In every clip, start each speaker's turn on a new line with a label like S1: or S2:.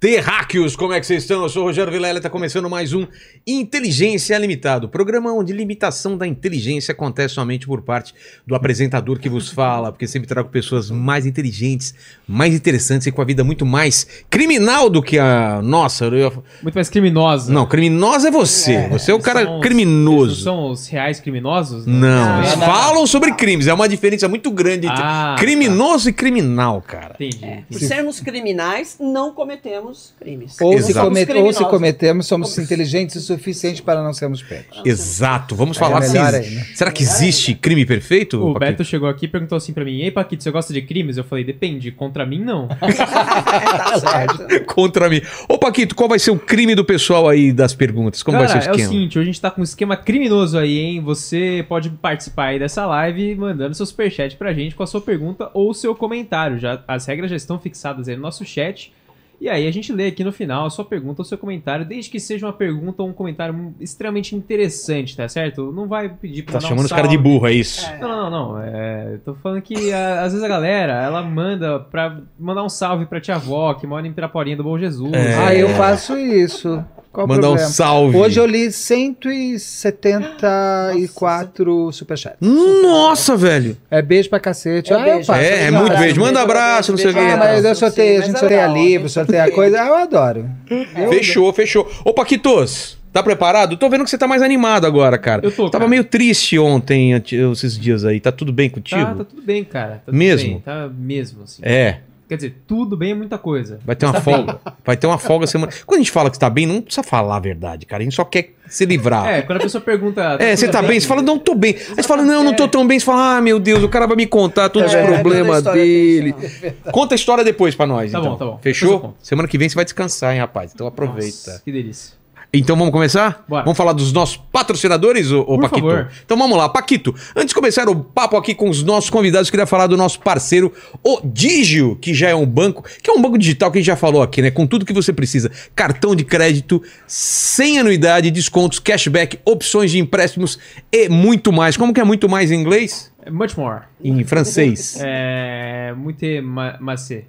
S1: Terráqueos, como é que vocês estão? Eu sou o Rogério Vilela e está começando mais um Inteligência Limitado, programa onde limitação da inteligência acontece somente por parte do apresentador que vos fala, porque sempre trago pessoas mais inteligentes, mais interessantes e com a vida muito mais criminal do que a nossa. Eu ia-
S2: Muito mais criminosa.
S1: Não, criminosa é você, você é o
S2: Eles
S1: cara
S2: são os- eles
S1: criminoso.
S2: não são os reais criminosos? né?
S1: Não, eles
S2: Eles-
S3: não, não.
S1: falam sobre crimes, é uma diferença muito grande entre
S2: Ah,
S1: criminoso É. e criminal, cara.
S2: Entendi.
S3: Por sermos criminais, não cometemos crimes.
S4: Ou se,
S1: Exato.
S3: Somos
S4: comet- ou se
S3: criminosos.
S4: cometemos, somos inteligentes o suficiente para não sermos pegos.
S1: Exato, vamos
S4: tá. Aí é
S1: falar assim.
S4: melhor
S1: se-
S4: aí, né?
S1: Será que existe crime perfeito?
S2: O
S1: Paquito?
S2: Beto chegou aqui e perguntou assim pra mim: Ei, Paquito, você gosta de crimes? Eu falei: Depende, contra mim não.
S3: tá certo.
S1: contra mim. Ô, Paquito, qual vai ser o crime do pessoal aí das perguntas? Como
S2: Cara,
S1: vai ser o
S2: é o
S1: esquema?
S2: seguinte: hoje a gente tá com um esquema criminoso aí, hein? Você pode participar aí dessa live mandando seu superchat pra gente com a sua pergunta ou seu comentário. Já, as regras já estão fixadas aí no nosso chat. E aí a gente lê aqui no final a sua pergunta ou seu comentário, desde que seja uma pergunta ou um comentário extremamente interessante, tá certo? Não vai pedir pra
S1: tá
S2: dar um
S1: chamando os caras de
S2: salve.
S1: burro, é isso?
S2: Não, não, não. É, eu tô falando que a- às vezes a galera, ela manda pra mandar um salve pra tia avó, que mora em Piraporinha do Bom Jesus.
S4: Ah, eu faço isso. Qual o
S1: Mandar É. um
S4: problema?
S1: salve.
S4: Hoje eu li 174 superchats.
S1: Nossa, velho.
S4: É beijo pra cacete.
S3: É
S4: ah, eu
S3: beijo.
S4: faço.
S1: É, é
S4: Eu
S1: muito
S4: faço.
S1: beijo. Manda abraço, não sei o que.
S4: Ah, mas eu sorteio, a gente
S3: Mas é
S4: sorteia
S3: legal,
S4: livro, sorteia
S3: sorteia.
S4: coisa. Ah, eu adoro.
S1: Fechou, fechou. Ô, Paquitos, tá preparado? Tô vendo que você tá mais animado agora, cara.
S2: Eu tô,
S1: Tava
S2: cara.
S1: meio triste ontem, ante- esses dias aí. Tá tudo bem contigo?
S2: Tá, tá tudo bem, cara. Tá tudo
S1: Mesmo?
S2: bem, tá mesmo, assim.
S1: É,
S2: Quer dizer, tudo bem é muita coisa.
S1: vai ter uma folga. Vai ter uma folga semana. Quando a gente fala que tá bem, não precisa falar a verdade, cara. A gente só quer se livrar.
S2: É, quando a pessoa pergunta.
S1: Ah. É, você
S2: tudo
S1: tá bem? Você fala, não, tô bem. Aí você fala, não, não tô tão bem. Você fala, ah, meu Deus, o cara vai me contar todos
S3: É,
S1: os problemas
S3: toda a história
S1: dele.
S3: tem isso,
S1: Conta a história depois pra nós,
S2: Tá
S1: então.
S2: bom, tá bom. Depois eu
S1: Fechou?
S2: conto.
S1: Semana que vem você vai descansar, hein, rapaz? Então
S2: Nossa,
S1: aproveita.
S2: que delícia.
S1: Então vamos começar?
S2: Bora.
S1: Vamos falar dos nossos patrocinadores, ô, ô
S2: Por
S1: Paquito?
S2: favor.
S1: Então vamos lá, Paquito. Antes de começar o papo aqui com os nossos convidados, eu queria falar do nosso parceiro, o Digio, que já é um banco, que é um banco digital que a gente já falou aqui, né? Com tudo que você precisa. Cartão de crédito, sem anuidade, descontos, cashback, opções de empréstimos e muito mais. Como que é muito mais em inglês?
S2: É Much more.
S1: Em francês.
S2: É. Muito ma macê.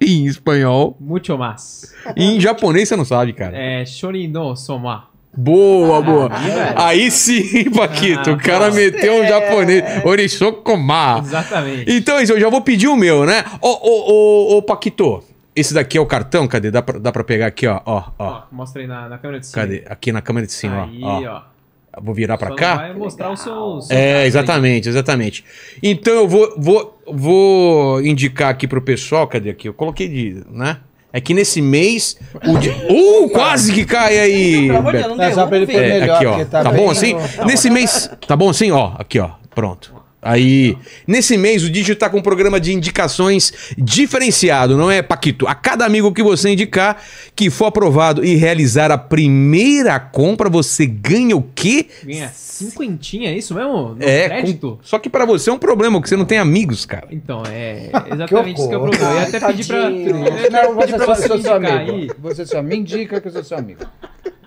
S1: Em espanhol.
S2: Muito mas.
S1: Em japonês você não sabe, cara.
S2: É. Shorindon soma.
S1: Boa, boa.
S2: Ah, velho.
S1: Aí sim, Paquito.
S2: Ah,
S1: o cara
S2: nossa.
S1: meteu um japonês. Orishokoma.
S2: Exatamente.
S1: Então, isso, eu já vou pedir o meu, né? Ô, ô, ô, ô, Paquito. Esse daqui é o cartão, cadê? Dá pra, dá pra pegar aqui, ó, ó, ó.
S2: Ó, mostra aí na, na câmera de cima.
S1: Cadê? Aqui na câmera de cima,
S2: Aí,
S1: ó, ó.
S2: ó.
S1: Vou virar pra
S2: Só
S1: cá.
S2: Não vai mostrar o seu. seu caso
S1: É,
S2: aí.
S1: exatamente, exatamente. Então eu vou, vou, vou indicar aqui pro pessoal, cadê aqui? Eu coloquei de, né? É que nesse mês o di- Uh, quase que cai aí.
S3: Pelo amor de
S1: Beto.
S3: Deus, não
S4: É só pra ele
S3: derrube.
S4: poder-
S1: É,
S4: melhor,
S1: aqui, ó.
S4: porque
S1: Tá,
S4: tá
S1: bom
S4: bem-
S1: assim? Nesse mês. Tá bom assim? Ó, aqui, ó. Pronto. Aí, nesse mês, o Digio tá com um programa de indicações diferenciado, não é, Paquito? A cada amigo que você indicar, que for aprovado e realizar a primeira compra, você ganha o quê?
S2: Ganha cinquentinha, é isso mesmo? No
S1: É, com-
S2: crédito?
S1: só que pra você é um problema, que você não tem amigos, cara.
S2: Então, é exatamente isso que é o
S4: horror.
S2: problema. Eu ia até
S3: Ai,
S2: pedir pra.
S3: tadinho.
S2: eu ia até
S4: Não,
S2: pedir
S4: você
S2: pra
S4: só, eu sou seu
S2: indicar
S4: amigo. Você só me indica que eu sou seu amigo.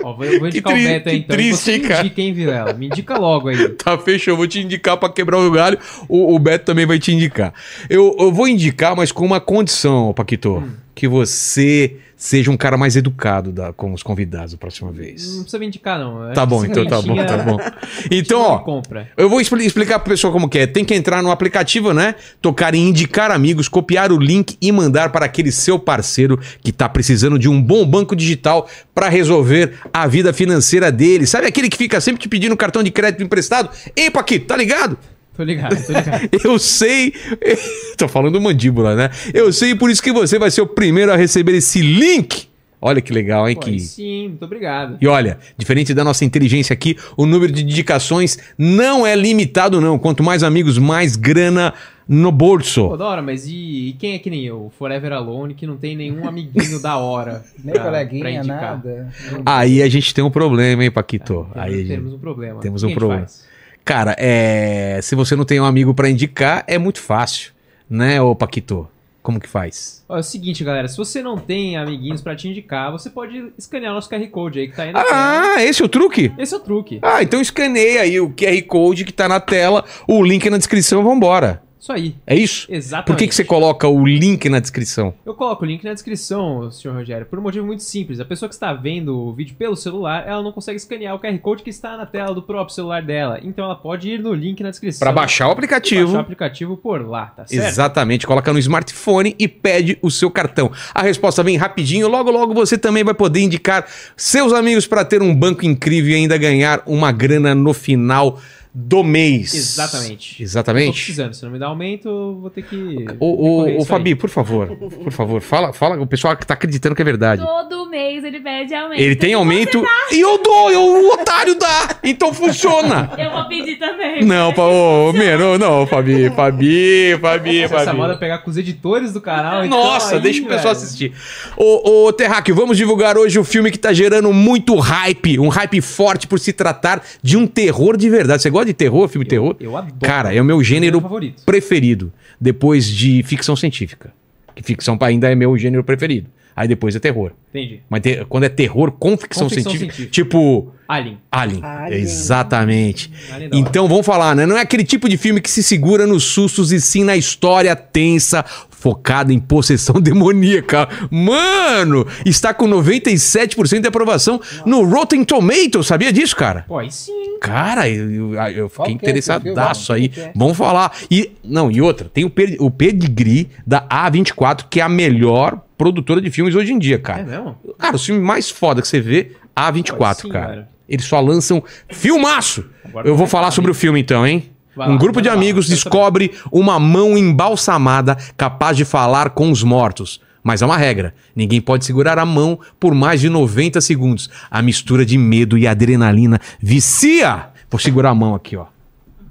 S2: Ó, vou, eu vou indicar
S1: tri-
S2: o Beto aí,
S1: que
S2: então.
S1: triste,
S2: Você
S1: hein, cara?
S2: Me indica, hein, Vilela? Me indica logo aí.
S1: Tá, fechou. Vou te indicar pra quebrar o galho. O, o Beto também vai te indicar. Eu, eu vou indicar, mas com uma condição, Paquito. Que você seja um cara mais educado da- com os convidados da próxima
S2: Não
S1: vez.
S2: precisa me indicar, não. É Eu acho
S1: Tá
S2: que
S1: bom, então tá bom,
S2: cinquentinha-
S1: tá bom. Então,
S2: cinquentinha
S1: ó,
S2: não Compra.
S1: Eu vou expli- explicar pro pessoal como que é. Tem que entrar no aplicativo, né? Tocar em indicar amigos, copiar o link e mandar para aquele seu parceiro que tá precisando de um bom banco digital para resolver a vida financeira dele. Sabe aquele que fica sempre te pedindo cartão de crédito emprestado? Ei, Paquito, tá ligado?
S2: Tô ligado, tô ligado.
S1: Eu sei. Tô falando mandíbula, né? Eu sei, por isso que você vai ser o primeiro a receber esse link. Olha que legal, hein?
S2: Pô,
S1: que...
S2: aí sim, muito obrigado.
S1: E olha, diferente da nossa inteligência aqui, o número de indicações não é limitado, não. Quanto mais amigos, mais grana no
S2: Pô,
S1: bolso.
S2: da hora, mas e, e quem é que nem eu? Forever Alone, que não tem nenhum amiguinho da hora.
S4: Nem
S2: pra- pra
S4: coleguinha,
S2: indicar.
S4: nada.
S1: Aí a gente tem um problema, hein, Paquito?
S2: Temos,
S1: Aí, a gente-
S2: temos um problema.
S1: temos
S2: O que
S1: um
S2: a gente
S1: problema.
S2: faz?
S1: Cara, é... se você não tem um amigo pra indicar, é muito fácil, né, ô Paquito? Como que faz?
S2: Ó, É o seguinte, galera, se você não tem amiguinhos pra te indicar, você pode escanear nosso QR Code aí que tá aí na tela.
S1: Ah, esse é o truque?
S2: Esse é o truque.
S1: Ah, então escaneia aí o QR Code que tá na tela, o link na é descrição, vambora.
S2: Isso aí.
S1: É isso?
S2: Exatamente.
S1: Por que, que você coloca o link na descrição?
S2: Eu coloco o link na descrição, senhor Rogério, por um motivo muito simples. A pessoa que está vendo o vídeo pelo celular, ela não consegue escanear o QR Code que está na tela do próprio celular dela. Então ela pode ir no link na descrição.
S1: Pra baixar o
S2: e baixar
S1: aplicativo.
S2: o aplicativo por lá, tá certo?
S1: Exatamente, coloca no smartphone e pede o seu cartão. A resposta vem rapidinho, logo logo você também vai poder indicar seus amigos para ter um banco incrível e ainda ganhar uma grana no final do mês.
S2: Exatamente. Tô
S1: Exatamente.
S2: precisando, se não me dá aumento, eu vou ter que.
S1: Ô,
S2: recorrer
S1: ô,
S2: a
S1: ô
S2: isso
S1: Fabi, por favor, por favor, fala, fala o pessoal que tá acreditando que é verdade.
S5: Todo mês ele pede aumento.
S1: Ele tem aumento e eu dou, eu, o otário dá, então funciona.
S5: Eu vou pedir também.
S1: Não, pa, ô, ô, meu, não, não, Fabi, Fabi, Fabi,
S2: Aí. Essa é
S1: Fabi.
S2: moda pegar com os editores do canal. então,
S1: Nossa,
S2: aí,
S1: deixa o pessoal
S2: velho.
S1: assistir. Ô, ô Terráqueo, vamos divulgar hoje o filme que tá gerando muito hype. Um hype forte por se tratar de um terror de verdade. Você gosta de terror, filme terror?
S2: Eu adoro.
S1: Cara, é o meu
S2: Meu
S1: gênero
S2: favorito.
S1: preferido. Depois de ficção científica. Que ficção ainda é meu gênero preferido. Aí depois é terror.
S2: Entendi.
S1: Mas te- quando é terror com ficção,
S2: ficção
S1: científica,
S2: científica.
S1: tipo
S2: Alien.
S1: Alien.
S3: Alien.
S1: Exatamente.
S2: Alien da hora.
S1: Então vamos falar, né? Não é aquele tipo de filme que se segura nos sustos e sim na história tensa, focada em possessão demoníaca. Mano, está com 97% de aprovação no Rotten Tomatoes. Sabia disso, cara?
S2: Pô, aí sim.
S1: Cara, eu, eu- eu
S4: Qual
S1: fiquei
S4: que é esse
S1: interessadaço
S4: filme?
S1: aí.
S4: Qual que é?
S1: Vamos falar. E não, e outra, tem o, ped- o pedigree da A24, que é a melhor produtora de filmes hoje em dia,
S2: É
S1: cara.
S2: mesmo?
S1: Cara, o filme mais foda que você vê, A24,
S2: Pô, sim,
S1: cara.
S2: cara.
S1: Eles só lançam filmaço.
S2: Agora
S1: Eu
S2: tá
S1: vou
S2: bem
S1: falar
S2: sabido.
S1: sobre o filme então, hein?
S2: Vai
S1: um
S2: lá,
S1: grupo de
S2: vai lá.
S1: amigos
S2: Quero
S1: descobre uma mão embalsamada capaz de falar com os mortos. Mas há uma regra: ninguém pode segurar a mão por mais de 90 segundos. A mistura de medo e adrenalina vicia. Vou segurar a mão aqui, ó.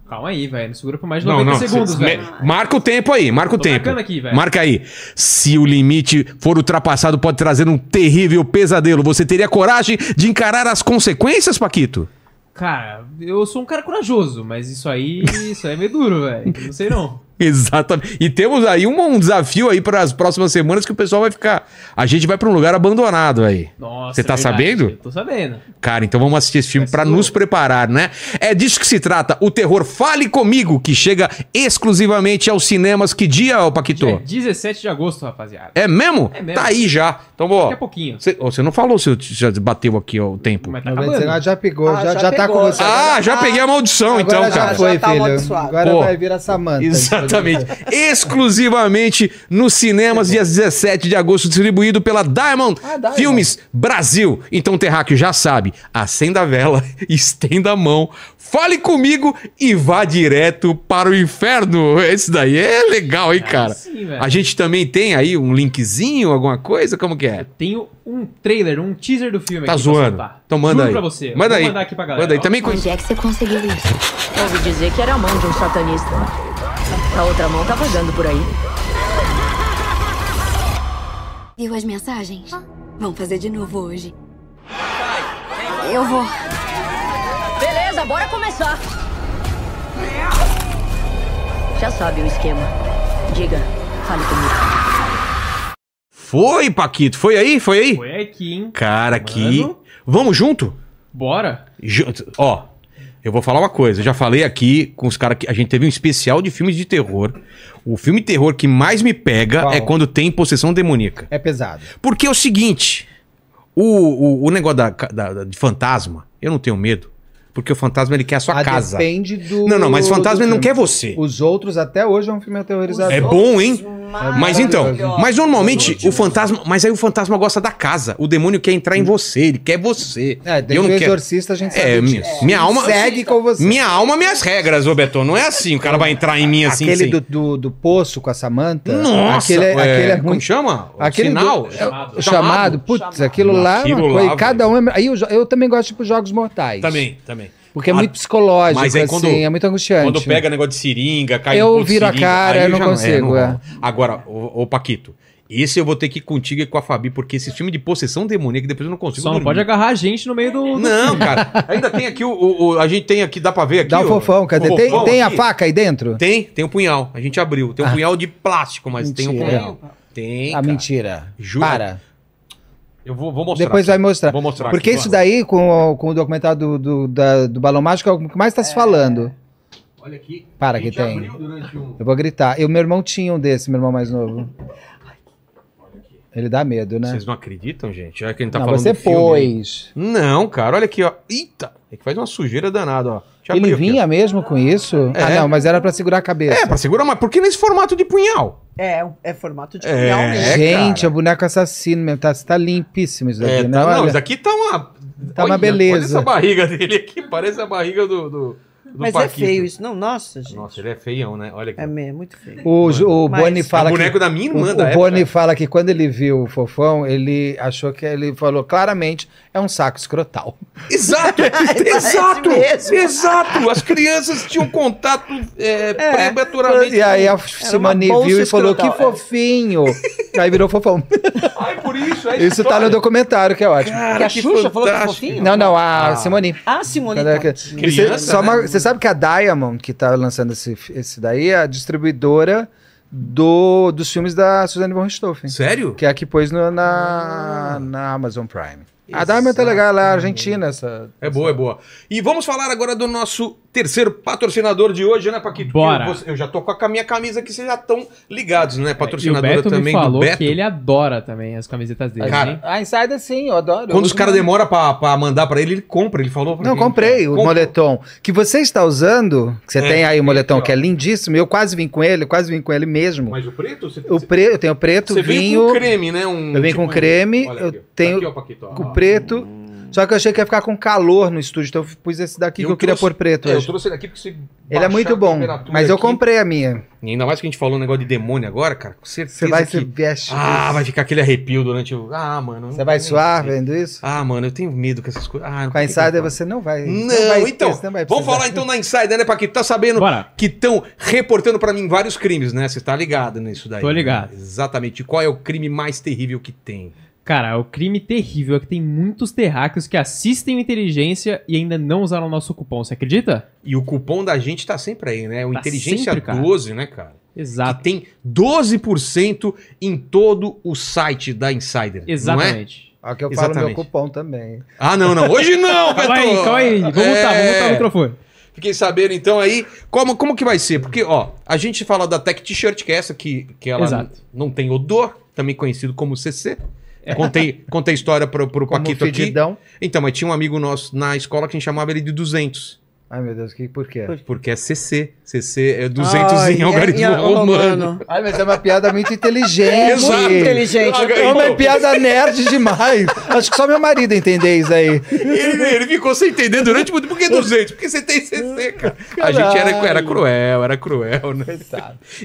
S2: Calma aí, velho. Não segura por mais de 90 segundos,
S1: cê-
S2: velho.
S1: me- Marca o tempo aí, marca o
S2: Tô
S1: tempo.
S2: marcando aqui, velho.
S1: marca aí. Se o limite for ultrapassado, pode trazer um terrível pesadelo. Você teria coragem de encarar as consequências, Paquito?
S2: Cara, eu sou um cara corajoso, mas isso aí, isso aí é meio duro, velho. Não sei não.
S1: Exatamente. E temos aí um, um desafio aí para as próximas semanas que o pessoal vai ficar. A gente vai para um lugar abandonado aí.
S2: Nossa.
S1: Você tá
S2: é
S1: sabendo?
S2: Eu tô sabendo.
S1: Cara, então vamos assistir esse filme
S2: Vai
S1: para
S2: ser
S1: nos
S2: louco.
S1: preparar, né? É disso que se trata. O terror Fale Comigo, que chega exclusivamente aos cinemas. Que dia, ô Paquito?
S2: Dia 17 é de agosto, rapaziada.
S1: É mesmo?
S2: É mesmo.
S1: Tá aí já. Então, ó.
S2: Daqui a pouquinho.
S1: Você ô, você não falou se eu te- já bateu aqui ó, o tempo.
S2: Mas tá acabando.
S4: 99 já pegou,
S3: Ah,
S4: já,
S3: já
S4: já tá
S3: pegou,
S4: com você.
S3: já-
S1: Ah, já peguei a maldição,
S4: agora
S1: então,
S4: já
S1: cara.
S4: foi,
S3: Já tá
S4: filho.
S3: amaldiçoado.
S4: Agora
S1: Pô.
S4: vai vir a Samanta.
S1: Exatamente. Exclusivamente nos cinemas, dias 17 de agosto, distribuído pela Diamond,
S4: Ah, Diamond.
S1: Filmes Brasil. Então, Terráqueo já sabe, acenda a vela, estenda a mão, fale comigo e vá direto para o inferno. Esse daí é legal, hein, cara?
S2: sim, velho.
S1: A gente também tem aí um linkzinho, alguma coisa? Como que é?
S2: Eu tenho um trailer, um teaser do filme
S1: Tá
S2: aqui
S1: zoando.
S2: pra soltar.
S1: Então manda
S2: Juro
S1: aí.
S2: pra você.
S1: Manda
S2: Vou
S1: aí.
S2: mandar aqui pra galera.
S1: Manda aí.
S2: ó.
S1: Também com-
S6: Onde é que você conseguiu isso?
S7: Ouvi dizer que era a mão de um satanista. A outra mão tá vagando por aí.
S6: Viu as mensagens? Vão fazer de novo hoje. Eu vou.
S7: Beleza, bora começar. Já sabe o esquema. Diga, fale comigo.
S1: Foi, Paquito. Foi aí? Foi aí?
S2: Foi aqui, hein?
S1: Cara, que.
S2: Mano.
S1: Vamos junto?
S2: Bora.
S1: Ju- Ó, eu vou falar uma coisa. Eu já falei aqui com os caras que a gente teve um especial de filmes de terror. O filme terror que mais me pega
S4: Qual?
S1: é quando tem possessão demoníaca.
S4: É pesado.
S1: Porque é o seguinte: o, o, o negócio da, ca- da- da- de fantasma, eu não tenho medo. Porque o fantasma ele quer a sua
S4: Ah,
S1: casa.
S4: Depende do.
S1: Não, não, mas o fantasma
S4: do
S1: ele não
S4: filme.
S1: quer você.
S4: Os outros até hoje é um filme aterrorizador.
S1: É
S3: Os
S1: bom, hein?
S3: outros
S1: Mas então,
S3: maravilhosos.
S1: mas normalmente o
S3: Últimos.
S1: fantasma. Mas aí o fantasma gosta da casa. O demônio quer entrar em você, ele quer você.
S4: Hum. É, desde
S1: eu não
S4: o
S1: quero.
S4: exorcista a gente sabe.
S1: É, minha,
S4: disso.
S1: minha alma.
S4: Segue com você.
S1: Minha alma, minhas regras, ô Beton. Não é assim, o cara vai entrar em mim assim.
S4: aquele
S1: sem-
S4: do, do, do poço com a Samanta.
S1: Nossa,
S4: aquele é,
S1: é,
S4: aquele é
S1: como
S4: muito.
S1: chama? O
S4: Aquele
S1: sinal?
S4: do- é
S2: Chamado.
S4: o chamado, putz,
S3: Chamado.
S4: aquilo lá, é uma
S1: Aquilo
S4: coisa,
S1: lá,
S4: e cada um é, aí eu, jo- eu também gosto tipo jogos mortais.
S1: Também, também.
S4: Porque é
S1: Ah,
S4: muito psicológico,
S1: mas aí quando-
S4: assim, é muito angustiante.
S1: Quando pega negócio de seringa, cai
S4: Eu
S1: no ponto de
S4: viro a cara,
S1: aí
S4: eu não
S1: já
S4: consigo,
S1: não
S4: é.
S1: rola. Agora, ô, ô, Paquito, esse eu vou ter que ir contigo e com a Fabi, porque esse filme de possessão demoníaca, depois eu não consigo.
S2: Só não
S1: dormir.
S2: pode agarrar a gente no meio do...
S1: Não, cara. Ainda tem aqui o, o- o- A gente tem aqui, dá pra ver aqui.
S4: Dá um
S1: ó,
S4: fofão, quer dizer,
S1: o
S4: tem,
S1: fofão
S4: tem a
S1: aqui?
S4: faca aí dentro?
S1: Tem, tem um punhal. A gente abriu. Tem um punhal de plástico, mas tem um
S4: Mentira.
S1: punhal. Tem.
S4: ah,
S1: cara.
S4: mentira.
S1: Jura?
S4: Para.
S1: Eu vou, vou mostrar.
S4: Depois vai mostrar.
S1: Vou mostrar
S4: Porque
S1: aqui,
S4: isso
S1: ó.
S4: daí, com o, com o documentário do, do, da- do Balão Mágico, é o que mais tá se falando.
S8: Olha aqui.
S4: Para
S8: a
S4: que
S8: gente
S4: tem.
S8: abriu durante um-
S4: Eu vou gritar. E o meu irmão tinha um desse, meu irmão mais novo. Ele dá medo, né?
S1: Vocês não acreditam, gente? Olha quem tá
S4: não,
S1: falando
S4: você
S1: do filme.
S4: pôs.
S1: Não, cara, olha aqui, ó. Eita! É que faz uma sujeira danada, ó. Deixa eu abrir
S4: Ele
S1: aqui,
S4: vinha mesmo com isso?
S1: É.
S4: Ah, não, mas era pra segurar a
S1: ó.
S4: cabeça.
S1: É, pra segurar, mas por que nesse formato de punhal?
S3: É, é formato de
S1: É.
S3: punhal mesmo.
S4: Gente,
S1: cara.
S4: é o boneco assassino mesmo. Tá, tá limpíssimo isso daqui,
S1: É,
S4: né?
S1: tá, não,
S4: Olha,
S1: isso aqui tá uma.
S4: Tá uma beleza.
S1: Olha essa barriga dele aqui, parece a barriga do. do, do
S3: Mas
S1: Paquito.
S3: é feio isso, não? Nossa, gente.
S1: Nossa, ele é feião, né? Olha aqui.
S3: É mesmo, muito feio.
S4: o, Ju- o
S3: Mas-
S4: Boni fala
S1: o É boneco
S4: que...
S1: da minha irmã
S4: o,
S1: da
S4: o
S1: época.
S4: Boni fala que quando ele viu o Fofão, ele achou que ele falou claramente é um saco escrotal. É
S1: Exato! exato!
S3: mesmo.
S1: Exato! As crianças tinham contato é, prematuramente.
S4: E aí a
S3: uma
S4: Simone
S3: bolsa
S4: viu e falou que
S3: escrotal, é.
S4: fofinho. aí virou Fofão.
S1: Ai, por isso, é
S4: Isso tá
S1: história.
S4: no documentário, que é ótimo.
S1: Cara,
S3: Que a
S1: que
S3: Xuxa falou que é
S1: fantástico.
S3: fofinho?
S4: Não, não, a
S1: Ah.
S4: Simone.
S3: Ah, Simone.
S4: Cadê
S3: tá.
S4: que-
S1: Criança,
S4: E cê- só
S1: né?
S4: uma- Você sabe que a Diamond, que tá lançando esse, esse daí, é a distribuidora do, dos filmes da Suzanne von Richthofen.
S1: Sério?
S4: Que é a que pôs no-
S1: Ah.
S4: na, na Amazon Prime. A
S1: Exato.
S4: Diamond tá legal, ela é argentina. Essa,
S1: É boa, é boa. E vamos falar agora do nosso terceiro patrocinador de hoje, né, Paquito?
S2: Bora. É,
S1: Eu, eu já tô com a minha camisa aqui, vocês já estão ligados, né?
S2: E o
S1: Patrocinadora
S2: Beto
S1: também
S2: me falou
S1: do Beto.
S2: que ele adora também as camisetas dele,
S1: Cara,
S2: hein?
S4: A Insider sim, eu adoro.
S1: Quando os caras demoram pra, pra mandar pra ele, ele compra. Ele falou pra
S4: Não,
S1: mim, então.
S4: comprei
S1: cara.
S4: o
S1: Comprou.
S4: moletom. Que você está usando, que você
S1: É,
S4: tem aí o
S1: esse
S4: moletom
S1: aqui, ó.
S4: que é lindíssimo, eu quase vim com ele, quase vim com ele mesmo.
S1: Mas o preto? Você,
S4: O pre... Eu tenho preto,
S1: você veio
S4: vinho.
S1: com creme, né? Um,
S4: Eu venho com creme,
S1: olha
S4: eu
S1: aqui, ó. Tá
S4: tenho
S1: aqui, ó, Paquito, ó.
S4: com preto. Só que eu achei que ia ficar com calor no estúdio, então eu pus esse daqui
S1: Eu
S4: que eu queria
S1: trouxe-
S4: pôr preto
S1: É, eu
S4: hoje.
S1: trouxe ele aqui porque se
S4: Ele é
S1: baixar a
S4: muito bom,
S1: temperatura
S4: mas eu
S1: aqui-
S4: comprei a minha.
S1: E ainda mais que a gente falou um negócio de demônio agora, cara. Com certeza
S4: Você vai
S1: que...
S4: se veste.
S1: Ah, vai ficar aquele arrepio durante o... Ah, mano. eu
S4: Você
S1: não
S4: vai
S1: nem
S4: suar
S1: sei.
S4: vendo isso?
S1: Ah, mano, eu tenho medo com essas coisas. Ah, não
S4: Com a
S1: tem que
S4: Insider
S1: falar.
S4: você não vai.
S1: Não,
S4: vai ter,
S1: então.
S4: você não vai
S1: vamos
S4: precisar.
S1: falar então da Insider, né, Paquito? Tá sabendo
S2: Bora.
S1: que estão reportando pra mim vários crimes, né? Você tá ligado nisso daí.
S2: Tô
S1: né?
S2: ligado.
S1: Exatamente. Qual é o crime mais terrível que tem?
S2: Cara, o crime terrível é que tem muitos terráqueos que assistem o inteligência e ainda não usaram o nosso cupom, você acredita?
S1: E o cupom da gente tá sempre aí, né? O
S2: Tá
S1: Inteligência
S2: sempre, cara.
S1: 12, né, cara?
S2: Exato.
S1: Que tem 12% em todo o site da Insider. Não é?
S2: Exatamente.
S4: Ó, que eu falo
S1: Exatamente.
S4: meu cupom também.
S1: Ah, não, não. Hoje não, Beto! é,
S2: Calma aí, calma aí. Vamos mutar, vamos mutar o microfone.
S1: Fiquei sabendo então aí como, como que vai ser. Porque, ó, a gente fala da Tech T-shirt, que é essa que, que ela
S2: Exato. É.
S1: n- não tem odor, também conhecido como CC. Contei, contei a história pro, pro
S4: Como
S1: Paquito aqui.
S4: fedidão.
S1: Então, mas tinha um amigo nosso na escola que a gente chamava ele de 200.
S4: Ai, meu Deus, que, por quê?
S1: Porque é CC. CC é 200 em
S3: Ai,
S1: algarismo
S3: é- é
S1: romano.
S4: Ai, mas é uma piada É muito inteligente.
S1: Exato.
S3: Muito inteligente.
S1: Ah,
S3: eu tô-
S4: É uma
S1: Irmão.
S4: piada nerd demais. Acho que só meu marido entender isso aí.
S1: Ele, ele ficou sem entender durante muito. Por que 200? Porque você tem CC, cara. A gente era, era cruel, era cruel, né?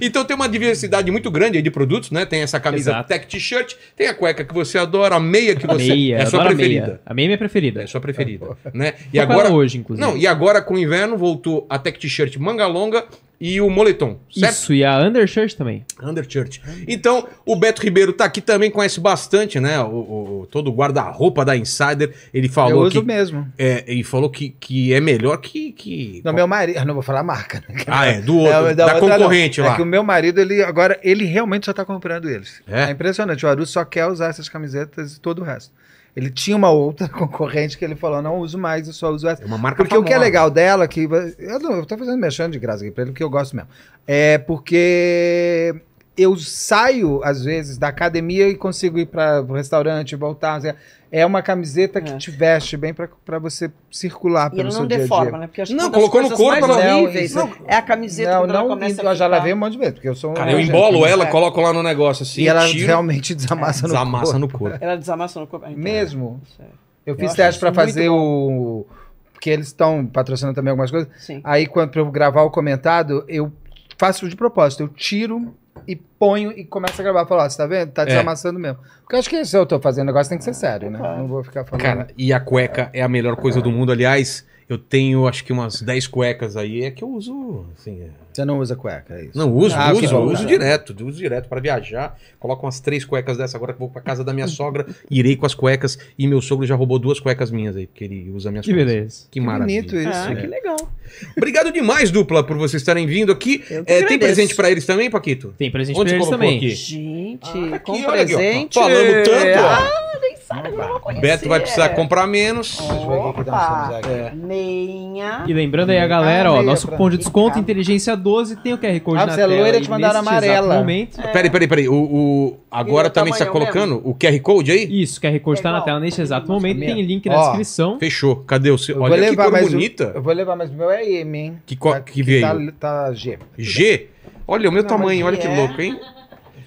S1: Então tem uma diversidade muito grande aí de produtos, né? Tem essa camisa
S2: Exato.
S1: Tech T-shirt, tem a cueca que você adora, a meia que
S2: A
S1: você
S2: meia,
S1: é a
S2: eu
S1: sua
S2: adoro a
S1: preferida.
S2: meia. A meia é minha preferida.
S1: É a sua preferida, né? E
S2: Tô com ela
S1: agora
S2: hoje, inclusive.
S1: Não, e agora com o inverno voltou a Tech T-shirt manga longa e o moletom, certo?
S2: Isso, e a undershirt também.
S1: Underchurch. Então, o Beto Ribeiro tá aqui também, conhece bastante, né? O, o- o- todo o guarda-roupa da Insider. Ele
S4: Eu
S1: falou
S4: uso
S1: que
S4: mesmo.
S1: é, e falou que, que é melhor que. que...
S4: Não, meu marido. eu Não vou falar a marca, né?
S1: Ah, é, do outro.
S4: Não,
S1: da,
S4: outra não.
S1: concorrente lá.
S4: É que o meu marido, ele agora, ele realmente só tá comprando eles.
S1: É?
S4: É, impressionante. O Aru só quer usar essas camisetas e todo o resto. Ele tinha uma outra concorrente que ele falou: não uso mais, eu só uso essa.
S1: É uma marca
S4: Porque o que é
S1: famosa.
S4: legal dela, que. Eu, não, eu tô fazendo mexendo de graça aqui pra ele, porque eu gosto mesmo. É porque eu saio, às vezes, da academia e consigo ir para o restaurante, voltar. assim, É uma camiseta que
S3: É.
S4: te veste bem para você circular
S3: E ele
S4: Ah, pelo seu
S3: não
S4: dia a
S3: deforma,
S4: dia.
S3: né? Porque acho
S1: Não,
S3: que uma das
S1: colocou no
S3: coisas
S1: corpo,
S3: mais
S4: ela-
S3: horríveis
S4: Não,
S3: é a camiseta
S4: Não,
S3: quando ela
S4: não,
S3: começa a
S4: eu já
S3: ficar-
S4: lavei um monte de vezes, porque eu sou um
S1: Cara, eu
S4: nojento,
S1: embolo
S4: né?
S1: ela,
S3: É.
S1: coloco lá no negócio assim.
S4: E ela
S1: tiro, É,
S4: realmente desamassa no
S1: desamassa né?
S4: corpo.
S1: no corpo.
S3: Ela desamassa no corpo. Ah, então,
S4: Mesmo?
S3: é. Isso é.
S4: Eu
S3: Eu
S4: fiz
S3: acho
S4: teste
S3: isso
S4: pra
S3: muito
S4: fazer o. Porque eles estão patrocinando também algumas coisas.
S3: Sim.
S4: Aí, quando pra eu gravar o comentado, eu faço de propósito. Eu tiro e ponho e começo a gravar. Falar, ó, você tá vendo?
S1: É.
S4: Tá desamassando mesmo. Porque eu acho que se eu tô fazendo negócio tem que ser sério, né? Não vou ficar falando.
S1: Cara, e a cueca é a melhor coisa do mundo. Aliás, eu tenho acho que umas 10 cuecas aí. É que eu uso, assim. é-
S4: você não usa cueca, é isso?
S1: Não, uso,
S4: Ah, que
S1: uso,
S4: bom,
S1: uso
S4: cara.
S1: direto, uso direto para viajar. Coloco umas três cuecas dessa agora que vou pra casa da minha sogra, irei com as cuecas e meu sogro já roubou duas cuecas minhas aí, porque ele usa minhas
S2: Que
S1: cuecas.
S2: beleza.
S1: Que
S4: Que
S1: maravilha.
S4: é bonito isso.
S3: Ah, que legal.
S1: Obrigado demais, dupla, por vocês estarem vindo aqui.
S3: Eu que
S1: É, tem
S3: agradeço.
S1: presente pra eles também, Paquito?
S2: Tem presente
S1: Onde
S2: pra eles
S1: colocou
S2: também.
S1: aqui?
S4: tá
S3: Gente,
S1: Ah, aqui,
S3: com
S1: olha aqui, ó.
S3: presente. É.
S1: Falando tanto, ó.
S3: Ah, nem sabe? Eu não conhecia.
S1: Beto vai precisar comprar menos.
S4: Deixa eu ver o que que nós temos aqui. um
S1: É.
S3: Meinha.
S2: E lembrando aí a galera,
S4: Ah,
S2: ó,
S4: meia
S2: nosso
S4: pra
S2: cupom de
S4: mim,
S2: desconto,
S3: cara.
S2: inteligência 12, tem o QR Code
S4: Ah,
S2: na
S4: você é
S2: tela.
S4: loira,
S2: aí
S4: te mandaram
S2: neste exato
S4: amarela.
S2: Momento.
S3: É.
S1: Peraí, peraí, peraí. O, o- agora
S3: E o
S1: também você tá
S3: tamanhão
S1: colocando o QR Code aí?
S2: Isso, QR Code tá na
S3: Legal.
S2: tela neste exato momento,
S4: Mesmo.
S2: tem link na
S4: Ó.
S2: descrição.
S1: Fechou. Cadê o seu?
S4: Eu
S1: Olha
S4: vou
S1: que
S4: levar
S1: cor
S4: mais Um,
S1: bonita.
S4: eu vou levar, mas o meu é M, hein?
S1: Que co-
S4: Tá-
S1: que veio?
S4: Tá, tá G.
S1: G. Olha o meu
S4: Não,
S1: tamanho,
S4: mas
S1: olha que
S3: é.
S1: louco, hein?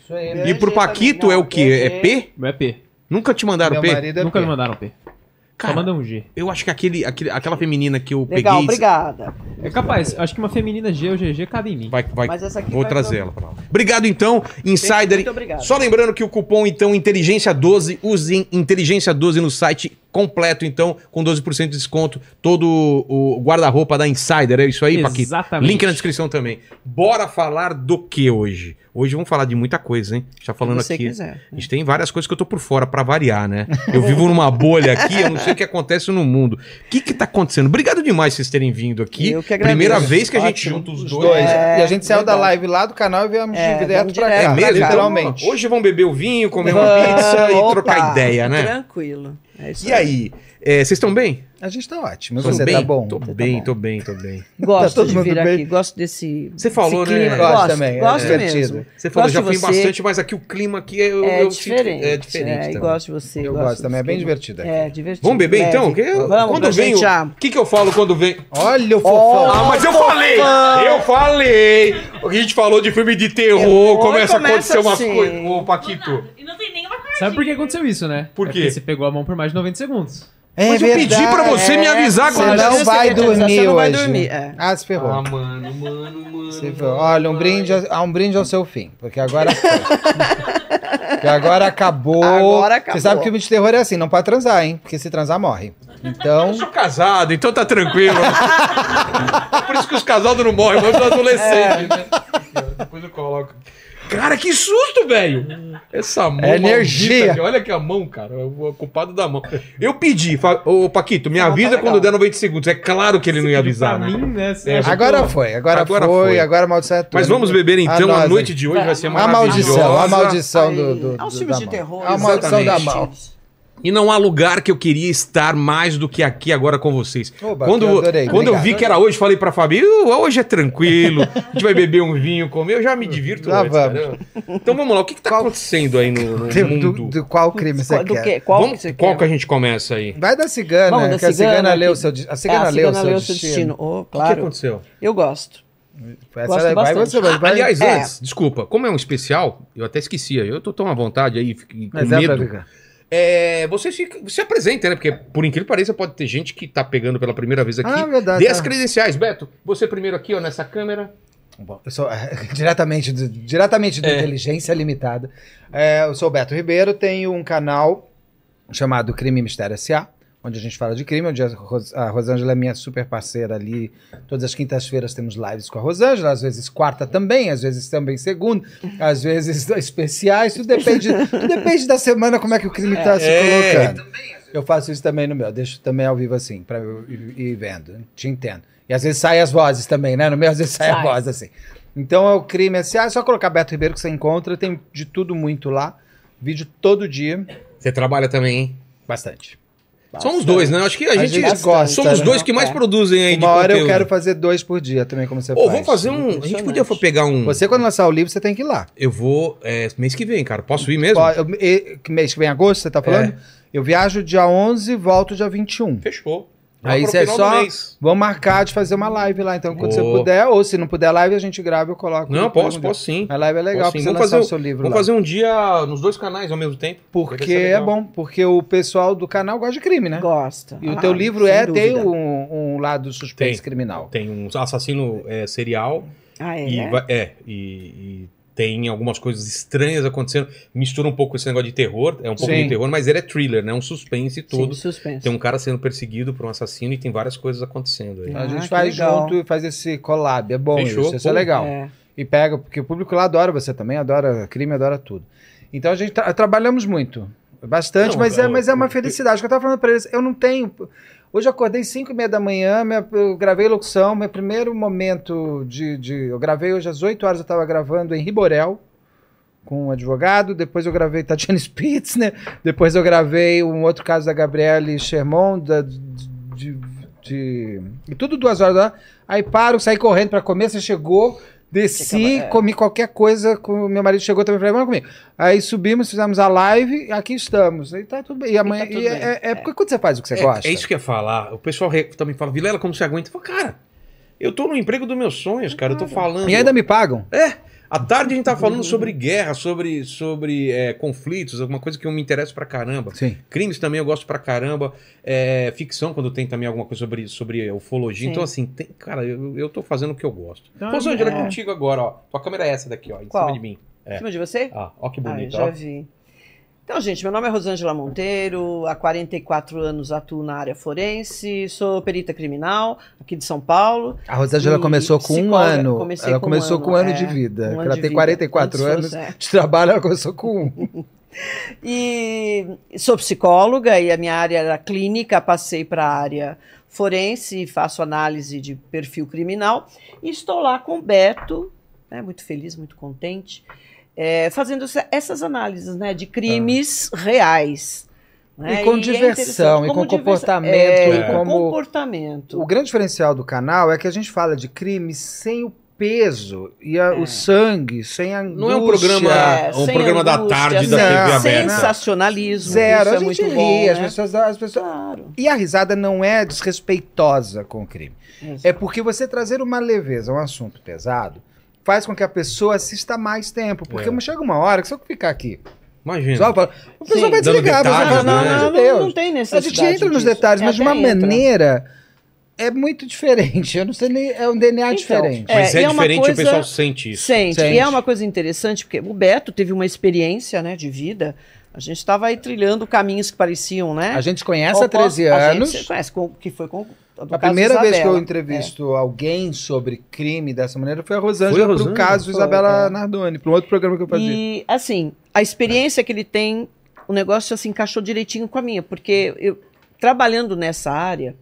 S4: Isso aí, né?
S3: É
S1: E pro
S3: G também,
S1: Paquito
S3: não,
S1: é o quê?
S3: é
S1: É P?
S2: Meu é P.
S1: Nunca te mandaram
S4: Meu
S1: P?
S4: marido é
S2: Nunca
S4: P.
S2: me mandaram P. Só
S1: Cara,
S2: mandam um G.
S1: eu acho que aquele, aquele- aquela feminina que eu
S3: Legal,
S1: peguei.
S3: obrigada.
S2: É capaz, acho que uma feminina G ou GG cabe em mim.
S1: Vai, vai,
S3: Mas essa aqui
S1: vou
S3: vai
S1: trazer
S3: pra-
S1: ela pra lá. Obrigado então, Insider.
S3: Muito obrigado.
S1: Só lembrando que o cupom então Inteligência 12, usem Inteligência 12 no site completo então, com 12% de desconto, todo o guarda-roupa da Insider, é isso aí, Paquito?
S2: Exatamente.
S1: Link na descrição também. Bora falar do que hoje? Hoje vamos falar de muita coisa, hein? Já falando
S3: Se você
S1: aqui.
S3: quiser. né?
S1: A gente tem várias coisas que eu tô por fora, pra variar, né? Eu vivo numa bolha aqui, eu não sei o que acontece no mundo. O que que tá acontecendo? Obrigado demais vocês terem vindo aqui.
S3: Eu que agradeço.
S1: Primeira vez que a gente
S4: Ótimo.
S1: junta os
S4: Os
S1: dois.
S4: dois.
S3: É,
S4: e a gente saiu da
S3: verdade.
S4: live lá do canal e viemos
S3: É,
S4: direto
S3: vamos
S4: pra cá.
S3: direto.
S1: É mesmo?
S4: Literalmente.
S1: Então, hoje vão beber o vinho, comer uma pizza e
S3: Opa,
S1: trocar ideia, né?
S3: Tranquilo. É isso
S1: E aí, é, vocês estão bem?
S4: A gente tá ótimo.
S1: Tão
S4: Você
S1: bem?
S4: tá bom?
S1: Tô
S3: Você tá
S1: bem,
S3: bom.
S1: tô bem, tô bem.
S4: Tá
S3: Gosto
S4: todo
S3: de
S4: mundo
S3: vir
S4: bem?
S3: aqui, gosto desse.
S1: Você falou,
S3: desse
S1: né?
S3: clima.
S1: Gosto
S3: Gosto,
S4: também, é
S3: gosto
S4: divertido.
S3: mesmo.
S1: Você falou,
S3: Gosto
S1: já
S3: de
S1: fui em
S3: você.
S1: bastante, mas aqui o clima aqui eu,
S3: É
S1: eu sinto-
S3: diferente.
S1: é diferente.
S3: É,
S1: também.
S3: eu gosto de você.
S4: Eu gosto também, é bem
S3: do
S4: divertido.
S3: clima. É, divertido.
S1: Vamos beber
S3: leve.
S1: então? Que eu-
S3: Vamos,
S1: quando
S3: quando
S1: vem
S3: gente
S1: o-
S3: já...
S1: O que, que eu falo quando vem?
S4: Olha o fofão.
S1: Ah, mas eu falei! Eu falei! A gente falou de filme de terror,
S3: Terror,
S1: começa, a
S3: É, começa
S1: acontecer umas
S3: assim.
S1: coisas. Ô,
S5: Do
S1: Paquito.
S5: nada. E não tem nenhuma coragem.
S2: Sabe por que aconteceu isso, né?
S1: Por
S2: É
S1: quê?
S2: porque você pegou a mão por mais de 90 segundos.
S4: É
S1: Mas eu pedi
S4: verdade. É.
S1: pra você me avisar
S4: Você
S1: quando
S3: Mas
S4: não
S3: eu
S4: vai
S3: sei que é
S4: dormir
S3: você é. não vai
S4: hoje.
S3: dormir, é.
S4: Ah, se ferrou.
S1: Ah, mano, mano, mano.
S4: Se ferrou. Olha, um brinde, a- a- um brinde ao seu fim. Porque agora. foi. porque agora acabou.
S3: Agora acabou.
S4: Você sabe que o filme de terror é assim: não pode transar, hein? Porque se transar, morre. Então.
S1: Eu sou casado, então tá tranquilo. É Por isso que os casados não morrem, mas os
S4: É.
S1: adolescentes, né? Depois eu coloco. Cara, que susto, velho! Essa mão.
S4: É energia.
S1: maldita, gente. olha que a mão, cara. é O culpado da mão. Eu pedi, fa- ô Paquito,
S4: tá
S1: me avisa
S3: legal.
S1: quando der 90 segundos. É claro que ele não ia avisar,
S2: pra
S1: né?
S2: mim, né? você
S1: É,
S2: acha que
S4: Agora
S2: eu-
S4: foi, agora,
S1: Agora
S4: foi,
S1: foi.
S4: agora a maldição é tudo.
S1: Mas vamos beber então, a
S4: nós,
S1: noite
S4: hein?
S1: de hoje vai ser
S4: A
S1: maravilhosa.
S4: maldição, a maldição do. do,
S3: É
S4: do
S3: um filme
S4: da
S3: de
S4: mão.
S3: terror.
S4: A maldição da
S1: exatamente.
S4: mão.
S1: E não há lugar que eu queria estar mais do que aqui agora com vocês.
S4: Oba,
S1: quando
S4: eu adorei,
S1: quando eu vi
S4: obrigado.
S1: que era hoje, falei pra Fabi, "Uh, hoje é tranquilo, a gente vai beber um vinho, comer, eu já me divirto
S4: Já
S1: antes,
S4: vamos.
S1: caramba. Então vamos lá, o que, que tá acontecendo aí no, no
S4: Do,
S1: mundo?
S4: do- do qual crime você
S3: Qual- Do
S4: quer?
S3: quê? Qual
S1: vamos,
S3: que você
S1: qual
S3: quer?
S1: que a gente começa aí?
S4: Vai da cigana,
S3: Vamos da
S4: que a cigana,
S3: cigana
S4: leu
S3: que-
S4: seu di- a
S3: É,
S4: cigana leu seu destino.
S3: Oh,
S1: O que
S3: claro.
S1: aconteceu?
S3: Eu gosto.
S4: Essa
S3: Gosto
S4: daí vai
S3: bastante.
S4: você, vai. vai.
S1: Aliás,
S3: É.
S1: antes, desculpa, como é um especial, eu até esqueci, aí, eu tô tão à vontade aí, fiquei com
S4: Mas é pra
S1: medo.
S4: ficar.
S1: É, vocês ficam- se apresentem, né? Porque, por incrível que pareça, pode ter gente que tá pegando pela primeira vez aqui.
S4: Ah, verdade.
S1: Dê
S4: tá.
S1: as credenciais, Beto. Você primeiro aqui, ó, nessa câmera.
S4: Bom, eu sou diretamente do, diretamente do
S1: É.
S4: Inteligência Limitada. É, eu sou o Beto Ribeiro, tenho um canal chamado Crime e Mistério S.A., onde a gente fala de crime, onde a, Ros a Rosângela é minha super parceira ali. Todas as quintas-feiras temos lives com a Rosângela, às vezes quarta também, às vezes também segunda, às vezes especiais, tudo depende, tudo depende da semana como é que o crime está se
S1: É.
S4: colocando. Eu faço isso também no meu, deixo também ao vivo assim, para ir vendo. Te entendo. E às vezes saem as vozes também, né? No meu, às vezes sai, a
S3: Sai.
S4: voz assim. Então é o crime assim, ah, é só colocar Beto Ribeiro que você encontra, tem de tudo muito lá. Vídeo todo dia,
S1: Você trabalha também, hein?
S4: bastante.
S1: Somos dois, né? Acho que a,
S4: A
S1: gente.
S4: gente gosta,
S1: somos
S4: né?
S1: dois que mais
S3: É.
S1: produzem aí de
S4: Uma hora eu
S1: conteúdo.
S4: quero fazer dois por dia também, como você
S1: Ô,
S4: faz.
S1: vamos fazer um. A gente
S3: Impressionante.
S1: podia for pegar um.
S4: Você, quando lançar o livro, você tem que ir lá.
S1: Eu vou. é, mês que vem, cara. Posso ir mesmo?
S4: Ó, eu- e- que mês que vem, agosto, você tá falando?
S1: É.
S4: Eu viajo dia 11 e volto dia 21.
S1: Fechou.
S4: Aí
S1: pro
S4: você é
S1: final do
S4: só-
S1: mês.
S4: Vamos marcar de fazer uma live lá, então, quando
S1: Boa.
S4: você puder. Ou se não puder live, a gente grava e eu coloco.
S1: Não,
S4: depois
S1: posso,
S4: no dia.
S1: posso sim.
S4: A live é
S1: Posso
S4: legal pra
S1: sim.
S4: você
S1: Vamos
S4: lançar
S1: fazer
S4: o seu livro
S1: Vamos
S4: lá.
S1: fazer um dia nos dois canais ao mesmo tempo. Vai
S4: Porque
S1: ser
S4: é
S1: legal.
S4: bom, porque o pessoal do canal gosta de crime, né?
S3: Gosta.
S4: E o
S3: Ah,
S4: teu livro
S3: sem
S4: é,
S3: dúvida.
S4: tem um, um lado suspense
S1: Tem.
S4: criminal.
S1: Tem um assassino é, serial.
S3: Ah, é?
S1: E vai- é, e, e tem algumas coisas estranhas acontecendo. Mistura um pouco esse negócio de terror, é um pouco
S4: Sim.
S1: de terror, mas ele é thriller, né? Um suspense
S3: Sim,
S1: todo.
S3: suspense.
S1: Tem um cara sendo perseguido por um assassino e tem várias coisas acontecendo aí.
S3: É.
S4: A gente
S3: que
S4: faz
S3: legal.
S4: junto e faz esse collab. É bom
S1: Fechou,
S4: isso, isso é
S1: pô.
S4: legal.
S3: É.
S4: E pega, porque o público lá adora você também, adora crime, adora tudo. Então a gente tra- trabalhamos muito. Bastante,
S1: Não,
S4: mas, é,
S1: eu-
S4: mas é uma
S1: eu-
S4: felicidade. que eu tava falando pra eles, eu não tenho. Hoje eu acordei 5 e meia da manhã, minha- eu gravei locução, meu primeiro momento de, de- Eu gravei hoje às 8 horas, eu tava gravando em Riborel, com um advogado, depois eu gravei Tatiana né? Spitzner, depois eu gravei um outro caso da Gabriele Sherman, da, de, de- de- e tudo duas horas da manhã. Aí paro, saí correndo pra comer, você chegou, desci,
S3: Chegava, é.
S4: comi qualquer coisa, com, meu marido chegou também, falei, vamos comigo. Aí subimos, fizemos a live, e aqui estamos. Aí tá tudo bem. E amanhã,
S3: tá tudo
S4: e é-
S3: bem,
S4: é, é
S3: é.
S4: porque quando você faz o que você
S1: é,
S4: gosta...
S1: é isso que eu ia falar. O pessoal re- também fala, Vilela, como você aguenta? Eu falo, cara, eu tô no emprego dos meus sonhos, cara. Eu tô falando.
S4: E ainda me pagam?
S1: À tarde a gente tá falando sobre guerra, sobre, sobre é, conflitos, alguma coisa que eu me interesso pra caramba.
S4: Sim.
S1: Crimes também eu gosto pra caramba. É, ficção, quando tem também alguma coisa sobre, sobre ufologia.
S3: Sim.
S1: Então, assim, tem- cara, eu, eu tô fazendo o que eu gosto.
S2: Então,
S1: Rosângela,
S3: é.
S1: é contigo agora, ó. Tua câmera é essa daqui, ó, em
S3: Qual?
S1: cima de mim. É.
S3: Em cima de você?
S1: Ah, ó que
S3: Ah, eu
S1: bonito,
S3: já
S1: ó.
S3: vi. Então, gente, meu nome é Rosângela Monteiro, há 44 anos atuo na área forense, sou perita criminal aqui de São Paulo.
S4: A Rosângela
S3: E
S4: começou com um
S3: psicóloga,
S4: ano.
S3: comecei
S4: Ela
S3: com um
S4: começou
S3: ano,
S4: com um ano
S3: é,
S4: de vida.
S3: um ano
S4: ela
S3: de
S4: tem
S3: vida.
S4: 44
S3: Antes
S4: anos
S3: fosse, é.
S4: de trabalho, ela começou com um.
S3: E sou psicóloga e a minha área era clínica, passei para a área forense, faço análise de perfil criminal e estou lá com o Beto, né, muito feliz, muito contente, é, fazendo essa- essas análises né, de crimes reais. né,
S4: Ah. E com
S3: é
S4: diversão,
S3: interessante,
S4: e com
S3: diversão,
S4: comportamento,
S3: é,
S1: e
S3: com
S4: como-
S3: comportamento.
S4: O grande diferencial do canal é que a gente fala de crime sem o peso e a-
S3: É.
S4: o sangue, sem a angústia.
S1: Não é um programa,
S3: É,
S1: um
S3: sem
S1: programa da
S3: angústia,
S1: tarde da
S4: sem-
S1: TV aberta.
S3: Sensacionalismo.
S4: zero.
S3: isso
S4: a
S3: é
S4: gente
S3: muito
S4: ri,
S3: bom,
S4: as
S3: né?
S4: pessoas, as pessoas.
S3: Claro.
S4: E a risada não é desrespeitosa com o crime. É porque você trazer uma leveza a um assunto pesado faz com que a pessoa assista mais tempo. Porque
S1: É.
S4: chega uma hora que se eu ficar aqui,
S1: Imagina.
S4: só fala, o pessoal
S3: Sim.
S4: vai
S1: Dando
S4: desligar, você
S1: detalhes,
S4: fala,
S1: né?
S4: não,
S1: Pelo
S4: não,
S3: não,
S4: meu Deus.
S3: não, tem
S4: A
S3: necessidade
S4: gente entra nos
S3: disso.
S4: detalhes,
S3: É,
S4: mas de uma
S3: até entra.
S4: maneira é muito diferente. Eu não sei nem. É um DNA
S3: Então,
S4: diferente.
S1: Mas é,
S3: É, e é uma
S1: diferente, o
S3: coisa-
S1: pessoal sente isso.
S3: Sente.
S4: Sente.
S3: E é uma coisa interessante, porque o Beto teve uma experiência né, de vida. A gente estava aí trilhando caminhos que pareciam, né?
S4: A gente conhece há 13
S3: Opos-
S4: anos.
S3: A gente se conhece, com- que foi com. do
S4: A
S3: caso
S4: primeira vez que eu
S3: Isabela. é.
S4: entrevisto alguém sobre crime dessa maneira foi a Rosângela
S1: Foi a
S4: pro
S1: Rosângela?
S4: caso
S3: Foi,
S4: Isabela
S3: é.
S4: Nardoni, para um outro programa que eu fazia.
S3: E, assim, a experiência que ele tem, o negócio se encaixou direitinho com a minha, porque eu, trabalhando nessa área,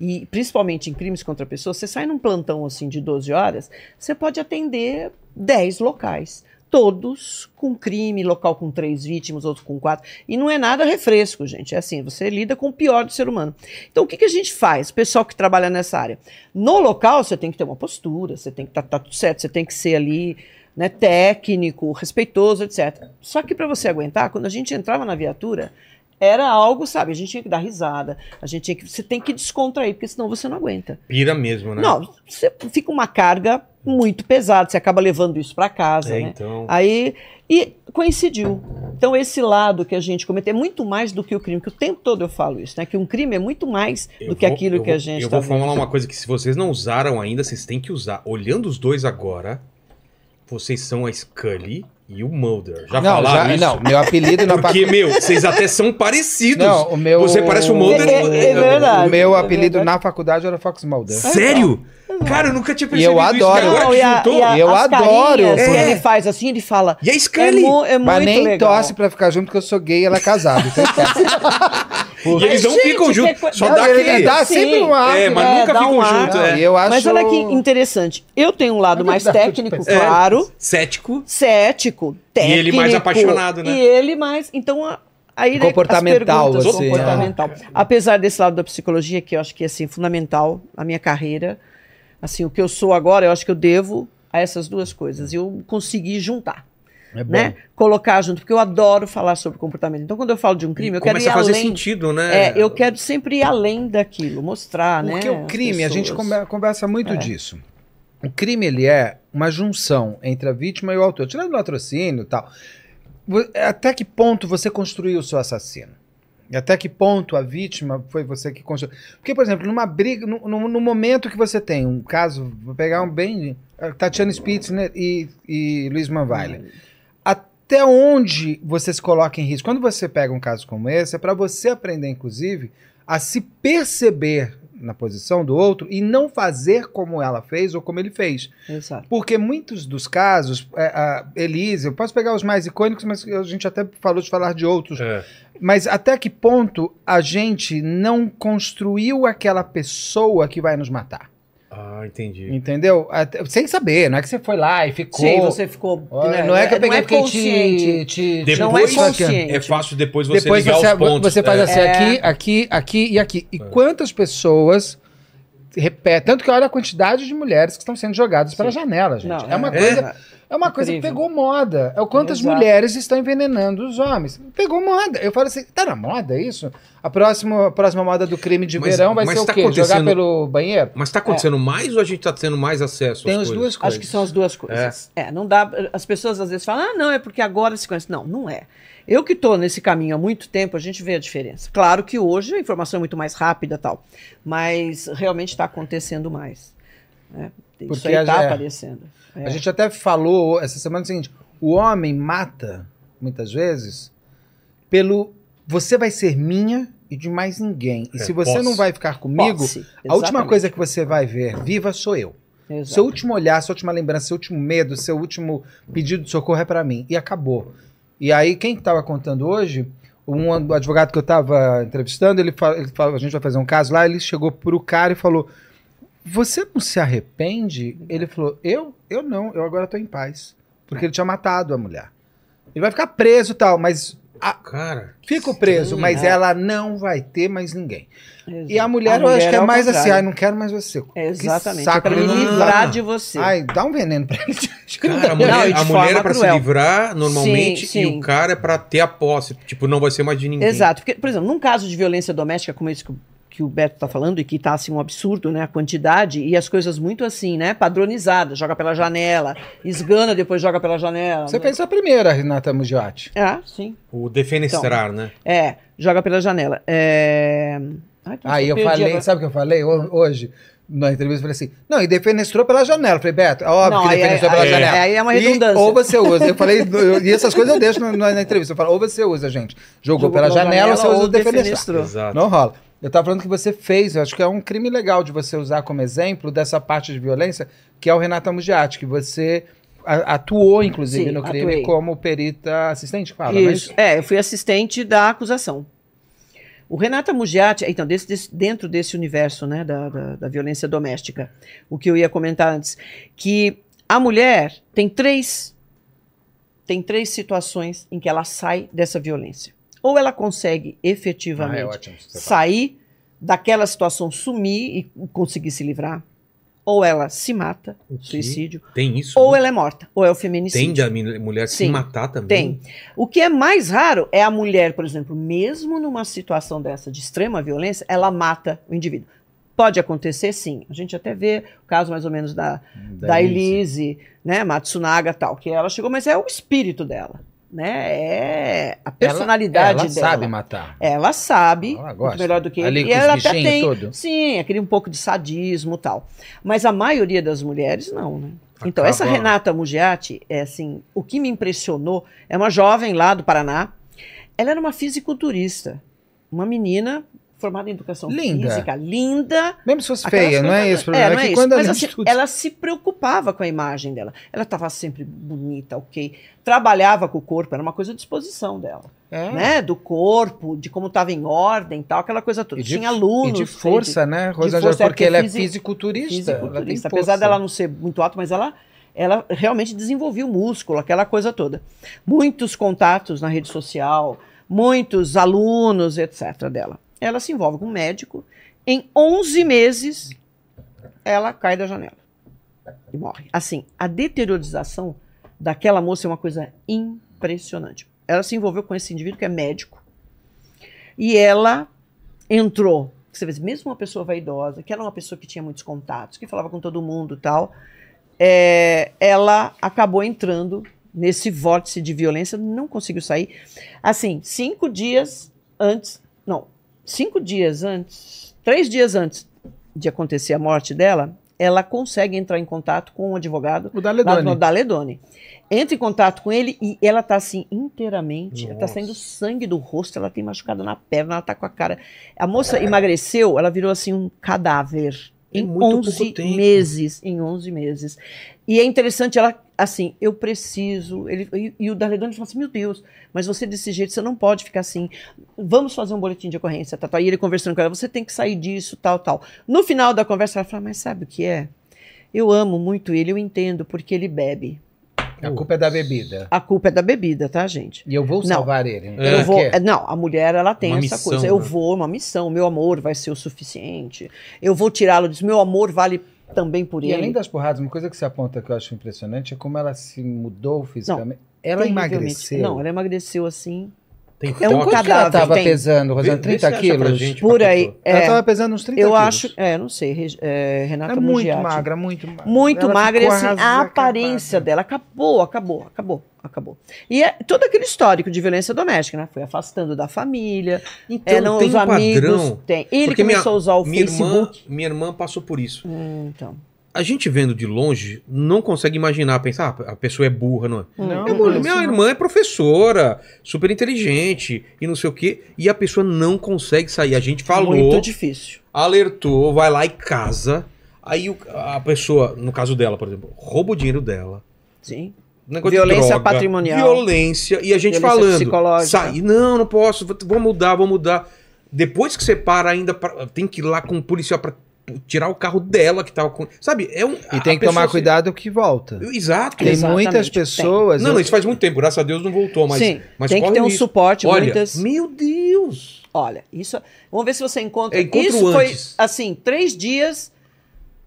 S3: e principalmente em crimes contra pessoas, você sai num plantão assim de 12 horas, você pode atender 10 locais. Todos com crime, local com três vítimas, outro com quatro. E não é nada refresco, gente. É assim, você lida com o pior do ser humano. Então, o que, que a gente faz, o pessoal que trabalha nessa área? No local, você tem que ter uma postura, você tem que estar tudo certo, você tem que ser ali né, técnico, respeitoso, etc. Só que para você aguentar, quando a gente entrava na viatura, era algo, sabe? A gente tinha que dar risada, a gente tinha que, você tem que descontrair, porque senão você não aguenta.
S1: Pira mesmo, né?
S3: Não, você fica uma carga muito pesada, você acaba levando isso para casa,
S1: É,
S3: né?
S1: então.
S3: Aí, e coincidiu. Então, esse lado que a gente cometeu é muito mais do que o crime, que o tempo todo eu falo isso, né? Que um crime é muito mais do
S1: Eu
S3: que
S1: vou-
S3: aquilo
S1: eu
S3: que a
S1: vou-
S3: gente
S1: Eu
S3: tá
S1: vou falar uma coisa que se vocês não usaram ainda, vocês têm que usar. Olhando os dois agora, vocês são a Scully e o Mulder. Já
S4: não,
S1: falaram isso?
S4: não, meu apelido não
S1: Porque, meu, vocês até são parecidos.
S4: Não, o meu.
S1: Você parece um o Mulder.
S3: É- é- é verdade.
S4: O meu
S3: É
S4: apelido
S3: verdade.
S4: na faculdade era Fox Mulder.
S1: Sério? Cara, eu nunca tinha
S4: E eu
S1: percebido isso.
S4: adoro.
S1: que agora
S3: Não,
S1: que
S3: e a-
S1: juntou...
S3: e a-
S4: Eu
S3: as
S4: adoro,
S3: carinhas que
S1: porque-
S3: ele faz assim, ele fala.
S1: E a
S3: É,
S1: Scully?
S3: mu é
S4: Mas
S3: muito
S4: nem
S3: legal.
S4: torce pra ficar junto, porque eu sou gay e ela é casada. Então,
S1: e eles não
S3: Gente,
S1: ficam
S3: que
S1: juntos.
S3: coi-
S1: Só
S4: Não,
S1: dá
S4: ele
S1: aquele...
S4: dá sempre
S3: Sim.
S4: um ar.
S1: É, mas
S3: É,
S1: nunca
S3: dá
S1: ficam
S3: um ar.
S1: juntos.
S4: Não,
S1: É.
S4: e eu acho...
S3: Mas olha que interessante. Eu tenho um lado
S4: Olha
S3: mais
S4: que dá-
S3: técnico,
S4: É.
S3: claro,
S1: Cético.
S3: cético,
S1: E
S3: técnico.
S1: ele mais apaixonado, né?
S3: E ele mais. Então, a- aí né,
S4: Comportamental, é.
S3: as perguntas,
S1: assim,
S3: comportamental. Apesar desse lado da psicologia, que eu acho que é assim, fundamental na minha carreira, assim, o que eu sou agora, eu acho que eu devo a essas duas coisas. E eu consegui juntar,
S4: É bom.
S3: né? Colocar junto, porque eu adoro falar sobre comportamento. Então, quando eu falo de um crime, eu quero ir
S1: Começa a fazer
S3: além.
S1: sentido, né?
S3: É, eu quero sempre ir além daquilo, mostrar, né?
S4: Porque o
S3: às
S4: crime, a gente
S3: pessoas.
S4: conver- conversa muito disso. O crime, ele é uma junção entre a vítima e o autor. Tirando o latrocínio e tal. Vo- Até que ponto você construiu o seu assassino? E até que ponto a vítima foi você que construiu? Porque, por exemplo, numa briga, no, no- no momento que você tem um caso, vou pegar um bem. eh, Tatiana Spitzner e, e Luiz Manvalha. Até onde você se coloca em risco? Quando você pega um caso como esse, é para você aprender, inclusive, a se perceber na posição do outro e não fazer como ela fez ou como ele fez.
S3: Exato.
S4: Porque muitos dos casos, é, a Elise, eu posso pegar os mais icônicos, mas a gente até falou de falar de outros.
S1: É.
S4: Mas até que ponto a gente não construiu aquela pessoa que vai nos matar?
S1: Ah, Ah, entendi.
S4: Entendeu? Até- sem saber, não é que você foi lá e ficou.
S3: Sim, você ficou.
S4: Olha, não é que eu peguei porque te, te, te-
S1: Depois-
S3: Não é
S1: Isso aqui,
S3: consciente.
S1: É fácil depois você
S4: Depois
S1: ligar
S4: você,
S1: os pontos.
S4: você faz
S1: é.
S4: assim,
S3: É.
S4: aqui, aqui, aqui e aqui. E quantas pessoas repetem? Tanto que olha a quantidade de mulheres que estão sendo jogadas pela janela, gente.
S3: Não,
S4: é uma
S1: é.
S4: coisa, é uma coisa que
S3: Incrível.
S4: pegou moda. É o quantas
S3: Exato.
S4: mulheres estão envenenando os homens. Pegou moda. Eu falo assim, tá na moda isso? A próxima, a próxima moda do crime de
S1: Mas-
S4: verão vai
S1: mas
S4: ser
S1: tá
S4: o quê? Jogar
S1: acontecendo-
S4: pelo banheiro?
S1: Mas tá acontecendo mais ou a gente tá tendo mais acesso
S4: Tem
S1: às
S4: as
S1: coisas?
S4: duas coisas.
S3: Acho que são É. as duas coisas. É. não dá. As pessoas às vezes falam, ah, não, é porque agora se conhece. Não, não é. Eu que estou nesse caminho há muito tempo, a gente vê a diferença. Claro que hoje a informação é muito mais rápida e tal, mas realmente está acontecendo mais. né? Isso
S4: Porque
S3: aí
S4: a-
S3: está
S4: é.
S3: aparecendo. É.
S4: A gente até falou essa semana o seguinte: o homem mata, muitas vezes, pelo você vai ser minha e de mais ninguém. E
S1: É,
S4: se você
S1: posse.
S4: não vai ficar comigo,
S3: Posse,
S4: a última
S3: exatamente.
S4: coisa que você vai ver viva sou eu.
S3: Exato.
S4: Seu último olhar, sua última lembrança, seu último medo, seu último pedido de socorro é pra mim. E acabou. E aí, quem estava contando hoje, um advogado que eu estava entrevistando, ele fa- ele falou, a gente vai fazer um caso lá, ele chegou pro cara e falou, você não se arrepende? Ele falou, eu? Eu não, eu agora tô em paz. Porque ele tinha matado a mulher. Ele vai ficar preso e tal, mas
S1: Cara,
S4: fico preso,
S3: Sim,
S4: mas
S3: é.
S4: ela não vai ter mais ninguém.
S3: Exato.
S4: E a mulher, eu acho que é
S3: ao
S4: mais assim,
S3: contrário.
S4: ai, não quero mais você.
S3: É, exatamente.
S4: saco,
S3: É para me
S1: né?
S3: livrar de você.
S4: Ai, dá um veneno pra ele.
S1: cara, a
S3: Não,
S1: mulher,
S3: e de
S1: a mulher é
S3: forma
S1: pra se
S3: cruel.
S1: livrar normalmente
S3: Sim,
S1: e
S3: sim.
S1: o cara é pra ter a posse. Tipo, não vai ser mais de ninguém.
S3: Exato. Porque, por exemplo, num caso de violência doméstica como esse que o, que o Beto está falando, e que está assim um absurdo, né? A quantidade e as coisas muito assim, né? Padronizadas. Joga pela janela, esgana, depois joga pela janela.
S4: Você fez a primeira, Renata Mugiotti.
S3: Ah, sim.
S1: O defenestrar, né?
S3: É, joga pela janela. É... Ai, nossa,
S4: Aí eu
S3: perdi
S4: falei,
S3: agora.
S4: sabe o que eu falei ho- hoje? Na entrevista, eu falei assim: não, e defenestrou pela janela. Eu falei, Beto, é óbvio
S3: Não,
S4: que
S3: aí-
S4: defenestrou pela
S3: aí-
S4: janela.
S3: aí é uma
S4: E-
S3: redundância.
S4: ou você usa. Eu falei, eu- e essas coisas eu deixo na, na- na entrevista. Eu falo, ou você usa, gente. Jogou, pela, janela, ou você usa
S3: ou
S4: o defenestrar.
S3: defenestrou.
S1: Exato.
S4: Não rola. Eu tava falando que você fez, eu acho que é um crime legal de você usar como exemplo dessa parte de violência, que é o Renata Mugiati, que você a- atuou, inclusive,
S3: Sim,
S4: no crime
S3: atuei.
S4: como perita assistente, que fala, não é
S3: Isso. É, eu fui assistente da acusação. O Renata Mugiati, então, desse- desse- dentro desse universo né, da, da- da violência doméstica, o que eu ia comentar antes, que a mulher tem três, tem três situações em que ela sai dessa violência. Ou ela consegue
S4: Ah, é
S3: efetivamente
S4: ótimo. isso que você fala.
S3: sair daquela situação, sumir e conseguir se livrar, ou ela se mata,
S1: O quê?
S3: suicídio,
S1: Tem isso?
S3: ou
S1: né?
S3: ela é morta, ou é o
S1: Tem
S3: feminicídio.
S1: de a min- mulher se
S3: Sim.
S1: matar também?
S3: Tem. O que é mais raro é a mulher, por exemplo, mesmo numa situação dessa de extrema violência, ela mata o indivíduo. Pode acontecer, sim. A gente até vê o caso mais ou menos da, da, Elise, né, Matsunaga tal, que ela chegou, mas é o espírito dela, né? É a personalidade
S4: ela
S3: dela.
S4: sabe matar.
S3: Ela sabe,
S4: Ela gosta.
S3: muito melhor do que
S4: Ali
S3: ele.
S4: com
S3: E
S4: os
S3: ela até
S4: bichinhos
S3: tem.
S4: tudo.
S3: Sim, aquele um pouco de sadismo e tal. Mas a maioria das mulheres não, né? Então,
S1: Acaba-
S3: essa Renata Mugiati, é assim, o que me impressionou é uma jovem lá do Paraná. Ela era uma fisiculturista, uma menina formada em educação
S4: Linda.
S3: física, linda.
S4: Mesmo se fosse
S3: Aquelas
S4: feia, não é
S3: coisas-
S4: esse o problema. É,
S3: não
S4: que
S3: isso.
S4: quando
S3: Mas,
S4: ela
S3: assim,
S4: estuda-
S3: ela se preocupava com a imagem dela. Ela estava sempre bonita, ok. Trabalhava com o corpo, era uma coisa de disposição dela
S4: É.
S3: né, do corpo, de como estava em ordem, tal, aquela coisa toda.
S4: E de,
S3: Tinha alunos.
S4: e de
S3: sei,
S4: força, né, Rosângela?
S3: força, é
S4: porque
S3: porque
S4: ela é
S3: fisi-
S4: fisiculturista. ela tem é.
S3: fisiculturista.
S4: força.
S3: Apesar dela não ser muito alta, mas ela, ela realmente desenvolveu músculo, aquela coisa toda. Muitos contatos na rede social, muitos alunos, etc. dela. Ela se envolve com um médico. Em 11 meses, ela cai da janela e morre. Assim, a deteriorização daquela moça é uma coisa impressionante. Ela se envolveu com esse indivíduo que é médico e ela entrou. Você vê, mesmo uma pessoa vaidosa, que era uma pessoa que tinha muitos contatos, que falava com todo mundo e tal, é, ela acabou entrando nesse vórtice de violência, não conseguiu sair. Assim, cinco dias antes, não, cinco dias antes, três dias antes de acontecer a morte dela, ela consegue entrar em contato com um advogado
S4: O
S3: lá
S4: Daledoni.
S3: no Daledoni. Entra em contato com ele e ela tá assim inteiramente, ela tá
S1: Nossa.
S3: saindo sangue do rosto, ela tem machucado na perna, ela tá com a cara. A moça
S1: É.
S3: emagreceu, ela virou assim um cadáver.
S1: Em
S3: Em
S1: muito pouco
S3: 11
S1: tempo.
S3: meses, em 11 meses. E é interessante, ela, assim, eu preciso. Ele, e, e o Darledoni falou assim: meu Deus, mas você desse jeito, você não pode ficar assim. Vamos fazer um boletim de ocorrência, tá, tá. E ele conversando com ela: você tem que sair disso, tal, tal. No final da conversa, ela fala: mas sabe o que é? Eu amo muito ele, eu entendo, porque ele bebe.
S4: A culpa é da bebida.
S3: A culpa é da bebida, tá, gente?
S4: E eu vou
S3: Não.
S4: salvar ele.
S1: É.
S3: Eu vou,
S4: Por quê?
S3: é, não, a mulher ela tem
S1: Uma
S3: essa
S1: missão,
S3: coisa. Eu
S1: né?
S3: vou, uma missão, meu amor vai ser o suficiente. Eu vou tirá-lo disso, meu amor vale também por
S4: E
S3: ele.
S4: além das porradas, uma coisa que se aponta que eu acho impressionante é como ela se mudou fisicamente. ela
S3: Terrivelmente.
S4: emagreceu. Então,
S3: Não, ela emagreceu assim.
S1: Tem
S3: É um
S1: uma-
S4: Quanto que ela
S3: cadáver,
S4: tava
S3: tem.
S4: pesando, Rosana?
S1: Vê- vê se
S4: 30
S1: acha pra
S4: quilos?
S1: gente,
S3: Por aí.
S1: Paquito.
S3: é,
S4: Ela tava pesando uns 30
S3: eu
S4: quilos.
S3: acho, é, não sei, Reg- é, Renata
S4: Ela muito
S3: Mungiati.
S4: magra, muito magra.
S3: Muito
S4: Ela
S3: magra, e,
S4: ficou
S3: assim, a
S4: arrasacada.
S3: aparência dela acabou, acabou, acabou, acabou. E é todo aquele histórico de violência doméstica, né? Foi afastando da família,
S1: Então,
S3: é, não,
S1: tem
S3: os
S1: um
S3: amigos,
S1: padrão.
S3: tem. Ele
S1: Porque
S3: começou a usar o
S1: minha irmã,
S3: Facebook.
S1: minha irmã passou por isso.
S3: Hum, então.
S1: A gente vendo de longe não consegue imaginar, pensar, ah, a pessoa é burra, não é?
S4: Não,
S1: Meu
S4: não,
S1: amor, minha irmã é professora, super inteligente e não sei o quê, e a pessoa não consegue sair. A gente falou,
S3: Muito difícil.
S1: alertou, vai lá e casa. Aí o- a pessoa, no caso dela, por exemplo, rouba o dinheiro dela. Um
S3: Sim.
S1: negócio de
S3: Violência
S1: droga,
S3: patrimonial.
S1: Violência. E a gente
S3: Violência
S1: falando.
S3: psicológica.
S1: Sai, não, não posso, vou, vou mudar, vou mudar. Depois que você para, ainda pra- tem que ir lá com o policial pra tirar o carro dela que tava com. Sabe? É um,
S4: E tem que tomar cuidado que volta.
S1: Exato.
S4: Tem
S3: Exatamente,
S4: muitas
S3: tem.
S4: pessoas.
S1: Não, não, isso faz muito tempo, graças a Deus não voltou, mas.
S3: Sim,
S1: mas
S3: tem que
S1: corre
S3: ter
S1: o
S3: um
S1: risco.
S3: suporte,
S1: Olha,
S3: muitas.
S1: Meu Deus!
S3: Olha, isso. Vamos ver se você encontra.
S1: É, encontro
S3: isso
S1: antes.
S3: foi assim, três dias.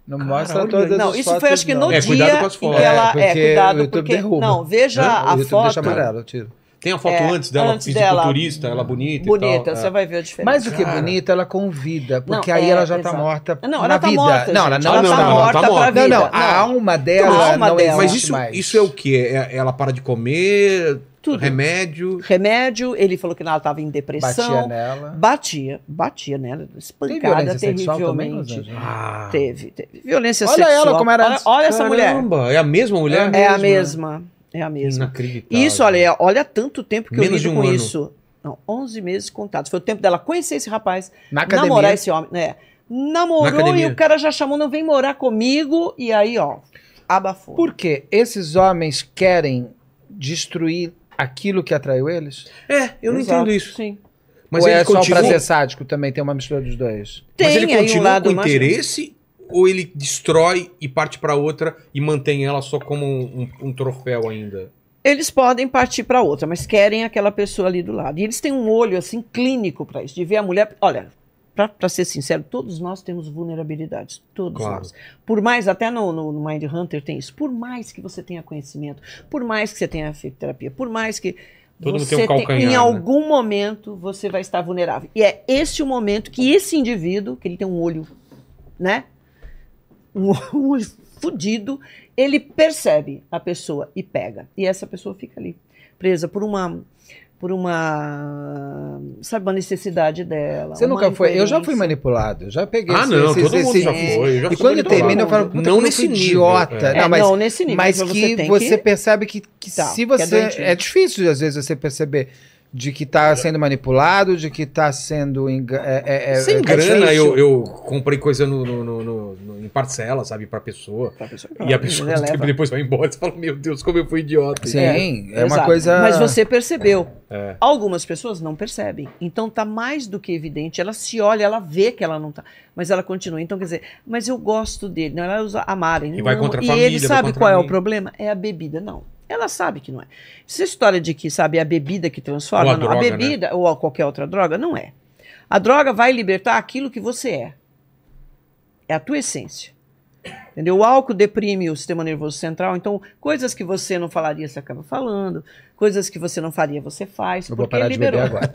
S4: Não
S1: Cara,
S4: mostra
S1: olha,
S4: todas
S3: não,
S4: as
S3: isso
S4: fotos,
S3: foi acho que no
S4: não.
S1: É, cuidado
S3: dia
S1: com as
S3: em
S1: fotos.
S3: que ela é,
S4: porque o
S3: cuidado
S4: YouTube
S3: porque
S4: derruba. Né?
S3: não veja
S1: Hã?
S3: a
S4: O YouTube
S3: foto
S4: deixa amarelo, eu tiro.
S1: Tem a foto
S3: É,
S1: antes dela,
S3: antes dela.
S1: fisiculturista, ela bonita. e
S3: bonita,
S1: tal,
S3: você
S1: é.
S3: vai ver a diferença.
S4: Mas o que é
S1: Cara.
S4: bonito, ela convida, porque
S3: Não,
S4: aí
S3: é,
S4: ela já tá
S3: exato.
S4: morta
S3: Não,
S4: na
S3: ela tá
S4: vida.
S3: morta. Tá
S4: não,
S3: gente.
S4: ela não,
S1: Ela
S4: não,
S1: tá
S4: não,
S1: morta
S4: não,
S1: pra
S4: não,
S1: vida.
S4: Não, um
S3: Não.
S4: a alma dela
S3: A alma
S4: não
S3: dela.
S1: Mas
S4: existe
S1: isso,
S4: mais.
S1: isso é o quê? É- ela para de comer,
S3: Tudo.
S1: remédio.
S3: Remédio, ele falou que ela estava em
S4: Batia né?
S3: depressão.
S4: nela.
S3: Batia, batia nela, espancada terrivelmente.
S4: é,
S1: Ah.
S3: Teve, teve. Violência
S4: Olha
S3: sexual.
S4: ela como era
S3: Olha,
S4: antes.
S3: olha essa mulher.
S1: Caramba, né? é a mesma mulher?
S3: É a mesma. É a mesma.
S1: Inacreditável.
S3: Isso, olha, é, olha tanto tempo que
S1: Tá, Menos de
S3: eu lido
S1: um
S3: com
S1: ano.
S3: isso. Não, 11 meses contados. Foi o tempo dela conhecer esse rapaz,
S4: Na academia.
S3: namorar esse homem. né?
S1: Na
S3: Namorou
S1: academia.
S3: e o cara já chamou, não vem morar comigo. E aí, ó, abafou.
S4: Por quê? Esses homens querem destruir aquilo que atraiu eles?
S1: É, eu não
S3: Exato,
S1: entendo isso.
S3: Sim.
S1: Mas
S4: ou
S1: ele
S4: é só
S1: continua,
S4: o prazer sádico também? Tem uma mistura dos dois.
S1: mas ele
S3: Tem aí um
S1: continua
S3: lado
S1: com
S3: mais-
S1: interesse ou ele destrói e parte pra outra e mantém ela só como um, um- um troféu ainda?
S3: Eles podem partir para outra, mas querem aquela pessoa ali do lado. E eles têm um olho assim clínico para isso, de ver a mulher. Olha, para ser sincero, todos nós temos vulnerabilidades, todos
S1: Claro.
S3: nós. Por mais, até no, no, no Mind Hunter tem isso. Por mais que você tenha conhecimento, por mais que você tenha feito terapia, por mais que
S1: Todo mundo
S3: você
S1: tem um
S3: tenha-
S1: calcanhar,
S3: em
S1: né?
S3: algum momento você vai estar vulnerável. E é esse o momento que esse indivíduo, que ele tem um olho, né? Um, um olho fudido, ele percebe a pessoa e pega. E essa pessoa fica ali, presa por uma. Por uma. Sabe, uma necessidade dela.
S4: Você
S3: uma
S4: nunca foi. Eu já fui
S3: incoerência.
S4: manipulado. Eu Já peguei
S1: Ah,
S4: esse-
S1: não,
S4: esse-
S1: todo
S4: esse-
S1: mundo já
S4: esse-
S1: foi. já
S4: E
S1: fui
S4: quando
S1: manipulado.
S4: termina, eu falo, puta,
S1: Não
S4: que
S1: nesse
S4: louco,
S1: nível,
S4: idiota.
S1: é.
S3: É,
S4: Não, mas,
S3: nesse nível.
S4: mas
S3: você
S4: que
S3: tem
S4: você percebe que, que
S3: Tá,
S4: se
S3: que é
S4: você.
S3: doentio.
S4: É, difícil, às vezes, você perceber de que tá sendo manipulado, de que tá sendo. enga- é- é- é-
S1: Sem
S4: é
S1: grana,
S4: difícil.
S1: eu, eu comprei coisa no, no- no- no- no- em parcela, sabe, pra pessoa.
S3: Pra pessoa
S1: E a
S3: que
S1: pessoa
S3: ela leva.
S1: depois vai embora e fala, meu Deus, como eu fui idiota.
S4: Sim, é, uma
S3: Exato.
S4: coisa.
S3: Mas você percebeu.
S1: É,
S3: Algumas pessoas não percebem. Então tá mais do que evidente. Ela se olha, ela vê que ela não tá. Mas ela continua. Então, quer dizer, mas eu gosto dele. Não, ela usa amar.
S1: E vai contra a
S3: E
S1: família,
S3: ele
S1: vai
S3: sabe
S1: contra
S3: qual é
S1: mim.
S3: o problema? É a bebida. Não. Ela sabe que não é. Essa história de que, sabe, é a bebida que
S1: Ou
S3: transforma.
S1: a
S3: não.
S1: droga, né?
S3: bebida, ou a qualquer outra droga, não é. A droga vai libertar aquilo que você é. É a tua essência. Entendeu? O álcool deprime o sistema nervoso central, então coisas que você não falaria, você acaba falando, coisas que você não faria, você faz,
S4: Eu vou
S3: porque
S4: parar de beber
S3: liberou.
S4: agora.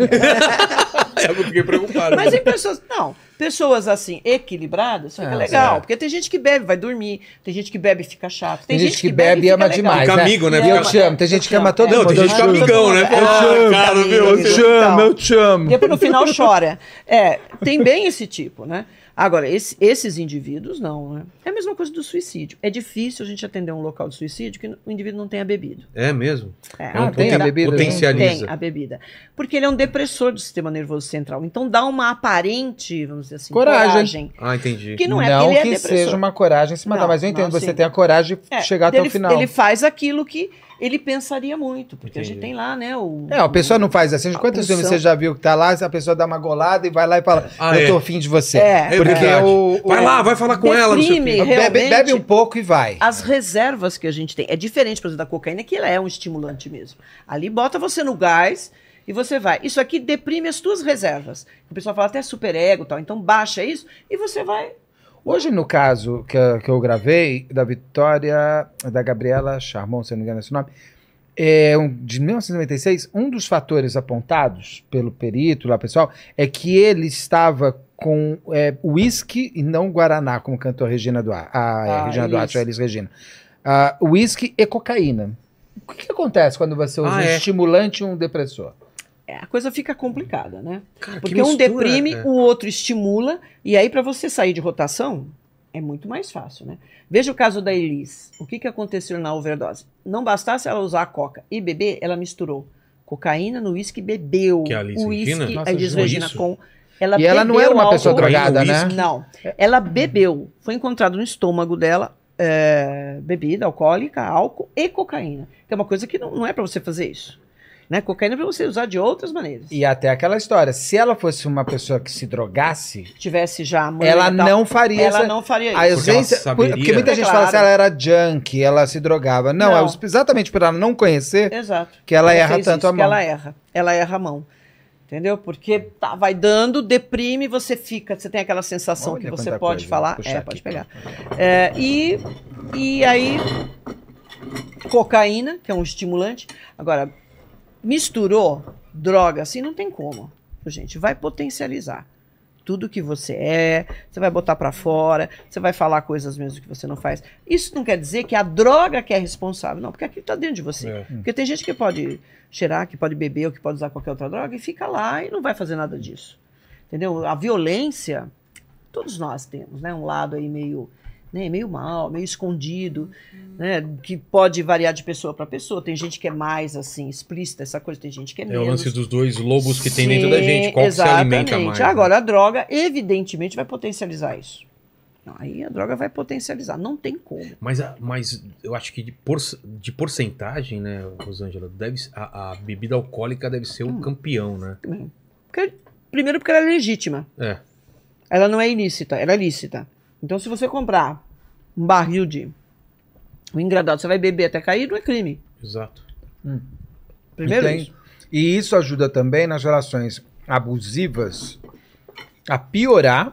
S1: É, eu fiquei preocupado.
S3: Mas é em pessoas, não, pessoas assim, equilibradas, fica
S4: É,
S3: legal,
S1: é.
S3: porque tem gente que bebe, vai dormir, tem gente que bebe e fica chato, tem, gente, que
S4: bebe e
S3: fica
S4: ama
S3: legal.
S4: demais.
S1: Fica amigo, né?
S4: E eu
S1: Fica-
S4: te amo. Tem gente que
S3: Eu
S4: ama
S3: te
S4: todo
S3: amo.
S1: Não,
S4: mundo.
S1: tem
S4: eu
S1: gente
S4: te
S1: que é
S4: amo.
S1: amigão, né?
S3: É,
S1: Eu te amo, cara, meu, eu
S3: amigo.
S1: te
S3: Então,
S4: eu te amo.
S3: Depois no final chora. É, tem bem esse tipo, né? Agora, esse- esses indivíduos não, né? É a mesma coisa do suicídio. É difícil a gente atender um local de suicídio que o indivíduo não tenha bebido.
S1: É mesmo?
S3: É,
S1: É um
S4: Ah, tem a
S1: poten-
S4: bebida,
S1: Potencializa.
S3: Tem a bebida. Porque ele é um depressor do sistema nervoso central. Então dá uma aparente, vamos dizer assim,
S4: Coragem.
S1: Ah, entendi.
S3: Que não é,
S4: não
S3: porque ele é
S4: que
S3: depressor.
S4: seja uma coragem se matar,
S3: Não,
S4: mas eu entendo,
S3: não,
S4: você
S3: sim.
S4: tem a coragem de
S3: É,
S4: chegar até
S3: ele,
S4: o final.
S3: Ele faz aquilo que ele pensaria muito, porque a gente
S1: Entendi.
S3: tem lá, né? O,
S4: É, a pessoa não faz assim. De
S3: A
S4: quantos filmes
S3: pulsão.
S4: você já viu que tá lá, a pessoa dá uma golada e vai lá e fala,
S1: Ah,
S4: eu
S1: é.
S4: tô afim de você.
S3: É.
S1: É
S4: Porque
S1: verdade.
S4: o, o-
S1: Vai lá, vai falar com ela, não sei o quê.
S3: Deprime.
S4: Bebe,
S3: Realmente-
S4: bebe um pouco e vai.
S3: As reservas que a gente tem. É diferente, por exemplo, da cocaína, que ela é um estimulante mesmo. Ali bota você no gás e você vai. Isso aqui deprime as tuas reservas. O pessoal fala até superego e tal. Então baixa isso e você vai.
S4: Hoje, no caso que, eu- que eu gravei, da Vitória, da Gabriela Charmon, se eu não me engano é esse nome, é um, de 1996, um dos fatores apontados pelo perito lá, pessoal, é que ele estava com é, uísque e não Guaraná, como cantou a Regina Duarte, a, é,
S3: Ah,
S4: Regina Duarte,
S3: isso.
S4: a Elis Regina. Ah, Uísque e cocaína. O que, que acontece quando você usa
S1: Ah,
S4: um
S1: é.
S4: estimulante e um depressor?
S3: É, a coisa fica complicada, né?
S1: Cara, que
S3: Porque um
S1: mistura, é.
S3: deprime,
S1: cara.
S3: o outro estimula. E aí, para você sair de rotação, é muito mais fácil, né? Veja o caso da Elis. O que, que aconteceu na overdose? Não bastasse ela usar a coca e beber, ela misturou cocaína no uísque e bebeu.
S1: Que é a Elis
S3: o
S1: Regina?
S3: uísque,
S4: Nossa,
S3: a Elis
S1: juro
S3: Regina
S1: isso.
S3: com. Ela
S4: e ela não
S3: bebeu
S4: era uma pessoa
S3: álcool.
S1: Cocaína,
S4: drogada, né?
S1: uísque.
S3: Não. Ela bebeu. Foi encontrado no estômago dela é, bebida alcoólica, álcool e cocaína. Que é uma coisa que não, não é para você fazer isso. Né? Cocaína é para você usar de outras maneiras.
S4: E até aquela história, se ela fosse uma pessoa que se drogasse,
S3: Se tivesse já a mãe
S4: ela
S3: e tal,
S4: não faria
S3: ela
S4: essa-
S3: não faria
S4: A
S3: isso.
S1: Porque ela
S4: ausência. por- Porque,
S1: saberia.
S4: muita
S3: É
S4: gente
S3: claro.
S4: fala se ela era junk, ela se drogava. Não,
S3: Não.
S4: é exatamente por ela não conhecer
S3: Exato.
S4: que ela
S3: Ela
S4: erra
S3: fez
S4: tanto
S3: isso,
S4: a
S3: que
S4: mão.
S3: Ela erra. Ela erra a mão. Entendeu? Porque tá, vai dando, deprime, você fica, você tem aquela sensação
S4: Olha
S3: é, que você
S4: quanta
S3: pode
S4: coisa,
S3: falar.
S4: vou puxar
S3: É,
S4: aqui.
S3: pode pegar. É, e, e aí, cocaína, que é um estimulante. Agora, misturou droga assim, não tem como. Gente, vai potencializar tudo que você é, você vai botar pra fora, você vai falar coisas mesmo que você não faz. Isso não quer dizer que a droga que é responsável, não, porque aquilo tá dentro de você.
S1: É.
S3: Porque tem gente que pode cheirar, que pode beber, ou que pode usar qualquer outra droga e fica lá e não vai fazer nada disso. Entendeu? A violência, todos nós temos, né? Um lado aí meio, né? meio mal, meio escondido, né? Que pode variar de pessoa para pessoa. Tem gente que é mais assim explícita essa coisa, tem gente que é,
S1: É o
S3: menos.
S1: lance dos dois lobos que tem dentro
S3: Sim,
S1: da gente. Qual que se alimenta
S3: exatamente.
S1: mais? né?
S3: Agora, a droga, evidentemente, vai potencializar isso. Não, Aí a droga vai potencializar, não tem como.
S1: Mas, a- mas eu acho que de, por, de porcentagem, né, Rosângela, deve, se- a, a bebida alcoólica deve ser o
S3: Hum.
S1: campeão, né?
S3: Porque- primeiro, porque ela é legítima.
S1: É.
S3: Ela não é ilícita, ela é lícita. Então, se você comprar um barril de um engradado, você vai beber até cair, não é crime.
S1: Exato.
S3: Primeiro
S4: Entende?
S3: isso.
S4: E isso ajuda também nas relações abusivas a piorar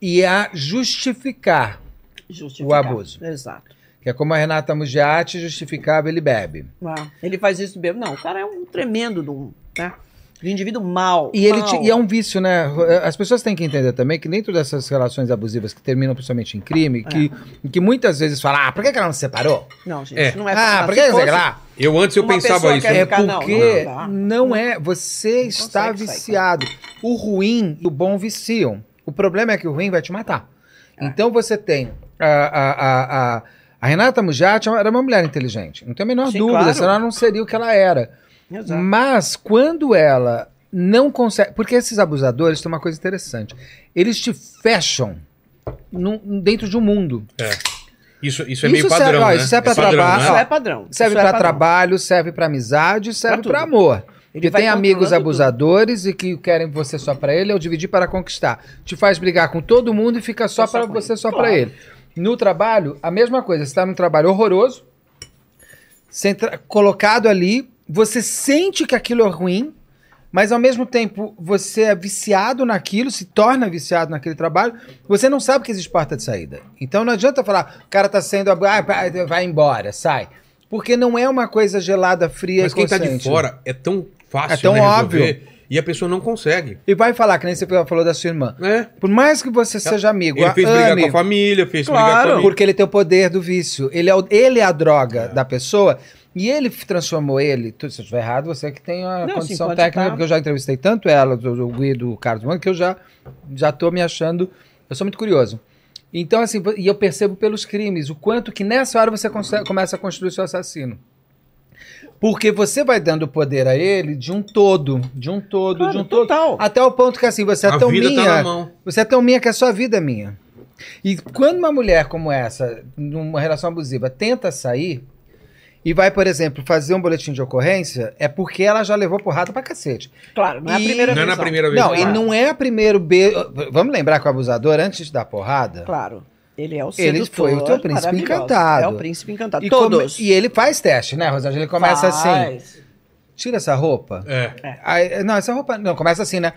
S4: e a justificar.
S3: Justificar.
S4: abuso.
S3: Exato.
S4: Que é como a Renata Mugiati justificava, ele bebe.
S3: Ah, Ele faz isso mesmo. Não, o cara é um tremendo de um, né? De um indivíduo mal.
S4: E, ele te- e é um vício, né? As pessoas têm que entender também que dentro dessas relações abusivas que terminam principalmente em
S3: É.
S4: crime, que, que muitas vezes falam, ah, por que que ela não se separou?
S3: Não, gente,
S1: É.
S3: isso não é
S4: ah,
S3: não, se
S4: por que que sei
S3: fosse-
S4: lá?
S1: Eu antes eu
S3: Uma
S1: pensava
S3: pessoa
S1: isso.
S3: quer
S4: É
S1: né?
S3: ficar- não,
S4: porque
S3: não
S4: não,
S3: dá.
S4: é. Você está
S3: consegue sair.
S4: viciado. O ruim e o bom viciam. O problema é que o ruim vai te matar.
S3: É.
S4: Então você tem a, a, a, a, a Renata Mujati era uma mulher inteligente. Não tem a menor
S3: Sim,
S4: dúvida,
S3: claro.
S4: senão ela não seria o que ela era.
S3: Exato.
S4: Mas quando ela não consegue. Porque esses abusadores têm uma coisa interessante. Eles te fecham num- dentro de um mundo.
S1: Isso, isso é
S4: Isso
S1: meio
S4: serve,
S1: padrão,
S4: ó,
S1: né?
S4: isso serve pra
S1: padrão, né?
S4: trabalho.
S3: Isso
S4: ó,
S3: é padrão.
S4: Serve
S3: isso é
S4: pra
S3: padrão.
S4: trabalho, serve pra amizade, serve
S3: tudo.
S4: pra amor.
S3: Ele
S4: Porque
S3: vai
S4: tem amigos
S3: controlando tudo.
S4: abusadores e que querem você só pra ele, é o dividir para conquistar. Te faz brigar com todo mundo e fica só
S3: Fica só
S4: pra
S3: com
S4: você,
S3: ele.
S4: só
S3: Claro.
S4: pra ele. No trabalho, a mesma coisa. Você tá num trabalho horroroso, sem tra- colocado ali, você sente que aquilo é ruim, mas ao mesmo tempo você é viciado naquilo, se torna viciado naquele trabalho, você não sabe que existe porta de saída. Então não adianta falar, o cara tá sendo. abu- Ah, vai- vai embora, sai. Porque não é uma coisa gelada, fria
S1: Mas
S4: e
S1: quem tá de
S4: consciente.
S1: fora é tão fácil,
S4: É tão
S1: né,
S4: óbvio.
S1: resolver, E a pessoa não consegue.
S4: E vai falar, que nem você falou da sua irmã.
S1: Né?
S4: Por mais que você seja amigo,
S1: Ele fez brigar
S4: ame,
S1: com a família, fez brigar
S3: Claro.
S1: com a
S4: porque ele tem o poder do vício. Ele é, o- ele é a droga da pessoa. E ele f- transformou ele. tu- Se eu estiver errado, você que tem a
S3: Não, sim,
S4: condição
S3: pode
S4: técnica,
S3: tá.
S4: porque eu já entrevistei tanto ela, o o Guido, o Carlos Mano, que eu já, já tô me achando. Eu sou muito curioso. Então, assim, vo- e eu percebo pelos crimes o quanto que nessa hora você conse- começa a construir seu assassino. Porque você vai dando poder a ele de um todo, de um todo,
S3: Claro,
S4: de um todo.
S3: total. Ah,
S4: Até o ponto que assim, você é
S1: a
S4: tão
S1: vida
S4: minha.
S1: tá na mão.
S4: Você é tão minha que a sua vida é minha. E quando uma mulher como essa, numa relação abusiva, tenta sair e vai, por exemplo, fazer um boletim de ocorrência, é porque ela já levou porrada pra cacete.
S3: Claro, não é a
S4: E-
S3: primeira
S1: Não é
S3: vez.
S1: na primeira vez.
S4: não,
S1: que
S4: e
S1: fala.
S4: não é a primeiro beijo. Vamos lembrar que o abusador, antes da porrada,
S3: Claro. Ele é o sedutor.
S4: Ele foi o teu príncipe
S3: maravilhoso.
S4: encantado.
S3: É o príncipe encantado.
S4: e,
S3: Todos.
S4: come- e ele faz teste, né, Rosângela? Ele começa assim:
S3: Faz.
S4: tira essa roupa.
S1: É.
S4: Aí, não, essa roupa. Não, começa assim, né?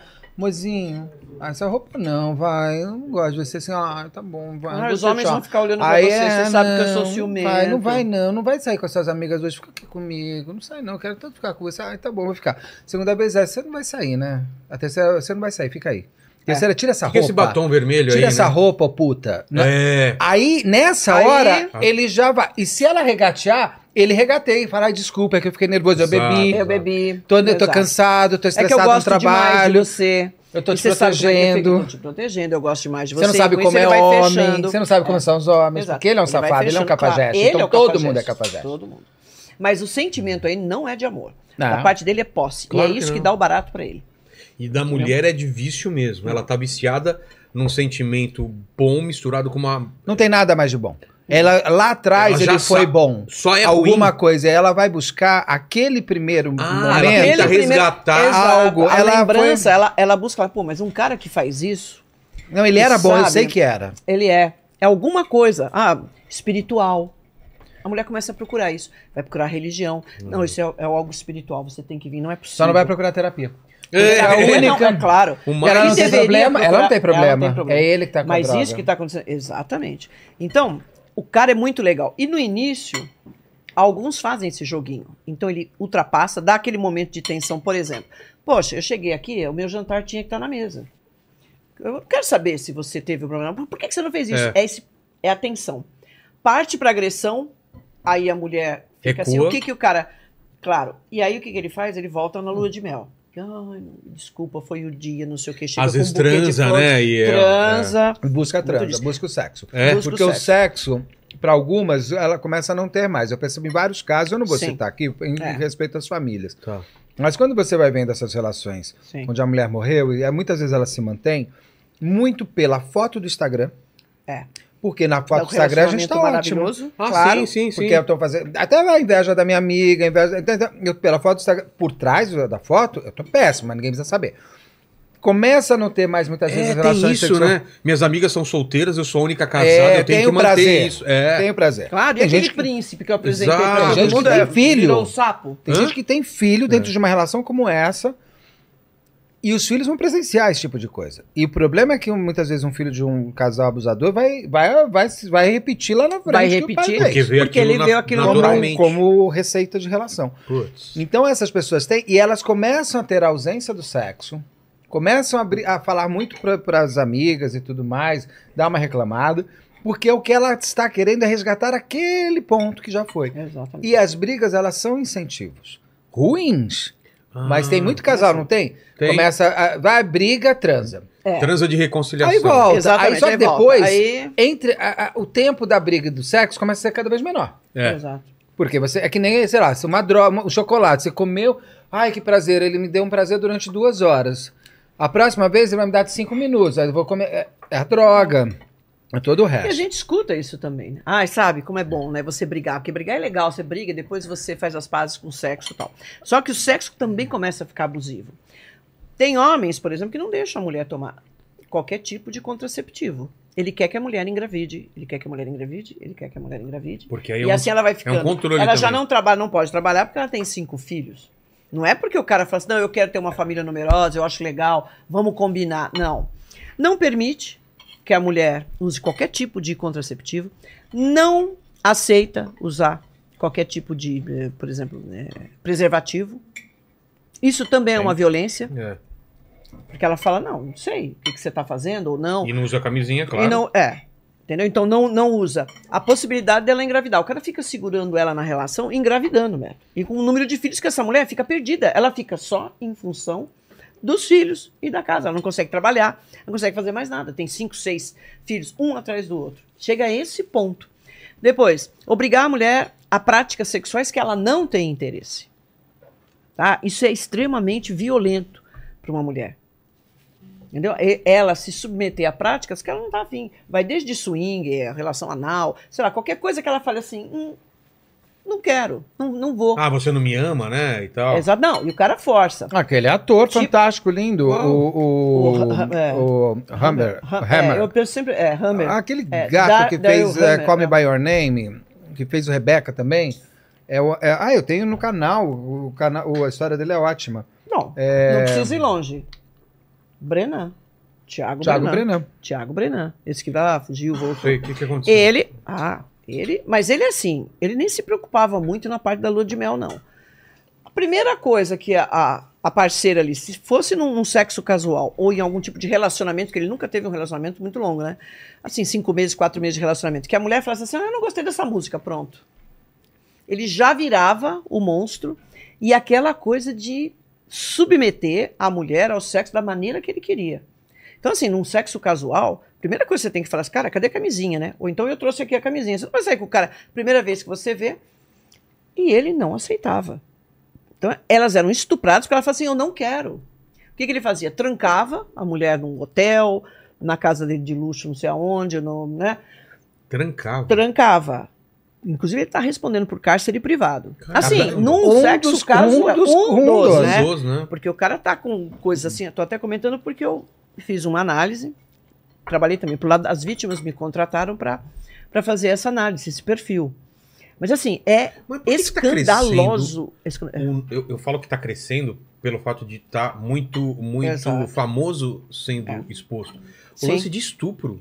S4: Mozinho, ah, essa roupa não, vai. Eu não gosto de você assim, ah, tá bom, vai.
S3: Ah,
S4: não
S3: os
S4: vou
S3: homens
S4: deixar.
S3: vão ficar olhando pra
S4: Aí
S3: você, você
S4: é,
S3: sabe que eu sou
S4: não,
S3: ciumento.
S4: Vai, não vai não, não vai sair com as suas amigas hoje, fica aqui comigo. Não sai não, quero tanto ficar com você. Ah, tá bom, vou ficar. Segunda vez é, você não vai sair, né? A terceira, você não vai sair, fica aí.
S3: É.
S4: Terceira, tira essa
S1: Fica
S4: roupa.
S1: esse batom vermelho
S4: tira
S1: aí,
S4: essa
S1: né?
S4: roupa, puta. Né?
S1: É. Ah.
S4: Aí, nessa
S3: Aí-
S4: hora, ele já vai. E se ela regatear, ele regateia e fala, ai, desculpa, é que eu fiquei nervoso, eu
S1: Exato.
S4: bebi.
S3: Eu bebi.
S4: Tô, eu tô
S3: Exato.
S4: cansado, tô
S3: É que
S4: estressado
S3: eu
S4: no
S3: gosto demais de
S4: trabalho.
S3: você.
S4: eu tô
S3: E
S4: te
S3: você sabe como é que eu fico, eu tô
S4: protegendo.
S3: te protegendo, eu gosto demais de você.
S4: Você não sabe
S3: Com isso
S4: como é
S3: ele vai
S4: homem,
S3: fechando.
S4: você não sabe como são os homens,
S3: Exato.
S4: porque ele é um
S3: vai
S4: safado, ele é um
S3: fechando, claro.
S4: capajeste.
S3: Ele
S4: então
S3: é o
S4: todo mundo é
S3: capajeste.
S4: capajeste.
S3: Todo mundo. Mas o sentimento aí não é de amor.
S4: Não.
S3: A parte dele é posse.
S1: Claro
S3: e
S1: que
S3: é isso que
S1: não.
S3: dá o barato pra ele.
S1: E da mulher é de vício mesmo. Ela tá viciada num sentimento bom misturado com uma.
S4: Não tem nada mais de bom. Ela, lá atrás
S1: Ela já
S4: ele foi
S1: sa-
S4: bom.
S1: Só é
S4: Alguma
S1: ruim.
S4: coisa. Ela vai buscar aquele primeiro
S1: Ah, ela
S4: momento.
S1: tenta
S3: Aquele é primeiro-
S1: resgatar
S3: Exato.
S4: algo.
S3: A
S4: Ela
S3: lembrança, ela, ela busca, ela, pô, mas um cara que faz isso,
S4: Não, ele era bom, eu
S3: Sabe?
S4: sei que era.
S3: ele é, é alguma coisa, ah, espiritual. A mulher começa a procurar isso, vai procurar religião. Não, isso é, é algo espiritual, você tem que vir, não é possível.
S4: Hum. Só não vai procurar terapia.
S1: É.
S3: É,
S4: a
S3: não,
S4: única-
S3: é claro.
S1: O
S4: ela
S1: mais-
S4: não tem
S3: deveria
S4: problema. Ela não tem
S3: procurar-
S4: problema.
S3: ela não tem problema.
S4: É ele que tá com a
S3: Mas
S4: droga.
S3: isso que está acontecendo. Exatamente. Então, o cara é muito legal. E no início, alguns fazem esse joguinho. Então, ele ultrapassa, dá aquele momento de tensão, por exemplo. Poxa, eu cheguei aqui, o meu jantar tinha que estar na mesa. Eu não quero saber se você teve um problema. Por que, que você não fez isso?
S1: É.
S3: É, esse, é a tensão. Parte para agressão, aí a mulher fica assim.
S1: Recua.
S3: O que, que o cara. Claro. E aí o que, que ele faz? Ele volta na lua de mel. Ai, não, desculpa, foi o dia, não sei o que. Chega
S1: Às
S3: com um
S1: vezes
S3: buquê de
S1: transa,
S3: flores,
S1: né? E é-
S3: Transa.
S4: Busca a
S3: Muito
S4: transa,
S3: disso.
S4: busca o sexo.
S1: É.
S3: Busca o
S4: Porque o sexo, para algumas, ela começa a não ter mais. Eu percebo em vários casos, eu não vou
S3: Sim.
S4: citar aqui, em
S3: É.
S4: respeito às famílias.
S1: Tá.
S4: Mas quando você vai vendo essas relações
S3: Sim.
S4: onde a mulher morreu, e é, muitas vezes ela se mantém muito pela foto do Instagram.
S3: É.
S4: Porque na
S3: Dá
S4: foto
S3: um
S4: do Instagram a gente
S3: relacionamento
S4: tá ótimo.
S3: maravilhoso.
S1: Ah,
S4: Claro,
S1: sim, sim, sim.
S4: Porque é eu tô fazendo. Até a inveja da minha amiga, a inveja. então, então, eu, pela foto do Instagram, por trás da foto, eu tô péssima, ninguém precisa saber. Começa a não ter mais muitas vezes
S1: É,
S4: as
S1: tem
S4: relações
S1: isso,
S4: sexuais.
S1: né? Minhas amigas são solteiras, eu sou a única casada,
S4: É,
S1: eu tenho
S4: tem
S1: que
S4: o
S1: manter
S4: prazer.
S1: isso. É.
S4: Tem o prazer.
S3: Claro, e
S4: Tem
S3: aquele
S4: gente que-
S3: príncipe que eu apresentei
S1: Exato.
S3: pra
S1: Tem
S3: todo
S1: gente
S3: mundo
S1: que
S3: é-
S4: tem filho.
S3: virou um sapo.
S4: Tem
S1: Hã? É.
S4: gente que tem filho dentro de uma relação como essa. E os filhos vão presenciar esse tipo de coisa. E o problema é que muitas vezes um filho de um casal abusador vai, vai, vai, vai repetir lá na frente.
S3: Vai
S4: que o
S3: repetir.
S4: pai fez.
S1: Porque vê
S3: Porque
S1: aquilo
S3: ele
S1: na-
S3: vê aquilo
S1: naturalmente.
S4: Como, como receita de relação.
S1: Putz.
S4: Então essas pessoas têm, e elas começam a ter a ausência do sexo, começam a, abrir- a falar muito para as amigas e tudo mais, dar uma reclamada, porque o que ela está querendo é resgatar aquele ponto que já foi.
S3: Exatamente.
S4: E as brigas, elas são incentivos. Ruins. Mas
S3: Ah,
S4: tem muito casal, não tem?
S1: Ah, Tem.
S4: Começa, a, vai, briga, transa.
S3: É.
S1: Transa de reconciliação.
S4: Aí volta. Aí só que
S3: aí volta.
S4: depois,
S3: Aí...
S4: entre a- a- o tempo da briga e do sexo começa a ser cada vez menor.
S1: É.
S3: Exato.
S4: Porque você, é que nem, sei lá, se uma droga, um chocolate, você comeu, ai que prazer, ele me deu um prazer durante duas horas. A próxima vez ele vai me dar de cinco minutos, aí eu vou comer, é, é a droga, é todo o
S3: E a
S4: resto.
S3: gente escuta isso também. Né? Ai, sabe como é bom, né? Você brigar. Porque brigar é legal, você briga, depois você faz as pazes com o sexo e tal. Só que o sexo também começa a ficar abusivo. Tem homens, por exemplo, que não deixam a mulher tomar qualquer tipo de contraceptivo. Ele quer que a mulher engravide. Ele quer que a mulher engravide. Ele quer que a mulher engravide.
S1: Porque aí é
S3: E
S1: um-
S3: assim ela vai ficando.
S1: controle
S3: ela já
S1: também.
S3: não trabalha, não pode trabalhar porque ela tem cinco filhos. Não é porque o cara fala assim, não, eu quero ter uma família numerosa, eu acho legal, vamos combinar. Não. Não permite que a mulher use qualquer tipo de contraceptivo. Não aceita usar qualquer tipo de, eh, por exemplo, eh, preservativo. Isso também é uma violência,
S1: É.
S3: porque ela fala, não, não sei o que, que você está fazendo ou não.
S1: E não usa camisinha, claro.
S3: E não, é. Entendeu? Então não, não usa. A possibilidade dela engravidar. O cara fica segurando ela na relação, engravidando, né? E com o número de filhos que essa mulher fica perdida. Ela fica só em função dos filhos e da casa. Ela não consegue trabalhar, não consegue fazer mais nada. Tem cinco, seis filhos, um atrás do outro. Chega a esse ponto. Depois, obrigar a mulher a práticas sexuais que ela não tem interesse. Tá? Isso é extremamente violento para uma mulher. Entendeu? E- Ela se submeter a práticas que ela não tá afim. Vai desde swing, eh, relação anal, sei lá, qualquer coisa que ela fale assim, "Hum, não quero, não, não vou.
S1: Ah, você não me ama, né? E tal.
S3: Exato, não, e o cara força.
S4: Aquele ator
S3: Tipo-
S4: fantástico, lindo.
S3: Uau.
S4: O. O.
S3: O Ha- Ha- é.
S4: O. Hammer. Ah, Hammer.
S3: É, eu penso sempre, é, Hammer.
S4: Ah, Aquele
S3: É,
S4: gato
S3: Dar-
S4: que
S3: Daryl
S4: fez é,
S3: Hannah,
S4: Call Me
S3: é.
S4: By Your Name, que fez o Rebeca também. É, o- é- ah, eu tenho no canal. O cana, o- a história dele é ótima.
S3: Não, não precisa ir longe. Brenan. Tiago
S4: Thiago
S3: Brenan.
S4: Brenan.
S3: Tiago Brenan. Esse que lá fugiu,
S1: Não
S3: voltou.
S1: sei, o que, que aconteceu?
S3: Ele. Ah, ele. Mas ele assim, ele nem se preocupava muito na parte da lua de mel, não. A primeira coisa que a, a, a parceira ali, se fosse num, num sexo casual ou em algum tipo de relacionamento, que ele nunca teve um relacionamento muito longo, né? Assim, cinco meses, quatro meses de relacionamento, que a mulher falasse assim: ah, eu não gostei dessa música, pronto. Ele já virava o monstro e aquela coisa de submeter a mulher ao sexo da maneira que ele queria. Então, assim, num sexo casual, a primeira coisa que você tem que falar assim, cara, cadê a camisinha, né? Ou então eu trouxe aqui a camisinha. Você não vai sair com o cara, primeira vez que você vê. E ele não aceitava. Então, elas eram estupradas porque ela falava assim, eu não quero. O que, que ele fazia? Trancava a mulher num hotel, na casa dele de luxo, não sei aonde, no, né?
S1: Trancava.
S3: Trancava. Inclusive, ele está respondendo por cárcere privado.
S1: Caramba.
S3: Assim, num
S4: Um
S3: sexo
S4: dos-
S3: casual,
S4: um dos-
S3: um
S4: um
S3: dos,
S4: dos,
S3: né?
S1: Gostoso, né?
S3: Porque o cara tá com coisas assim, eu tô até comentando porque eu fiz uma análise, trabalhei também pro lado, as vítimas me contrataram pra pra fazer essa análise, esse perfil. Mas assim, é
S1: Mas por que que tá
S3: escandaloso. escan- é,
S1: crescendo? O- eu, eu falo que tá crescendo pelo fato de estar muito, muito
S3: Exato.
S1: famoso sendo
S3: É.
S1: exposto. O
S3: sim.
S1: lance de estupro.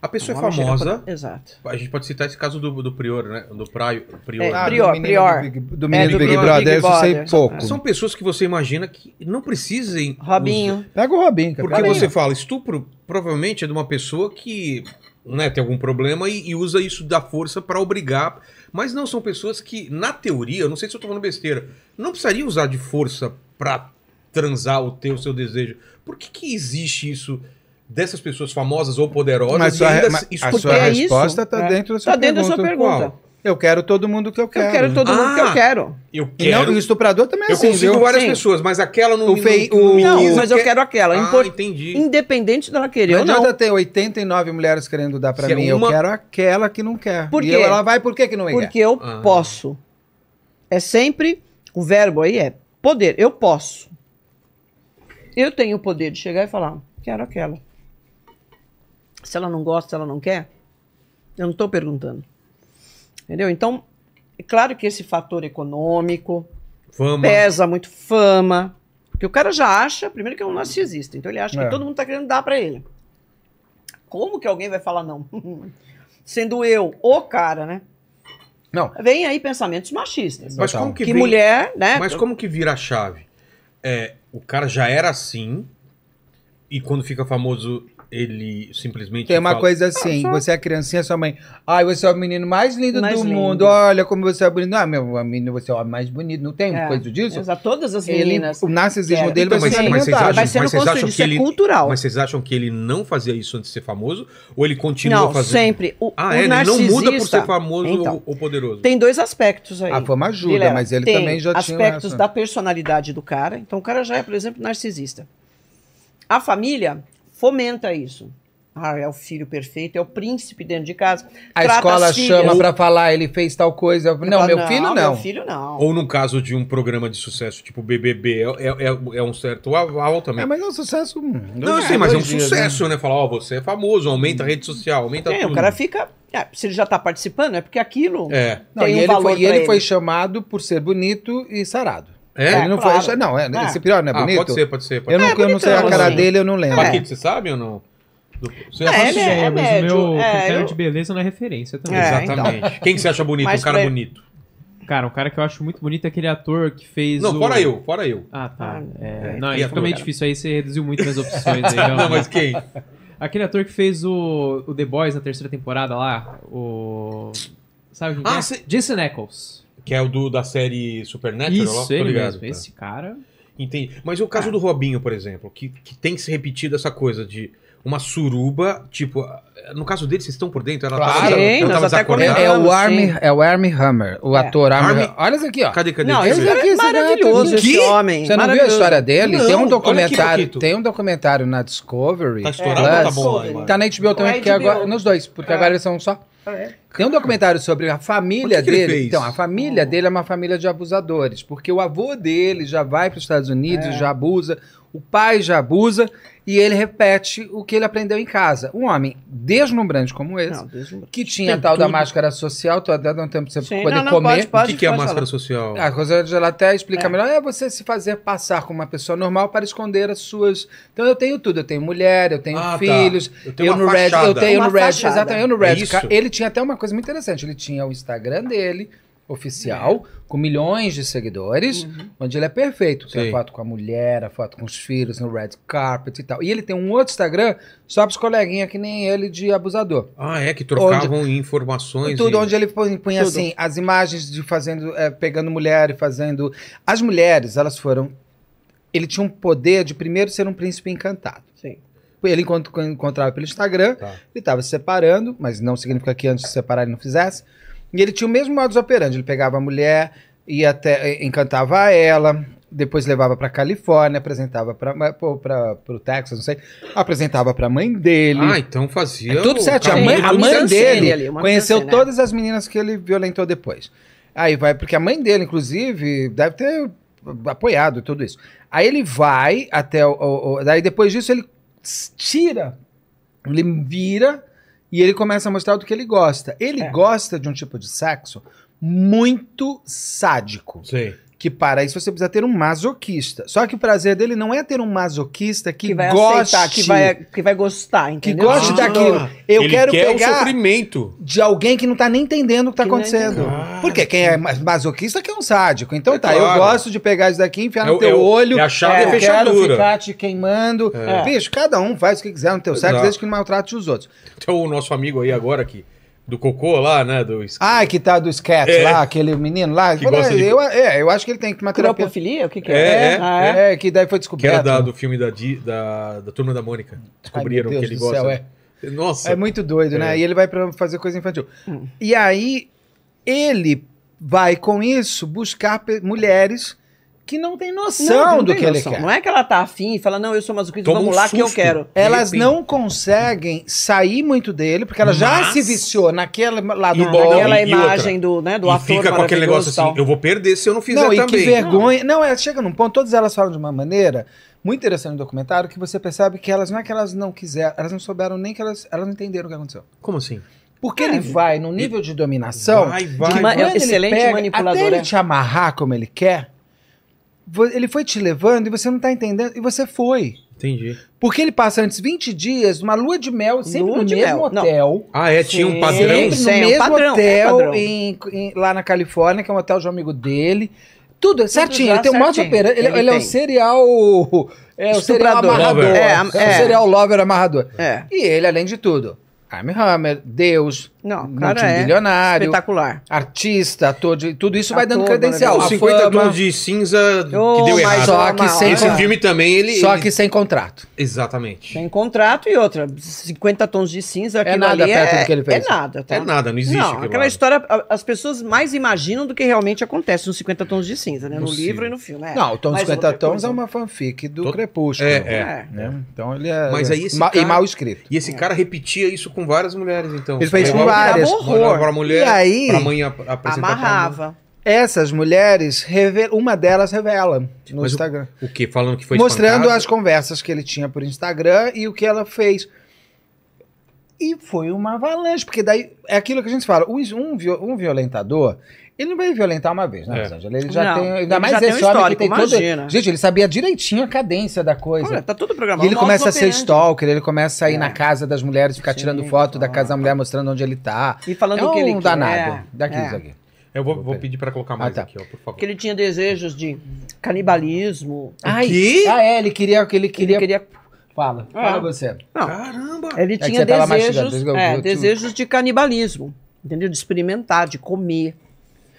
S1: A pessoa é
S3: Uma chega
S1: famosa.
S3: pra- Exato.
S1: A gente pode citar esse caso do, do Prior, né? Do Praio. Prior.
S3: É,
S1: né?
S3: Prior.
S4: Ah, do menino
S3: Prior.
S4: Do Big, do menino
S1: É,
S4: do
S1: do
S4: Big
S1: Big
S4: Brother, eu só sei
S3: Brother. Ah,
S4: pouco.
S1: São pessoas que você imagina que não precisem.
S3: Robinho.
S4: Pega o Robin, que é
S1: Porque
S4: pra mim.
S1: você fala, estupro provavelmente é de uma pessoa que né, tem algum problema e, e usa isso da força pra obrigar. Mas não são pessoas que, na teoria, eu não sei se eu tô falando besteira, não precisaria usar de força pra transar ou ter o seu desejo. Por que, que existe isso dessas pessoas famosas ou poderosas
S4: Mas
S1: e
S4: sua,
S1: ainda
S4: re- mas
S1: se-
S4: a
S1: estupro-
S4: sua
S3: É isso,
S4: resposta tá
S3: né?
S4: dentro da sua
S3: Tá dentro da sua pergunta.
S4: Qual? Eu quero todo mundo que eu quero.
S3: Eu quero todo mundo que
S1: Ah!
S3: eu quero.
S1: Eu
S4: E não,
S1: quero.
S4: e o estuprador também é
S1: eu
S4: assim,
S1: consigo
S4: viu?
S1: várias
S3: Sim.
S1: pessoas, mas aquela não
S4: O
S1: me,
S4: fei-
S1: não, não me
S4: o-
S3: Não,
S1: quis,
S3: mas eu quero
S4: é
S3: aquela.
S1: Ah,
S3: impor-
S1: entendi.
S3: Independente dela querer
S4: Não
S3: ou não.
S4: adianta ter 89 mulheres querendo dar pra
S1: Se é
S4: mim. Eu
S1: uma-
S4: quero aquela que não quer.
S3: Por
S4: e
S3: quê?
S4: eu- ela vai, por que que não quer?
S3: Porque eu
S1: Ah.
S3: posso. É sempre. O verbo aí é poder. Eu posso. Eu tenho o poder de chegar e falar: quero aquela. Se ela não gosta, se ela não quer, eu não estou perguntando. Entendeu? Então, é claro que esse fator econômico
S1: Fama.
S3: pesa muito, fama. Porque o cara já acha, primeiro, que é um narcisista. Então, ele acha
S4: É.
S3: que todo mundo está querendo dar para ele. Como que alguém vai falar não? Sendo eu o cara, né?
S4: Não.
S3: Vem aí pensamentos machistas.
S1: Mas
S4: Total.
S1: como que,
S3: Que,
S1: vem-
S3: mulher, né?
S1: Mas como que vira a chave? É, o cara já era assim, e quando fica famoso, ele simplesmente.
S4: Tem uma
S1: fala-
S4: coisa assim, você é criancinha, sua mãe. Ai, você é o menino mais lindo
S3: Mais
S4: do
S3: lindo.
S4: mundo. Olha como você é bonito. Ah, meu menino, você é o homem mais bonito. Não tem
S3: É,
S4: coisa disso?
S3: Exato, todas as
S4: Ele,
S3: meninas.
S4: o narcisismo
S3: Quero.
S4: dele
S1: Então,
S4: vai
S1: mas-
S4: ser
S1: mas vocês acham-
S4: alimentado.
S3: tá- vai sendo
S1: mas vocês
S3: construído,
S1: acham
S3: isso
S1: que
S3: é
S1: ele-
S3: cultural.
S1: Mas vocês acham que ele não fazia isso antes de ser famoso? Ou ele continua
S3: Não,
S1: fazendo?
S3: sempre. O,
S1: Ah,
S3: o
S1: é, ele não
S3: narcisista
S1: muda por ser famoso
S3: Então.
S1: ou, Ah, ou poderoso.
S3: tem dois aspectos aí.
S4: A fama ajuda,
S3: Vilela,
S4: mas ele
S3: tem
S4: também já tinha
S3: aspectos
S4: essa.
S3: da personalidade do cara. Então o cara já é, por exemplo, narcisista. A família fomenta isso. Ah, é o filho perfeito, é o príncipe dentro de casa.
S4: A
S3: Trata
S4: escola
S3: as filhas-
S4: chama pra falar, ele fez tal coisa. Não,
S3: Fala,
S4: meu filho não.
S3: Meu filho não.
S1: Ou no caso de um programa de sucesso, tipo BBB, é, é- é um certo aval também.
S4: É, mas é um sucesso. hum,
S1: não, eu
S4: dois-
S1: sei, mas é um
S4: dois dias,
S1: sucesso, né? Falar, ó, você é famoso, aumenta a rede social, aumenta
S3: É,
S1: tudo.
S3: o cara fica. é, se ele já tá participando, é porque aquilo.
S1: hum. É.
S4: Não,
S3: Tem um
S4: e ele,
S3: valor
S4: foi, e
S3: pra
S4: ele
S3: ele.
S4: foi chamado por ser bonito e sarado.
S1: É?
S4: ele não
S3: claro.
S4: foi. Não, é,
S3: É.
S4: esse pior não é
S1: ah,
S4: bonito?
S1: pode ser, pode ser. Pode
S4: Eu, não,
S1: ser.
S4: eu não sei a
S3: bonitão,
S4: cara
S3: assim.
S4: dele, eu não lembro.
S1: Paquito, você sabe ou não? Do- Você
S3: É,
S1: assiste-
S3: ele é-
S2: mas
S3: médio,
S2: o meu
S3: é,
S2: critério
S3: eu-
S2: de beleza não é referência também.
S3: É.
S1: Exatamente. Quem que você acha bonito?
S3: Mas
S1: um cara
S3: pra-
S1: bonito.
S2: Cara, um cara que eu acho muito bonito é aquele ator que fez
S1: Não,
S2: o...
S1: fora eu, fora eu.
S2: Ah, tá.
S3: Ah,
S2: É,
S3: é,
S2: não, aí
S1: criatura,
S2: fica meio
S3: cara.
S2: difícil aí, você reduziu muito minhas opções aí.
S1: Não,
S2: realmente.
S1: mas quem?
S2: Aquele ator que fez o, o The Boys na terceira temporada lá, o... Sabe quem
S1: Ah,
S2: que é?
S1: cê-
S2: Jason Eccles.
S1: Que é o do, da série Supernatural? lá?
S2: Isso,
S1: Tô
S2: ele
S1: ligado,
S2: mesmo.
S1: tá.
S2: Esse cara...
S1: Entendi. Mas o caso do Robinho, por exemplo, que, que tem se repetido essa coisa de uma suruba, tipo. No caso dele, vocês estão por dentro, ela tá
S4: Claro.
S1: tava,
S3: Sim,
S1: ela
S3: nós
S1: tava
S3: até
S1: desacordada.
S3: comentamos.
S4: É o
S3: Sim.
S4: Army, é o Army Hammer, o
S3: É.
S4: ator Army.
S1: Army-
S4: Olha isso aqui, ó.
S1: Cadê, cadê?
S3: Não,
S1: Deixa eu
S3: esse
S1: ver.
S4: Esse
S3: cara é
S4: aqui, esse gato
S3: maravilhoso,
S1: aqui.
S3: esse homem.
S4: Você não viu a
S3: maravilhoso.
S4: história dele?
S1: Não,
S4: tem um
S1: olha aqui,
S4: documentário,
S1: Paquito.
S4: tem um documentário na Discovery.
S1: Tá estourado
S4: Plus.
S1: ou tá bom? agora?
S4: Tá na HBO também,
S3: É,
S4: porque
S3: HBO.
S4: agora. Nos dois, porque
S3: É.
S4: agora eles são um só. Tem um documentário sobre a família
S1: Por que que ele
S4: dele.
S1: fez? Oh.
S4: Então, a família dele é uma família de abusadores, porque o avô dele já vai para os Estados Unidos,
S3: É.
S4: já abusa, o pai já abusa, e ele repete o que ele aprendeu em casa. Um homem deslumbrante como esse,
S3: Não, Deus me-
S4: que tinha
S1: Tem
S4: tal da
S1: tudo.
S4: máscara social, tô até dando tempo pra você
S3: Sim,
S4: poder
S3: não, não,
S4: comer.
S3: pode,
S1: O
S3: pode,
S1: que, que é a
S3: pode
S1: máscara
S3: falar.
S1: social?
S4: A Rosângela até explica
S3: É.
S4: melhor. É você se fazer passar como uma pessoa normal para esconder as suas. Então eu tenho tudo. Eu tenho mulher, eu tenho
S1: Ah, tá.
S4: filhos.
S1: Eu tenho uma
S4: no Red, eu
S1: fachada.
S4: tenho
S3: Uma
S4: no Red,
S3: fachada.
S4: exatamente, eu no
S1: É
S4: Red.
S1: isso?
S4: ele tinha até uma coisa muito interessante. Ele tinha o Instagram dele oficial
S3: É.
S4: com milhões de seguidores,
S3: Uhum.
S4: onde ele é perfeito. Tem
S1: Sim.
S4: a foto com a mulher, a foto com os filhos no red carpet e tal. E ele tem um outro Instagram só para os coleguinhas que nem ele de abusador.
S1: Ah, é que trocavam informações.
S4: Tudo
S1: e-
S4: onde ele põe, põe,
S3: Tudo.
S4: assim, as imagens de fazendo, eh, pegando mulher e fazendo. As mulheres, elas foram. Ele tinha um poder de primeiro ser um príncipe encantado.
S3: Sim.
S4: Ele encont- quando encontrava pelo Instagram,
S1: Tá.
S4: ele estava se separando, mas não significa que antes de se separar ele não fizesse. E ele tinha o mesmo modus operandi. Ele pegava a mulher, ia até eh, encantava ela, depois levava para Califórnia, apresentava para o Texas, não sei, apresentava para a mãe dele.
S1: Ah, então fazia.
S4: É tudo
S1: o
S4: certinho. A
S1: caminho
S4: mãe,
S1: do
S4: a
S3: uma
S4: mãe
S3: misancene
S4: dele
S3: ali, uma assim, né?
S4: conheceu
S3: misancene,
S4: todas as meninas que ele violentou depois. Aí vai, porque a mãe dele, inclusive, deve ter apoiado tudo isso. Aí ele vai até o. o- o- daí depois disso ele s- tira, ele vira e ele começa a mostrar do que ele gosta. Ele
S3: É.
S4: gosta de um tipo de sexo muito sádico.
S1: Sei.
S4: Que para isso você precisa ter um masoquista. Só que o prazer dele não é ter um masoquista que,
S3: Que vai
S4: goste.
S3: aceitar, que vai, que vai gostar, entendeu?
S4: goste
S3: Ah.
S4: daquilo. Eu
S1: Ele
S4: quero
S1: quer o
S4: pegar
S1: sofrimento.
S4: de alguém que não tá nem entendendo o que tá
S3: Que não
S4: acontecendo.
S1: entendeu. Ah.
S4: Porque quem é mas- masoquista que é um sádico. Então
S1: É
S4: tá,
S1: claro.
S4: eu gosto de pegar isso daqui, enfiar
S1: É
S4: no
S1: o-
S4: teu
S1: é o-
S4: olho.
S1: é a chave e a
S4: eu
S1: fechadura.
S4: Quero ficar te queimando.
S1: É.
S4: Bicho, cada um faz o que quiser no teu sexo,
S1: Exato.
S4: desde que não maltrate os outros.
S1: Então, o nosso amigo aí agora aqui, do Cocô lá, né? Do...
S4: Ah, que tá do sketch
S1: É.
S4: lá, aquele menino lá.
S1: Que
S4: Olha,
S1: gosta de-
S4: eu, é, eu acho que ele tem que uma terapia.
S3: Cropofilia? O que, que é?
S1: É, é,
S3: Ah,
S4: É, que daí foi
S1: Que
S4: descoberto.
S1: era da- do filme da, Di- da, da Turma da Mônica. Descobriram
S4: Ai, meu
S1: que
S4: Deus
S1: ele
S4: do
S1: gosta.
S4: céu,
S1: Nossa.
S4: É muito doido,
S1: É.
S4: né? E ele vai pra fazer coisa infantil.
S3: Hum.
S4: E aí, ele vai com isso buscar pe- mulheres que não têm
S3: não
S4: noção do
S3: tem
S4: que ele
S3: noção.
S4: quer.
S3: Não é que ela tá afim e fala, não, eu sou masoquista,
S1: Toma
S3: vamos
S1: um
S3: lá que eu
S1: susto.
S3: quero.
S1: De
S4: Elas
S1: repente.
S4: não conseguem sair muito dele, porque ela já
S1: Mas-
S4: se viciou naquele lado
S1: E
S4: bom.
S1: bom,
S3: Aquela
S1: e- e
S3: imagem do, né, do
S1: e
S3: ator
S1: fica com aquele negócio
S3: maravilhoso e
S1: assim,
S3: tal.
S1: eu vou perder se eu não fizer
S4: Não, e
S1: também.
S4: que vergonha. Não, é, chega num ponto, todas elas falam de uma maneira muito interessante no documentário, que você percebe que elas não é que elas não quiseram, elas não souberam nem que elas, elas não entenderam o que aconteceu.
S1: Como assim?
S4: Porque É. ele vai num nível de dominação
S1: Vai,
S4: de
S1: vai,
S4: que
S3: ma-
S1: vai.
S3: é
S4: quando ele
S3: excelente manipulador,
S4: Até ele
S3: é.
S4: te amarrar como ele quer, vo- ele foi te levando e você não tá entendendo. E você foi.
S1: Entendi.
S4: Porque ele passa antes 20 dias numa lua de mel, sempre
S3: Lua
S4: no
S3: de
S4: mesmo
S3: mel, não.
S4: hotel.
S1: Ah, é? Tinha um
S3: Sim.
S1: padrão?
S4: Sempre
S3: Sim, é um
S4: no mesmo
S3: padrão, é
S4: hotel
S3: padrão.
S4: em- em- lá na Califórnia, que é um hotel de um amigo dele. Tudo, é certinho.
S3: já
S4: Ele tem um modo
S3: certinho.
S4: operando. Ele,
S3: Ele
S4: ele é um
S3: tem.
S4: serial. É o serial
S3: Estuprador.
S4: amarrador.
S1: Lover.
S4: É,
S3: É, am- é.
S4: o serial lover amarrador.
S3: É.
S4: E ele, além de tudo, Armie Hammer, Deus,
S3: Não, o cara é
S4: multimilionário,
S3: espetacular.
S4: artista, ator, de, tudo isso vai dando
S3: Ator,
S4: credencial. Ah,
S1: Os
S4: A
S1: 50
S4: fama,
S1: Ah, tons de cinza que
S3: Oh,
S1: deu
S3: mas
S1: errado.
S4: só que
S3: Uma
S4: sem
S1: Esse
S3: hora.
S1: filme também, ele...
S4: Só
S1: ele-
S4: que sem contrato.
S1: Exatamente.
S3: Tem um contrato e outra. 50 tons de cinza, aquilo
S4: nada
S3: ali
S4: perto
S3: é,
S4: do que ele fez.
S3: É nada, tá?
S1: É nada, não existe
S3: Não,
S1: aquilo
S3: aquela
S1: lá.
S3: história, a- as pessoas mais imaginam do que realmente acontece nos 50 tons de cinza, né? No
S1: Possível.
S3: livro e no filme. é.
S4: Não, o Tom
S3: Mas
S4: 50
S3: outra
S4: Tons
S3: coisa.
S4: é uma fanfic do
S1: Tot-
S4: Crepúsculo.
S1: É, é.
S3: É.
S4: né? Então ele é.
S1: Mas aí esse
S4: ma-
S1: cara-
S4: E mal escrito.
S1: E esse cara repetia isso com várias mulheres, então.
S4: Ele fez
S3: com
S1: Levava-
S4: várias.
S1: levava Pra mulher,
S4: E aí-
S1: pra mãe ap- apresentar
S4: é
S1: pra
S3: Amarrava.
S4: Essas mulheres, reve- uma delas revela no
S1: Mas o-
S4: Instagram.
S1: mãe. O quê? Falando que foi
S4: mostrando
S1: espancado?
S4: as conversas que ele tinha por Instagram e o que ela fez. E foi uma avalanche, porque daí é aquilo que a gente fala, um, um, vi- um violentador, ele não vai violentar uma vez, né,
S1: É.
S4: Rosângela? Ele já
S3: Não,
S4: tem, ainda
S3: ele
S4: mais
S3: já tem um
S4: esse homem que
S3: histórico,
S4: tem todo...
S3: imagina.
S4: Gente, ele sabia direitinho a cadência da coisa.
S3: Olha, tá tudo
S4: E
S3: programado.
S4: ele
S3: Nosso
S4: começa a ser
S3: operante.
S4: stalker, ele começa a ir
S3: É.
S4: na casa das mulheres, ficar
S3: Sim,
S4: tirando foto da
S3: tá.
S4: casa da mulher, mostrando onde ele tá.
S3: E falando
S4: é um
S3: que ele quer.
S4: danado. Daqui,
S3: é.
S4: isso aqui.
S1: Eu vou, vou pedir pra colocar mais
S4: Ah, tá.
S1: aqui, ó, por favor.
S3: Que ele tinha desejos de canibalismo.
S4: Ai,
S1: quê?
S4: Ah, é, ele queria... Ele queria...
S3: Ele queria
S4: Fala,
S3: Ah.
S4: fala você.
S1: Caramba!
S3: Ele
S4: É que
S3: tinha
S4: você tava
S3: desejos,
S4: mastigando,
S3: é,
S4: eu te-
S3: desejos de canibalismo, entendeu? De experimentar, de comer,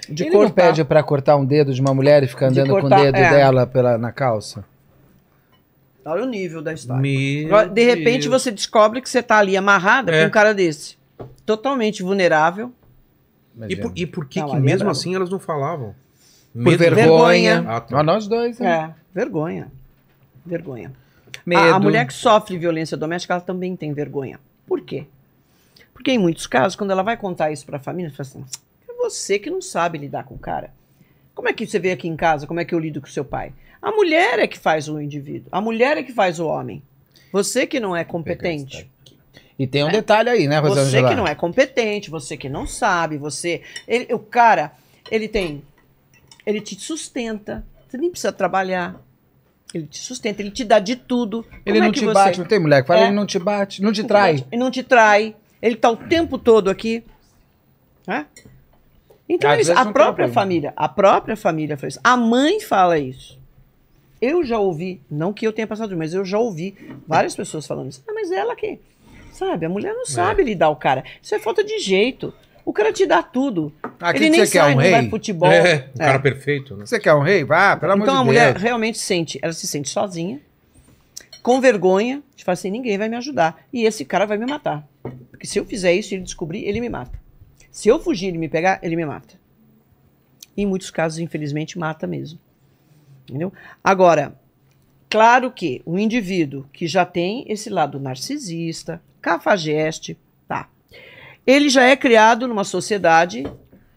S3: de
S4: ele não
S3: cortar.
S4: pede pra cortar um dedo de uma mulher e ficar
S3: tá De é.
S4: andando com o
S3: cortar,
S4: dedo
S3: é.
S4: dela pela, na calça?
S3: Olha o nível da história.
S1: Meu
S3: Agora, de repente
S1: Deus.
S3: você descobre que você tá ali amarrada
S1: É.
S3: com um cara desse. Totalmente vulnerável.
S1: E por, e por que,
S3: Não,
S1: que
S3: ali é
S1: mesmo
S3: brabo.
S1: assim elas não falavam?
S4: Por vergonha.
S3: vergonha.
S1: Ah, tá.
S4: Ó, nós dois, né?
S3: É, vergonha. Vergonha.
S4: Medo.
S3: A, a mulher que sofre violência doméstica, ela também tem vergonha. Por quê? Porque em muitos casos, quando ela vai contar isso para a família, fala assim: é você que não sabe lidar com o cara. Como é que você veio aqui em casa? Como é que eu lido com seu pai? A mulher é que faz o indivíduo. A mulher é que faz o homem. Você que não é competente.
S4: E tem um detalhe aí, né, Rosângela?
S3: É. Você que não é competente, você que não sabe, você. ele- o cara, ele tem. Ele te sustenta. Você nem precisa trabalhar. Ele te sustenta, ele te dá de tudo. Como
S4: Ele
S3: é
S4: não
S3: que
S4: te
S3: você-
S4: bate, não tem mulher que fala,
S3: É.
S4: ele não te bate, não te trai.
S3: Ele não te trai. Ele tá o tempo todo aqui. Né? Então
S4: Às
S3: é isso.
S4: vezes
S3: A
S4: não
S3: própria
S4: tem problema.
S3: família. A própria família fala isso. A mãe fala isso. Eu já ouvi, não que eu tenha passado, mas eu já ouvi várias pessoas falando isso. Ah, mas ela que. Sabe, a
S4: É.
S3: mulher não sabe lidar o cara. Isso é falta de jeito. O cara te dá tudo.
S4: Ah, que
S3: ele
S4: que
S3: nem
S4: você quer
S3: sai,
S4: um
S3: não vai
S4: rei?
S3: futebol.
S1: É, o
S3: É.
S1: cara perfeito, né?
S4: Você quer um rei? Ah, pelo amor
S3: Então a
S4: de
S3: mulher
S4: Deus.
S3: realmente sente, ela se sente sozinha, com vergonha, de falar assim, ninguém vai me ajudar. E esse cara vai me matar. Porque se eu fizer isso e ele descobrir, ele me mata. Se eu fugir e ele me pegar, ele me mata. E em muitos casos, infelizmente, mata mesmo. Entendeu? Agora, claro que um indivíduo que já tem esse lado narcisista, cafajeste, tá. Ele já é criado numa sociedade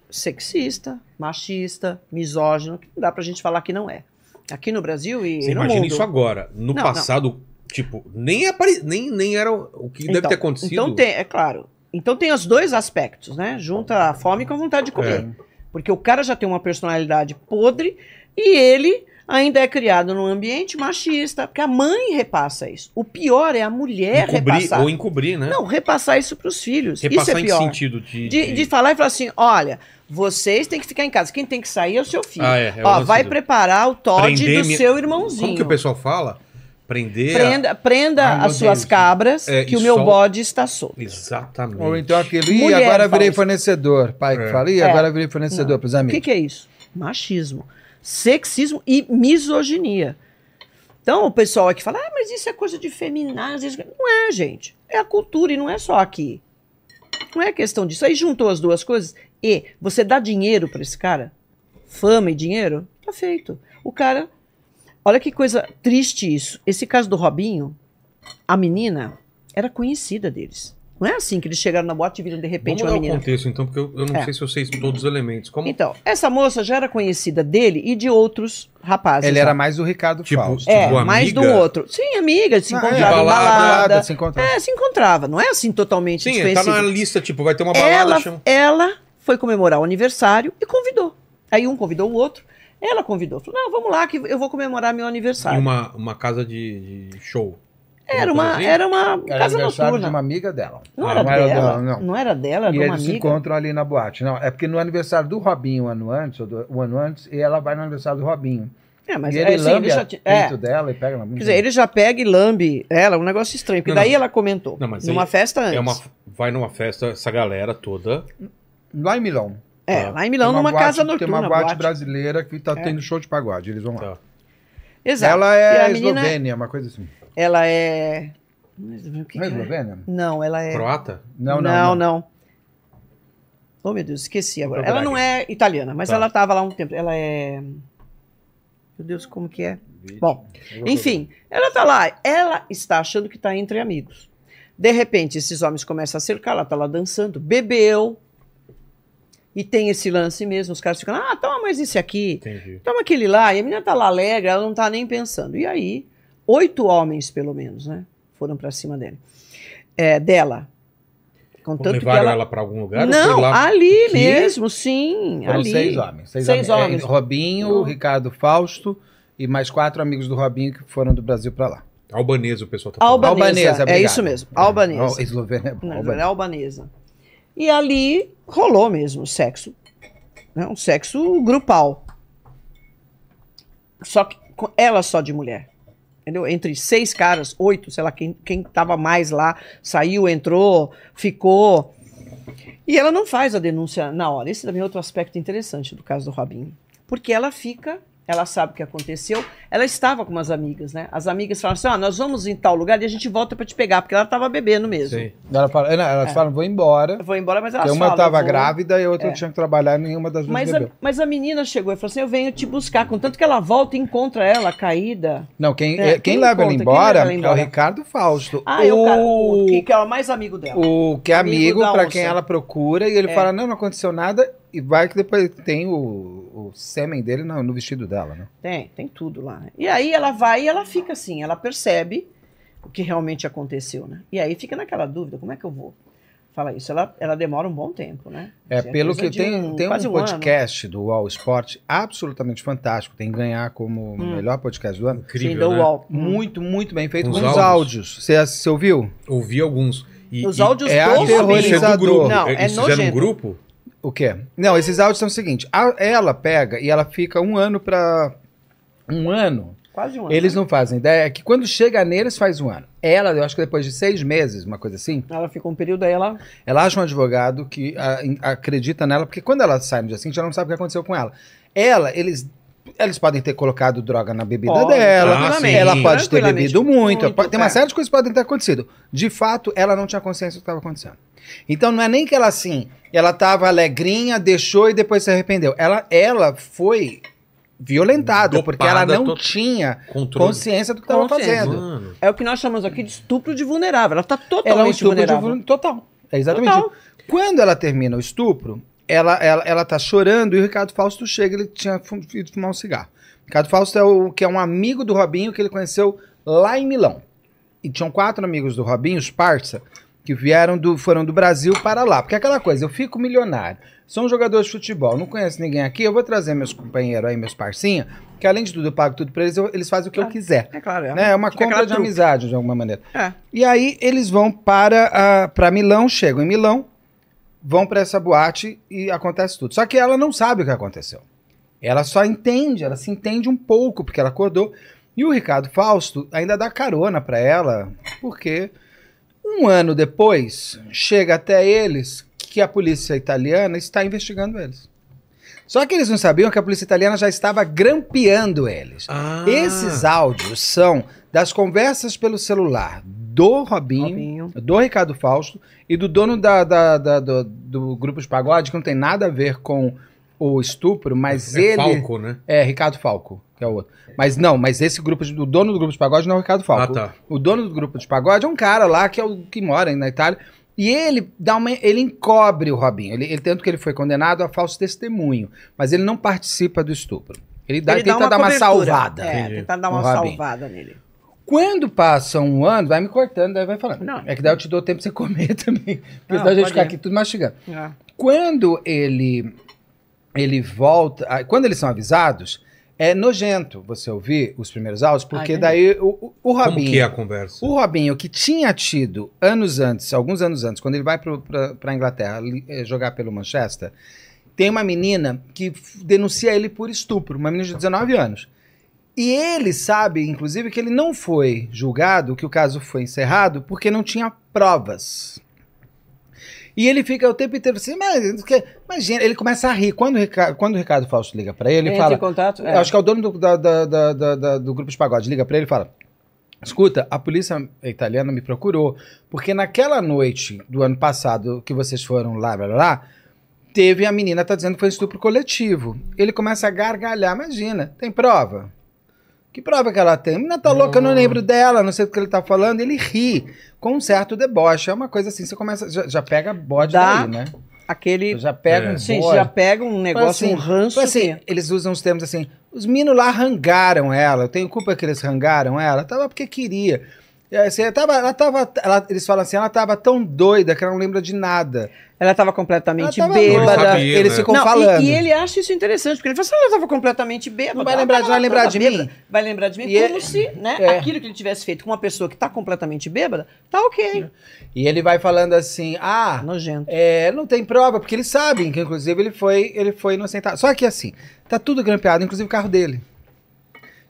S3: sexista, machista, misógino, que não dá pra gente falar que não é. Aqui no Brasil e
S1: Você
S3: no
S1: imagina
S3: mundo.
S1: isso agora. No
S3: Não, não.
S1: passado, tipo, nem, apare... nem, nem era o que deve ter acontecido.
S3: Então tem, é claro. Então tem os dois aspectos, né? Junta a fome com a vontade de comer. Porque o cara já tem uma personalidade podre e ele ainda é criado num ambiente machista, porque a mãe repassa isso. O pior é a mulher
S1: encobrir,
S3: repassar.
S1: ou encobrir, né?
S3: Não, repassar isso para os filhos.
S1: Repassar
S3: isso é
S1: em
S3: pior.
S1: que sentido de.
S3: De, de falar e falar assim: olha, vocês têm que ficar em casa. Quem tem que sair é o seu filho.
S1: Ah, é, é o
S3: Ó,
S1: lance
S3: vai
S1: do-
S3: preparar o Todd
S1: Prender
S3: do
S1: minha-
S3: seu irmãozinho.
S1: Como que o pessoal fala? Prender. a-
S3: Prenda, prenda
S4: Ai, meu
S3: as suas
S4: Deus.
S3: cabras,
S1: É,
S3: que
S1: e
S3: o meu
S1: sol-
S3: bode está solto.
S1: Exatamente.
S4: Ou então aquele, ih,
S3: Mulher
S4: agora
S3: fala
S4: virei
S3: isso.
S4: fornecedor. Pai que
S1: É.
S4: fala, ih,
S3: É.
S4: agora virei fornecedor pros
S3: O
S4: amigos.
S3: que, que é isso? Machismo, sexismo e misoginia. Então, o pessoal aqui fala, ah, mas isso é coisa de feminaz. isso- Não é, gente. É a cultura e não é só aqui. Não é questão disso. Aí juntou as duas coisas e você dá dinheiro pra esse cara, fama e dinheiro, tá feito. O cara. Olha que coisa triste isso. Esse caso do Robinho, a menina era conhecida deles. Não é assim que eles chegaram na boate e viram de repente
S1: Vamos dar
S3: uma
S1: o
S3: menina.
S1: contexto, então, porque eu, eu não
S3: É.
S1: sei se eu sei todos os elementos. Como,
S3: Então, essa moça já era conhecida dele e de outros rapazes.
S4: Ele
S3: lá.
S4: era mais o Ricardo
S1: Tipo,
S4: Fausto.
S3: é,
S1: tipo,
S3: mais de
S1: amiga?
S3: um outro. Sim, amiga, se
S4: Ah, é,
S3: encontrava em
S1: balada, assim.
S3: balada.
S4: se encontrava.
S3: É, se encontrava, não é assim totalmente
S1: Sim, é, tá
S3: desconhecido.
S1: na lista, tipo, vai ter uma balada.
S3: ela,
S1: chama-
S3: ela foi comemorar o aniversário e convidou. Aí um convidou o outro, ela convidou. Falou, não, vamos lá que eu vou comemorar meu
S1: Em
S3: aniversário.
S1: uma, uma casa de, de show.
S3: Era
S1: Alguma coisa
S3: uma,
S1: assim?
S3: era uma
S4: Era
S3: casa
S4: aniversário de
S3: noturna.
S4: uma amiga dela.
S3: Não,
S1: Ah,
S3: era
S4: não era
S3: dela,
S4: dela, não.
S3: não era dela, era
S4: E
S3: É, de uma
S4: eles se
S3: amiga.
S4: encontram ali na boate. Não, é porque no aniversário do Robinho, um ano antes, ou do, um ano antes, e ela vai no aniversário do Robinho.
S3: É, mas
S4: e
S3: é,
S4: ele
S3: assim,
S4: lambe
S3: ele já
S4: o
S3: ti-
S4: peito
S3: é.
S4: dela e pega na
S3: Quer
S4: mão.
S3: dizer, ele já pega e lambe ela, um negócio estranho. Porque
S1: Não,
S3: daí
S1: não.
S3: ela comentou,
S1: Não, mas
S3: numa
S1: aí
S3: festa antes.
S1: É uma, vai numa festa, essa galera toda.
S4: Lá em Milão.
S3: É,
S1: Tá.
S3: lá em Milão,
S4: Tem uma
S3: numa
S4: boate-
S3: casa
S4: Tem
S3: noturna.
S4: uma boate,
S3: boate.
S4: brasileira que tá
S3: É.
S4: tendo show de pagode. Eles vão lá.
S1: Tá.
S3: Exato.
S4: Ela
S3: E a
S4: é
S3: menina-
S4: eslovênia, uma coisa assim.
S3: Ela é. Mas o que
S4: não é
S3: que ela é?
S4: eslovênia?
S3: Não, ela é.
S1: Croata?
S4: Não, não.
S3: não. Oh, meu Deus, esqueci agora. Ela não é italiana, mas
S1: Tá.
S3: ela estava lá há um tempo. Ela é. Meu Deus, como que é? Bom, enfim, ela tá lá. Ela está achando que tá entre amigos. De repente, esses homens começam a cercar, ela tá lá dançando, bebeu. E tem esse lance mesmo, os caras ficam, ah, toma mais esse aqui.
S1: Entendi.
S3: Toma aquele lá, e a menina tá lá alegre, ela não tá nem pensando. E aí, oito homens, pelo menos, né? Foram pra cima dele. É, dela. Contanto que
S1: Levaram
S3: ela.
S1: ela pra algum lugar? ou
S3: não,
S1: foi lá?
S3: ali
S1: Que?
S3: mesmo, sim.
S4: Foram
S3: ali.
S4: seis homens. Seis,
S3: Seis
S4: homens.
S3: homens.
S4: É, Robinho,
S3: Não.
S4: Ricardo Fausto e mais quatro amigos do Robinho que foram do Brasil pra lá.
S1: Albanesa, o pessoal tá falando.
S3: Albanesa. é
S4: obrigado.
S3: isso mesmo. Albanesa.
S4: Não, eslovênia é bom,
S3: Não,
S4: albanesa.
S3: era albanesa. E ali rolou mesmo o sexo. Né? Um sexo grupal. Só que com ela só de mulher. Entendeu? Entre seis caras, oito, sei lá, quem, quem tava mais lá, saiu, entrou, ficou. E ela não faz a denúncia na hora. Esse também é outro aspecto interessante do caso do Robinho. Porque ela fica Ela sabe o que aconteceu. Ela estava com umas amigas, né? As amigas falaram assim: ó, nós vamos em tal lugar e a gente volta pra te pegar, porque ela tava bebendo mesmo.
S2: Sei.
S4: Ela fala, não,
S3: É.
S4: elas falam, vou embora.
S3: Eu vou embora, mas ela
S4: Porque uma
S3: fala,
S4: tava
S3: vou-
S4: grávida e a outra
S3: Tá É.
S4: tinha que trabalhar e nenhuma das duas
S3: Mas a,
S4: bebeu.
S3: mas a menina chegou e falou assim: eu venho te buscar. Contanto que ela volta e encontra ela caída.
S4: Não, quem,
S3: É,
S4: é, quem
S3: quem
S4: leva ela
S3: conta, quem
S4: embora
S3: leva ela
S4: é o
S3: embora?
S4: Ricardo Fausto.
S3: Ah, é o cara, o
S4: O-
S3: que, que é o mais amigo dela.
S4: O que é amigo,
S3: Amigo da
S4: pra
S3: onça.
S4: quem ela procura, e ele
S3: É.
S4: fala: não, não aconteceu nada, e vai que depois tem o, o sêmen dele no, no vestido dela, né?
S3: Tem, tem tudo lá. E aí ela vai e ela fica assim, ela percebe o que realmente aconteceu, né? E aí fica naquela dúvida, como é que eu vou? Fala isso, ela, ela demora um bom tempo, né?
S4: É,
S3: Assim,
S4: pelo
S3: coisa
S4: que
S3: de
S4: tem, tem
S3: quase
S4: um
S3: ano.
S4: podcast do All Sport absolutamente fantástico. Tem que ganhar como o
S3: Hum.
S4: melhor podcast do ano.
S3: Sim, do
S1: Incrível, né?
S3: UOL.
S4: Muito, muito bem feito.
S1: Os
S4: Uns
S1: áudios.
S4: áudios. Você, ass- você ouviu?
S1: Ouvi alguns. E,
S3: Os
S1: e-
S3: áudios
S4: é
S3: todos
S1: Isso é
S4: aterrorizador.
S1: do grupo.
S3: Não, é
S1: Eles fizeram um
S3: nojento.
S1: grupo?
S4: O quê? Não, esses áudios são o seguinte: a- ela pega e ela fica um ano pra. Um ano.
S3: Quase um ano.
S4: Eles
S3: né?
S4: não fazem ideia. É que quando chega neles, faz um ano. Ela, eu acho que depois de seis meses, uma coisa assim,
S3: Ela ficou um período aí, ela.
S4: ela acha um advogado que a- in- acredita nela, porque quando ela sai no dia seguinte, ela não sabe o que aconteceu com ela. Ela, eles. Eles podem ter colocado droga na bebida
S3: Pode,
S4: dela,
S1: tranquilamente.
S4: ela pode ter
S3: Tranquilamente.
S4: bebido muito,
S3: Muito,
S4: pode- tem uma
S3: é.
S4: série de coisas que podem ter acontecido. De fato, ela não tinha consciência do que estava acontecendo. Então não é nem que ela assim, ela estava alegrinha, deixou e depois se arrependeu. Ela, ela foi violentada,
S1: Dopada,
S4: porque ela não
S1: to-
S4: tinha
S1: Controle.
S4: consciência do que estava
S3: Consciência.
S4: fazendo.
S1: Mano,
S3: É o que nós chamamos aqui de estupro de vulnerável. Ela tá totalmente
S4: Ela é um estupro de
S3: vulnerável.
S4: vulnerável. Total. É exatamente
S3: Total.
S4: isso. Quando ela termina o estupro, ela, ela, ela tá chorando e o Ricardo Fausto chega ele tinha fu- ido fumar um cigarro. Ricardo Fausto é o que é um amigo do Robinho que ele conheceu lá em Milão. E tinham quatro amigos do Robinho, os parça, que vieram do, foram do Brasil para lá. Porque é aquela coisa, eu fico milionário, sou um jogador de futebol, não conheço ninguém aqui, eu vou trazer meus companheiros aí, meus parcinhos, que além de tudo eu pago tudo pra eles, eu- eles fazem o que eu quiser.
S3: É claro,
S4: né? É uma
S3: fica
S4: compra
S3: aquela
S4: de
S3: trupe.
S4: amizade, de alguma maneira.
S3: É.
S4: E aí eles vão para, a- para Milão, chegam em Milão, vão para essa boate e acontece tudo. Só que ela não sabe o que aconteceu. Ela só entende, ela se entende um pouco, porque ela acordou. E o Ricardo Fausto ainda dá carona para ela, porque um ano depois chega até eles que a polícia italiana está investigando eles. Só que eles não sabiam que a polícia italiana já estava grampeando eles.
S1: Ah,
S4: Esses áudios são das conversas pelo celular do Robinho,
S3: Robinho.
S4: do Ricardo Fausto e do dono da, da- da- do, do grupo de pagode, que não tem nada a ver com o estupro, mas
S1: é
S4: ele.
S1: palco, né?
S4: É, Ricardo Falco, que é o outro. Mas não, mas esse grupo, de- o dono do grupo de pagode não é o Ricardo Falco.
S1: Ah, tá.
S4: O dono do grupo de pagode é um cara lá que é o que mora aí na Itália. E ele dá uma, ele encobre o Robinho. Ele, ele- tanto que ele foi condenado a falso testemunho, mas ele não participa do estupro. Ele, dá,
S3: Ele
S4: tenta dar uma
S3: cobertura.
S4: salvada.
S3: É,
S1: Entendi.
S3: tentar dar uma
S4: No rabinho.
S3: salvada nele.
S4: Quando passa um ano, vai me cortando, daí vai falando.
S3: Não.
S4: É que daí eu te dou tempo pra você comer também. Porque
S3: Não,
S4: senão a gente
S3: pode
S4: fica
S3: ir.
S4: aqui tudo mastigando.
S3: É.
S4: Quando ele, ele volta. ah, Quando eles são avisados, é nojento você ouvir os primeiros áudios, porque
S3: Ah, é?
S4: daí o, o- o
S1: Como que é
S4: Robinho.
S1: a conversa?
S4: O Robinho, que tinha tido anos antes, alguns anos antes, quando ele vai pro- pra pra Inglaterra li- eh, jogar pelo Manchester, tem uma menina que f- denuncia ele por estupro, uma menina de 19 anos. E ele sabe, inclusive, que ele não foi julgado, que o caso foi encerrado, porque não tinha provas. E ele fica o tempo inteiro assim, mas, que- imagina, ele começa a rir. Quando o Ricardo, quando o Ricardo Fausto liga pra ele, ele
S3: Entra
S4: fala,
S3: em contato. é.
S4: eu Acho que é o dono do, da- da- da- da- da- do grupo de pagode. Liga pra ele e fala: Escuta, a polícia italiana me procurou, porque naquela noite do ano passado que vocês foram lá, blá blá blá, teve a menina tá dizendo que foi estupro coletivo. Ele começa a gargalhar, imagina, tem prova. Que prova que ela tem? A menina tá louca, eu não lembro dela, não sei do que ele tá falando. Ele ri com um certo deboche. É uma coisa assim, você começa, já, já pega bode
S3: Dá.
S4: daí, né?
S3: Aquele.
S4: Já pega
S1: É.
S4: um
S3: Sim,
S4: bode.
S3: já pega um negócio,
S4: assim,
S3: um ranço.
S4: Tipo assim,
S3: que-
S4: eles usam os termos assim, os meninos lá rangaram ela, eu tenho culpa que eles rangaram ela, tava porque queria. E aí, Assim, ela tava, ela tava- ela- eles falam assim, ela tava tão doida que ela não lembra de nada.
S3: Ela estava completamente
S4: ela tava
S3: bêbada.
S1: Não
S4: doida,
S1: sabia,
S4: eles
S1: né?
S4: ficam
S3: Não, e-
S4: falando.
S3: E, ele acha isso interessante, porque ele fala assim, ela estava completamente bêbada.
S4: Não vai
S3: ela
S4: lembrar de-
S3: tava
S4: vai lembrar
S3: toda
S4: de
S3: bêbada."
S4: mim?
S3: Vai lembrar de mim
S4: E
S3: como
S4: é-
S3: se né,
S4: é.
S3: aquilo que ele tivesse feito com uma pessoa que está completamente bêbada, tá ok.
S4: E ele vai falando assim, ah,
S3: Nojento.
S4: é, não tem prova, porque eles sabem que inclusive ele foi, ele foi inocentado. Só que assim, tá tudo grampeado, inclusive o carro dele.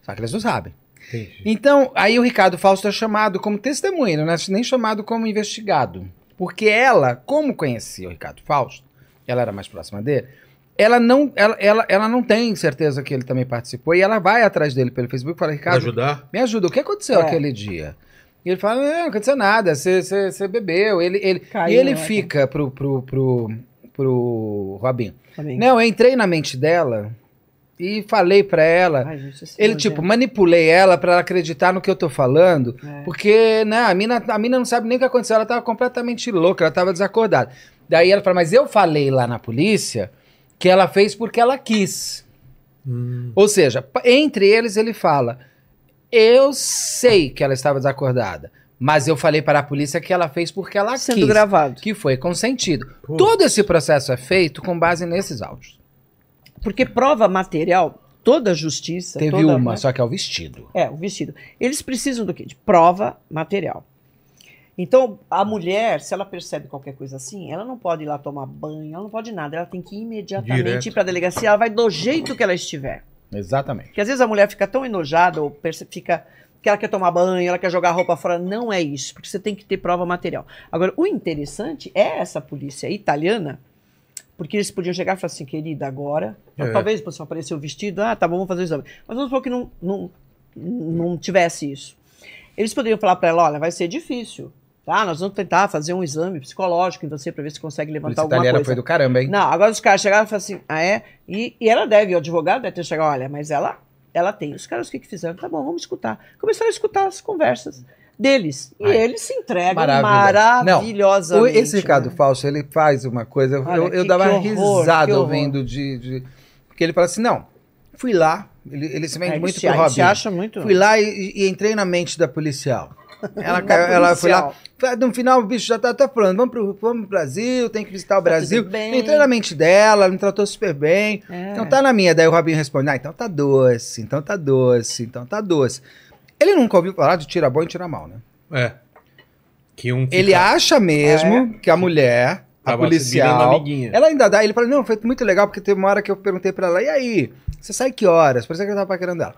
S4: Só que eles não sabem.
S1: Entendi.
S4: Então, aí o Ricardo Fausto é chamado como testemunha, não é nem chamado como investigado. Porque ela, como conhecia o Ricardo Fausto, ela era mais próxima dele, ela não, ela, ela, ela não tem certeza que ele também participou. E ela vai atrás dele pelo Facebook e fala,
S1: Pra
S4: Ricardo,
S1: ajudar?
S4: me ajuda, o que aconteceu
S3: É.
S4: aquele dia? E ele fala, não, não aconteceu nada, você- você você bebeu. Ele, ele,
S3: Caiu,
S4: e ele
S3: né?
S4: fica pro, pro, pro, pro Robinho.
S3: Também.
S4: Não, eu entrei na mente dela e falei pra ela.
S3: Ai, gente, esse
S4: Ele,
S3: nojento.
S4: tipo, manipulei ela pra ela acreditar no que eu tô falando.
S3: É.
S4: Porque, né, a mina, a mina não sabe nem o que aconteceu. Ela tava completamente louca, ela tava desacordada. Daí ela fala, mas eu falei lá na polícia que ela fez porque ela quis.
S3: Hum.
S4: Ou seja, pa- entre eles ele fala, eu sei que ela estava desacordada, mas eu falei para a polícia que ela fez porque ela
S3: Tá sendo
S4: quis.
S3: gravado.
S4: Que foi consentido.
S1: Pô.
S4: Todo esse processo é feito com base nesses áudios.
S3: Porque prova material, toda a justiça.
S4: Teve
S3: toda,
S4: uma,
S3: né?
S4: só que é o vestido.
S3: É, o vestido. Eles precisam do quê? De prova material. Então, a mulher, se ela percebe qualquer coisa assim, ela não pode ir lá tomar banho, ela não pode nada. Ela tem que imediatamente
S1: Direto.
S3: ir para a delegacia, ela vai do jeito que ela estiver.
S4: Exatamente.
S3: Porque às vezes a mulher fica tão enojada ou perce- fica que ela quer tomar banho, ela quer jogar a roupa fora. Não é isso, porque você tem que ter prova material. Agora, o interessante é essa polícia italiana, porque eles podiam chegar e falar assim, querida, agora.
S1: É.
S3: Talvez possa aparecer o vestido, ah, tá bom, vamos fazer o exame. Mas vamos supor que não, não, não tivesse isso. Eles poderiam falar para ela: olha, vai ser difícil. Tá, nós vamos tentar fazer um exame psicológico em você para ver se consegue
S4: A
S3: levantar
S4: polícia
S3: alguma
S4: italiana
S3: coisa.
S4: foi do caramba, hein?
S3: Não, agora os caras chegaram e falaram assim, ah é? E, e ela deve, o advogado deve ter chegado, olha, mas ela, ela tem. Os caras o que, que fizeram? Tá bom, vamos escutar. Começaram a escutar as conversas deles. E
S4: Ai.
S3: eles se entregam
S4: Maravilha. Não, O-
S3: maravilhosamente.
S4: esse Ricardo
S3: né?
S4: Falso, ele faz uma coisa. eu-
S3: Olha,
S4: eu eu
S3: que-
S4: dava
S3: que horror, que
S4: risada
S3: horror.
S4: ouvindo de, de- Porque ele fala assim: não, fui lá. Ele, ele se vende
S3: É,
S4: muito
S3: ele se-
S4: pro
S3: ele se
S4: Robin.
S3: acha muito.
S4: Fui lá e, e entrei na mente da policial. Ela,
S3: Da
S4: caiu- ela foi lá.
S3: policial.
S4: fa- No final, o bicho já tá, tá falando: vamos pro, vamos pro Brasil, tem que visitar o
S3: Tá
S4: Brasil.
S3: tudo bem.
S4: Entrei na mente dela, ela me tratou super bem.
S3: É.
S4: Então tá na minha. Daí o Robinho responde: Ah, então tá doce, então tá doce, então tá doce. Ele nunca ouviu falar de tira bom e tira mal, né?
S1: É. Que um
S4: Ele
S1: fica-
S4: acha mesmo que a mulher, a
S1: Tava se virando
S4: policial.
S1: amiguinha.
S4: Ela ainda dá, ele fala, não, foi muito legal, porque teve uma hora que eu perguntei pra ela, e aí, você sai que horas? Por isso que eu tava paquerando ela.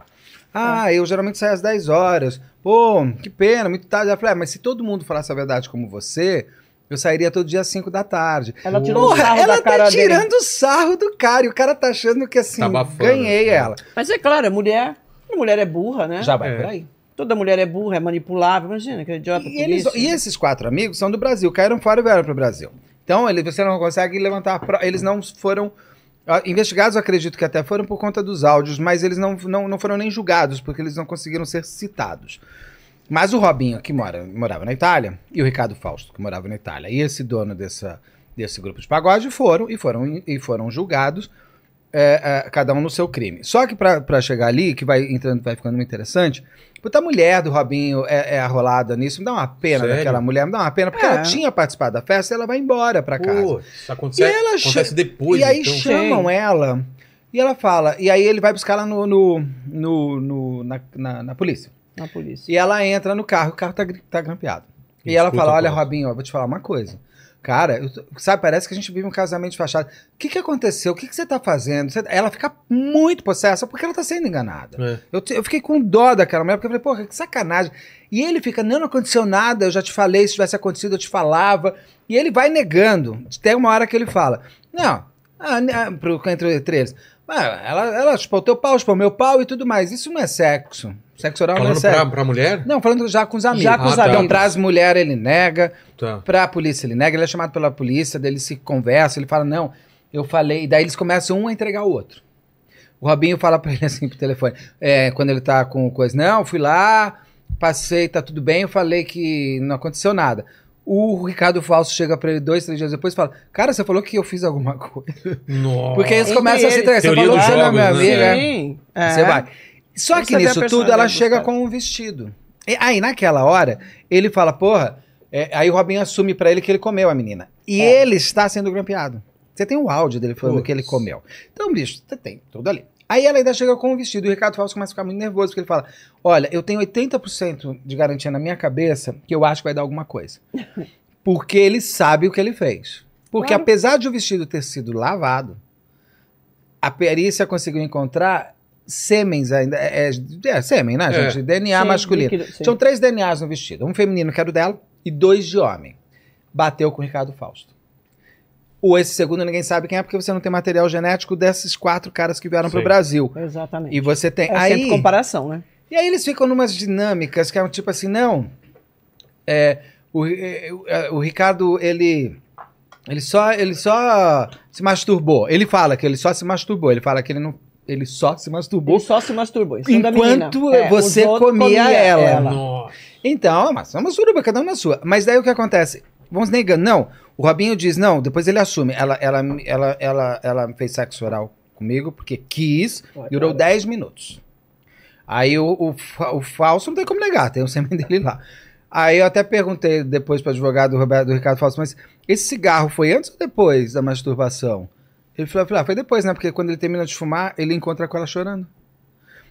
S4: Ah, eu geralmente saio às 10 horas. Pô, que pena, muito tarde. Ela falou, é, mas se todo mundo falasse a verdade como você, eu sairia todo dia às 5 da tarde.
S3: Ela tirou o
S4: Porra,
S3: sarro
S4: ela
S3: da
S4: tá
S3: cara dele.
S4: tirando o sarro do cara, e o cara tá achando que assim,
S1: Tá abafando,
S4: ganhei
S1: né?
S4: ela.
S3: Mas é claro, a mulher, a mulher é burra, né?
S4: Já vai
S1: É.
S4: por aí.
S3: Toda mulher é burra, é manipulável. Imagina, que é idiota né?
S4: E,
S3: por
S4: eles-
S3: isso.
S4: e esses quatro amigos são do Brasil, caíram fora e vieram para o Brasil. Então, ele, você não consegue levantar. pro- Eles não foram. ah, Investigados, eu acredito que até foram por conta dos áudios, mas eles não, não, não foram nem julgados, porque eles não conseguiram ser citados. Mas o Robinho, que mora, morava na Itália, e o Ricardo Fausto, que morava na Itália, e esse dono dessa, desse grupo de pagode foram e foram, e foram julgados, é, é, cada um no seu crime. Só que para chegar ali, que vai entrando, vai ficando muito interessante, puta a mulher do Robinho é, é arrolada nisso, me dá uma pena
S1: Sério?
S4: daquela mulher, me dá uma pena, porque
S3: É.
S4: ela tinha participado da festa e ela vai embora pra casa.
S1: Pô, isso acontece,
S4: E ela
S1: acontece
S4: che-
S1: depois.
S4: e aí
S1: então.
S4: chamam ela e ela fala, e aí ele vai buscar ela no, no, no- no- na- na- na polícia.
S3: Na polícia.
S4: E ela entra no carro, o carro tá, gri- tá grampeado. E,
S1: Escuta
S4: ela fala:
S1: a
S4: Olha,
S1: coisa."
S4: Robinho, ó, vou te falar uma coisa. Cara, eu tô- sabe, parece que a gente vive um casamento de fachada. O que, que aconteceu? O que, que você tá fazendo? Você- Ela fica muito possessa porque ela tá sendo enganada.
S1: É.
S4: Eu, te- eu fiquei com dó daquela mulher, porque eu falei, porra, que sacanagem. E ele fica, não, não aconteceu nada, eu já te falei, se tivesse acontecido, eu te falava. E ele vai negando. Tem uma hora que ele fala, não, ah, ne- ah, pro, entre, entre eles, ah, ela, ela chupou teu pau, chupou meu pau e tudo mais. Isso não é sexo. Sexo oral não é
S1: Tá Falando
S4: sexo.
S1: pra, pra mulher?
S4: Não, falando já com os amigos.
S3: Já com
S1: os
S4: então,
S1: amigos.
S4: pra as mulheres ele nega,
S1: Tá.
S4: pra polícia ele nega, ele é chamado pela polícia, daí ele se conversa, ele fala, não, eu falei, daí eles começam um a entregar o outro. O Robinho fala pra ele assim pro telefone, é, quando ele tá com coisa, não, fui lá, passei, tá tudo bem, eu falei que não aconteceu nada. O Ricardo Falso chega pra ele dois, três dias depois e fala, cara, você falou que eu fiz alguma coisa.
S1: Nossa.
S4: Porque é eles
S3: Entre
S4: começam a
S3: eles.
S4: se entregar, você
S1: Teoria
S4: falou que
S1: dos
S4: você não é minha
S1: jogos, né?
S4: amiga.
S3: Sim. é.
S4: Você vai. Só
S3: Tem que
S4: que
S3: saber a
S4: nisso tudo
S3: personalidade
S4: ela
S3: dos
S4: chega
S3: caras.
S4: com um vestido. E aí, naquela hora, ele fala, porra. é, aí o Robinho assume pra ele que ele comeu a menina. E
S3: É.
S4: ele está sendo grampeado. Você tem o áudio dele falando
S1: Putz.
S4: que ele comeu. Então, bicho, você tem tudo ali. Aí ela ainda chega com um vestido. E o Ricardo Falso começa a ficar muito nervoso, porque ele fala: Olha, eu tenho 80% de garantia na minha cabeça que eu acho que vai dar alguma coisa. Porque ele sabe o que ele fez. Porque
S3: Claro.
S4: apesar de o vestido ter sido lavado, a perícia conseguiu encontrar semens ainda. É, é- é sêmen, né,
S1: É.
S4: gente? DNA
S3: Sim,
S4: masculino.
S3: líquido, sim.
S4: Tinham três DNAs no vestido: um feminino, que era o dela, e dois de homem. Bateu com o Ricardo Fausto. O esse segundo ninguém sabe quem é porque você não tem material genético desses quatro caras que vieram pro
S2: Sim.
S4: Brasil.
S3: Exatamente.
S4: E você tem.
S3: é sempre
S4: aí,
S3: comparação, né?
S4: e aí eles ficam numas dinâmicas que é um tipo assim, não. é, o, é, o- é, o Ricardo, ele. Ele só, ele só se masturbou. Ele fala que ele só se masturbou. Ele fala que ele não. Ele só se masturbou.
S3: Ele só se masturbou. em cima da menina.
S4: Enquanto
S3: É,
S4: você
S3: os outros
S4: comia, ela.
S1: Nossa.
S4: Então, mas é uma suruba, cada um na sua. Mas daí o que acontece? Vamos negando. Não, o Robinho diz, não, depois ele assume. Ela, ela, ela, ela, ela fez sexo oral comigo porque quis, durou 10 minutos. Aí o, o, fa- o falso não tem como negar, tem o sêmen dele lá. Aí eu até perguntei depois pro advogado Roberto, do Ricardo Falso, mas esse cigarro foi antes ou depois da masturbação? Ele falou, eu falei, ah, foi depois, né? Porque quando ele termina de fumar, ele encontra com ela chorando.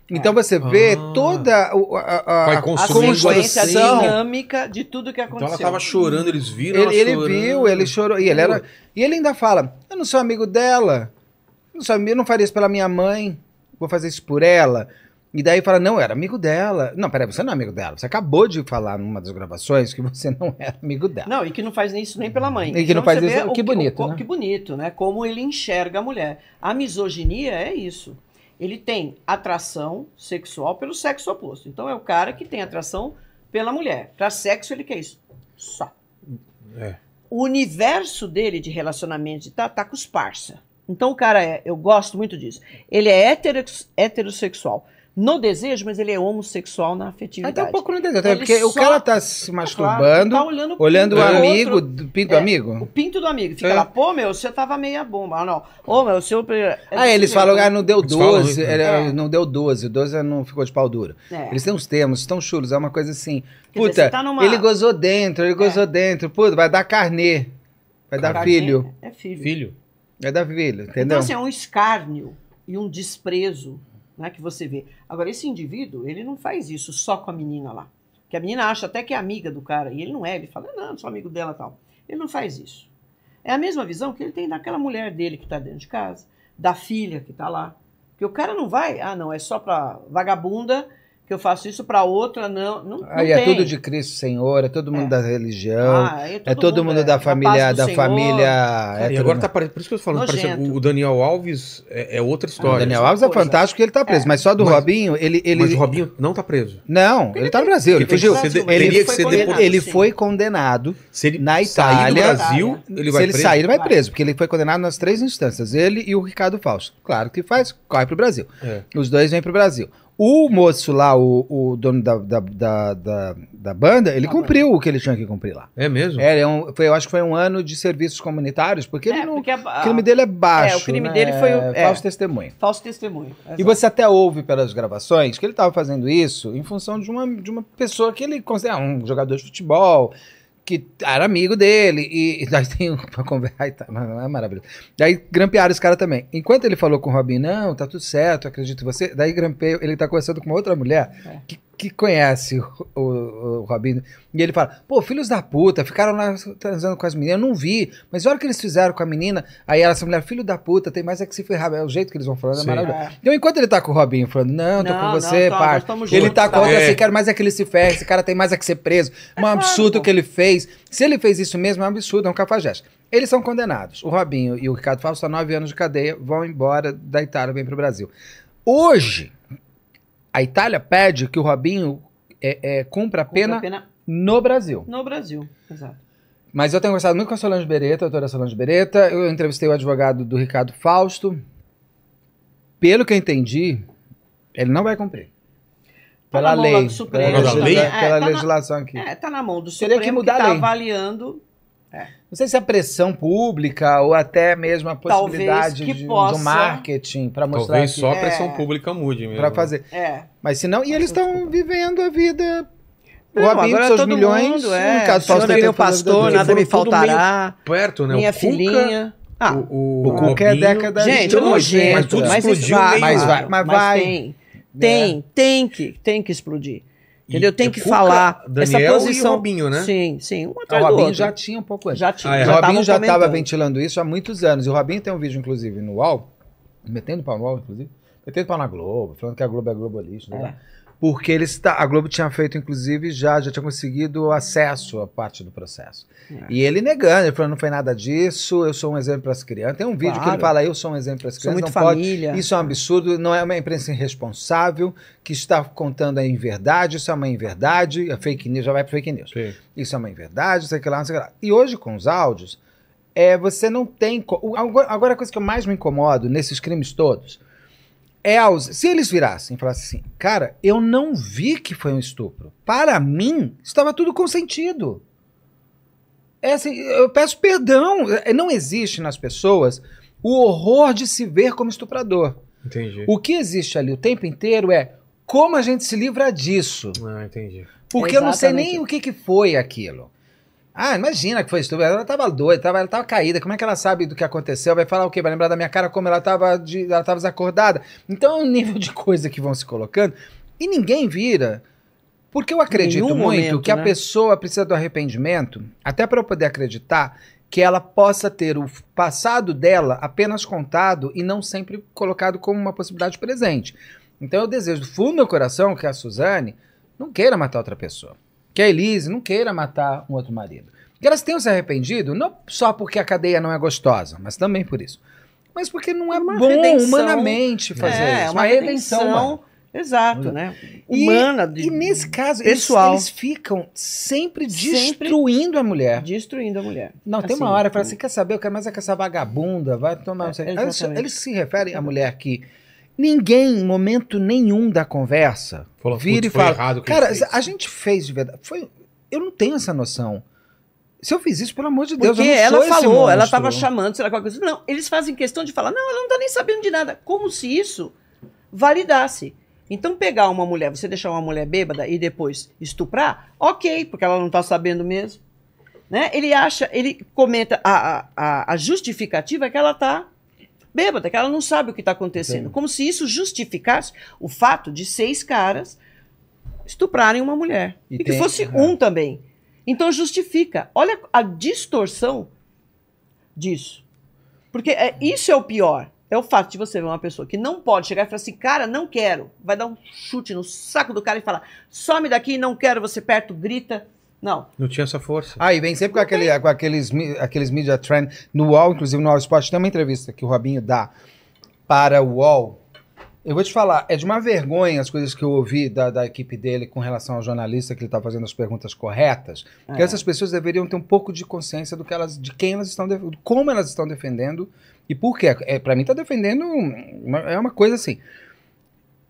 S4: Então você vê
S1: Ah.
S4: toda o- a, a-
S1: Vai
S4: a
S3: A
S1: consumindo
S3: consequência
S1: assim.
S3: dinâmica de tudo que
S1: Então
S3: aconteceu.
S1: ela tava chorando, eles viram
S4: Ele,
S1: ela
S4: ele
S1: chorando.
S3: né?
S4: viu, ele chorou. E ele, era, e ele ainda fala: Eu não sou amigo dela. Eu não, sou, ami- eu não faria isso pela minha mãe. Vou fazer isso por ela. E daí fala: Não, eu era amigo dela. Não, peraí, você não é amigo dela. Você acabou de falar numa das gravações que você não era amigo dela.
S3: Não, e que não faz nem isso nem pela mãe.
S4: Tá. E que não
S3: Então
S4: faz
S3: você
S4: isso-
S3: vê
S4: que
S3: o-
S4: bonito,
S3: o-
S4: né?
S3: Que bonito, né? Como ele enxerga a mulher. A misoginia é isso. Ele tem atração sexual pelo sexo oposto. Então é o cara que tem atração pela mulher. Para sexo ele quer isso. Só.
S1: É.
S3: O universo dele de relacionamento tá, tá com os parça. Então o cara é, eu gosto muito disso. Ele é hetero- heterossexual no desejo, mas ele é homossexual na afetividade.
S4: Até um pouco não entendeu. até
S3: É Ele
S4: Porque o
S3: só-
S4: cara tá se
S3: Claro,
S4: masturbando,
S3: tá olhando,
S4: olhando o
S3: pro outro,
S4: amigo, do pinto
S3: É. O
S4: amigo.
S3: pinto do amigo. Fica
S4: É.
S3: lá, pô, meu, você tava meia bomba. Ah, não. Ô, meu, seu. É
S4: Ah, eles
S3: desse
S4: falam, ah,
S3: jeito.
S4: não deu
S1: Eles falam
S4: 12,
S1: isso,
S4: ele-
S3: né?
S4: não deu 12, 12 não ficou de pau duro.
S3: É.
S4: Eles têm uns termos tão chulos, é uma coisa assim.
S3: Quer dizer,
S4: Puta,
S3: você tá numa-
S4: ele gozou dentro, ele
S3: É.
S4: gozou dentro. Puta, vai dar carnê. Vai dar
S3: Pra
S4: filho.
S3: quem É filho.
S1: Filho.
S4: Vai dar filho, entendeu?
S3: Então, assim, é um escárnio e um desprezo né, que você vê. Agora, esse indivíduo, ele não faz isso só com a menina lá. Que a menina acha até que é amiga do cara. E ele não é. Ele fala, não, sou amigo dela e tal. Ele não faz isso. É a mesma visão que ele tem daquela mulher dele que tá dentro de casa, da filha que tá lá. Porque o cara não vai, ah, não, é só pra vagabunda que eu faço isso pra outra, não. não, não
S4: Aí é
S3: tem.
S4: tudo de Cristo Senhor, é todo mundo
S3: É.
S4: da religião,
S3: Ah, aí
S4: é todo mundo
S3: é
S4: da
S3: na
S4: família,
S3: paz do
S4: da
S3: Senhor.
S4: família.
S1: Cara,
S4: é
S1: e
S4: todo
S1: agora
S4: mundo.
S1: tá parecendo. Por isso que eu tô falando, parece
S3: Nojento.
S1: o Daniel Alves é, é outra
S4: O
S1: história.
S4: Daniel
S3: Olha,
S4: Alves é
S3: coisa.
S4: fantástico ele tá preso, mas só do
S1: Mas-
S4: Robinho, ele. ele...
S1: Mas o Robinho não tá preso.
S4: Não, ele, tá no Brasil, ele
S1: Ele tem que
S4: fugiu.
S1: ser de-
S4: Ele,
S1: teria que
S4: foi
S1: ser
S4: condenado,
S3: deportado,
S4: ele
S3: sim.
S4: foi condenado.
S1: Se ele sair
S4: Na
S1: do
S4: Itália-
S1: Brasil, ele vai
S4: Se ele
S1: preso.
S4: sair, ele vai
S3: Vai.
S4: preso, porque ele foi condenado nas três instâncias, ele e o Ricardo Fausto. Claro que faz, corre pro Brasil.
S1: É.
S4: Os dois vêm pro Brasil. O moço lá, o, o dono da, da, da, da, da banda, ele
S3: Da
S4: cumpriu o que ele tinha que cumprir lá.
S1: É mesmo?
S4: É, é um- foi, eu acho que foi um ano de serviços comunitários, porque ele
S3: É,
S4: não,
S3: porque a-
S4: o crime dele é baixo.
S3: é, o crime
S4: né?
S3: dele foi o- é.
S4: falso testemunho.
S3: Falso testemunho.
S4: E você até ouve pelas gravações que ele estava fazendo isso em função de uma, de uma pessoa que ele considera um jogador de futebol, que era amigo dele, e, e daí tem uma conversa. Ai, tá, não, não, é maravilhoso. Daí grampearam esse cara também. Enquanto ele falou com o Robin, não, tá tudo certo, eu acredito em você. Daí grampeio, ele tá conversando com uma outra mulher
S3: É.
S4: que, que conhece o, o, o Robin. E ele fala: pô, filhos da puta, ficaram lá transando com as meninas, eu não vi, mas olha o que eles fizeram com a menina. Aí ela, essa mulher, filho da puta, tem mais é que se ferrar. É o jeito que eles vão falando, é
S1: Sim.
S4: maravilhoso. Então, enquanto ele tá com o Robinho falando, não, tô
S3: Não,
S4: com
S3: não,
S4: você,
S3: tô,
S4: par.
S3: nós tamo
S4: Ele
S3: junto,
S4: tá
S3: tá.
S4: contra,
S1: É.
S4: esse cara mais é que ele se ferra, esse cara tem mais é que ser preso. Um absurdo que ele fez. Se ele fez isso mesmo, é um absurdo, é um cafajeste. Eles são condenados. O Robinho e o Ricardo Fausto a nove anos de cadeia, vão embora da Itália, vêm pro Brasil. Hoje, a Itália pede que o Robinho é, é, cumpra a
S3: Cumpre a
S4: pena no Brasil.
S3: no Brasil. Exato.
S4: Mas eu tenho conversado muito com a Solange Beretta, a doutora Solange Beretta. Eu entrevistei o advogado do Ricardo Fausto. Pelo que eu entendi, ele não vai cumprir.
S3: Tá
S4: Pela
S3: na mão lá
S4: lei.
S3: do Supremo
S4: pela
S1: também.
S4: legisla-
S1: É,
S3: tá
S4: pela
S3: na-
S4: legislação aqui.
S3: É, tá na mão do
S4: Teria
S3: Supremo
S4: que
S3: que,
S4: mudar a
S3: tá
S4: lei.
S3: avaliando,
S4: Não sei se a pressão pública ou até mesmo a
S3: Talvez
S4: possibilidade
S3: que
S4: de,
S3: possa.
S4: do marketing para mostrar
S1: Talvez só a
S3: É.
S1: pressão pública mude mesmo.
S4: para fazer.
S3: é.
S4: Mas se não, e eles estão vivendo a vida. O
S3: Não,
S4: Robinho com
S3: agora
S4: seus
S3: todo
S4: milhões,
S3: mundo, é.
S4: o Ricardo
S3: O
S4: Fausto
S3: senhor é
S4: tentando
S3: meu
S4: fazer a
S3: pastor,
S4: vida
S3: nada
S4: dele.
S3: me
S1: Foram tudo
S3: faltará,
S1: Perto, né?
S3: minha
S1: o Cuca,
S3: filhinha. Ah,
S1: o, o,
S4: O Cuca é
S1: Robinho.
S4: década
S3: gente,
S4: de
S3: é
S1: Mas
S3: nojento, mas,
S1: tudo explodiu
S3: vai,
S1: meio-
S4: Mas vai, mas
S3: mas
S4: vai.
S3: tem, tem, tem que, tem que explodir. Entendeu? Tem
S1: o
S3: que
S1: Cuca,
S3: falar essa
S1: Daniel
S3: posição.
S1: E o Robinho, né?
S3: Sim, sim, um
S4: O
S3: atrás do
S4: Robinho
S3: outro.
S4: já tinha um pouco antes.
S3: já tinha,
S1: Ah, é.
S4: O Robinho já
S3: estavam
S4: estava
S3: comentando.
S4: ventilando isso há muitos anos. E o Robinho tem um vídeo, inclusive, no UOL, metendo pau no UOL, inclusive, metendo pau na Globo, falando que a Globo é globalista. né? porque eles ta- a Globo tinha feito, inclusive, já, já tinha conseguido acesso à parte do processo.
S3: É.
S4: E ele negando, ele falando, não foi nada disso, eu sou um exemplo para as crianças. Tem um vídeo que
S3: Claro.
S4: ele fala, eu sou um exemplo para as
S3: Sou
S4: crianças,
S3: muito
S4: não pode
S3: família.
S4: isso é um absurdo, não é uma imprensa irresponsável, que está contando a inverdade, isso é uma inverdade, a fake news já vai para fake news. Isso é uma inverdade, sei que lá, não sei que lá. E hoje com os áudios, é, você não tem. co- o- Agora agora a coisa que eu mais me incomodo nesses crimes todos é aos. Se eles virassem e falassem assim, cara, eu não vi que foi um estupro. Para mim, estava tudo consentido. É assim, eu peço perdão. É, Não existe nas pessoas o horror de se ver como estuprador.
S1: Entendi.
S4: O que existe ali o tempo inteiro é como a gente se livra disso.
S1: Ah, entendi.
S4: Porque eu não sei
S3: Exatamente.
S4: nem o que, que foi aquilo. Ah, imagina que foi estupro. Ela tava doida, tava, ela tava caída. Como é que ela sabe do que aconteceu? Vai falar o quê? Vai lembrar da minha cara como ela tava, de- ela tava desacordada. Então é um nível de coisa que vão se colocando. E ninguém vira. Porque eu acredito
S3: Nenhum
S4: muito
S3: momento,
S4: que a
S3: né?
S4: pessoa precisa do arrependimento, até para eu poder acreditar que ela possa ter o passado dela apenas contado e não sempre colocado como uma possibilidade presente. Então eu desejo do fundo do meu coração que a Suzane não queira matar outra pessoa. Que a Elise não queira matar um outro marido. Que elas tenham se arrependido não só porque a cadeia não é gostosa, mas também por isso. Mas porque não é
S3: Uma
S4: bom
S3: redenção.
S4: humanamente fazer
S3: é,
S4: isso.
S3: uma redenção.
S4: humana.
S3: Exato, né?
S4: E-
S3: Humana, de-
S4: E nesse caso, eles,
S3: Pessoal.
S4: eles ficam sempre
S3: Sempre.
S4: destruindo a mulher.
S3: destruindo a mulher.
S4: Não, tem uma
S3: Assim,
S4: hora, fala assim, quer saber, eu quero mais é que essa vagabunda, vai tomar... não sei o quê. Eles,
S3: Exatamente.
S4: eles se referem à mulher que ninguém, em momento nenhum da conversa,
S1: Fala,
S4: vira e
S1: putz, foi
S4: fala,
S1: errado o que
S4: cara,
S1: ele fez.
S4: a gente fez de verdade. Foi, eu não tenho essa noção. Se eu fiz isso, pelo amor de Deus,
S3: Porque
S4: eu não sou
S3: ela
S4: esse
S3: falou, ela
S4: monstro.
S3: estava chamando, sei lá, qualquer coisa. Não, eles fazem questão de falar, não, ela não tá nem sabendo de nada. Como se isso validasse. Então, pegar uma mulher, você deixar uma mulher bêbada e depois estuprar, ok, porque ela não tá sabendo mesmo. Né? Ele acha, ele comenta, a, a- a, a justificativa é que ela tá bêbada, que ela não sabe o que está acontecendo. Como se isso justificasse o fato de seis caras estuprarem uma mulher.
S4: E
S3: E,
S4: tem-
S3: que fosse
S4: é.
S3: um também. Então justifica. Olha a distorção disso. Porque é, isso é o pior. É o fato de você ver uma pessoa que não pode chegar e falar assim, cara, não quero. Vai dar um chute no saco do cara e falar, some daqui, não quero você perto, grita. Não.
S1: Não tinha essa força.
S4: Aí Ah, vem sempre com, aquele, com aqueles, mi- aqueles media trend. No UOL, inclusive no UOL Esporte, tem uma entrevista que o Robinho dá para o UOL. Eu vou te falar, é de uma vergonha as coisas que eu ouvi da, da equipe dele com relação ao jornalista, que ele está fazendo as perguntas corretas. Porque
S3: É.
S4: essas pessoas deveriam ter um pouco de consciência do que elas, de quem elas estão, def- como elas estão defendendo e por quê. É, para mim, tá defendendo. uma- é uma coisa assim.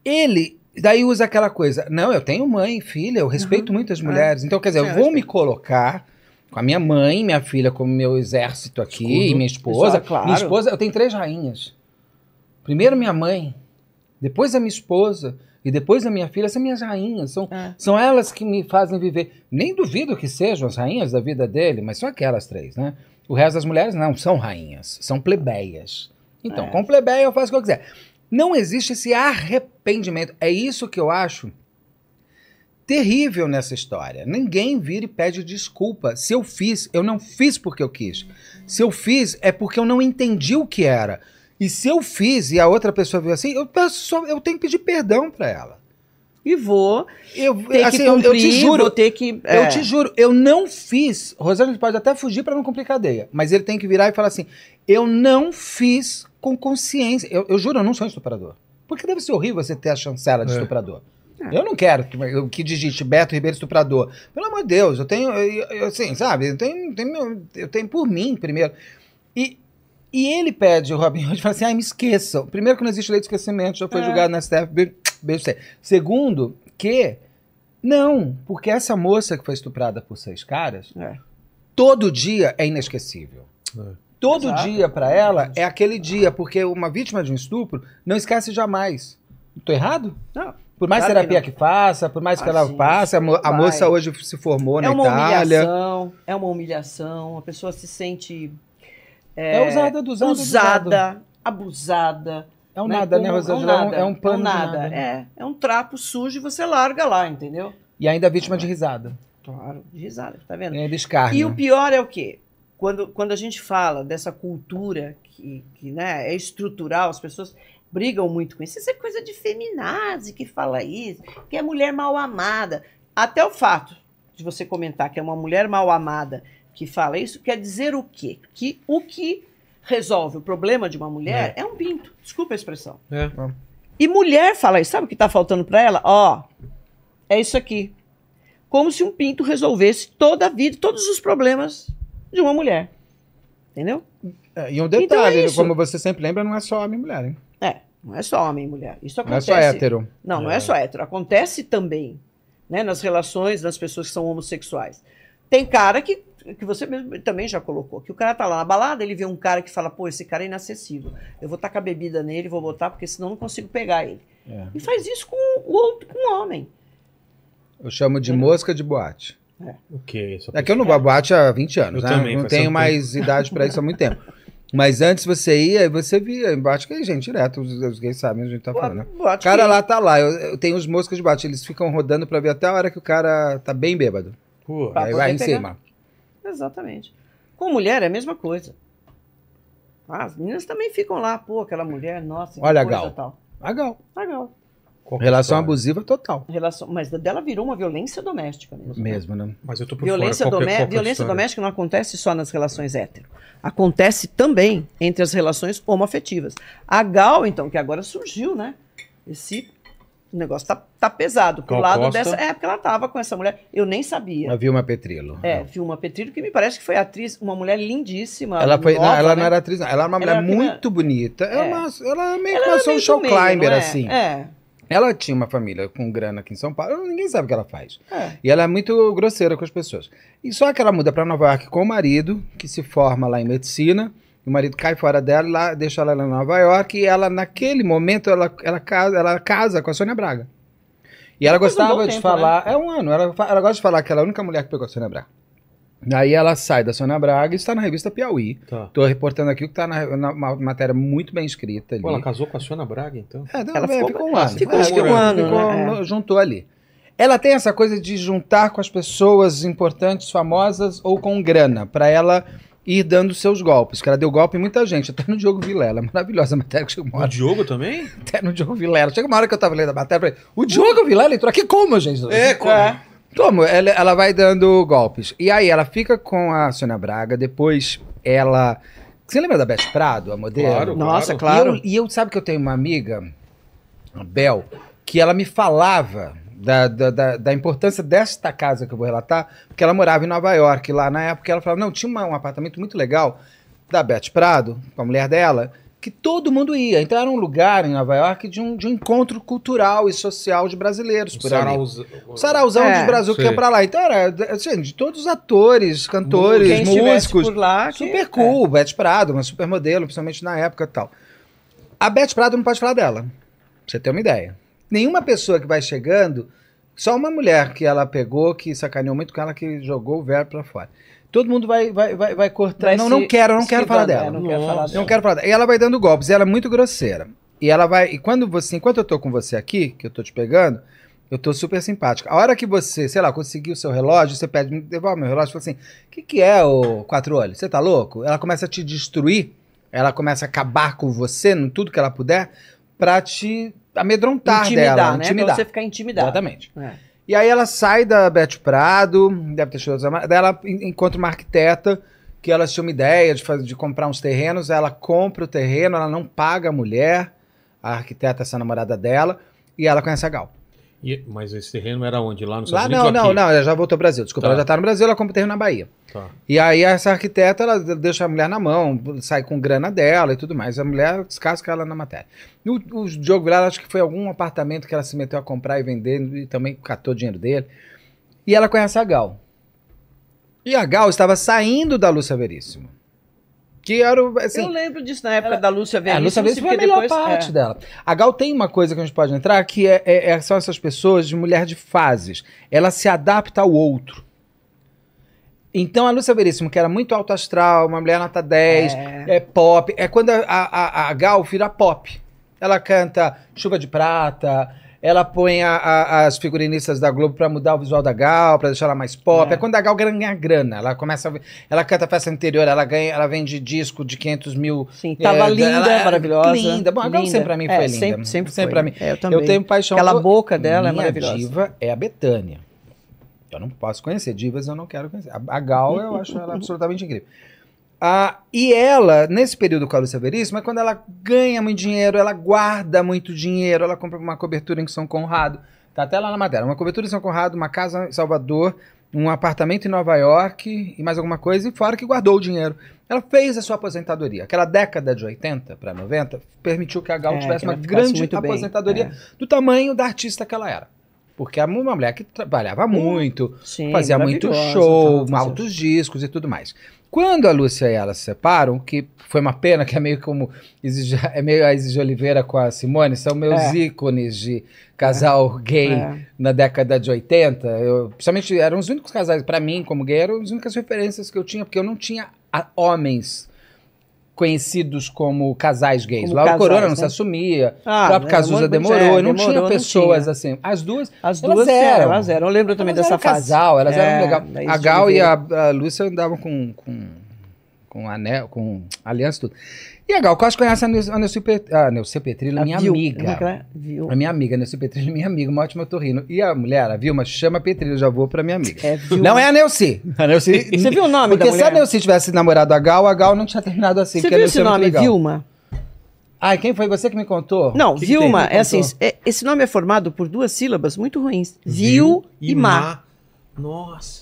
S4: Ele. Daí usa aquela coisa. Não, eu tenho mãe, filha, eu respeito muito as mulheres. Então, quer dizer,
S3: Uhum. É,
S4: eu
S3: eu
S4: vou me colocar com a minha mãe, minha filha, como meu exército aqui, e minha esposa.
S3: Exato, claro.
S4: Minha esposa, eu tenho três rainhas. Primeiro minha mãe, depois a minha esposa, e depois a minha filha, são minhas rainhas. São,
S3: É.
S4: são elas que me fazem viver. Nem duvido que sejam as rainhas da vida dele, mas são aquelas três, né? O resto das mulheres não são rainhas, são plebeias. Então,
S3: É.
S4: com plebeia eu faço o que eu quiser. Não existe esse arrependimento. É isso que eu acho terrível nessa história. Ninguém vira e pede desculpa. Se eu fiz, eu não fiz porque eu quis. Se eu fiz, é porque eu não entendi o que era. E se eu fiz e a outra pessoa viu assim, eu, peço só- eu tenho que pedir perdão pra ela.
S3: E vou
S4: Eu,
S3: ter
S4: assim,
S3: que
S4: eu-
S3: cumprir,
S4: eu te juro,
S3: vou ter que... é,
S4: eu te juro, eu não fiz. Rosângela pode até fugir pra não cumprir cadeia, mas ele tem que virar e falar assim: eu não fiz com consciência. Eu, eu juro, eu não sou estuprador. Porque deve ser horrível você ter a chancela de
S1: É.
S4: estuprador.
S3: É.
S4: Eu não quero que, eu- que digite Beto Ribeiro estuprador. Pelo amor de Deus, eu tenho, eu, eu- assim, sabe? Eu tenho, tenho meu- eu tenho por mim primeiro. E, e ele pede, o Robin Hood, fala assim: ai, me esqueçam. Primeiro, que não existe lei de esquecimento, já foi
S3: É.
S4: julgado na STF. Beijo, beijo pra você. Segundo, que não, porque essa moça que foi estuprada por seis caras,
S3: É.
S4: todo dia é inesquecível.
S1: É.
S4: Todo
S3: Exato.
S4: dia pra ela é aquele dia, porque uma vítima de um estupro não esquece jamais. Tô errado?
S3: Não.
S4: Por mais
S3: Claro que
S4: terapia
S3: não.
S4: que, faça, por mais que
S3: Ah,
S4: ela
S3: sim,
S4: passe, a, mo- a
S3: vai.
S4: moça hoje se formou na
S3: É uma
S4: Itália.
S3: humilhação, é uma humilhação, a pessoa se sente
S4: É, usada do usado, do usado.
S3: usada, abusada.
S4: É um
S3: né?
S4: nada, né,
S3: Como-
S4: Rosângela? É um, é um pano de
S3: nada.
S4: nada.
S3: É, é um trapo sujo e você larga lá, entendeu?
S4: E ainda vítima de risada.
S3: Claro, de risada, tá vendo?
S4: E ainda escárnio.
S3: E o pior é o quê? Quando, quando a gente fala dessa cultura que, que né, é estrutural, as pessoas. brigam muito com isso. Isso é coisa de feminazi que fala isso, que é mulher mal amada. Até o fato de você comentar que é uma mulher mal amada que fala isso, quer dizer o quê? Que o que resolve o problema de uma mulher é, um pinto. Desculpa a expressão.
S1: É.
S3: E mulher fala isso. Sabe o que está faltando para ela? Ó, é isso aqui. Como se um pinto resolvesse toda a vida, todos os problemas de uma mulher. Entendeu?
S4: É, e um
S3: Então
S4: detalhe,
S3: é isso.
S4: como você sempre lembra, não é só homem e mulher, hein?
S3: É, não é só homem e mulher. Isso
S4: Não é
S3: acontece.
S4: só hétero.
S3: Não, não é só hétero. Acontece também né, nas relações das pessoas que são homossexuais. Tem cara que, que você mesmo também já colocou, que o cara tá lá na balada, ele vê um cara que fala, pô, esse cara é inacessível. Eu vou tacar bebida nele, vou botar, porque senão eu não consigo pegar ele.
S4: É.
S3: E faz isso com o outro, com o homem.
S4: Eu chamo de mosca de boate.
S1: O que? Só
S4: É que eu não vou à boate há 20 anos,
S1: Eu
S4: né?
S1: também,
S4: não
S1: faz um
S4: tenho
S1: tanto
S4: mais idade pra isso há muito tempo. Mas antes você ia e você via em boate que é gente direto, os, os gays sabem o que a gente tá
S3: Pô,
S4: falando, né? O
S3: boate
S4: cara
S3: que-
S4: lá tá lá, eu, eu tenho os moscas de boate, eles ficam rodando pra ver até a hora que o cara tá bem bêbado.
S1: Pô,
S3: Pra
S4: aí
S3: poder
S4: vai em
S3: pegar.
S4: cima.
S3: Exatamente. Com mulher é a mesma coisa. Ah, as meninas também ficam lá, pô, aquela mulher, nossa, que
S4: Olha,
S3: coisa
S4: Gal.
S3: tal.
S4: Legal.
S3: Legal.
S1: qual que é a
S4: Relação
S1: história?
S4: abusiva total.
S3: Relação, mas dela virou uma violência doméstica mesmo.
S4: Mesmo, né?
S1: Mas eu tô por
S3: Violência,
S1: fora. Qual que é-
S3: domé-
S1: qual que é a
S3: violência
S1: história?
S3: doméstica não acontece só nas relações hétero. Acontece também entre as relações homoafetivas. A Gal, então, que agora surgiu, né? Esse negócio tá, tá pesado. Pro
S1: Gal
S3: lado
S1: Costa.
S3: dessa. É, porque ela tava com essa mulher. Eu nem sabia.
S4: Eu vi uma Petrilo.
S3: É, Vilma Petrillo, que me parece que foi atriz, uma mulher lindíssima.
S4: Ela, foi,
S3: nova,
S4: não, ela não
S3: né?
S4: era atriz, não. Ela era
S3: Ela
S4: uma mulher
S3: era primeira-
S4: muito bonita. Ela,
S3: É.
S4: é. uma, ela é meio
S3: Ela
S4: que
S3: era
S4: uma
S3: meio do
S4: social
S3: meio,
S4: climber,
S3: não é?
S4: assim.
S3: É,
S4: Ela tinha uma família com grana aqui em São Paulo, ninguém sabe o que ela faz.
S3: é.
S4: E ela é muito grosseira com as pessoas. E só que ela muda pra Nova York com o marido, que se forma lá em medicina. E o marido cai fora dela, lá, deixa ela lá em Nova York. E ela, naquele momento, ela, ela, casa, ela casa com a Sônia Braga. E ela
S3: Depois de um
S4: gostava
S3: bom
S4: de
S3: tempo,
S4: falar. É um ano. Ela, fa- ela gosta de falar que ela é a única mulher que pegou a Sônia Braga. Daí ela sai da Sônia Braga e está na revista Piauí.
S1: Tá.
S4: Tô reportando aqui o que tá na, na- uma matéria muito bem escrita ali.
S1: Pô, ela casou com a Sônia Braga, então?
S4: É, não,
S3: Ela
S4: é,
S3: ficou-
S4: ficou um ano.
S3: ficou,
S1: acho que um
S3: ano,
S4: Ficou-
S3: né?
S4: Juntou ali. Ela tem essa coisa de juntar com as pessoas importantes, famosas ou com grana, pra ela ir dando seus golpes. Que ela deu golpe em muita gente, até no Diogo Vilela. Maravilhosa a matéria que chegou uma
S1: O
S4: hora.
S1: Diogo também?
S4: Até no Diogo Vilela. Chega uma hora que eu tava lendo a matéria, eu falei, o Diogo Vilela entrou aqui como, gente?
S3: É.
S4: Toma, ela, ela vai dando golpes. E aí, ela fica com a Sônia Braga, depois ela... Você lembra da Beth Prado, a modelo?
S1: Claro.
S3: Nossa, é
S1: E
S3: claro.
S4: E eu, e eu- sabe que eu tenho uma amiga, a Bel, que ela me falava da, da, da, da importância desta casa que eu vou relatar, porque ela morava em Nova York lá na época, e ela falava, não, tinha uma- um apartamento muito legal da Beth Prado, com a mulher dela, que todo mundo ia. Então era um lugar em Nova York de um, de um encontro cultural e social de
S1: Um
S4: brasileiros. por ali.
S1: Saraus-
S4: O Sarauzão
S3: É,
S4: dos Brasil que
S1: sei.
S4: ia pra lá. Então era, assim, de todos os atores, cantores,
S3: Quem estivesse
S4: músicos.
S3: por lá, que- é.
S4: Super cool, Beth Prado, uma supermodelo, principalmente na época e tal. A Beth Prado não pode falar dela. Pra você ter uma ideia. Nenhuma pessoa que vai chegando, só uma mulher que ela pegou, que sacaneou muito com ela, que jogou o verbo pra fora. Todo mundo vai, vai, vai, vai cortando.
S3: Vai
S4: não,
S3: se
S4: não quero, não quero falar
S3: esquivando,
S4: dela.
S3: é, Não quero falar
S1: Nossa.
S4: Eu
S3: dela.
S4: não quero falar. dela. E ela vai dando golpes, e ela é muito grosseira. E ela vai. E quando você, enquanto eu tô com você aqui, que eu tô te pegando, eu tô super simpática. A hora que você, sei lá, conseguir o seu relógio, você pede, me devolve meu relógio, e fala assim: o que, que é, o quatro olhos? Você tá louco? Ela começa a te destruir, ela começa a acabar com você, em tudo que ela puder, pra te amedrontar
S3: intimidar,
S4: dela,
S3: né?
S4: intimidar.
S3: Pra você ficar intimidado.
S4: Exatamente.
S3: É.
S4: E aí ela sai da Beth Prado, deve ter chegado, daí ela en- encontra uma arquiteta que ela tinha uma ideia de, fazer, de comprar uns terrenos, ela compra o terreno, ela não paga a mulher, a arquiteta, essa namorada dela, e ela conhece a Gal.
S1: E- mas esse terreno era onde? Lá no
S4: Lá
S1: Estados Unidos
S4: não,
S1: ou
S4: não,
S1: aqui?
S4: não, ela já voltou ao Brasil, desculpa,
S1: Tá.
S4: ela já tá no Brasil, ela compra o terreno na Bahia.
S1: Tá.
S4: E aí essa arquiteta, ela deixa a mulher na mão, sai com grana dela e tudo mais. A mulher descasca ela na matéria. E O, o Diogo Vilar, acho que foi algum apartamento que ela se meteu a comprar e vender e também catou dinheiro dele. E ela conhece a Gal. E a Gal estava saindo da Lúcia Veríssimo. Que era o... Assim,
S3: Eu lembro disso na época da Lúcia
S4: é, a
S3: Veríssimo.
S4: Lúcia Veríssimo foi a
S3: porque
S4: melhor
S3: depois-
S4: parte
S3: é.
S4: dela. A Gal tem uma coisa que a gente pode entrar, que é, é- é- são essas pessoas de mulher de fases. Ela se adapta ao outro. Então a Lúcia Veríssimo, que era muito alto astral, uma mulher nota 10,
S3: É.
S4: é, pop. É quando a, a, a- a Gal vira pop. Ela canta Chuva de Prata, Ela põe a- a- as figurinistas da Globo pra mudar o visual da Gal, pra deixar ela mais pop. É,
S3: É.
S4: quando a Gal ganha grana. Ela começa a, Ela canta festa anterior, ela, ganha, ela vende disco de 500 mil.
S3: Sim, tava
S4: é,
S3: linda,
S4: ela-
S3: maravilhosa.
S4: Linda. Bom, a Gal sempre pra mim foi
S3: É,
S4: linda.
S3: Sempre, sempre,
S4: Sempre
S3: foi.
S4: pra mim.
S3: É, eu também.
S4: Eu tenho paixão
S3: Aquela
S4: por-
S3: boca dela é
S4: Minha
S3: maravilhosa.
S4: diva é a Betânia. Eu não posso conhecer. Divas eu não quero conhecer. A, a Gal, eu acho ela absolutamente incrível. Ah, e ela, nesse período com a Lúcia Veríssimo, é quando ela ganha muito dinheiro, ela guarda muito dinheiro, ela compra uma cobertura em São Conrado. Tá até lá na matéria. Uma cobertura em São Conrado, uma casa em Salvador, um apartamento em Nova York e mais alguma coisa, e fora que guardou o dinheiro. Ela fez a sua aposentadoria. Aquela década de 80 para 90 permitiu que a Gal
S3: É,
S4: tivesse
S3: que ela
S4: uma
S3: ficasse
S4: grande
S3: muito bem,
S4: aposentadoria do tamanho da artista que ela era. Porque era uma mulher que trabalhava muito,
S3: Sim,
S4: fazia muito
S3: maravilhosa,
S4: show,
S3: tal, fazia-
S4: altos discos e tudo mais. Quando a Lúcia e ela se separam, que foi uma pena, que é meio como Izzy- é meio a Izzy Oliveira com a Simone, são meus
S3: É.
S4: ícones de casal gay
S3: É.
S4: na década de 80. Eu, principalmente eram os únicos casais, pra mim, como gay, eram as únicas referências que eu tinha, porque eu não tinha a- homens conhecidos como casais gays.
S3: Como
S4: Lá o
S3: casais,
S4: Corona não
S3: né?
S4: se assumia,
S3: Ah,
S4: o próprio
S3: era
S4: Cazuza
S3: muito-
S4: demorou,
S3: é,
S4: e não
S3: demorou,
S4: tinha pessoas assim. As duas,
S3: As
S4: Elas
S3: duas eram,
S4: eram.
S3: elas eram. Eu lembro também
S4: elas
S3: dessa
S4: eram um
S3: fase.
S4: casal, elas
S3: É,
S4: eram legal.
S3: da
S4: A
S3: Izzy
S4: Gal e
S3: Oliveira.
S4: a, a Lúcia andavam com, com, com anel, com aliança e tudo. E a Gal Costa conhece a Neu- a Neuci Pet- a Neuci Petrillo,
S3: A
S4: minha
S3: Vil- como é que
S4: amiga.
S3: ela é? Vil-
S4: A minha amiga, Neuci Petrillo, minha amiga, uma ótima torrino. E a mulher, a Vilma, chama Petrillo, já vou pra minha amiga.
S3: É, Vil-
S4: Não é a Neuci. A Neuci...
S3: Você viu o nome
S4: Porque
S3: da
S4: se a
S3: mulher?
S4: Neuci tivesse namorado a Gal, a Gal não tinha terminado assim.
S3: Você
S4: porque a
S3: viu
S4: Neuci
S3: esse
S4: é muito
S3: nome,
S4: legal.
S3: Vilma?
S4: Ai, quem foi? Você que me contou?
S3: Não,
S4: Que que
S3: Vilma,
S4: tem? Me
S3: é assim,
S4: contou.
S3: é- esse nome é formado por duas sílabas muito ruins. Vil e Má.
S1: Nossa.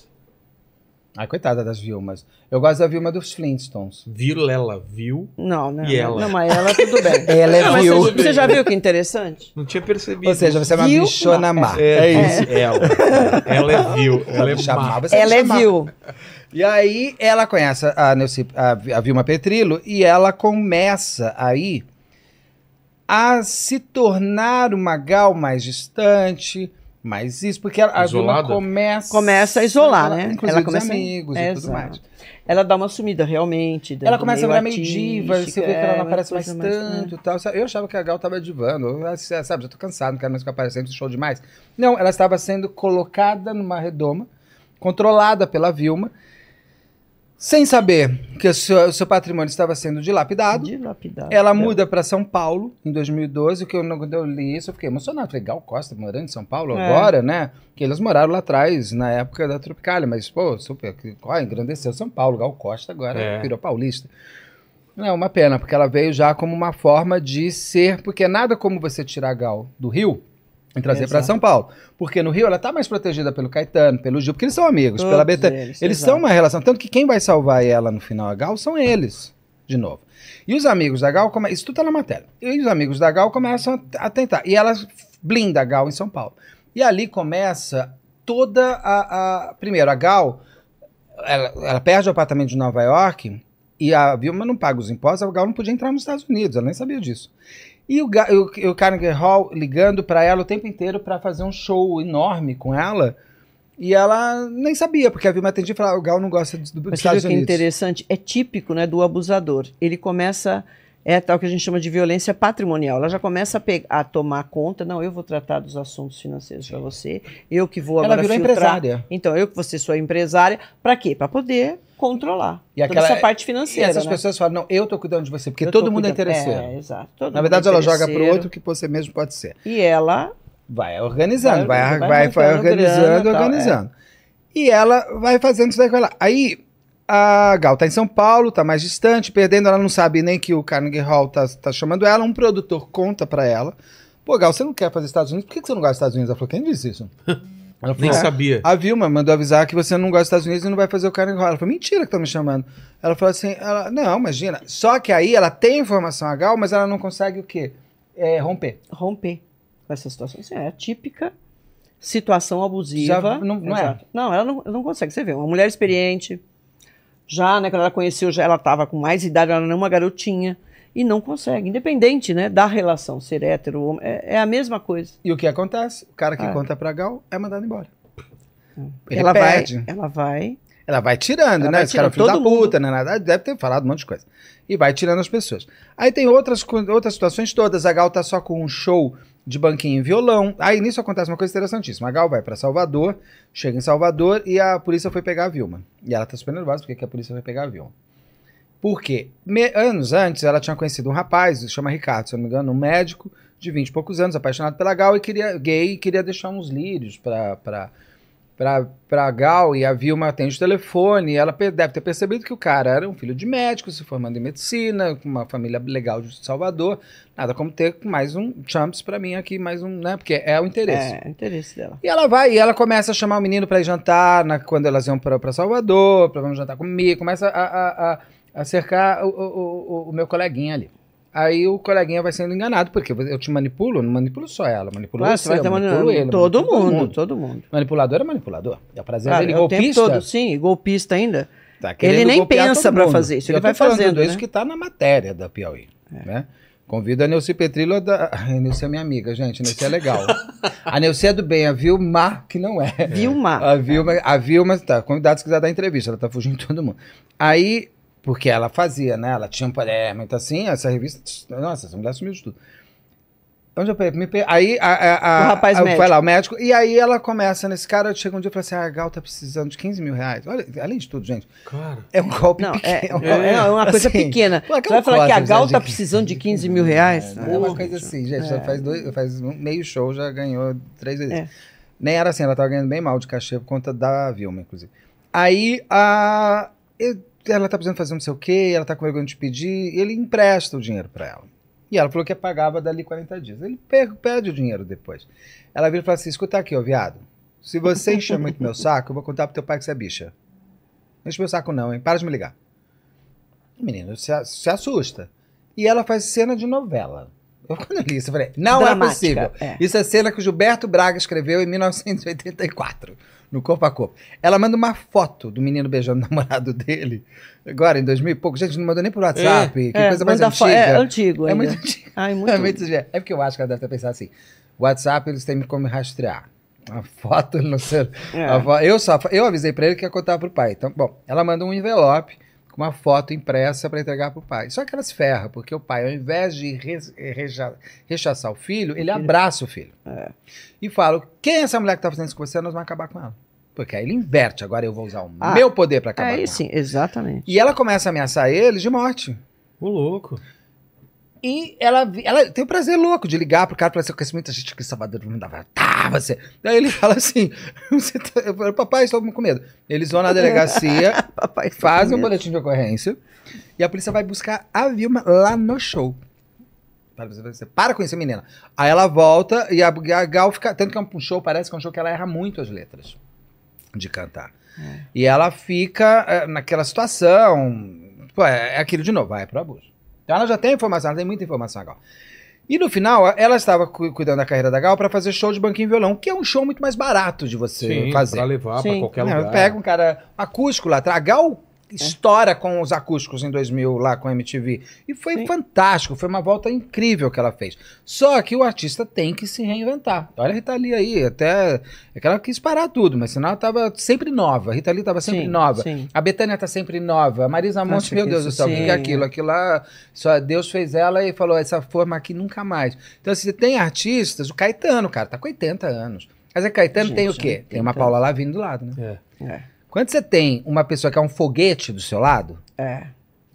S4: Ai, coitada das Vilmas. Eu gosto da Vilma dos Flintstones.
S1: Vilela, viu?
S3: Não, não.
S1: E ela?
S3: Não, mas ela Tá tudo bem.
S4: Ela
S1: Não,
S4: é
S3: Mas
S1: Vil.
S4: Vil.
S3: você, você já viu que interessante?
S1: Não tinha percebido.
S4: Ou seja, você é uma
S3: Vilma.
S4: bichona má.
S1: É, isso. Ela. Ela é viu. Ela é má.
S4: chamava, você
S3: Ela é
S4: chamava.
S3: Vil.
S4: E aí ela conhece a, Neuci, a, Vi- a Vilma Petrillo e ela começa aí a se tornar uma Gal mais distante, mais isso, porque ela- a Vilma
S1: Isolada?
S4: começa...
S3: Começa a isolar, né?
S4: Inclusive
S3: Ela
S4: ela
S3: começa-
S4: os amigos e tudo
S3: Exato.
S4: mais.
S3: Ela dá uma sumida, realmente.
S4: Ela começa a virar meio
S3: artística,
S4: diva, você vê que ela
S3: é,
S4: não
S3: uma
S4: aparece mais
S3: coisa
S4: tanto e tal. sabe? Eu achava que a Gal tava divando, eu, assim, sabe, já tô cansado, não quero mais ficar aparecendo, isso é show demais. Não, ela estava sendo colocada numa redoma, controlada pela Vilma, sem saber que o seu, o seu patrimônio estava sendo
S3: é,
S4: dilapidado.
S3: dilapidada.
S4: Ela muda para São Paulo em 2012, o que eu, não- quando eu li isso, eu fiquei emocionado. Falei, Gal Costa morando em São Paulo
S3: É.
S4: agora, né? Que eles moraram lá atrás, na época da Tropicália, mas, pô, super, que- ó, engrandeceu São Paulo, Gal Costa agora
S1: É.
S4: virou paulista. Não, é uma pena, porque ela veio já como uma forma de ser, porque é nada como você tirar a Gal do Rio e trazer para
S3: Exato.
S4: São Paulo. Porque no Rio ela tá mais protegida pelo Caetano, pelo Gil, porque eles são amigos,
S3: Todos
S4: pela Betânia.
S3: eles,
S4: Eles
S3: exato.
S4: são uma relação. Tanto que quem vai salvar ela no final, a Gal, são eles, de novo. E os amigos da Gal, come... isso tudo tá na matéria. E os amigos da Gal começam a a tentar. E ela blinda a Gal em São Paulo. E ali começa toda a. a- Primeiro, a Gal, ela, ela perde o apartamento de Nova York. E a Vilma não paga os impostos, a Gal não podia entrar nos Estados Unidos, ela nem sabia disso. E o, Ga- e o- e o Carnegie Hall ligando pra ela o tempo inteiro pra fazer um show enorme com ela. E ela nem sabia, porque a Vilma atendia e falava, "Ah, o Gal não gosta dos, dos
S3: Mas você
S4: Estados
S3: viu que é
S4: Unidos.
S3: interessante? É típico né, do abusador. Ele começa, é tal que a gente chama de violência patrimonial. Ela já começa a, pe- a tomar conta. Não, eu vou tratar dos assuntos financeiros para você. Eu que vou
S4: ela
S3: agora
S4: virou
S3: filtrar.
S4: empresária.
S3: Então, eu que vou ser sua empresária. Para quê? Para poder controlar
S4: E
S3: toda
S4: aquela- é,
S3: essa parte
S4: E
S3: financeira.
S4: Assim, essas
S3: né?
S4: pessoas falam, não, eu tô cuidando de você, porque
S3: Eu
S4: todo
S3: tô
S4: mundo é
S3: cuidando-
S4: interesseiro.
S3: É, exato. Todo mundo
S4: Na verdade,
S3: é
S4: ela joga pro
S3: interesseiro.
S4: outro que você mesmo pode ser.
S3: E ela
S4: Vai organizando, vai,
S3: Vai-
S4: vai,
S3: vai
S4: vai
S3: montando grana,
S4: organizando,
S3: tal,
S4: organizando. E ela vai fazendo isso daí com ela. Aí a Gal tá em São Paulo, tá mais distante, perdendo, ela não sabe nem que o Carnegie Hall tá, tá chamando ela. Um produtor conta pra ela. Pô, Gal, você não quer fazer Estados Unidos? Por que que você não gosta dos Estados Unidos? Ela falou, quem disse isso? Ela
S1: Nem
S4: "É,
S1: sabia.
S4: a Vilma mandou avisar que você não gosta dos Estados Unidos e não vai fazer o Carnegie Hall. Ela falou, mentira que estão me chamando. Ela falou assim, ela, não, imagina. Só que aí ela tem informação a Gal, mas ela não consegue o quê? É, romper.
S3: romper com essa situação. Isso é a típica situação abusiva.
S4: Já não- não é.
S3: Exato. Não, ela não, não consegue. Você vê, uma mulher experiente, já, né, quando ela conheceu, já, ela estava com mais idade, ela não é uma garotinha, e não consegue. Independente, né, da relação, ser hétero, homem, é, é a mesma coisa.
S4: E o que acontece? O cara que
S3: Ah.
S4: conta pra Gal é mandado embora. Ele
S3: ela
S4: perde.
S3: vai, ela vai,
S4: Ela Ela vai tirando,
S3: Ela
S4: né?
S3: vai
S4: Esse cara é um
S3: tirando
S4: filho da
S3: todo mundo.
S4: puta, né? nada, Deve ter falado um monte de coisa. E vai tirando as pessoas. Aí tem outras, co- outras situações todas. A Gal tá só com um show de banquinho em violão. Aí nisso acontece uma coisa interessantíssima. A Gal vai pra Salvador, chega em Salvador e a polícia foi pegar a Vilma. E ela tá super nervosa porque que a polícia foi pegar a Vilma. Por quê? Me- anos antes, ela tinha conhecido um rapaz, chama Ricardo, se eu não me engano, um médico de 20 e poucos anos, apaixonado pela Gal e queria, gay, e queria deixar uns lírios pra, pra, pra, pra Gal e a Vilma atende o telefone. E ela pe- deve ter percebido que o cara era um filho de médico, se formando em medicina, com uma família legal de Salvador. Nada como ter mais um Champs pra mim aqui, mais um, né? Porque é o interesse.
S3: É, o interesse dela.
S4: E ela vai, e ela começa a chamar o menino pra ir jantar, na- quando elas iam pra, pra Salvador, pra vamos jantar comigo, começa a, a- a- a cercar o, o- o- o meu coleguinha ali. Aí o coleguinha vai sendo enganado, porque eu te manipulo, não manipulo só ela, manipulo
S3: Claro,
S4: você,
S3: você vai
S4: eu
S3: ter
S4: manipulo
S3: uma...
S4: ele,
S3: todo,
S4: manipulo
S3: mundo, todo mundo.
S4: Manipulador é manipulador, é prazer
S3: Claro, é
S4: dele,
S3: o tempo
S4: golpista.
S3: todo, sim, e golpista ainda.
S4: Tá querendo
S3: Ele nem
S4: golpear
S3: pensa
S4: todo
S3: pra
S4: mundo.
S3: fazer isso,
S4: Eu
S3: ele
S4: tô
S3: vai
S4: falando
S3: fazendo,
S4: isso
S3: né? É.
S4: que tá na matéria da Piauí, né? Convido a Neuci Petrillo, a da... a Neuci é minha amiga, gente, a Neuci é legal. a Neuci é do bem, a Vilma, que não é.
S3: Vilmar.
S4: A Vilma, a Vilma tá, convidada se quiser dar entrevista, ela tá fugindo de todo mundo. Aí, porque ela fazia, né? Ela tinha um palermo, então assim, essa revista, nossa, essa mulher sumiu de tudo. Onde eu pe- me pe- Aí a, a- a-
S3: O rapaz
S4: a-
S3: médico.
S4: Vai lá, o médico. E aí ela começa nesse cara, chega um dia e fala assim: ah, a Gal tá precisando de 15 mil reais. Olha, além de tudo, gente,
S1: Cara.
S4: é um golpe
S3: Não, é,
S4: pequeno.
S3: é uma coisa
S4: Assim,
S3: pequena.
S4: pô,
S3: Você
S4: aquela
S3: vai falar que a
S4: coisa,
S3: Gal
S4: gente,
S3: tá
S4: que-
S3: precisando de 15 mil reais? Ah,
S4: É uma coisa assim, gente. Já faz, dois, faz um meio show, já ganhou três vezes.
S3: É.
S4: Nem era assim, ela tava ganhando bem mal de cachê por conta da Vilma, inclusive. Aí a. eu- Ela tá precisando fazer não sei o quê, ela tá com vergonha de pedir, ele empresta o dinheiro pra ela. E ela falou que pagava dali 40 dias. Ele pe- pede o dinheiro depois. Ela vira e fala assim: escuta aqui, ô viado. Se você encher muito meu saco, eu vou contar pro teu pai que você é bicha. Não enche meu saco, não, hein? Para de me ligar. O menino se, a- se assusta. E ela faz cena de novela. Eu, quando eu li isso, eu falei: não é possível.
S3: É.
S4: Isso é cena que o Gilberto Braga escreveu em 1984, no Corpo a Corpo. Ela manda uma foto do menino beijando o namorado dele, agora em 2000 e pouco. Gente, não mandou nem por WhatsApp, que
S3: É,
S4: coisa mais
S3: manda fo-
S4: antiga.
S3: É
S4: É,
S3: antigo ainda.
S4: muito antiga.
S3: Ai, muito
S4: É muito antiga. É porque eu acho que ela deve ter pensado assim, WhatsApp eles têm como me rastrear. A foto, ele não sei...
S3: É.
S4: A avó- eu, só, eu avisei pra ele que ia contar pro pai. Então, bom, ela manda um envelope com uma foto impressa pra entregar pro pai. Só que ela se ferra, porque o pai, ao invés de re- reja- rechaçar o filho, ele abraça o filho.
S3: É.
S4: E fala: quem é essa mulher que tá fazendo isso com você? Nós vamos acabar com ela. Porque aí ele inverte. Agora eu vou usar o
S3: Ah,
S4: meu poder pra acabar
S3: Aí
S4: com ela.
S3: sim, exatamente.
S4: E ela começa a ameaçar ele de morte.
S1: O louco.
S4: E ela, vi- ela tem o prazer louco de ligar pro cara e falar assim: eu conheço muita gente aqui em Salvador, me dava, tá, você. Daí ele fala assim: você tá... eu falo, papai, estou com medo. Eles vão na delegacia,
S3: Papai tá
S4: fazem um
S3: com medo.
S4: boletim de ocorrência e a polícia vai buscar a Vilma lá no show. Para, você, você, para com isso, menina. Aí ela volta e a, a Gal fica. Tanto que é um show, parece que é um show que ela erra muito as letras de cantar.
S3: É.
S4: E ela fica eh, naquela situação. Pô, é, é aquilo de novo, vai pro abuso. Então ela já tem informação, ela tem muita informação, a Gal. E no final, ela estava cu- cuidando da carreira da Gal para fazer show de banquinho e violão, que é um show muito mais barato de você
S1: Sim,
S4: fazer.
S1: pra levar pra
S3: Sim.
S1: qualquer
S4: Não,
S1: lugar.
S4: Pega um cara acústico lá atrás. A Gal estoura com os acústicos em 2000 lá com a MTV. E foi
S3: Sim.
S4: fantástico, foi uma volta incrível que ela fez. Só que o artista tem que se reinventar. Olha a Rita Lee aí, até... É que ela quis parar tudo, mas senão ela tava sempre nova. A Rita Lee tava sempre
S3: Sim,
S4: nova.
S3: Sim.
S4: A Betânia tá sempre nova. A Marisa Monte,
S3: Nossa,
S4: meu
S3: que
S4: Deus do céu, o que que é
S3: sim.
S4: aquilo? Aquilo lá, só Deus fez ela e falou, essa forma aqui nunca mais. Então, assim, você tem artistas, o Caetano, cara, tá com 80 anos. Mas é Caetano
S3: Gente,
S4: tem o quê? Tem uma
S3: 80.
S4: Paula Lavigne do lado, né?
S1: É.
S3: É.
S4: Quando você tem uma pessoa que é um foguete do seu lado,
S3: É.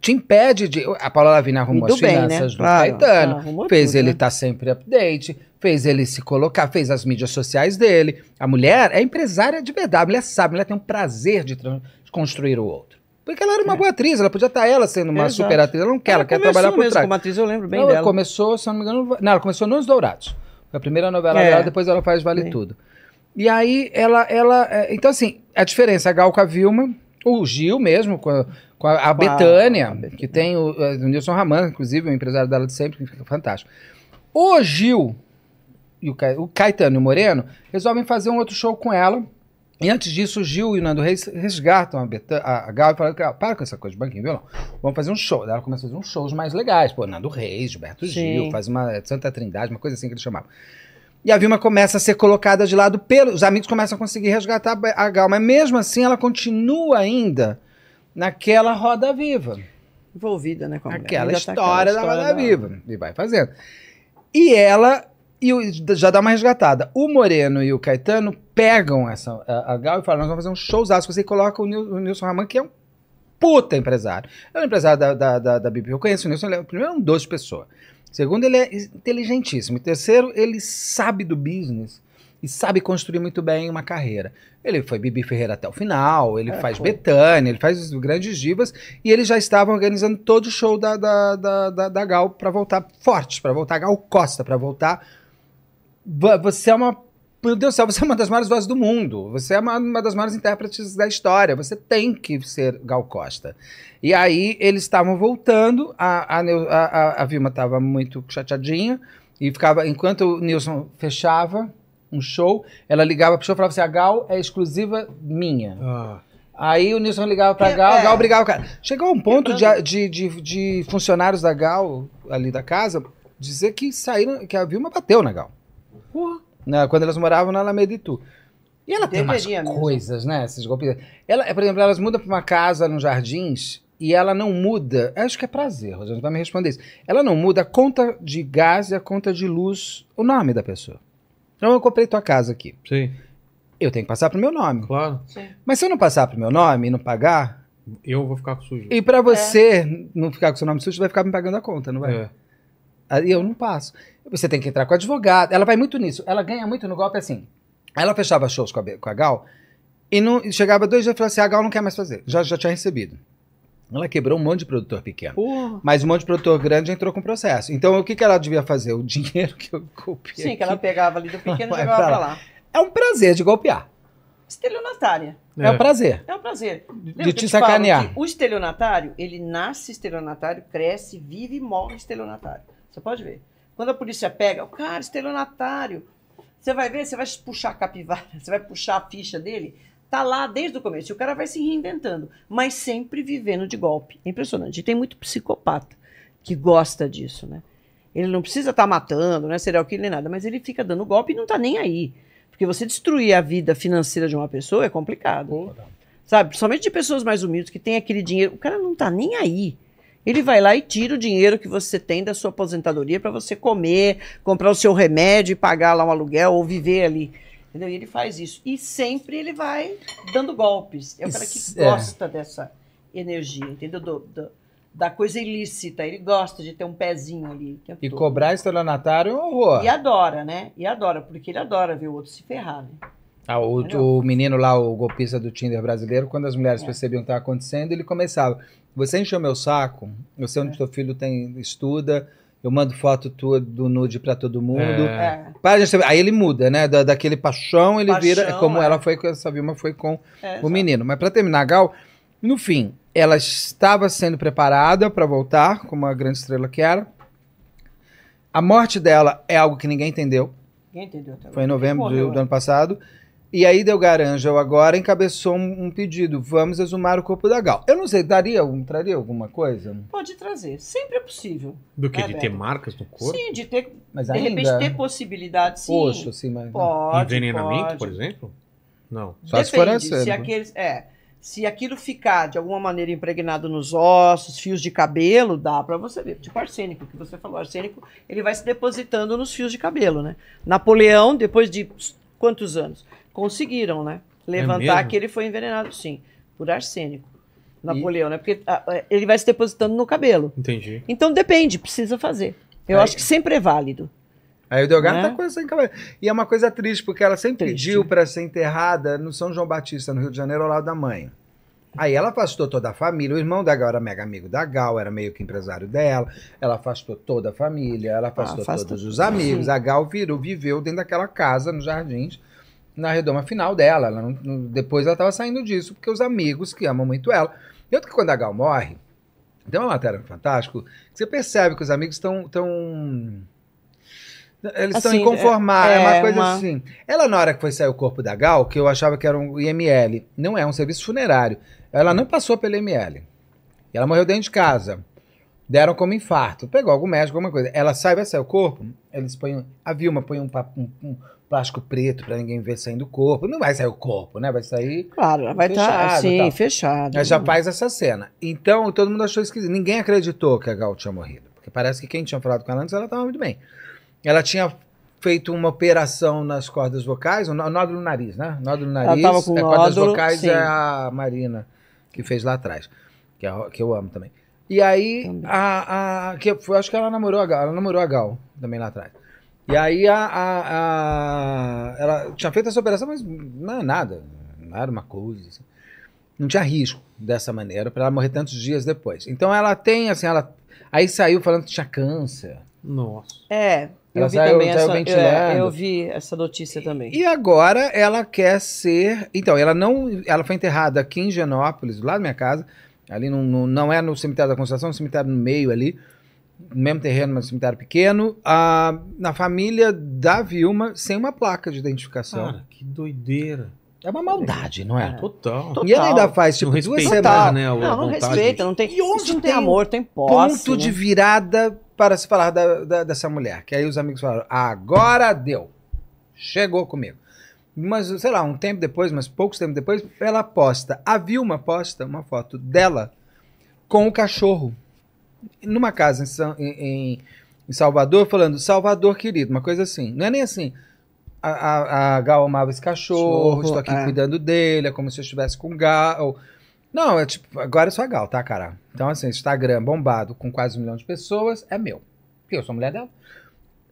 S4: te impede de... A Paula Lavigne arrumou
S3: E do
S4: as
S3: bem,
S4: finanças
S3: né?
S4: do
S3: Claro,
S4: Caetano.
S3: ela arrumou
S4: Fez
S3: tudo,
S4: ele
S3: né?
S4: estar sempre update, fez ele se colocar, fez as mídias sociais dele. A mulher é empresária de verdade, a mulher sabe, a mulher tem um prazer de, tran- de construir o outro. Porque ela era uma
S3: É.
S4: boa atriz, ela podia estar ela sendo uma
S3: Exato.
S4: super atriz, ela não quer, ela, quer
S3: É, começou
S4: trabalhar por
S3: mesmo
S4: trás.
S3: como atriz, eu lembro bem
S4: Não, ela
S3: dela.
S4: começou, se eu não me engano, não, ela começou nos Dourados. Foi a primeira novela
S3: É.
S4: dela, depois ela faz Vale
S3: Sim.
S4: Tudo. E aí ela, ela. é, Então, assim, a diferença, a Gal com a Vilma, o Gil mesmo, com a, com a, a
S3: Com a-
S4: Betânia,
S3: a Betânia.
S4: que tem o, é, o Nilson Raman, inclusive, o empresário dela de sempre, que fica fantástico. O Gil e o, Ca- o Caetano e o Moreno resolvem fazer um outro show com ela. E antes disso, o Gil e o Nando Reis resgatam a, Betan- a- a Gal e falam: "Gal, para com essa coisa de banquinho e violão. Vamos fazer um show. Daí ela começa a fazer uns shows mais legais. Pô, Nando Reis, Gilberto
S3: Sim.
S4: Gil, faz uma Santa Trindade, uma coisa assim que eles chamavam. E a Vilma começa a ser colocada de lado pelos. Os amigos começam a conseguir resgatar a Gal, mas mesmo assim ela continua ainda naquela roda viva.
S3: Envolvida, né? Com a mulher.
S4: Aquela
S3: Ainda tá
S4: história da
S3: história
S4: roda viva. E vai fazendo. E ela. E o- já dá uma resgatada. O Moreno e o Caetano pegam essa, a, a Gal e falam: nós vamos fazer um showzaço. Você coloca o, Nil- o Nilson Raman, que é um puta empresário. É um empresário da, da, da, da Bíblia. Eu conheço o Nilson, ele é, primeiro, é um doce de pessoa. Segundo, ele é inteligentíssimo. E terceiro, ele sabe do business e sabe construir muito bem uma carreira. Ele foi Bibi Ferreira até o final, ele
S3: É,
S4: faz
S3: foi.
S4: Betânia, ele faz os grandes divas e eles já estavam organizando todo o show da, da, da, da, da Gal para voltar fortes, para voltar Gal Costa, para voltar. Va- Você é uma. Meu Deus do céu, você é uma das maiores vozes do mundo. Você é uma, uma das maiores intérpretes da história. Você tem que ser Gal Costa. E aí eles estavam voltando, a, a, Neu- a, a- a Vilma estava muito chateadinha e ficava, enquanto o Nilson fechava um show, ela ligava pro show e falava assim: a Gal é exclusiva minha.
S1: Ah,
S4: Aí o Nilson ligava pra
S3: É,
S4: Gal, a
S3: é.
S4: Gal brigava com ela. Chegou um ponto de,
S3: Quebrando.
S4: de, de, de funcionários da Gal, ali da casa, dizer que saíram, que a Vilma bateu na Gal. Na- quando elas moravam na Alameda e Tu. E ela tem umas
S3: Deveria mesmo.
S4: coisas, né? Essas golpistas. Ela, por exemplo, elas mudam pra uma casa nos jardins e ela não muda. Acho que é prazer, Rosana, vai me responder isso. Ela não muda a conta de gás e a conta de luz, o nome da pessoa. Então eu comprei tua casa aqui.
S1: Sim,
S4: Eu tenho que passar pro meu nome.
S1: claro.
S4: Mas se eu não passar pro meu nome e não pagar,
S1: Eu vou ficar com sujo.
S4: e pra você
S3: É.
S4: não ficar com seu nome sujo, vai ficar me pagando a conta, não vai?
S1: É.
S4: Aí eu não passo. Você tem que entrar com o advogado. Ela vai muito nisso. Ela ganha muito no golpe assim. Ela fechava shows com a, Be- com a Gal e não e chegava dois dias e falava assim: a Gal não quer mais fazer. Já, já tinha recebido. Ela quebrou um monte de produtor pequeno.
S3: Porra.
S4: Mas um monte de produtor grande entrou com processo. Então o que, que ela devia fazer? O dinheiro que eu copiei.
S3: Sim, que ela pegava ali do pequeno e
S4: Vai
S3: jogava
S4: pra
S3: pra
S4: lá.
S3: lá.
S4: É um prazer de golpear.
S3: Estelionatária.
S4: É, um prazer.
S3: É um prazer. Lembra que
S4: de te
S3: eu falo
S4: sacanear.
S3: que O estelionatário, ele nasce estelionatário, cresce, vive e morre estelionatário. Você pode ver. Quando a polícia pega, o cara, estelionatário. Você vai ver, você vai puxar a capivara, você vai puxar a ficha dele. Tá lá desde o começo. E o cara vai se reinventando, mas sempre vivendo de golpe. É impressionante. E tem muito psicopata que gosta disso, né? Ele não precisa estar matando, né? Serial killer nem nada, mas ele fica dando golpe e não tá nem aí. Porque você destruir a vida financeira de uma pessoa é complicado. Sabe? Principalmente de pessoas mais humildes que têm aquele dinheiro. O cara não tá nem aí. Ele vai lá e tira o dinheiro que você tem da sua aposentadoria para você comer, comprar o seu remédio e pagar lá um aluguel ou viver ali. Entendeu? E ele faz isso. E sempre ele vai dando golpes. É o cara que
S4: Isso, é.
S3: gosta dessa energia, entendeu? Do- do- da coisa ilícita. Ele gosta de ter um pezinho ali. o tempo
S4: E
S3: todo.
S4: cobrar estelionatário é um horror.
S3: E adora, né? E adora, porque ele adora ver o outro se ferrar, né?
S4: Ah, o,
S3: Olha.
S4: o menino lá, o golpista do Tinder brasileiro, quando as
S3: É.
S4: mulheres percebiam o que estava acontecendo, ele começava. Você encheu meu saco, eu sei onde
S3: É.
S4: teu filho tem, estuda, eu mando foto tua do nude pra todo mundo.
S1: É.
S3: É.
S4: Para de ser- aí ele muda, né? Da- daquele paixão, ele
S3: Paixão,
S4: vira. Como
S3: é.
S4: ela foi com essa Vilma foi com
S3: é,
S4: o menino. Mas pra terminar, Gal, no fim, ela estava sendo preparada pra voltar, como a grande estrela que era. A morte dela é algo que ninguém entendeu.
S3: Ninguém entendeu até agora.
S4: Foi em novembro
S3: Morreu,
S4: do, do
S3: né?
S4: ano passado. E aí Del Garanjo agora encabeçou um, um pedido. Vamos exumar o corpo da Gal. Eu não sei, daria, algum- traria alguma coisa?
S3: Pode trazer. Sempre é possível.
S1: Do que?
S3: É,
S1: de
S3: velho.
S1: ter marcas no corpo?
S3: Sim, de ter.
S4: Mas
S3: De
S4: ainda.
S3: repente ter possibilidade, sim.
S4: Osso, assim, mas.
S3: Pode.
S1: Envenenamento,
S3: pode.
S1: por exemplo? Não.
S4: Só
S3: Depende,
S4: se for essa,
S3: se
S4: né?
S3: aqueles- é, se aquilo ficar de alguma maneira impregnado nos ossos, fios de cabelo, dá pra você ver. Tipo arsênico, que você falou, arsênico, ele vai se depositando nos fios de cabelo, né? Napoleão, depois de ps, quantos anos? Conseguiram, né?
S4: É
S3: Levantar
S1: mesmo?
S3: que ele foi envenenado, sim, por arsênico. Napoleão, né? Porque ah, ah, ele vai se depositando no cabelo.
S1: Entendi.
S3: Então depende, precisa fazer. Eu
S4: Aí-
S3: acho que sempre é válido.
S4: Aí o Delgar
S3: Né?
S4: tá com essa em cabeça. E é uma coisa triste, porque ela sempre
S3: Triste.
S4: pediu pra ser enterrada no São João Batista, no Rio de Janeiro, ao lado da mãe. Aí ela afastou toda a família. O irmão da Gal era mega amigo da Gal, era meio que empresário dela. Ela afastou toda a família, ela afastou
S3: Ah, afasta-
S4: todos os amigos.
S3: Sim.
S4: A Gal virou, viveu dentro daquela casa, nos jardins, na redoma final dela. Ela não- não- depois ela estava saindo disso, porque os amigos que amam muito ela. E outro que quando a Gal morre, tem uma matéria no Fantástico, que você percebe que os amigos estão. Tão... Eles estão
S3: Assim,
S4: inconformados, é,
S3: é-
S4: uma
S3: é
S4: coisa
S3: uma-
S4: assim. Ela, na hora que foi sair o corpo da Gal, que eu achava que era um IML, não é um serviço funerário. Ela não passou pelo IML. E Ela morreu dentro de casa. Deram como infarto. Pegou algum médico, alguma coisa. Ela sai, vai sair o corpo. Eles põem. A Vilma põe um, pa- um- um plástico preto pra ninguém ver saindo o corpo. Não vai sair o corpo, né? Vai sair.
S3: Claro, ela vai estar
S4: Fechado,
S3: assim,
S4: tá.
S3: fechada.
S4: Ela já faz essa cena. Então todo mundo achou esquisito. Ninguém acreditou que a Gal tinha morrido. Porque parece que quem tinha falado com ela antes, ela tava muito bem. Ela tinha feito uma operação nas cordas vocais, um nó- nódulo no nariz, né? Nódulo no
S3: Ela
S4: nariz.
S3: tava com
S4: é, cordas
S3: nódulo,
S4: vocais
S3: sim.
S4: é a Marina, que fez lá atrás. Que, é a- que eu amo também. E aí,
S3: Também.
S4: a, a, que foi, acho que ela namorou a Gal. Ela namorou a Gal também lá atrás. E aí, a, a- a- ela tinha feito essa operação, mas não é nada. Não era uma coisa, assim não tinha risco dessa maneira pra ela morrer tantos dias depois. Então ela tem, assim, ela. Aí saiu falando que tinha câncer.
S2: Nossa.
S3: É, eu
S4: Ela
S3: vi
S4: saiu-
S3: também
S4: saiu
S3: essa. Eu,
S4: ventilando.
S3: eu vi essa notícia também.
S4: E agora ela quer ser. Então, ela não. Ela foi enterrada aqui em Genópolis, do lado da minha casa. Ali não, não, não é no cemitério da Constituição, é um cemitério no meio ali. No mesmo terreno, mas um cemitério pequeno. ah, na família da Vilma, sem uma placa de identificação.
S1: Cara, que doideira.
S4: Ah. é uma maldade, não é?
S3: É.
S1: Total.
S3: Total.
S4: E ela ainda faz, tipo,
S1: Não
S4: duas
S1: respeita,
S4: semanas.
S1: né, a
S3: não, não
S1: vontade.
S3: respeita, não tem.
S4: E onde
S3: isso não
S4: tem
S3: tem amor, tem posse.
S4: ponto de
S3: né?
S4: virada para se falar da- da- dessa mulher. Que aí os amigos falaram: agora deu. Chegou comigo. Mas, sei lá, um tempo depois, mas poucos tempos depois, ela posta. A Vilma posta uma foto dela com o cachorro. Numa casa em, São- em- em- em Salvador, falando, Salvador, querido, uma coisa assim. Não é nem assim. A, a- a Gal amava esse cachorro,
S3: Cachorro,
S4: estou aqui
S3: é.
S4: cuidando dele, é como se eu estivesse com Gal. Não, é tipo, agora é só Gal, tá, cara? Então, assim, Instagram bombado com quase um milhão de pessoas é meu. Porque eu sou mulher dela.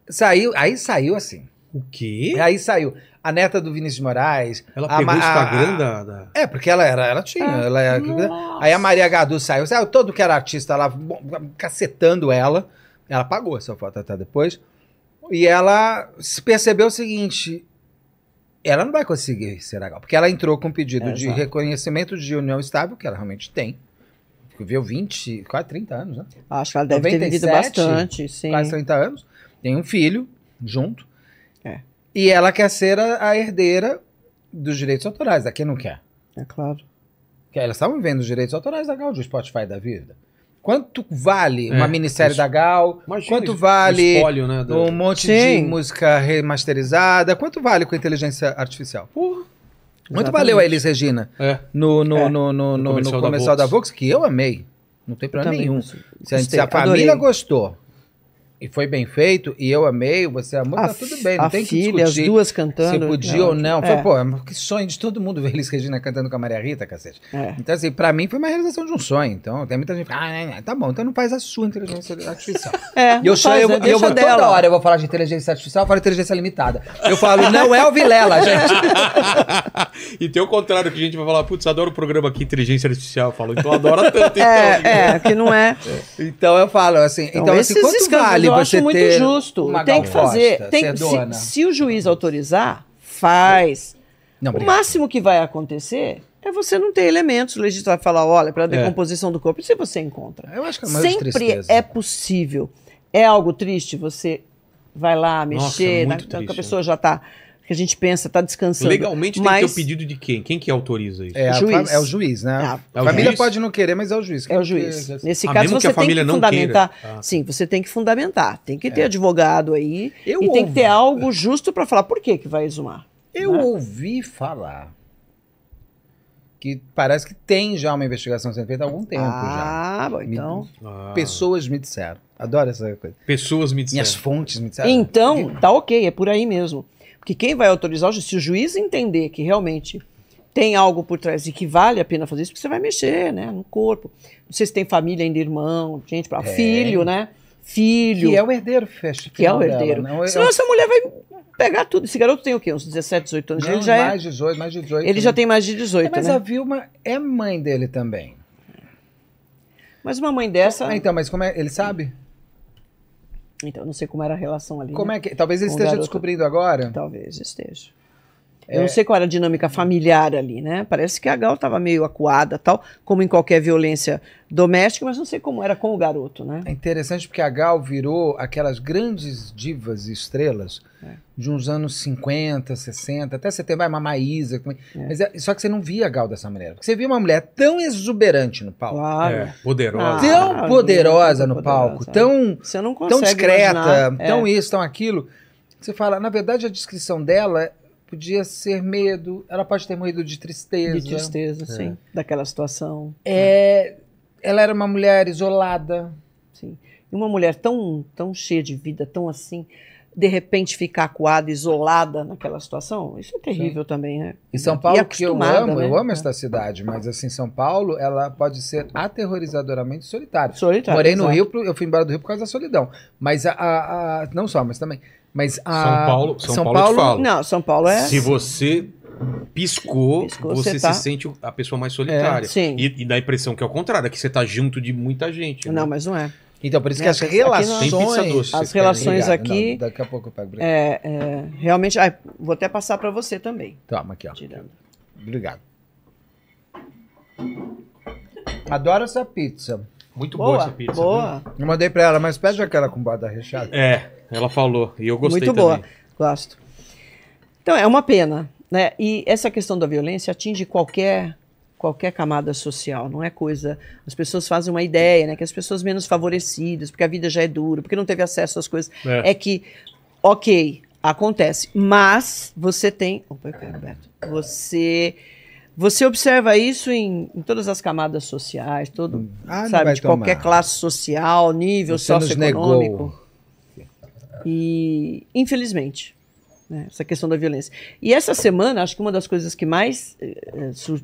S4: Saiu, aí saiu assim.
S1: O quê?
S4: Aí saiu a neta do Vinícius de Moraes.
S1: Ela
S4: A
S1: pegou o
S4: ma- a-
S1: Instagram da, da-
S4: É, porque ela era, ela tinha. Ela era- aí a Maria Gadu saiu, saiu todo que era artista lá, bom, cacetando ela. Ela pagou essa foto até depois. E ela se percebeu o seguinte: ela não vai conseguir ser legal. Porque ela entrou com um pedido
S3: É,
S4: de
S3: exato.
S4: reconhecimento de união estável, que ela realmente tem. Viveu 20, quase 30 anos, né?
S3: Acho que ela deve ter vivido
S4: 97,
S3: bastante, sim.
S4: Quase 30 anos. Tem um filho junto.
S3: É.
S4: E ela quer ser a, a herdeira dos direitos autorais, da quem não quer.
S3: É claro.
S4: Que elas estavam vendo os direitos autorais da Gal, do Spotify da vida. Quanto vale uma
S1: É,
S4: minissérie
S1: isso.
S4: da Gal?
S1: Imagina
S4: Quanto
S1: o- o
S4: vale
S1: espólio, né, da-
S4: Um monte de
S3: Sim.
S4: música remasterizada? Quanto vale com inteligência artificial?
S1: Porra.
S4: Quanto
S3: Exatamente.
S4: valeu a Elis Regina
S1: É.
S4: no, no,
S3: É.
S4: no, no, no, no comercial, da, Vox. que eu amei. Não tem problema nenhum. Se a, gente- se a família gostou e foi bem feito, e eu amei, você amou, tá tudo bem. Não
S3: a
S4: tem que
S3: filha, as
S4: discutir
S3: duas né? cantando.
S4: se podia ou não. Foi, pô, mas que sonho de todo mundo ver Elis Regina cantando com a Maria Rita, cacete.
S3: É.
S4: Então, assim, pra mim foi uma realização de um sonho. Então, tem muita gente que fala, ah, né, né, tá bom, então não faz a sua inteligência artificial.
S3: É,
S4: E eu,
S3: não
S4: chamo,
S3: faz,
S4: eu,
S3: né?
S4: eu
S3: Deixa
S4: vou
S3: dela.
S4: toda hora eu vou falar de inteligência artificial, eu falo inteligência limitada. Eu falo, não é o Vilela, gente.
S1: e tem o contrário que a gente vai falar, putz, adoro o programa aqui, Inteligência Artificial. Eu falo, então adora tanto. então, amigo.
S3: É, é, que não é.
S4: Então eu falo assim, então,
S3: Então,
S4: assim,
S3: esses
S4: quanto
S3: escândalos
S4: vale
S3: eu
S4: você
S3: acho muito
S4: ter
S3: justo.
S4: uma
S3: Tem
S4: Gal
S3: que fazer.
S4: Costa,
S3: tem-
S4: ser dona?
S3: se, se o juiz autorizar, faz.
S4: Não,
S3: O
S4: obrigado.
S3: máximo que vai acontecer é você não ter elementos. O legislador vai falar, olha,
S1: É.
S3: para a decomposição do corpo, e se você encontra.
S4: Eu acho que é uma
S3: Sempre
S4: tristeza.
S3: é possível. É algo triste, você vai lá
S1: Nossa,
S3: mexer,
S1: muito
S3: na-
S1: triste,
S3: que a
S1: né?
S3: pessoa já está, que a gente pensa, está descansando.
S1: Legalmente tem que ter
S3: Mas-
S1: o pedido de quem? Quem que autoriza isso?
S4: É, a fa-
S3: juiz.
S4: é o juiz, né?
S3: Ah,
S1: É o
S4: a família
S1: juiz?
S4: pode não querer, mas é o juiz.
S3: É o juiz. Nesse
S1: Ah,
S3: caso,
S1: mesmo que
S3: você
S1: a
S3: tem
S1: família
S3: que
S1: não
S3: fundamentar.
S1: queira. Ah. É.
S3: Sim, você tem que fundamentar. Tem que ter advogado aí.
S4: Eu
S3: e tem
S4: ouvi-
S3: que ter algo né? justo para falar por que, que vai exumar.
S4: Eu ouvi falar que parece que tem já uma investigação sendo feita há algum tempo
S3: ah, bom,
S4: Me-
S3: então.
S1: Ah,
S4: já. Pessoas me disseram. Adoro essa coisa.
S1: Pessoas me disseram.
S4: Minhas fontes me disseram.
S3: Então, tá ok, é por aí mesmo. Porque quem vai autorizar, o juiz, se o juiz entender que realmente tem algo por trás e que vale a pena fazer isso, porque você vai mexer, né, no corpo. Não sei se tem família ainda, irmão, gente, pra...
S4: Tem.
S3: filho, né? Filho.
S4: Que é o herdeiro, fecha.
S3: que é o
S4: final dela,
S3: herdeiro.
S4: não, é-
S3: Senão essa mulher vai pegar tudo. Esse garoto tem o quê? Uns 17, 18 anos.
S4: não,
S3: ele já, é,
S4: mais 18, mais 18.
S3: ele já tem mais de
S4: É,
S3: 18,
S4: mas
S3: né?
S4: a Vilma é mãe dele também.
S3: Mas uma mãe dessa.
S4: Ah, então, mas como é? Ele sabe?
S3: Então, eu não sei como era a relação ali.
S4: Como
S3: né?
S4: é que. Talvez ele
S3: Com o
S4: esteja
S3: Um garoto. Tá.
S4: descobrindo agora.
S3: Talvez esteja.
S4: É.
S3: Eu não sei qual era a dinâmica familiar ali, né? Parece que a Gal estava meio acuada, tal, como em qualquer violência doméstica, mas não sei como era com o garoto, né?
S4: É interessante porque a Gal virou aquelas grandes divas e estrelas
S3: É.
S4: de uns anos 50, 60, até você tem vai, uma Maísa. como- Mas é- só que você não via a Gal dessa maneira. Porque você via uma mulher tão exuberante no palco,
S3: Claro.
S1: É, poderosa.
S3: Ah.
S4: tão poderosa no
S3: poderosa,
S4: palco,
S3: é.
S4: tão,
S3: Você não consegue.
S4: tão discreta,
S3: imaginar. É.
S4: tão isso, tão aquilo. Você fala, na verdade, a descrição dela podia ser medo, ela pode ter morrido de tristeza.
S3: é, De tristeza, sim. Daquela situação.
S4: É, ela era uma mulher isolada.
S3: Sim. E uma mulher tão, tão cheia de vida, tão assim, de repente ficar acuada, isolada naquela situação, isso é terrível também, né?
S4: E São Paulo, que eu
S3: acostumada,
S4: amo,
S3: né?
S4: eu amo
S3: É.
S4: esta cidade, mas assim, São Paulo, ela pode ser aterrorizadoramente solitária.
S3: Solitária,
S4: Morei no
S3: então, exato.
S4: Rio, pro- eu fui embora do Rio por causa da solidão. Mas a. a- a- não só, mas também. Mas a.
S1: São Paulo, São, Paulo, é eu te falo.
S3: Não, São Paulo é.
S1: Se você piscou,
S3: Piscou,
S1: você
S3: você tá- É,
S1: se sente a pessoa mais solitária.
S3: sim.
S1: E, e dá a impressão que é o contrário, é que você tá junto de muita gente. né?
S3: Não, mas não é.
S4: Então, por isso que
S3: Né,
S4: as
S3: aqui não-
S4: relações.
S1: Tem pizza doce,
S3: As
S1: vocês querem?
S3: relações
S4: Obrigado,
S3: aqui-
S4: não, daqui a pouco eu pego. É.
S3: É, é, realmente, ai, vou até passar para você também,
S4: Toma,
S1: Tá
S4: aqui, ó.
S3: tirando.
S4: Obrigado. Adoro essa pizza.
S1: Muito boa,
S3: boa,
S1: essa pizza.
S3: boa,
S4: Eu mandei pra ela, mas pede aquela com borda recheada.
S1: É, ela falou. E eu gostei
S3: muito boa,
S1: também.
S3: gosto. Então é uma pena, né? E essa questão da violência atinge qualquer qualquer camada social, não é coisa. As pessoas fazem uma ideia, né? Que as pessoas menos favorecidas, porque a vida já é dura, porque não teve acesso às coisas,
S1: É.
S3: é que, ok, acontece, mas você tem. Opa, eu quero, Beto. Você. Você observa isso em, em todas as camadas sociais, todo,
S1: Hum.
S4: Ah, não
S3: sabe,
S4: vai
S3: de qualquer
S4: tomar.
S3: classe social, nível
S4: Você nos negou.
S3: socioeconômico. E, infelizmente, né, essa questão da violência. E essa semana, acho que uma das coisas que mais eh, eh, su-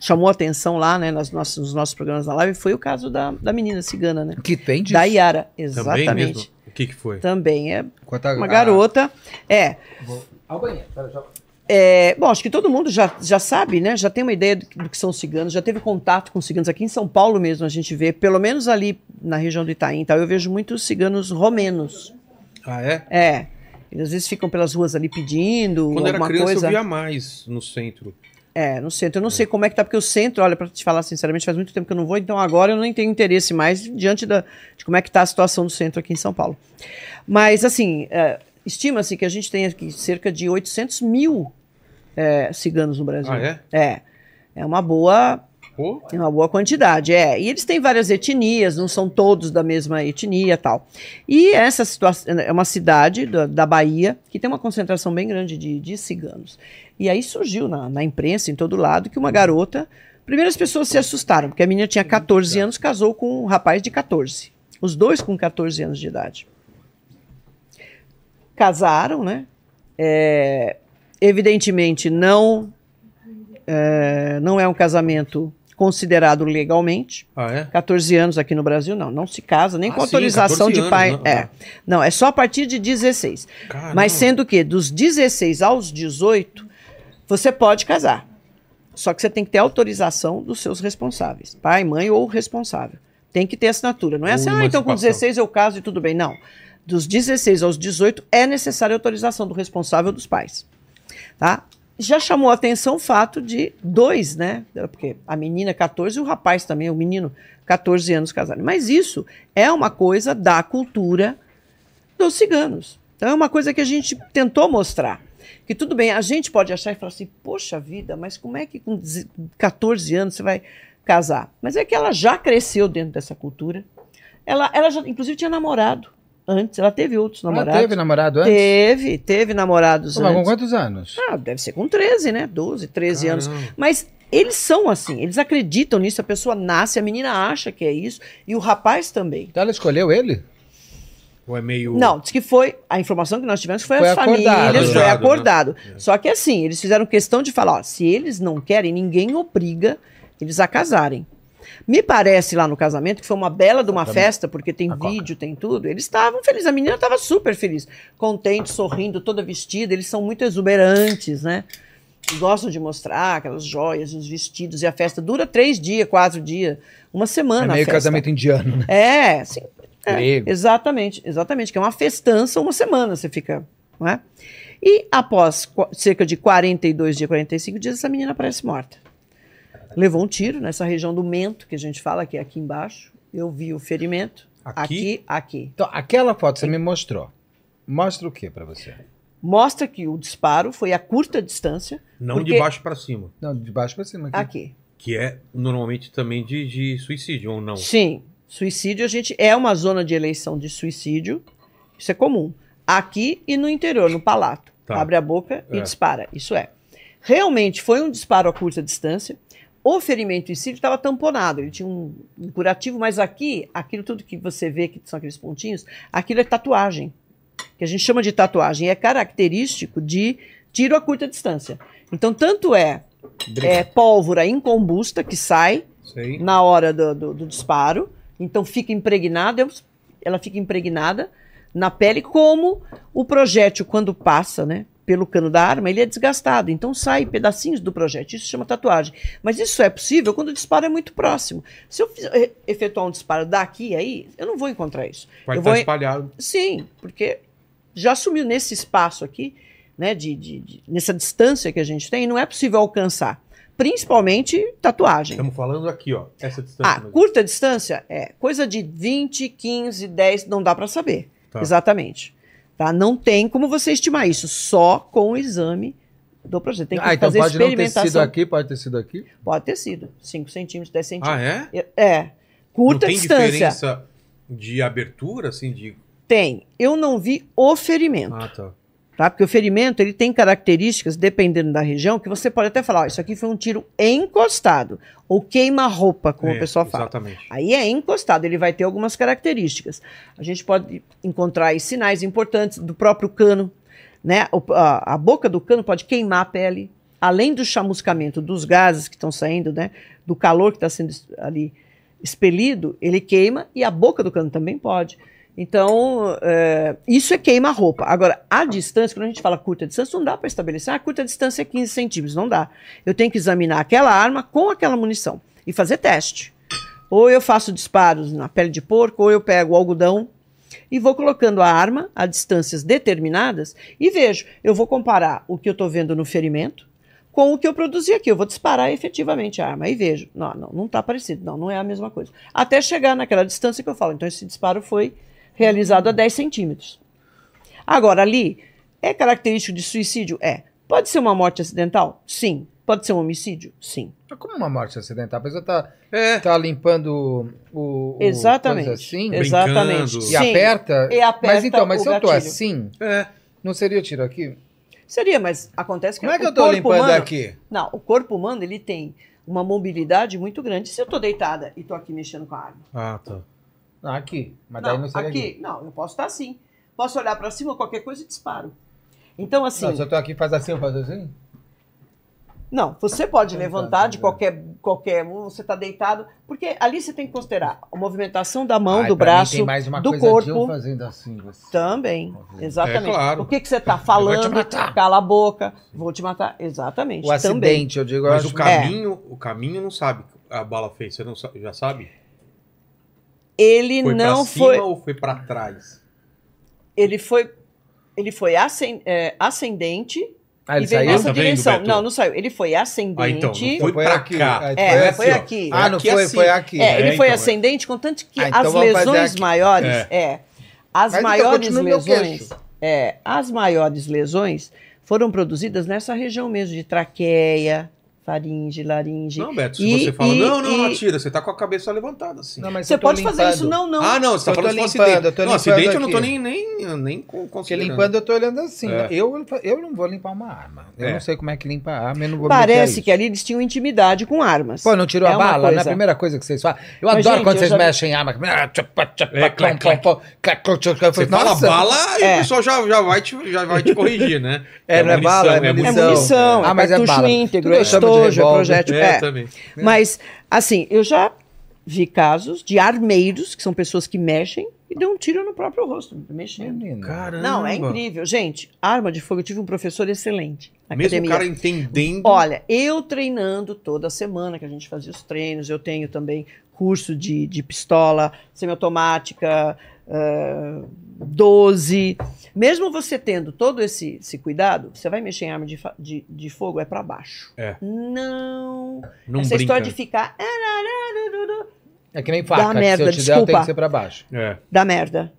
S3: chamou atenção lá, né, nas nossas, nos nossos programas na live, foi o caso da, da menina cigana, né?
S4: Que tem disso.
S3: Da Yara,
S1: Também
S3: exatamente.
S1: mesmo? O que, que foi?
S3: Também é
S4: Enquanto a-
S3: uma garota. É,
S4: Vou ao banheiro. Pera, já-
S3: é, bom, acho que todo mundo já, já sabe, né? Já tem uma ideia do, que- do que são ciganos, já teve contato com ciganos. Aqui em São Paulo mesmo a gente vê, pelo menos ali na região do Itaim, e tal, eu vejo muitos ciganos romenos.
S1: Ah, é?
S3: É. Eles às vezes ficam pelas ruas ali pedindo
S1: Quando era
S3: alguma
S1: criança
S3: coisa.
S1: eu via mais no centro.
S3: É, no centro. Eu não sei como é que tá, porque o centro, olha, pra te falar sinceramente, faz muito tempo que eu não vou, então agora eu nem tenho interesse mais diante da, de como é que tá a situação do centro aqui em São Paulo. Mas, assim, é, estima-se que a gente tem aqui cerca de 800 mil é, ciganos no Brasil.
S1: Ah, é?
S3: É. É uma boa
S1: Pô,
S3: é uma boa quantidade, é. E eles têm várias etnias, não são todos da mesma etnia e tal. E essa situação é uma cidade da, da Bahia que tem uma concentração bem grande de, de ciganos. E aí surgiu na, na imprensa, em todo lado, que uma garota. Primeiro as pessoas se assustaram, porque a menina tinha 14 anos, casou com um rapaz de 14. Os dois com 14 anos de idade. Casaram, né? É, evidentemente não é, não é um casamento considerado legalmente.
S1: ah, é?
S3: 14 anos aqui no Brasil, não. Não se casa, nem
S1: Ah,
S3: com
S1: sim,
S3: autorização
S1: 14
S3: de
S1: anos,
S3: pai.
S1: não,
S3: é.
S1: ah.
S3: Não, é só a partir de 16.
S1: Caramba.
S3: Mas sendo que dos 16 aos 18, você pode casar. Só que você tem que ter autorização dos seus responsáveis, pai, mãe ou responsável. Tem que ter assinatura. Não é
S1: Ou
S3: assim, ah, então com
S1: emancipação.
S3: 16 eu caso e tudo bem. Não. Dos 16 aos 18 é necessária a autorização do responsável dos pais. Tá? Já chamou a atenção o fato de dois, né? Porque a menina 14 e o rapaz também, o menino 14 anos casado. Mas isso é uma coisa da cultura dos ciganos. Então é uma coisa que a gente tentou mostrar. Que tudo bem, a gente pode achar e falar assim, poxa vida, mas como é que com 10 14 anos você vai casar? Mas é que ela já cresceu dentro dessa cultura. Ela, ela já, inclusive, tinha namorado antes, ela teve outros
S4: Ela
S3: namorados.
S4: Ah, teve namorado antes?
S3: Teve, teve namorados
S4: Pô, mas com
S3: antes.
S4: quantos anos?
S3: Ah, deve ser com 13, né? 12, 13 anos.
S1: Caramba.
S3: Mas eles são assim, eles acreditam nisso, a pessoa nasce, a menina acha que é isso, e o rapaz também.
S4: Então ela escolheu ele?
S1: Ou é meio.
S3: Não, diz que foi. A informação que nós tivemos foi,
S4: Foi
S3: as
S4: acordado,
S3: famílias,
S1: né?
S3: foi
S1: Acordado,
S3: acordado.
S4: É.
S3: Só que assim, eles fizeram questão de falar: ó, se eles não querem, ninguém obriga eles a casarem. Me parece lá no casamento que foi uma bela de uma festa, porque tem vídeo, tem tudo. Eles estavam felizes, a menina estava super feliz, contente, sorrindo, toda vestida. Eles são muito exuberantes, né? Gostam de mostrar aquelas joias, os vestidos, e a festa dura três dias, quatro dias, uma
S4: É
S3: semana. a
S4: meio
S3: Tá festa.
S4: casamento indiano, né?
S3: É, sim. É,
S4: Grego.
S3: exatamente, exatamente. Que é uma festança uma semana, você fica. Não é? E após qu- cerca de 42 dias, 45 dias, essa menina aparece morta. Levou um tiro nessa região do mento, que a gente fala que é aqui embaixo. Eu vi o ferimento.
S1: Aqui?
S3: Aqui, aqui.
S4: Então, aquela foto que você me mostrou. Mostra o que pra você?
S3: Mostra que o disparo foi a curta distância,
S1: Não
S3: Porque-
S1: de baixo pra cima.
S4: Não, de baixo pra cima. Aqui.
S3: aqui.
S1: Que é normalmente também de, de suicídio, ou não?
S3: Sim, suicídio a gente é uma zona de eleição de suicídio. Isso é comum. Aqui e no interior, no palato.
S1: Tá.
S3: Abre a boca
S1: É.
S3: e dispara. Isso é. Realmente foi um disparo a curta distância. O ferimento em si estava tamponado, ele tinha um, um curativo, mas aqui, aquilo tudo que você vê que são aqueles pontinhos, aquilo é tatuagem, que a gente chama de tatuagem, é característico de tiro a curta distância. Então, tanto é, é pólvora incombusta que sai,
S1: Sei.
S3: na hora do, do- do disparo. Então fica impregnada, ela fica impregnada na pele, como o projétil, quando passa, né? Pelo cano da arma, ele é desgastado, então sai pedacinhos do projétil. Isso chama tatuagem. Mas isso só é possível quando o disparo é muito próximo. Se eu fiz- e- efetuar um disparo daqui e aí, eu não vou encontrar isso.
S1: Vai
S3: eu
S1: estar
S3: vou-
S1: tá espalhado.
S3: Sim, porque já sumiu nesse espaço aqui, né, de, de- de- nessa distância que a gente tem, não é possível alcançar. Principalmente tatuagem.
S1: Estamos falando aqui, ó. Essa distância.
S3: Ah,
S1: mais ou
S3: curta distância é coisa de 20, 15, 10, não dá para saber.
S1: Tá.
S3: Exatamente. Tá? Não tem como você estimar isso, só com o exame do projeto. Tem que
S4: ah, então
S3: fazer
S4: pode não ter
S3: experimentação.
S4: sido aqui, pode ter sido aqui.
S3: Pode ter sido 5 centímetros, 10
S1: menos. Ah,
S3: centímetros.
S1: é?
S3: É, é. Curta
S1: não tem
S3: distância.
S1: diferença de abertura, assim, de.
S3: Tem. Eu não vi o ferimento.
S1: Ah, tá.
S3: tá? Porque o ferimento ele tem características, dependendo da região, que você pode até falar: ó, isso aqui foi um tiro encostado, ou queima-roupa, como
S1: É,
S3: o pessoal fala.
S1: Exatamente.
S3: Aí é encostado, ele vai ter algumas características. A gente pode encontrar aí sinais importantes do próprio cano, né? O- a, a boca do cano pode queimar a pele, além do chamuscamento dos gases que estão saindo, né? Do calor que está sendo es- ali expelido, ele queima e a boca do cano também pode. Então, é, isso é queima-roupa. Agora, a distância, quando a gente fala curta distância, não dá para estabelecer. Ah, curta distância é 15 centímetros. Não dá. Eu tenho que examinar aquela arma com aquela munição e fazer teste. Ou eu faço disparos na pele de porco, ou eu pego o algodão e vou colocando a arma a distâncias determinadas e vejo. Eu vou comparar o que eu estou vendo no ferimento com o que eu produzi aqui. Eu vou disparar efetivamente a arma e vejo. Não, não, não está parecido. Não, não é a mesma coisa. Até chegar naquela distância que eu falo. Então, esse disparo foi realizado a 10 centímetros. Agora, ali, é característico de suicídio? É. Pode ser uma morte acidental? Sim. Pode ser um homicídio? Sim.
S4: É como uma morte acidental. A pessoa tá,
S1: É.
S4: tá limpando o. o
S3: Exatamente.
S4: coisa assim,
S1: Ex-
S3: Exatamente.
S1: brincando.
S4: e aperta.
S3: E aperta
S4: Mas então, mas
S3: o
S4: se eu tô
S3: gatilho.
S4: assim,
S1: É.
S4: não seria tiro aqui?
S3: Seria, mas acontece que
S4: Como é que
S3: o
S4: eu tô
S3: corpo
S4: limpando
S3: humano-
S4: aqui?
S3: Não, o corpo humano ele tem uma mobilidade muito grande. Se eu tô deitada e tô aqui mexendo com a arma.
S1: Ah, tá.
S4: Ah, aqui. Mas daí
S3: Não,
S4: não
S3: aqui,
S4: seria aqui.
S3: não, eu posso estar assim. Posso olhar pra cima, qualquer coisa e disparo. Então assim,
S4: Não, se eu tô aqui, faz assim, eu faço assim?
S3: não, você pode
S4: Ah,
S3: levantar
S4: tá,
S3: de
S4: tá.
S3: qualquer qualquer, você tá deitado, porque ali você tem que considerar a movimentação da mão,
S4: Ai,
S3: do
S4: pra mim
S3: braço,
S4: tem mais uma
S3: do
S4: coisa de eu
S3: corpo.
S4: fazendo assim, você.
S3: também. Exatamente.
S1: É, claro.
S3: O que que você tá
S1: Ele vai
S3: falando?
S1: te matar.
S3: Cala a boca. Vou te matar. Exatamente.
S4: O
S3: também.
S4: acidente, eu digo. eu
S1: Mas
S4: acho
S1: o
S4: que- é.
S1: caminho, o caminho não sabe que a bala fez. Você não sa- já sabe?
S3: Ele
S1: Foi
S3: não
S1: pra cima
S3: foi
S1: ou foi pra trás?
S3: ele foi ele foi ascen- é, ascendente
S4: Ah, ele
S3: e veio
S4: saiu?
S1: Ah,
S3: nessa
S1: tá vendo,
S3: direção.
S1: Beto?
S3: não, não saiu. Ele foi ascendente.
S1: Ah, então, não foi,
S4: Foi
S1: pra
S4: aqui.
S1: cá.
S4: Ah,
S3: É,
S1: Foi
S3: foi,
S1: assim, ó.
S3: aqui.
S4: Ah, não
S1: Aqui
S4: foi,
S1: assim.
S4: foi aqui.
S3: É, ele
S1: É,
S3: foi
S1: então, é.
S3: ascendente, contanto que
S4: Ah, então
S3: as
S4: vamos fazer
S3: lesões
S4: aqui.
S3: maiores, é. as
S4: Mas então,
S3: maiores
S4: continua meu
S3: lesões,
S4: queixo.
S3: é, as maiores lesões foram produzidas nessa região mesmo de traqueia, faringe, laringe.
S1: Não, Beto, se
S3: E-
S1: você fala,
S3: e-
S1: não, não, não
S3: e-
S1: atira, você tá com a cabeça levantada assim.
S4: Não, mas
S3: Você
S4: eu tô
S3: pode fazer
S4: limpando.
S3: isso? Não, não.
S1: Ah, não, você tá
S4: Eu tô
S1: falando só
S4: limpando, eu
S1: acidente.
S4: tô
S1: não, acidente
S4: limpando
S1: eu não tô
S4: aqui.
S1: nem, nem, nem con-
S4: Porque
S1: considerando.
S4: limpando eu tô olhando assim.
S1: É.
S4: Eu, eu não vou limpar uma arma. Eu
S1: É.
S4: não sei como é que limpa a arma, eu não vou me meter
S3: Parece
S4: a
S3: que ali eles tinham intimidade com armas.
S4: isso. Pô, não tirou
S3: É
S4: a
S3: uma
S4: bala? Não é a
S3: coisa.
S4: primeira coisa que vocês falam. Eu
S3: Mas,
S4: adoro
S3: gente,
S4: quando
S3: eu
S4: vocês
S3: já vi-
S4: mexem em arma. Ah,
S1: É, clac, clac.
S4: Eu
S1: Você
S4: falei,
S1: fala
S4: é nossa.
S1: bala e
S3: É.
S1: o pessoal já, já, vai te, já vai te corrigir, né?
S4: É, não é bala, é
S3: é
S4: munição.
S3: munição,
S4: Ah,
S3: é
S4: mas é
S3: cartucho
S4: bala.
S3: íntegro,
S4: Tudo
S3: é
S4: eu chamo de
S3: estojo, é
S4: revólver.
S1: É,
S3: projétil. É,
S1: também.
S3: Mas, assim, eu já vi casos de armeiros, que são pessoas que mexem, e deu um tiro no próprio rosto, tá mexendo.
S4: Menino.
S1: Caramba.
S3: Não, é incrível. Gente, arma de fogo, eu tive um professor excelente na
S1: Mesmo
S3: academia.
S1: o cara entendendo.
S3: Olha, eu treinando toda semana que a gente fazia os treinos, eu tenho também curso de, de pistola semiautomática, eh, 12. Mesmo você tendo todo esse, esse cuidado, você vai mexer em arma de, fa- de, de fogo, é pra baixo.
S1: É.
S3: Não.
S1: Não
S3: Essa
S1: brinca.
S3: história de ficar.
S4: É que nem faca.
S3: merda,
S4: se eu te der, eu tenho
S3: desculpa.
S4: que ser pra baixo.
S1: É.
S3: Dá merda.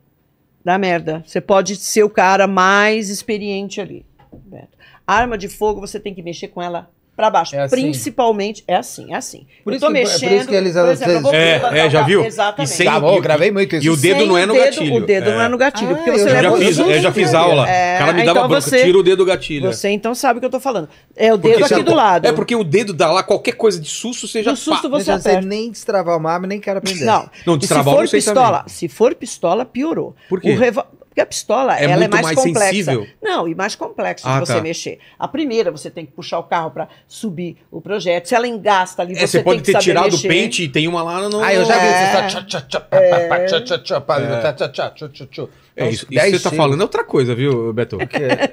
S3: Dá merda. Você pode ser o cara mais experiente ali. Beto. Arma de fogo, você tem que mexer com ela pra baixo.
S4: É assim.
S3: Principalmente. É assim, é assim.
S4: Por
S3: eu
S4: isso
S3: tô
S4: que- é por
S3: mexendo.
S4: isso que eles-
S3: por exemplo, eu vou
S1: É,
S3: levantar
S1: é,
S3: o
S1: já
S3: braço.
S1: viu? E
S3: Exatamente.
S1: sem-
S4: Tá bom, eu gravei muito isso.
S1: E o dedo
S3: Sem
S1: não é no
S3: o dedo-
S1: gatilho.
S3: O dedo não é no gatilho,
S4: Ah,
S3: porque você
S4: eu
S1: Eu
S3: leva
S1: já
S3: o
S1: fiz,
S3: dedo
S1: eu já
S3: junto,
S1: fiz
S3: né?
S1: aula.
S3: É,
S1: o cara me dá
S3: então
S1: uma bronca,
S3: você,
S1: tira o dedo do gatilho.
S3: Você então sabe o que eu tô falando. É o
S1: Porque
S3: dedo
S1: você
S4: tá-
S3: aqui do
S1: apo-
S3: lado.
S1: É porque o dedo dá lá qualquer coisa de susto, você já
S3: Do susto
S1: pá.
S3: você
S4: Gente, eu não sei
S3: aperta.
S4: nem destravar uma arma, nem quero aprender.
S3: Não.
S1: Não,
S3: E se
S1: destravar eu não
S3: for
S1: sei
S3: pistola,
S1: também.
S3: se for pistola, piorou.
S1: Por quê?
S3: O revol- Porque a pistola,
S1: É
S3: ela
S1: muito
S3: é mais,
S1: mais
S3: complexa.
S1: sensível?
S3: Não, e mais complexo
S1: Ah,
S3: de você
S1: tá.
S3: mexer. A primeira, você tem que puxar o carro para subir o projeto. Se ela engasta ali,
S1: É,
S3: você,
S1: você
S3: tem
S1: pode
S3: que
S1: ter
S3: saber
S1: tirado o
S3: mexer.
S1: pente e tem uma lá no.
S4: Ah, eu já vi
S1: É,
S4: isso. Tá, tchá, tchá, tchá, pá, pá, tchá, tchá, tchá, pá, tchá, tchá, tchá, tchá, tchá, tchá.
S1: É isso. Isso que
S4: Dez
S1: você tá
S4: segundos.
S1: falando é outra coisa, viu, Beto?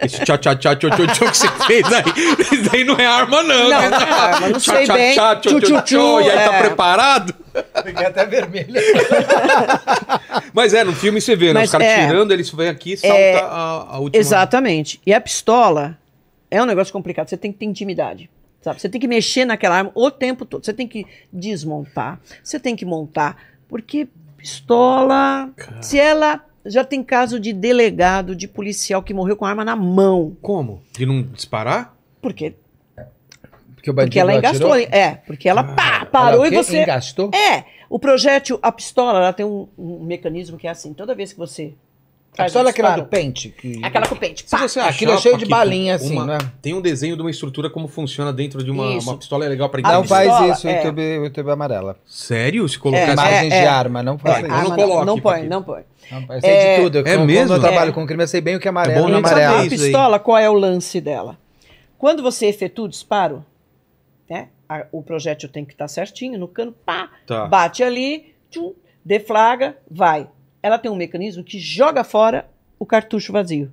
S1: Esse tchá tchá tchá tchá tchá tchá que você fez aí. Isso daí não é arma, não.
S3: Não,
S1: né?
S3: não é arma, não sei bem.
S1: Tchá tchá tchá
S3: Tchu,
S1: tchá
S3: tchu, tchu,
S1: tchá. E aí tá
S3: é.
S1: preparado?
S4: Fiquei até vermelho.
S1: Mas é, no filme você vê, né? Os
S3: Mas
S1: caras
S3: é.
S1: tirando, eles vêm aqui e salta
S3: É.
S1: a, a última.
S3: Exatamente. E a pistola é um negócio complicado. Você tem que ter intimidade. Sabe? Você tem que mexer naquela arma o tempo todo. Você tem que desmontar. Você tem que montar. Porque pistola. Se ela. Já tem caso de delegado, de policial que morreu com a arma na mão.
S1: Como? De não disparar?
S3: Porque,
S4: Porque o
S3: porque ela engastou. É, porque ela pá, parou e você.
S4: Engastou?
S3: É, o projétil, a pistola, ela tem um, um mecanismo que é assim. Toda vez que você.
S4: A
S3: faz um
S4: pistola é aquela
S3: disparo-
S4: do pente. que-
S3: Aquela com o pente.
S1: Se
S3: Pá,
S1: você
S4: Aquilo é
S1: achar,
S4: cheio de
S1: Paquito,
S4: balinha, assim,
S1: uma-
S4: né?
S1: Tem um desenho de uma estrutura como funciona dentro de uma,
S3: Isso.
S1: uma pistola, é legal pra
S3: A
S4: Não
S1: entender.
S4: faz
S3: pistola,
S4: isso,
S3: é.
S4: YouTube, YouTube amarela.
S1: Sério? Se colocar assim,
S3: É,
S1: essa-
S4: Imagens
S3: é,
S4: de
S3: é.
S4: arma, não faz
S1: É,
S4: isso.
S1: então não
S3: arma
S1: coloque,
S3: Não põe,
S1: Paquito.
S3: não põe.
S4: Não, eu sei
S3: É-
S4: de tudo. Eu,
S1: É
S4: como-
S1: mesmo?
S4: Quando eu trabalho
S3: É.
S4: com crime, eu sei bem o que é amarelo
S1: É bom
S4: e o
S1: não
S4: que é
S1: saber
S4: amarelo.
S3: Sabe a
S1: isso aí.
S3: pistola, qual é o lance dela? Quando você efetua o disparo, né, a- o projétil tem que estar certinho no cano, pá,
S1: Tá.
S3: bate ali, tchum, deflagra, vai. Ela tem um mecanismo que joga fora o cartucho vazio.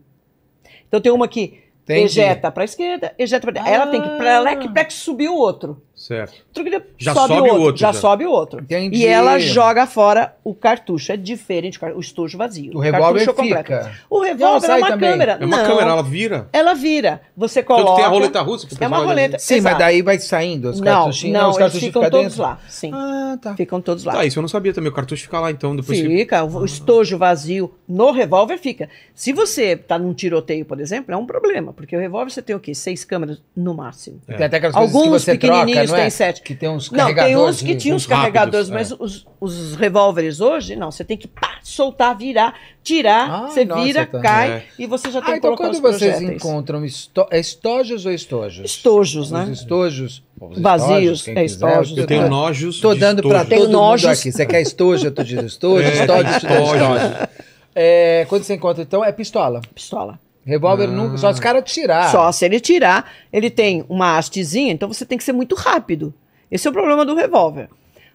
S3: Então tem uma que
S4: Entendi.
S3: ejeta para esquerda, ejeta para Ela tem que prelec, plec, subir o outro.
S1: Certo.
S3: Truquilha,
S1: Já sobe o outro,
S3: Já,
S1: já.
S3: sobe o outro.
S4: Entendi.
S3: E ela joga fora o cartucho. É diferente, o estojo vazio.
S4: O revólver
S3: cartucho completo.
S4: fica.
S3: O revólver é
S4: sai
S3: uma
S4: também.
S3: câmera.
S1: É uma
S3: Não.
S1: câmera, ela vira.
S3: Ela vira. Você
S1: Tanto
S3: coloca.
S1: que tem a roleta assim, russa. Que o
S3: É uma
S1: pessoal vai
S3: roleta.
S1: dizendo.
S4: Sim, mas
S3: Exato.
S4: daí vai saindo os
S3: Não,
S4: cartuchinhos.
S1: né?
S3: não,
S4: os
S3: eles
S4: cartuchinhos
S3: ficam
S4: ficam
S3: todos
S4: dentro?
S3: lá. Sim.
S4: Ah, tá.
S3: Ficam todos lá.
S1: Tá, isso eu não sabia também. O cartucho fica lá, então, depois que...
S3: Fica, o estojo vazio no revólver fica. Se você está num tiroteio, por exemplo, é um problema, porque o revólver você tem o quê? Seis câmeras no máximo.
S1: É.
S4: Tem até aquelas
S3: Alguns
S4: coisas que você troca,
S3: pequenininhos
S4: não é?
S3: têm sete.
S4: Que tem uns
S3: Não,
S4: carregadores.
S3: tem uns que
S4: de-
S3: tinham os
S1: uns rápidos,
S3: carregadores,
S1: é.
S3: mas os, os revólveres hoje, não, você tem que pá, soltar, virar, tirar,
S4: Ai,
S3: você
S4: nossa,
S3: vira,
S4: tá.
S3: cai
S1: É.
S3: e você já tem
S4: Ah,
S3: que
S4: então
S3: colocar
S4: quando
S3: os
S4: vocês
S3: projéteis.
S4: encontram esto... é estojos ou estojos?
S3: Estojos,
S4: Os
S3: né?
S4: estojos. os
S3: Vazios,
S4: estojos, quem
S3: é,
S4: quiser,
S3: estojos,
S1: Eu
S3: é.
S1: tenho nojos
S4: Tô
S1: de
S4: dando pra
S1: estojo.
S3: Tenho
S4: todo mundo
S3: nojos.
S4: aqui. Você quer estojo, eu tô dizendo estojo,
S1: É,
S4: estojo, estojo,
S1: estojo.
S4: estojo. É, quando você encontra, então, é pistola.
S3: Pistola.
S4: Revólver
S1: Ah.
S4: nunca, só os caras tirar.
S3: Só se ele tirar, ele tem uma hastezinha, então você tem que ser muito rápido. Esse é o problema do revólver.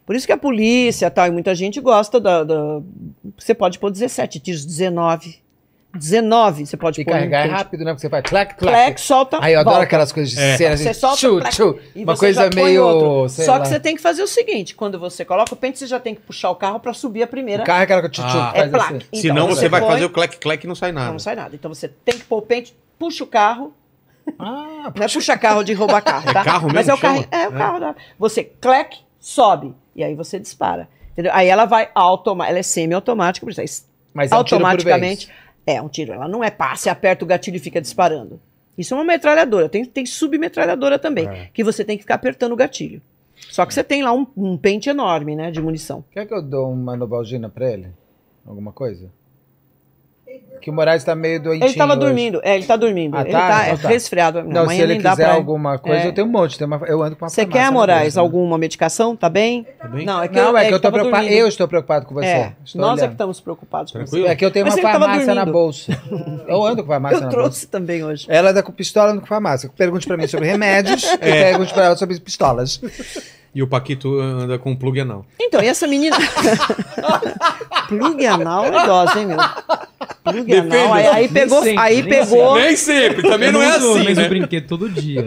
S3: Por isso que a polícia tal, e muita gente gosta da. da- você pode pôr 17 tiros, 19. 19 você pode
S4: E
S3: pôr.
S4: carregar é
S3: tiro.
S4: rápido, né? Porque você faz clac, clac.
S3: Clec, solta.
S4: Aí eu adoro
S3: tá, volta.
S4: aquelas coisas de
S1: É.
S4: cena.
S3: Você
S4: assim,
S3: solta,
S4: tchu,
S3: clac,
S4: tchu.
S3: E
S4: Uma
S3: você
S4: coisa
S3: já põe
S4: meio.
S3: outro.
S4: sei
S3: Só
S4: lá.
S3: que você tem que fazer o seguinte: quando você coloca o pente, você já tem que puxar o carro para subir a primeira.
S4: O carro é aquela que tchu, tchu,
S1: Ah.
S3: é
S4: faz
S3: placa.
S4: assim.
S3: Então,
S1: Senão você vai
S3: põe,
S1: fazer o clec-clec e não sai nada.
S3: Não sai nada. Então você tem que pôr o pente, puxa o carro,
S4: Ah,
S3: Não é puxa carro de roubar carro, tá?
S1: carro
S3: Mas
S1: mesmo
S3: é o carro.
S1: chama?
S3: É o
S1: É.
S3: carro. da- Você clec, sobe. E aí você dispara. Entendeu? Aí ela vai automática. Ela é semi-automática, por isso. é es-
S4: mas é um tiro por
S3: automaticamente.
S4: vez.
S3: É um tiro. Ela não é pá, você aperta o gatilho e fica disparando. Isso é uma metralhadora. Tem, tem submetralhadora também,
S4: É.
S3: que você tem que ficar apertando o gatilho. Só que você tem lá um, um pente enorme, né, de munição.
S4: Quer que eu dou uma novalgina pra ele? Alguma coisa? Que o Moraes tá meio doentinho.
S3: Ele tava
S4: hoje.
S3: dormindo. É, ele tá dormindo.
S4: Ah,
S3: ele
S4: tá?
S3: tá,
S4: Então tá.
S3: resfriado.
S4: Não,
S3: Amanhã
S4: se ele
S3: nem dá
S4: quiser
S3: pra-
S4: alguma coisa,
S3: É.
S4: eu tenho um monte. tem uma- eu ando com uma
S3: Você
S4: farmácia
S3: quer,
S4: na
S3: Moraes,
S4: bolsa, né?
S3: alguma medicação? Tá bem? Não, é que
S4: não,
S3: eu,
S4: é que eu
S3: ele
S4: tô
S3: tava
S4: preocupado.
S3: dormindo.
S4: Eu estou preocupado com você.
S3: É,
S4: Estou
S3: nós é que
S4: olhando.
S3: estamos preocupados com
S1: Tranquilo?
S3: você.
S4: É que eu tenho
S3: Mas
S4: uma
S3: ele tava
S4: farmácia na
S3: dormindo.
S4: bolsa. Eu ando com farmácia
S3: Eu
S4: na bolsa.
S3: trouxe também hoje.
S4: Ela anda com pistola, ando com farmácia. Pergunte pra mim sobre remédios
S1: É.
S4: e pergunte pra ela sobre pistolas.
S1: E o Paquito anda com um plug anal.
S3: Então, e essa menina. Plug anal é dose, hein, meu? é Plug anal. Aí, aí
S2: Nem
S3: pegou.
S2: sempre,
S3: aí
S2: nem
S3: pegou.
S4: né?
S1: Nem sempre, também
S2: Eu
S1: não é
S2: uso o
S1: assim,
S2: mesmo
S1: né?
S2: brinquedo todo dia.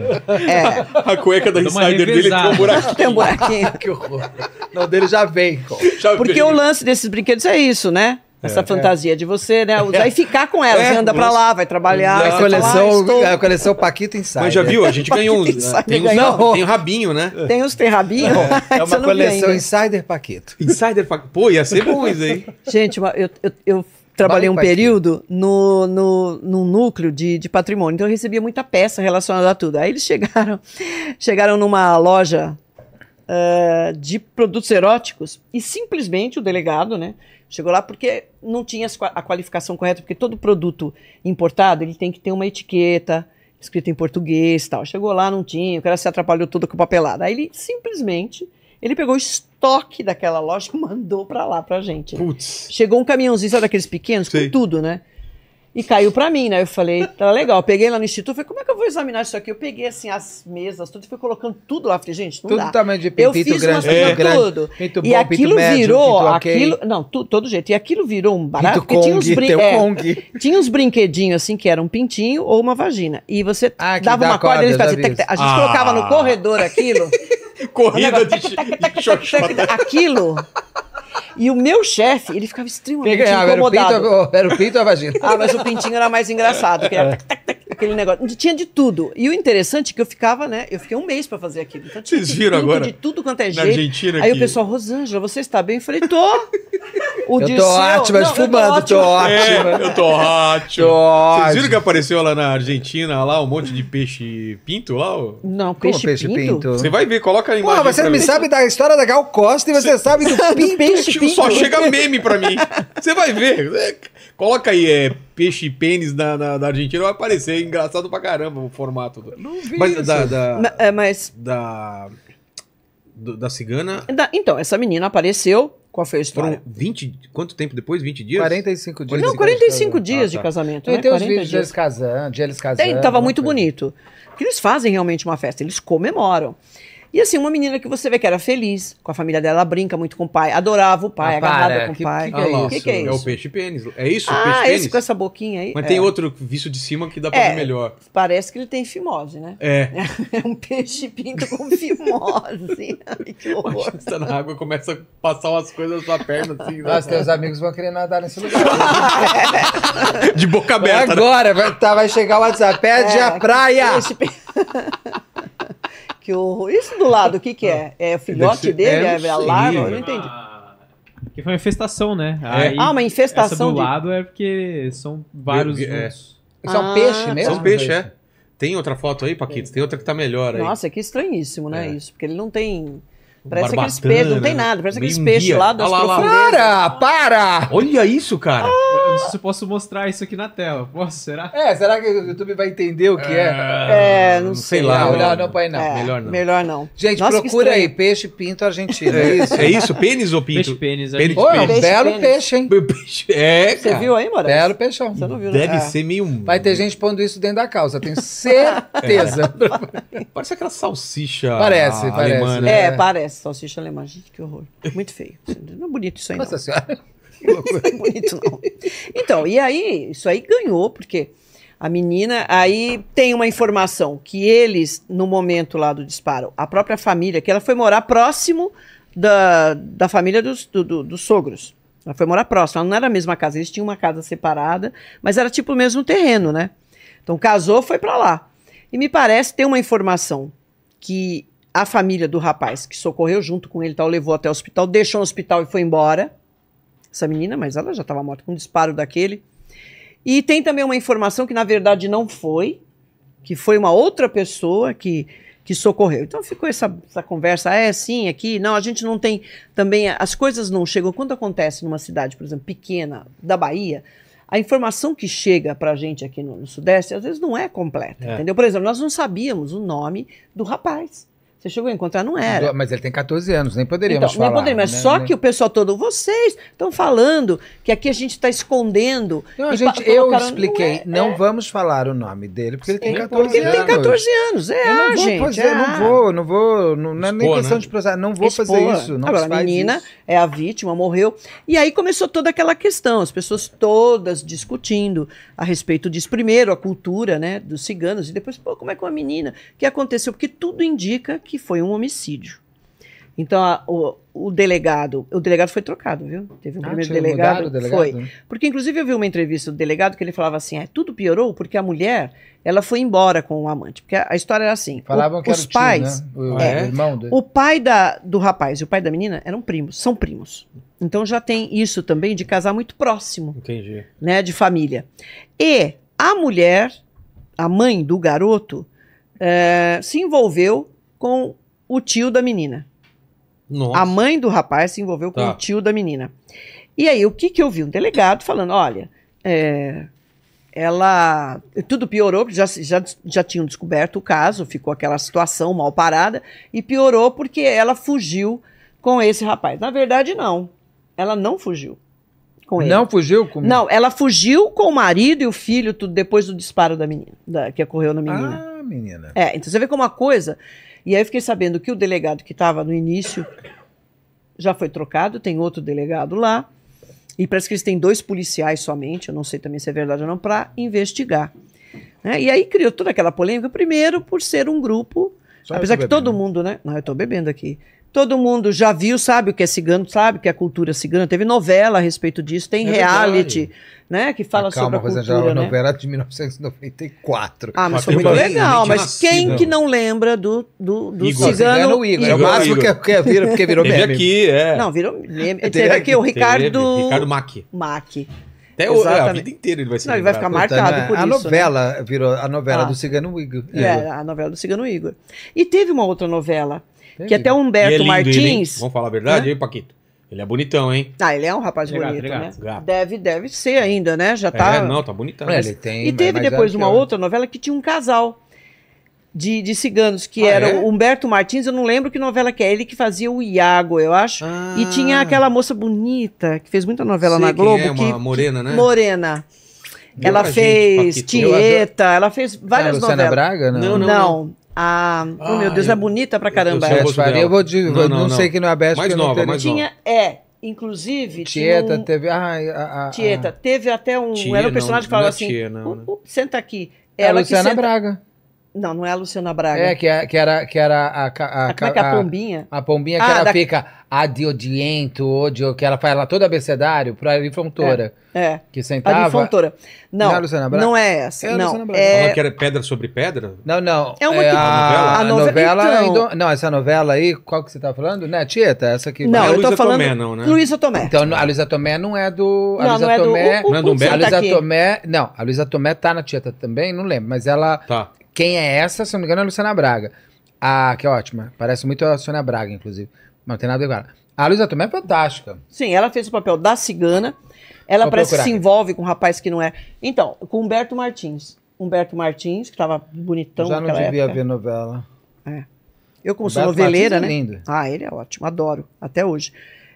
S3: É,
S1: A cueca da
S2: Dá uma
S1: Insider dele tem um
S2: revezada.
S1: buraquinho.
S3: tem um buraquinho.
S4: Que horror. Não, dele já vem.
S1: Já
S3: Porque
S1: veio.
S3: o lance desses brinquedos é isso, né? essa fantasia de você,
S4: É.
S3: né? Usar e ficar com ela.
S1: É.
S3: Você anda pra lá, vai trabalhar.
S1: É,
S3: vai
S1: a
S4: a,
S3: falar, "Ah,
S4: coleção,
S3: estou-
S4: a coleção Paquita Insider.
S1: Mas já viu? A gente ganhou uns.
S3: Insider
S1: Tem, uns
S4: ganhou.
S1: tem o rabinho, né?
S3: Tem os terrabinhos?
S4: É uma coleção Insider Paquito.
S1: Insider. fa- Pô, ia ser bom isso aí.
S3: Gente, uma- eu, eu- eu trabalhei um
S4: Vai, vai,
S3: período no, no, num núcleo de, de patrimônio, então eu recebia muita peça relacionada a tudo. Aí eles chegaram, chegaram numa loja ah, de produtos eróticos e simplesmente o delegado, né, chegou lá porque não tinha as qua- a qualificação correta, porque todo produto importado ele tem que ter uma etiqueta escrita em português, e tal. Chegou lá, não tinha, o cara se atrapalhou todo com papelada. Aí ele simplesmente ele pegou o estoque daquela loja e mandou pra lá pra gente. né?
S1: Putz.
S3: Chegou um caminhãozinho, sabe daqueles pequenos,
S1: Sei.
S3: com tudo, né? E caiu pra mim, né? Eu falei, tá legal. Eu Peguei lá no instituto, falei, como é que eu vou examinar isso aqui? Eu peguei, assim, as mesas, tudo, e fui colocando tudo lá. Falei, gente, não
S4: Todo
S3: dá.
S4: tamanho de
S3: Eu
S4: pinto, pinto
S3: fiz
S4: grande,
S3: umas
S4: pinto
S3: coisas
S4: grande.
S3: tudo.
S4: Pinto
S3: e
S4: tá bom,
S3: aquilo
S4: pinto médio,
S3: virou,
S4: pinto ok.
S3: aquilo, não, tu- todo jeito. E aquilo virou um barato,
S4: Pinto
S3: porque tinha uns,
S4: Kong,
S3: brin
S4: teu
S3: é,
S4: Kong.
S3: tinha uns brinquedinhos, assim, que era um pintinho ou uma vagina. E você
S4: Ah, que
S3: dava
S4: dá
S3: uma corda,
S4: corda,
S3: eles
S4: eu já
S3: faziam...
S4: vi
S3: tec, tec. A gente
S1: isso.
S3: colocava
S1: Ah.
S3: no corredor aquilo...
S1: Corrida de, de xoxota.
S3: aquilo. E o meu chefe, ele ficava extremamente
S4: Ah, Era o
S3: incomodado.
S4: pinto, era o pinto ou a vagina?
S3: Ah, mas o pintinho era mais engraçado, que
S1: É.
S3: era tac, tac, tac, aquele negócio. Tinha de tudo. E o interessante é que eu ficava, né? Eu fiquei um mês pra fazer aquilo. Então, tinha
S1: Vocês
S3: de
S1: viram
S3: tudo,
S1: agora?
S3: De tudo quanto é
S1: Na
S3: jeito.
S1: Argentina
S3: Aí
S1: que-
S3: o pessoal, Rosângela, você está bem? Eu falei, tô. O
S4: Eu
S3: Dirceu-
S4: tô ótima,
S3: Não, eu tô
S4: esfumando, tô
S3: ótima.
S4: ótima.
S1: É, eu tô ótimo.
S4: Tô
S1: Vocês viram
S4: ótima.
S1: que apareceu lá na Argentina, lá, um monte de peixe pinto lá? ó?
S3: Não,
S4: Como
S3: peixe, pinto.
S1: Você vai ver, coloca a imagem.
S4: é Porra, você
S1: pra
S4: não me
S1: mim.
S4: sabe da história da Gal Costa e você sabe do
S3: Do
S4: pinto.
S3: peixe pinto.
S1: Tipo, Só chega meme pra mim. Você vai ver. É, Coloca aí, é, peixe pênis na, na- da Argentina, vai aparecer. É Engraçado pra caramba o formato. do- Mas da, da,
S3: Ma- é, Mas
S1: da, do- da cigana,
S3: Da- Então, essa menina apareceu. Qual foi a história?
S1: foram 20, quanto tempo depois? 20 dias?
S4: 45 dias.
S3: Não, 45 dias
S1: Ah, tá.
S3: de casamento.
S4: Tem,
S3: né?
S4: tem os
S3: 40
S4: vídeos
S3: dias.
S4: deles casando, de eles casando. né?
S3: Tem, tava
S4: alguma
S3: muito
S4: coisa.
S3: bonito. Porque eles fazem realmente uma festa, eles comemoram. E assim, uma menina que você vê que era feliz, com a família dela, brinca muito com o pai, adorava o pai,
S4: Ah,
S3: agarrada
S4: para,
S3: com o
S4: que-
S3: pai.
S4: que é
S1: lá,
S3: o que, que é
S1: É o
S3: isso?
S1: peixe pênis. É isso?
S3: ah,
S1: peixe
S3: esse
S1: pênis?
S3: com essa boquinha aí.
S1: Mas
S3: é.
S1: tem outro visto de cima que dá pra
S3: É.
S1: ver melhor.
S3: Parece que ele tem fimose, né?
S1: É.
S3: É um peixe pinto com fimose. assim. Ai, que horror.
S1: Você tá na água e começa a passar umas coisas na sua perna assim. né?
S4: Nossa, teus amigos vão querer nadar nesse lugar.
S1: De boca
S4: Vai
S1: aberta. né?
S4: agora, vai, tá, vai chegar o WhatsApp. Pede
S3: É,
S4: a praia!
S3: Peixe pinto. que horror. Isso do lado, o que que é? É o filhote
S1: Ah. ser-
S3: dele?
S1: é,
S3: É,
S1: não
S3: a
S1: sei,
S3: larva? Eu
S1: velho.
S3: não entendi.
S2: Ah, Que foi uma infestação, né?
S1: É.
S2: Aí,
S3: Ah, uma
S2: Essa
S3: infestação
S2: do
S3: de...
S2: lado é porque são vários
S1: Viu, é.
S2: juntos.
S4: Isso é um
S3: Ah,
S4: peixe mesmo?
S1: São peixe, é. Tem outra foto aí, Paquito? Tem outra que tá melhor aí.
S3: Nossa, que estranhíssimo, né?
S1: É.
S3: Isso, porque ele não tem.
S1: Um
S3: Parece aqueles
S1: barbatana,
S3: peixes, não tem
S1: né?
S3: nada, parece
S1: Meio
S3: aqueles peixes
S1: guia.
S3: lá das
S1: Olha lá, olha lá.
S3: profundezas.
S4: Para, para!
S1: Olha isso, cara.
S4: Ah,
S2: Eu não sei se eu posso mostrar isso aqui na tela. Posso? Será?
S4: É, será que o YouTube vai entender o que é?
S3: É, não sei.
S1: Ah, lá.
S4: Não, não,
S1: olha.
S4: não põe não.
S3: É,
S1: melhor não.
S3: Melhor não.
S4: Gente,
S3: Nossa, que
S4: procura aí,
S3: estranho.
S4: peixe pinto argentino.
S1: É
S4: É isso.
S1: isso, é isso? Pênis ou
S2: Peixe
S1: pinto?
S2: pênis.
S1: Pênis,
S2: gente.
S4: Ô, é um
S3: Peixe,
S4: belo
S3: pênis.
S4: peixe, hein?
S1: Peixe- É,
S3: Você
S1: cara.
S3: viu aí, Moraes?
S4: Belo peixão.
S3: Você não viu, né?
S1: Deve
S3: É.
S1: ser meio... um-
S4: Vai ter gente pondo isso dentro da calça, tenho certeza.
S1: Parece aquela salsicha
S4: Parece, parece.
S1: alemã, né?
S3: É,
S4: né?
S3: parece, salsicha alemã. Gente, que horror. Muito feio. Não é bonito isso aí, não.
S4: Nossa senhora.
S3: Não é bonito, não. Então, e aí, isso aí ganhou, porque a menina. Aí tem uma informação que eles, no momento lá do disparo, a própria família, que ela foi morar próximo da, da família dos, do- do- dos sogros. Ela foi morar próximo, ela não era a mesma casa, eles tinham uma casa separada, mas era tipo o mesmo terreno, né? Então casou, foi pra lá. E me parece tem uma informação que a família do rapaz que socorreu junto com ele, e tal, levou até o hospital, deixou no hospital e foi embora essa menina, mas ela já estava morta com um disparo daquele. E tem também uma informação que, na verdade, não foi, que foi uma outra pessoa que, que socorreu. Então ficou essa, essa conversa, "Ah, é sim, aqui, não, a gente não tem também, as coisas não chegam. Quando acontece numa cidade, por exemplo, pequena, da Bahia, a informação que chega pra gente aqui no, no Sudeste, às vezes não é completa,
S1: É.
S3: entendeu? Por exemplo, nós não sabíamos o nome do rapaz. Você chegou a encontrar, não era.
S4: Mas ele tem 14 anos, nem poderíamos
S3: Então, nem
S4: falar.
S3: poderia, mas
S4: né?
S3: só
S4: Nem-
S3: que o pessoal todo, vocês estão falando que aqui a gente está escondendo.
S4: Não,
S3: E
S4: gente,
S3: pa-
S4: eu
S3: colocaram-
S4: expliquei.
S3: Não, é,
S4: Não vamos falar o nome dele, porque ele tem
S3: Sim,
S4: 14
S3: porque ele
S4: anos.
S3: tem 14 anos. É,
S4: Eu não vou
S3: gente.
S4: fazer,
S3: é,
S4: não vou, não vou, não, não é nem
S1: Expor,
S4: questão
S1: né?
S4: de processar, não vou fazer
S3: Expor.
S4: isso. Não
S3: Agora,
S4: se
S3: a
S4: faz
S3: menina
S4: isso.
S3: é a vítima, morreu. E aí começou toda aquela questão, as pessoas todas discutindo a respeito disso. Primeiro, a cultura né, dos ciganos, e depois, pô, como é que uma menina? O que aconteceu? Porque tudo indica que foi um homicídio. Então, a- o, o delegado, o delegado foi trocado, viu? Teve um
S4: Ah,
S3: primeiro
S4: tinha mudado
S3: delegado,
S4: o delegado,
S3: foi.
S4: né?
S3: Porque, inclusive, eu vi uma entrevista do delegado que ele falava assim, "Ah, tudo piorou porque a mulher, ela foi embora com o amante. Porque a a história era assim,
S4: Falavam
S3: o-
S4: que era
S3: os
S4: o tio,
S3: pais,
S4: né? O,
S3: é.
S4: o irmão dele.
S3: o pai da, do rapaz e o pai da menina eram primos, são primos. Então já tem isso também de casar muito próximo,
S1: Entendi.
S3: né, de família. E a mulher, a mãe do garoto, eh, se envolveu com o tio da menina.
S1: Nossa.
S3: A mãe do rapaz se envolveu com
S1: Tá.
S3: o tio da menina. E aí, o que que eu vi? Um delegado falando, olha, é, ela... Tudo piorou, porque já, se- já, já tinham descoberto o caso, ficou aquela situação mal parada, e piorou porque ela fugiu com esse rapaz. Na verdade, não. Ela não fugiu com ele.
S4: Não fugiu com
S3: Não, ela fugiu com o marido e o filho tudo depois do disparo da menina, da- que ocorreu na menina.
S4: Ah, menina.
S3: É, então você vê como uma coisa. E aí eu fiquei sabendo que o delegado que estava no início já foi trocado, tem outro delegado lá. E parece que eles têm dois policiais somente, eu não sei também se é verdade ou não, para investigar. né? E aí criou toda aquela polêmica, primeiro por ser um grupo
S4: Só eu
S3: Apesar
S4: tô
S3: que
S4: bebendo.
S3: todo mundo, né? Não, eu tô bebendo aqui. Todo mundo já viu, sabe o que é cigano, sabe o que é cultura cigana. Teve novela a respeito disso, tem
S1: É
S3: reality, né? Que fala
S4: Ah,
S3: sobre
S4: calma,
S3: a
S4: Rosângela,
S3: cultura,
S4: a
S3: né?
S4: novela de 1994.
S3: Ah, mas
S1: Mas
S3: foi
S1: tem
S3: muito
S1: muita
S3: legal.
S1: gente
S3: Mas
S1: nascida.
S3: quem que não lembra do, do, do
S1: Igor.
S3: cigano?
S4: o Igor.
S1: Igor.
S4: É o máximo que, que vira, porque virou
S1: Teve
S4: meme.
S1: aqui, é.
S3: Não, virou meme.
S4: Teve
S3: Teve aqui o
S1: Teve,
S3: Ricardo,
S1: Ricardo Mack.
S3: Mack.
S1: Até o, é, a
S3: Exatamente.
S1: vida inteira ele vai ser.
S3: Não, ele vai ficar
S4: Puta,
S3: marcado
S4: né?
S3: por
S4: a
S3: isso,
S4: novela virou a novela
S3: Ah.
S4: do Cigano Igor.
S3: É, a novela do cigano Igor. E teve uma outra novela,
S4: Teve.
S3: que até um- o
S1: E é lindo ele,
S3: Humberto
S1: hein?
S3: Martins...
S1: Vamos falar a verdade, hein, Paquito? Ele é bonitão, hein?
S3: ah, ele é um rapaz
S2: Obrigado,
S3: bonito,
S2: obrigado.
S3: né?
S1: Gato.
S3: Deve, deve ser ainda, né? Já tá...
S1: É, não, tá bonitão.
S4: É, ele tem,
S3: E
S4: mas-
S3: teve
S4: mas
S3: depois
S4: acho
S3: uma
S4: que é-
S3: outra novela que tinha um casal de, de ciganos, que
S1: Ah,
S3: era
S1: é?
S3: o Humberto Martins, eu não lembro que novela que é, ele que fazia o Iago, eu acho. E tinha aquela moça bonita, que fez muita novela
S1: Ah. Sei
S3: na
S1: quem
S3: Globo,
S1: é, uma
S3: que-
S1: morena, né?
S3: Morena.
S1: Deu
S3: ela
S1: pra gente,
S3: fez
S1: Paquito.
S3: Tieta, ela fez várias
S4: Ah, Luciana
S3: novelas.
S4: Braga?
S1: Não,
S4: Não.
S3: Não, a... oh,
S1: Ah,
S3: meu Deus,
S1: eu-
S3: é bonita pra caramba.
S1: eu sou
S3: ela.
S1: bo-
S4: Beth Faria, eu vou de,
S1: Não,
S4: não,
S1: não,
S4: não, sei
S1: não.
S4: que não é a Beth.
S1: Mais
S4: porque eu não
S1: nova,
S4: tenho-
S1: mais
S3: Tinha, é, inclusive... tinha
S4: Tieta, tá, ah.
S3: um-
S4: teve... Ai, a, a,
S3: Tieta, teve até um...
S1: Tia,
S3: era um
S1: não,
S3: personagem que
S1: não é
S3: falava assim,
S1: tia, não,
S3: "Uh,
S1: né?
S3: uh, senta aqui.
S4: A, é a
S3: Ela que
S4: Luciana
S3: senta-
S4: Braga.
S3: Não, não é a Luciana Braga.
S4: É, que, é- que era, que era a, ca- a,
S3: Ah, como é que é a pombinha?
S4: a pombinha que
S3: Ah,
S4: ela
S3: da-
S4: fica adiodiento, ódio, que ela faz ela toda abecedário, pra infrontora,
S3: É,
S4: que
S3: a de
S4: sentava...
S3: Fontoura. Não,
S4: Ah, Não é a Luciana Braga?
S3: não é essa.
S4: É a Luciana
S3: não,
S4: Braga.
S1: Ela
S3: é
S1: que era pedra sobre pedra?
S4: Não, não.
S3: É uma que-
S4: a,
S1: A
S4: a
S3: novela-
S4: novela.
S3: Então.
S4: ainda- não, essa novela aí, qual que você tá falando? Né, Tieta? Essa aqui.
S3: Não,
S1: é a
S3: eu tô
S1: Luísa
S3: falando-
S1: Tomé, não, né?
S3: Luísa Tomé.
S4: Então, a Luísa Tomé não é do. A
S3: não,
S4: Luísa
S3: não é do...
S4: Tomé.
S3: o- o-
S1: Não é do
S3: o
S1: Humberto?
S4: a
S3: Santa
S4: Luísa
S3: Aqui.
S4: Tomé. Não, a Luísa Tomé tá na Tieta também, não lembro. Mas ela.
S1: Tá.
S4: Quem é essa, se não me engano, é a Luciana Braga. Ah, que ótima. Parece muito a Sônia Braga, inclusive. Mas Não tem nada a ver com ela. A Luísa Tomé é fantástica.
S3: Sim, ela fez o papel da cigana. Ela
S4: Vou
S3: parece
S4: procurar.
S3: que se envolve com um rapaz que não é. Então, com Humberto Martins. Humberto Martins, que tava bonitão
S4: Já não
S3: Então, naquela
S4: devia
S3: época.
S4: ver novela.
S3: Eu, como sou
S4: Humberto Martins
S3: noveleira,
S4: é
S3: né?
S4: lindo.
S3: Ah, ele é ótimo, adoro, até hoje.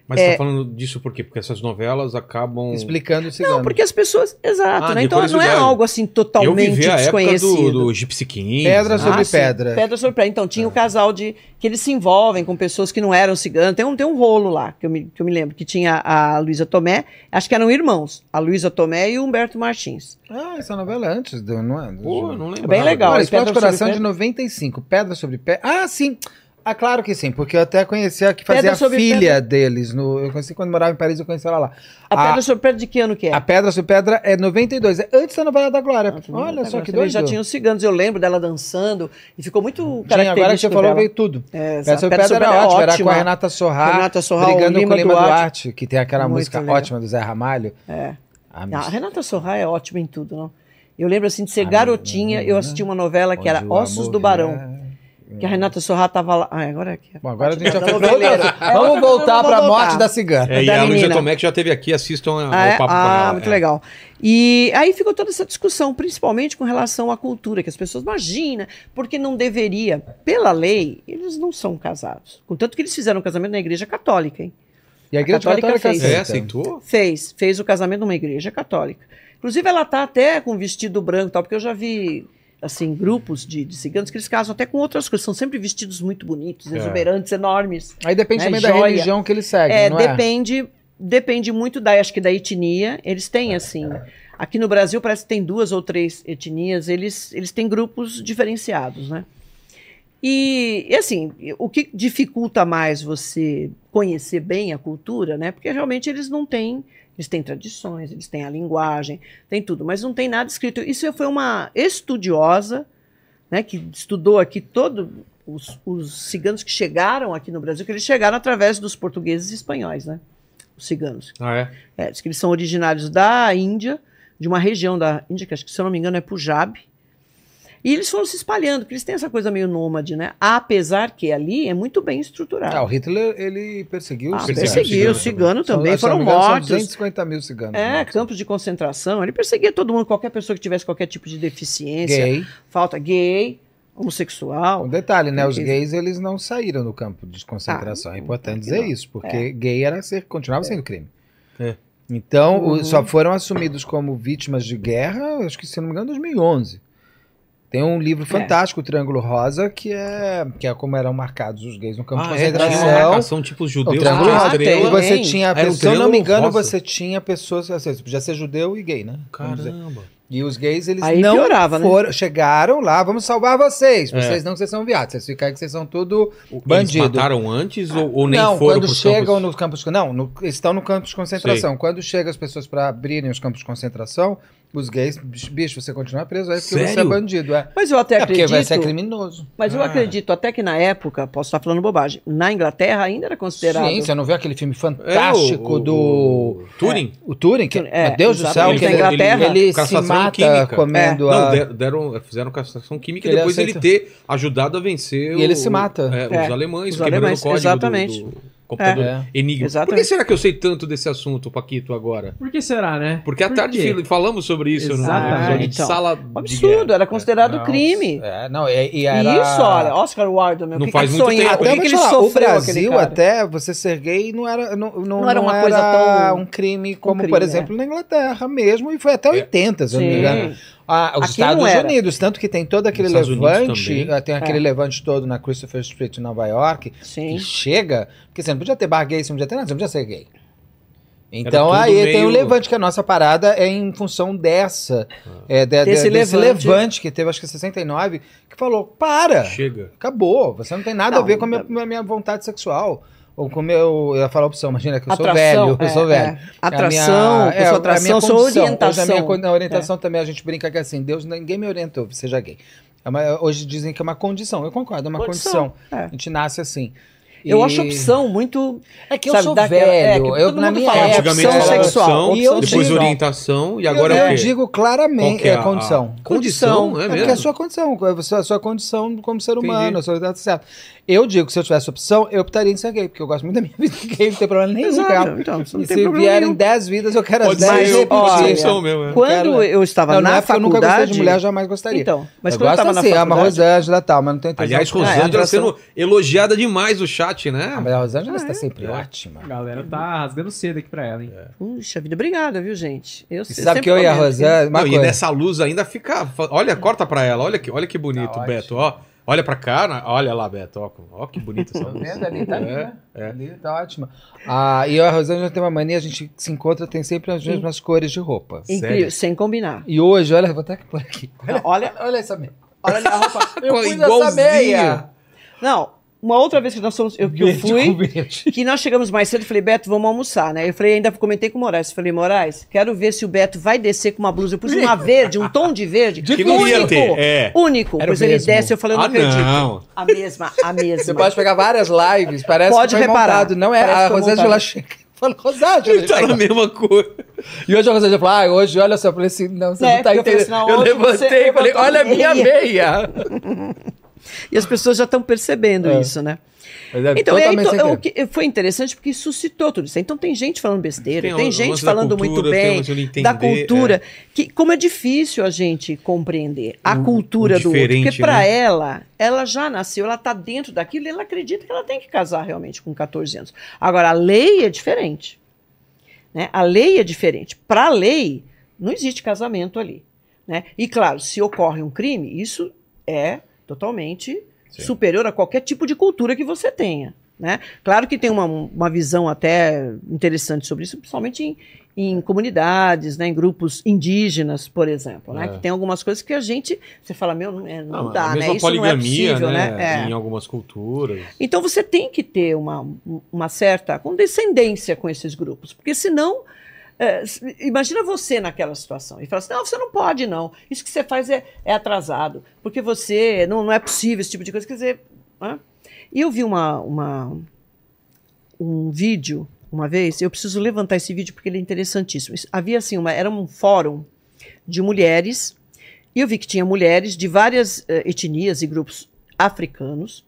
S1: Mas
S3: é.
S1: você tá falando disso por quê? Porque essas novelas acabam.
S4: Explicando o seguinte.
S3: Não, porque as pessoas. Exato,
S1: Ah,
S3: né?
S1: de
S3: Então não é
S1: curiosidade.
S3: algo assim
S1: Eu
S3: totalmente
S1: vivi a época
S3: desconhecido.
S1: do, do Gypsy King.
S4: Pedra
S1: né?
S4: sobre
S3: Ah, sim.
S4: pedra. É.
S3: Pedra sobre pedra. Então, tinha o casal de. que eles se envolvem com pessoas que não eram ciganas. Tem um, tem um rolo lá, que eu, me, que eu me lembro, que tinha a Luísa Tomé, acho que eram irmãos, a Luísa Tomé e o Humberto Martins.
S4: Ah, essa novela é antes do. Não é?
S1: Pô, não lembro.
S3: Bem legal.
S4: Olha,
S3: e
S4: Explode
S3: Pedra
S4: Coração
S3: sobre
S4: de 95, Pedra sobre Pedra. Ah, sim! Ah, claro que sim, porque eu até conheci a que
S3: Pedra
S4: fazia a
S3: sobre
S4: filha deles. No, eu conheci quando morava em Paris, eu conheci ela lá.
S3: A
S4: A-
S3: pedra sobre pedra de que ano que é?
S4: A Pedra sobre Pedra é 92, é antes da novela da Glória.
S3: Ah, tudo bem,
S4: Olha
S3: tá
S4: só
S3: bom.
S4: que
S3: Também
S4: doido. Hum.
S3: Já tinha os ciganos, eu lembro dela dançando, e ficou muito
S4: Tinha, agora que você
S3: característico
S4: falou,
S3: dela.
S4: veio tudo.
S3: É,
S4: Pedra
S3: exato.
S4: sobre Pedra,
S3: sobre
S4: era
S3: Pedra é
S4: ótima, era com
S3: ótima.
S4: a Renata Sorrar,
S3: Renata Sorrar,
S4: brigando
S3: Lima
S4: com o Lima Duarte,
S3: Duarte.
S4: que tem aquela
S3: Muito
S4: música
S3: legal.
S4: ótima do Zé Ramalho. É.
S3: Ah, A Renata Sorra é ótima em tudo, não? Eu lembro assim de ser
S4: Ah,
S3: garotinha, eu assisti uma novela que era Ossos do Barão, que a Renata Sorra tava lá. Ah, agora é que
S4: É. Bom, agora a gente já
S3: Outra
S4: foi pra
S3: noveleira.
S4: outra-
S3: É,
S4: Vamos
S3: outra-
S4: voltar
S3: vamos
S4: pra
S3: voltar.
S4: morte da cigana.
S1: É, e
S3: da
S1: a Luísa
S3: menina.
S1: Tomé que já teve aqui, assistam a-
S3: Ah, é?
S1: ao papo
S3: Ah,
S1: com ela.
S3: muito
S1: é.
S3: legal. E aí ficou toda essa discussão, principalmente com relação à cultura, que as pessoas imaginam, porque não deveria. Pela lei, eles não são casados. Contanto que eles fizeram um casamento na igreja católica, hein?
S4: E a Igreja
S3: Católica
S4: Católica então.
S3: fez. assim.
S1: É,
S4: aceita.
S1: aceitou?
S3: Fez, fez o casamento numa igreja católica. Inclusive, ela tá até com vestido branco e tal, porque eu já vi assim grupos de, de ciganos que eles casam até com outras coisas, são sempre vestidos muito bonitos,
S1: É.
S3: exuberantes, enormes.
S4: Aí depende
S3: né,
S4: também da
S3: joia.
S4: religião que ele segue,
S3: É,
S4: não
S3: depende, depende muito da, acho que da etnia. Eles têm assim. Aqui no Brasil parece que tem duas ou três etnias. Eles, eles têm grupos diferenciados, né? E, e, assim, o que dificulta mais você conhecer bem a cultura, né? Porque realmente eles não têm, eles têm tradições, eles têm a linguagem, tem tudo, mas não tem nada escrito. Isso foi uma estudiosa, né, que estudou aqui todo os, os ciganos que chegaram aqui no Brasil, que eles chegaram através dos portugueses e espanhóis, né? Os ciganos.
S1: Ah, é?
S3: É, diz que eles são originários da Índia, de uma região da Índia, que acho que, se eu não me engano, é Punjab. E eles foram se espalhando, porque eles têm essa coisa meio nômade, né? Apesar que ali é muito bem estruturado.
S4: Ah, o Hitler, ele perseguiu
S3: Ah,
S4: os
S1: perseguiu
S4: ciganos.
S3: perseguiu, o cigano também,
S4: São- se eu
S3: foram
S4: não me engano, são
S3: mortos.
S4: 250 mil ciganos.
S3: É,
S4: mortos.
S3: campos de concentração, ele perseguia todo mundo, qualquer pessoa que tivesse qualquer tipo de deficiência,
S4: Gay.
S3: falta gay,
S4: Um
S3: homossexual.
S4: detalhe, né? Os
S3: Eles-
S4: gays, eles não saíram do campo de concentração.
S3: Ah,
S4: é importante
S3: claro que
S4: dizer
S3: não. É.
S4: isso, porque gay era ser, continuava sendo crime.
S1: É.
S4: Então, o-
S3: Uhum.
S4: só foram assumidos como vítimas de guerra, acho que, se não me engano, em 2011. Tem um
S3: É.
S4: livro fantástico, O Triângulo Rosa, que é, que é como eram marcados os gays no campo de
S1: Ah, é, tinha uma
S4: concentração.
S1: marcação tipo os
S4: O
S1: judeus.
S4: Triângulo
S1: com
S3: Ah,
S4: Rosa.
S1: estrela.
S4: E
S3: tem.
S4: você tinha,
S1: Era um
S4: se eu não me
S1: triângulo
S4: engano,
S1: rosa.
S4: você tinha pessoas, assim, você podia ser judeu e gay, né? Vamos dizer.
S1: Caramba.
S4: E os gays, eles
S3: Aí
S4: não
S3: piorava, né?
S4: foram, chegaram lá, vamos salvar vocês.
S1: É.
S4: Vocês não, que vocês são viados. Vocês ficam aí que vocês são tudo
S1: Bandido.
S4: bandido.
S1: Eles mataram antes ou, ou nem
S4: não,
S1: foram
S4: quando
S1: pros
S4: chegam
S1: campos?
S4: nos campos... Não, no- eles estão no campo de concentração. Quando chegam as pessoas para abrirem os campos de concentração, os gays, bicho, você continua preso aí porque você é
S1: Sério?
S4: bandido. É,
S3: Mas eu até
S4: é porque
S3: acredito.
S4: você é criminoso.
S3: Mas eu
S1: Ah.
S3: acredito até que na época, posso estar falando bobagem, na Inglaterra ainda era considerado.
S4: Sim, você não viu aquele filme
S1: É,
S4: fantástico
S1: o-
S4: do...
S1: o- Turing?
S4: O Turing? Que,
S3: É,
S4: meu Deus do céu,
S3: exatamente,
S4: que
S3: da
S4: ele,
S3: Inglaterra.
S4: ele se
S1: Castração
S4: mata
S1: química. É.
S4: comendo
S1: Não,
S4: a...
S1: der- deram, fizeram castração química
S4: Ele
S1: depois ele
S4: aceita.
S1: ter ajudado a vencer
S4: E ele
S1: o-
S4: se mata.
S1: é, os
S3: É,
S1: alemães,
S3: os
S1: quebrando
S3: alemães,
S1: o código
S3: exatamente.
S1: do, do computador
S4: É.
S1: Enigma. Por que
S3: Exatamente.
S1: será que eu sei tanto desse assunto, Paquito, agora?
S2: Por que será, né?
S1: Porque à
S2: Por
S1: tarde
S2: quê?
S1: filho, falamos sobre isso no
S2: Exatamente.
S1: episódio de
S3: Então,
S1: sala
S3: Um
S1: de
S3: absurdo,
S1: guerra.
S3: era considerado
S4: Nossa,
S3: crime.
S4: É, não, e, e
S3: E
S4: era...
S3: isso, olha, Oscar Wilde, meu,
S1: Não
S3: que
S1: faz
S3: que
S1: muito
S3: sonhava,
S1: tempo.
S3: o
S4: Até
S3: que
S4: vou
S3: que
S4: te
S3: ele
S4: falar, o
S3: sofreu, aquele
S4: Brasil
S3: cara?
S4: até você ser gay não era não, não,
S3: Não era uma coisa
S4: era
S3: tão-
S4: um crime
S3: tão
S4: como
S3: crime,
S4: por
S3: é.
S4: exemplo na Inglaterra mesmo e foi até 80 se eu não me
S3: Sim.
S4: engano. É. Ah, os
S3: Aqui não
S4: Estados
S3: era.
S4: Unidos tanto que tem todo aquele
S1: Nos Estados Unidos
S4: levante
S1: também.
S4: ah, tem aquele levante todo na Christopher Street em Nova York
S3: É. Sim.
S4: que chega porque você não podia ter bar gay você não podia ter nada você não podia ser gay. Então
S1: tudo
S4: aí tem
S1: meio-
S4: o levante que a nossa parada é em função dessa é, de- de-
S3: Desse
S4: desse
S3: levante.
S4: levante. que teve acho que 69 que falou para
S1: Chega.
S4: Acabou. Você não tem nada
S3: Não,
S4: a ver com a minha, com a minha vontade sexual. Ou com o meu. Eu ia falar opção, imagina que eu sou velho. Eu
S3: é,
S4: sou velho.
S3: é.
S4: A
S3: Atração,
S4: minha-
S3: eu sou atração,
S4: a minha
S3: sou
S4: condição. Hoje
S3: orientação. É.
S4: a minha con- a orientação também a gente brinca que é assim, Deus, ninguém me orientou, seja gay. É uma- hoje dizem que é uma condição. Eu concordo, é uma
S3: Condição,
S4: condição.
S3: é.
S4: A gente nasce assim.
S3: Eu
S4: E-
S3: acho opção muito.
S4: É que eu
S3: sabe,
S4: sou
S3: daquela- é, que
S4: velho. eu,
S3: todo
S4: na
S3: mundo
S4: minha
S3: fala,
S4: época,
S3: Antigamente opção
S4: eu-
S3: era sexual,
S4: e eu
S1: depois
S4: digo-
S1: orientação e agora
S4: eu,
S1: é o quê?
S4: digo
S1: Qual
S4: claramente,
S1: que
S4: é
S1: a-
S4: condição.
S1: a Condição, é
S4: É porque é a
S1: mesmo?
S4: sua condição, a sua, a sua condição como ser humano,
S1: Entendi.
S4: a sua vida tá certa. Eu digo que se eu tivesse opção, eu optaria em ser gay, porque eu gosto muito da minha vida gay, não tem problema nenhum. cara.
S3: Então, isso não
S4: é E
S3: tem
S4: se
S3: problema
S4: vierem
S3: nenhum.
S4: 10 vidas, eu quero as
S1: Pode ser
S4: 10
S1: eu,
S3: olha,
S1: pode ser
S4: repetidas.
S1: opção mesmo. é.
S3: Quando eu estava
S4: Não, não
S3: na
S4: é porque eu
S3: faculdade.
S4: nunca gostei de mulher, eu jamais gostaria.
S3: Então, mas
S4: eu
S3: quando eu
S4: gosto
S3: estava na
S4: assim, amo a
S3: faculdade.
S4: Rosângela e tal, mas não tem intenção.
S1: Aliás,
S4: de- Ah,
S1: Rosângela
S4: atração-
S1: sendo elogiada demais o chat,
S4: Ah,
S1: né?
S4: mas a Rosângela
S3: é.
S4: está sempre ótima.
S2: A galera tá rasgando cedo aqui pra ela,
S1: É.
S2: hein?
S3: Puxa vida, obrigada, viu, gente? Eu
S4: E
S3: sei-
S4: você sabe
S3: sempre
S4: que eu e a
S3: comento
S4: Rosângela. uma
S1: Não, e
S4: coisa.
S1: nessa luz ainda fica. Olha, corta pra ela. Olha que, olha que bonito,
S4: Tá ótimo.
S1: Beto. Ó, olha pra cá. na- Olha lá, Beto. Ó, ó que bonita essa luz.
S4: vendo? Ali tá ali,
S1: É,
S4: né?
S1: é.
S4: Ali tá ótima. Ah, e eu e a Rosângela tem uma mania, a gente se encontra, tem sempre as mesmas cores de roupa.
S3: que- Incrível,
S1: Sério.
S3: sem combinar.
S4: E hoje, olha, vou até pôr aqui. Olha,
S3: Olha,
S4: olha essa meia. Olha a minha roupa. Eu
S1: Igual-
S4: fui nessa meia.
S3: não, uma outra vez que nós fomos, eu, que eu
S4: Verde com
S3: fui,
S4: verde.
S3: que nós chegamos mais cedo, eu falei, Beto, vamos almoçar, né? Eu falei, ainda comentei com o Moraes, eu falei, Moraes, quero ver se o Beto vai descer com uma blusa. Eu pus uma verde, um tom de verde.
S1: Que não ia ter, é.
S3: Único.
S4: Era o
S3: pois ele
S4: mesmo.
S3: desce, eu falei, eu não
S1: Ah,
S3: acredito.
S1: não.
S3: A mesma, a mesma.
S4: Você pode pegar várias lives, parece
S3: Pode
S4: que foi
S3: reparar.
S4: montado. Não é,
S3: Parece que
S4: a
S3: foi
S4: Rosângela
S3: montado.
S4: chega e fala, Rosângela.
S1: Tá na
S4: chega.
S1: mesma cor.
S4: Então. E hoje a Rosângela fala, ah, hoje, olha só, eu falei assim, não, você
S3: É,
S4: não tá
S3: porque eu falei
S4: entendendo.
S3: assim, não,
S4: eu
S3: hoje você
S4: levantei e falei,
S3: levantou
S4: olha a minha
S3: meia.
S4: meia.
S3: E as pessoas já estão percebendo
S4: É.
S3: isso, né?
S4: Mas é
S3: Então, e aí,
S4: totalmente
S3: to-
S4: sem querer.
S3: o que- foi interessante porque suscitou tudo isso. Então, tem gente falando besteira, tem,
S1: Tem o- o
S3: gente
S1: lance da
S3: falando
S1: cultura,
S3: muito
S1: tem o
S3: bem
S1: lance do entender,
S3: da cultura, que como é difícil a gente compreender a cultura do outro.
S1: Um, diferente,
S3: Porque, para
S1: né?
S3: ela, ela já nasceu, ela está dentro daquilo e ela acredita que ela tem que casar realmente com 14 anos. Agora, a lei é diferente. Né? A lei é diferente. Para a lei, não existe casamento ali. Né? E, claro, se ocorre um crime, isso é totalmente superior a qualquer tipo de cultura que você tenha. Né? Claro que tem uma, uma visão até interessante sobre isso, principalmente em, em comunidades, né, em grupos indígenas, por exemplo, né,
S1: É.
S3: que tem algumas coisas que a gente, você fala, meu, não, é, não
S1: Ah,
S3: dá,
S1: a
S3: né,
S1: mesma
S3: isso não é
S1: poligamia,
S3: possível,
S1: né?
S3: né, É.
S1: Em algumas culturas.
S3: Então você tem que ter uma, uma certa condescendência com esses grupos, porque senão. eh, s- imagina você naquela situação e fala assim: não, você não pode, não. Isso que você faz é, é atrasado, porque você. Não, não é possível esse tipo de coisa. Quer dizer. hã? E eu vi uma, uma, um vídeo uma vez, eu preciso levantar esse vídeo porque ele é interessantíssimo. Isso- Havia assim, uma, era um fórum de mulheres, e eu vi que tinha mulheres de várias eh, etnias e grupos africanos.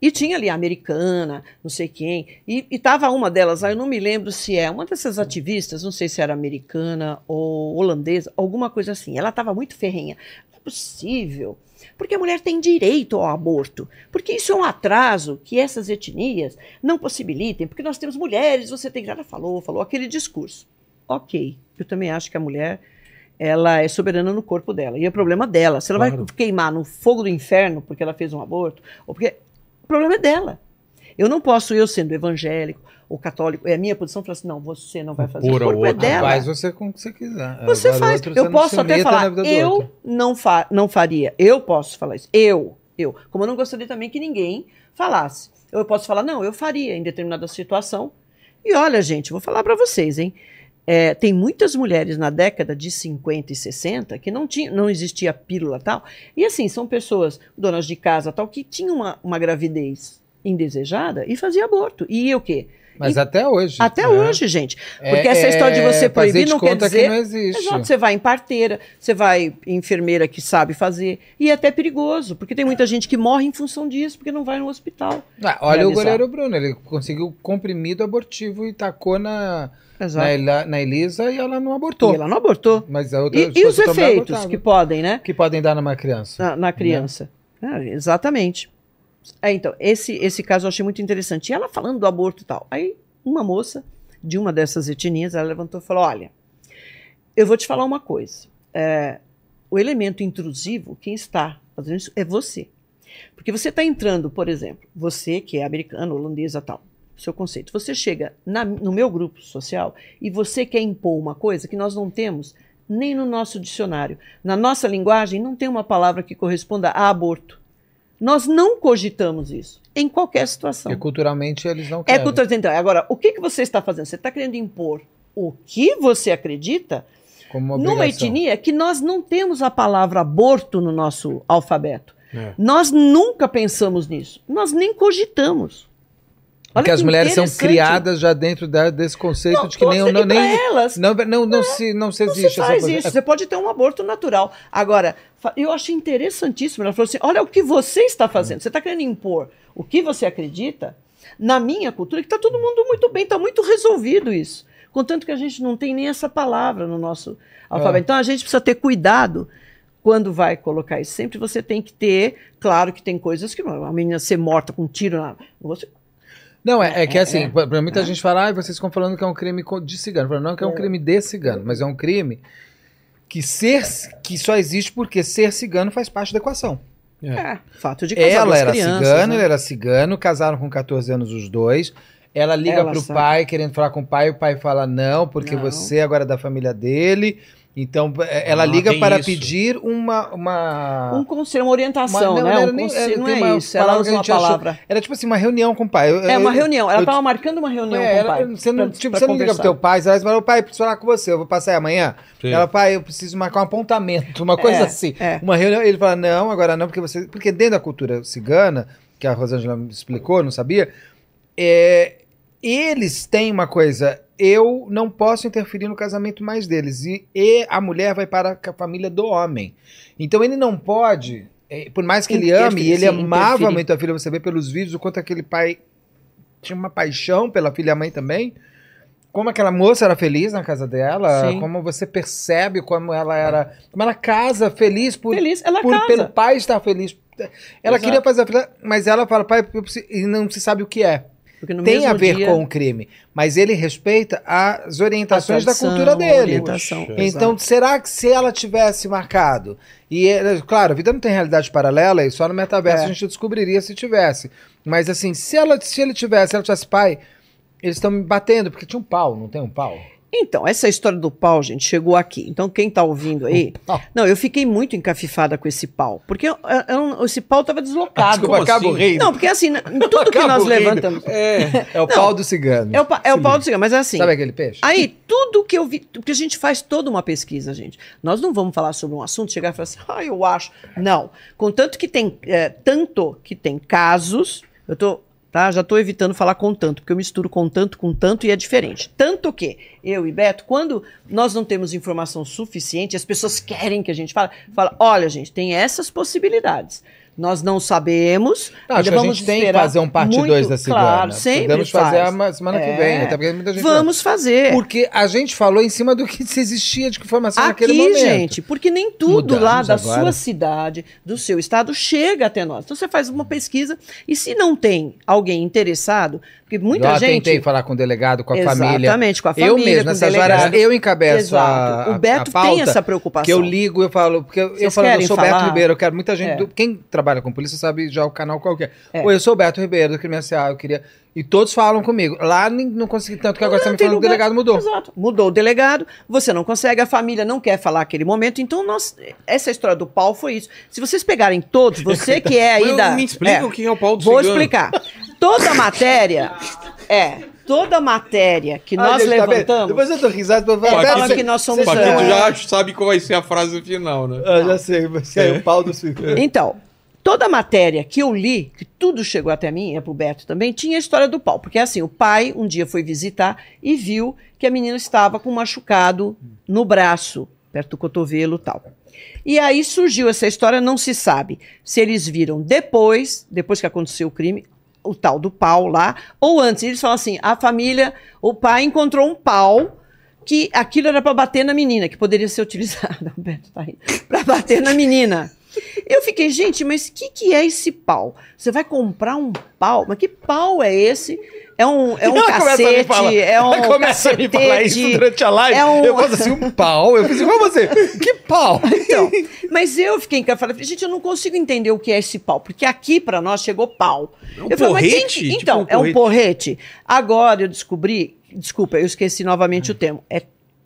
S3: E tinha ali a americana, não sei quem, e estava uma delas lá, eu não me lembro se é, uma dessas ativistas, não sei se era americana ou holandesa, alguma coisa assim. Ela estava muito ferrenha. Não é possível, porque a mulher tem direito ao aborto, porque isso é um atraso que essas etnias não possibilitem, porque nós temos mulheres, você tem. Ela falou, falou aquele discurso. Ok, eu também acho que a mulher. Ela é soberana no corpo dela. E é problema dela. Se ela vai
S1: Claro.
S3: queimar no fogo do inferno porque ela fez um aborto, ou porque o problema é dela. Eu não posso, eu sendo evangélico ou católico, é a minha posição, falar assim, não, você não vai fazer.
S1: Impor
S3: o
S1: ao
S3: corpo é
S1: outro.
S3: dela.
S4: Faz você com o que você quiser. É,
S3: Você
S4: Agora,
S3: faz.
S4: outro, você
S3: Eu
S4: não se
S3: posso até
S4: meta na
S3: falar,
S4: vida do outro.
S3: eu não, fa não faria. Eu posso falar isso. Eu, eu. Como eu não gostaria também que ninguém falasse. Eu posso falar, não, eu faria em determinada situação. E olha, gente, vou falar para vocês, hein? É, tem muitas mulheres na década de 50 e 60 que não, tinha, não existia pílula tal. E assim, são pessoas, donas de casa tal, que tinham uma, uma gravidez indesejada e fazia aborto. E o quê?
S4: Mas
S3: E-
S4: até hoje.
S3: Até
S4: né?
S3: hoje, gente.
S4: É-
S3: Porque essa
S4: é
S3: história de você
S4: fazer
S3: proibir
S4: de
S3: não quer
S4: conta
S3: dizer.
S4: que não existe.
S3: Exato, você vai em parteira, você vai em enfermeira que sabe fazer. E é até perigoso, porque tem muita gente que morre em função disso, porque não vai no hospital.
S4: Ah, olha o
S3: realizar.
S4: goleiro Bruno, ele conseguiu comprimido abortivo e tacou na,
S3: Exato.
S4: na, Ela- na Elisa e ela não
S3: E
S4: abortou.
S3: ela não Né, abortou.
S4: Mas a outra
S3: E, e
S4: esposa
S3: os
S4: também
S3: efeitos
S4: abortava.
S3: que podem, né?
S4: que podem dar numa criança.
S3: Na, na criança. Ah, exatamente. É, então, esse, esse caso eu achei muito interessante. E ela falando do aborto e tal. Aí, uma moça de uma dessas etnias, ela levantou e falou: Olha, eu vou te falar uma coisa. É, o elemento intrusivo, quem está fazendo isso, é você. Porque você está entrando, por exemplo, você que é americano, holandesa tal, seu conceito. Você chega na- no meu grupo social e você quer impor uma coisa que nós não temos nem no nosso dicionário. Na nossa linguagem, não tem uma palavra que corresponda a aborto. Nós não cogitamos isso em qualquer situação.
S4: Porque culturalmente eles não
S3: É
S4: querem.
S3: cultura ocidental. Agora, o que, que você está fazendo? Você está querendo impor o que você acredita
S4: como uma
S3: numa
S4: obrigação.
S3: etnia que nós não temos a palavra aborto no nosso alfabeto.
S1: É.
S3: Nós nunca pensamos nisso. Nós nem cogitamos. Olha
S4: Porque as
S3: que
S4: mulheres são
S3: interessante.
S4: criadas já dentro da- desse conceito
S3: Não,
S4: de que nem,
S3: todas-
S4: não,
S3: e pra
S4: nem
S3: elas,
S4: não, não, não se não se
S3: não
S4: existe
S3: se faz
S4: essa É
S3: isso. Você pode ter um aborto natural. Agora, fa- eu achei interessantíssimo. Ela falou assim: olha o que você está fazendo. Você está querendo impor o que você acredita na minha cultura, que está todo mundo muito bem, está muito resolvido isso. Contanto que a gente não tem nem essa palavra no nosso alfabeto.
S4: É.
S3: Então a gente precisa ter cuidado quando vai colocar isso. Sempre você tem que ter, claro que tem coisas que não. A menina ser morta com um tiro na. Você,
S4: Não, é, é que assim,
S3: é.
S4: pra, pra muita gente fala, ah, vocês ficam falando que é um crime co- de cigano. Eu falo, Não, que é um crime de cigano, mas é um crime que ser que só existe porque ser cigano faz parte da equação.
S3: é, fato de casar
S4: Ela
S3: duas
S4: era
S3: crianças,
S4: cigana,
S3: né?
S4: ele era cigano, casaram com 14 anos os dois. Ela liga
S3: Ela
S4: pro
S3: sabe.
S4: pai, querendo falar com o pai, o pai fala não, porque
S3: Não.
S4: você agora é da família dele. Então, é, ela
S1: Ah,
S4: liga
S1: tem
S4: para
S1: isso.
S4: pedir uma... uma...
S3: um conselho, uma orientação,
S4: Mas não,
S3: né?
S4: não era
S3: um
S4: nem-
S3: conselho,
S4: era-
S3: não
S4: tem
S3: é
S4: uma
S3: isso. Ela
S4: palavra
S3: usa
S4: que a
S3: uma
S4: gente achou-
S3: palavra.
S4: Era tipo assim, uma reunião com o pai. Eu-
S3: É uma
S4: eu-
S3: reunião. Ela
S4: eu-
S3: estava marcando uma reunião
S4: É,
S3: com o
S4: ela-
S3: pai.
S4: você não,
S3: pra-
S4: tipo,
S3: pra
S4: você não liga pro
S3: conversar.
S4: teu pai, você vai falar, pai, preciso falar com você, eu vou passar aí amanhã. Ela, pai, eu preciso marcar um apontamento, uma coisa
S3: É,
S4: assim.
S3: é.
S4: Uma reunião, ele fala, não, agora não, porque você. Porque dentro da cultura cigana, que a Rosângela me explicou, não sabia, é, eles têm uma coisa. Eu não posso interferir no casamento mais deles. E, e a mulher vai para a família do homem. Então ele não pode. é, Por mais que ele ame, e ele
S3: Interferir, sim,
S4: amava
S3: interferir.
S4: muito a filha, você vê pelos vídeos o quanto aquele pai tinha uma paixão pela filha e a mãe também. Como aquela moça era feliz na casa dela,
S3: Sim.
S4: como você percebe como ela era. Como ela casa feliz por,
S3: Feliz, ela é
S4: por-
S3: casa.
S4: pelo pai estar feliz. Ela
S3: Exato.
S4: queria fazer a filha, mas ela fala, pai, eu preciso- e não se sabe o que é.
S3: Porque no
S4: tem
S3: mesmo
S4: a ver
S3: dia-
S4: com o crime, mas ele respeita as orientações
S3: Atração,
S4: da cultura dele.
S3: orientação.
S1: Poxa.
S4: Então, será que se ela tivesse marcado? E, eh, claro, a vida não tem realidade paralela e só no
S3: É.
S4: metaverso a gente descobriria se tivesse. Mas, assim, se, ela, se ele tivesse, se ela tivesse pai, eles estão me batendo, porque tinha um pau, não tem um pau?
S3: Então, essa história do pau, gente, chegou aqui. Então, quem está ouvindo aí.
S4: Um pau.
S3: Não, eu fiquei muito encafifada com esse pau. Porque eu- eu- eu- esse pau estava deslocado.
S1: Desculpa, acaba o reino.
S3: Não, porque Ah, assim, na- em tudo que
S1: Acaba
S3: nós
S1: o reino.
S3: levantamos.
S1: É.
S4: É o pau do cigano.
S3: É o, pa- é o pau do cigano, mas é assim.
S4: Sabe aquele peixe?
S3: Aí, tudo que eu vi, porque a gente faz toda uma pesquisa, gente. Nós não vamos falar sobre um assunto, chegar e falar assim, ah, eu acho. Não. Contanto que tem, eh, tanto que tem casos, eu tô, tá, já estou evitando falar com tanto, porque eu misturo com tanto com tanto e é diferente. Tanto que eu e Beto, quando nós não temos informação suficiente, as pessoas querem que a gente fale, fala, olha, gente, tem essas possibilidades. Nós não sabemos.
S4: Não,
S3: ainda
S4: acho que a
S3: vamos
S4: gente tem que
S3: esperar
S4: fazer um parte
S3: muito-
S4: 2 da cigana.
S3: Claro, sempre
S4: Podemos fazer
S3: faz.
S4: a ma- semana que
S3: É.
S4: vem, até porque muita gente...
S3: Vamos fazer.
S4: Porque a gente falou em cima do que se existia de informação naquele
S3: Aqui,
S4: momento.
S3: gente, porque nem tudo
S4: Mudamos
S3: lá da
S4: agora.
S3: sua cidade, do seu estado, chega até nós. Então você faz uma pesquisa e se não tem alguém interessado, porque muita
S4: eu
S3: gente.
S4: tentei falar com o delegado, com a família.
S3: Exatamente, com a família.
S4: Eu mesmo,
S3: com o
S4: nessas
S3: delegado.
S4: horas, eu encabeço a,
S3: Exato.
S4: a-
S3: O Beto
S4: a pauta,
S3: tem essa preocupação.
S4: Que eu ligo, eu falo, porque eu, eu
S3: Vocês
S4: falo, eu
S3: querem
S4: sou o
S3: falar?
S4: Beto Ribeiro, eu quero muita gente.
S3: É.
S4: do- quem trabalha com polícia sabe já o canal qualquer.
S3: É.
S4: Ou eu sou o Beto Ribeiro, do Crime S.A., eu queria. E todos falam comigo. Lá nem- não consegui tanto que agora você tá
S3: Não,
S4: me
S3: tem
S4: falando que o
S3: lugar-
S4: delegado mudou.
S3: Exato. Mudou o delegado, você não consegue, a família não quer falar aquele momento. Então, nós, essa história do pau foi isso. Se vocês pegarem todos, você que é aí
S1: Eu-
S3: da.
S1: me explica
S3: é,
S1: o que é o pau do
S3: Vou
S1: cigano.
S3: explicar. Toda a matéria. É. Toda a matéria que
S4: Ah,
S3: nós
S4: gente, tá vendo?
S3: levantamos.
S4: Depois eu tô risado pra
S3: É,
S4: falar.
S3: fala
S1: Paquito,
S3: que nós somos.
S1: Paquito
S3: é,
S1: já sabe qual vai ser a frase final, né?
S4: Ah, já sei, você é o pau do cigano.
S3: Então, toda a matéria que eu li, que tudo chegou até mim, é pro Beto também, tinha a história do pau. Porque assim, o pai um dia foi visitar e viu que a menina estava com um machucado no braço, perto do cotovelo e tal. E aí surgiu essa história, não se sabe se eles viram depois, depois que aconteceu o crime, o tal do pau lá, ou antes. Eles falam assim: a família, o pai encontrou um pau que aquilo era para bater na menina, que poderia ser utilizado. O Beto tá rindo. Para bater na menina. Eu fiquei, gente, mas o que, que é esse pau? Você vai comprar um pau? Mas que pau é esse? É um, é um
S4: Ela começa a me
S3: cacete,
S4: falar-
S3: é um
S4: ela começa a me falar isso
S3: cacetete.
S4: durante a live.
S3: é um-
S4: Eu faço assim, um pau. Eu fiz igual você. Que pau?
S3: Então, mas eu fiquei em casa e falei, gente, eu não consigo entender o que é esse pau, porque aqui pra nós chegou pau.
S1: É um
S3: eu falei, mas quem-
S1: porrete? Tipo
S3: então,
S1: um
S3: é um porrete. Agora eu descobri, desculpa, eu esqueci novamente o termo. É,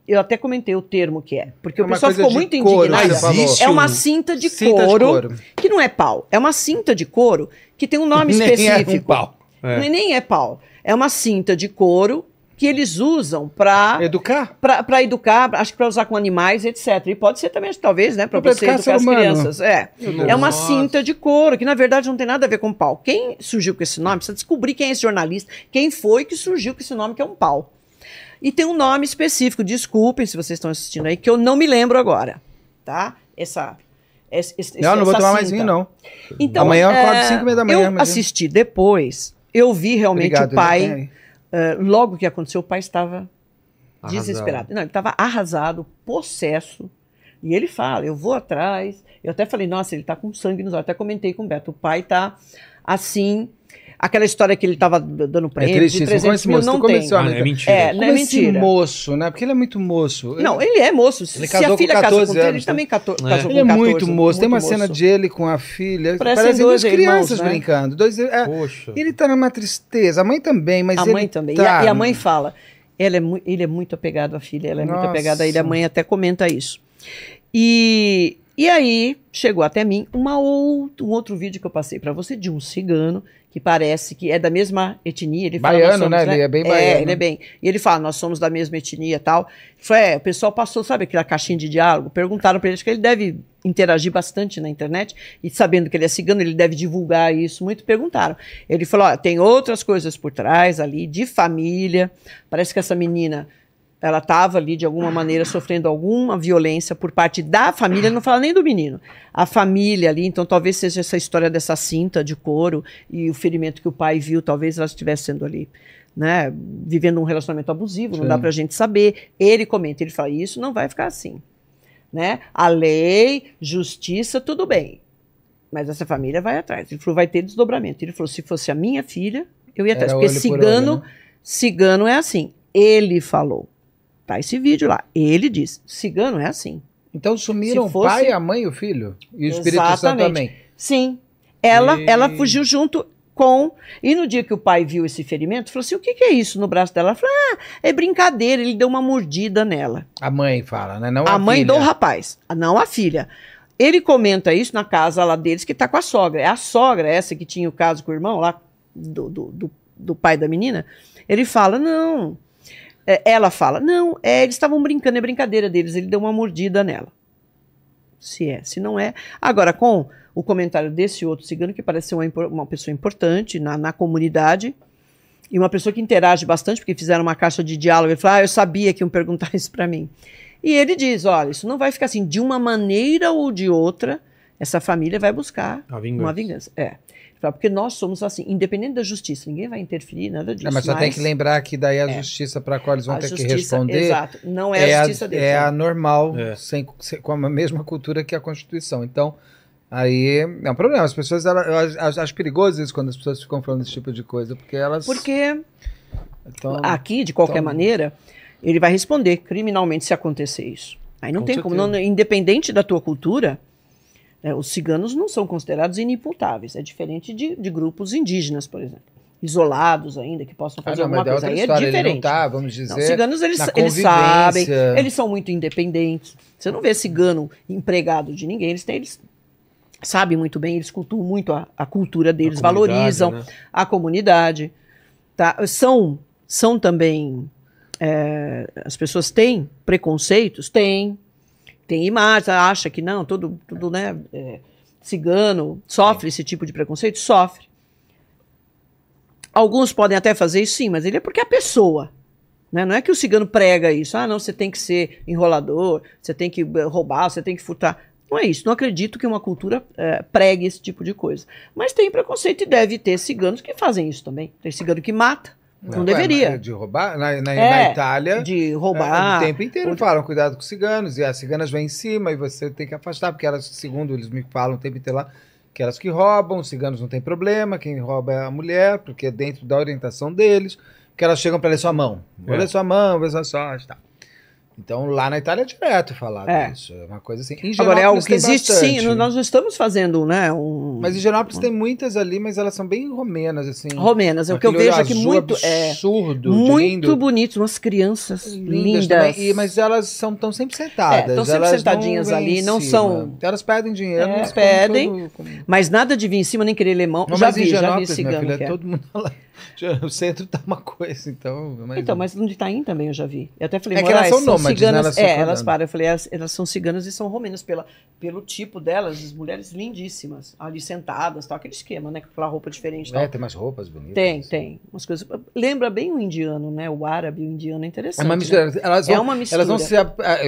S3: eu até comentei o termo que é, porque
S4: É
S3: o
S4: uma
S3: pessoal
S4: coisa
S3: ficou
S4: de
S3: muito
S4: couro,
S1: você
S3: indignado.
S1: falou.
S3: É uma cinta de,
S4: Cinta de
S3: couro,
S4: couro.
S3: que não é pau, é uma cinta de couro que tem um nome
S4: Nem
S3: específico.
S4: É um pau.
S1: É.
S3: Nem- Nem é pau, é uma cinta de couro que eles usam pra
S4: Educar?
S3: para educar, acho que para usar com animais, etc. E pode ser também, talvez, né, para
S4: Pra
S3: você
S4: educar ser
S3: educar as
S4: humano.
S3: crianças. É.
S1: Deus.
S3: é uma
S1: Nossa.
S3: cinta de couro, que na verdade não tem nada a ver com pau. Quem surgiu com esse nome, precisa descobrir quem é esse jornalista, quem foi que surgiu com esse nome que é um pau. E tem um nome específico, desculpem se vocês estão assistindo aí, que eu não me lembro agora, tá? Essa. esse- esse-
S4: Não, não vou
S3: essa
S4: tomar mais
S3: cinta.
S4: vinho, não.
S3: Então,
S4: Amanhã eu
S3: é,
S4: acordo cinco e meia da manhã,
S3: Eu
S4: imagina.
S3: assisti depois, eu vi realmente
S4: Obrigado,
S3: o pai.
S4: né?
S3: Eh, logo que aconteceu, o pai estava
S1: Arrasado.
S3: desesperado. Não, ele estava arrasado, possesso. E ele fala: Eu vou atrás. Eu até falei: Nossa, ele está com sangue nos olhos. Até comentei com o Beto: O pai está assim. Aquela história que ele estava dando
S4: É
S3: prêmio de
S4: triste isso. Como
S3: 300
S4: esse
S3: mil,
S4: moço?
S3: não
S4: Como
S3: tem.
S4: esse homem?
S1: Ah,
S4: tá-
S1: é mentira.
S3: É,
S4: Como
S3: não é
S4: esse
S3: mentira.
S4: moço, né? Porque ele é muito moço.
S3: Não, ele é moço. Se-
S4: Ele
S3: Se
S4: casou
S3: a
S4: com
S3: filha casou com
S4: 14
S3: ele,
S4: anos,
S3: ele também catou-
S1: É.
S3: casou com
S4: Ele é
S3: 14,
S4: muito moço. Tem uma
S3: muito
S4: cena
S3: moço.
S4: de ele com a filha.
S3: Parecem
S4: Parecem duas
S3: dois irmãos,
S4: crianças
S3: né?
S4: brincando. Dois, é,
S1: Poxa.
S4: ele tá numa tristeza. A mãe também, mas
S3: a
S4: ele
S3: mãe também. E a-
S4: tá-
S3: E, a, mãe fala, ela é mu- ele é muito apegado à filha, ela é muito
S4: Nossa.
S3: apegada a ele. A mãe até comenta isso. E, e aí chegou até mim uma ou- um outro vídeo que eu passei para você de um cigano que parece que é da mesma etnia. Ele fala,
S4: Baiano,
S3: nós somos,
S4: né? Ele é bem baiano.
S3: É, ele é bem. E ele fala, nós somos da mesma etnia e tal. Foi, é, o pessoal passou, sabe aquela caixinha de diálogo? Perguntaram para ele, acho que ele deve interagir bastante na internet e sabendo que ele é cigano, ele deve divulgar isso muito. Perguntaram. Ele falou, ó, tem outras coisas por trás ali, de família. Parece que essa menina, ela estava ali de alguma maneira sofrendo alguma violência por parte da família, não fala nem do menino. A família ali, então talvez seja essa história dessa cinta de couro e o ferimento que o pai viu, talvez ela estivesse sendo ali, né, vivendo um relacionamento abusivo, não
S4: Sim.
S3: dá pra gente saber. Ele comenta, ele fala, isso não vai ficar assim, né? A lei, justiça, tudo bem. Mas essa família vai atrás. Ele falou, vai ter desdobramento. Ele falou, se fosse a minha filha, Eu ia atrás.
S4: Era
S3: Porque
S4: olho né?" por
S3: cigano,
S4: olho,
S3: cigano é assim. Ele falou. Tá esse vídeo lá. Ele disse. Cigano é assim.
S4: Então sumiram
S3: Se fosse-
S4: o pai, a mãe e o filho? E o Espírito Santo
S3: Exatamente.
S4: também.
S3: Sim. Ela,
S4: E-
S3: ela fugiu junto com. E no dia que o pai viu esse ferimento, falou assim: o que, que é isso no braço dela? Ela falou: ah, é brincadeira. Ele deu uma mordida nela.
S4: A mãe fala, né? Não
S3: a mãe
S4: filha.
S3: do rapaz, não a filha. Ele comenta isso na casa lá deles, que tá com a sogra. É a sogra, essa que tinha o caso com o irmão lá, do, do, do, do pai da menina. Ele fala: não. É, Ela fala: não, é, eles estavam brincando, é brincadeira deles. Ele deu uma mordida nela. Se é, se não é. Agora, com o comentário desse outro cigano, que parece ser uma, impor- uma pessoa importante na, na comunidade, e uma pessoa que interage bastante, porque fizeram uma caixa de diálogo, ele falou, ah, eu sabia que iam perguntar isso para mim. E ele diz, olha, isso não vai ficar assim, de uma maneira ou de outra, essa família vai buscar
S1: A
S3: uma vingança. É. Ele fala, porque nós somos assim, independente da justiça, ninguém vai interferir, nada disso.
S4: É, mas só tem que lembrar que daí a justiça para a qual eles vão
S3: É. a
S4: ter que
S3: justiça-
S4: responder
S3: Exato, não é, a justiça
S4: a,
S3: deles.
S4: é
S3: né?
S4: a normal,
S1: É.
S4: sem, sem- com a mesma cultura que a Constituição. Então, aí é um problema. As pessoas, elas, elas- acho- acho perigoso isso quando as pessoas ficam falando desse tipo de coisa, porque elas...
S3: Porque ah,
S4: então,
S3: Aqui, de qualquer
S4: então-
S3: maneira, ele vai responder criminalmente se acontecer isso. Aí não
S4: Com
S3: tem como, não- independente da tua cultura, né, os ciganos não são considerados inimputáveis. É diferente de, de grupos indígenas, por exemplo, isolados ainda que possam
S4: ah,
S3: fazer
S4: não, mas
S3: alguma
S4: é
S3: coisa.
S4: outra
S3: Aí é
S4: história. ele não
S3: diferente.
S4: tá, vamos
S3: Não,
S4: dizer...
S3: ciganos eles,
S4: na
S3: eles sabem,
S4: convivência.
S3: eles são muito independentes. Você não vê cigano empregado de ninguém. Eles têm, eles sabem muito bem, eles cultuam muito a, a cultura deles, valorizam
S1: né?
S3: a comunidade. Tá? São, são também. é, as pessoas têm preconceitos? Têm. Tem imagens, acha que não, todo, tudo, né? é, cigano sofre esse tipo de preconceito? Sofre. Alguns podem até fazer isso, sim, mas ele é porque é a pessoa. Né? Não é que o cigano prega isso. Ah, não, você tem que ser enrolador, você tem que eh, roubar, você tem que furtar. Não é isso. Não acredito que uma cultura eh, pregue esse tipo de coisa. Mas tem preconceito e deve ter ciganos que fazem isso também. Tem cigano que mata, não,
S4: Ué,
S3: deveria,
S4: mas é De roubar? Na, na-
S3: É,
S4: na Itália...
S3: de
S4: É,
S3: roubar.
S4: O tempo inteiro
S3: onde-
S4: falam, cuidado com os ciganos, e as ciganas vêm em cima e você tem que afastar, porque elas, segundo eles me falam o tempo inteiro lá, que elas que roubam, os ciganos não tem problema, quem rouba é a mulher, porque é dentro da orientação deles, que elas chegam para ler sua mão. Vou
S1: É.
S4: ler sua mão, vê sua sorte, tá. Então lá na Itália é direto falado
S3: É.
S4: isso, é uma coisa assim. Em
S3: Agora, é algo
S4: Genópolis
S3: que
S4: tem
S3: existe,
S4: bastante.
S3: sim. Nós não estamos fazendo, né? Um...
S4: Mas em Genópolis tem muitas ali, mas elas são bem romenas, assim.
S3: Romenas, é o que eu
S4: Aquele olho
S3: vejo aqui
S4: azul
S3: muito. É,
S4: absurdo,
S3: muito
S4: lindo.
S3: bonito, umas crianças lindas.
S4: também, e- mas elas são tão sempre sentadas.
S3: É, tão sempre
S4: elas não
S3: sentadinhas
S4: vêm
S3: ali,
S4: em
S3: não
S4: cima.
S3: são-
S4: Elas pedem dinheiro.
S3: É,
S4: mas como
S3: pedem.
S4: todo- como-
S3: Mas nada de vir em cima nem querer lemão.
S4: Não,
S3: já
S4: mas em
S3: vi, já vi
S4: Genópolis, minha
S3: cigano.
S4: filha,
S3: que é.
S4: todo mundo lá. Já- O centro tá uma coisa, então. Mas,
S3: Então, mas no Itaim também eu já vi. Eu até falei,
S4: É que
S3: Moraes,
S4: elas são nômades, né?
S3: ciganas.
S4: Elas
S3: é,
S4: ficam
S3: elas
S4: andando.
S3: param. Eu falei, elas, elas são ciganas e são romenas pela, pelo tipo delas, as mulheres lindíssimas, ali sentadas, tal, aquele esquema, né? Com aquela roupa diferente. Tal.
S4: É, tem umas roupas bonitas.
S3: tem, tem. Umas coisas. Lembra bem o indiano, né? O árabe, o indiano é
S4: É
S3: interessante.
S4: uma mistura. Elas
S3: Né?
S4: vão,
S3: É uma mistura.
S4: elas vão se. a-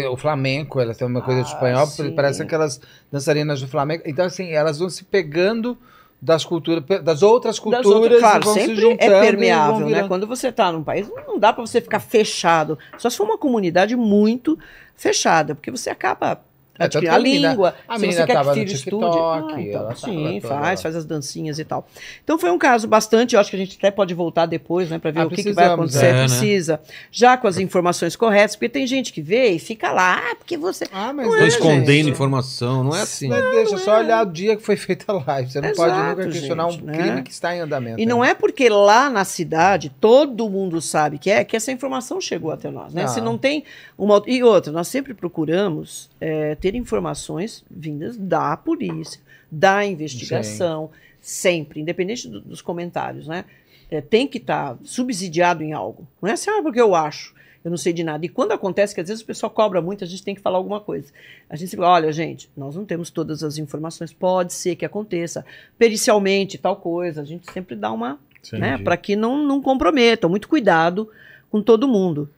S4: a- O flamenco, elas têm uma coisa de
S3: Ah,
S4: espanhol,
S3: sim.
S4: parece aquelas dançarinas do flamenco. Então, assim, elas vão se pegando das culturas, das outras culturas
S3: das outras, claro,
S4: e vão se
S3: sempre
S4: juntando.
S3: é
S4: e vão
S3: permeável, né?
S4: virando.
S3: Quando você está num país, não dá para você ficar fechado. Só se for uma comunidade muito fechada, porque você acaba
S4: É,
S3: adquirindo
S4: tanto que
S3: a
S4: a menina-
S3: língua.
S4: a
S3: se
S4: menina
S3: você quer que
S4: tava no
S3: filho estude,
S4: TikTok,
S3: ah, então,
S4: ela tava
S3: sim,
S4: toda-
S3: faz, faz as dancinhas e tal. Então foi um caso bastante, eu acho que a gente até pode voltar depois, né, para ver
S4: Ah,
S3: o que, que vai
S4: precisamos,
S3: acontecer,
S1: é, né?
S3: precisa. Já com as informações corretas, porque tem gente que vê e fica lá, ah, porque você
S4: Ah, mas
S3: Tô
S1: Estou
S4: é,
S1: escondendo
S4: gente.
S1: informação, não é assim.
S4: Mas deixa só olhar o dia que foi feita a live. Você não pode
S3: Exato,
S4: nunca questionar
S3: gente,
S4: um
S3: né?
S4: crime que está em andamento.
S3: E não
S4: né?
S3: é porque lá na cidade todo mundo sabe que é, que essa informação chegou até nós, né?
S4: Não.
S3: Se não tem uma... E outra, nós sempre procuramos eh, ter informações vindas da polícia, da investigação, sempre, independente do- dos comentários, né? Eh, tem que estar subsidiado em algo. Não é assim, ah, porque eu acho, eu não sei de nada. E quando acontece, que às vezes o pessoal cobra muito, a gente tem que falar alguma coisa. A gente fala, olha, gente, nós não temos todas as informações, pode ser que aconteça, pericialmente, tal coisa. A gente sempre dá uma né? Para que não, não comprometam. Muito cuidado com todo mundo.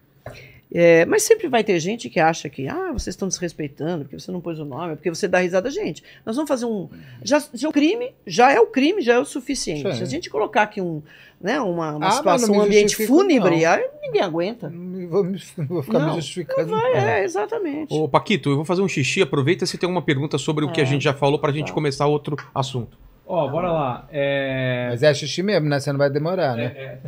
S3: É, mas sempre vai ter gente que acha que ah, vocês estão desrespeitando, porque você não pôs o nome, é porque você dá risada. Gente, nós vamos fazer um. Já, já o crime, já é o crime, já é o suficiente.
S4: Sim.
S3: Se a gente colocar aqui um, né, uma, uma
S4: Ah, mas
S3: situação,
S4: não me
S3: um ambiente
S4: justifico,
S3: fúnebre,
S4: não.
S3: aí ninguém aguenta.
S4: Não Vou, me- vou ficar me
S3: Não,
S4: justificando.
S3: É, exatamente.
S1: Ô, Paquito, eu vou fazer um xixi. Aproveita se tem alguma pergunta sobre o que a gente já falou pra gente começar outro assunto.
S2: Ó, bora lá. É...
S4: Mas é xixi mesmo, né? Você não vai demorar, né?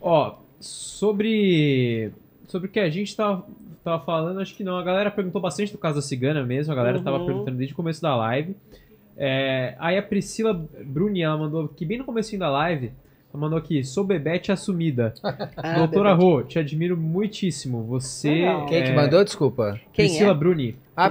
S2: Ó, sobre. Sobre o que a gente tava, tava falando, acho que não. A galera perguntou bastante do caso da cigana mesmo, a galera tava
S3: Uhum.
S2: perguntando desde o começo da live. É, aí a Priscila Bruni, ela mandou aqui, bem no comecinho da live, ela mandou aqui, sou Bebete assumida.
S3: Ah,
S2: Doutora
S3: Bebeto.
S2: Rô, te admiro muitíssimo. Você.
S3: Legal.
S4: Quem é que
S2: é.
S4: mandou? Desculpa.
S3: Quem
S2: Priscila
S3: é?
S2: Bruni.
S4: Ah,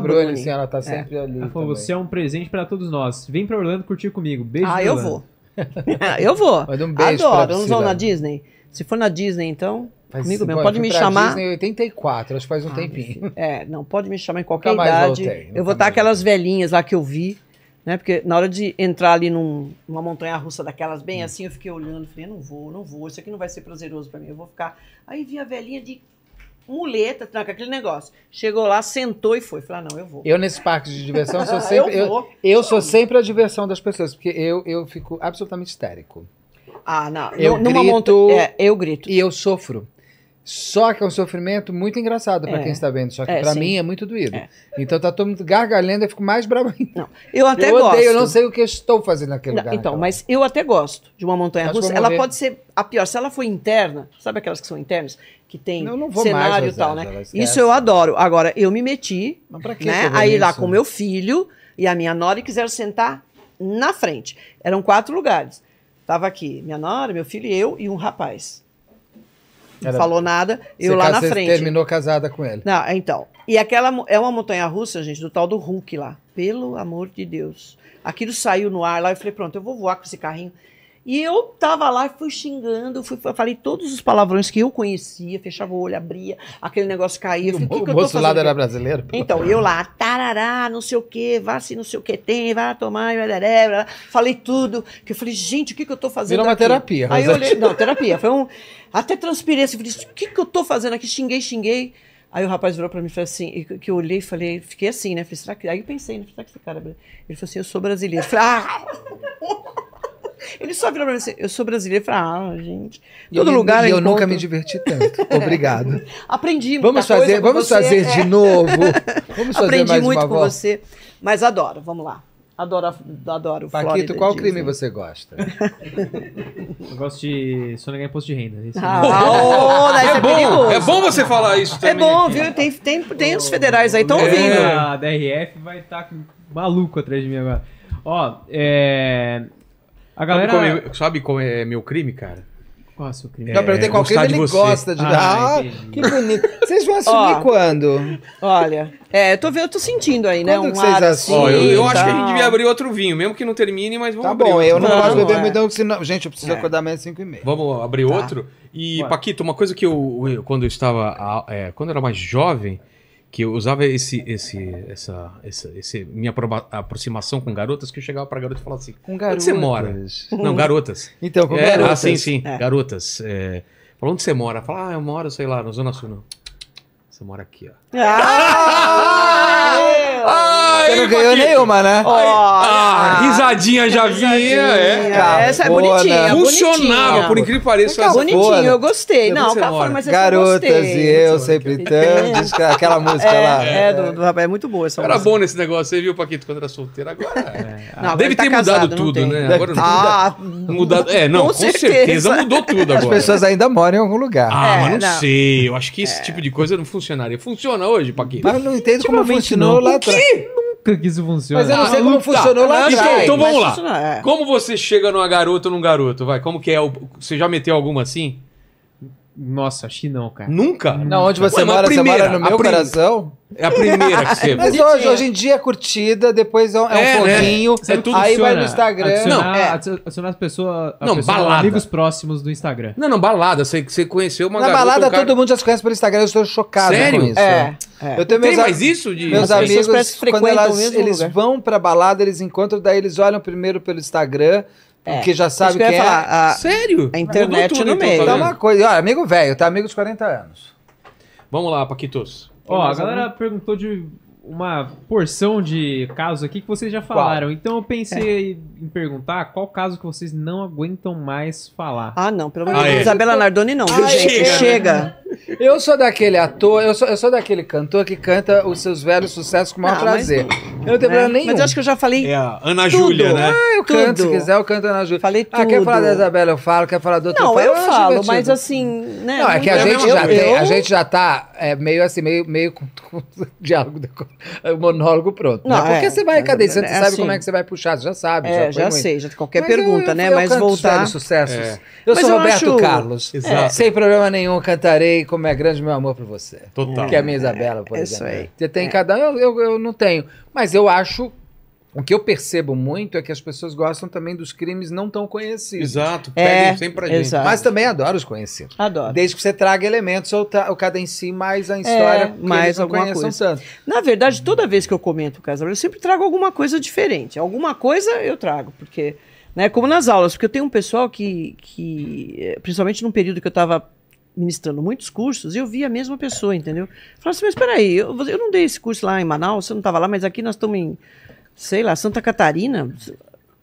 S3: Priscila
S4: Bruni,
S3: Bruni. É.
S4: sim, ela tá sempre ali.
S2: Ela falou:
S4: também.
S2: você é um presente pra todos nós. Vem pra Orlando curtir comigo. Beijo.
S3: Ah, eu
S2: Orlando."
S3: vou. eu vou.
S4: Manda um beijo pra
S3: Adoro. Não
S4: Priscila.
S3: vão na Disney? Se for na Disney, então.
S4: Faz-
S3: comigo mesmo.
S4: Bom, eu
S3: Pode
S4: fui
S3: me
S4: pra
S3: chamar.
S4: Disney em 84, acho que faz um
S3: Ah,
S4: tempinho.
S3: É, não, pode me chamar em qualquer
S4: Nunca mais
S3: idade.
S4: voltei, nunca
S3: eu vou estar
S4: mais
S3: aquelas velhinhas lá que eu vi, né? Porque na hora de entrar ali num- numa montanha russa daquelas bem
S4: Hum.
S3: assim, eu fiquei olhando, falei, não vou, não vou, isso aqui não vai ser prazeroso pra mim, eu vou ficar. Aí vi a velhinha de muleta, tá, com aquele negócio. Chegou lá, sentou e foi. Falei, ah, não, eu vou.
S4: Eu, nesse parque de diversão, sou
S3: Ah,
S4: sempre. Então, Eu,
S3: vou.
S4: eu sou sempre a diversão das pessoas, porque eu, eu fico absolutamente histérico.
S3: Ah, não.
S4: eu
S3: Eu numa
S4: grito-
S3: montanha. É, eu grito.
S4: E eu sofro. Só que é um sofrimento muito engraçado pra
S3: É.
S4: quem está vendo. Só que
S3: É,
S4: pra
S3: sim.
S4: mim é muito doído. Então tá todo mundo gargalhando, eu fico mais bravo ainda.
S3: Eu até
S4: eu
S3: gosto.
S4: odeio, eu não sei o que eu estou fazendo naquele
S3: Não,
S4: lugar.
S3: então,
S4: naquela
S3: mas eu até gosto de uma montanha
S4: Acho que
S3: russa.
S4: vamos
S3: Ela
S4: ver.
S3: pode ser a pior. Se ela for interna, sabe aquelas que são internas? Que tem
S4: Não, eu não vou mais,
S3: cenário e tal,
S4: Rosângela,
S3: né?
S4: esquece.
S3: Isso eu adoro. Agora, eu me meti,
S4: Mas pra que
S3: né?
S4: que eu vou
S3: Aí lá
S4: nisso?
S3: com meu filho e a minha nora e quiseram sentar na frente. Eram quatro lugares. Tava aqui minha nora, meu filho, eu e um rapaz. Não
S4: Era-
S3: falou nada, eu
S4: Você
S3: lá
S4: ca-
S3: na
S4: você
S3: frente.
S4: terminou casada com ele.
S3: Não, então. E aquela mo- é uma montanha russa, gente, do tal do Hulk lá. Pelo amor de Deus. Aquilo saiu no ar lá, eu falei, pronto, eu vou voar com esse carrinho. E eu tava lá, fui xingando, fui, falei todos os palavrões que eu conhecia, fechava o olho, abria, aquele negócio caía. Eu
S4: o
S3: falei, "Que que eu tô
S4: moço lá
S3: fazendo
S4: era
S3: aqui?"
S4: brasileiro? pô.
S3: Então, eu lá, tarará, não sei o que, vá se não sei o que tem, vá tomar, blá, blá, blá. falei tudo, que eu falei, gente, o que, que eu tô fazendo
S4: Virou uma
S3: aqui?
S4: terapia,
S3: Aí eu
S4: Rosane.
S3: olhei, não, terapia, foi um, até transpirei assim, falei, o que, que eu tô fazendo aqui, xinguei, xinguei. Aí o rapaz virou pra mim e falou assim, e que que eu olhei e falei, fiquei assim, né, falei, será que, aí eu pensei, né, será que esse cara é brasileiro? Ele falou assim, eu sou brasileiro. Eu falei, ah! Ele só virou pra mim assim, eu sou brasileiro. Eu falei, ah, gente,
S4: E
S3: todo
S4: eu-
S3: lugar
S4: E eu
S3: encontro-
S4: nunca me diverti tanto. Obrigado.
S3: Aprendi muita
S4: Vamos
S3: coisa
S4: fazer,
S3: com
S4: vamos
S3: você.
S4: fazer
S3: É.
S4: de novo. Vamos fazer
S3: Aprendi
S4: mais
S3: muito
S4: uma
S3: com
S4: volta.
S3: você, mas adoro, vamos lá. Adoro, a- adoro
S4: Paquito,
S3: Flórida,
S4: qual
S3: Disney.
S4: crime você gosta?
S2: Eu gosto de sonegar imposto de renda. Isso
S3: Ah,
S2: é-
S3: ô, daí isso
S1: É
S3: é
S1: bom,
S3: perigoso.
S1: é bom você falar isso
S3: É
S1: também.
S3: bom, viu? Tem, tem, tem os federais aí, estão
S2: O
S1: É.
S3: ouvindo.
S2: Lula, A DRF vai estar maluco atrás de mim agora. Ó, é. A
S1: Sabe
S2: galera.
S1: como, é, sabe como é meu crime, cara?
S2: Qual é o seu crime?
S4: Não, perguntei qual
S1: gostar
S4: crime
S1: de
S4: ele
S1: você.
S4: gosta de.
S2: Ah,
S4: Ah,
S2: entendi.
S4: que bonito. Vocês vão assumir
S3: Ó.
S4: quando?
S3: Olha, é, eu tô vendo, eu tô sentindo aí, né?
S4: Quando
S3: um
S4: que vocês
S3: ar
S4: assumem?
S3: assim,
S1: Ó, eu, eu
S3: e
S1: acho que a gente
S3: tal.
S1: devia abrir outro vinho, mesmo que não termine, mas vamos
S4: Tá
S1: abrir
S4: bom,
S1: outro.
S4: eu não
S3: Não,
S4: posso beber
S3: é.
S4: muito, não, senão. Gente, eu preciso
S3: É.
S4: acordar amanhã às 5 e meia.
S1: Vamos abrir
S3: Tá.
S1: outro. E,
S2: Bora.
S1: Paquito, uma coisa que eu, eu- quando eu estava. a- é, quando eu era mais jovem, que eu usava esse, esse, essa, essa esse- minha aproba- aproximação com garotas, que eu chegava pra garota e falava assim.
S4: Com
S1: Onde você mora?
S4: garotas.
S1: Não, garotas.
S4: Então, com
S1: É,
S4: garotas.
S1: Ah, sim, sim. Garotas. É, fala, onde você mora? Fala, ah, eu moro, sei lá, na Zona Sul. Não. Você mora aqui, ó.
S3: Ah,
S4: Você não ganhou nenhuma, né?
S1: Ah,
S3: Olha.
S1: risadinha já vinha, é.
S3: Risadinha, Essa é
S4: Cafona.
S3: bonitinha. é
S1: Funcionava, por
S3: bonitinha.
S1: incrível que pareça.
S4: Vem cá,
S1: essa-
S3: Bonitinho, eu gostei.
S1: Onde
S3: Não,
S1: você
S3: cafona,
S1: mora?
S3: mas essa eu
S4: Garotas e
S3: gostei.
S4: eu sempre tanto. diz que- Aquela música lá.
S3: É, é, do, do rapaz, é muito boa essa
S1: Era
S3: música.
S1: bom nesse negócio, você viu, Paquito, quando era solteiro. Agora. é.
S3: Não, agora
S1: Deve
S3: tá
S1: ter
S3: casado,
S1: mudado
S3: não
S1: tudo,
S3: tem.
S1: né? Agora
S3: Ah,
S1: mudado. É, não, com,
S3: com
S1: certeza.
S3: certeza.
S1: mudou tudo
S4: tá. As
S1: agora.
S4: pessoas ainda moram em algum lugar.
S1: Ah,
S3: É,
S1: mas não,
S3: não.
S1: sei. Eu acho que esse tipo de coisa não funcionaria. Funciona hoje, Paquito?
S4: Mas eu não entendo como
S2: Ultimamente não.
S4: funcionou lá atrás.
S2: Nunca é que isso funciona.
S4: Mas é eu não sei
S1: Ah,
S4: como
S1: tá.
S4: funcionou lá
S1: Então,
S4: atrás.
S1: então vamos
S3: Mas
S1: lá.
S3: isso não é.
S1: Como você chega numa garota ou num garoto, vai? Como que é? o- Você já meteu alguma assim?
S2: Nossa, acho que não, cara.
S1: Nunca?
S4: Não, onde você
S1: Ué, mas a
S4: mora, você
S1: primeira,
S4: mora no
S1: a
S4: meu
S1: prim-
S4: coração.
S1: É a primeira que você...
S4: Mas hoje, hoje em dia é curtida, depois é um, é um
S1: É, né?
S4: foguinho,
S1: Sabe tudo
S4: aí vai no
S2: Adiciona-
S4: Instagram.
S2: Adicionar,
S1: Não,
S2: não,
S3: é.
S2: adicionar as pessoas. a
S1: Não,
S2: pessoa-
S1: balada.
S2: Amigos próximos do Instagram.
S1: Não, não, balada. Você, você conheceu uma
S4: Na
S1: garota...
S4: balada
S1: um cara-
S4: todo mundo já se conhece pelo Instagram, eu estou chocado
S1: Sério?
S4: com isso.
S3: É, é.
S4: Eu tenho
S1: Tem
S4: meus, a-
S1: mais isso? De...
S4: meus
S3: As pessoas
S4: amigos,
S3: parecem que
S4: quando
S3: frequentam
S4: elas-
S3: o mesmo
S4: eles
S3: lugar.
S4: vão pra balada, eles encontram, daí eles olham primeiro pelo Instagram, porque já sabe
S3: É. Isso que eu
S4: quem
S3: ia falar, Ah,
S4: é.
S3: a-
S1: Sério?
S3: a internet
S1: Mudou
S3: no
S1: então,
S3: meio.
S1: tá
S4: Tá
S1: vendo?
S4: uma coisa, olha, amigo velho, tá amigo de 40 anos.
S1: Vamos lá, Paquitos.
S2: Ó, a galera perguntou de uma porção de casos aqui que vocês já falaram. Então eu
S4: É.
S2: pensei em perguntar qual caso que vocês não aguentam mais falar.
S3: Ah, não, pelo amor de
S1: Ah,
S3: Deus.
S1: é.
S3: Isabela Nardoni não, viu,
S4: Ah,
S3: gente?
S1: chega, né?
S3: Chega.
S4: Eu sou daquele ator, eu sou, eu sou daquele cantor que canta os seus velhos sucessos com o maior
S3: Não, Ah, mas
S4: prazer. Eu não tenho problema nenhum.
S3: É, Mas eu acho que eu já falei.
S1: É a Ana
S3: Tudo.
S1: Júlia, né?
S4: Ah, eu canto, se
S3: tudo.
S4: quiser, eu canto na Júlia.
S3: Falei
S4: Ah, quer
S3: tudo.
S4: falar da Isabela, eu falo, quer falar do outro,
S3: Não, eu
S4: acho
S3: falo,
S4: divertido.
S3: mas assim, né?
S4: Não, é que a
S1: eu-
S4: gente,
S1: eu-
S4: já tem, a
S3: eu-
S4: gente já tá é, meio assim, meio, meio com com o diálogo, deco- o é, um monólogo pronto. Não,
S3: Não,
S4: Porque
S3: é,
S4: você vai,
S3: mas-
S4: cadê? Você
S3: é
S4: sabe
S3: assim.
S4: como é que você vai puxar, você já sabe.
S3: É,
S4: foi
S3: já
S4: muito.
S3: sei, já qualquer
S4: Mas
S3: pergunta,
S4: eu-
S3: né?
S4: eu
S3: Mas
S4: canto os
S3: voltar.
S4: velhos sucessos.
S1: É.
S4: Eu
S3: Mas
S4: sou
S3: eu
S4: Roberto
S3: acho-
S4: Carlos.
S1: Exato.
S4: Sem problema nenhum, cantarei como é grande meu amor por você.
S1: Total.
S4: Que é a minha Isabela, por
S3: É isso
S4: exemplo.
S3: aí.
S4: Você tem cada um, eu, eu, eu não tenho. Mas eu acho. O que eu percebo muito é que as pessoas gostam também dos crimes não tão conhecidos.
S1: Exato,
S3: É,
S1: pedem sempre pra gente.
S3: exato.
S4: Mas também adoro os conhecidos.
S3: Adoro.
S4: Desde que você traga elementos ou, tra ou cadencie mais a história que
S3: É, mais
S4: eles não
S3: alguma
S4: conheçam
S3: coisa.
S4: tanto.
S3: Na verdade, toda vez que eu comento o Casablanca, eu sempre trago alguma coisa diferente. Alguma coisa eu trago, porque. Né, como nas aulas, porque eu tenho um pessoal que, que eh, principalmente num período que eu estava ministrando muitos cursos, eu via a mesma pessoa, entendeu? Eu Falava assim, mas peraí, eu, eu não dei esse curso lá em Manaus, você não estava lá, mas aqui nós estamos em, sei lá, Santa Catarina,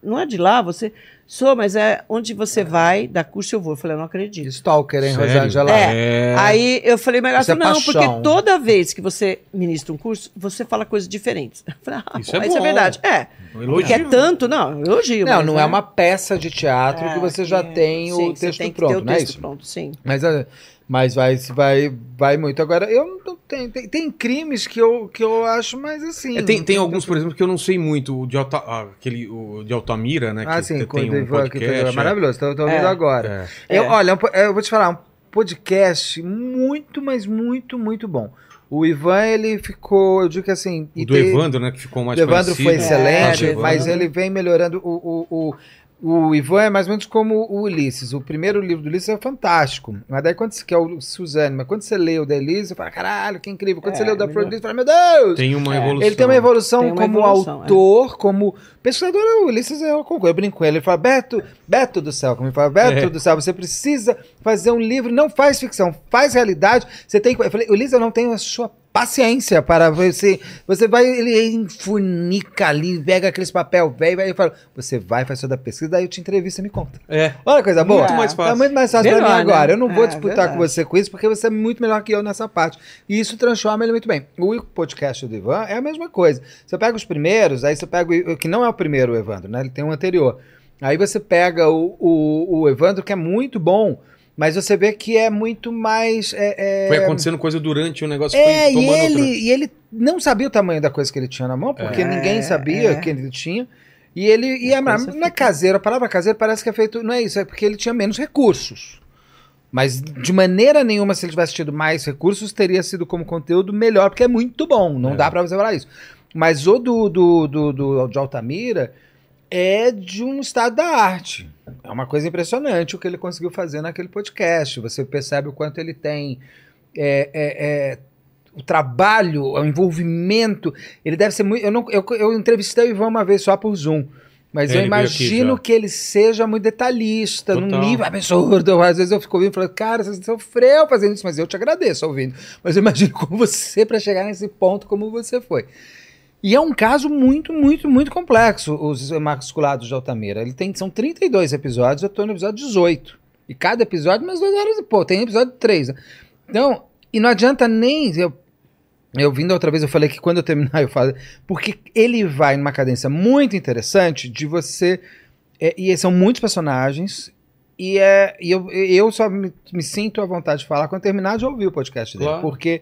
S3: não é de lá, você... Sou, mas é onde você vai, dar curso eu vou. Eu falei, eu não acredito.
S4: Stalker, hein,
S1: Sério?
S4: Rosângela?
S3: É. Aí eu falei, mas ela
S4: Isso é
S3: falou, não,
S4: paixão.
S3: porque toda vez que você ministra um curso, você fala coisas diferentes. Eu falei, ah,
S1: Isso é
S3: isso é
S1: bom.
S3: verdade. É.
S1: Um
S3: Porque é
S1: elogio.
S3: tanto, não, elogio.
S4: Não,
S3: mas,
S4: não
S3: né?
S4: é uma peça de teatro
S3: É,
S4: que você já
S3: que-
S4: tem
S3: sim,
S4: o
S3: você
S4: texto
S3: tem que ter
S4: pronto,
S3: o
S4: não é
S3: texto
S4: isso?
S3: pronto, sim.
S4: Mas, é, mas vai, se vai, vai muito. Agora, eu não tenho. Tem, tem crimes que eu, que eu acho mais assim.
S1: É, tem, tem alguns, por exemplo, que eu não sei muito. O de, Alta, ah, aquele, o de Altamira, né?
S4: Ah,
S1: que
S4: sim,
S1: tem
S4: quando
S1: um
S4: eu vou aqui,
S1: podcast,
S4: é
S1: é.
S4: maravilhoso. Tô, tô ouvindo
S3: É.
S4: agora.
S1: É.
S4: Eu,
S3: É.
S4: olha, é um po- eu vou te falar, um podcast muito, mas muito, muito bom. O Ivan, ele ficou, eu digo que assim.
S1: O
S4: e
S1: do
S4: tem-
S1: Evandro, né? Que ficou mais
S4: O Evandro
S1: parecido.
S4: foi excelente,
S1: É, do Evandro.
S4: mas ele vem melhorando. O, o, o, o Ivan é mais ou menos como o Ulisses. O primeiro livro do Ulisses é fantástico. Mas daí quando você quer o Suzane, mas quando você lê o da Elise, você fala, caralho, que incrível. Quando
S3: É,
S4: você lê o da
S3: melhor.
S4: Flor de Lis, você fala, meu Deus!
S1: Tem uma evolução.
S4: É, Ele tem uma evolução
S3: Tem uma
S4: como
S3: evolução, é.
S4: autor, como pesquisador. O Ulisses é o concurso. Eu brinco com ele. Ele fala, Beto, Beto do céu, como ele fala, Beto
S1: É.
S4: do céu, você precisa fazer um livro, não faz ficção, faz realidade. Você tem que. Eu falei, Ulisses, eu não tenho a sua paciência para você. Você vai, ele enfunica ali, pega aqueles papel velho, vai e fala, você vai, faz toda a pesquisa, daí eu te entrevisto e me conta.
S1: É.
S4: Olha que coisa boa.
S1: Muito mais fácil.
S4: Tá muito mais fácil pra
S3: Melhor,
S4: mim
S3: né?
S4: agora. Eu não vou
S3: É,
S4: disputar
S3: verdade.
S4: com você com isso, porque você é muito melhor que eu nessa parte. E isso transforma ele muito bem. O podcast do Ivan é a mesma coisa. Você pega os primeiros, aí você pega o. que não é o primeiro, o Evandro, né? Ele tem um anterior. Aí você pega o, o, o Evandro, que é muito bom, mas você vê que é muito mais. é- é-
S1: Foi acontecendo coisa durante o negócio. foi
S4: é, e
S1: tomando
S4: ele,
S1: outra-
S4: e ele não sabia o tamanho da coisa que ele tinha na mão, porque
S3: É,
S4: ninguém sabia
S3: é.
S4: que ele tinha. E ele. E
S3: A
S4: a-
S3: coisa
S4: não é
S3: fica-
S4: caseiro, a palavra caseiro parece que é feito. Não é isso, é porque ele tinha menos recursos. Mas de maneira nenhuma, se ele tivesse tido mais recursos, teria sido como conteúdo melhor, porque é muito bom. Não
S1: É.
S4: dá pra você falar isso. Mas o do, do, do, do- de Altamira é de um estado da arte. É uma coisa impressionante o que ele conseguiu fazer naquele podcast. Você percebe o quanto ele tem é, é, é, o trabalho, o envolvimento. Ele deve ser muito. Eu, não, eu, eu entrevistei o Ivan uma vez só por Zoom. Mas
S1: Ele
S4: eu
S1: veio aqui
S4: imagino
S1: já.
S4: que ele seja muito detalhista, num
S1: Total.
S4: nível absurdo. Às vezes eu fico ouvindo e falo, cara, você sofreu fazendo isso, mas eu te agradeço ouvindo. Mas eu imagino como você, para chegar nesse ponto, como você foi. E é um caso muito, muito, muito complexo, os Imaculaculados de Altamira. Ele tem, são 32 episódios, eu tô no episódio 18. E cada episódio, umas duas horas e pô, tem episódio 3. Então, e não adianta nem. Eu, eu vindo outra vez, eu falei que quando eu terminar eu falo. Porque ele vai numa cadência muito interessante de você. é, e são muitos personagens. E, é, e eu, eu só me, me sinto à vontade de falar quando terminar de ouvir o podcast dele.
S1: Claro.
S4: Porque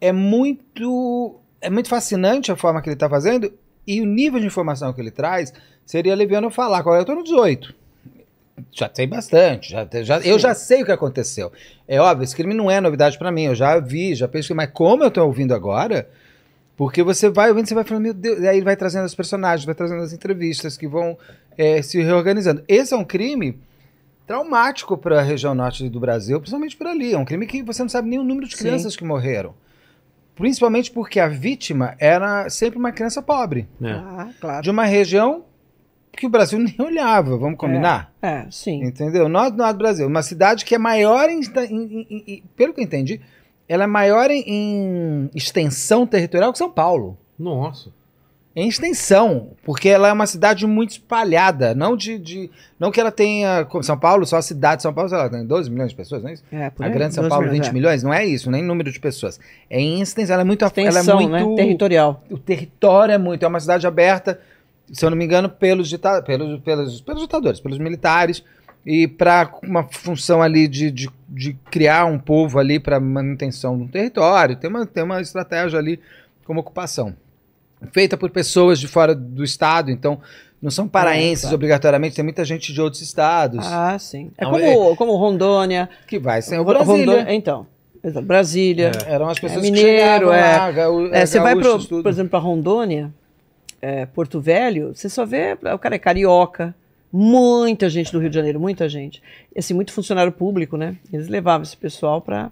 S4: é muito. É muito fascinante a forma que ele está fazendo. E o nível de informação que ele traz seria leviano eu falar. Qual é? Eu tô no 18. Já tem bastante. Já, te- já, eu já sei o que aconteceu. É óbvio, esse crime não é novidade pra mim. Eu já vi, já pesquei, mas como eu tô ouvindo agora, porque você vai ouvindo, você vai falando, meu Deus, e aí ele vai trazendo os personagens, vai trazendo as entrevistas que vão eh, se reorganizando. Esse é um crime traumático pra região norte do Brasil, principalmente por ali. É um crime que você não sabe nem o número de
S3: Sim.
S4: crianças que morreram. Principalmente porque a vítima era sempre uma criança pobre,
S1: É.
S3: Ah, claro.
S4: de uma região que o Brasil nem olhava, vamos combinar?
S3: É, sim.
S4: Entendeu? Norte do Brasil. Uma cidade que é maior em, esta- em- em- em- em- Pelo que eu entendi, ela é maior em, em extensão territorial que São Paulo.
S1: Nossa.
S4: em extensão, porque ela é uma cidade muito espalhada, não de, de- não que ela tenha, como São Paulo, só a cidade de São Paulo, sei lá, tem 12 milhões de pessoas, não é isso?
S3: É, por
S4: A
S3: aí,
S4: Grande São
S3: dois
S4: Paulo, 20
S3: é.
S4: milhões, não é isso, nem número de pessoas. É em extensão, ela é muito, af-
S3: Extensão,
S4: ela é
S3: né?
S4: muito
S3: Territorial.
S4: o território é muito, é uma cidade aberta, se eu não me engano, pelos, dita pelos, pelos, pelos ditadores, pelos militares, e para uma função ali de, de, de criar um povo ali para manutenção do território, tem uma, tem uma estratégia ali como ocupação. Feita por pessoas de fora do estado, então não são paraenses
S3: Ah, tá.
S4: obrigatoriamente, tem muita gente de outros estados
S3: Ah, sim. É
S4: Não,
S3: como, como Rondônia.
S4: que vai sem o
S3: Ro-
S4: Brasília. É.
S3: Rondônia- então, exato, Brasília.
S4: Eram as pessoas
S3: mineiro,
S4: que chegavam
S3: é.
S4: lá, gaú-
S3: É, você vai, pro-
S4: gaúchos, tudo.
S3: por exemplo, para Rondônia, é, Porto Velho, você só vê. O cara é carioca, muita gente do Rio de Janeiro, muita gente. E, assim, muito funcionário público, né? Eles levavam esse pessoal para.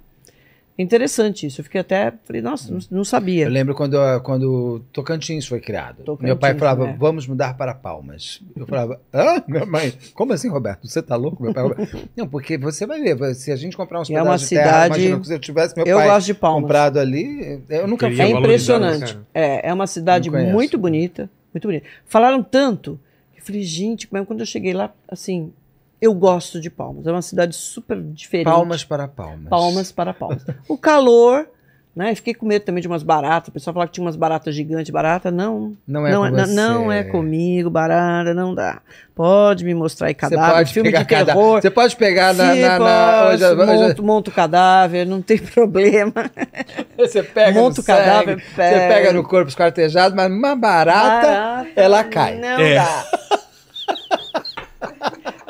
S3: Interessante isso. Eu fiquei até. Falei, nossa, não, não
S4: Eu
S3: sabia.
S4: lembro quando, a- quando Tocantins foi criado.
S3: Tocantins,
S4: meu pai falava,
S3: né?
S4: vamos mudar para Palmas. Eu falava, hã? Minha mãe, como assim, Roberto? Você tá louco, meu pai? Roberto?" Não, porque você vai ver, se a gente comprar uns
S3: É uma
S4: pedaços de terra,
S3: cidade-
S4: imagina que se eu tivesse meu
S3: Eu
S4: pai
S3: gosto de Palmas.
S4: comprado ali, eu nunca
S1: Queria
S4: fui.
S3: É
S1: valorizar,
S3: impressionante.
S1: né,
S3: É, é uma cidade
S4: Não conheço.
S3: muito bonita, muito bonita. Falaram tanto que eu falei, gente, mas quando eu cheguei lá, assim, eu gosto de Palmas. É uma cidade super diferente.
S4: Palmas para Palmas.
S3: Palmas para Palmas. O calor, né? eu Fiquei com medo também de umas baratas. O pessoal falava que tinha umas baratas gigantes, barata não.
S4: Não é
S3: Não é,
S4: com
S3: não,
S4: você.
S3: não é comigo, barata, não dá. Pode me mostrar aí
S4: Você
S3: cadáver,
S4: pode
S3: filme
S4: pegar
S3: de terror.
S4: cadáver. Você pode pegar na...
S3: Se
S4: na, na
S3: pode,
S4: hoje, hoje,
S3: monto, monto o cadáver, não tem problema.
S4: você pega
S3: monta
S4: no
S3: o cadáver,
S4: sangue,
S3: pega.
S4: Você pega no corpo esquartejado, mas uma barata, ela cai.
S3: Não
S1: É.
S3: dá.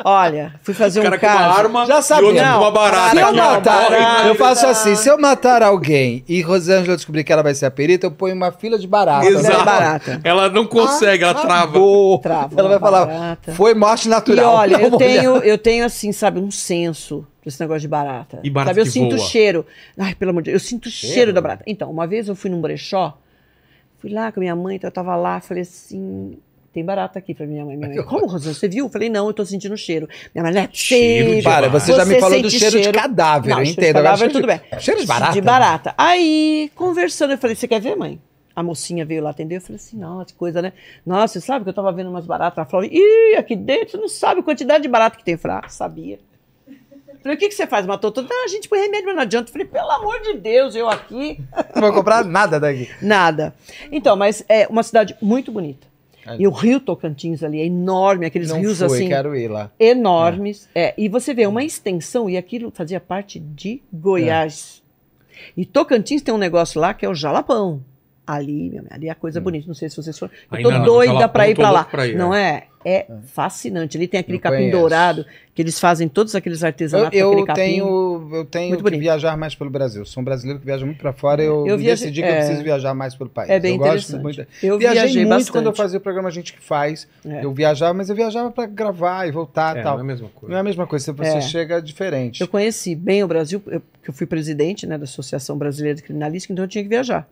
S3: Olha, fui fazer
S1: O
S3: um
S1: cara com uma
S3: caso.
S1: arma
S4: Já
S1: e
S4: sabemos.
S1: outro com uma barata.
S4: Se eu
S1: que ela
S4: matar,
S1: morre.
S3: barata.
S4: eu faço assim, se eu matar alguém e Rosângela descobrir que ela vai ser a perita, eu ponho uma fila de né? baratas.
S1: Exato.
S3: é barata.
S1: Ela não consegue, ela trava.
S4: Acabou.
S3: Trava,
S4: Ah, ela vai falar,
S3: barata.
S4: foi morte
S3: E
S4: natural.
S3: olha,
S4: Não,
S3: eu
S4: mulher.
S3: tenho, eu tenho assim, sabe, um senso pra esse negócio de barata.
S1: E barata
S3: sabe, eu
S1: que
S3: sinto o
S1: voa.
S3: cheiro. Ai, pelo amor de Deus, eu sinto o cheiro da barata. Então, uma vez eu fui num brechó, fui lá com a minha mãe, então eu tava lá, falei assim, tem barata aqui pra minha mãe. Minha mãe, como, Rosana, você viu? Eu falei, não, eu tô sentindo o cheiro. Minha mãe, não é
S1: Cheiro de
S3: possível.
S4: Para, você já me falou do
S3: sente
S4: cheiro, de cadáver,
S3: Não,
S4: eu
S3: cheiro
S4: entendo.
S3: De
S4: Agora,
S3: cadáver, tudo bem.
S4: Cheiro de barata.
S3: De barata. Aí, conversando, eu falei, você quer ver, mãe? A mocinha veio lá atender, eu falei assim, nossa, que coisa, né? Nossa, você sabe que eu tava vendo umas baratas? Ela falou, ih, aqui dentro, você não sabe a quantidade de barata que tem. Eu falei, ah, sabia. Eu Falei, o que, que você faz? Matou tudo? Não, a gente põe remédio, mas não adianta. Eu falei, pelo amor de Deus, eu aqui.
S4: Não vou comprar nada daqui.
S3: Nada. Então, mas é uma cidade muito bonita. E o rio Tocantins ali é enorme, aqueles
S4: É. não
S3: rios
S4: fui,
S3: assim
S4: quero ir lá.
S3: enormes. É. e você vê uma extensão, e aquilo fazia parte de Goiás.
S4: É.
S3: E Tocantins tem um negócio lá que é o Jalapão. Ali, meu, ali é a
S4: Hum.
S3: coisa bonita. Não sei se vocês foram. Eu
S1: Ainda
S3: tô
S1: não,
S3: doida
S1: Jalapão,
S3: pra ir
S1: tô
S3: pra lá.
S1: louco pra ir,
S3: não é? É fascinante. Ali tem aquele
S4: Eu
S3: capim
S4: conheço.
S3: dourado que eles fazem todos aqueles
S4: Eu,
S3: artesanatos com
S4: eu
S3: aquele capim.
S4: tenho, eu tenho
S3: Muito
S4: que
S3: bonito.
S4: viajar mais pelo Brasil. Sou um brasileiro que viaja muito pra fora. Eu,
S3: Eu viaje-
S4: decidi que eu
S3: é.
S4: preciso viajar mais pelo país.
S3: É bem
S4: eu
S3: interessante.
S4: Gosto muito.
S3: Eu
S4: viajei,
S3: viajei
S4: muito
S3: bastante.
S4: quando eu fazia o programa A Gente Que Faz.
S3: É.
S4: Eu viajava, mas eu viajava pra gravar e voltar e
S1: É,
S4: tal.
S1: não é a mesma coisa.
S4: Não é a mesma coisa, se você
S3: É.
S4: chega diferente.
S3: Eu conheci bem o Brasil, eu, que eu fui presidente né, da Associação Brasileira de Criminalística, então eu tinha que viajar.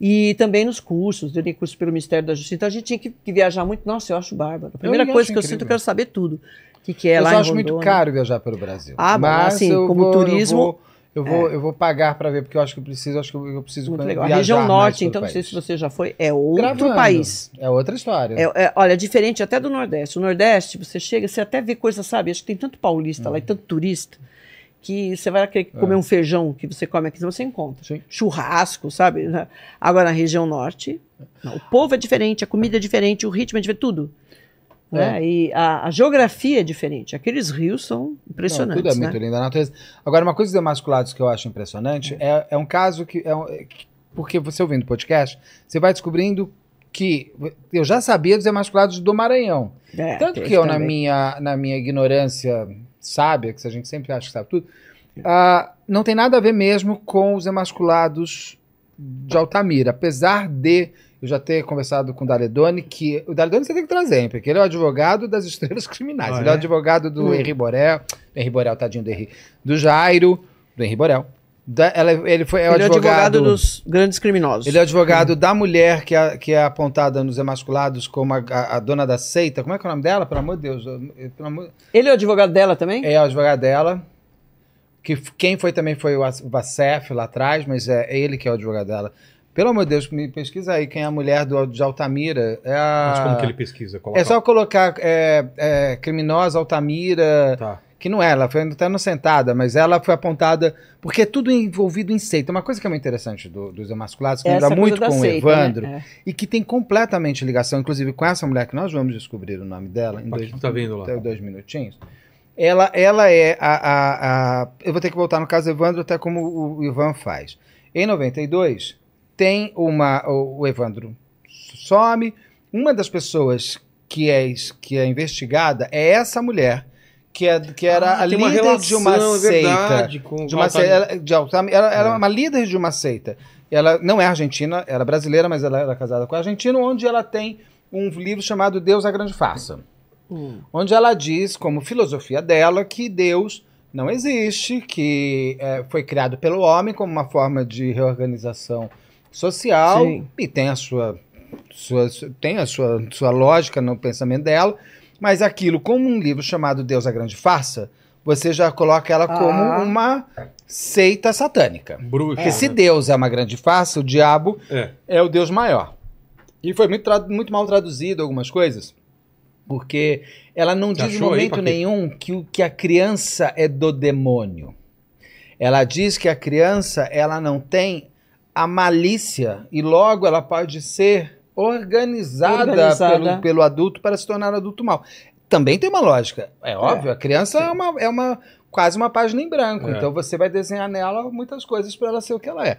S3: E também nos cursos, eu dei curso pelo Ministério da Justiça, então a gente tinha que, que viajar muito. Nossa, eu acho bárbaro. A primeira
S4: acho
S3: coisa que eu sinto,
S4: incrível.
S3: eu quero saber tudo. O que, que é
S4: eu
S3: lá
S4: só
S3: em
S4: acho muito
S3: Rondônia.
S4: caro viajar pelo Brasil.
S3: Ah, bom,
S4: mas
S3: assim,
S4: eu
S3: como
S4: vou-
S3: turismo, é.
S4: Eu vou, eu vou, eu vou pagar pra ver, porque eu acho que eu preciso, acho que eu eu preciso
S3: Muito
S4: viajar
S3: legal. A região
S4: mais
S3: norte,
S4: pelo
S3: então, não sei
S4: país.
S3: se você já foi, é outro
S4: Gravando.
S3: país.
S4: É outra história.
S3: É, é, olha, diferente até do Nordeste. O Nordeste, você chega, você até vê coisa, sabe? Acho que tem tanto paulista
S4: Uhum.
S3: lá e tanto turista que você vai querer comer um feijão que você come aqui, você encontra.
S4: É. Sim.
S3: Churrasco, sabe? Na- Agora, na região norte, não, o povo é diferente, a comida é diferente, o ritmo é diferente, tudo. né? E a, a geografia é diferente. Aqueles rios são
S4: Não,
S3: impressionantes,
S4: tudo é
S3: né?
S4: muito lindo, a natureza. Agora, uma coisa dos emasculados que eu acho impressionante é, é um caso que, é um- é que- Porque você ouvindo podcast, você vai descobrindo que. Eu já sabia dos emasculados do Maranhão.
S3: É,
S4: Tanto
S3: tem
S4: que eu,
S3: isso
S4: na
S3: também.
S4: minha, na minha ignorância sábia, que a gente sempre acha que sabe tudo, ah, não tem nada a ver mesmo com os emasculados de Altamira. Apesar de eu já ter conversado com o Daledoni, que o Daledoni você tem que trazer, hein, porque ele é o advogado das estrelas criminais.
S1: Ah,
S4: ele é o
S1: é?
S4: advogado do
S3: Hum.
S4: Henri Borel, do Henri Borel, tadinho do Henri, do Jairo, do Henri Borel. Da- ela- ele foi, é o
S3: Ele é
S4: advogado,
S3: advogado dos grandes criminosos.
S4: ele é advogado da mulher que é, que é apontada nos emasculados como a, a- a dona da seita. Como é que é o nome dela? Pelo amor de Deus. eu- eu- pelo amor-
S3: Ele é o advogado dela também?
S4: É a advogada dela. Que f- quem foi também foi é o As- o Bacef lá atrás, mas é ele que é o advogado dela. Pelo amor de Deus, me pesquisa aí quem é a mulher do, de Altamira. É a...
S1: Mas como que ele pesquisa? Coloca
S4: É só colocar é, é, criminosa Altamira,
S1: Tá.
S4: que não é, ela foi até inocentada, mas ela foi apontada, porque é tudo envolvido em seita. Uma coisa que é muito interessante do- dos emasculados, que
S3: Essa é
S4: lembra
S3: coisa
S4: muito
S3: da
S4: com o
S3: seita,
S4: Evandro,
S3: né?
S4: e que tem completamente ligação, inclusive com essa mulher que nós vamos descobrir o nome dela em
S1: Opa,
S4: dois,
S1: que tá vendo lá?
S4: até dois minutinhos. Ela, ela é a, a- a- Eu vou ter que voltar no caso do Evandro, até como o, o Ivan faz. Em 92, tem uma. O, o Evandro some. Uma das pessoas que é, es- que é investigada é essa mulher, que, é, que era
S1: Ah,
S4: a
S1: tem
S4: líder de uma
S1: relação, é
S4: seita.
S1: verdade, com
S4: de uma
S1: Altamira.
S4: seita, ela, de Altamira, ela era
S1: É.
S4: uma líder de uma seita. Ela não é argentina, ela é brasileira, mas ela era casada com argentino, onde ela tem um livro chamado Deus a Grande Farsa
S3: Hum.
S4: onde ela diz, como filosofia dela, que Deus não existe, que é, foi criado pelo homem como uma forma de reorganização social
S3: Sim.
S4: e tem a sua, sua- su- tem a sua, sua lógica no pensamento dela, mas aquilo, como um livro chamado Deus a Grande Farsa, você já coloca ela como
S3: Ah.
S4: uma seita satânica.
S1: Bruxa.
S4: Porque se
S1: né?
S4: Deus é uma grande farsa, o diabo
S1: É.
S4: é o Deus maior. E foi muito, tradu- muito mal traduzido algumas coisas, porque ela não
S1: Você
S4: diz em
S1: achou aí,
S4: momento
S1: Paquito?
S4: nenhum que, o- que a criança é do demônio. Ela diz que a criança ela não tem a malícia e logo ela pode ser organizada,
S3: Organizada.
S4: Pelo, pelo adulto para se tornar adulto mal. Também tem uma lógica, é óbvio. A criança é uma, é uma quase uma página em branco,
S1: É.
S4: então você vai desenhar nela muitas coisas para ela ser o que ela é.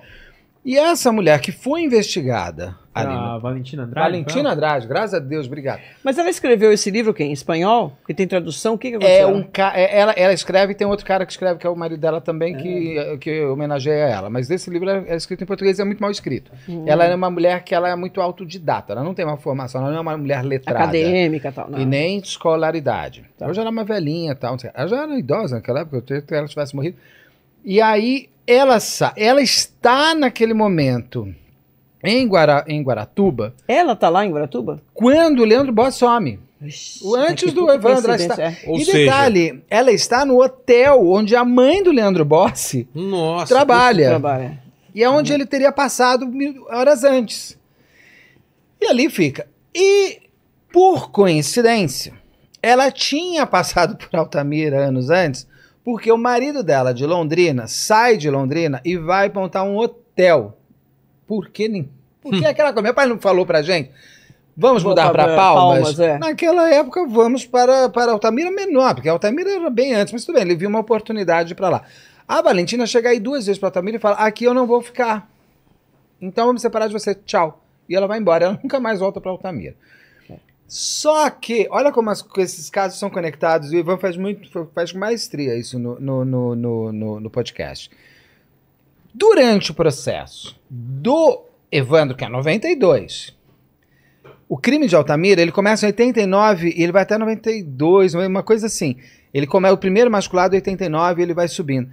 S4: E essa mulher que foi investigada, Ah, Aline,
S3: Ah,
S2: A Ah, Valentina Andrade.
S4: Valentina Andrade, graças a Deus, obrigado.
S3: Mas ela escreveu esse livro quem? Em espanhol? Que tem tradução? O que, que
S4: É
S3: aconteceu?
S4: um ca... é- ela, ela escreve e tem outro cara que escreve, que é o marido dela também,
S3: É.
S4: que, que homenageia ela. Mas esse livro é, é escrito em português e é muito mal escrito.
S3: Hum.
S4: Ela é uma mulher que ela é muito autodidata, ela não tem uma formação, ela não é uma mulher letrada.
S3: acadêmica e tal. Não.
S4: E nem escolaridade. Hoje ela é uma velhinha e tal. não sei. Ela já era idosa naquela época, eu achei que ela tivesse morrido. E aí ela, sa- ela está naquele momento em, Guara- em Guaratuba
S3: Ela tá lá em Guaratuba?
S4: quando o Leandro Boss some. O antes do Evandro, ela está-
S3: está...
S1: Ou
S4: e
S1: seja,
S4: detalhe, ela está no hotel onde a mãe do Leandro Bossi
S1: nossa.
S4: trabalha.
S3: Trabalha.
S4: E é
S1: Uhum.
S4: onde ele teria passado mil- horas antes. E ali fica. E, por coincidência, ela tinha passado por Altamira anos antes, porque o marido dela de Londrina sai de Londrina e vai montar um hotel. Por que nem. Por que aquela coisa? Meu pai não falou pra gente. Vamos
S3: Vou
S4: mudar
S3: pra-
S4: para Palmas.
S3: Palmas, é.
S4: Naquela época, vamos para, para Altamira menor, porque Altamira era bem antes, mas tudo bem, ele viu uma oportunidade para lá. A Valentina chega aí duas vezes pra Altamira e fala: Aqui eu não vou ficar. Então vamos separar de você. Tchau. E ela vai embora. Ela nunca mais volta pra Altamira. Só que, olha como as- que esses casos são conectados. E o Ivan faz, muito, faz com maestria isso no, no, no, no, no- no podcast. Durante o processo do Evandro, que é 92, o crime de Altamira ele começa em 89 e ele vai até 92, uma coisa assim. Ele começa o primeiro masculado em 89 e ele vai subindo.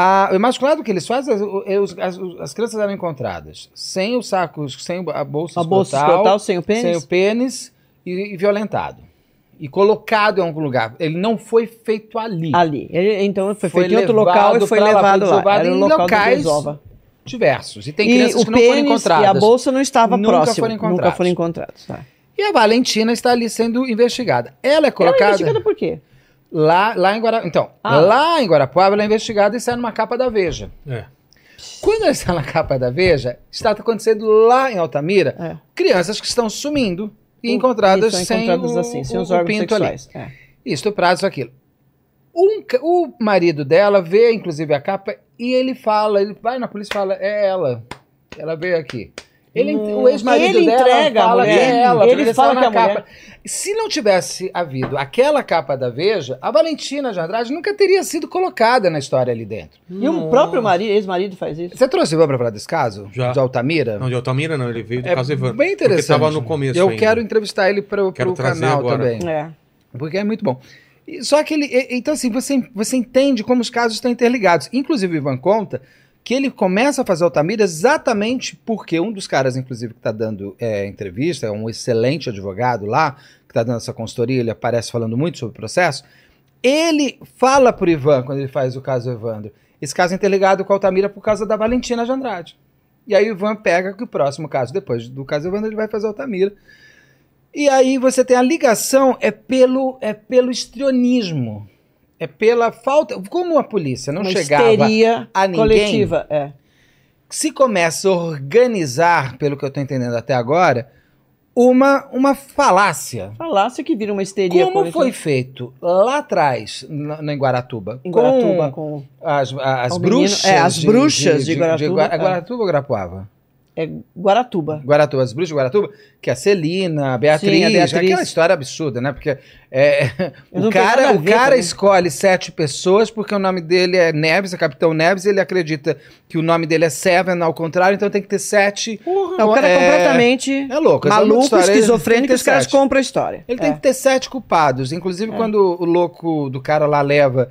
S4: A, o emasculado que eles fazem, as, os- as- as crianças eram encontradas sem os sacos, sem a bolsa
S3: A bolsa
S4: escrotal,
S3: escrotal sem o pênis?
S4: sem o pênis e, e violentado. E colocado em algum lugar. Ele não foi feito ali.
S3: Ali. Ele- então foi, feito em outro
S4: levado
S3: local e foi
S4: pra lá,
S3: levado
S4: foi
S3: lá.
S4: desovado
S3: Era o
S4: em
S3: local
S4: locais
S3: do desova.
S4: Diversos. E tem
S3: e
S4: crianças
S3: o
S4: que não foram
S3: pênis e a
S4: encontradas.
S3: bolsa não estava
S4: Nunca
S3: próximo.
S4: foram encontrados.
S3: Nunca foram encontrados. Tá.
S4: E a Valentina está ali sendo investigada. Ela é
S3: Ela é
S4: colocada
S3: investigada por quê?
S4: lá, lá em Guarapuava. Então,
S3: Ah.
S4: lá em Guarapuava ela é investigada e sai numa capa da Veja.
S1: É.
S4: Quando ela está na capa da Veja, está acontecendo lá em Altamira
S3: É.
S4: crianças que estão sumindo e
S3: O-
S4: encontradas,
S3: É. são
S4: sem,
S3: encontradas
S4: o,
S3: assim, sem
S4: o-
S3: os
S4: o
S3: órgãos
S4: pinto ali.
S3: sexuais. É.
S4: Isso, prazo, aquilo. Um ca- o marido dela vê, inclusive, a capa e ele fala, ele vai na polícia e fala, é ela. Ela veio aqui. Ele,
S3: Nossa.
S4: o ex-marido
S3: Hum, Ele
S4: dela
S3: entrega a
S4: fala que
S3: mulher.
S4: é ela,
S3: Ele
S4: porque
S3: fala
S4: saiu na
S3: que é a
S4: capa. Se não tivesse havido aquela capa da Veja, a Valentina de Andrade nunca teria sido colocada na história ali dentro.
S3: E o próprio marido, ex-marido faz isso.
S4: Você trouxe o Ivan pra falar desse caso?
S1: Já.
S4: De Altamira?
S1: Não, de Altamira não, ele veio do
S4: é
S1: caso Evandro.
S4: bem interessante.
S1: Porque tava no começo
S4: Eu
S1: ainda.
S4: quero entrevistar ele pro,
S1: Quero
S4: pro
S1: trazer
S4: canal
S1: agora.
S4: também.
S3: É.
S4: Porque é muito bom. E- Só que ele. e- Então, assim, você, você entende como os casos estão interligados. Inclusive, o Ivan conta que ele começa a fazer Altamira exatamente porque um dos caras, inclusive, que está dando é, entrevista, é um excelente advogado lá, que está dando essa consultoria, ele aparece falando muito sobre o processo. Ele fala pro Ivan, quando ele faz o caso Evandro, esse caso é interligado com a Altamira por causa da Valentina de Andrade. E aí o Ivan pega que o próximo caso, depois do caso Evandro, ele vai fazer Altamira. E aí você tem a ligação, é pelo, é pelo estrionismo. É pela falta. Como a polícia não
S3: Uma
S4: chegava
S3: histeria
S4: a ninguém-
S3: coletiva. É.
S4: se começa a organizar, pelo que eu estou entendendo até agora, uma, uma falácia.
S3: Falasse que vira uma histeria
S4: Como
S3: coletiva.
S4: foi feito lá atrás, na, na- em Guaratuba,
S3: em Guaratuba com...
S4: com as, a- as
S3: o menino-
S4: bruxas.
S3: é, as bruxas de Guaratuba,
S4: Gua-
S3: é.
S4: Guaratuba ou Guarapuava?
S3: É Guaratuba.
S4: Guaratuba, as bruxas de Guaratuba, que é a Celina, a Beatriz,
S3: Sim, a Beatriz.
S4: aquela história absurda, né? Porque é,
S3: Eu
S4: o
S3: não tenho nada
S4: cara,
S3: a
S4: o
S3: ver
S4: cara
S3: também.
S4: escolhe sete pessoas porque o nome dele é Neves, é Capitão Neves, ele acredita que o nome dele é Seven, ao contrário, então tem que ter sete
S3: o cara é
S4: é-
S3: completamente
S4: É louco. essa é outra
S3: maluco,
S4: história. Ele tem que
S3: esquizofrênico,
S4: ter
S3: os caras
S4: sete.
S3: compram a história.
S4: Ele
S3: É.
S4: tem que ter sete culpados. Inclusive, quando o louco do cara lá leva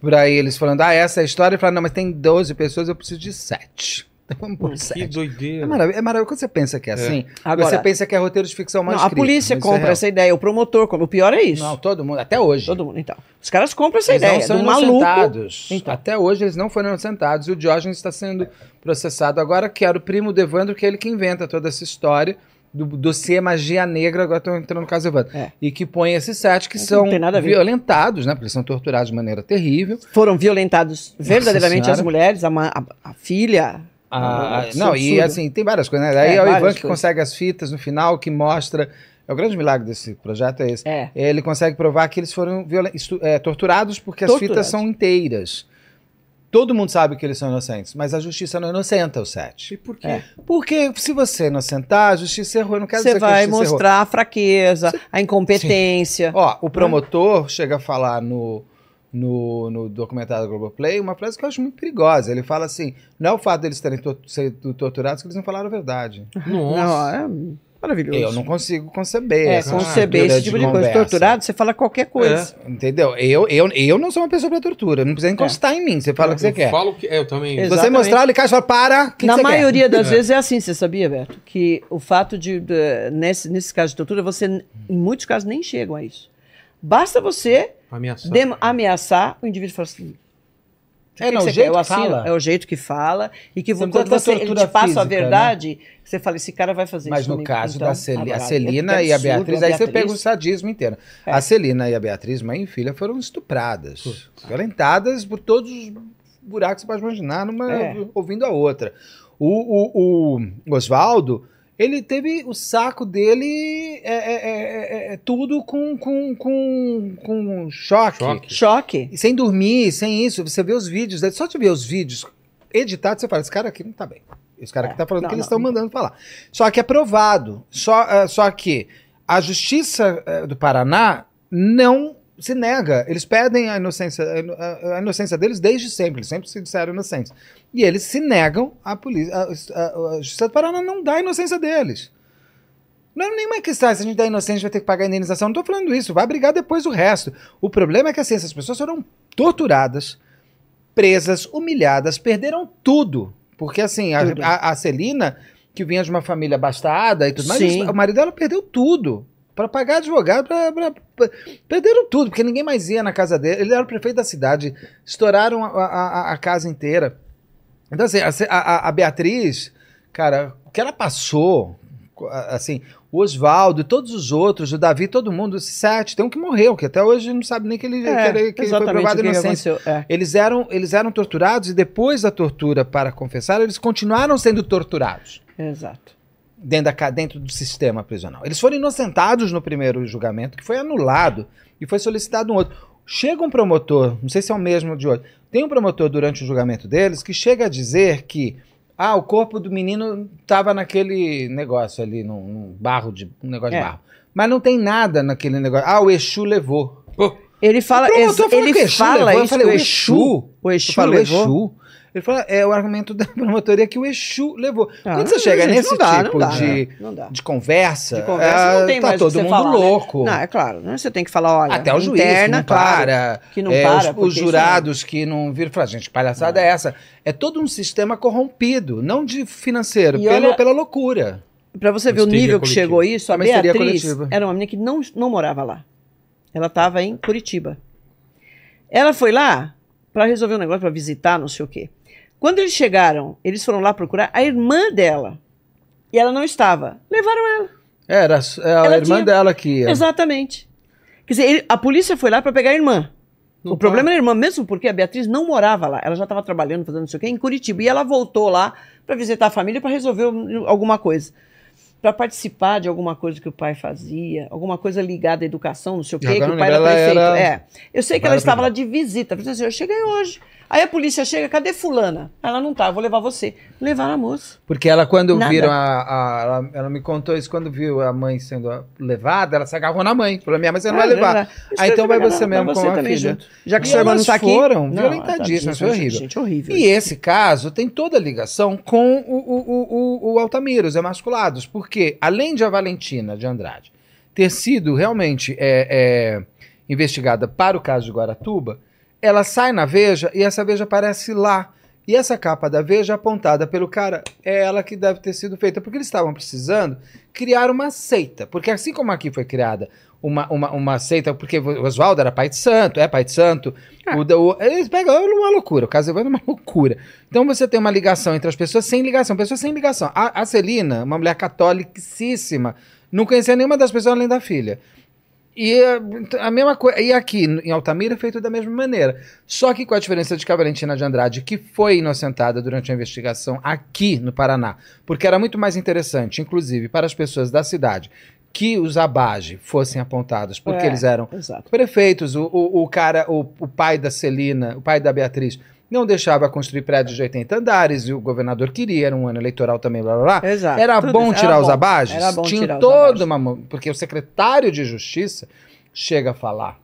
S4: pra eles, falando, ah, essa é a história, ele fala, não, mas tem 12 pessoas, eu preciso de sete. Então vamos por
S1: Que
S4: sete. É
S1: doideira.
S4: maravilhoso. É maravilhoso. Quando você pensa que é assim,
S3: Agora,
S4: você pensa que é roteiro de ficção
S3: não,
S4: mais
S3: a polícia compra essa ideia, o promotor compra. O pior é isso.
S4: é Não, todo mundo, até hoje.
S3: Todo mundo, então. Os caras compram essa
S4: Eles não
S3: ideia.
S4: são
S3: do maluco.
S4: inocentados.
S3: Então.
S4: Até hoje eles não foram inocentados. E o Diógenes está sendo processado agora, que era o primo do Evandro, que é ele que inventa toda essa história do dossiê Magia Negra, agora estão entrando no caso Evandro.
S3: É.
S4: E que põe esses sete que
S3: Mas não
S4: são
S3: tem nada a ver.
S4: violentados, né? Porque eles são torturados de maneira terrível.
S3: Foram violentados verdadeiramente
S4: Senhora.
S3: as mulheres, a, ma- a- a filha.
S4: Ah,
S3: absurdo.
S4: não, e assim, tem várias coisas, né? Aí
S3: É,
S4: é, o Ivan
S3: várias
S4: que
S3: coisas.
S4: consegue as fitas no final, que mostra. É o grande milagre desse projeto, é esse.
S3: É.
S4: Ele consegue provar que eles foram violen- estu- é, torturados porque as
S3: Torturados.
S4: fitas são inteiras. Todo mundo sabe que eles são inocentes, mas a justiça não inocenta os sete.
S1: por quê?
S3: É.
S4: Porque se você inocentar, a justiça errou. Eu não quero
S3: Você
S4: dizer que a
S3: vai
S4: justiça errou.
S3: mostrar a fraqueza, a incompetência.
S4: Ó, o promotor chega a falar no, no, no documentário da Globoplay uma frase que eu acho muito perigosa. Ele fala assim: não é o fato deles terem to- sido torturados que eles não falaram a verdade.
S1: Nossa.
S3: Não, é maravilhoso.
S4: Eu não Ah, consigo conceber.
S3: é,
S4: essa
S3: conceber
S4: cultura
S3: esse tipo de, coisa.
S4: conversa.
S3: Torturado, você fala qualquer
S4: É.
S3: coisa.
S4: Entendeu? Eu, eu, eu não sou uma pessoa pra tortura. Não precisa encostar em mim. Você fala o que você quer.
S1: Falo que... é, Eu também.
S3: Exato.
S4: Você
S3: Exatamente.
S4: mostrar o alicate e fala, para! o que
S3: Na
S4: que você quer?"
S3: maioria das
S1: É.
S3: vezes é assim, você sabia, Beto? Que o fato de, de- nesse, nesse caso de tortura, você, n- em muitos casos, nem chegam a isso. Basta você
S1: Ameaçado.
S3: dem- ameaçar, o indivíduo fala assim. "O que
S4: É, não,
S3: que
S4: o
S3: você
S4: jeito
S3: quer? Eu
S4: que
S3: assino."
S4: fala.
S3: É o jeito que fala. E que
S4: Você não
S3: quando
S4: precisa
S3: você
S4: da
S3: ele
S4: tortura
S3: te passa a
S4: física, né?
S3: verdade, você fala, esse cara vai fazer
S4: Mas
S3: isso.
S4: no
S3: comigo."
S4: caso
S3: Então,
S4: da Celi- a
S3: agora,
S4: Celina
S3: que
S4: e a
S3: absurdo,
S4: Beatriz, aí você pega o sadismo inteiro.
S3: É.
S4: A Celina e a Beatriz, mãe e filha, foram estupradas, violentadas por todos os buracos que você pode imaginar, numa
S3: É.
S4: ouvindo a outra. O, o, o Oswaldo, ele teve o saco dele é, é, é, é, é, tudo com, com, com, com choque.
S1: Choque.
S3: Choque.
S4: E Sem dormir, sem isso, você vê os vídeos, dele, só de ver os vídeos editados, você fala, esse cara aqui não tá bem. Esse cara aqui
S3: É,
S4: tá falando o
S3: não,
S4: que eles
S3: não,
S4: estão
S3: não.
S4: mandando falar. Só que é provado. Só, ah, só que a justiça eh, do Paraná não se nega. Eles pedem a inocência, a ino- a- a inocência deles desde sempre. Eles sempre se disseram inocentes. E eles se negam à polícia. A, a- a justiça do Paraná não dá a inocência deles. Não é nenhuma questão, se a gente dá inocente, vai ter que pagar a indenização. Não tô falando isso, vai brigar depois o resto. O problema é que assim, essas pessoas foram torturadas, presas, humilhadas, perderam tudo. Porque assim, a,
S3: Tudo.
S4: a- a Celina, que vinha de uma família abastada e tudo mais,
S3: Sim.
S4: o marido dela perdeu tudo. Pra pagar advogado, pra, pra- pra- perderam tudo, porque ninguém mais ia na casa dele. Ele era o prefeito da cidade, estouraram a, a- a- a casa inteira. Então, assim, a, a- a Beatriz, cara, o que ela passou, co- a- assim, o Oswaldo, todos os outros, o Davi, todo mundo, esses sete, tem um que morreu, que até hoje não sabe nem que
S3: É,
S4: ele, que ele- que ele foi
S3: exatamente o
S4: provado
S3: que
S4: inocente.
S3: aconteceu. É.
S4: Eles eram, eles eram torturados e depois da tortura para confessar, eles continuaram sendo torturados
S3: É, Exato.
S4: dentro, da ca- dentro do sistema prisional. Eles foram inocentados no primeiro julgamento, que foi anulado, e foi solicitado um outro. Chega um promotor, não sei se é o mesmo de hoje, tem um promotor durante o julgamento deles que chega a dizer que ah, o corpo do menino estava naquele negócio ali, num, num barro de. um negócio
S3: É.
S4: de barro. Mas não tem nada naquele negócio. Ah, o Exu levou.
S3: Ele fala,
S4: o
S3: ex-
S4: promotor falou que o
S3: ele
S4: Exu
S3: fala
S4: levou.
S3: isso.
S4: Eu falei,
S3: o
S4: o Exu.
S3: O
S4: Eu
S3: Exu
S4: falo,
S3: levou.
S4: Exu. Ele fala, é o argumento da promotoria é que o Exu levou.
S3: Ah,
S4: Quando você chega
S3: gente,
S4: nesse
S3: não dá,
S4: tipo
S3: não dá,
S4: de,
S3: né? Não dá.
S4: de conversa,
S3: De conversa
S4: ah,
S3: não tem
S4: tá
S3: mais o que
S4: todo
S3: você
S4: mundo
S3: falar, né?
S4: louco.
S3: Não, é claro, né? Você tem que falar, olha,
S4: Até o juiz
S3: interna,
S4: que não
S3: claro,
S4: para,
S3: que não
S4: é, os-
S3: para.
S4: os,
S3: porque isso
S4: jurados que não viram, falam, gente, palhaçada é essa. É todo um sistema corrompido, não de financeiro,
S3: E
S4: pelo-
S3: olha-
S4: pela loucura.
S3: é- Pra você ver o
S1: Histeria
S3: nível que
S1: coletiva.
S3: chegou isso,
S4: É
S3: a
S4: uma histeria
S3: Beatriz
S4: coletiva.
S3: era uma menina que não, não morava lá. Ela estava em Curitiba. Ela foi lá pra resolver um negócio, pra visitar, não sei o quê. Quando eles chegaram, eles foram lá procurar a irmã dela. E ela não estava. Levaram ela.
S4: Era a su- é a
S3: Ela
S4: irmã
S3: tinha-
S4: dela que ia.
S3: Exatamente. Quer dizer, ele- a polícia foi lá para pegar a irmã.
S4: Não
S3: o
S4: tá.
S3: problema era a irmã, mesmo porque a Beatriz não morava lá. Ela já estava trabalhando, fazendo não sei o quê, em Curitiba. E ela voltou lá para visitar a família, para resolver um- alguma coisa. Para participar de alguma coisa que o pai fazia, alguma coisa ligada à educação, não sei o quê,
S4: Agora
S3: que
S4: eu
S3: o pai era
S4: lembro, ela
S3: prefeito.
S4: era-
S3: É. Eu sei que ela
S4: Ela era
S3: estava lá de visita. Ela disse assim, eu cheguei hoje. Aí a polícia chega, cadê fulana? Ela não tá, eu vou levar você. Levaram a moça.
S4: Porque ela, quando
S3: Nada.
S4: viram a. a- ela, ela me contou isso, quando viu a mãe sendo levada, ela se agarrou na mãe. Falou: minha mãe, você não vai
S3: Ah,
S4: levar.
S3: Isso
S4: Ah, então
S3: também
S4: vai
S3: não,
S4: você
S3: vai
S4: mesmo com a
S3: também
S4: filha.
S3: junto. Já que
S4: E
S3: sua irmã
S4: elas
S3: não tá aqui.
S4: foram
S3: Não,
S4: violentadíssimas,
S3: gente,
S4: foi horrível.
S3: Gente, horrível.
S4: E esse caso tem toda a ligação com o, o, o, o- o Altamira, os emasculados, porque além de a Valentina de Andrade ter sido realmente é, é, investigada para o caso de Guaratuba, ela sai na Veja e essa Veja aparece lá. E essa capa da Veja apontada pelo cara é ela que deve ter sido feita, porque eles estavam precisando criar uma seita. Porque assim como aqui foi criada uma, uma, uma seita, porque o Oswaldo era pai de santo, é pai de santo. O, da- o- eles pegam é uma loucura, o caso é uma loucura. Então você tem uma ligação entre as pessoas sem ligação, pessoas sem ligação. A, a Celina, uma mulher catolicíssima, não conhecia nenhuma das pessoas além da filha. E eh, a mesma coisa. E aqui em Altamira é feito da mesma maneira. Só que com a diferença de que a Valentina de Andrade, que foi inocentada durante a investigação aqui no Paraná, porque era muito mais interessante, inclusive, para as pessoas da cidade, que os Abage fossem apontados, porque
S3: É.
S4: eles eram
S3: Exato.
S4: prefeitos, o, o, o cara, o, o pai da Celina, o pai da Beatriz, não deixava construir prédios de 80 andares e o governador queria, era um ano eleitoral também, blá blá blá.
S3: Exato.
S4: Era
S3: É, Tudo
S4: bom
S3: isso,
S4: tirar
S3: era
S4: os
S3: bom.
S4: abages?
S3: Era bom
S4: Tinha
S3: tirar os
S4: toda
S3: abages.
S4: uma. mo- Porque o secretário de Justiça chega a falar,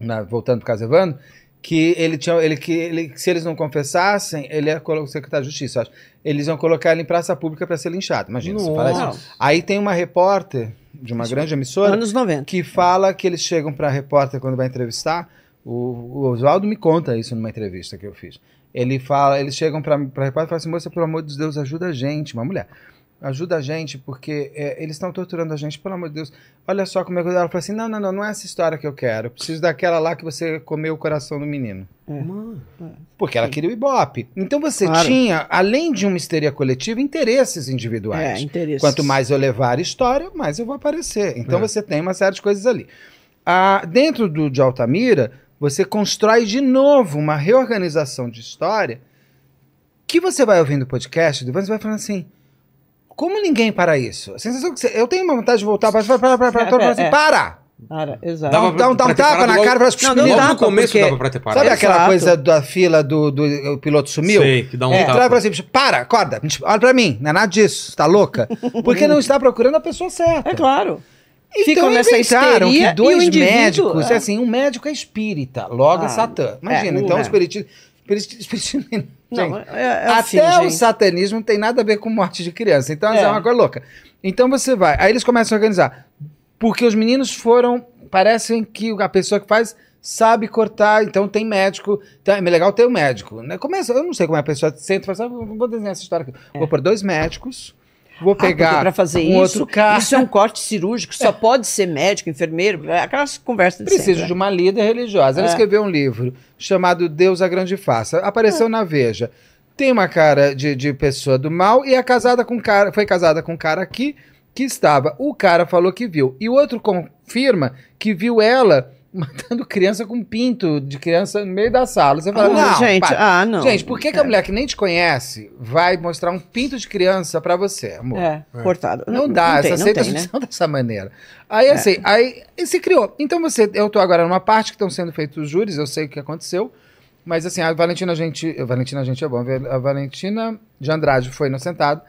S4: na- voltando para o caso Evandro, que ele tinha. Ele, que ele, que se eles não confessassem, ele ia colo- o secretário de Justiça, eu acho, eles iam colocar ele em praça pública para ser linchado. Imagina, você fala isso.
S3: Não.
S4: Aí tem uma repórter de uma grande emissora
S3: Anos 90.
S4: que fala que eles chegam para repórter quando vai entrevistar. O, o Oswaldo me conta isso numa entrevista que eu fiz. Ele fala, eles chegam para repórter e falam assim: moça, pelo amor de Deus, ajuda a gente, uma mulher. Ajuda a gente, porque é, eles estão torturando a gente, pelo amor de Deus. Olha só como é que eu-" ela fala assim: não, não, não, não é essa história que eu quero. Eu preciso daquela lá que você comeu o coração do menino. Porque ela queria o Ibope. Então você
S3: Claro.
S4: tinha, além de uma histeria coletiva, interesses individuais.
S3: É, interesse.
S4: Quanto mais eu levar a história, mais eu vou aparecer. Então
S1: É.
S4: você tem uma série de coisas ali. Ah, dentro do, de Altamira, você constrói de novo uma reorganização de história que você vai ouvindo o podcast, do Ivan, você vai falando assim. Como ninguém para isso? A sensação que você, eu tenho uma vontade de voltar, mas para, para, para, para,
S3: É,
S4: para,
S3: é,
S4: assim,
S3: é.
S4: para!
S3: Cara, exato.
S4: Dá, um- dá um, dá um
S1: pra ter
S4: tapa
S1: parado
S4: na
S1: logo.
S4: cara para as
S3: Não,
S1: Logo
S3: não
S4: meninas.
S1: no
S3: tapa,
S1: começo
S3: porque-
S1: dava pra ter parado.
S4: Sabe aquela
S3: Exato.
S4: coisa da fila do, do, o piloto sumiu?
S1: Sei, que dá um
S4: É,
S1: tapa.
S4: entrar e falar assim, para, acorda, olha pra mim, não é nada disso, tá louca? Porque não está procurando a pessoa certa.
S3: É claro.
S4: Então
S3: Ficam nessa
S4: inventaram
S3: histeria
S4: que dois
S3: e o indivíduo,
S4: médicos,
S3: é.
S4: assim, um médico é espírita, logo é
S3: Ah,
S4: satã. Imagina,
S3: é,
S4: então
S3: é.
S4: o espiritismo... espiritismo- espiritismo-
S3: Não,
S4: Gente,
S3: é, é
S4: até
S3: assim,
S4: o
S3: gente.
S4: satanismo tem nada a ver com morte de criança, então é.
S3: É.
S4: uma coisa louca. Então você vai, aí eles começam a organizar, porque os meninos foram, parecem que a pessoa que faz sabe cortar, então tem médico, então é legal ter um médico. né? Começa, eu não sei como é a pessoa senta e fala assim, "Ah, vou desenhar essa história aqui. Vou pôr dois médicos, vou
S3: É. Ah, porque
S4: pegar
S3: pra fazer
S4: um
S3: isso,
S4: outro cara. É.
S3: isso é um corte cirúrgico, só pode ser médico, enfermeiro, é aquelas conversas de
S4: Preciso de
S3: sempre, né?
S4: uma líder religiosa. Ela
S3: É.
S4: escreveu um livro chamado Deus a Grande Farsa. Apareceu
S3: É.
S4: na Veja. Tem uma cara de, de pessoa do mal e é casada com um cara, foi casada com um cara aqui que estava. O cara falou que viu. E o outro confirma que viu ela matando criança com pinto de criança no meio da sala. Você
S3: é. Ah,
S4: fala, não,
S3: gente,
S4: para."
S3: ah, não.
S4: Gente, por que, que a mulher que nem te conhece vai mostrar um pinto de criança pra você, amor?
S3: É, cortado.
S4: Não, dá,
S3: não tem,
S4: essa
S3: não tem, né? É.
S4: aceitação dessa maneira. Aí assim, aí e se criou. Então você, eu tô agora numa parte que estão sendo feitos os júris, eu sei o que aconteceu, mas assim, a Valentina gente, a Valentina gente é bom, a Valentina de Andrade foi inocentada.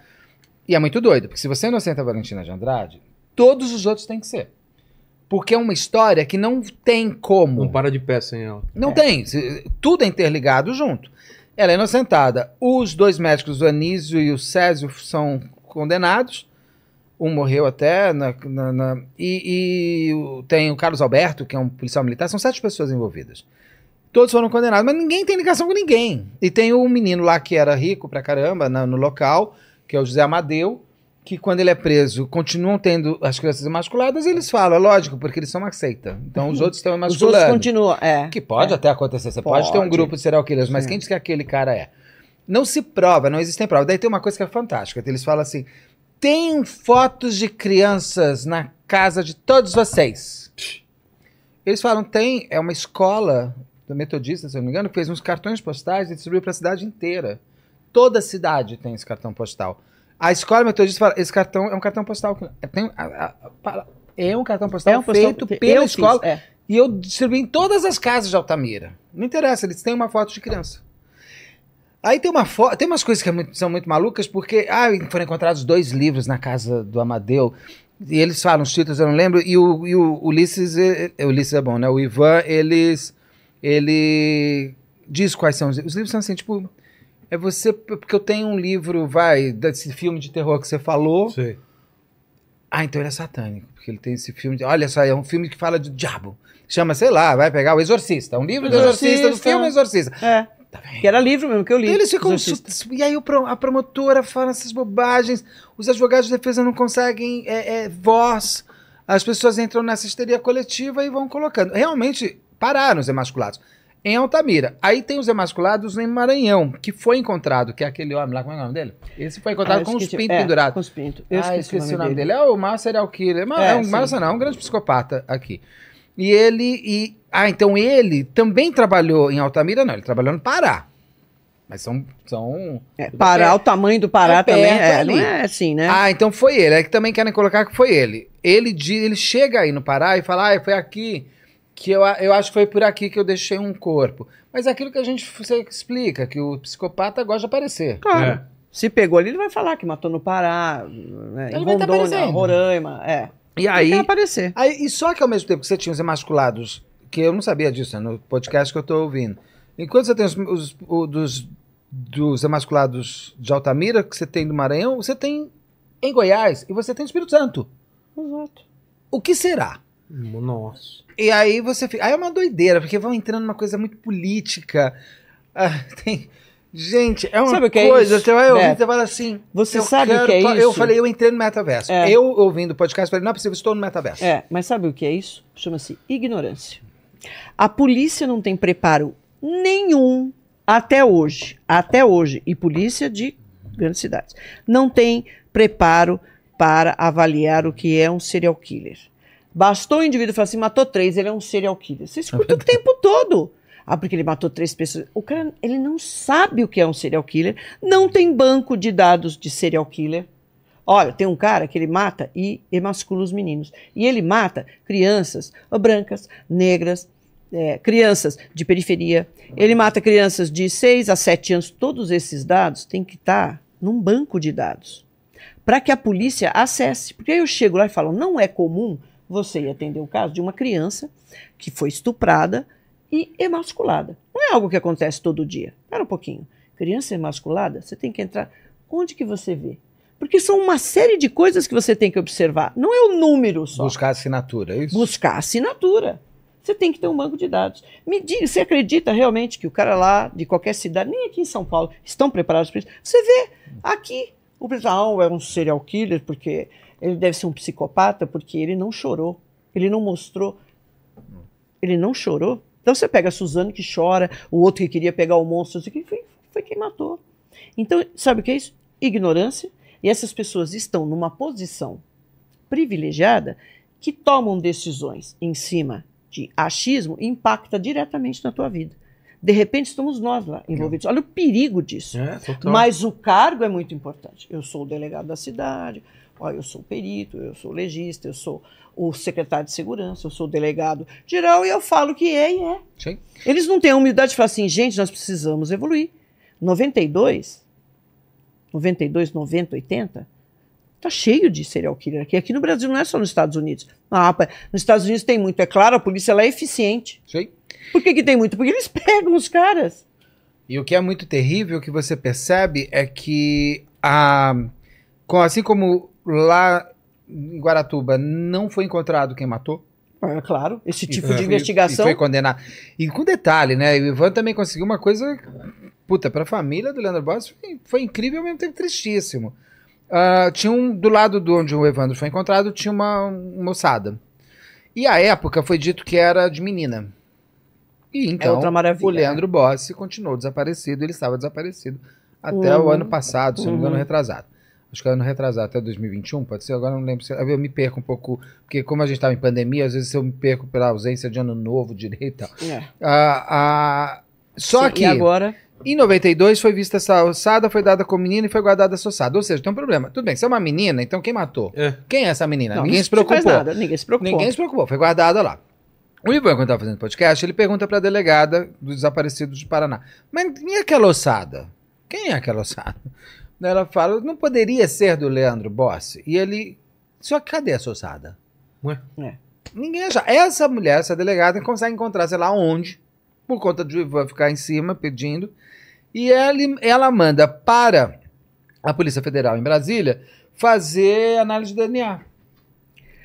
S4: E é muito doido, porque se você inocenta a Valentina de Andrade, todos os outros têm que ser. Porque é uma história que não tem como.
S1: Não para de pé sem ela.
S4: Não tem. se- Tudo é interligado junto. Ela é inocentada. Os dois médicos, o Anísio e o Césio, são condenados. Um morreu até. na- na- na- e e o- tem o Carlos Alberto, que é um policial militar. São sete pessoas envolvidas. Todos foram condenados, mas ninguém tem ligação com ninguém. E tem um menino lá que era rico pra caramba na- no local, que é o José Amadeu, que quando ele é preso, continuam tendo as crianças emasculadas, e eles falam, é lógico, porque eles são uma seita. Então os outros estão
S3: Os outros
S4: emasculando.
S3: continuam, é.
S4: Que pode até acontecer. Você pode, ter um
S3: Pode.
S4: grupo de serial killers, mas
S3: Sim.
S4: quem diz que aquele cara é? Não se prova, não existem provas. Daí tem uma coisa que é fantástica. Eles falam assim: tem fotos de crianças na casa de todos vocês. Eles falam: tem, é uma escola do metodista, se eu não me engano, que fez uns cartões postais e distribuiu para a cidade inteira. Toda a cidade tem esse cartão postal. A escola metodista fala: esse cartão é um cartão postal. que- é, tem- a- a- a- para- é um cartão postal feito
S3: que
S4: pela
S3: eu fiz,
S4: escola.
S3: é.
S4: E eu distribuí em todas as casas de Altamira. Não interessa, eles têm uma foto de criança. Aí tem uma foto, tem umas coisas que é muito- são muito malucas, porque ah, foram encontrados dois livros na casa do Amadeu. E eles falam os títulos, eu não lembro. E o, e o Ulisses, eh, eh, o Ulisses é bom, né? O Ivan, eles, ele diz quais são os livros. Os livros são assim, tipo, é você, porque eu tenho um livro, vai, desse filme de terror que você falou.
S1: Sei.
S4: Ah, então ele é satânico, porque ele tem esse filme. De, olha só, é um filme que fala de diabo. Chama, sei lá, vai pegar o Exorcista. Um livro do Exorcista, do
S3: Exorcista.
S4: filme Exorcista. Tá
S3: É. Que era livro mesmo que eu li.
S4: Então eles ficam.
S3: Exorcista.
S4: su- E aí o pro- a promotora fala essas bobagens, os advogados de defesa não conseguem é, é, voz, as pessoas entram nessa histeria coletiva e vão colocando. Realmente pararam os emasculados. Em Altamira. Aí tem os emasculados em Maranhão, que foi encontrado, que é aquele homem lá, como é o nome dele? Esse
S3: Ah,
S4: foi encontrado
S3: eu
S4: com os
S3: esqueci-
S4: pintos
S3: é,
S4: pendurados.
S3: Com os pintos. Eu
S4: ah,
S3: esqueci,
S4: o nome dele. É o maior serial killer. Mas
S3: É,
S4: é um
S3: sim.
S4: maior serial- não, é um grande psicopata aqui. E ele. E, ah, então ele também trabalhou em Altamira? Não, ele trabalhou no Pará. Mas são. são
S3: É, Pará, o tamanho do Pará
S4: É perto
S3: também. É, não
S4: ali.
S3: é assim, né?
S4: Ah, então foi ele. É que também querem colocar que foi ele. Ele, di- ele chega aí no Pará e fala: ah, foi aqui que eu, a- eu acho que foi por aqui que eu deixei um corpo. Mas é aquilo que a gente f- você explica, que o psicopata gosta de aparecer.
S3: Claro.
S1: É.
S3: Se pegou ali, ele vai falar que matou no Pará, né, em
S4: Ele vai tá
S3: Rondônia,
S4: aparecendo.
S3: Roraima. É.
S4: E
S3: Ele
S4: aí.
S3: vai aparecer.
S4: Aí, e só que ao mesmo tempo que você tinha os emasculados, que eu não sabia disso, né, no podcast que eu tô ouvindo. Enquanto você tem os, os- o dos, dos emasculados de Altamira, que você tem do Maranhão, você tem em Goiás e você tem do Espírito Santo.
S3: Exato.
S4: O que será?
S1: Nossa.
S4: E aí você fica. Aí é uma doideira, porque vão entrando numa coisa muito política. Ah, tem- Gente, é uma
S3: Sabe o que é
S4: coisa.
S3: isso,
S4: você vai ouvir,
S3: Beto?
S4: você fala assim.
S3: Você
S4: eu
S3: sabe o
S4: quero
S3: que é
S4: fa-
S3: isso?
S4: Eu falei, eu entrei no metaverso.
S3: É.
S4: Eu ouvindo o podcast, falei, não é possível, estou no metaverso.
S3: É, mas sabe o que é isso? Chama-se ignorância. A polícia não tem preparo nenhum até hoje, até hoje, e polícia de grandes cidades, não tem preparo para avaliar o que é um serial killer. Bastou o indivíduo falar assim, matou três, ele é um serial killer. Você escuta o tempo todo. Ah, porque ele matou três pessoas. O cara, ele não sabe o que é um serial killer, não tem banco de dados de serial killer. Olha, tem um cara que ele mata e emascula os meninos. E ele mata crianças brancas, negras, é, crianças de periferia. Ele mata crianças de 6 a 7 anos. Todos esses dados têm que estar num banco de dados para que a polícia acesse. Porque aí eu chego lá e falo: não é comum você ir atender o caso de uma criança que foi estuprada e emasculada. Não é algo que acontece todo dia. Espera um pouquinho. Criança emasculada, você tem que entrar. Onde que você vê? Porque são uma série de coisas que você tem que observar. Não é o número só.
S4: Buscar assinatura, é isso?
S3: Buscar assinatura. Você tem que ter um banco de dados. Me diga, você acredita realmente que o cara lá, de qualquer cidade, nem aqui em São Paulo, estão preparados para isso? Você vê aqui, o pessoal "Ah, é um serial killer porque ele deve ser um psicopata porque ele não chorou, ele não mostrou, ele não chorou. Então você pega a Suzane que chora, o outro que queria pegar o monstro, que foi, foi quem matou. Então, sabe o que é isso? Ignorância. E essas pessoas estão numa posição privilegiada que tomam decisões em cima de achismo e impacta diretamente na tua vida. De repente estamos nós lá envolvidos. Olha o perigo disso.
S1: É,
S4: Então-
S1: total.
S3: Mas o cargo é muito importante. Eu sou o delegado da cidade, ó, eu sou o perito, eu sou o legista, eu sou o secretário de segurança, eu sou o delegado geral e eu falo que é e é.
S4: Sim.
S3: Eles não têm a humildade de falar assim, gente, nós precisamos evoluir. 92, 92, 90, 80, tá cheio de serial killer aqui. Aqui no Brasil não é só nos Estados Unidos. Ah, pa- nos Estados Unidos tem muito, é claro, a polícia lá é eficiente.
S4: Sim.
S3: Por que, que tem muito? Porque eles pegam os caras.
S4: E o que é muito terrível que você percebe é que a, com- assim como lá em Guaratuba não foi encontrado quem matou,
S3: É claro, esse tipo
S4: e
S3: de
S4: foi-
S3: investigação.
S4: e foi condenado. E com detalhe, né? O Ivan também conseguiu uma coisa puta para a família do Leandro Boss foi, foi incrível e ao mesmo tempo tristíssimo. Ah, tinha um do lado de onde o Evandro foi encontrado tinha uma um- moçada. E à época foi dito que era de menina. E então
S3: É outra maravilha,
S4: o Leandro Bossi continuou desaparecido, ele estava desaparecido até o
S3: Uhum.
S4: ano passado, se não me engano,
S3: Uhum.
S4: retrasado. Acho que ano retrasado, até 2021, pode ser, agora eu não lembro. se- Eu me perco um pouco, porque como a gente estava em pandemia, às vezes eu me perco pela ausência de ano novo direito e tal.
S3: É.
S4: Ah, ah, só
S3: Sim,
S4: que Né,
S3: E agora?
S4: em 92 foi vista essa ossada, foi dada com menina e foi guardada essa ossada. Ou seja, tem um problema. Tudo bem, se é uma menina, então quem matou?
S1: É.
S4: Quem é essa menina?
S3: Não,
S4: Ninguém
S3: isso
S4: se
S3: não faz
S4: preocupou.
S3: nada, Ninguém se preocupou.
S4: Ninguém se preocupou, foi guardada lá. O Ivan, quando estava fazendo podcast, ele pergunta para a delegada dos desaparecidos de Paraná: Mas e aquela ossada? Quem é aquela ossada? Daí Ela fala: Não poderia ser do Leandro Bossi. E ele: Só que cadê essa ossada?
S1: Ué?
S3: É.
S4: Ninguém acha. Essa mulher, essa delegada, consegue encontrar, sei lá onde, por conta do Ivan ficar em cima pedindo. E ele, ela manda para a Polícia Federal em Brasília fazer análise de DNA.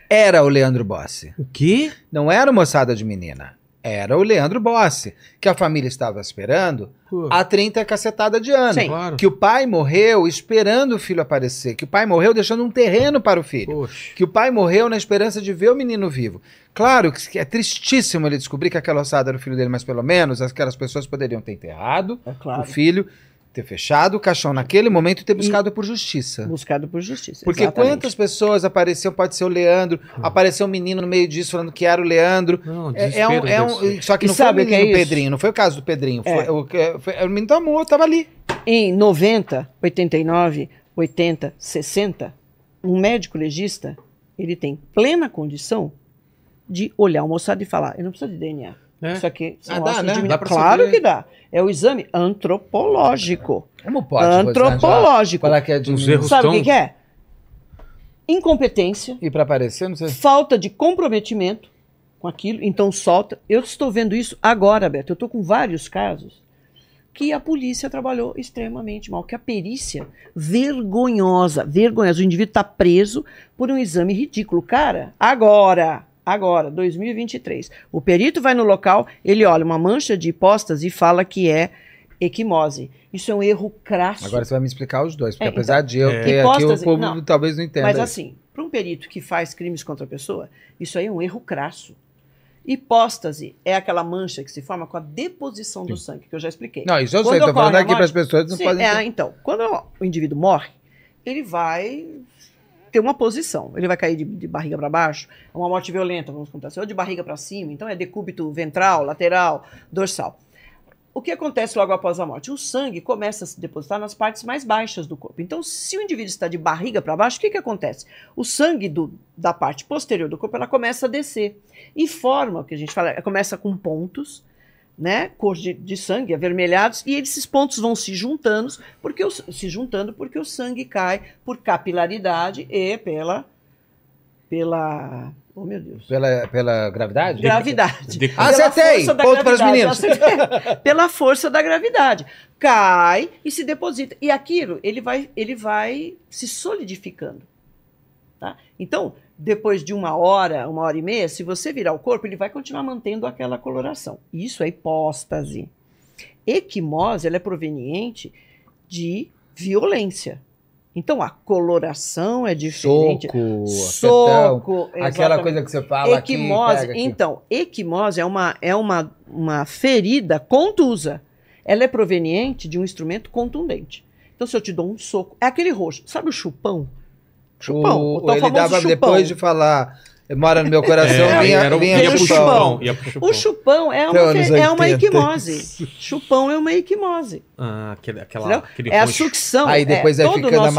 S4: Era o Leandro Bossi.
S1: O quê?
S4: Não era moçada de menina. Era o Leandro Bossi, que a família estava esperando
S1: Pô,
S4: há 30 cacetada de anos.
S3: Sim.
S1: claro.
S4: Ah, Que o pai morreu esperando o filho aparecer. Que o pai morreu deixando um terreno para o filho.
S1: Poxa.
S4: Que o pai morreu na esperança de ver o menino vivo. Claro que é tristíssimo ele descobrir que aquela ossada era o filho dele, mas pelo menos aquelas pessoas poderiam ter enterrado
S3: É claro.
S4: o filho, ter fechado o caixão naquele momento e ter buscado por justiça.
S3: Buscado por justiça.
S4: Porque
S3: exatamente. Uhum.
S4: quantas pessoas apareciam, pode ser o Leandro, apareceu um menino no meio disso falando que era o Leandro.
S1: Não,
S4: É, é um,
S1: desespero
S4: é um-
S1: desse.
S4: só
S3: E
S4: que não
S3: sabe
S4: foi o
S3: o que é
S4: menino
S3: isso?
S4: Pedrinho, não foi o caso do Pedrinho.
S3: É.
S4: Foi, o, que- foi- o menino tá morto, tava ali.
S3: Em 90, 89, 80, 60, um médico legista, ele tem plena condição de olhar o moçado e falar, eu não preciso de DNA.
S1: É.
S3: Isso aqui são
S4: Ah, dá,
S3: ossos
S4: né?
S3: de menina.
S1: Dá pra
S3: Claro
S1: saber.
S3: que dá. É o exame antropológico.
S4: Como pode? é,
S3: antropológico.
S4: Falar que é de
S1: Os
S4: menino?
S1: erros.
S3: Sabe o
S1: Tão-
S3: que, que é? Incompetência,
S4: E pra aparecer, não sei.
S3: falta de comprometimento com aquilo, então solta. Eu estou vendo isso agora, Beto. Eu estou com vários casos que a polícia trabalhou extremamente mal, que a perícia vergonhosa, vergonhosa. O indivíduo está preso por um exame ridículo. Cara, agora, agora, 2023. O perito vai no local, ele olha uma mancha de hipóstase e fala que é equimose. Isso é um erro crasso.
S4: Agora você vai me explicar os dois, porque
S3: É, então-
S4: apesar de eu
S1: É.
S4: ter aqui, o
S3: Hipótese-
S4: povo
S3: não.
S4: talvez não entenda.
S3: Mas
S4: isso.
S3: assim, para um perito que faz crimes contra a pessoa, isso aí é um erro crasso. Hipóstase é aquela mancha que se forma com a deposição do sangue, que eu já expliquei.
S4: Não, isso eu
S3: Quando
S4: sei, tô
S3: ocorre
S4: falando
S3: a
S4: aqui
S3: morte-
S4: para as pessoas que não
S3: Sim,
S4: podem
S3: é,
S4: entender.
S3: então, quando o indivíduo morre, ele vai ter uma posição. Ele vai cair de, de barriga para baixo, é uma morte violenta, vamos contar assim, ou de barriga para cima, então é decúbito ventral, lateral, dorsal. O que acontece logo após a morte? O sangue começa a se depositar nas partes mais baixas do corpo. Então, se o indivíduo está de barriga para baixo, o que, que acontece? O sangue do- da parte posterior do corpo ela começa a descer e forma o que a gente fala, começa com pontos né, cor de, de sangue, avermelhados, e esses pontos vão se juntando, porque o, s- se juntando porque o sangue cai por capilaridade e pela pela, oh meu Deus,
S4: Pela, pela gravidade?
S3: gravidade.
S1: De-
S3: Pela
S4: Ah, Acertei!
S3: força da
S4: Ponto para os
S3: gravidade,
S4: meninos.
S3: acertei. Pela força da gravidade. Cai e se deposita. E aquilo, ele vai, ele vai se solidificando. Tá? Então, depois de uma hora, uma hora e meia, se você virar o corpo, ele vai continuar mantendo aquela coloração. Isso é hipóstase. Equimose, ela é proveniente de violência. Então, a coloração é diferente.
S4: Soco, soco
S3: Soco,
S4: aquela
S3: exatamente.
S4: coisa que você fala
S3: Equimose,
S4: aqui, pega aqui.
S3: então, equimose é uma, é uma, uma ferida contusa. Ela é proveniente de um instrumento contundente. Então, se eu te dou um soco, é aquele roxo. Sabe o chupão? Chupão. O,
S4: O,
S3: tal
S4: ele
S3: famoso
S4: dava
S3: chupão.
S4: depois de falar, mora no meu coração,
S1: É,
S4: vinha,
S1: era o-
S4: vinha
S1: ia pro
S3: chupão.
S1: chupão. Ia pro chupão.
S3: O chupão é
S4: Então,
S3: uma, fe-
S4: anos
S3: é uma
S4: 80.
S3: equimose. chupão é uma equimose.
S1: Ah, aquele, aquela,
S3: Entendeu?
S1: aquele
S3: É a
S1: roxo.
S3: sucção.
S4: Aí depois
S3: é,
S4: vai
S3: todo o
S4: ficando
S3: nosso-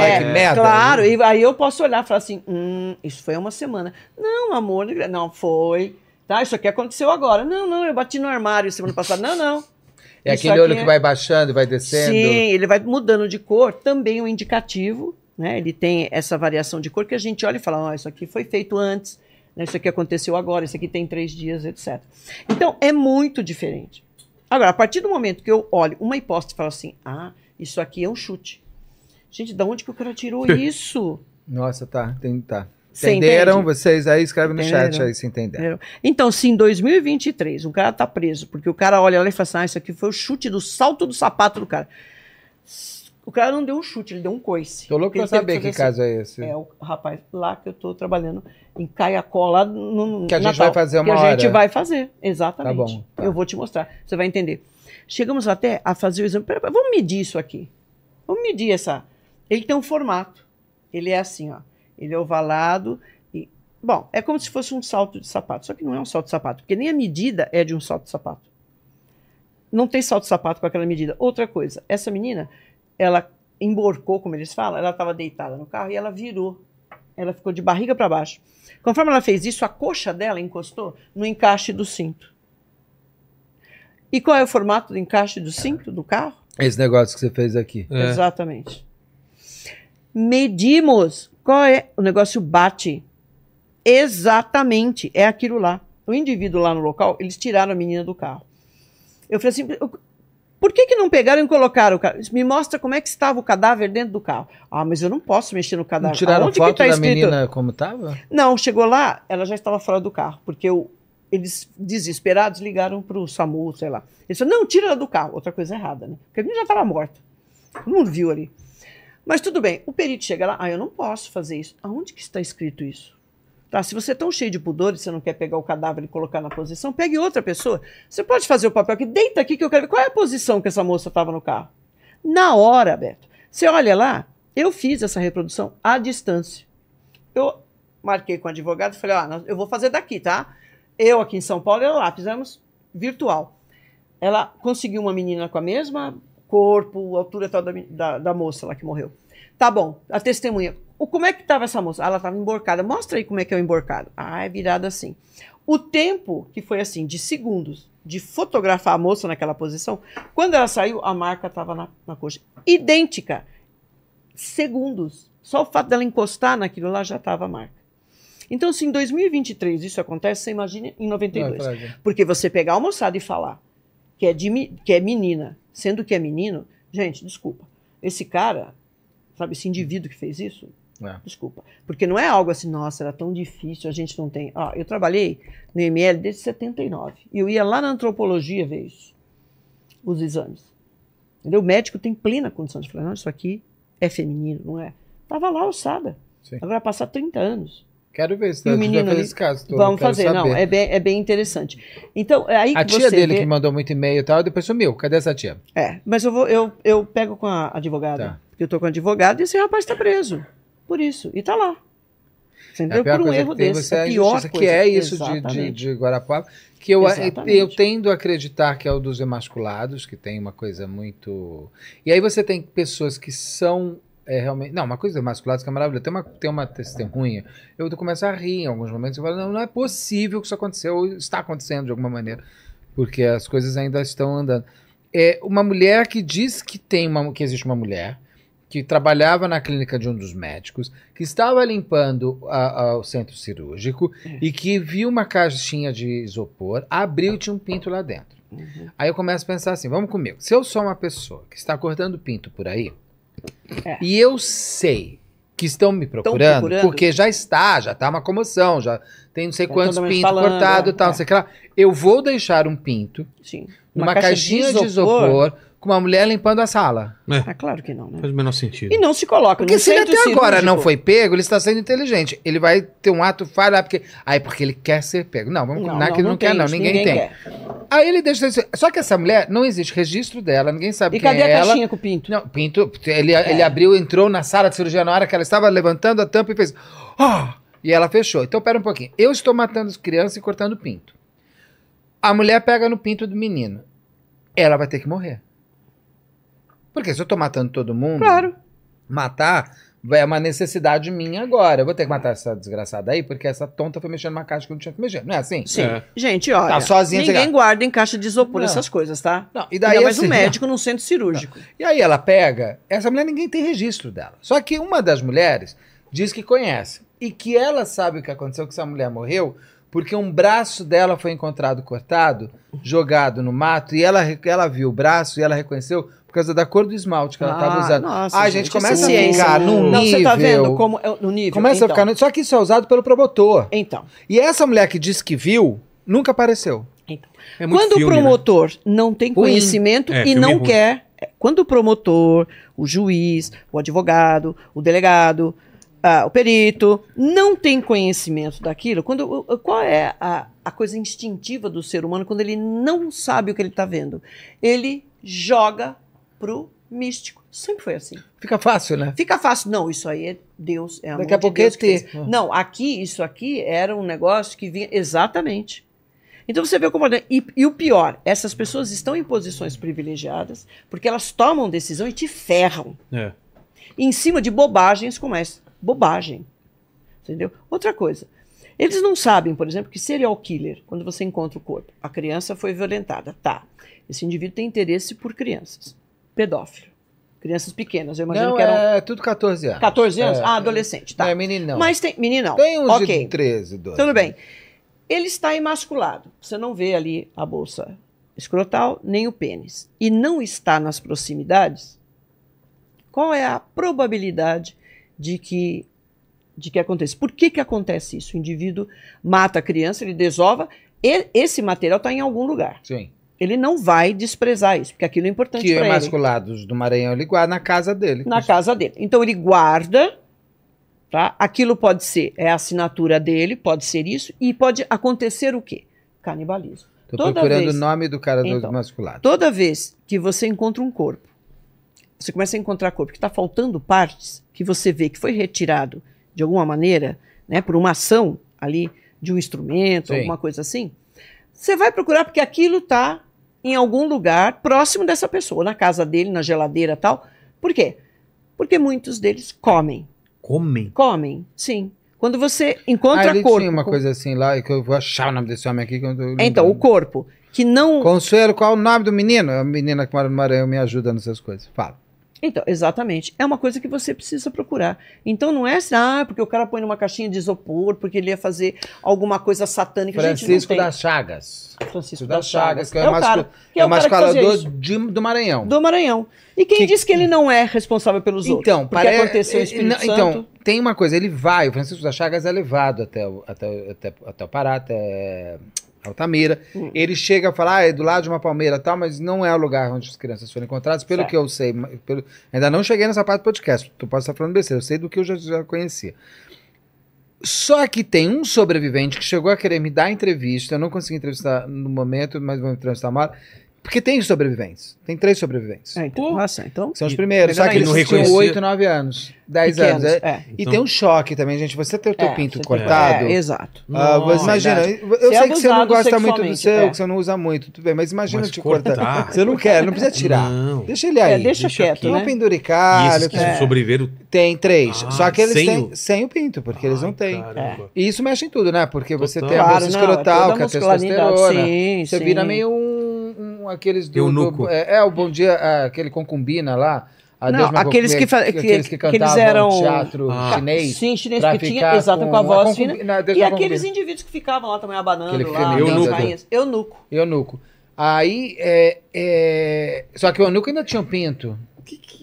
S3: é,
S4: ai, que merda. né?
S3: Claro, e aí eu posso olhar e falar assim: hum, isso foi há uma semana. Não, amor, não foi. Tá, isso aqui aconteceu agora. Não, não, eu bati no armário semana passada. Não, não.
S4: É
S3: Isso
S4: aquele olho
S3: aqui
S4: que
S3: é-
S4: vai baixando, vai descendo.
S3: Sim, ele vai mudando de cor, também um indicativo, né? Ele tem essa variação de cor que a gente olha e fala, ó, isso aqui foi feito antes, né? isso aqui aconteceu agora, isso aqui tem três dias, etc. Então, é muito diferente. Agora, a partir do momento que eu olho uma hipótese e falo assim, ah, isso aqui é um chute. Gente, da onde que o cara tirou isso?
S4: Nossa, tá, tem, tá.
S3: Você
S4: Entenderam
S3: entende?
S4: vocês aí? Escreve no
S3: Entenderam.
S4: chat aí se entenderam.
S3: Então, se em 2023 um cara tá preso, porque o cara olha lá e fala assim, ah, isso aqui foi o chute do salto do sapato do cara. O cara não deu um chute, ele deu um coice.
S4: Tô louco
S3: Ele
S4: pra
S3: teve
S4: saber que
S3: fazer
S4: caso é esse.
S3: assim. É o rapaz lá que eu tô trabalhando em Caiacó, lá no
S4: Que a gente
S3: Natal,
S4: vai fazer uma
S3: Que a gente
S4: hora.
S3: vai fazer, exatamente.
S4: Tá bom, tá.
S3: Eu vou te mostrar, você vai entender. Chegamos até a fazer o exame. Pera, pera, vamos medir isso aqui. Vamos medir essa. Ele tem um formato. Ele é assim, ó. Ele é ovalado. E, bom, é como se fosse um salto de sapato. Só que não é um salto de sapato, porque nem a medida é de um salto de sapato. Não tem salto de sapato com aquela medida. Outra coisa, essa menina, ela emborcou, como eles falam, ela estava deitada no carro e ela virou. Ela ficou de barriga para baixo. Conforme ela fez isso, a coxa dela encostou no encaixe do cinto. E qual é o formato do encaixe do cinto do carro?
S4: Esse negócio que você fez aqui.
S1: É.
S3: Exatamente. Medimos. Qual é? O negócio bate. Exatamente. É aquilo lá. O indivíduo lá no local, eles tiraram a menina do carro. Eu falei assim. "Eu- Por que, que não pegaram e colocaram o carro? Me mostra como é que estava o cadáver dentro do carro. Ah, mas eu não posso mexer no
S4: Não
S3: cadáver.
S4: tiraram
S3: Aonde que
S4: foto
S3: tá
S4: da
S3: escrito?
S4: menina como tava?
S3: Não, chegou lá, ela já estava fora do carro, porque o- eles, desesperados, ligaram para o SAMU, sei lá. Eles falaram, não, tira ela do carro. Outra coisa errada, né? Porque a menina já estava morta. Todo mundo viu ali. Mas tudo bem, o perito chega lá, ah, eu não posso fazer isso. Aonde que está escrito isso? Tá, se você é tão cheio de pudores, você não quer pegar o cadáver e colocar na posição, pegue outra pessoa. Você pode fazer o papel aqui, deita aqui que eu quero ver qual é a posição que essa moça estava no carro. Na hora, Beto. Você olha lá, eu fiz essa reprodução à distância. Eu marquei com o advogado e falei, ó, nós- eu vou fazer daqui, tá? Eu aqui em São Paulo, ela lá, fizemos virtual. Ela conseguiu uma menina com a mesma corpo, altura tal da, men- da, da moça lá que morreu. Tá bom, a testemunha. O, como é que estava essa moça? Ah, ela estava emborcada. Mostra aí como é que é o emborcado. Ah, é virado assim. O tempo, que foi assim, de segundos, de fotografar a moça naquela posição, quando ela saiu, a marca estava na, na coxa. Idêntica. Segundos. Só o fato dela encostar naquilo lá já estava a marca. Então, se em 2023 isso acontece, você imagina em 92.
S4: Não, é pra-
S3: Porque você pegar a moçada e falar que é, de me- que é menina, sendo que é menino, gente, desculpa. Esse cara, sabe, esse indivíduo que fez isso,
S4: É.
S3: desculpa. Porque não é algo assim, nossa, era tão difícil, a gente não tem. Ó, eu trabalhei no ML desde 79. E eu ia lá na antropologia ver isso, os exames. Entendeu? O médico tem plena condição de falar, não, isso aqui é feminino, não é? Tava lá alçada.
S4: Sim.
S3: Agora passar 30 anos.
S4: Quero ver se tá-
S3: E o
S4: a gente vai
S3: menino
S4: fazer
S3: ali?
S4: esse caso. todo,
S3: Vamos
S4: quero
S3: fazer, não,
S4: saber.
S3: é bem, é bem interessante. Então, é aí que
S4: A tia
S3: você
S4: dele
S3: vê-
S4: que mandou muito e-mail e tal, depois sumiu. Cadê essa tia?
S3: É, mas eu, vou, eu, eu pego com a advogada,
S4: Tá.
S3: porque eu tô com a advogada e esse rapaz tá preso, por isso, e tá lá. Você
S4: É a
S3: Entendeu?
S4: pior
S3: por um
S4: coisa
S3: erro
S4: que tem,
S3: desse,
S4: você
S3: é
S4: é
S3: a
S4: a
S3: pior
S4: injustiça,
S3: coisa.
S4: que é isso de, de,
S3: Exatamente.
S4: de Guarapuá, que eu,
S3: Exatamente.
S4: eu tendo a acreditar que é o dos emasculados, que tem uma coisa muito... E aí você tem pessoas que são é, realmente... Não, uma coisa dos emasculados que é maravilhosa. Tem uma, tem uma testemunha, eu começo a rir em alguns momentos, eu falo, não, não é possível que isso aconteceu, ou está acontecendo de alguma maneira, porque as coisas ainda estão andando. É uma mulher que diz que, tem uma, que existe uma mulher, que trabalhava na clínica de um dos médicos, que estava limpando a- a- o centro cirúrgico
S3: Hum.
S4: e que viu uma caixinha de isopor, abriu e tinha um pinto lá dentro.
S3: Uhum.
S4: Aí eu começo a pensar assim: vamos comigo. Se eu sou uma pessoa que está cortando pinto por aí,
S3: É.
S4: e eu sei que estão me procurando,
S3: procurando.
S4: porque já está, já está uma comoção, já tem não sei
S3: Já
S4: quantos
S3: todo mundo
S4: pintos
S3: falando,
S4: cortados
S3: é,
S4: e tal,
S3: é.
S4: não sei o que lá. Eu vou deixar um pinto
S3: Sim.
S4: numa caixinha de isopor, com uma mulher limpando a sala.
S3: Ah, claro que não, né?
S1: Faz o menor sentido.
S3: E não se coloca
S4: é. Porque
S3: num
S4: se ele até
S3: centro
S4: agora
S3: cirúrgico.
S4: não foi pego, ele está sendo inteligente. Ele vai ter um ato falha, porque. Aí, porque ele quer ser pego. Não, vamos combinar que ele não, quer,
S3: tem
S4: não.
S3: isso,
S4: Ninguém, tem.
S3: quer.
S4: Aí ele deixa. isso- Só que essa mulher, não existe registro dela, ninguém sabe
S3: E
S4: quem
S3: cadê
S4: é
S3: a
S4: ela.
S3: caixinha com o pinto?
S4: Não, pinto. Ele,
S3: É.
S4: ele abriu, entrou na sala de cirurgia na hora que ela estava levantando a tampa e fez. "Ah!" E ela fechou. Então, pera um pouquinho. Eu estou matando as crianças e cortando pinto. A mulher pega no pinto do menino. Ela vai ter que morrer. Porque se eu estou matando todo mundo.
S3: Claro.
S4: Matar vai- é uma necessidade minha agora. Eu vou ter que matar essa desgraçada aí, porque essa tonta foi mexendo numa caixa que eu não tinha que mexer. Não é assim?
S3: Sim.
S1: É.
S3: Gente, olha,
S4: Tá sozinha, sei
S3: ninguém
S4: lá.
S3: guarda em caixa de isopor
S4: Não.
S3: essas coisas, tá?
S4: Não, e
S3: Ainda mais
S4: assim, Tá.
S3: um médico num centro cirúrgico.
S4: E aí ela pega, essa mulher ninguém tem registro dela. Só que uma das mulheres diz que conhece e que ela sabe o que aconteceu, que essa mulher morreu, porque um braço dela foi encontrado cortado, jogado no mato, e ela, re- ela viu o braço e ela reconheceu por causa da cor do esmalte que ela estava
S3: Ah,
S4: usando.
S3: nossa,
S4: Ai, gente,
S3: isso
S4: começa
S3: é
S4: a
S3: ciência.
S4: ficar num
S3: Não, você tá
S4: nível-
S3: vendo como é o nível.
S4: Começa
S3: então,
S4: a ficar. no- Só que isso é usado pelo promotor.
S3: Então,
S4: E essa mulher que disse que viu, nunca apareceu.
S1: É muito
S3: quando
S1: filme, né?
S3: o promotor não tem
S4: Ruim.
S3: conhecimento
S1: É,
S3: e
S1: filme
S3: não
S1: ruim.
S3: quer, é, quando o promotor, o juiz, o advogado, o delegado, ah, o perito não tem conhecimento daquilo, quando, o- o- qual é a, a coisa instintiva do ser humano quando ele não sabe o que ele está vendo? Ele joga pro místico. Sempre foi assim.
S4: Fica fácil, né?
S3: Fica fácil. Não, isso aí é Deus. É amor
S4: Daqui a
S3: de
S4: pouco
S3: Deus
S4: é
S3: que fez.
S4: ET.
S3: Não, aqui, isso aqui era um negócio que vinha. Exatamente. Então você vê o comportamento. E, e o pior, essas pessoas estão em posições privilegiadas porque elas tomam decisão e te ferram.
S1: É.
S3: Em cima de bobagens como essa. Bobagem. Entendeu? Outra coisa. Eles não sabem, por exemplo, que serial killer, quando você encontra o corpo, a criança foi violentada. Tá. Esse indivíduo tem interesse por crianças. Pedófilo. Crianças pequenas. Eu imagino
S4: Não,
S3: que eram
S4: é tudo 14 anos.
S3: 14 anos?
S4: É.
S3: ah, adolescente,
S4: Não
S3: tá.
S4: é menino, não.
S3: Mas tem. Menino não.
S4: Tem uns de
S3: ok.
S4: 13, 12.
S3: Tudo bem. Ele está imasculado. Você não vê ali a bolsa escrotal, nem o pênis. E não está nas proximidades. Qual é a probabilidade de que de que aconteça? Por que, que acontece isso? O indivíduo mata a criança, ele desova. e- esse material está em algum lugar.
S4: Sim.
S3: Ele não vai desprezar isso, porque aquilo é importante
S4: Que
S3: para
S4: é
S3: ele
S4: masculados do Maranhão ele guarda na casa dele.
S3: na casa dele. Então ele guarda, tá? Aquilo pode ser é a assinatura dele, pode ser isso e pode acontecer o quê? Canibalismo.
S4: Tô
S3: toda
S4: procurando
S3: vez-
S4: o nome do cara
S3: Então.
S4: do masculado.
S3: Toda vez que você encontra um corpo, você começa a encontrar corpo que está faltando partes, que você vê que foi retirado de alguma maneira, né, por uma ação ali de um instrumento,
S4: Sim.
S3: alguma coisa assim, você vai procurar porque aquilo está em algum lugar próximo dessa pessoa, na casa dele, na geladeira tal. Por quê? Porque muitos deles comem.
S1: Comem.
S3: Comem, sim. Quando você
S4: Ah,
S3: encontra
S4: ele
S3: corpo.
S4: tinha uma
S3: com-
S4: coisa assim lá, que eu vou achar o nome desse homem aqui. Que eu tô
S3: Então, o
S4: lembrando.
S3: corpo que não.
S4: Consuelo, qual é o nome do menino? A menina que mora no Maranhão me ajuda nessas coisas. Fala.
S3: Então, exatamente. É uma coisa que você precisa procurar. Então não é assim, ah, porque o cara põe numa caixinha de isopor, porque ele ia fazer alguma coisa satânica. Gente,
S4: Francisco
S3: não tem.
S4: das Chagas.
S3: Francisco
S4: das Chagas, que é o
S3: o
S4: mascul-
S3: cara, que é o cara que fazia
S4: masculador
S3: isso.
S4: de- do Maranhão.
S3: do Maranhão. E quem
S4: Que-
S3: diz que ele não é responsável pelos
S4: Então,
S3: outros? Porque
S4: pare-
S3: aconteceu o
S4: eh,
S3: Espírito
S4: não,
S3: Santo.
S4: Então, tem uma coisa, ele vai, o Francisco das Chagas é levado até, o- até, o- até, até o Pará, até Altamira.
S3: Hum.
S4: Ele chega a falar, ah, é do lado de uma palmeira e tal, mas não é o lugar onde as crianças foram encontradas, pelo
S3: Certo.
S4: que eu sei. ma- pelo- ainda não cheguei nessa parte do podcast, tu pode estar falando besteira, eu sei do que eu já, já conhecia. Só que tem um sobrevivente que chegou a querer me dar entrevista, eu não consegui entrevistar no momento, mas vou entrevistar uma hora, porque tem sobreviventes, tem três sobreviventes.
S3: É, então, nossa, então,
S4: São os primeiros,
S3: Melhor
S4: só que
S1: ainda.
S4: eles
S1: Ele não
S4: tinham
S1: reconhecia.
S4: 8, 9 anos, 10
S3: pequenos,
S4: anos. é.
S3: é.
S4: E
S1: Então-
S4: tem um choque também, gente. Você ter o teu
S3: É,
S4: pinto
S3: você tem-
S4: cortado.
S3: é, exato.
S4: ah, mas imagina,
S1: verdade.
S4: eu
S3: Ser
S4: sei que você não
S3: é abusado
S4: gosta muito do
S3: sexualmente,
S4: seu,
S3: é.
S4: que você não usa muito, tudo bem, mas imagina
S1: Mas
S4: te cortar.
S1: cortar.
S4: Você não quer, não precisa tirar.
S1: Não.
S4: Deixa ele
S3: É,
S4: aí.
S3: deixa,
S1: deixa
S3: quieto,
S1: quieto.
S4: Não
S3: né?
S1: E
S4: penduricar.
S1: esses que sobreviveram.
S4: Tem três.
S1: Ah,
S4: só que eles
S1: sem
S4: têm
S1: o-
S4: sem o pinto, porque eles não
S1: Ai,
S4: têm.
S1: caramba.
S4: E isso mexe em tudo, né? Porque você
S1: Total.
S4: tem a bolsa
S3: é
S4: escrotal,
S3: toda
S4: que é a
S3: muscularidade,
S4: testosterona.
S3: Sim,
S4: Você
S3: sim.
S4: vira meio um, um- aqueles do.
S1: Eunuco.
S4: do- é, é, o Bom Dia, é, aquele concubina lá. Adeus,
S3: Não,
S4: Mamãe
S3: aqueles que fa- que-
S4: aqueles que
S3: que eles
S4: cantavam
S3: eram-
S4: teatro
S1: Ah.
S4: chinês.
S3: Sim, chinês
S4: pra
S3: que tinha,
S4: ficar
S3: exato, com, a voz fina.
S4: concubina- Adeus,
S3: E
S4: Mamãe
S3: aqueles
S4: Concubina.
S3: indivíduos que ficavam lá também abanando
S4: Aquele né? que
S3: lá,
S4: fica
S1: meio
S3: nas
S1: nuco.
S3: rainhas. Eunuco.
S4: Eunuco. Aí, é, é, Só que o Eunuco ainda tinha um pinto.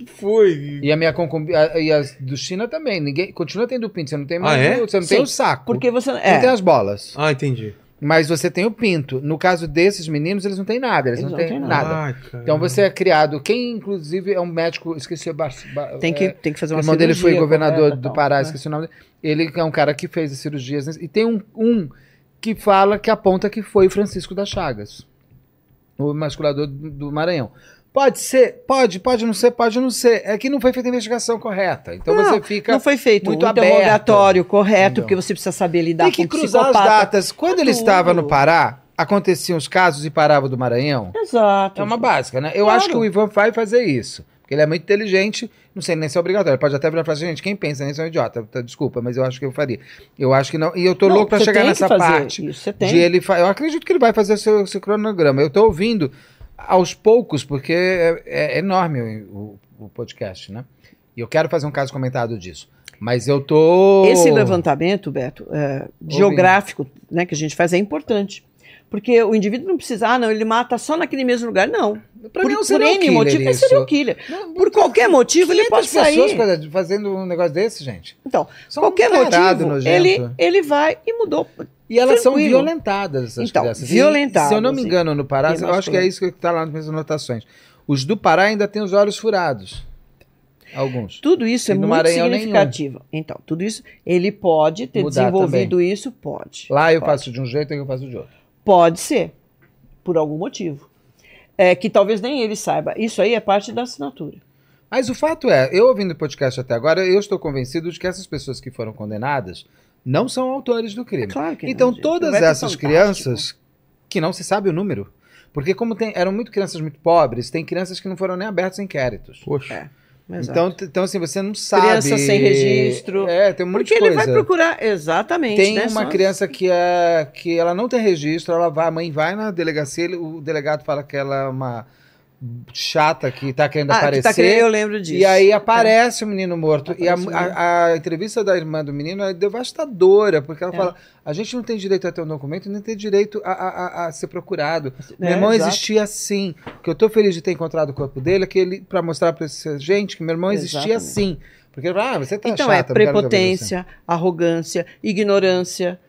S1: Foi.
S4: E a minha concubina. E as do China também. Ninguém... Continua tendo o pinto. Você não tem,
S1: Ah,
S4: mais,
S1: é?
S4: você não tem
S3: Sim,
S4: o saco.
S3: Porque você.
S4: Não tem
S3: É,
S4: as bolas.
S1: Ah, entendi.
S4: Mas você tem o pinto. No caso desses meninos, eles não têm nada. Eles, não, têm nada.
S1: Ai, cara.
S4: Então você é criado. Quem, inclusive, é um médico. Esqueci o. Bar- Bar-
S3: tem,
S4: é,
S3: que, tem que fazer
S4: O
S3: uma
S4: irmão dele foi
S3: cirurgia
S4: governador
S3: correta,
S4: do
S3: tal,
S4: Pará,
S3: né?
S4: esqueci o nome dele. Ele é um cara que fez as cirurgias. né? E tem um, um que fala, que aponta que foi Francisco das Chagas, o masculador do do Maranhão. Pode ser, pode, pode não ser, pode não ser. É que não foi feita a investigação correta. Então
S3: Não,
S4: você fica.
S3: Não foi feito um
S4: muito
S3: interrogatório correto,
S4: Entendeu?
S3: porque você precisa saber lidar
S4: Tem que
S3: com um
S4: cruzar as
S3: psicopata.
S4: datas. Quando ele
S3: Tudo.
S4: estava no Pará, aconteciam os casos e parava do Maranhão.
S3: Exato.
S4: É uma básica, né? Eu
S3: Claro.
S4: acho que o Ivan vai fazer isso. Porque ele é muito inteligente, não sei nem se é obrigatório. Ele pode até virar e falar assim, gente, quem pensa nisso é um idiota. Tá, Desculpa, mas eu acho que eu faria. Eu acho que não. E eu tô
S3: Não,
S4: louco pra
S3: você
S4: chegar
S3: tem que
S4: nessa
S3: fazer
S4: parte.
S3: Isso, você
S4: De
S3: tem.
S4: ele fa- Eu acredito que ele vai fazer seu, seu cronograma. Eu tô ouvindo aos poucos, porque é, é enorme o, o- o podcast, né? E eu quero fazer um caso comentado disso. Mas eu tô.
S3: Esse levantamento, Beto, é, geográfico né, que a gente faz é importante. Porque o indivíduo não precisa, ah, não, ele mata só naquele mesmo lugar. Não.
S4: Pra
S3: por,
S4: mim é um
S3: por
S4: serial
S3: N
S4: killer
S3: motivo, é
S4: isso.
S3: serial killer.
S4: Não,
S3: Por qualquer motivo, ele
S4: 500
S3: pode
S4: pessoas
S3: sair.
S4: coisa- fazendo um negócio desse, gente.
S3: Então,
S4: São
S3: qualquer
S4: um tarado
S3: motivo,
S4: nojento.
S3: ele, ele vai e mudou.
S4: E elas são
S3: Tranquilo.
S4: violentadas, essas
S3: Então,
S4: crianças. E,
S3: violentadas,
S4: se eu não me
S3: sim.
S4: engano, no Pará,
S3: E
S4: eu acho que é
S3: masculino.
S4: isso que está lá nas minhas anotações. Os do Pará ainda têm os olhos furados. Alguns.
S3: Tudo isso
S4: E
S3: é
S4: no
S3: muito
S4: Maranhão nenhum.
S3: significativo. Então, tudo isso, ele pode ter
S4: Mudar
S3: desenvolvido isso? Pode.
S4: Lá eu
S3: Pode.
S4: faço de um jeito e eu faço de outro.
S3: Pode ser, por algum motivo. É, que talvez nem ele saiba. Isso aí é parte da assinatura.
S4: Mas o fato é, eu ouvindo o podcast até agora, eu estou convencido de que essas pessoas que foram condenadas não são autores do crime.
S3: Claro que não,
S4: Então,
S3: gente.
S4: todas
S3: Vai ser
S4: essas
S3: fantástico.
S4: crianças que não se sabe o número, porque como tem- eram muito crianças muito pobres, tem crianças que não foram nem abertas inquéritos.
S1: Poxa.
S3: É. Exato.
S4: Então, t- então, assim, você não sabe.
S3: sem registro.
S4: É, tem um monte
S3: Porque
S4: de
S3: ele
S4: coisa.
S3: vai procurar, exatamente.
S4: Tem
S3: né,
S4: uma
S3: só-
S4: criança que, é, que ela não tem registro, ela vai, a mãe vai na delegacia, ele- o delegado fala que ela é uma chata que tá querendo
S3: Ah, que
S4: aparecer.
S3: tá querendo, eu lembro disso.
S4: E aí aparece o menino morto. E a,
S3: Aparece o
S4: a- a entrevista da irmã do menino é devastadora, porque ela
S3: É.
S4: fala: a gente não tem direito a ter um documento, nem tem direito a, a- a- a ser procurado.
S3: É,
S4: meu irmão
S3: exato.
S4: existia assim. O que eu tô feliz de ter encontrado o corpo dele é que ele, pra mostrar pra essa gente que meu irmão existia
S3: Exatamente.
S4: assim. Porque, ah, você tá
S3: Então é
S4: chata, não quero jogar você.
S3: prepotência, arrogância, ignorância,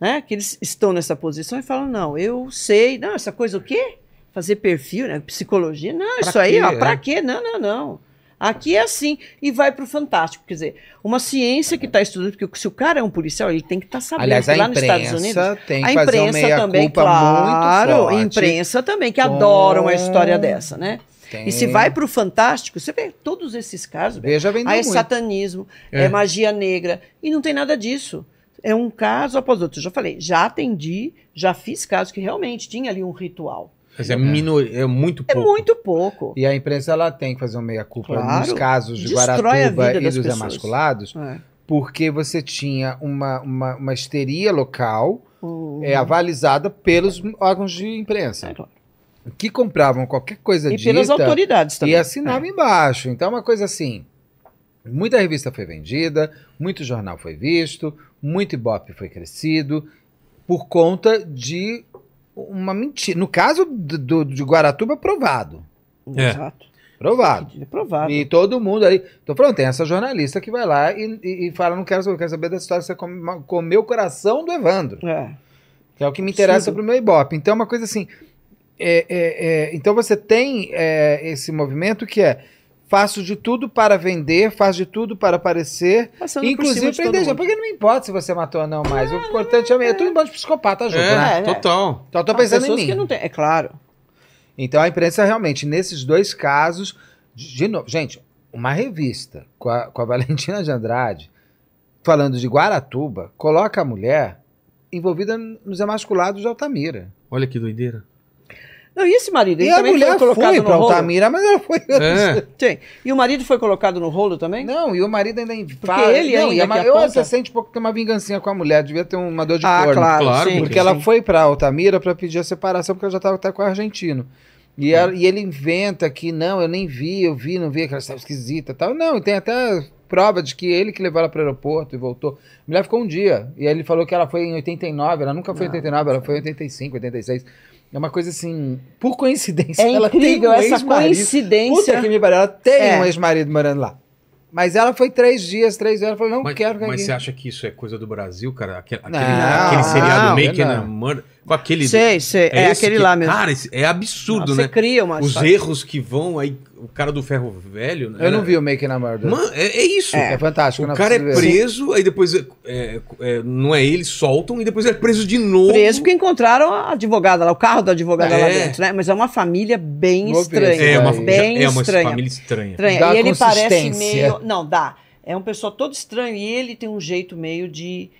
S3: né? Que eles estão nessa posição e falam: não, eu sei, não, essa coisa o quê? Fazer perfil, né? Psicologia, não,
S4: Pra
S3: isso aí,
S4: quê,
S3: ó,
S4: é?
S3: pra quê? Não, não, não. Aqui é assim, e vai pro fantástico. Quer dizer, uma ciência que está estudando, porque se o cara é um policial, ele tem que estar sabendo
S4: Aliás,
S3: que
S4: a
S3: lá nos Estados Unidos.
S4: imprensa tem
S3: A
S4: que fazer uma
S3: imprensa também,
S4: meia-culpa
S3: claro,
S4: muito
S3: a
S4: forte.
S3: imprensa também, que
S4: com-
S3: adoram uma história dessa, né?
S4: Tem.
S3: E se vai pro fantástico, você vê todos esses casos,
S4: Veja, vendeu
S3: Aí é
S4: muito.
S3: satanismo, é.
S1: É.
S3: magia negra. E não tem nada disso. É um caso após outro. Eu já falei, já atendi, já fiz casos que realmente tinha ali um ritual.
S1: Mas é, minor, é muito
S3: É
S1: pouco.
S3: muito pouco.
S4: E a imprensa ela tem que fazer uma meia-culpa
S3: Claro.
S4: nos casos de
S3: Destrói a
S4: Guaratuba
S3: vida
S4: e
S3: das
S4: dos
S3: pessoas.
S4: emasculados,
S3: É.
S4: porque você tinha uma, uma, uma histeria local
S3: O-
S4: é, avalizada pelos órgãos de
S3: É,
S4: imprensa,
S3: claro.
S4: que compravam qualquer coisa
S3: É. E
S4: dita
S3: pelas autoridades também.
S4: e assinavam embaixo. Então, é uma coisa assim, muita revista foi vendida, muito jornal foi visto, muito ibope foi crescido, por conta de uma mentira. No caso do, do- de Guaratuba, provado.
S1: É.
S3: Exato.
S4: Provado.
S3: É provável.
S4: E todo mundo aí. Tô falando, tem essa jornalista que vai lá e, e- e fala: não quero saber, eu quero saber da história, que você come- comeu o coração do Evandro.
S3: É.
S4: Que é o que me interessa
S3: Absurdo.
S4: pro meu Ibope. Então, é uma coisa assim. é- é- é, então você tem é, esse movimento que é. Faço de tudo para vender, faço de tudo para aparecer,
S3: Passando
S4: inclusive
S3: por cima de todo
S4: prender.
S3: mundo. Ah,
S4: Porque não me importa se você matou ou não mais. o importante é. É tudo em bando de psicopata, junto, né?
S1: É,
S3: É, né?
S1: total.
S4: Então eu tô
S3: Há
S4: pensando em
S3: pessoas
S4: mim.
S3: que não tem- É claro.
S4: Então a imprensa realmente, nesses dois casos, de de novo, gente, uma revista com a, com a Valentina de Andrade falando de Guaratuba, coloca a mulher envolvida nos emasculados de Altamira.
S1: Olha que doideira.
S3: Não, e esse marido?
S4: E,
S3: Ele
S4: a
S3: também
S4: mulher
S3: foi
S4: foi,
S3: colocado
S4: para
S3: no rolo?
S4: Altamira, mas ela foi. assim.
S1: É.
S3: Sim. E o marido foi colocado no rolo também?
S4: Não, e o marido ainda fala.
S3: ele
S4: não,
S3: ainda
S4: e a
S3: que
S4: ma- eu
S3: aponta. Ah,
S4: você sente um pouco que tem uma vingancinha com a mulher, devia ter uma dor de corno.
S1: Claro,
S3: sim,
S4: Porque
S1: Sim.
S4: ela foi pra Altamira pra pedir a separação, porque ela já estava até com o argentino.
S3: É.
S4: E, ela- e ele inventa que, não, eu nem vi, eu vi, não vi, aquela estava esquisita e tal. Não, e tem até prova de que ele que levou ela pro aeroporto e voltou. A mulher ficou um dia. E aí ele falou que ela foi em 89, ela nunca foi em
S3: Não,
S4: 89, ela foi em 85, 86. É uma coisa assim, por coincidência,
S3: É
S4: ela tem
S3: incrível
S4: um
S3: essa
S4: ex-marido.
S3: coincidência.
S4: Puta que me pariu, ela tem
S3: É.
S4: um ex-marido morando lá. Mas ela foi três dias, três horas, ela falou, não
S1: mas,
S4: quero que
S1: mas
S4: aqui.
S1: você acha que isso é coisa do Brasil, cara? Aquele, aquele,
S4: Não,
S1: aquele seriado
S4: não,
S1: Making
S4: não.
S1: a Murder. Com aquele.
S3: Sei, sei. É,
S1: esse
S3: aquele
S1: que-
S3: lá mesmo. Ah,
S1: Cara, esse- é absurdo,
S3: Você
S1: né?
S3: cria uma
S1: Os
S3: história.
S1: erros que vão aí. O cara do ferro velho. Né?
S4: Eu não vi o Making a Murder.
S1: Mano, é, é isso.
S4: é. fantástico.
S1: O
S4: não
S1: cara é
S4: preciso ver.
S1: preso, aí depois é, é, é, não é ele, soltam e depois é preso de novo.
S3: preso porque encontraram a advogada lá, o carro da advogada lá
S1: É.
S3: dentro, né? Mas é uma família bem
S4: Vou ver.
S3: estranha. né?
S1: É uma,
S3: bem
S1: já- é uma
S3: estranha.
S1: família estranha.
S3: Estranha.
S4: Dá
S3: E ele parece
S4: consistência.
S3: meio. Não, dá. É um pessoal todo estranho e ele tem um jeito meio de,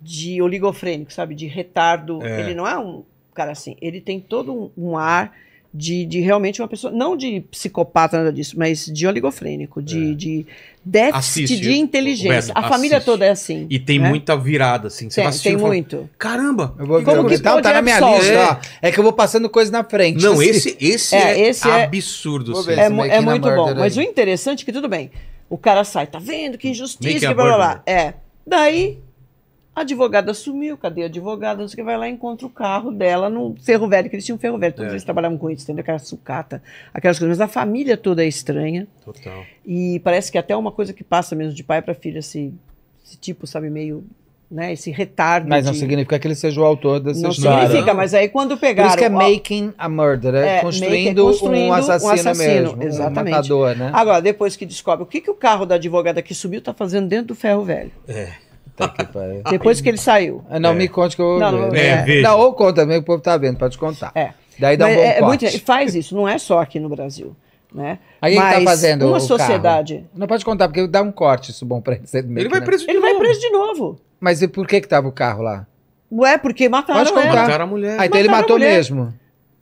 S3: de oligofrênico, sabe? De retardo.
S1: É.
S3: Ele não é um cara assim. Ele tem todo um, um ar de, de realmente uma pessoa. Não de psicopata, nada disso, mas de oligofrênico, de, de déficit
S1: É. Assiste,
S3: de inteligência.
S1: Roberto,
S3: a família
S1: assiste.
S3: toda é assim.
S1: E tem
S3: né?
S1: muita virada, assim. Você vai
S3: Tem, tem
S1: assistindo e fala,
S3: muito.
S1: caramba!
S4: Eu vou ver.
S3: Como
S4: eu
S3: que
S4: vou- tá,
S3: pode é
S4: tá na minha
S3: absolver?
S4: lista. ó. É que eu vou passando coisa na frente.
S1: Não,
S4: assim.
S1: esse, esse
S3: É,
S1: é,
S3: esse é-
S1: absurdo.
S4: Vou
S1: assim.
S4: ver
S3: É,
S4: esse
S3: mu-
S4: Making
S3: é
S4: a
S3: muito
S4: Murder
S3: bom. Mas o
S4: aí.
S3: interessante é que tudo bem. O cara sai, tá vendo? Que injustiça,
S1: Making a
S3: que blá blá blá.
S1: murder.
S3: É. Daí, a advogada sumiu, cadê a advogada? Não sei o que vai lá e encontra o carro dela no ferro velho, que eles tinham um ferro velho, todos
S1: É.
S3: eles trabalhavam com isso, entendeu? Aquela sucata, aquelas coisas. Mas a família toda é estranha.
S1: Total.
S3: E parece que até é uma coisa que passa mesmo de pai para filha, esse, esse tipo, sabe, meio né? Esse retardo.
S4: Mas não
S3: de-
S4: significa que ele seja o autor dessa
S3: não
S4: história.
S3: significa, mas aí quando
S4: Por
S3: pegaram.
S4: isso que é
S3: ó,
S4: making a murder, é,
S3: É,
S4: construindo,
S3: making- construindo
S4: um,
S3: um
S4: assassino
S3: assassino,
S4: mesmo,
S3: exatamente. Ah,
S4: um matador, né?
S3: Agora, depois que descobre o que, que o carro da advogada que subiu tá fazendo dentro do ferro velho.
S4: Puta que pariu.
S3: Depois que ele saiu.
S4: Ah, Não, me conte que eu vou
S3: Não, não,
S4: ver. né?
S3: É,
S1: é. veja.
S4: Não, ou conta mesmo, que o povo tá vendo, pode contar.
S3: É.
S4: Daí dá um
S3: Mas
S4: bom
S3: é- é muito-
S4: corte.
S3: e faz isso, não é só aqui no Brasil. Né?
S4: Aí ele tá
S3: Mas
S4: fazendo
S3: uma
S4: o
S3: sociedade.
S4: carro. Não pode contar, porque dá um corte isso bom pra ele. você meio
S1: Ele
S4: que,
S1: vai
S4: né?
S1: preso de
S3: Ele vai
S1: novo.
S3: preso de novo.
S4: Mas e por que que tava o carro lá?
S3: Ué, porque mataram
S4: Pode contar.
S3: ela.
S1: Mataram a mulher.
S4: Ah, então ele
S3: É, Mataram a
S4: matou
S3: mulher.
S4: mesmo.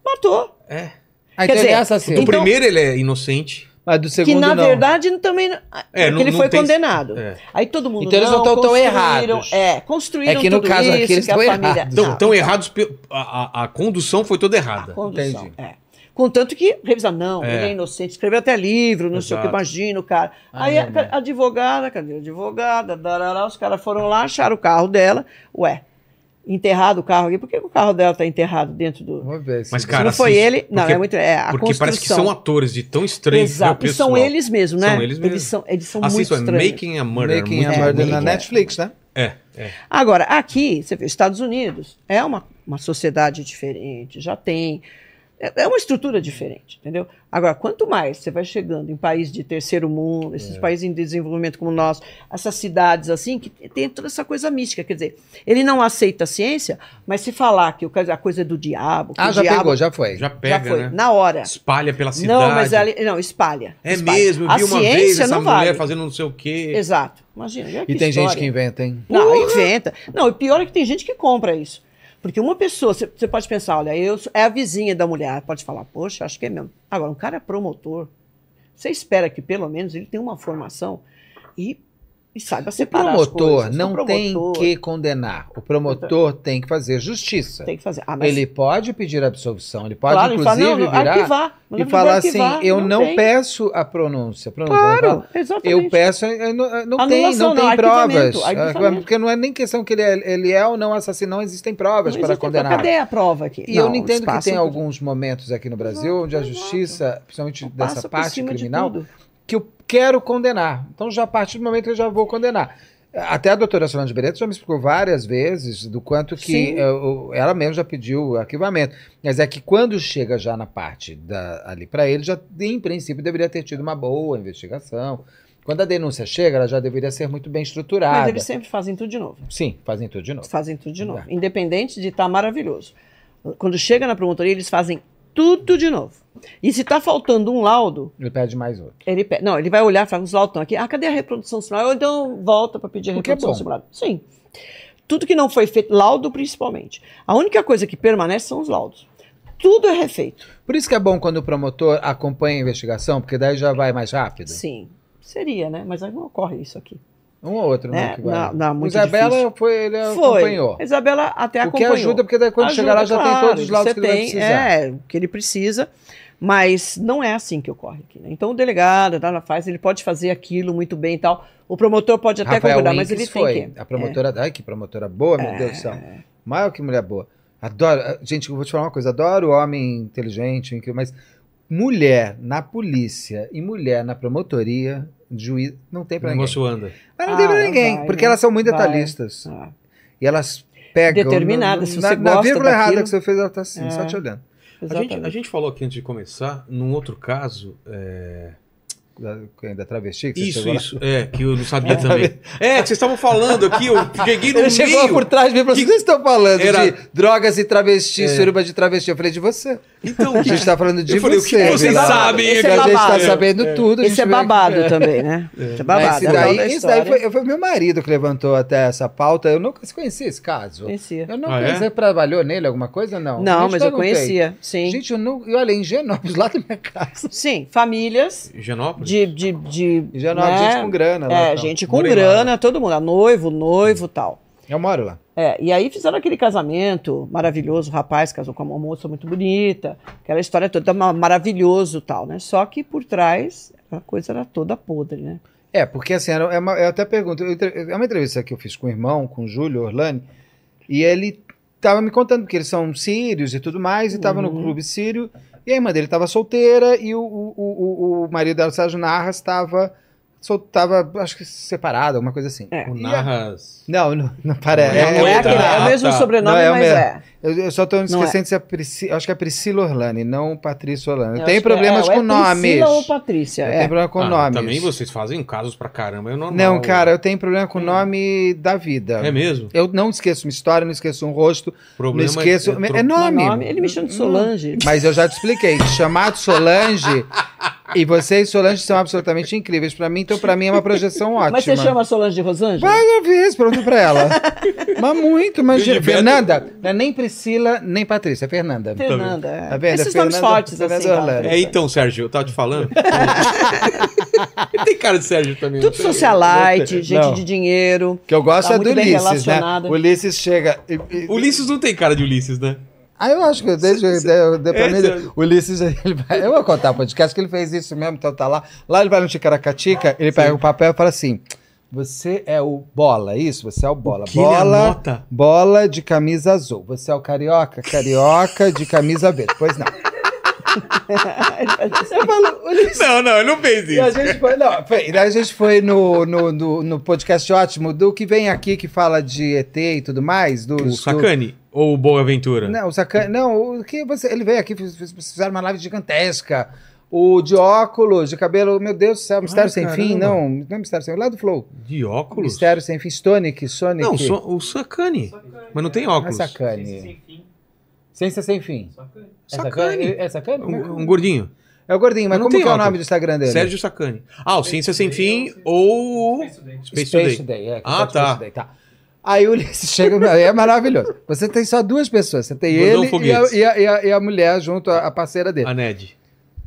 S3: Matou.
S1: É.
S4: Ah,
S3: Quer
S4: então ele é
S3: dizer,
S1: Do
S4: assassino.
S3: então-
S1: primeiro ele é inocente.
S4: Mas do
S3: Que
S4: segundo
S3: na
S4: não.
S3: verdade também.
S1: É,
S3: porque
S1: não-
S3: ele
S1: não
S3: foi
S1: tem-
S3: condenado.
S1: É.
S3: Aí todo mundo.
S4: Então eles não tão- tão
S3: construíram-
S4: errados.
S3: É, construíram.
S4: É que no
S3: tudo
S4: caso aqui
S3: isso,
S4: eles
S3: que a
S4: tão
S3: família-
S4: errados.
S3: Não,
S1: Então, tão errados. pe- A, a- a condução foi toda errada.
S3: Condução,
S4: Entendi.
S3: é. Contanto que revisar, não,
S1: É.
S3: ele é inocente, escreveu até livro, não sei o que,
S1: Exato. Ah, né?
S3: imagina o cara.
S4: Ai,
S3: Aí a,
S4: minha mãe.
S3: a advogada, cadê a advogada? Darará, os caras foram lá, acharam o carro dela, ué, enterrado o carro aqui, por que que o carro dela tá enterrado dentro do.
S4: Vou ver. se-
S1: Mas,
S4: se-
S1: cara,
S3: não foi
S1: assim,
S3: ele, não,
S1: porque-
S3: é muito. É, a
S1: Porque
S3: construção.
S1: parece que são atores de tão estranhos.
S3: Exato, e são eles mesmos, né?
S1: São eles mesmos.
S3: são, eles são muito
S1: Assistam, é
S3: estranhos.
S1: Making a Murder.
S4: Making é
S1: muito
S4: a Murder
S1: bom.
S4: na
S3: bom.
S4: Netflix, né?
S1: É, é.
S3: Agora, aqui, você vê, Estados Unidos é uma, uma sociedade diferente, já tem. É é uma estrutura diferente, entendeu? Agora, quanto mais você vai chegando em países de terceiro mundo, esses
S1: É.
S3: países em desenvolvimento como o nosso, essas cidades assim, que tem toda essa coisa mística. Quer dizer, ele não aceita a ciência, mas se falar que o ca- a coisa é do diabo, que
S4: Ah,
S3: o
S4: já
S3: diabo
S4: pegou, já foi.
S1: Já
S3: já
S1: pega,
S3: foi,
S1: né?
S3: na hora.
S1: Espalha pela cidade.
S3: Não, mas ela, não, espalha.
S1: É
S3: espalha.
S1: mesmo, eu vi
S3: a
S1: uma
S3: ciência
S1: vez essa
S3: não
S1: mulher
S3: vale.
S1: fazendo não sei o quê.
S3: Exato. Imagina. olha
S4: E
S3: que
S4: tem gente
S3: história.
S4: que inventa, hein?
S3: Não, inventa. Não, o pior é que tem gente que compra isso. Porque uma pessoa, você você pode pensar, olha, eu sou- é a vizinha da mulher, pode falar, poxa, acho que é mesmo. Agora, um cara promotor, você espera que pelo menos ele tenha uma formação e, e saiba
S4: O
S3: separar as
S4: promotor
S3: coisas. O
S4: não
S3: promotor
S4: tem que condenar. O promotor tem que fazer justiça.
S3: Tem que fazer. Ah, mas,
S4: Ele pode pedir absolvição, ele pode,
S3: claro, ele fala,
S4: inclusive,
S3: não, não,
S4: virar
S3: arquivar. Mas
S4: e
S3: não
S4: falar
S3: é vai
S4: assim:
S3: arquivar,
S4: eu não,
S3: tem.
S4: peço a pronúncia. pronúncia né?
S3: Claro,
S4: fala,
S3: exatamente.
S4: Eu peço, eu não, eu não tem,
S3: Anulação,
S4: não tem
S3: não,
S4: provas.
S3: arquivamento, arquivamento.
S4: Porque não é nem questão que ele é, ele é ou não assassino, não existem provas
S3: Não
S4: para
S3: existe- é
S4: condenar.
S3: Cadê a prova aqui?
S4: E eu não
S3: eles
S4: entendo que
S3: passam
S4: tem
S3: por-
S4: alguns momentos aqui no Brasil onde a justiça, principalmente
S3: passa
S4: dessa
S3: Um por
S4: parte
S3: cima de
S4: criminal,
S3: tudo.
S4: que eu quero condenar. Então, já a partir do momento que eu já vou condenar. Até a doutora Solange Bereto já me explicou várias vezes do quanto que
S3: Sim.
S4: eh, o- ela mesma já pediu arquivamento. Mas é que quando chega já na parte da- ali para ele, já em princípio deveria ter tido uma boa investigação. Quando a denúncia chega, ela já deveria ser muito bem estruturada.
S3: Mas eles sempre fazem tudo de novo.
S4: Sim, fazem tudo de novo.
S3: Fazem tudo de novo.
S4: Tá.
S3: Independente de estar maravilhoso. Quando chega na promotoria, eles fazem tudo de novo. E se está faltando um laudo,
S4: Ele pede mais outro.
S3: ele pe- não, ele vai olhar e fala, os laudos estão aqui. Ah, cadê a reprodução simulada? Ou então volta para pedir a
S4: O que é
S3: reprodução
S4: bom.
S3: simulada. Sim. Tudo que não foi feito, laudo principalmente. A única coisa que permanece são os laudos. Tudo é refeito.
S4: Por isso que é bom quando o promotor acompanha a investigação, porque daí já vai mais rápido.
S3: Sim. Seria, né? Mas aí não ocorre isso aqui.
S4: Um ou outro, né?
S3: É,
S4: que vai.
S3: não, não, muito
S4: Isabela
S3: difícil.
S4: foi, ele acompanhou.
S3: A Isabela até
S4: O que
S3: acompanhou.
S4: ajuda, porque daí quando
S3: Ajuda,
S4: chegar lá já
S3: claro,
S4: tem todos os lados
S3: você
S4: que ele vai
S3: tem,
S4: precisar.
S3: É, o que ele precisa, mas não é assim que ocorre aqui. Né? Então o delegado, tá, ela faz, ele pode fazer aquilo muito bem e tal. O promotor pode até
S4: Rafael
S3: concordar,
S4: Winkes
S3: mas ele
S4: foi.
S3: tem que. é.
S4: A promotora, ai que promotora boa, meu Deus do céu. Maior que mulher boa. Adoro, ah, gente, eu vou te falar uma coisa, adoro homem inteligente, incrível, mas mulher na polícia e mulher na promotoria, juiz, não tem
S1: O
S4: pra ninguém.
S1: negócio anda.
S4: Mas não tem
S3: Ah,
S4: pra ninguém,
S3: vai,
S4: porque
S3: né?
S4: elas são muito
S3: Vai.
S4: detalhistas.
S3: Ah,
S4: E elas pegam...
S3: Determinadas, se
S4: na,
S3: você
S4: na
S3: gosta
S4: vírgula errada
S3: daquilo.
S4: que você fez, ela tá assim,
S3: É.
S4: só te olhando.
S1: A gente, a
S3: exatamente.
S1: gente falou aqui antes de começar, num outro caso. é,
S4: Da, quem, da travesti que você
S1: Isso,
S4: chegou lá.
S1: isso. É, que eu não sabia também. É, que vocês estavam falando aqui, eu cheguei no
S4: Ele chegou
S1: meio.
S4: por trás de mim e falou assim: o que vocês estão falando
S1: Era-
S4: de drogas e travesti,
S1: É.
S4: suruba de travesti? Eu falei, de você.
S1: Então,
S4: A
S3: Uhum.
S4: gente tá falando de
S1: Eu falei, o que
S4: você.
S1: vocês
S4: Vila.
S1: sabem?
S4: A gente
S3: Esse é
S4: tá
S3: babado.
S4: sabendo tudo. a
S3: Esse
S4: gente
S3: é
S4: veio aqui-
S3: babado também, né? Esse é babado.
S4: Esse
S3: é
S4: daí,
S3: toda a
S4: esse daí
S3: história.
S4: foi, foi meu marido que levantou até essa pauta. Eu nunca conhecia esse caso.
S3: Conhecia.
S4: Eu não
S1: Ah, é?
S4: conhecia. Você trabalhou nele alguma coisa? Não. A
S3: Não,
S4: gente
S3: mas eu
S4: perguntei.
S3: conhecia, Né? sim.
S4: Gente, eu não. E olha, em Genópolis, lá da minha casa.
S3: Sim, famílias
S1: Genópolis?
S3: de. de, de
S4: Em Genópolis,
S3: né?
S4: gente com grana. lá,
S3: É,
S4: então.
S3: gente com
S1: Morei lá,
S3: grana, todo mundo. Noivo, noivo tal.
S4: Eu moro lá.
S3: É, e aí fizeram aquele casamento maravilhoso, o rapaz casou com uma moça muito bonita, aquela história toda ma- maravilhoso e tal, né? Só que por trás a coisa era toda podre, né?
S4: É, porque assim, era- é uma- eu até pergunto, eu entre- é uma entrevista que eu fiz com o irmão, com o Júlio Orlani, e ele tava me contando, porque eles são sírios e tudo mais, e tava no
S3: Uhum.
S4: clube sírio, e a irmã dele tava solteira, e o, o, o, o- o marido dela, o Sérgio Narras, estava sol- tava, acho que separado, alguma coisa assim.
S3: É.
S1: O
S4: E a-
S1: Narras.
S4: Não, não, não parece.
S1: Não
S3: Não é
S1: tá,
S3: aquele, é o mesmo
S1: tá.
S3: sobrenome,
S4: Não, é o
S3: mas
S4: mesmo.
S3: é.
S4: Eu, eu só tô me
S3: Não é.
S4: esquecendo se é Priscila. Acho que é Priscila Orlani, não Patrícia
S3: Eu
S4: Orlani. Eu tenho
S3: acho que
S4: problemas
S3: é,
S4: com
S3: ou é
S4: nomes.
S3: Priscila ou
S4: Eu
S3: Patrícia. é.
S4: tenho problema com
S1: Ah,
S4: nomes.
S1: Também vocês fazem casos pra caramba, é normal.
S4: Não, cara, eu tenho problema
S3: É.
S4: com o nome da vida.
S1: É mesmo?
S4: Eu não esqueço uma história, não esqueço um rosto, não
S1: Problema
S4: esqueço.
S1: é,
S4: É,
S1: tro-
S3: Meu
S4: nome. Hum,
S3: nome, Ele me chama de Solange.
S4: Mas eu já te expliquei. Chamar de Solange e você e Solange são absolutamente incríveis pra mim, então pra mim é uma projeção ótima.
S3: Mas você chama Solange de Rosângela?
S4: Mas eu fiz, pergunta pra ela. mas muito, mas.
S1: Gilberto-
S4: Fernanda, não é nem Priscila, nem Patrícia, é Fernanda.
S3: Fernanda. é.
S4: Tá vendo?
S3: Esses
S4: É
S3: nomes
S4: Fernanda-
S3: fortes,
S4: Fernanda
S3: assim.
S4: Orlando.
S3: cara.
S1: É, então, Sérgio, eu tava te falando. Ele tem cara de Sérgio também.
S3: Tudo
S1: não tem?
S3: socialite, gente
S4: Não.
S3: de dinheiro.
S4: Que eu gosto
S3: Tá
S4: é do
S3: muito bem
S4: Ulisses, né?
S3: relacionada.
S4: Ulisses chega. e- e-
S1: Ulisses não tem cara de Ulisses, né?
S4: Ah, eu acho que eu desde eu- eu- eu- pra mim,
S1: Esse-
S4: o Ulisses, ele vai, eu vou contar o podcast que ele fez isso mesmo, então tá lá. Lá ele vai no Ticaracatica, ele pega o papel e fala assim: Você é o bola, isso? Você é o bola.
S1: que ele
S4: bola,
S1: anota?
S4: bola de camisa azul. Você é o carioca? Carioca de camisa verde. Pois não. Eu falo, Ulisses.
S1: Não, não, ele não fez
S4: E a
S1: isso.
S4: gente foi, não, foi- a gente foi no, no, no, no podcast ótimo do que vem aqui que fala de ET e tudo mais. Do,
S1: O Sacani ou o Boa Ventura?
S4: Não, o Sacani. Não, o que você. Ele veio aqui, fiz- fiz- fizeram uma live gigantesca. O de óculos, de cabelo, meu Deus do céu, Mistério Sem Fim,
S1: caramba.
S4: não, não é Mistério Sem Fim, lá do Flow.
S1: De óculos?
S4: Mistério Sem Fim, Stonic, Sonic.
S1: Não, só o Sacani. Mas não tem
S4: Não é
S1: óculos.
S4: Sacani. Ciência Sem Fim. É
S1: Sacani.
S4: É Sacani?
S1: Um, um gordinho.
S4: É o gordinho, mas
S1: Não
S4: como
S1: tem
S4: que é o
S1: óculos.
S4: nome do Instagram dele?
S1: Sérgio Sacani. Ah, o Ciência Sem Fim ou o Space, Today.
S4: Today, é, que
S1: Ah,
S4: faz
S1: tá.
S4: Space Today, tá. Aí o Ulisses chega, é maravilhoso. Você tem só duas pessoas, você tem
S1: Mandou um Ah.
S4: ele e a,
S1: foguetes.
S4: e a- e a- e a mulher junto, a, a parceira dele.
S1: A Ned.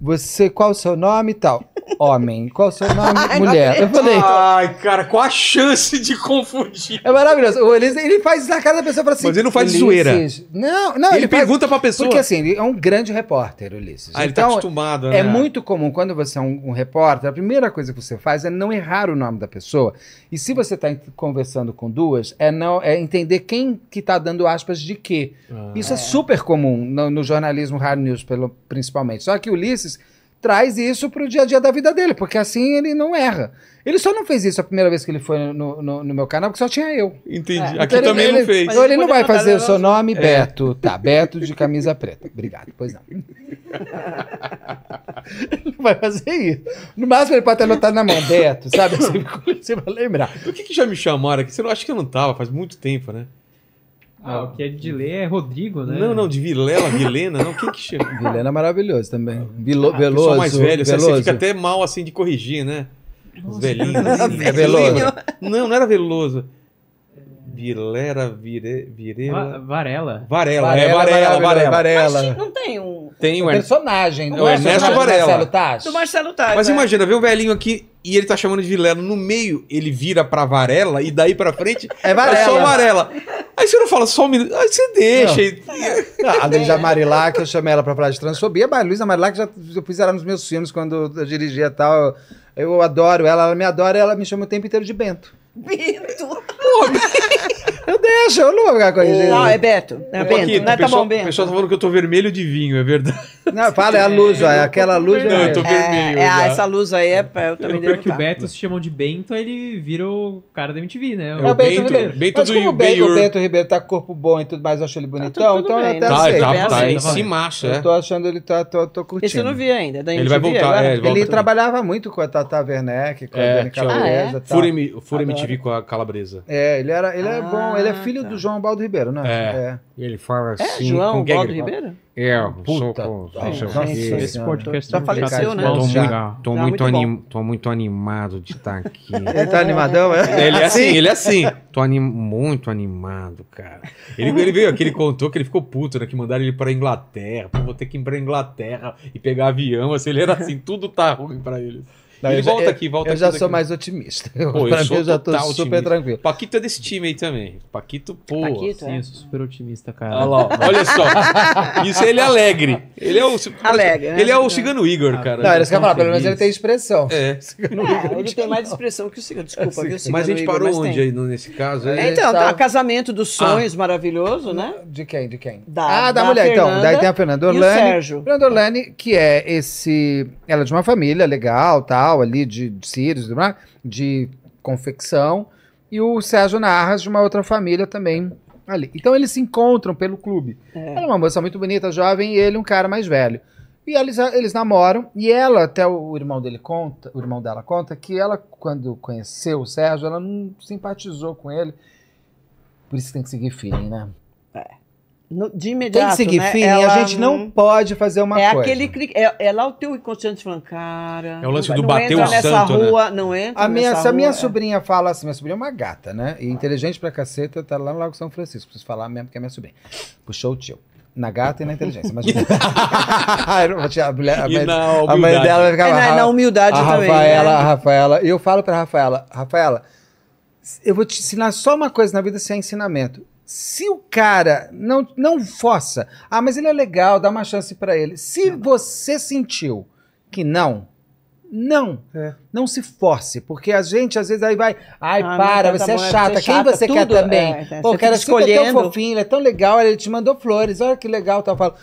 S4: Você, qual o seu nome e tal? Homem. Qual o seu nome? mulher. Eu falei,
S1: Ai, cara, qual a chance de confundir?
S4: é maravilhoso. O Ulisses, ele faz na cara da pessoa e fala assim...
S1: Mas ele não faz de
S4: "Ulisses, Não, não.
S1: Ele,
S4: faz-
S1: pergunta pra pessoa.
S4: Porque assim, ele é um grande repórter, Ulisses.
S1: ah, ele tá
S4: então,
S1: acostumado, né?
S4: É muito comum quando você é um, um repórter, a primeira coisa que você faz é não errar o nome da pessoa. E se você está conversando com duas, é não é entender quem que está dando aspas de quê.
S1: Ah.
S4: Isso é, super comum no, no jornalismo hard news, pelo- principalmente. Só que o Ulisses traz isso para o dia a dia da vida dele, porque assim ele não erra. Ele só não fez isso a primeira vez que ele foi no, no- no meu canal, porque só tinha eu.
S1: Entendi.
S3: É,
S1: Aqui
S4: Então ele-
S1: também
S4: ele,
S1: não fez.
S3: Mas
S4: Então ele
S3: ele
S4: não vai
S3: podia
S4: fazer
S3: botar
S4: o seu
S3: lá-
S4: nome, Beto. Tá, Beto de camisa preta. Obrigado, pois não. Ele não vai fazer isso. No máximo ele pode até anotar na mão, Beto, sabe? Assim, Você vai lembrar.
S1: Do que, que já me chamaram aqui? Você não acha que eu não tava? Faz muito tempo, né?
S2: Ah, o que é de ler é Rodrigo, né?
S1: Não, não, de Vilela, Vilena, não. Quem que chama?
S4: Vilena é maravilhoso também. Vilo,
S1: O
S4: Veloso.
S1: pessoal mais velho, você-
S4: Veloso.
S1: você fica até mal assim de corrigir, né? Os velhinhos. assim,
S4: É Veloso.
S1: lembra? Não, não era Veloso. Vilera, Vire,
S2: Va-
S1: Virela.
S2: Varela.
S1: Varela, é Varela,
S4: maravilhoso,
S1: Varela.
S4: Varela.
S3: Não tem um.
S1: Tem
S4: O
S1: o Ernesto.
S4: personagem.
S1: É o
S4: é
S1: Ernesto
S4: personagem do
S1: Varela.
S4: Marcelo Taz.
S3: Do Marcelo Tati.
S1: Mas imagina, vê um velhinho aqui e ele tá chamando de Vilela. No meio, ele vira pra Varela e daí pra frente
S4: É Varela.
S1: é só Varela. Aí você não fala só um minuto. Aí Um você deixa.
S4: Não.
S1: e-
S4: Não, a Luísa Marilac, eu chamei ela pra falar de transfobia, mas a Luísa Marilac já eu pus ela nos meus filmes quando eu dirigia e tal. Eu, adoro ela, ela me adora e ela me chama o tempo inteiro de Bento.
S3: Bento.
S4: Eu deixo, eu não vou ficar corrigindo.
S3: Não, é Beto. É
S1: Ô,
S3: Bento.
S1: Paquito,
S3: Não é
S1: o
S3: tá
S1: Um pessoal,
S3: bom,
S1: o
S3: Bento.
S1: pessoal tá falando que eu tô vermelho de vinho, é verdade.
S4: Não, fala, é a luz, ó, é aquela luz.
S1: Não,
S4: é-
S1: eu tô
S3: É,
S1: vermelho.
S3: é, ah,
S1: tá já.
S3: essa luz aí é pra eu também
S2: Pior que o
S3: derrotar.
S2: Beto se chamam de Bento, aí ele vira o cara da MTV, né?
S1: É o Bento- Bento
S4: mas
S1: do
S4: como o Bento,
S1: Ibeiro.
S4: o Bento Ribeiro tá com corpo bom e tudo mais, eu acho ele bonitão,
S3: Tá tudo
S4: então
S3: bem,
S4: eu até
S3: né?
S1: Tá,
S4: aceito.
S1: tá, tá
S2: aceito,
S1: em
S2: vai.
S1: cima, acho, é.
S4: Eu tô achando ele, tá, tô, tô curtindo.
S3: Isso eu não vi ainda. da
S1: Ele vai
S3: MTV
S1: voltar,
S3: agora.
S1: é, ele
S4: Ele
S1: volta.
S4: trabalhava muito com a Tata Werneck, com
S1: É,
S4: a Dani
S1: tinha o-
S3: Ah,
S4: Calabresa e tal.
S1: Fura M- Fura MTV com a calabresa.
S4: É, ele, era, ele é
S3: Ah,
S4: bom, ele é filho
S3: tá.
S4: do João Baldo Ribeiro, né?
S1: É.
S4: é.
S1: E ele fala assim,
S3: É, João Baldo Ribeiro?
S1: É,
S4: Puta.
S1: Tá,
S3: não sei o
S4: Nossa
S3: quê.
S4: Senhora.
S2: Esse podcast
S3: Já
S2: é um
S3: faleceu,
S2: chato,
S3: né?
S2: mal
S4: Tô
S2: legal.
S3: Tá muito bom.
S1: tô muito animado de estar aqui.
S4: Ele tá animadão, é?
S1: Ele é assim, ele é assim. Tô anim- muito animado, cara. Ele, ele veio aqui, ele contou que ele ficou puto, né? Que mandaram ele pra Inglaterra. Pô, vou ter que ir pra Inglaterra e pegar avião. Assim, ele era assim, tudo tá ruim pra ele.
S4: Não,
S1: ele
S4: eu já-
S1: volta aqui, volta
S4: Eu
S1: aqui.
S4: já
S1: volta
S4: sou
S1: aqui.
S4: mais otimista.
S1: Pô, eu
S4: pra
S1: sou
S4: mim, eu já tô
S1: total
S4: super
S1: otimista.
S4: tranquilo.
S1: Paquito é desse time aí também. Paquito, pô.
S3: Paquito,
S2: Sim,
S3: é.
S2: eu sou super otimista,
S1: Olha
S2: cara.
S1: lá, ó. olha só. Isso ele é alegre. Ele é o.
S3: Alegre, né?
S1: Ele é o cigano Igor, cara.
S4: Ah, Não, era isso que eu ia falar, pelo menos
S2: feliz.
S4: ele tem expressão.
S1: É.
S3: É, ele tem mais expressão que o Cigano. Desculpa, viu, Cigano
S1: Mas a gente
S3: Igor,
S1: parou
S3: mas
S1: onde
S3: tem.
S1: aí no- nesse caso? aí?
S4: É.
S3: Então,
S4: Tá.
S3: tá, casamento dos
S1: Ah.
S3: sonhos, maravilhoso, né?
S4: De quem? De quem?
S3: Da-
S4: ah, da,
S3: da
S4: mulher, então.
S3: Fernanda
S4: Daí tem a Fernanda
S3: e o
S4: Orlani.
S3: Sérgio.
S4: Fernanda Orlani, que é esse. Ela é de uma família legal, tal. comercial ali, de, de sírios, de, de confecção, e o Sérgio Narras, de uma outra família também ali. Então eles se encontram pelo clube.
S3: É.
S4: Ela é uma moça muito bonita, jovem, e ele um cara mais velho. E eles, eles namoram, e ela, até o irmão dele conta, o irmão dela conta, que ela, quando conheceu o Sérgio, ela não simpatizou com ele. Por isso tem que seguir feeling, né?
S3: No- de
S4: Tem
S3: imediato.
S4: que seguir
S3: né?
S4: feeling,
S3: Ela
S4: a gente não pode fazer uma
S3: É
S4: coisa.
S3: aquele. cri- É, é lá o teu inconsciente falando, cara.
S1: É o lance
S3: não vai-
S1: do
S3: não
S1: bater
S3: entra
S1: o
S3: nessa
S1: santo, né?
S3: rua, Não entra.
S4: A minha,
S3: nessa
S4: se a minha
S3: rua, é.
S4: sobrinha fala assim, minha sobrinha é uma gata, né? E inteligente pra caceta, tá lá no Lago São Francisco. Preciso falar mesmo que é minha sobrinha. Puxou o tio. Na gata e na inteligência. Mas... Eu não vou tirar a mulher- a
S1: E
S4: mãe-
S1: na
S4: a mãe
S1: humildade.
S4: dela vai
S3: É
S4: ficar
S3: na, na humildade
S4: a
S3: também.
S4: Rafaela, a
S3: né?
S4: Rafaela. E eu falo pra Rafaela, Rafaela, eu vou te ensinar só uma coisa na vida se é ensinamento. Se o cara não, não força, ah, mas ele é legal, dá uma chance pra ele. Se você sentiu que não, não,
S3: É.
S4: não se force, porque a gente às vezes aí vai, ai,
S3: Ah,
S4: para,
S3: não, tá
S4: você é
S3: bom,
S4: chata, quem
S3: chata,
S4: você
S3: tudo,
S4: quer também?
S3: é, é,
S4: Pô,
S3: você
S4: o cara
S3: fica
S4: super tão
S3: escolhendo.
S4: fofinho, ele é tão legal, ele te mandou flores, olha que legal, tal, falo.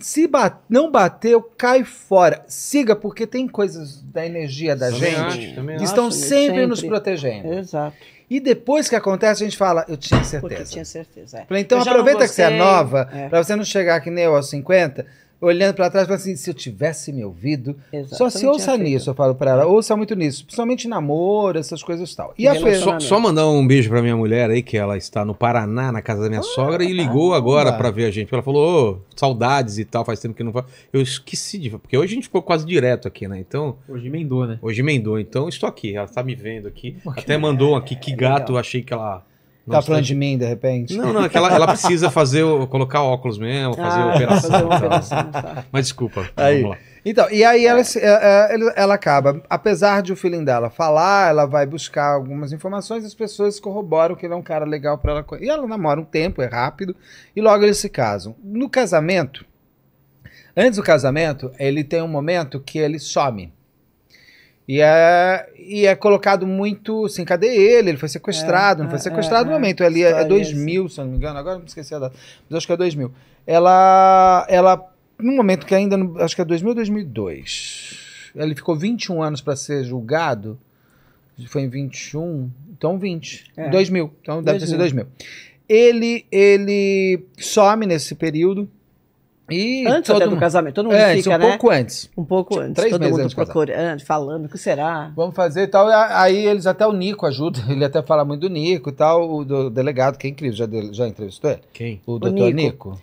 S4: Se ba- não bateu, cai fora. Siga, porque tem coisas da energia da
S1: Também
S4: é gente
S1: acho, também
S4: que
S1: acho.
S4: estão
S3: Nossa,
S4: sempre,
S3: sempre.
S4: nos protegendo.
S3: Exato.
S4: E depois que acontece, a gente fala, eu tinha certeza.
S3: Porque tinha certeza. é.
S4: Falei, então
S3: Eu já não
S4: aproveita que você é
S3: gostei.
S4: nova,
S3: É.
S4: pra você não chegar que nem eu aos 50, olhando pra trás, falando assim, se eu tivesse me ouvido,
S3: Exato,
S4: só
S3: eu
S4: se
S3: não
S4: ouça
S3: tinha feito.
S4: nisso, eu falo pra ela, ouça muito nisso, principalmente namoro, essas coisas e tal. E a Fê,
S3: Relacionamento.
S1: Só, só mandar um beijo pra minha mulher aí, que ela está no Paraná, na casa da minha sogra, e ligou agora
S4: tá.
S1: pra ver a gente. Ela falou, ô, saudades e tal, faz tempo que não fala. Eu esqueci de. Porque hoje a gente ficou quase direto aqui, né? Então,
S2: Hoje emendou, né?
S1: hoje emendou. Então, estou aqui. Ela está me vendo aqui. Até mandou um aqui, que gato, eu achei que ela.
S4: tá
S1: Nossa,
S4: falando de mim, de repente?
S1: Não, não, é que ela, ela precisa fazer o, colocar óculos mesmo, fazer
S3: Ah,
S1: operação.
S3: fazer uma
S1: e tal.
S3: operação, tá.
S1: Mas desculpa,
S4: Aí.
S1: vamos lá.
S4: Então, e aí ela, se- é, é, ele- ela acaba, apesar de o feeling dela falar, ela vai buscar algumas informações, as pessoas corroboram que ele é um cara legal pra ela. co- E ela namora um tempo, é rápido, e logo eles se casam. No casamento, antes do casamento, ele tem um momento que ele some. E é, e é colocado muito, assim, cadê ele? Ele foi sequestrado, não foi
S3: é, é,
S4: sequestrado no
S3: é.
S4: momento. Ali é, é
S3: História
S4: 2000, se eu não me engano, agora eu me esqueci a data, mas acho que é 2000. Ela, ela num momento que ainda, não- acho que é 2000 ou 2002, ele ficou 21 anos para ser julgado, foi em 21, então 20,
S3: É.
S4: 2000, então deve ter sido
S3: 2000.
S4: 2000. Ele, ele some nesse período e
S3: Antes
S4: todo
S3: até do
S4: mundo-
S3: casamento, todo mundo
S4: antes,
S3: fica,
S4: um
S3: né?
S4: pouco antes.
S3: Um pouco antes.
S4: Três
S3: todo
S4: meses
S3: mundo
S4: antes de casar.
S3: procurando, falando, o que será?
S4: Vamos fazer e tal. e a- Aí eles até o Nico ajuda, ele até fala muito do Nico e tal, o do delegado, que é incrível, já, de- já entrevistou ele?
S1: Quem?
S4: O, doutor
S3: Nico.
S4: Nico.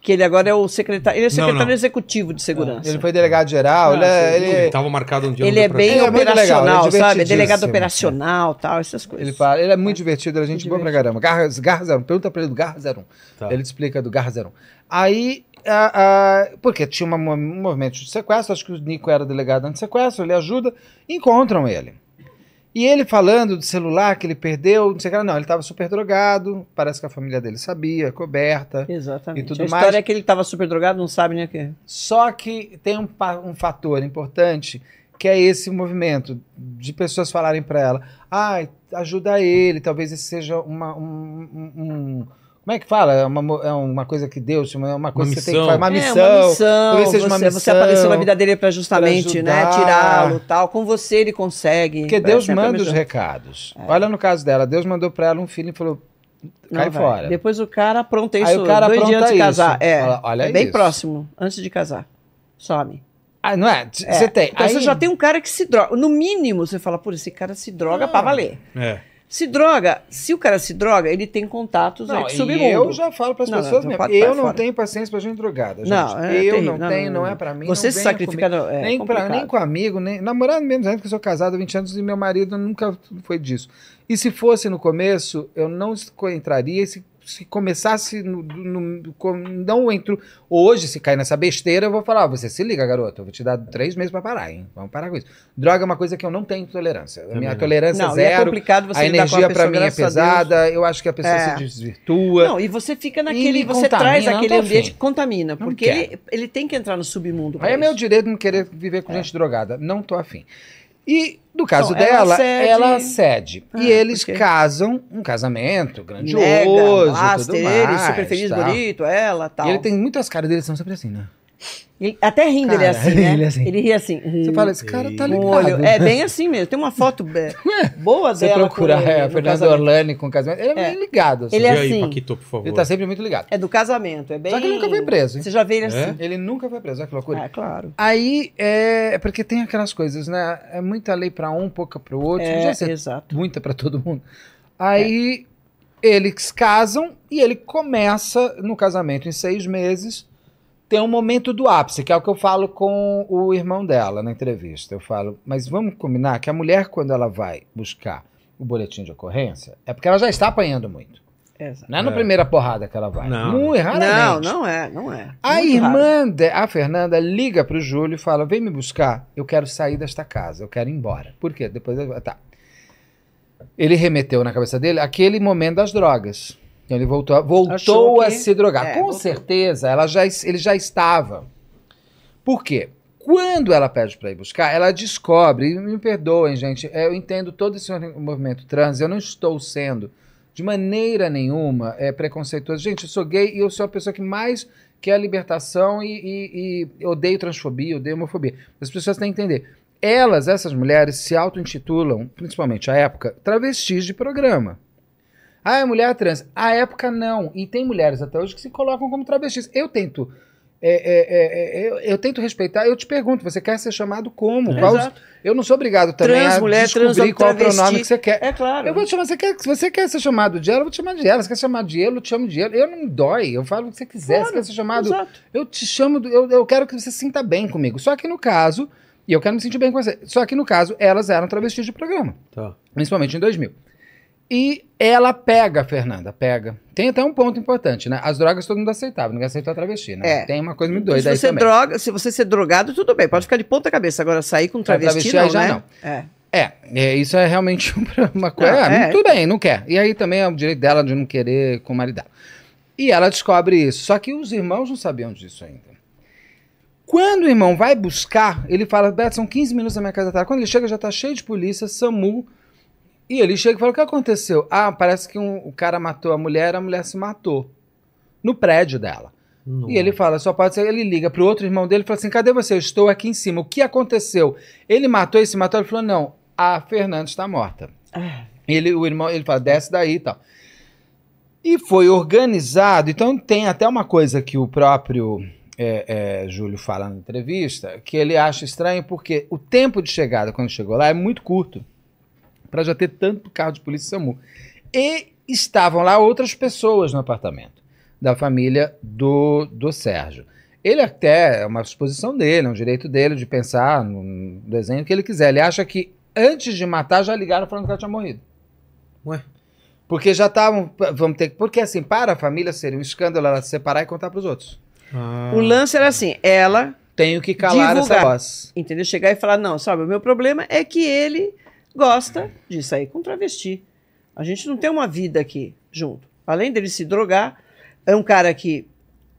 S3: Que ele agora é o secretário. Ele é
S1: Não,
S3: secretário
S1: não.
S3: executivo de segurança.
S4: Ele foi delegado geral,
S3: Ah,
S4: ele, é-
S3: sim.
S4: ele é-
S1: Ele tava marcado um dia.
S3: Ele
S1: não
S3: é
S1: deu pra-
S3: bem
S4: Ele é muito legal, ele é
S3: operacional, sabe? É
S4: divertidíssimo.
S3: Delegado operacional, tal, essas coisas.
S4: Ele fala, ele é muito divertido, ele é gente
S3: Muito
S4: boa pra caramba. Garra, Garra 01, pergunta pra ele do Garra 01.
S1: Tá.
S4: Ele te explica do Garra 01. Aí, a- a- porque tinha uma- um movimento de sequestro, acho que o Nico era delegado anti-sequestro, ele ajuda, encontram ele. E ele falando do celular que ele perdeu, não sei o que lá, não, ele tava super drogado, parece que a família dele sabia, coberta.
S3: Exatamente.
S4: E tudo
S3: a história
S4: mais.
S3: é que ele tava super drogado, não sabe nem o que. é.
S4: Só que tem um, pa- um fator importante que é esse movimento de pessoas falarem para ela: ai, ajuda ele, talvez esse seja uma. Um, um- um- como é que fala? É uma, mo- é uma coisa que Deus, é uma, uma coisa que você tem que
S1: missão.
S4: fazer, uma missão.
S3: É, uma missão.
S4: talvez seja uma
S3: você, você
S4: missão,
S3: apareceu na vida dele pra justamente,
S4: pra
S3: né?
S4: ajudar.
S3: Tirá-lo tal. Com você ele consegue.
S4: Porque
S3: É
S4: Deus
S3: sempre a
S4: manda os
S3: mesma-
S4: recados. Olha no caso dela, Deus mandou para ela um filho e falou:
S3: É. Não,
S4: cai
S3: vai.
S4: fora.
S3: Depois o cara apronta isso
S4: Aí o cara
S3: dois dias
S4: apronta
S3: antes de
S4: isso.
S3: casar. É,
S4: Olha- olha
S3: é bem
S4: isso.
S3: próximo, antes de casar. Some.
S4: Ah, não é?
S3: É.
S4: Você tem.
S3: Então
S4: Aí
S3: você já tem um cara que se droga. No mínimo, você fala, pô, esse cara se droga pra valer.
S1: É.
S3: Se droga, se o cara se droga, ele tem contatos
S4: Não,
S3: aí que
S4: e
S3: submundo.
S4: eu já falo para as
S3: Não, não,
S4: pessoas
S3: não
S4: mesmo.
S3: pode-
S4: Eu
S3: pode
S4: não
S3: fora.
S4: tenho paciência para gente drogada.
S3: Não,
S4: gente.
S3: é
S4: eu
S3: terrível.
S4: não
S3: Não,
S4: tenho,
S3: não,
S4: não, é
S3: não.
S4: para mim.
S3: Você
S4: não
S3: se
S4: venham
S3: sacrifica, não, é
S4: nem, pra-
S3: complicado.
S4: nem com amigo, nem namorado mesmo, né? porque eu sou casado há 20 anos e meu marido nunca foi disso. E se fosse no começo, eu não es- co- entraria. e Se, se começasse, no, no- com- não entro. Hoje, se cair nessa besteira, eu vou falar: "Ó, você se liga, garoto, eu vou te dar três meses para parar, hein? Vamos parar com isso. Droga é uma coisa que eu não tenho tolerância. A
S1: Também
S4: minha
S1: não.
S4: tolerância é
S3: Não, e é
S4: zero.
S3: complicado você
S4: a
S3: lidar com
S4: energia
S3: pessoa,
S4: pra mim é
S3: graças a Deus.
S4: pesada, eu acho que a pessoa
S3: É.
S4: se desvirtua.
S3: Não, e você fica
S4: E
S3: naquele. Você
S4: contamina,
S3: traz
S4: não
S3: aquele
S4: tô
S3: ambiente
S4: afim.
S3: que contamina.
S4: Não
S3: Porque ele, ele tem que entrar no submundo. pra
S4: Aí é
S3: isso.
S4: meu direito não querer viver com
S3: É.
S4: gente drogada. Não tô afim. E no caso
S3: Então, ela
S4: dela,
S3: cede-
S4: ela cede.
S3: Ah,
S4: e eles
S3: porque-
S4: casam um casamento grandioso,
S3: Nega,
S4: tudo
S3: Blaster, ele é
S4: mais,
S3: super feliz,
S4: tá?
S3: bonito, ela tal.
S4: E ele tem muitas caras dele, são sempre assim, né?
S3: Ele- até rindo ele é
S4: Cara,
S3: assim, né?
S4: ele é assim.
S3: Ele ri assim.
S4: Você fala, esse cara tá
S3: com
S4: ligado.
S3: o olho. É bem assim mesmo. Tem uma foto be- boa
S4: Você
S3: dela.
S4: procura
S3: com ele
S4: é,
S3: no
S4: Fernando
S3: casamento.
S4: Orlani com casamento. Ele é,
S3: É.
S4: meio ligado. assim.
S3: Ele
S4: Ele,
S1: E
S3: é
S1: aí,
S3: assim.
S1: Paquito, por favor.
S4: tá sempre muito ligado.
S3: É do casamento. É bem...
S4: Só que ele nunca foi preso, hein?
S3: Você já vê ele
S1: É?
S3: assim.
S4: Ele nunca foi preso, olha que loucura.
S3: Ah, claro.
S4: Aí, é porque tem aquelas coisas, né? É muita lei pra um, pouca pro outro.
S3: É,
S4: Podia ser
S3: exato.
S4: muita pra todo mundo.
S1: É.
S4: Aí, eles casam e ele começa no casamento em seis meses. Tem um momento do ápice, que é o que eu falo com o irmão dela na entrevista. Eu falo, mas vamos combinar que a mulher, quando ela vai buscar o boletim de ocorrência, é porque ela já está apanhando muito.
S3: exato.
S4: Não é na
S1: É.
S4: primeira porrada que ela vai.
S1: Não.
S4: Muito
S3: Não,
S4: raramente.
S3: não é, não é.
S4: A
S3: Muito raro.
S4: irmã, de- a Fernanda, liga pro Júlio e fala: vem me buscar, eu quero sair desta casa, eu quero ir embora. Por quê? Depois. eu- Tá. Ele remeteu na cabeça dele aquele momento das drogas. Então ele voltou, a- voltou
S3: Achou
S4: a
S3: que-
S4: se drogar.
S3: é,
S4: Com
S3: voltou.
S4: certeza, ela já, es- ele já estava. Por quê? Quando ela pede para ir buscar, ela descobre, e me perdoem, gente, é, eu entendo todo esse movimento trans, eu não estou sendo de maneira nenhuma é, preconceituoso. Gente, eu sou gay e eu sou a pessoa que mais quer libertação e, e- e odeio transfobia, odeio homofobia. As pessoas têm que entender. Elas, essas mulheres, se auto-intitulam, principalmente à época, travestis de programa. Ah, é mulher trans. À época, não. E tem mulheres até hoje que se colocam como travestis. Eu tento. é, é, é, é, eu, eu tento respeitar. Eu te pergunto, você quer ser chamado como? Qual-
S3: Exato.
S4: eu não sou obrigado também
S3: Trans,
S4: a
S3: mulher,
S4: descobrir
S3: trans,
S4: qual o
S3: travesti.
S4: pronome que você quer.
S3: É claro.
S4: Eu vou te chamar, você quer, se você quer ser chamado de ela, eu vou te chamar de ela. Se quer ser chamado de ele, eu te chamo de ele. Eu não me dói, eu falo o que você quiser. Se
S3: Claro,
S4: quer ser chamado.
S3: Exato.
S4: Eu te chamo, do- eu, eu quero que você se sinta bem comigo. Só que no caso, e eu quero me sentir bem com você. Só que no caso, elas eram travestis de programa
S1: Tá.
S4: principalmente em 2000. E ela pega a Fernanda, pega. Tem até um ponto importante, né? As drogas todo mundo aceitava, ninguém aceitou a travesti, né?
S3: É.
S4: Tem uma coisa muito doida
S3: se
S4: aí
S3: você
S4: também.
S3: droga, se você ser drogado, tudo bem, pode ficar de ponta cabeça. Agora sair com travesti,
S4: travesti,
S3: não,
S4: aí já
S3: né?
S4: não.
S3: É.
S4: É, é, isso é realmente um problema. uma coisa.
S3: Não,
S4: é,
S3: é.
S4: Tudo bem, não quer. E aí também é o direito dela de não querer com o marido dela. E ela descobre isso. Só que os irmãos não sabiam disso ainda. Quando o irmão vai buscar, ele fala, Beto, são 15 minutos da minha casa da tarde. Quando ele chega, já tá cheio de polícia, SAMU. E ele chega e fala, o que aconteceu? Ah, parece que um- o cara matou a mulher, a mulher se matou. No prédio dela. E ele fala, só pode ser. Ele liga pro outro irmão dele e fala assim: cadê você? Eu estou aqui em cima. O que aconteceu? Ele matou e se matou? Ele falou: não, a Fernanda está morta. Ele, o irmão, ele fala, desce daí e tal. E foi organizado. Então tem até uma coisa que o próprio é, é, Júlio fala na entrevista, que ele acha estranho, porque o tempo de chegada, quando chegou lá, é muito curto. Para já ter tanto carro de polícia e SAMU. E estavam lá outras pessoas no apartamento da família do, do Sérgio. Ele até, é uma suposição dele, é um direito dele de pensar no desenho que ele quiser. Ele acha que antes de matar já ligaram falando que ela tinha morrido.
S1: Ué?
S4: Porque já estavam, vamos ter que, porque assim, para a família seria um escândalo ela se separar e contar para os outros.
S1: Ah.
S3: O lance era assim, ela,
S4: Tenho que calar essa
S3: Divulgar.
S4: voz.
S3: entendeu? Chegar e falar, não, sabe, o meu problema é que ele gosta de sair com travesti. A gente não tem uma vida aqui junto. Além dele se drogar, é um cara que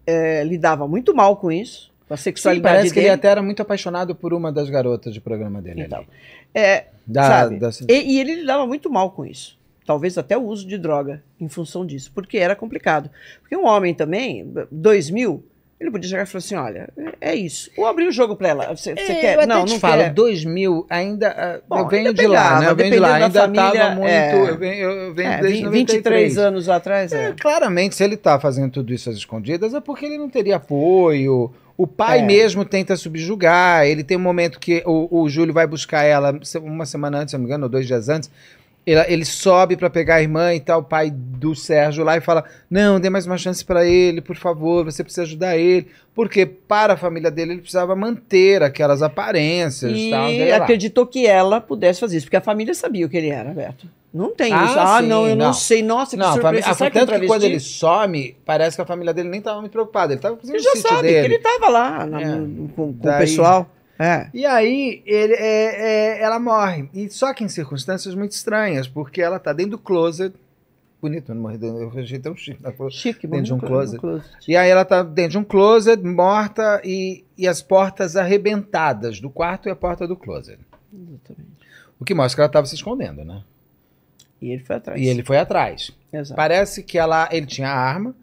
S3: eh, lidava muito mal com isso, com a
S4: Sim,
S3: sexualidade
S4: parece que
S3: dele.
S4: ele até era muito apaixonado por uma das garotas de programa dele. ali.
S3: Então, é,
S4: Da-
S3: sabe?
S4: da-
S3: E, e ele lidava muito mal com isso. Talvez até o uso de droga em função disso, porque era complicado. Porque um homem também, 2000, ele podia chegar e falar assim: olha, é isso. Ou abrir o jogo pra ela. Você, você
S4: É,
S3: quer?
S4: Eu até
S3: não,
S4: te
S3: não
S4: falo,
S3: quer.
S4: 2000 ainda. ah,
S3: Bom,
S4: eu venho
S3: ainda
S4: de lá,
S3: pegava,
S4: né? Eu venho de lá.
S3: dependendo da
S4: Ainda estava
S3: família,
S4: muito.
S3: é.
S4: Eu venho, eu venho
S3: É,
S4: desde
S3: 23 anos atrás.
S4: É,
S3: É.
S4: claramente, se ele tá fazendo tudo isso às escondidas, é porque ele não teria apoio. O pai
S3: É.
S4: mesmo tenta subjugar. Ele tem um momento que o, o Júlio vai buscar ela se- uma semana antes, se eu não me engano, ou dois dias antes. Ela- Ele, sobe pra pegar a irmã e tal, o pai do Sérgio lá e fala: Não, dê mais uma chance pra ele, por favor, você precisa ajudar ele. Porque para a família dele ele precisava manter aquelas aparências e tal.
S3: E
S4: dele lá.
S3: acreditou que ela pudesse fazer isso, porque a família sabia o que ele era, Beto. Não tem
S4: Ah,
S3: isso. Ah,
S4: sim,
S3: não, eu não,
S4: não.
S3: sei. Nossa, que
S4: Não, a
S3: surpresa.
S4: família,
S3: Sabe que é um
S4: tanto que quando
S3: travesti?
S4: ele some, parece que a família dele nem tava muito preocupada. Ele tava fazendo
S3: Ele
S4: o
S3: já
S4: sítio
S3: sabe
S4: dele.
S3: que ele estava lá na-
S4: É.
S3: no- com, com
S4: Daí-
S3: o pessoal. É.
S4: E aí ele, é- é- ela morre. E só que em circunstâncias muito estranhas, porque ela tá dentro do closet. Bonito, não morri. Eu achei tão chique. né?
S3: Chique,
S4: Dentro de um
S3: bonito,
S4: closet.
S3: closet.
S4: E aí ela tá dentro de um closet, morta, e, e as portas arrebentadas do quarto e a porta do closet.
S3: Exatamente.
S4: O que mostra que ela tava se escondendo, né?
S3: E ele foi atrás.
S4: E ele foi atrás.
S3: Exato.
S4: Parece que ela, ele tinha a arma.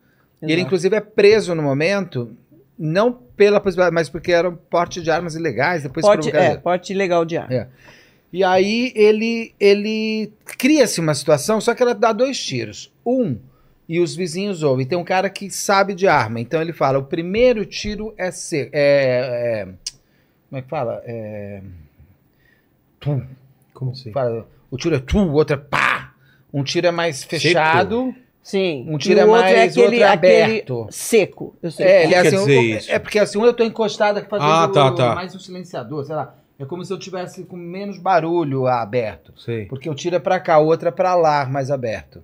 S3: Tá.
S4: E ele,
S3: Exato.
S4: inclusive, é preso no momento, não pela possibilidade, mas porque era um porte de armas ilegais, depois
S3: Porte, é,
S4: provocaram-
S3: porte ilegal de arma.
S4: É. E aí ele, ele cria-se uma situação, só que ela dá dois tiros. Um, e os vizinhos ouvem. Tem um cara que sabe de arma, então ele fala: o primeiro tiro é ser. É, é- como é que fala? É, tum,
S1: Como assim?
S4: fala, o tiro é tu, o outro é pá. Um tiro é mais fechado.
S3: Sim.
S4: Um tiro
S3: E
S4: é
S3: o outro
S4: mais, o outro é aberto.
S3: seco. Eu sei.
S4: É,
S1: que
S4: ele é,
S1: quer
S4: assim,
S1: dizer
S4: um-
S1: isso?
S4: é porque assim, um eu tô encostado aqui fazendo
S1: Ah, tá, tá.
S4: mais um silenciador, sei lá. É como se eu tivesse com menos barulho aberto.
S1: Sei.
S4: Porque o tiro é pra cá, o outro é pra lá, mais aberto.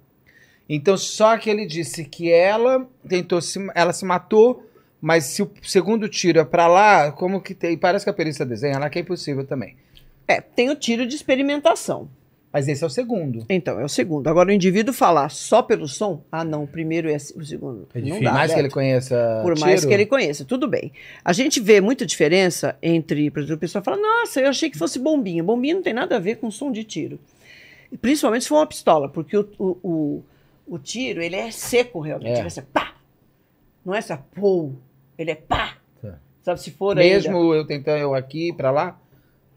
S4: Então, só que ele disse que ela tentou se, ela se matou, mas se o segundo tiro é pra lá, como que tem, parece que a perícia desenha lá que é impossível também.
S3: É, tem o tiro de experimentação.
S4: Mas esse é o segundo.
S3: Então, é o segundo. Agora, o indivíduo falar só pelo som, ah, não, o primeiro é o segundo.
S1: É
S3: não
S1: difícil.
S3: dá,
S4: Por mais né, que
S3: Beto.
S4: ele conheça
S3: Por mais
S4: tiro,
S3: que ele conheça, tudo bem. A gente vê muita diferença entre, por exemplo, o pessoal fala, nossa, eu achei que fosse bombinha. Bombinha não tem nada a ver com som de tiro. E Principalmente se for uma pistola, porque o, o, o, o tiro, ele é seco realmente.
S4: É.
S3: Ele é assim, pá! Não é essa pou, ele é pá!
S4: Tá.
S3: Sabe, se for
S4: mesmo
S3: ainda...
S4: eu tentando eu aqui pra lá,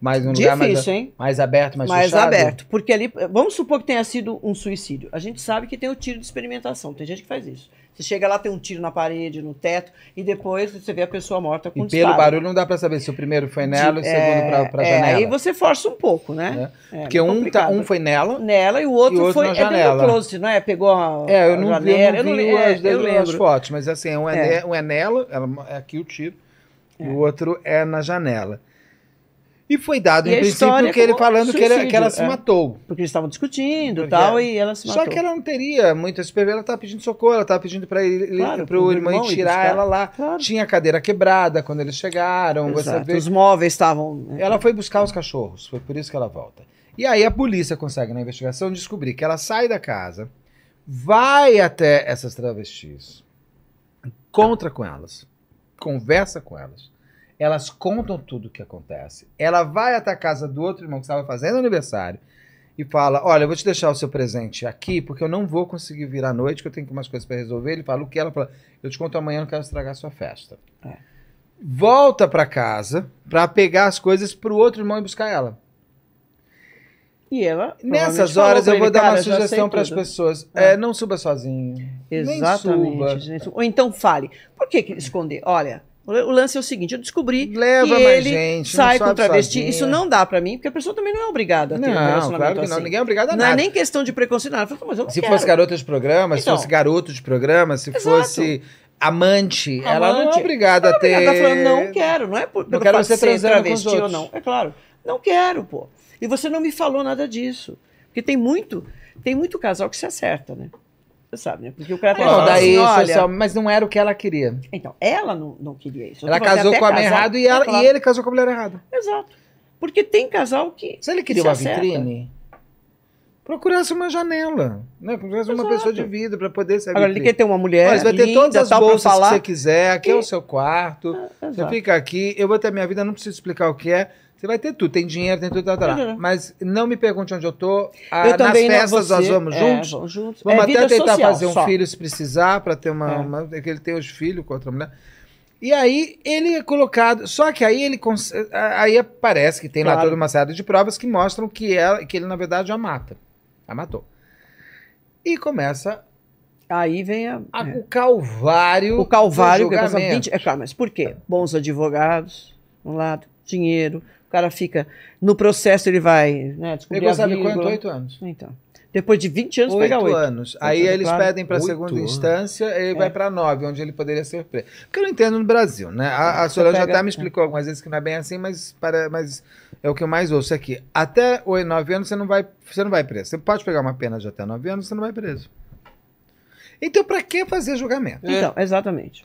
S4: mas um lugar mais,
S3: Difícil, hein?
S4: mais aberto, mais,
S3: mais
S4: fechado.
S3: aberto. Porque ali, vamos supor que tenha sido um suicídio. A gente sabe que tem o tiro de experimentação. Tem gente que faz isso. Você chega lá, tem um tiro na parede, no teto, e depois você vê a pessoa morta com
S4: E
S3: disparo.
S4: pelo barulho não dá pra saber se o primeiro foi nela e o
S3: De-
S4: segundo pra, pra
S3: é,
S4: janela.
S3: Aí você força um pouco, né? É,
S4: Porque um, tá-
S3: complicado.
S4: um foi nela.
S3: nela e o outro,
S4: e o outro
S3: foi
S4: na
S3: é dentro do
S4: janela.
S3: closet, não é? Pegou a,
S4: É, eu
S3: a
S4: não vi,
S3: janela.
S4: eu não vi
S3: le- é,
S4: as,
S3: eu
S4: as
S3: lembro.
S4: fotos, mas assim, um é,
S3: É.
S4: ne- um é nela, ela- é aqui o tiro, e o outro é na janela. E foi dado,
S3: E
S4: em
S3: a
S4: princípio,
S3: história
S4: que ele
S3: com
S4: falando que, ele-
S3: suicídio,
S4: que ela se
S3: é.
S4: matou.
S3: Porque eles estavam discutindo
S4: Porque
S3: e tal,
S4: é.
S3: e ela se matou.
S4: Só que ela não teria muita supervisão, ela tava pedindo socorro, ela tava pedindo para ele,
S3: Claro,
S4: pro
S3: pro
S4: irmão ir
S3: irmão ir
S4: tirar
S3: buscar.
S4: ela lá.
S3: Claro.
S4: Tinha a cadeira quebrada quando eles chegaram,
S3: Exato,
S4: você vê.
S3: Os móveis estavam... né?
S4: Ela foi buscar os cachorros, foi por isso que ela volta. E aí a polícia consegue, na investigação, descobrir que ela sai da casa, vai até essas travestis, encontra com elas, conversa com elas, elas contam tudo o que acontece. Ela vai até a casa do outro irmão que estava fazendo aniversário e fala: Olha, eu vou te deixar o seu presente aqui, porque eu não vou conseguir vir à noite, que eu tenho umas coisas para resolver. Ele fala o que ela fala: Eu te conto amanhã, eu não quero estragar a sua festa volta pra casa pra pegar as coisas pro outro irmão e buscar ela.
S3: E ela...
S4: Nessas
S3: provavelmente falou
S4: horas
S3: pra
S4: eu
S3: ele,
S4: vou dar
S3: "Cara,
S4: uma
S3: já sei
S4: sugestão para as
S3: tudo."
S4: pessoas.
S3: É.
S4: É, não suba sozinho. Nem suba.
S3: Exatamente. gente. Ou então fale. Por que, que esconder? Olha, o o lance é o seguinte, eu descobri
S4: Leva
S3: que
S4: mais
S3: ele
S4: gente. não
S3: sai
S4: sobe
S3: com travesti.
S4: sozinha.
S3: Isso não dá pra mim, porque a pessoa também não é obrigada a ter um
S4: Não,
S3: relacionamento
S4: claro que não.
S3: assim.
S4: Ninguém é obrigado a
S3: Não é
S4: nada.
S3: nem questão de preconceito, nada. Eu falo, mas eu não
S4: Se
S3: quero.
S4: fosse garota de programa, se
S3: Então.
S4: fosse garoto de programa, se
S3: Exato.
S4: fosse amante, ela não é
S3: Amante.
S4: obrigada
S3: Ela
S4: a ter.
S3: tá falando, não quero, não é por,
S4: Não
S3: pelo
S4: quero
S3: fato
S4: você
S3: de ser
S4: transando com os
S3: travesti ou
S4: outros.
S3: não. É claro, não quero, pô. E você não me falou nada disso. Porque tem muito, tem muito casal que se acerta, né? Você sabe, né? Porque o cara tá
S4: Não,
S1: Ah,
S4: daí, é
S3: assim, olha...
S4: social, mas não era o que ela queria.
S3: Então, ela não, não queria isso. Eu
S4: Ela
S3: tô falando que
S4: casou
S3: até
S4: com o homem
S3: casal-
S4: errado e, ela-
S3: É claro.
S4: e ele casou com a mulher errada.
S3: Exato. Porque tem casal que.
S4: Se ele queria
S3: Se
S4: uma
S3: acerta.
S4: vitrine, procurasse uma janela, né? Procurasse uma
S3: Exato.
S4: pessoa de vidro para poder ser a
S3: Agora, ele
S4: vitrine.
S3: quer ter uma mulher.
S4: Mas vai ter
S3: linda,
S4: todas as
S3: tal, pra
S4: bolsas que
S3: falar. Ah, Tá.
S4: você quiser, aqui é o seu quarto, você
S3: Exato.
S4: fica aqui, eu vou ter minha vida, não preciso explicar o que é. Você vai ter tudo, tem dinheiro, tem tudo, tá, tá, tá.
S3: Uhum.
S4: mas não me pergunte onde eu tô. ah,
S3: Eu
S4: nas
S3: também não,
S4: festas
S3: você-
S4: nós vamos
S3: é,
S4: juntos.
S3: vamos juntos.
S4: Vamos
S3: É
S4: até
S3: vida
S4: Tipo, tentar
S3: social
S4: fazer um
S3: só.
S4: filho se precisar, para ter uma,
S3: É.
S4: uma- é que ele tem os filhos com outra mulher. E aí ele é colocado. Só que aí ele. cons- eh, Aí parece que tem lá
S3: Claro.
S4: toda uma série de provas que mostram que, ela, que ele, na verdade, a mata. A matou. E começa
S3: Aí vem a-
S4: a-
S3: é.
S4: o calvário.
S3: o calvário,
S4: do
S3: que é passar
S4: Ah, julgamento.
S3: 20. É claro, mas por quê? Bons advogados, um lado, dinheiro. O cara fica. No processo, ele vai né, descobrir.
S4: Pegou,
S3: A
S4: sabe
S3: vírgula.
S4: quanto? Oito anos.
S3: Então. Depois de 20 anos, pega
S4: Oito
S3: oito.
S4: anos. Aí
S3: anos,
S4: eles
S3: claro.
S4: pedem para
S1: Oito
S4: segunda
S1: anos.
S4: instância e vai para nove, onde ele poderia ser preso. Porque eu não entendo no Brasil, né? A, a Solange
S3: pega-
S4: até me explicou algumas vezes que não é bem assim, mas, para, mas é o que eu mais ouço aqui. Até o nove anos você não vai, você não vai preso. Você pode pegar uma pena de até nove anos, você não vai preso. Então, para que fazer julgamento?
S3: Então, exatamente.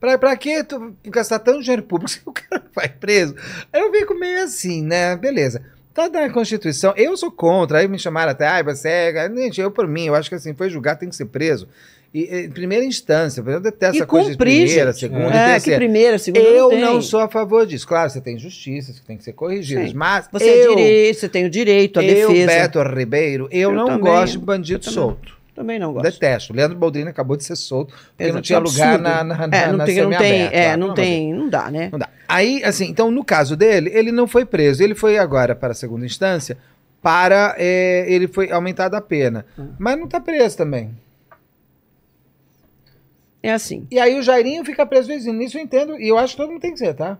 S4: Pra, pra que tu gastar tanto dinheiro público se o cara vai preso? Aí eu fico meio assim, né? Beleza. Tá na Constituição, eu sou contra, aí me chamaram até, ai, você é. Gente, eu por mim, eu acho que assim, foi julgar, tem que ser preso. E, e, em primeira instância, eu detesto
S3: E
S4: essa coisa
S3: cumprir,
S4: de primeira,
S3: gente.
S4: segunda, e
S3: É, que
S4: terceira.
S3: primeira, segunda.
S4: eu
S3: tem.
S4: não sou a favor disso. Claro, você tem injustiças que tem que ser corrigidas,
S3: Sim.
S4: mas
S3: Você, é
S4: eu,
S3: direito, você tem o direito, a
S4: eu
S3: defesa.
S4: Beto Ribeiro, eu,
S3: Eu
S4: não
S3: também,
S4: gosto de bandido
S3: eu também.
S4: solto.
S3: Também não gosto.
S4: Detesto. Leandro Boldrini acabou de ser solto, porque não
S3: Exato.
S4: tinha lugar
S3: Absurdo.
S4: na, na, na,
S3: É, não
S4: na
S3: tem, não tem,
S4: semiaberta.
S3: é,
S4: Ah,
S3: não
S4: pelo amor de
S3: tem, não dá, né?
S4: Não dá. Aí, assim, então no caso dele, ele não foi preso. Ele foi agora para a segunda instância para. é, ele foi aumentada a pena.
S3: Hum.
S4: Mas não está preso também.
S3: É assim.
S4: E aí o Jairinho fica preso vizinho. Isso eu entendo. E eu acho que todo mundo tem que ser, tá?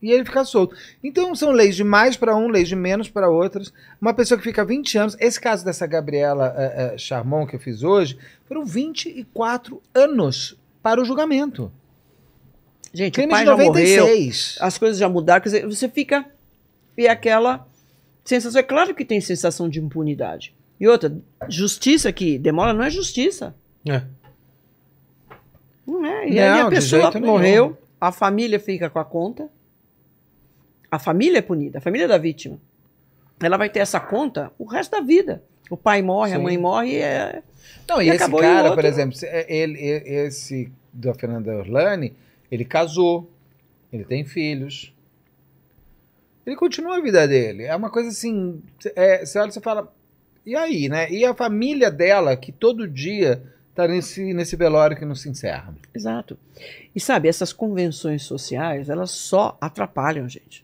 S4: E ele fica solto. Então são leis de mais para um, leis de menos para outros. Uma pessoa que fica 20 anos. Esse caso dessa Gabriela é, é, Charmon que eu fiz hoje, foram 24 anos para o julgamento.
S3: Gente, o
S4: Crime
S3: pai
S4: de
S3: já morreu,
S4: 96.
S3: as coisas já mudaram, quer dizer, você fica e aquela sensação, é claro que tem sensação de impunidade. E outra, justiça que demora não é justiça.
S1: É.
S3: Não é. E aí
S4: Não,
S3: a
S4: de
S3: pessoa
S4: jeito nenhum.
S3: morreu, a família fica com a conta. A família é punida, a família da vítima. Ela vai ter essa conta o resto da vida. O pai morre, a
S4: Sim.
S3: mãe morre, é,
S4: Não, e,
S3: E
S4: esse
S3: acabou, e o
S4: cara,
S3: outro-
S4: por exemplo, se- é, ele, e- esse da Fernanda Orlani, ele casou, ele tem filhos. Ele continua a vida dele. É uma coisa assim. cê- É, você olha e você fala. E aí, né? E a família dela, que todo dia tá nesse, nesse velório que não se encerra.
S3: Exato. E sabe, essas convenções sociais, elas só atrapalham, gente.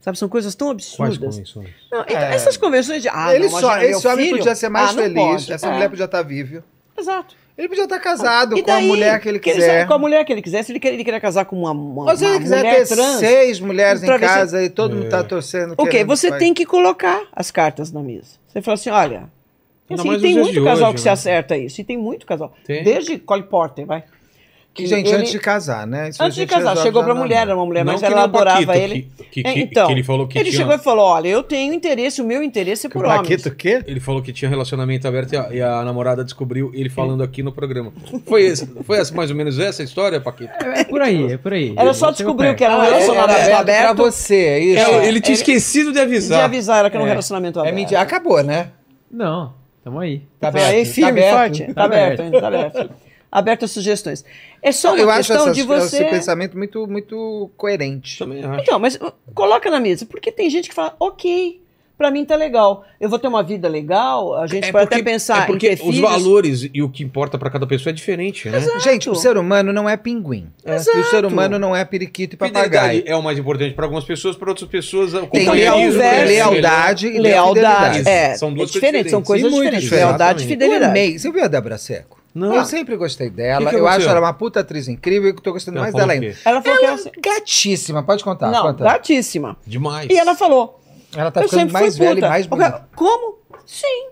S3: Sabe, são coisas tão
S1: Quais
S3: absurdas.
S1: convenções?
S3: Não, então,
S4: É.
S3: Essas convenções de. Ah,
S4: ele
S3: não,
S4: só,
S3: imagina,
S4: esse
S3: meu
S4: homem
S3: filho-
S4: podia ser mais
S3: Ah, não
S4: feliz,
S3: pode.
S4: essa
S3: É,
S4: mulher podia estar viva.
S3: Exato.
S4: Ele podia estar casado
S3: E
S4: com a
S3: daí?
S4: mulher que ele
S3: Que ele-
S4: quiser.
S3: com a mulher que ele quiser, se ele queria, ele queria casar com uma, uma,
S4: Ou se ele
S3: uma
S4: quiser
S3: mulher
S4: ter
S3: trans.
S4: seis mulheres
S3: um
S4: em
S3: travesti-
S4: casa e todo mundo
S1: É.
S4: tá torcendo.
S3: Ok,
S4: querendo
S3: você
S4: que-
S3: tem que colocar as cartas na mesa. Você fala assim: olha.
S1: Ainda
S3: assim,
S1: mais
S3: tem
S1: nos dias
S3: muito
S1: de
S3: casal
S1: hoje,
S3: que se
S1: né?
S3: acerta isso. E tem muito casal.
S1: Tem.
S3: Desde Cole Porter, vai.
S4: Que, gente,
S3: ele-
S4: antes de casar, né? Isso a
S3: antes de
S4: gente
S3: casar,
S4: resolve
S3: chegou
S4: já
S3: pra
S4: na-
S3: mulher, era um uma mulher,
S1: Não
S3: mas
S1: que nem
S3: ela
S1: o Paquito,
S3: adorava ele.
S1: Que, que,
S3: É,
S1: que-
S3: então,
S1: que ele falou que
S3: ele
S1: tinha...
S3: chegou e falou: olha, eu tenho interesse, o meu interesse é por homens.
S4: Paquito, o quê?
S1: Ele falou que tinha relacionamento aberto e a, e a namorada descobriu ele falando aqui no programa. Foi, esse, foi essa, mais ou menos essa história, Paquito?
S2: É por aí, é por aí.
S3: Ela só descobriu que era um
S4: Ah,
S3: relacionamento
S4: aberto pra
S3: aberto
S4: você, é isso.
S1: Ela- ele tinha esquecido de
S3: de
S1: avisar.
S3: avisar ela que era um
S2: É.
S3: relacionamento
S4: É
S3: aberto.
S4: mentira. Acabou, né?
S2: Não, tamo aí.
S4: Tá
S3: Tá aí, firme,
S4: aberto.
S3: forte. Tá,
S2: Tá aberto.
S3: aberto, ainda, tá aberto. Aberto a sugestões. É só uma
S4: Eu acho
S3: questão
S4: essa,
S3: de
S4: esse
S3: você.
S4: pensamento muito, muito coerente.
S1: Também é. acho.
S3: Então, mas uh, coloca na mesa, porque tem gente que fala, ok, pra mim tá legal. Eu vou ter uma vida legal, a gente pode até pensar
S1: é porque
S3: em
S1: os
S3: ter filhos.
S1: valores e o que importa pra cada pessoa é diferente, né?
S4: Gente, o ser humano não é pinguim. E o ser humano não é periquito e
S1: Fidelidade
S4: papagaio.
S1: é o mais importante pra algumas pessoas, pra outras pessoas o
S4: Tem
S1: companheirismo
S3: lealdade,
S1: é
S4: lealdade e
S3: Lealdade.
S4: fidelidade.
S3: É,
S1: São duas coisas
S3: é diferente, são
S1: diferentes.
S3: coisas
S4: E muito
S3: diferentes.
S4: diferente.
S3: Lealdade e
S4: Eu
S3: fidelidade.
S4: amei. Você viu a Débora Seco?
S1: Não.
S4: Eu sempre gostei dela.
S1: Que que
S4: eu acho
S1: aconteceu?
S4: ela uma puta atriz incrível e que tô gostando
S1: Ela
S4: mais
S1: falou
S4: dela
S1: o quê?
S4: ainda.
S3: Ela falou que era assim.
S4: Gatíssima, pode contar.
S3: não,
S4: Tá, conta.
S3: gatíssima.
S1: Demais.
S3: E ela falou,
S4: Ela tá
S3: eu
S4: ficando
S3: sempre
S4: mais
S3: fui
S4: velha e
S3: puta.
S4: mais
S3: O cara,
S4: bonita.
S3: Como? Sim,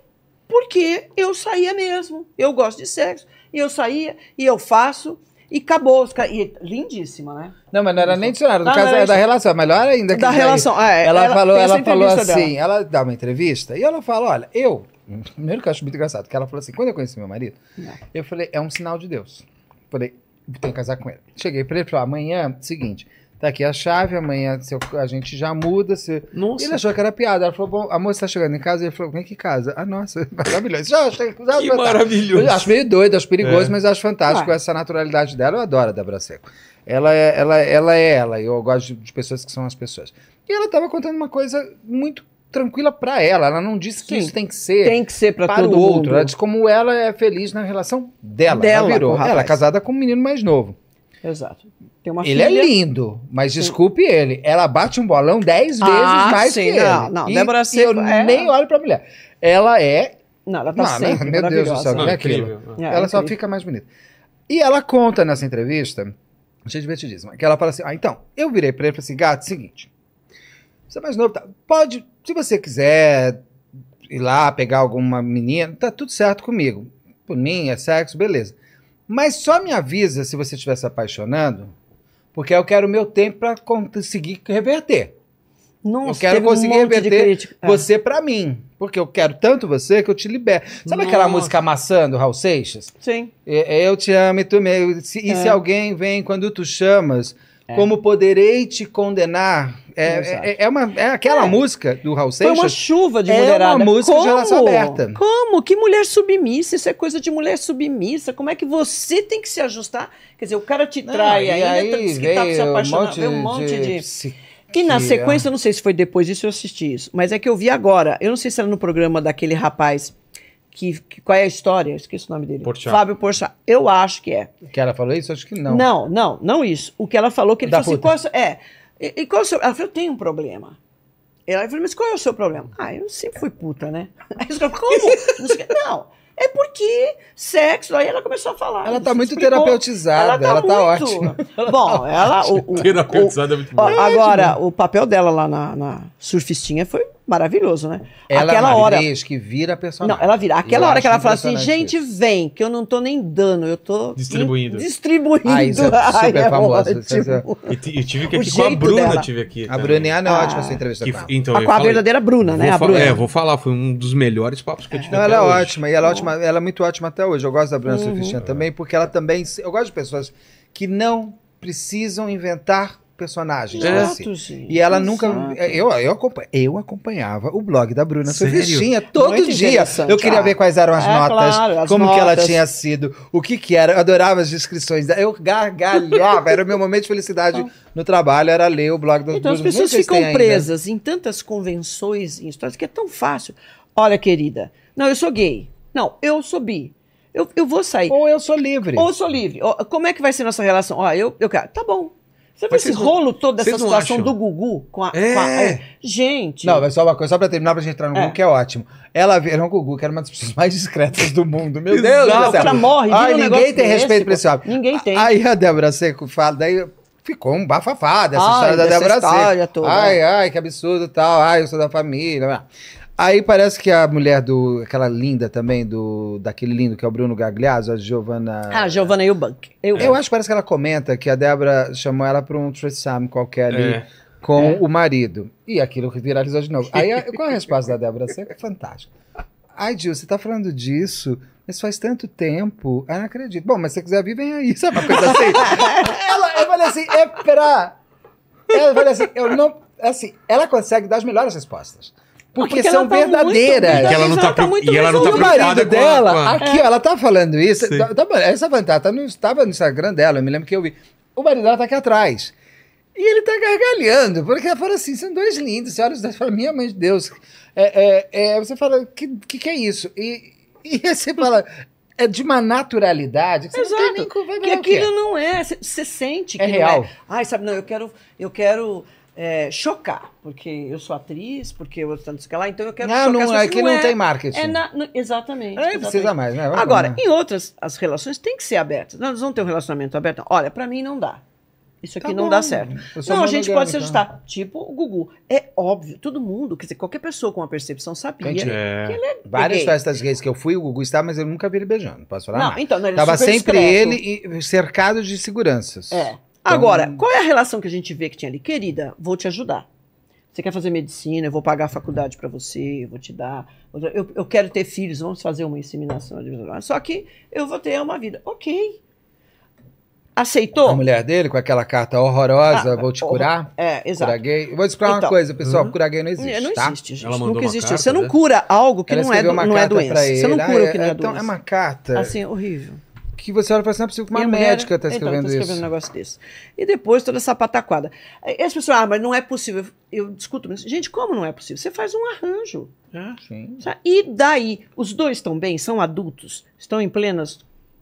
S3: porque eu saía mesmo. Eu gosto de sexo. E eu saía, e eu faço, e acabou. Os ca- E lindíssima, né?
S4: Não, mas não era nem dicionário, no
S3: Não,
S4: caso
S3: não era
S4: era da relação, é melhor ainda que
S3: da
S4: daí.
S3: relação. Ah, é,
S4: Ela, falou,
S3: tem essa
S4: ela falou
S3: entrevista
S4: assim, ela dá uma entrevista e ela fala, olha, eu, primeiro que eu acho muito engraçado, que ela falou assim, quando eu conheci meu marido,
S3: Não.
S4: eu falei, é um sinal de Deus. Falei, tenho que casar com ele. Cheguei pra ele e falei, amanhã, seguinte, tá aqui a chave, amanhã se eu- a gente já muda, se
S1: Nossa,
S4: ele achou que era piada. Ela falou: Bom, a moça tá chegando em casa. Ele falou: Vem que casa. Ah, nossa, maravilhoso. Já, achei- já
S1: que
S4: fantástico.
S1: maravilhoso.
S4: Eu acho meio doido, acho perigoso,
S1: É.
S4: mas acho fantástico
S3: Ué.
S4: essa naturalidade dela. Eu adoro a Débora Seco. Ela é ela, ela é ela. e Eu gosto de, de pessoas que são as pessoas. E ela tava contando uma coisa muito tranquila pra ela. Ela não disse que
S3: Sim.
S4: isso tem que ser
S3: Tem que ser pra
S4: para
S3: todo
S4: o outro.
S3: mundo.
S4: Ela diz como ela é feliz na relação dela.
S3: Dela,
S4: ela
S3: com
S4: virou.
S3: o
S4: Ela é
S3: rapaz.
S4: casada com um menino mais novo.
S3: Exato. Tem uma filha.
S4: ele é lindo, mas
S3: Sim.
S4: desculpe ele. Ela bate um bolão dez
S3: Ah,
S4: vezes mais
S3: sim,
S4: que
S3: não,
S4: ele.
S3: não,
S4: e,
S3: Débora
S4: e
S3: Seco
S4: eu
S3: é-
S4: nem olho pra mulher. Ela é.
S3: Não, ela tá
S4: Não, né?
S3: sempre
S4: Meu Deus do
S3: maravilhosa.
S4: céu,
S1: Não,
S4: é
S1: incrível.
S3: É,
S4: ela só
S3: incrível.
S4: fica mais bonita. E ela conta nessa entrevista, achei divertidíssima, que ela fala assim: ah, então, eu virei pra ele e falei assim, gato, seguinte. Você é mais novo, tá? Pode, se você quiser ir lá pegar alguma menina, tá tudo certo comigo. Por mim, é sexo, beleza. Mas só me avisa se você estiver se apaixonando, porque eu quero o meu tempo pra conseguir reverter.
S3: Nossa,
S4: Eu quero
S3: teve um
S4: conseguir
S3: monte de
S4: reverter
S3: crítica. É.
S4: Você pra mim, porque eu quero tanto você que eu te libero. Sabe aquela
S1: Nossa.
S4: música Maçã do Raul Seixas?
S3: Sim.
S4: É, é, Eu te amo e tu me... se- E se
S3: É.
S4: alguém vem quando tu chamas,
S3: É.
S4: como poderei te condenar? É,
S3: Exato.
S4: é- é uma, é aquela
S3: É.
S4: música do Raul
S3: Foi
S4: Seixas.
S3: uma chuva de
S4: É uma
S3: mulherada.
S4: música de
S3: Como?
S4: relação aberta.
S3: Como? Que mulher submissa? Isso é coisa de mulher submissa. Como é que você tem que se ajustar? Quer dizer, o cara te
S4: Não,
S3: trai
S4: e
S3: ainda, diz que tá se
S4: veio
S3: apaixonando. veio um monte de...
S4: psi-
S3: Que na
S4: que,
S3: sequência, eu não sei se foi depois disso, eu assisti isso, mas é que eu vi agora. Eu não sei se era no programa daquele rapaz que, que- qual é a história? Eu esqueci o nome dele.
S1: Porchat.
S3: Fábio Porchat. Eu acho que é.
S4: Que ela falou isso? Acho que não.
S3: Não, não, não isso. O que ela falou que ele
S4: Da
S3: falou assim,
S4: puta.
S3: qual é o seu- é, e, e qual é o seu, ela falou, eu tenho um problema. Ela falou, mas qual é o seu problema? Ah, eu sempre fui puta, né? Aí eu falei, como? Não, sei o quê. Não, é porque sexo, aí ela começou a falar.
S4: Ela tá
S3: se
S4: muito
S3: explicou.
S4: terapeutizada, ela tá ótima.
S3: Bom, ela... O, o-
S1: Terapeutizada é muito
S3: o- ó,
S1: bom.
S3: agora, o papel dela lá na, na surfistinha foi maravilhoso, né?
S4: Ela é
S3: Aquela hora...
S4: Marinês, que vira
S1: Tá
S4: personagem.
S3: Não, ela vira. Aquela
S4: Eu
S3: hora que
S4: acho
S3: ela fala assim,
S4: impressionante
S3: gente, vem, que eu não tô nem dando, eu tô...
S1: Distribuindo.
S3: Distribuindo.
S4: Ah, isso é
S3: Ai,
S4: super famoso,
S3: ótimo.
S4: isso é-
S1: E ti- eu tive que
S3: O
S1: aqui com a
S3: jeito
S1: Bruna,
S3: dela.
S1: tive aqui.
S4: A
S1: também.
S4: Bruna Iana é
S3: Ah.
S4: ótima essa entrevista
S1: Que
S4: com
S1: f-
S4: ela.
S1: Então,
S3: Ah,
S1: eu
S3: com a
S1: falei-
S3: verdadeira Bruna, né?
S1: Vou
S3: A
S1: fa-
S3: Bruna.
S1: É, vou falar, foi um dos melhores papos que eu tive
S4: Não,
S1: até
S4: ela é
S1: hoje.
S4: ótima, e ela é ótima, ela é muito ótima até hoje. Eu gosto da
S3: Uhum.
S4: Bruna Surfistinha também, porque ela também. Eu gosto de pessoas que não precisam inventar personagens. assim. pra si.
S3: Exato, gente.
S4: E ela nunca. é,
S3: Exato.
S4: Eu, eu, acompa- eu acompanhava o blog da Bruna
S1: Sério?
S4: Surfistinha todo
S3: Muito
S4: dia.
S3: interessante.
S4: Eu queria
S3: Ah.
S4: ver quais eram as
S3: É,
S4: notas,
S3: claro, as
S4: como que ela
S3: notas.
S4: tinha sido, o que que era. Eu adorava as descrições. dela. Eu gargalhava, era o meu momento de felicidade no trabalho, era ler o blog da
S3: Então as
S4: Bruna. Não sei
S3: pessoas
S4: se tem
S3: ficam
S4: ainda.
S3: presas em tantas convenções, em histórias, que é tão fácil. Olha, querida, não, eu sou gay. Não, eu sou bi. Eu, eu vou sair.
S4: Ou eu sou livre.
S3: Ou eu sou livre. Ó, Como é que vai ser nossa relação? Ó, eu, eu quero. Tá bom. Você viu
S1: Mas
S3: esse
S1: vocês não-
S3: rolo todo dessa
S1: vocês não
S3: situação
S1: acham?
S3: do Gugu com a.
S1: É.
S3: com a- Gente.
S4: Não, mas só uma coisa, só pra terminar, pra gente entrar no
S3: É.
S4: Gugu, que é ótimo. Ela virou o Gugu, que era uma das pessoas mais discretas do mundo. Meu Deus
S3: Exato,
S4: do céu.
S3: ela morre, vira
S4: Ai,
S3: um
S4: ninguém
S3: negócio
S4: tem respeito
S3: desse,
S4: pra esse homem.
S3: ninguém tem.
S4: Aí a Débora Seco fala, daí ficou um bafafá dessa
S3: Ai,
S4: história da
S3: dessa
S4: Débora
S3: história
S4: Seco.
S3: toda.
S4: Ai, ai, que absurdo e tal. Ai, eu sou da família. blá. Aí parece que a mulher do. aquela linda também, do daquele lindo que é o Bruno Gagliasso, a Giovanna.
S3: Ah, Giovanna Eubank. Eu,
S4: Eu acho que parece que ela comenta que a Débora chamou ela pra um threesome qualquer ali
S1: É.
S4: com o marido. E aquilo que viralizou de novo. Aí, a- qual é a resposta da Débora Seco? Fantástico. Ai, Gil, você tá falando disso, mas faz tanto tempo. Eu não acredito. Bom, mas se você quiser vir, vem aí. Sabe uma coisa assim? ela, eu falei assim, é pra... Ela falei assim, eu não... Assim, ela consegue dar as melhores respostas. Porque,
S3: porque ela
S4: são
S3: tá muito
S4: verdadeiras.
S1: E que ela não
S3: Ela
S1: tá,
S3: tá
S1: preo-
S3: muito É
S1: e ela não tá
S4: E o
S1: preocupada
S4: marido
S1: com a-
S4: dela,
S1: com a-
S4: aqui, ó, ela tá falando isso.
S1: Sim.
S4: Tá- tá bom, essa vantagem tá no, tava no Instagram dela, eu me lembro que eu vi. O marido dela tá aqui atrás. E ele tá gargalhando, porque ela fala assim: são dois lindos, você olha os dois e fala, minha mãe de Deus. É, é, é, você fala, que, que que é isso? E, e aí você fala, é de uma naturalidade que você não tem
S3: Exato.
S4: nem como vai
S3: Que
S4: ganhar o quê?
S3: aquilo não é. Você sente que
S4: É
S3: não
S4: real.
S3: é. Ai, sabe, não, eu quero, eu quero é, chocar, porque eu sou atriz, porque eu tanto sei o que lá, então eu quero
S4: Não,
S3: chocar.
S4: não,
S3: as pessoas.
S4: aqui não,
S3: é-
S4: tem marketing.
S3: É na, no- exatamente.
S4: Aí precisa
S3: exatamente.
S4: mais, né? Vamos
S3: Agora,
S4: lá.
S3: em outras, as relações têm que ser abertas. Nós vamos ter um relacionamento aberto. não. Olha, pra mim não dá. Isso aqui
S4: Tá
S3: não
S4: bom.
S3: dá certo.
S4: Eu sou
S3: Não, a gente
S4: monogâmico,
S3: pode se
S4: né?
S3: ajustar. Tipo o Gugu. É óbvio, todo mundo, quer dizer, qualquer pessoa com uma percepção sabia.
S4: Gente,
S1: É.
S4: Várias
S3: Peguei.
S4: festas gays que eu fui, o Gugu está, mas eu nunca vi ele beijando. Posso falar?
S3: Não,
S4: nada.
S3: então, não, ele é
S4: Tava
S3: super
S4: sempre
S3: discreto.
S4: ele então e cercado de seguranças.
S3: É. Agora, qual é a relação que a gente vê que tinha ali? Querida, vou te ajudar. Você quer fazer medicina, eu vou pagar a faculdade pra você, eu vou te dar. Eu, eu quero ter filhos, vamos fazer uma inseminação. Só que eu vou ter uma vida. Ok.
S4: A
S3: Aceitou?
S4: mulher dele, com aquela carta horrorosa,
S3: Ah,
S4: vou te
S3: horror-
S4: curar,
S3: É,
S4: cura
S3: exato.
S4: gay. Eu Vou te explicar uma
S3: Então.
S4: coisa, pessoal, cura gay não existe,
S3: não
S4: tá?
S3: existe, gente.
S1: Ela mandou
S3: Nunca
S1: uma
S3: existe.
S1: carta,
S3: Você não
S1: né?
S3: cura algo que
S4: Ela
S3: não é,
S4: escreveu
S3: do-
S4: uma
S3: não é
S4: carta pra
S3: doença. Você não
S4: ele. Ah,
S3: cura
S4: é-
S3: o que não é,
S4: então,
S3: doença.
S4: É uma carta
S3: Assim, horrível.
S4: que você olha e fala assim, não é possível que uma
S3: Minha mulher-
S4: médica está
S3: então,
S4: escrevendo
S3: escrevendo um
S4: isso.
S3: negócio desse. E depois toda essa pataquada. Aí As pessoas, ah, mas não é possível. Eu discuto isso. Gente, como não é possível? Você faz um arranjo.
S4: Sim.
S3: sabe? E daí? Os dois estão bem, são adultos, estão em plenas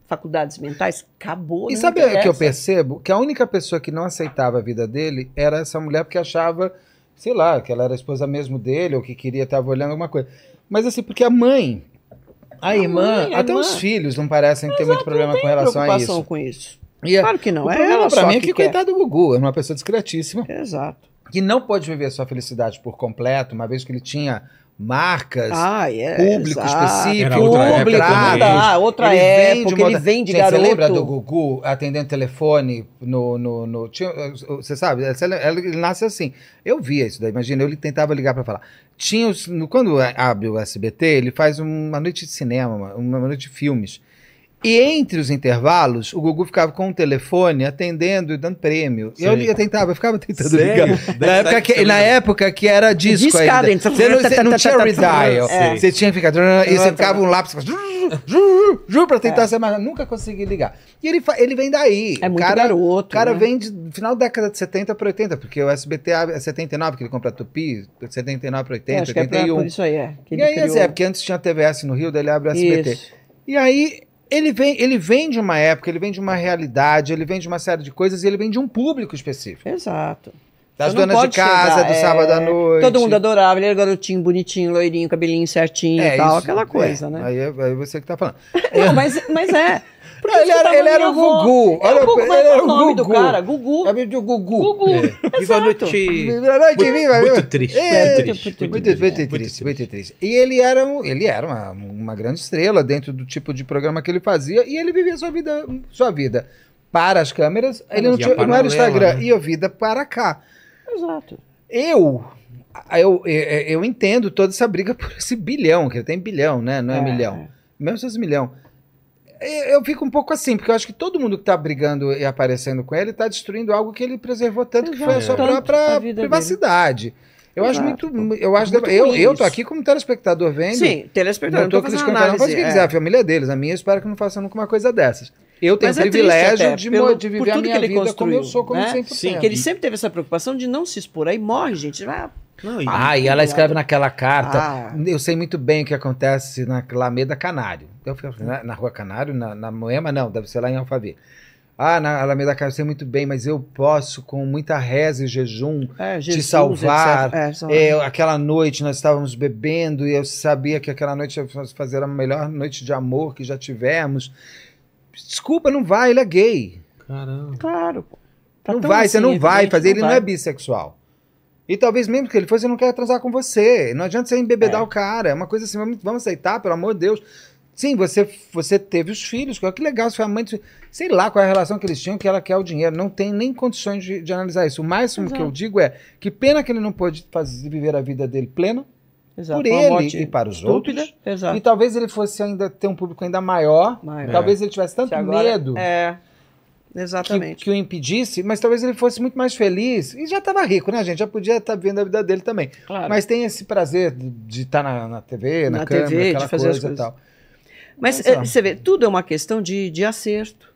S3: faculdades mentais. Acabou. né?
S4: E
S3: não
S4: sabe o que eu
S3: interessa.
S4: percebo? Que a única pessoa que não aceitava a vida dele era essa mulher, porque achava, sei lá, que ela era esposa mesmo dele, ou que queria estar olhando alguma coisa. Mas assim, porque a mãe, a,
S3: A
S4: irmã,
S3: mãe, a
S4: até
S3: irmã.
S4: os filhos não parecem ter muito problema com relação a
S3: preocupação
S4: isso.
S3: com isso.
S4: E a-
S3: Claro que não.
S4: o
S3: É
S4: problema
S3: ela
S4: pra
S3: só
S4: mim é
S3: que
S4: que,
S3: quer.
S4: coitado do Gugu, era uma pessoa discretíssima,
S3: Exato.
S4: que não pôde viver sua felicidade por completo, uma vez que ele tinha marcas,
S3: Ah, é.
S4: público
S3: exato.
S4: específico,
S1: Era outra época
S3: Público, não
S1: também.
S3: dá. Outra
S4: ele vem de
S3: época,
S4: uma
S3: ele
S4: outra-
S3: vem de
S4: Gente,
S3: garoto.
S4: Você lembra do Gugu atendendo telefone no. no, no- tinha- você sabe? você lembra- Ele nasce assim. Eu via isso daí, imagina. Ele tentava ligar pra falar. Tinha os, no- quando a- abre o SBT, ele faz uma noite de cinema, uma, uma noite de filmes. E entre os intervalos, o Gugu ficava com o telefone atendendo e dando prêmio. Eu,
S1: Sei.
S4: eu tentava, eu ficava tentando
S1: Sério?
S4: ligar. Na época, que, na época que era disco
S3: Discada,
S4: ainda.
S3: então-
S4: Você não, você não tinha redial.
S1: É.
S4: Você tinha que ficar... E você ficava um lápis... ju, ju, pra tentar ser mais. Nunca consegui ligar. E ele, fa- ele vem daí.
S3: É
S4: o
S3: muito
S4: cara,
S3: garoto,
S4: O cara
S3: né?
S4: vem de final da década de 70 pra 80, porque o SBT é 79 que ele compra a Tupi, 79 pra 80,
S3: É, acho que é pra-
S4: 81.
S3: por isso aí, é. que
S4: e
S3: ele
S4: aí, assim,
S3: criou-
S4: é porque antes tinha TVS no Rio, daí ele abre o SBT.
S3: Isso.
S4: E aí ele vem, ele vem de uma época, ele vem de uma realidade, ele vem de uma série de coisas e ele vem de um público específico.
S3: Exato.
S4: Das
S3: Você não
S4: donas de
S3: pode
S4: casa,
S3: chegar,
S4: do
S3: é,
S4: sábado à noite.
S3: Todo mundo adorava, ele era garotinho, bonitinho, loirinho, cabelinho certinho e tal, aquela coisa, né?
S4: Aí é, aí você que tá falando.
S3: Não, mas, mas é. Porque
S4: Ele era-
S3: escutava
S4: ele era
S3: minha
S4: o
S3: avó.
S4: Gugu.
S3: É
S4: Olha,
S3: o Gugu,
S4: ele
S3: mas
S4: era
S3: qual
S4: o
S3: o nome do
S4: Gugu.
S3: cara, Gugu.
S4: É meio de Gugu.
S3: Gugu.
S1: Viva a
S3: Exato.
S1: noite.
S4: Boa noite, viva,
S1: Muito,
S4: viva.
S1: muito triste,
S4: É,
S1: muito triste.
S4: Muito, muito, muito triste, muito triste. E ele era, um- ele era uma, uma grande estrela dentro do tipo de programa que ele fazia e ele vivia sua vida, sua vida para as câmeras. Ele não,
S1: E a
S4: tinha, não era
S1: paralela,
S4: o Instagram
S1: né?
S4: e a vida para cá.
S3: Exato.
S4: Eu, eu, eu, eu entendo toda essa briga por esse bilhão, que ele tem bilhão, né? Não é, milhão. Mesmo se fosse milhão. Eu, eu fico um pouco assim, porque eu acho que todo mundo que tá brigando e aparecendo com ele tá destruindo algo que ele preservou tanto, que foi a
S3: Exato,
S4: sua
S3: tanto a
S4: própria
S3: vida dele.
S4: privacidade. Eu
S3: Exato.
S4: acho muito. Eu, acho
S3: Muito
S4: eu,
S3: ruim
S4: eu
S3: isso.
S4: tô aqui como telespectador vendo.
S3: Sim, telespectador,
S4: não tô
S3: fazendo
S4: criticando, cada um faz o que
S3: análise,
S4: quiser,
S3: é.
S4: a família é deles, a minha, eu espero que não faça nunca uma coisa dessas. Eu tenho
S3: Mas
S4: o
S3: é triste
S4: privilégio
S3: até,
S4: de,
S3: pelo-
S4: mo- de
S3: por
S4: viver a
S3: tudo que
S4: minha
S3: ele
S4: vida como eu
S3: construiu,
S4: sou, como
S3: né?
S4: 100%.
S1: Sim,
S3: Porque ele sempre teve essa preocupação de não se expor. Aí morre, gente. Vai,
S1: Não, e-
S4: Ah, e ela escreve naquela carta.
S3: Ah.
S4: Eu sei muito bem o que acontece na Alameda Canário. Então, Eu fico, assim, na, na Rua Canário, na, na Moema, não, deve ser lá em Alphaville. Ah, na Alameda Canário, eu sei muito bem, mas eu posso, com muita reza e jejum,
S3: é,
S4: salvar,
S3: etc. É, salvar.
S4: é, aquela noite nós estávamos bebendo e eu sabia que aquela noite ia fa- fazer a melhor noite de amor que já tivemos. Desculpa, não vai, ele é gay.
S1: Caramba.
S3: Claro. pô. Tá
S4: não
S3: tão
S4: vai,
S3: assim,
S4: você não vai
S3: evidente,
S4: fazer, ele não
S3: vai.
S4: é bissexual. E talvez mesmo que ele fosse, ele não quer transar com você. Não adianta você embebedar o cara. É uma coisa assim, vamos, vamos aceitar, pelo amor de Deus. Sim, você, você teve os filhos, cara, que legal, você foi a mãe dos filhos. Sei lá qual é a relação que eles tinham, que ela quer o dinheiro. Não tem nem condições de, de analisar isso. O máximo que eu digo é que pena que ele não pôde fazer, viver a vida dele plena,
S3: Exato,
S4: por
S3: uma
S4: ele
S3: morte
S4: e para os
S3: estúpida.
S4: outros. Então,
S3: Exato.
S4: E talvez ele fosse ainda ter um público ainda maior.
S3: Maior.
S4: Talvez ele tivesse tanto
S3: Se agora-
S4: medo
S3: É.
S4: que,
S3: Exatamente.
S4: que o impedisse, mas talvez ele fosse muito mais feliz. E já estava rico, né, gente? Já podia estar vivendo a vida dele também.
S3: Claro.
S4: Mas tem esse prazer de- de estar na, na TV, na,
S3: Na
S4: câmera,
S3: TV, de
S4: aquela
S3: fazer as
S4: coisa e tal.
S3: Mas
S4: Nossa.
S3: eh, você vê, tudo é uma questão de, de acerto.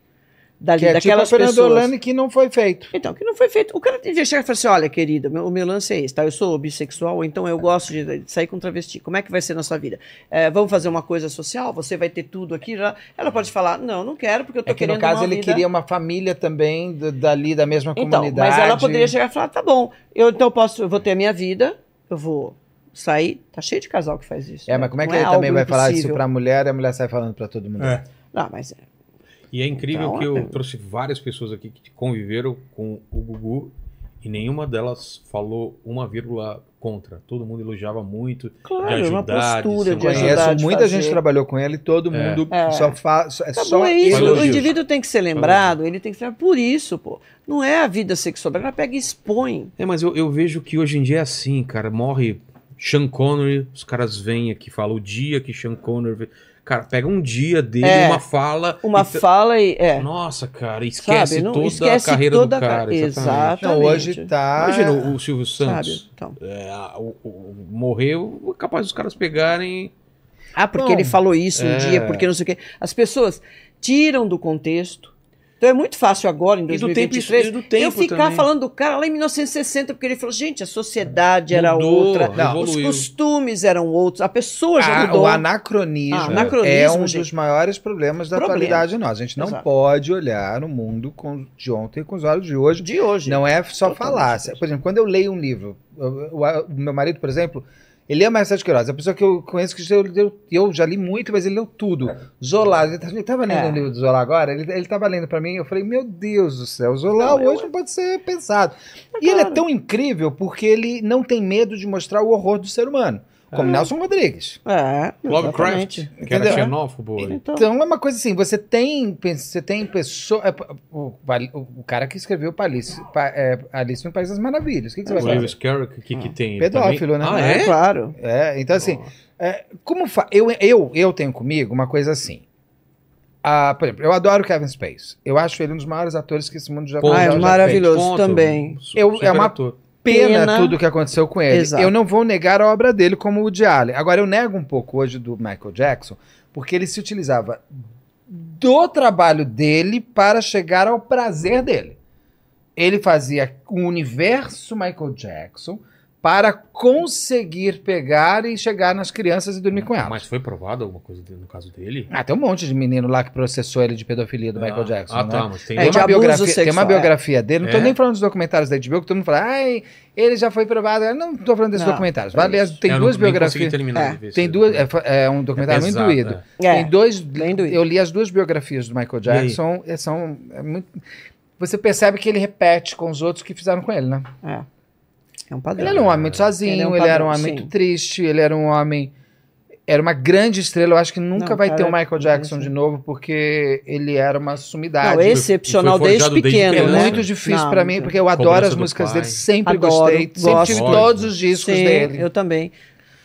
S3: Dali,
S4: Que é tipo a
S3: daquelas
S4: Fernanda
S3: pessoas.
S4: Olane que não foi feito.
S3: Então, que não foi feito. O cara tem que chegar e falar assim: olha, querida, meu- o meu lance é esse, tá? Eu sou bissexual, ou então eu gosto de sair com travesti. Como é que vai ser na sua vida? Eh, vamos fazer uma coisa social? Você vai ter tudo aqui? Já? Ela pode falar: não, não quero, porque eu tô
S4: É que
S3: querendo.
S4: no caso
S3: uma
S4: ele
S3: vida-
S4: queria uma família também do- dali, da mesma
S3: Então,
S4: comunidade.
S3: mas ela poderia chegar e falar: tá bom, eu então posso, eu vou ter a minha vida, eu vou sair. Tá cheio de casal que faz isso.
S4: É,
S3: né?
S4: mas como é que
S3: Não
S4: ele também
S3: algo
S4: vai falar isso
S3: impossível.
S4: pra mulher e a mulher sai falando pra todo mundo?
S1: É.
S3: Não, mas é.
S1: E é incrível
S3: Então,
S1: que eu
S3: é.
S1: trouxe várias pessoas aqui que conviveram com o Gugu e nenhuma delas falou uma vírgula contra. Todo mundo elogiava muito.
S3: Claro,
S1: De
S3: é uma
S1: ajudar, de
S3: postura
S1: ser
S3: de
S1: uma-
S3: ajudar.
S4: Conheço
S3: de
S4: muita
S3: fazer.
S4: gente que trabalhou com ele, todo
S1: É.
S4: mundo
S3: É.
S4: só faz. É
S3: Acabou,
S4: só
S3: é isso.
S1: elogios.
S3: O indivíduo tem que ser lembrado, ele tem que ser por isso, pô. Não é a vida sexual. Ela pega e expõe.
S1: É, mas eu, eu vejo que hoje em dia é assim, cara. Morre Sean Connery, os caras vêm aqui, falam o dia que Sean Connery. veio. Cara, pega um dia dele,
S3: É.
S1: uma fala.
S3: Uma
S1: e tra-
S3: fala e. É,
S1: Nossa, cara, esquece
S3: sabe? Não
S1: toda
S3: esquece
S1: a carreira
S3: toda
S1: do
S3: a ca-
S1: cara. exatamente.
S3: Exatamente.
S4: Não, hoje tá.
S1: Imagina o, o Silvio
S3: Sabe?
S1: Santos.
S3: Então.
S1: é, a- o- o- morreu, é capaz dos caras pegarem.
S3: Ah, porque
S1: Bom,
S3: ele falou isso um
S1: é.
S3: dia, porque não sei o quê. As pessoas tiram do contexto. Então é muito fácil agora, em
S1: E do tempo,
S3: 2023,
S1: e do tempo
S3: eu ficar
S1: também.
S3: falando do cara lá em 1960, porque ele falou, gente, a sociedade era
S1: Mudou,
S3: outra,
S4: Não,
S1: evoluiu.
S3: os costumes eram outros, a pessoa já
S4: Ah,
S3: mudou.
S4: o anacronismo,
S3: Ah, anacronismo,
S4: é um
S3: gente.
S4: dos maiores problemas da
S3: Problema.
S4: atualidade nossa. A gente não
S3: Exato.
S4: pode olhar o mundo com- de ontem com os olhos de hoje.
S3: de hoje.
S4: Não é só
S3: Totalmente
S4: falácia.
S3: mesmo.
S4: Por exemplo, quando eu leio um livro, eu- eu- o meu marido, por exemplo, ele ama Marcelo de Queiroz. É a pessoa que eu conheço que já leu- eu, já li muito, mas ele leu tudo. Zola, ele tá- ele estava lendo
S3: É.
S4: um livro do Zola agora, ele, ele tava lendo para mim, eu falei, meu Deus do céu, Zola
S3: Não, eu- é
S4: hoje não pode ser pensado. E ele é tão incrível porque ele não tem medo de mostrar o horror do ser humano.
S3: Ah.
S4: Como Nelson Rodrigues.
S3: É,
S1: Lovecraft,
S3: exatamente.
S1: que era
S4: Entendeu?
S1: xenófobo. ele.
S3: Então,
S4: Então é uma coisa assim, você tem, pe- você tem pessoa, é, o, Pali- o cara que escreveu Palice, pa, é, Alice no País das Maravilhas, o que, que você
S1: O
S4: vai
S1: Lewis
S4: fazer?
S1: Carrick, o
S3: Ah.
S1: que, que tem?
S4: Pedófilo,
S1: Também?
S4: né?
S1: Ah, é?
S3: claro.
S4: É, então assim, é, como fa- eu, eu, eu tenho comigo uma coisa assim. Ah, por exemplo, eu adoro Kevin Space. Eu acho ele um dos maiores atores que esse mundo já
S1: Pô,
S3: Ah, é
S4: já fez.
S3: maravilhoso.
S1: Ponto.
S3: também.
S1: Su-
S4: Eu- é
S1: super
S4: uma-
S1: ator.
S4: pena,
S3: Pena.
S4: tudo que aconteceu com ele.
S3: Exato.
S4: Eu não vou negar a obra dele como o de Allen. Agora, eu nego um pouco hoje do Michael Jackson, Porque ele se utilizava do trabalho dele para chegar ao prazer dele. Ele fazia o universo Michael Jackson para conseguir pegar e chegar nas crianças e dormir com elas.
S1: Mas foi provado alguma coisa dele- no caso dele?
S4: Ah, tem um monte de menino lá que processou ele de pedofilia do Michael Jackson.
S1: Ah,
S4: né?
S1: tá, mas tem.
S3: É,
S4: Tem,
S3: de
S4: uma
S3: abuso
S4: biografia, tem uma
S3: sexual,
S4: biografia dele, não tô
S1: É.
S4: nem falando dos documentários da HBO, que todo mundo fala, ai, ele já foi provado. Eu não tô falando desses
S3: Não,
S4: documentários.
S3: é
S4: Aliás,
S3: isso.
S4: tem
S1: Eu não-
S4: duas
S1: nem consegui
S4: biografias.
S1: terminar
S3: É,
S1: de ver
S4: Tem
S1: isso.
S4: duas. É, fa- é um documentário muito
S1: pesado,
S4: doído.
S1: é.
S3: É.
S4: Tem dois.
S3: Bem doído.
S4: Eu li as duas biografias do Michael
S1: aí?
S4: Jackson. e são é muito- Você percebe que ele repete com os outros que fizeram com ele, né?
S3: É. É um
S4: Ele
S3: padrão.
S4: era um homem
S1: Ah.
S4: muito sozinho,
S3: Ele
S4: ele,
S3: é um
S4: era
S3: padrão,
S4: um homem
S3: sim.
S4: muito triste, ele era um homem. Era uma grande estrela. Eu acho que nunca
S3: Não,
S4: vai ter
S3: cara,
S4: o Michael Jackson
S3: sim.
S4: de novo, porque ele era uma sumidade.
S3: Não, excepcional
S1: Foi
S3: desde
S1: forjado desde
S3: pequeno.
S4: É
S1: criança,
S3: né?
S4: muito
S1: né?
S4: difícil
S3: Não,
S4: pra
S3: não
S4: mim,
S3: tem.
S4: porque eu adoro
S1: Cobrança
S4: as
S1: do
S4: músicas
S1: pai.
S4: dele, sempre
S3: Adoro,
S4: gostei, sempre
S3: gosto.
S4: tive
S1: Gosto.
S4: todos os discos
S3: Sim,
S4: dele.
S3: eu também.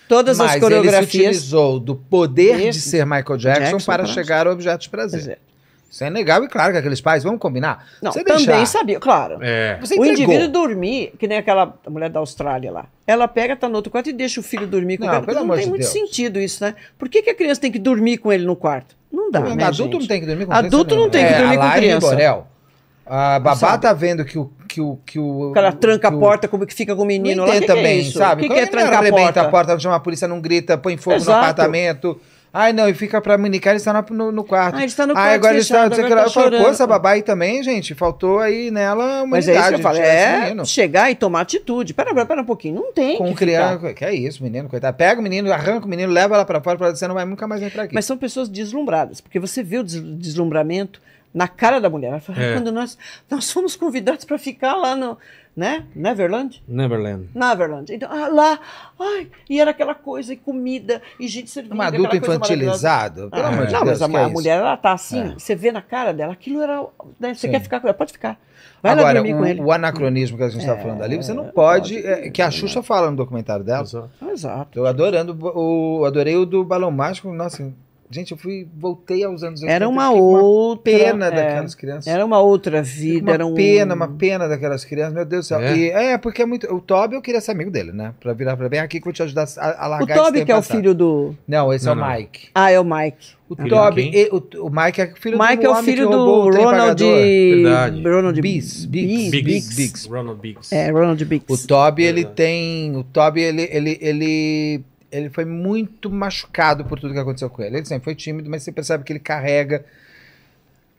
S3: Todas
S4: Mas
S3: as
S4: ele se
S3: coreografias.
S4: utilizou do poder de
S3: Esse-
S4: ser Michael Jackson,
S3: Jackson
S4: para
S3: para-
S4: chegar ao objeto de prazer.
S3: Quer dizer,
S4: Isso é legal e claro que aqueles pais, vamos combinar?
S3: Não,
S4: Você
S3: também
S4: deixar.
S3: sabia, claro.
S1: É.
S4: Você
S3: o
S4: entregou.
S3: indivíduo dormir, que nem aquela mulher da Austrália lá. Ela pega, tá no outro quarto e deixa o filho dormir com
S4: Não,
S3: o cara. porque
S4: pelo
S3: Não
S4: amor
S3: tem
S4: de
S3: muito
S4: Deus.
S3: sentido isso, né? Por que, que a criança tem que dormir com ele no quarto? Não dá, né,
S4: adulto
S3: gente?
S4: não tem que dormir com
S3: Adulto
S4: criança
S3: não tem que
S4: nenhuma.
S3: dormir
S4: a
S3: com
S4: Laís
S3: criança.
S4: Borel, a babá
S3: Sabe?
S4: tá vendo que o... Que o, que o,
S3: O cara tranca
S4: que
S3: a porta, como que fica com o
S4: O...
S3: menino
S4: Não
S3: lá? Que
S4: entende
S3: que é
S4: também,
S3: isso? O
S4: sabe?
S3: que,
S4: Quando
S3: que é
S4: a menina
S3: trancar a
S4: arrebenta
S3: porta?
S4: a porta, não chama a polícia, não grita, põe fogo no
S3: Exato.
S4: apartamento. Ai, não, e fica pra minicar, ele está no, no, no quarto.
S3: Ah, ele está no quarto
S4: Ah, agora ele está.
S3: fechado,
S4: Agora
S3: agora
S4: tá
S3: tá
S4: eu falo, pô,
S3: chorando.
S4: essa babá aí também, gente, faltou aí nela uma
S3: Mas é isso que eu falo, é
S4: menino.
S3: chegar e tomar atitude. Pera, pera, pera um pouquinho, não tem
S4: Com
S3: que ficar.
S4: criança. Que é isso, menino, coitado. Pega o menino, arranca o menino, leva ela pra fora, pra você não vai nunca mais entrar aqui.
S3: Mas são pessoas deslumbradas, porque você vê o des- deslumbramento na cara da mulher. Ela fala,
S1: É.
S3: quando nós, nós fomos convidados para ficar lá no, né? Neverland?
S1: Neverland.
S3: Neverland. Então, ah, lá, ai, e era aquela coisa, e comida, e gente servindo.
S4: um adulto
S3: aquela coisa maravilhosa.
S4: infantilizado, pelo
S3: Ah,
S4: amor de
S3: não,
S4: Deus.
S3: mas a,
S4: que
S3: a
S4: é isso?
S3: mulher, ela tá assim,
S4: É.
S3: você vê na cara dela, aquilo era. né, você
S4: Sim.
S3: quer ficar com ela, pode ficar. Vai lá
S4: Agora, um
S3: dormir com ele. É,
S4: o, o anacronismo que a gente está falando ali, você não pode. é, que a Xuxa fala no documentário dela.
S1: Exato.
S3: Exato.
S4: Eu adorando o. Adorei o do Balão Mágico. Nossa, gente, eu fui. Voltei aos anos 80.
S3: Era uma
S4: fiquei com
S3: outra.
S4: pena
S3: é,
S4: daquelas crianças.
S3: Era uma outra
S4: Fiquei com
S3: vida, era um.
S4: uma pena, uma pena daquelas crianças, meu Deus do céu.
S1: É?
S4: E, é, porque é muito. O Toby eu queria ser amigo dele, né? Pra virar pra bem aqui que eu vou te ajudar a, a
S3: O
S4: largar esse
S3: Toby,
S4: tempo
S3: que é o
S4: atrás.
S3: filho do.
S4: Não, esse
S1: Não,
S4: é o
S1: não.
S4: Mike.
S3: Ah, é o Mike.
S4: O
S1: Filho de
S4: Toby,
S1: quem?
S4: e- o, o Mike é filho do
S3: Mike é o
S4: homem que
S3: filho
S4: roubou
S3: do
S4: o trem
S3: Ronald
S4: pagador.
S1: Verdade.
S3: de Ronald
S4: Biggs, Biggs,
S3: Biggs.
S1: Biggs.
S4: Biggs.
S1: Ronald Biggs.
S3: É, Ronald
S4: O
S3: Biggs.
S4: Toby, ele
S1: Verdade.
S4: tem. O Toby, ele, ele, ele, ele foi muito machucado por tudo que aconteceu com ele. Ele sempre foi tímido, mas você percebe que ele carrega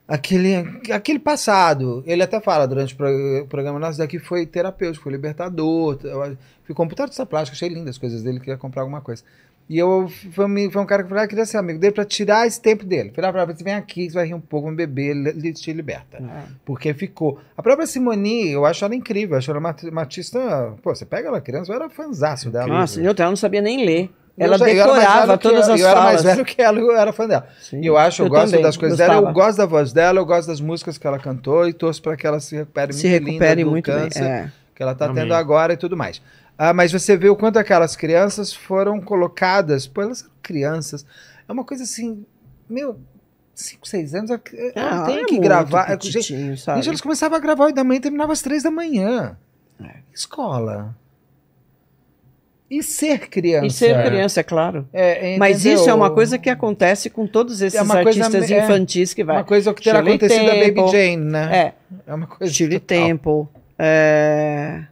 S4: aquele, aquele passado. Ele até fala durante o pro- o programa nosso daqui foi terapêutico, foi libertador. Eu- Ficou um puta artista plástico, achei lindas as coisas dele, queria comprar alguma coisa. E eu foi um, foi um cara que falou, ah, eu queria ser amigo dele pra tirar esse tempo dele. Falei, ah, você vem aqui, você vai rir um pouco, vamos beber, ele- ele te liberta.
S3: Ah, tá.
S4: Porque ficou. A própria Simone, eu acho ela incrível. Eu acho ela uma, uma artista. Pô, você pega ela criança, eu era fanzaço dela.
S1: Incrível.
S3: Nossa, eu, ela não sabia nem ler.
S4: Eu
S3: Ela
S4: já- eu era mais
S3: decorava
S4: velho que
S3: todas
S4: ela-
S3: as
S4: eu era mais
S3: falas.
S4: velho que ela, eu era fã dela.
S3: Sim.
S4: E eu acho, eu, gosto
S3: também
S4: das coisas um dela, eu
S3: gostava.
S4: gosto da voz dela, eu gosto das músicas que ela cantou e torço para que ela se recupere
S3: Se
S4: muito
S3: recupere
S4: linda do
S3: muito
S4: câncer
S3: bem. é.
S4: que ela está
S1: Amém.
S4: tendo agora e tudo mais. Ah, mas você vê o quanto aquelas crianças foram colocadas, pô, elas eram crianças. É uma coisa assim, meu, 5, 6 anos, ela
S3: Ah,
S4: tem
S3: é
S4: que
S3: muito
S4: gravar. É, gente,
S3: petitinho, sabe?
S4: Gente, eles começavam a gravar 8 da manhã e terminavam às 3 da manhã.
S3: É.
S4: Escola. E ser criança.
S3: E ser criança, é claro.
S4: É, é,
S3: Mas
S4: entendeu?
S3: isso é uma coisa que acontece com todos esses
S4: uma coisa
S3: artistas
S4: me- é.
S3: infantis que vai.
S4: Uma coisa que terá
S3: Shirley
S4: acontecido a Baby
S3: Temple.
S4: Jane, né?
S3: É,
S4: É, uma coisa
S3: Shirley
S4: total.
S3: Temple. é,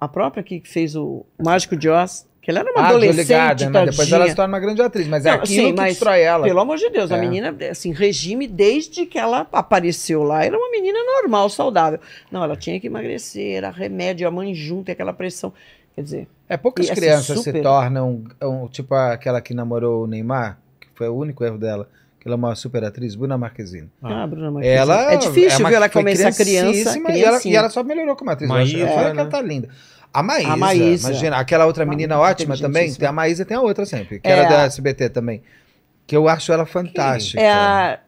S3: A própria que fez o Mágico de Oz, que ela era uma
S4: Ah, tô
S3: adolescente,
S4: ligada, mas depois ela
S3: tadinha.
S4: se torna uma grande atriz, mas é
S3: Não,
S4: aquilo
S3: sim,
S4: que
S3: mas
S4: destrói ela.
S3: Pelo amor de Deus,
S4: É.
S3: a menina, assim, regime desde que ela apareceu lá, era uma menina normal, saudável. Não, ela tinha que emagrecer, era remédio, a mãe junto, aquela pressão. Quer dizer,
S4: É poucas
S3: E, assim,
S4: crianças se
S3: super-
S4: tornam um, tipo aquela que namorou o Neymar, que foi o único erro dela, que ela é uma super atriz, Bruna Marquezine.
S3: ah, Bruna Marquezine.
S4: Ela
S3: é difícil,
S4: uma-
S3: viu? Ela
S4: foi
S3: começar criança,
S4: criancíssima e ela, e
S3: criancinha.
S4: ela só melhorou como atriz.
S1: Maísa,
S4: eu acho, eu falei que
S1: né?
S4: ela tá linda. A Maísa,
S3: A Maísa.
S4: imagina, aquela outra menina
S3: Maísa,
S4: ótima também, tem a Maísa e tem a outra sempre, que
S3: É
S4: era da
S3: a-
S4: SBT também, que eu acho ela fantástica.
S3: É a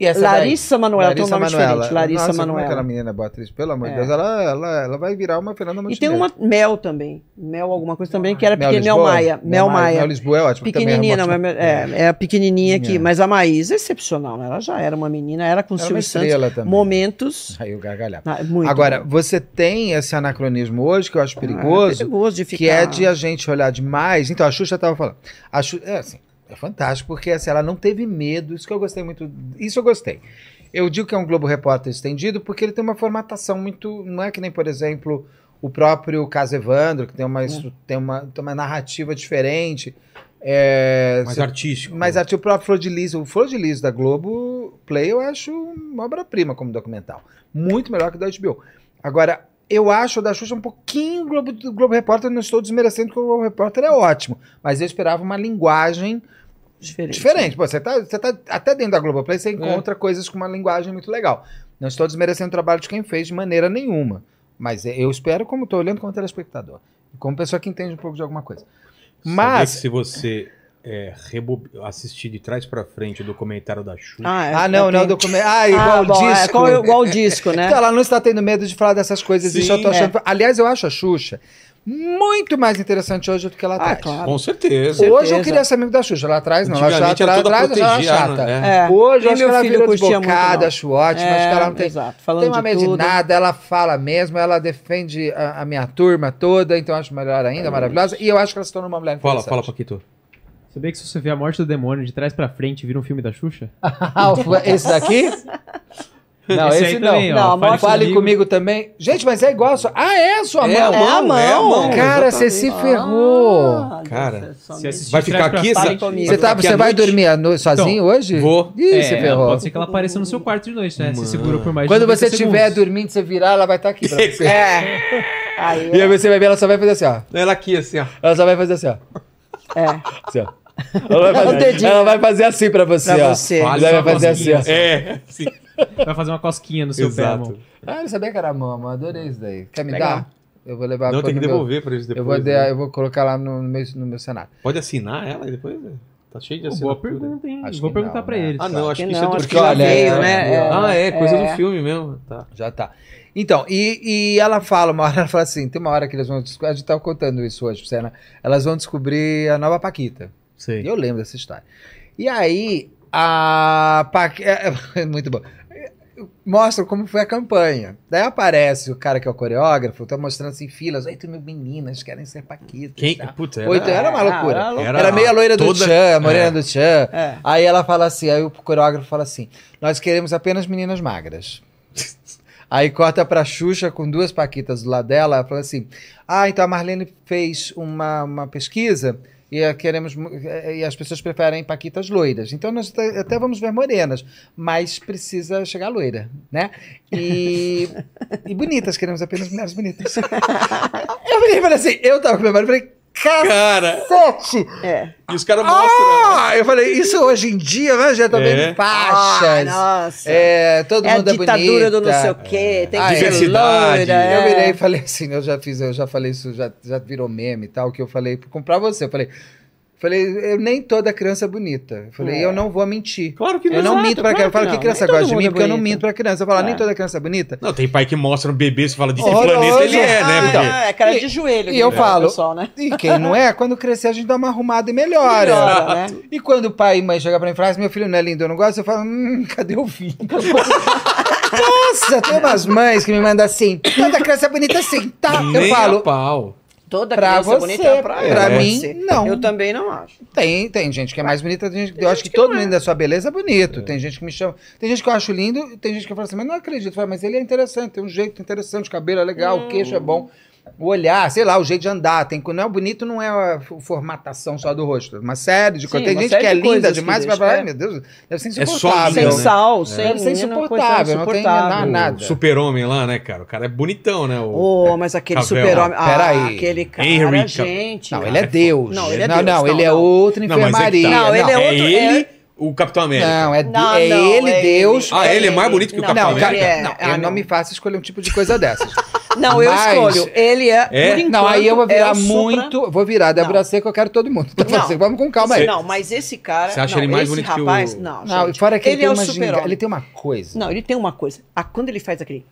S4: E essa daí?
S3: É Larissa Manoela, tem um nome diferente. Larissa
S4: Nossa, Como é que
S3: Manoela.
S4: aquela menina é boa atriz, pelo amor de
S3: É.
S4: Deus, ela, ela, ela vai virar uma Fernanda
S3: E
S4: Montenegro.
S3: tem uma Mel também. Mel alguma coisa também, que era
S4: Mel
S3: pequena. Mel
S4: Lisboa?
S3: Maia. Mel
S4: Mel
S3: Maia.
S4: Lisboa é ótimo. que também é
S3: Pequenininha,
S4: uma
S3: não,
S4: ótima-
S3: mas- é, é a pequenininha aqui.
S4: É.
S3: Mas a Maísa é excepcional, né? Ela já era uma menina, era com o
S4: Ela é
S3: Silvio
S4: uma
S3: Santos.
S4: estrela também.
S3: Momentos.
S4: Aí eu gargalhava.
S3: Ah, muito
S4: Agora,
S3: bom.
S4: você tem esse anacronismo hoje, que eu acho
S3: Ah, é
S4: perigoso,
S3: perigoso de ficar.
S4: que é de a gente olhar demais. Então, a Xuxa tava falando. A Xu- é assim, É fantástico, porque assim, ela não teve medo. Isso que eu gostei muito. Isso eu gostei. Eu digo que é um Globo Repórter estendido porque ele tem uma formatação muito. Não é que nem, por exemplo, o próprio Caso Evandro, que tem
S3: Uhum.
S4: uma, estru- tem uma, tem uma narrativa diferente. É,
S1: Mais
S4: você-
S3: Tipo,
S1: artístico.
S4: mas até o próprio Flor de Lis, o Flor de Lis da Globo Play, eu acho uma obra-prima como documental. Muito melhor que o da HBO. Agora, eu acho o da Xuxa um pouquinho Globo, do Globo Repórter, não estou desmerecendo que o Globo Repórter é ótimo, mas eu esperava uma linguagem
S3: Diferente.
S4: diferente. Pô, você tá, você tá até dentro da Globo
S3: É.
S4: Play, você encontra coisas com uma linguagem muito legal. Não estou desmerecendo o trabalho de quem fez de maneira nenhuma, mas é, eu espero, como estou olhando como telespectador, como pessoa que entende um pouco de alguma coisa.
S1: Mas
S4: Mas
S1: se você é, rebob- assistir de trás pra frente o documentário da Xuxa,
S3: é,
S4: Ah, não,
S3: eu
S4: não,
S3: tenho-
S4: documento. Ah, igual
S3: Ah,
S4: o
S3: bom, é,
S4: disco.
S3: qual- igual o disco, né?
S4: Então, ela não está tendo medo de falar dessas coisas.
S1: Sim.
S4: isso eu tô achando. Aliás, eu acho a Xuxa muito mais interessante hoje do que ela
S3: Ah,
S4: atrás.
S3: claro.
S1: com certeza.
S3: Certeza.
S4: Hoje eu queria ser amigo da Xuxa. Ela atrás não. Ela já
S1: Antigamente era
S4: atrás,
S1: toda
S4: atrás
S1: protegida,
S4: ela chata.
S1: né?
S3: É.
S4: Hoje eu
S3: Nem
S4: acho que
S3: meu
S4: ela
S3: filho
S4: virou
S3: curtia muito,
S4: desbocada,
S3: não.
S4: acho ótima. acho que ela não tem,
S3: Exato, falando
S4: tem uma
S3: de
S4: medo de
S3: tudo.
S4: nada. Ela fala mesmo, ela defende a, a minha turma toda. Então eu acho melhor ainda, maravilhosa. E eu acho que ela se torna uma mulher
S1: Fala,
S4: interessante.
S1: fala, Paquito.
S2: Sabia que se você vê a morte do demônio de trás pra frente e vira um filme da Xuxa?
S4: Ah, o- esse daqui? Não, esse,
S2: aí
S4: não.
S2: também, ó,
S3: Não, a
S2: fale
S3: morte-
S4: Fale comigo também. Gente, mas é igual a sua. Ah, é a sua
S1: É a
S4: mão.
S1: mão, é a mão.
S4: Cara, você se ferrou.
S3: Ah,
S1: Cara,
S3: Deus, é
S2: Se
S3: só mesmo.
S2: assistir
S1: Vai
S2: de
S1: ficar
S2: trás pra
S1: aqui
S2: frente-
S3: Fale comigo.
S4: Você, tá,
S1: Daqui à
S4: você vai
S1: noite?
S4: dormir à noite sozinho
S1: Então,
S4: hoje?
S1: Vou.
S4: Ih,
S2: É,
S4: você
S2: não,
S4: ferrou.
S2: Pode ser que ela apareça no seu quarto de noite, né? Você
S1: Mano.
S2: segurou por mais de
S4: Quando
S2: 90
S4: você estiver
S2: segundos.
S4: dormindo, você virar, ela vai estar aqui. pra você.
S1: É.
S3: Aí,
S4: E aí você vai ver, ela só vai fazer assim, ó.
S1: Ela aqui, assim, ó.
S4: Ela só vai fazer assim, ó.
S3: é.
S4: Assim, ó. Ela,
S1: um
S4: vai
S3: O
S4: fazer,
S3: dedinho.
S4: ela vai fazer assim pra você,
S3: Pra
S4: ó.
S3: você.
S4: Ela vai fazer assim, ó.
S1: É. Sim.
S2: Vai fazer uma cosquinha no seu pé,
S1: Exato.
S2: amor.
S4: Ah, eu sabia que era a mão, mas adorei isso daí. Quer me
S3: Legal.
S4: dar? Eu vou levar
S1: Não,
S4: pra
S1: tem que
S4: no meu-
S1: devolver pra eles
S4: Tá Eu vou,
S1: depois.
S4: de-
S1: né?
S4: eu vou colocar lá no, no meu, no meu cenário.
S1: Pode assinar ela e depois. né? Tá cheio de
S2: Pô,
S1: assinatura.
S2: boa pergunta, hein?
S4: Acho
S2: Vou
S4: que
S2: perguntar
S4: não,
S2: pra
S4: né?
S2: eles.
S1: Ah, não, acho
S3: Acho
S1: que,
S3: que
S1: isso é
S3: não,
S1: do
S3: acho
S4: que já veio, né?
S1: É.
S4: É.
S1: Ah, é, coisa
S3: É.
S1: do filme mesmo. Tá.
S4: Já tá. Então, e, e ela fala, uma hora ela fala assim, tem uma hora que eles vão descobrir, a gente tava contando isso hoje, pra você, né? elas vão descobrir a nova Paquita.
S1: Sei.
S4: Eu lembro dessa história. E aí, a Paquita, muito bom, mostra como foi a campanha. Daí aparece o cara que é o coreógrafo, tá mostrando assim, filas, oito mil meninas querem ser Paquita.
S1: Quem?
S4: tá?
S1: Puta, é era,
S4: Oito, era uma loucura.
S3: Ah, Era,
S1: era-
S4: Era, meio a loira do
S1: toda-
S4: Tchan, a morena do Tchan.
S3: É.
S4: Aí ela fala assim, aí o coreógrafo fala assim: nós queremos apenas meninas magras. Aí corta pra Xuxa com duas paquitas do lado dela, ela fala assim: Ah, então a Marlene fez uma, uma pesquisa e a queremos mu- eh, e as pessoas preferem paquitas loiras. Então nós até até vamos ver morenas, mas precisa chegar loira, né? E, e bonitas, queremos apenas mulheres bonitas. Eu fiquei falei assim, eu tava com meu marido e falei,
S1: Cara,
S4: cacete!
S3: É.
S1: e os caras mostram.
S4: Ah, eu falei, isso hoje em dia, né? Já tá
S1: É.
S4: vendo faixas.
S3: Ah, nossa. É,
S4: é, todo
S3: a
S4: mundo é bonito.
S3: ditadura do não sei o quê. Tem
S4: Ah,
S3: que ser
S1: diversidade.
S3: loira.
S4: Eu
S3: é.
S4: virei e falei assim, eu já fiz, eu já falei isso, já, já virou meme e tal, que eu falei pra comprar você. Eu falei, falei, eu nem toda criança é bonita. Eu falei,
S3: É.
S4: eu não vou mentir.
S1: Claro que não. é.
S4: Eu não minto pra criança.
S3: claro
S4: Eu
S3: que
S4: falo que
S3: não.
S4: criança
S3: Nem todo
S4: gosta de
S3: mundo
S4: mim,
S3: é
S4: porque eu não
S3: bonito.
S4: minto pra criança. Eu falo, nem
S3: É.
S4: toda criança é bonita.
S1: Não, tem pai que mostra um bebê e você fala de que
S4: Horroroso.
S1: planeta ele é, né?
S4: Ah,
S1: Porque-
S4: não,
S3: É, cara de joelho.
S4: e
S3: que
S4: eu
S3: fala o
S4: falo-
S3: Pessoal, né?
S4: E quem não é, quando crescer a gente dá uma arrumada e melhora.
S3: Melhora, né?
S4: E quando o pai e mãe chegam pra mim e falam assim, meu filho não é lindo, eu não gosto, eu falo, hum, cadê o filho? Nossa, tem umas mães que me mandam assim, toda criança é bonita assim, tá? eu
S1: Nem a
S4: falo,
S1: pau.
S3: Toda
S4: pra
S3: criança
S4: você,
S3: bonita é pra,
S4: pra
S3: ela,
S4: mim,
S3: você.
S4: não.
S3: Eu também não acho.
S4: Tem, tem gente que é mais bonita, tem gente, eu acho que, todo mundo da sua beleza é bonito. Tem gente que me chama, tem gente que eu acho lindo, tem gente que eu falo assim, mas não acredito. Eu falo, mas ele é interessante, tem um jeito interessante, o cabelo é legal, o
S3: Hum.
S4: queixo é bom. O olhar, sei lá, o jeito de andar. Tem, não é bonito, não é a f- formatação só do rosto. Uma série de
S3: Sim,
S4: coisas. Tem
S3: uma
S4: gente
S3: série
S4: que é
S3: de
S4: linda
S3: coisas que
S4: demais, vai
S3: deixa,
S4: falar,
S3: é.
S4: ai meu Deus, deve ser
S1: É só
S4: insuportável.
S1: linda,
S3: Sem
S1: né?
S3: sal, sem...
S4: Deve ser
S3: menina, coisa
S4: insuportável, não tem na-
S3: insuportável.
S4: ah, nada.
S1: O super-homem lá, né, cara? O cara é bonitão, né? O...
S3: Oh, mas aquele
S1: Cavel.
S3: super-homem. Ah,
S4: Peraí.
S3: aquele cara,
S1: Henry Cav-
S3: gente.
S4: Não, ele é Deus.
S3: Não, ele é
S4: não,
S3: Deus,
S4: não,
S3: não,
S4: ele é
S3: não.
S4: outra
S1: Não, mas é que
S4: enfermaria.
S1: tá.
S3: Não, ele é outro-
S1: ele, o Capitão América.
S4: Não, é,
S3: Não,
S4: é
S3: não,
S4: ele,
S3: é
S4: Deus.
S1: Ah, ele é mais bonito que o
S3: Não,
S1: Capitão
S4: Não, cara,
S1: América?
S3: é.
S4: não,
S3: Ah,
S4: eu não
S3: não.
S4: me faço escolher um tipo de coisa dessas.
S3: Não, eu
S4: Mas-
S3: escolho. Ele é,
S1: É?
S3: por enquanto,
S4: não, aí eu vou
S3: é
S4: virar
S3: o supra-
S4: muito. Vou virar Débora Seca, eu quero todo mundo. Então,
S3: Não.
S4: assim, vamos com calma aí.
S3: Não, mas esse cara.
S1: Você acha
S3: não,
S1: ele mais
S3: esse
S1: bonito que o-
S3: rapaz, Não,
S4: Não,
S3: gente,
S4: fora que ele, tem
S3: é o
S4: uma ginga,
S3: super-homem.
S4: Ele tem uma coisa.
S3: Não, ele tem uma coisa. Ah, quando ele faz aquele.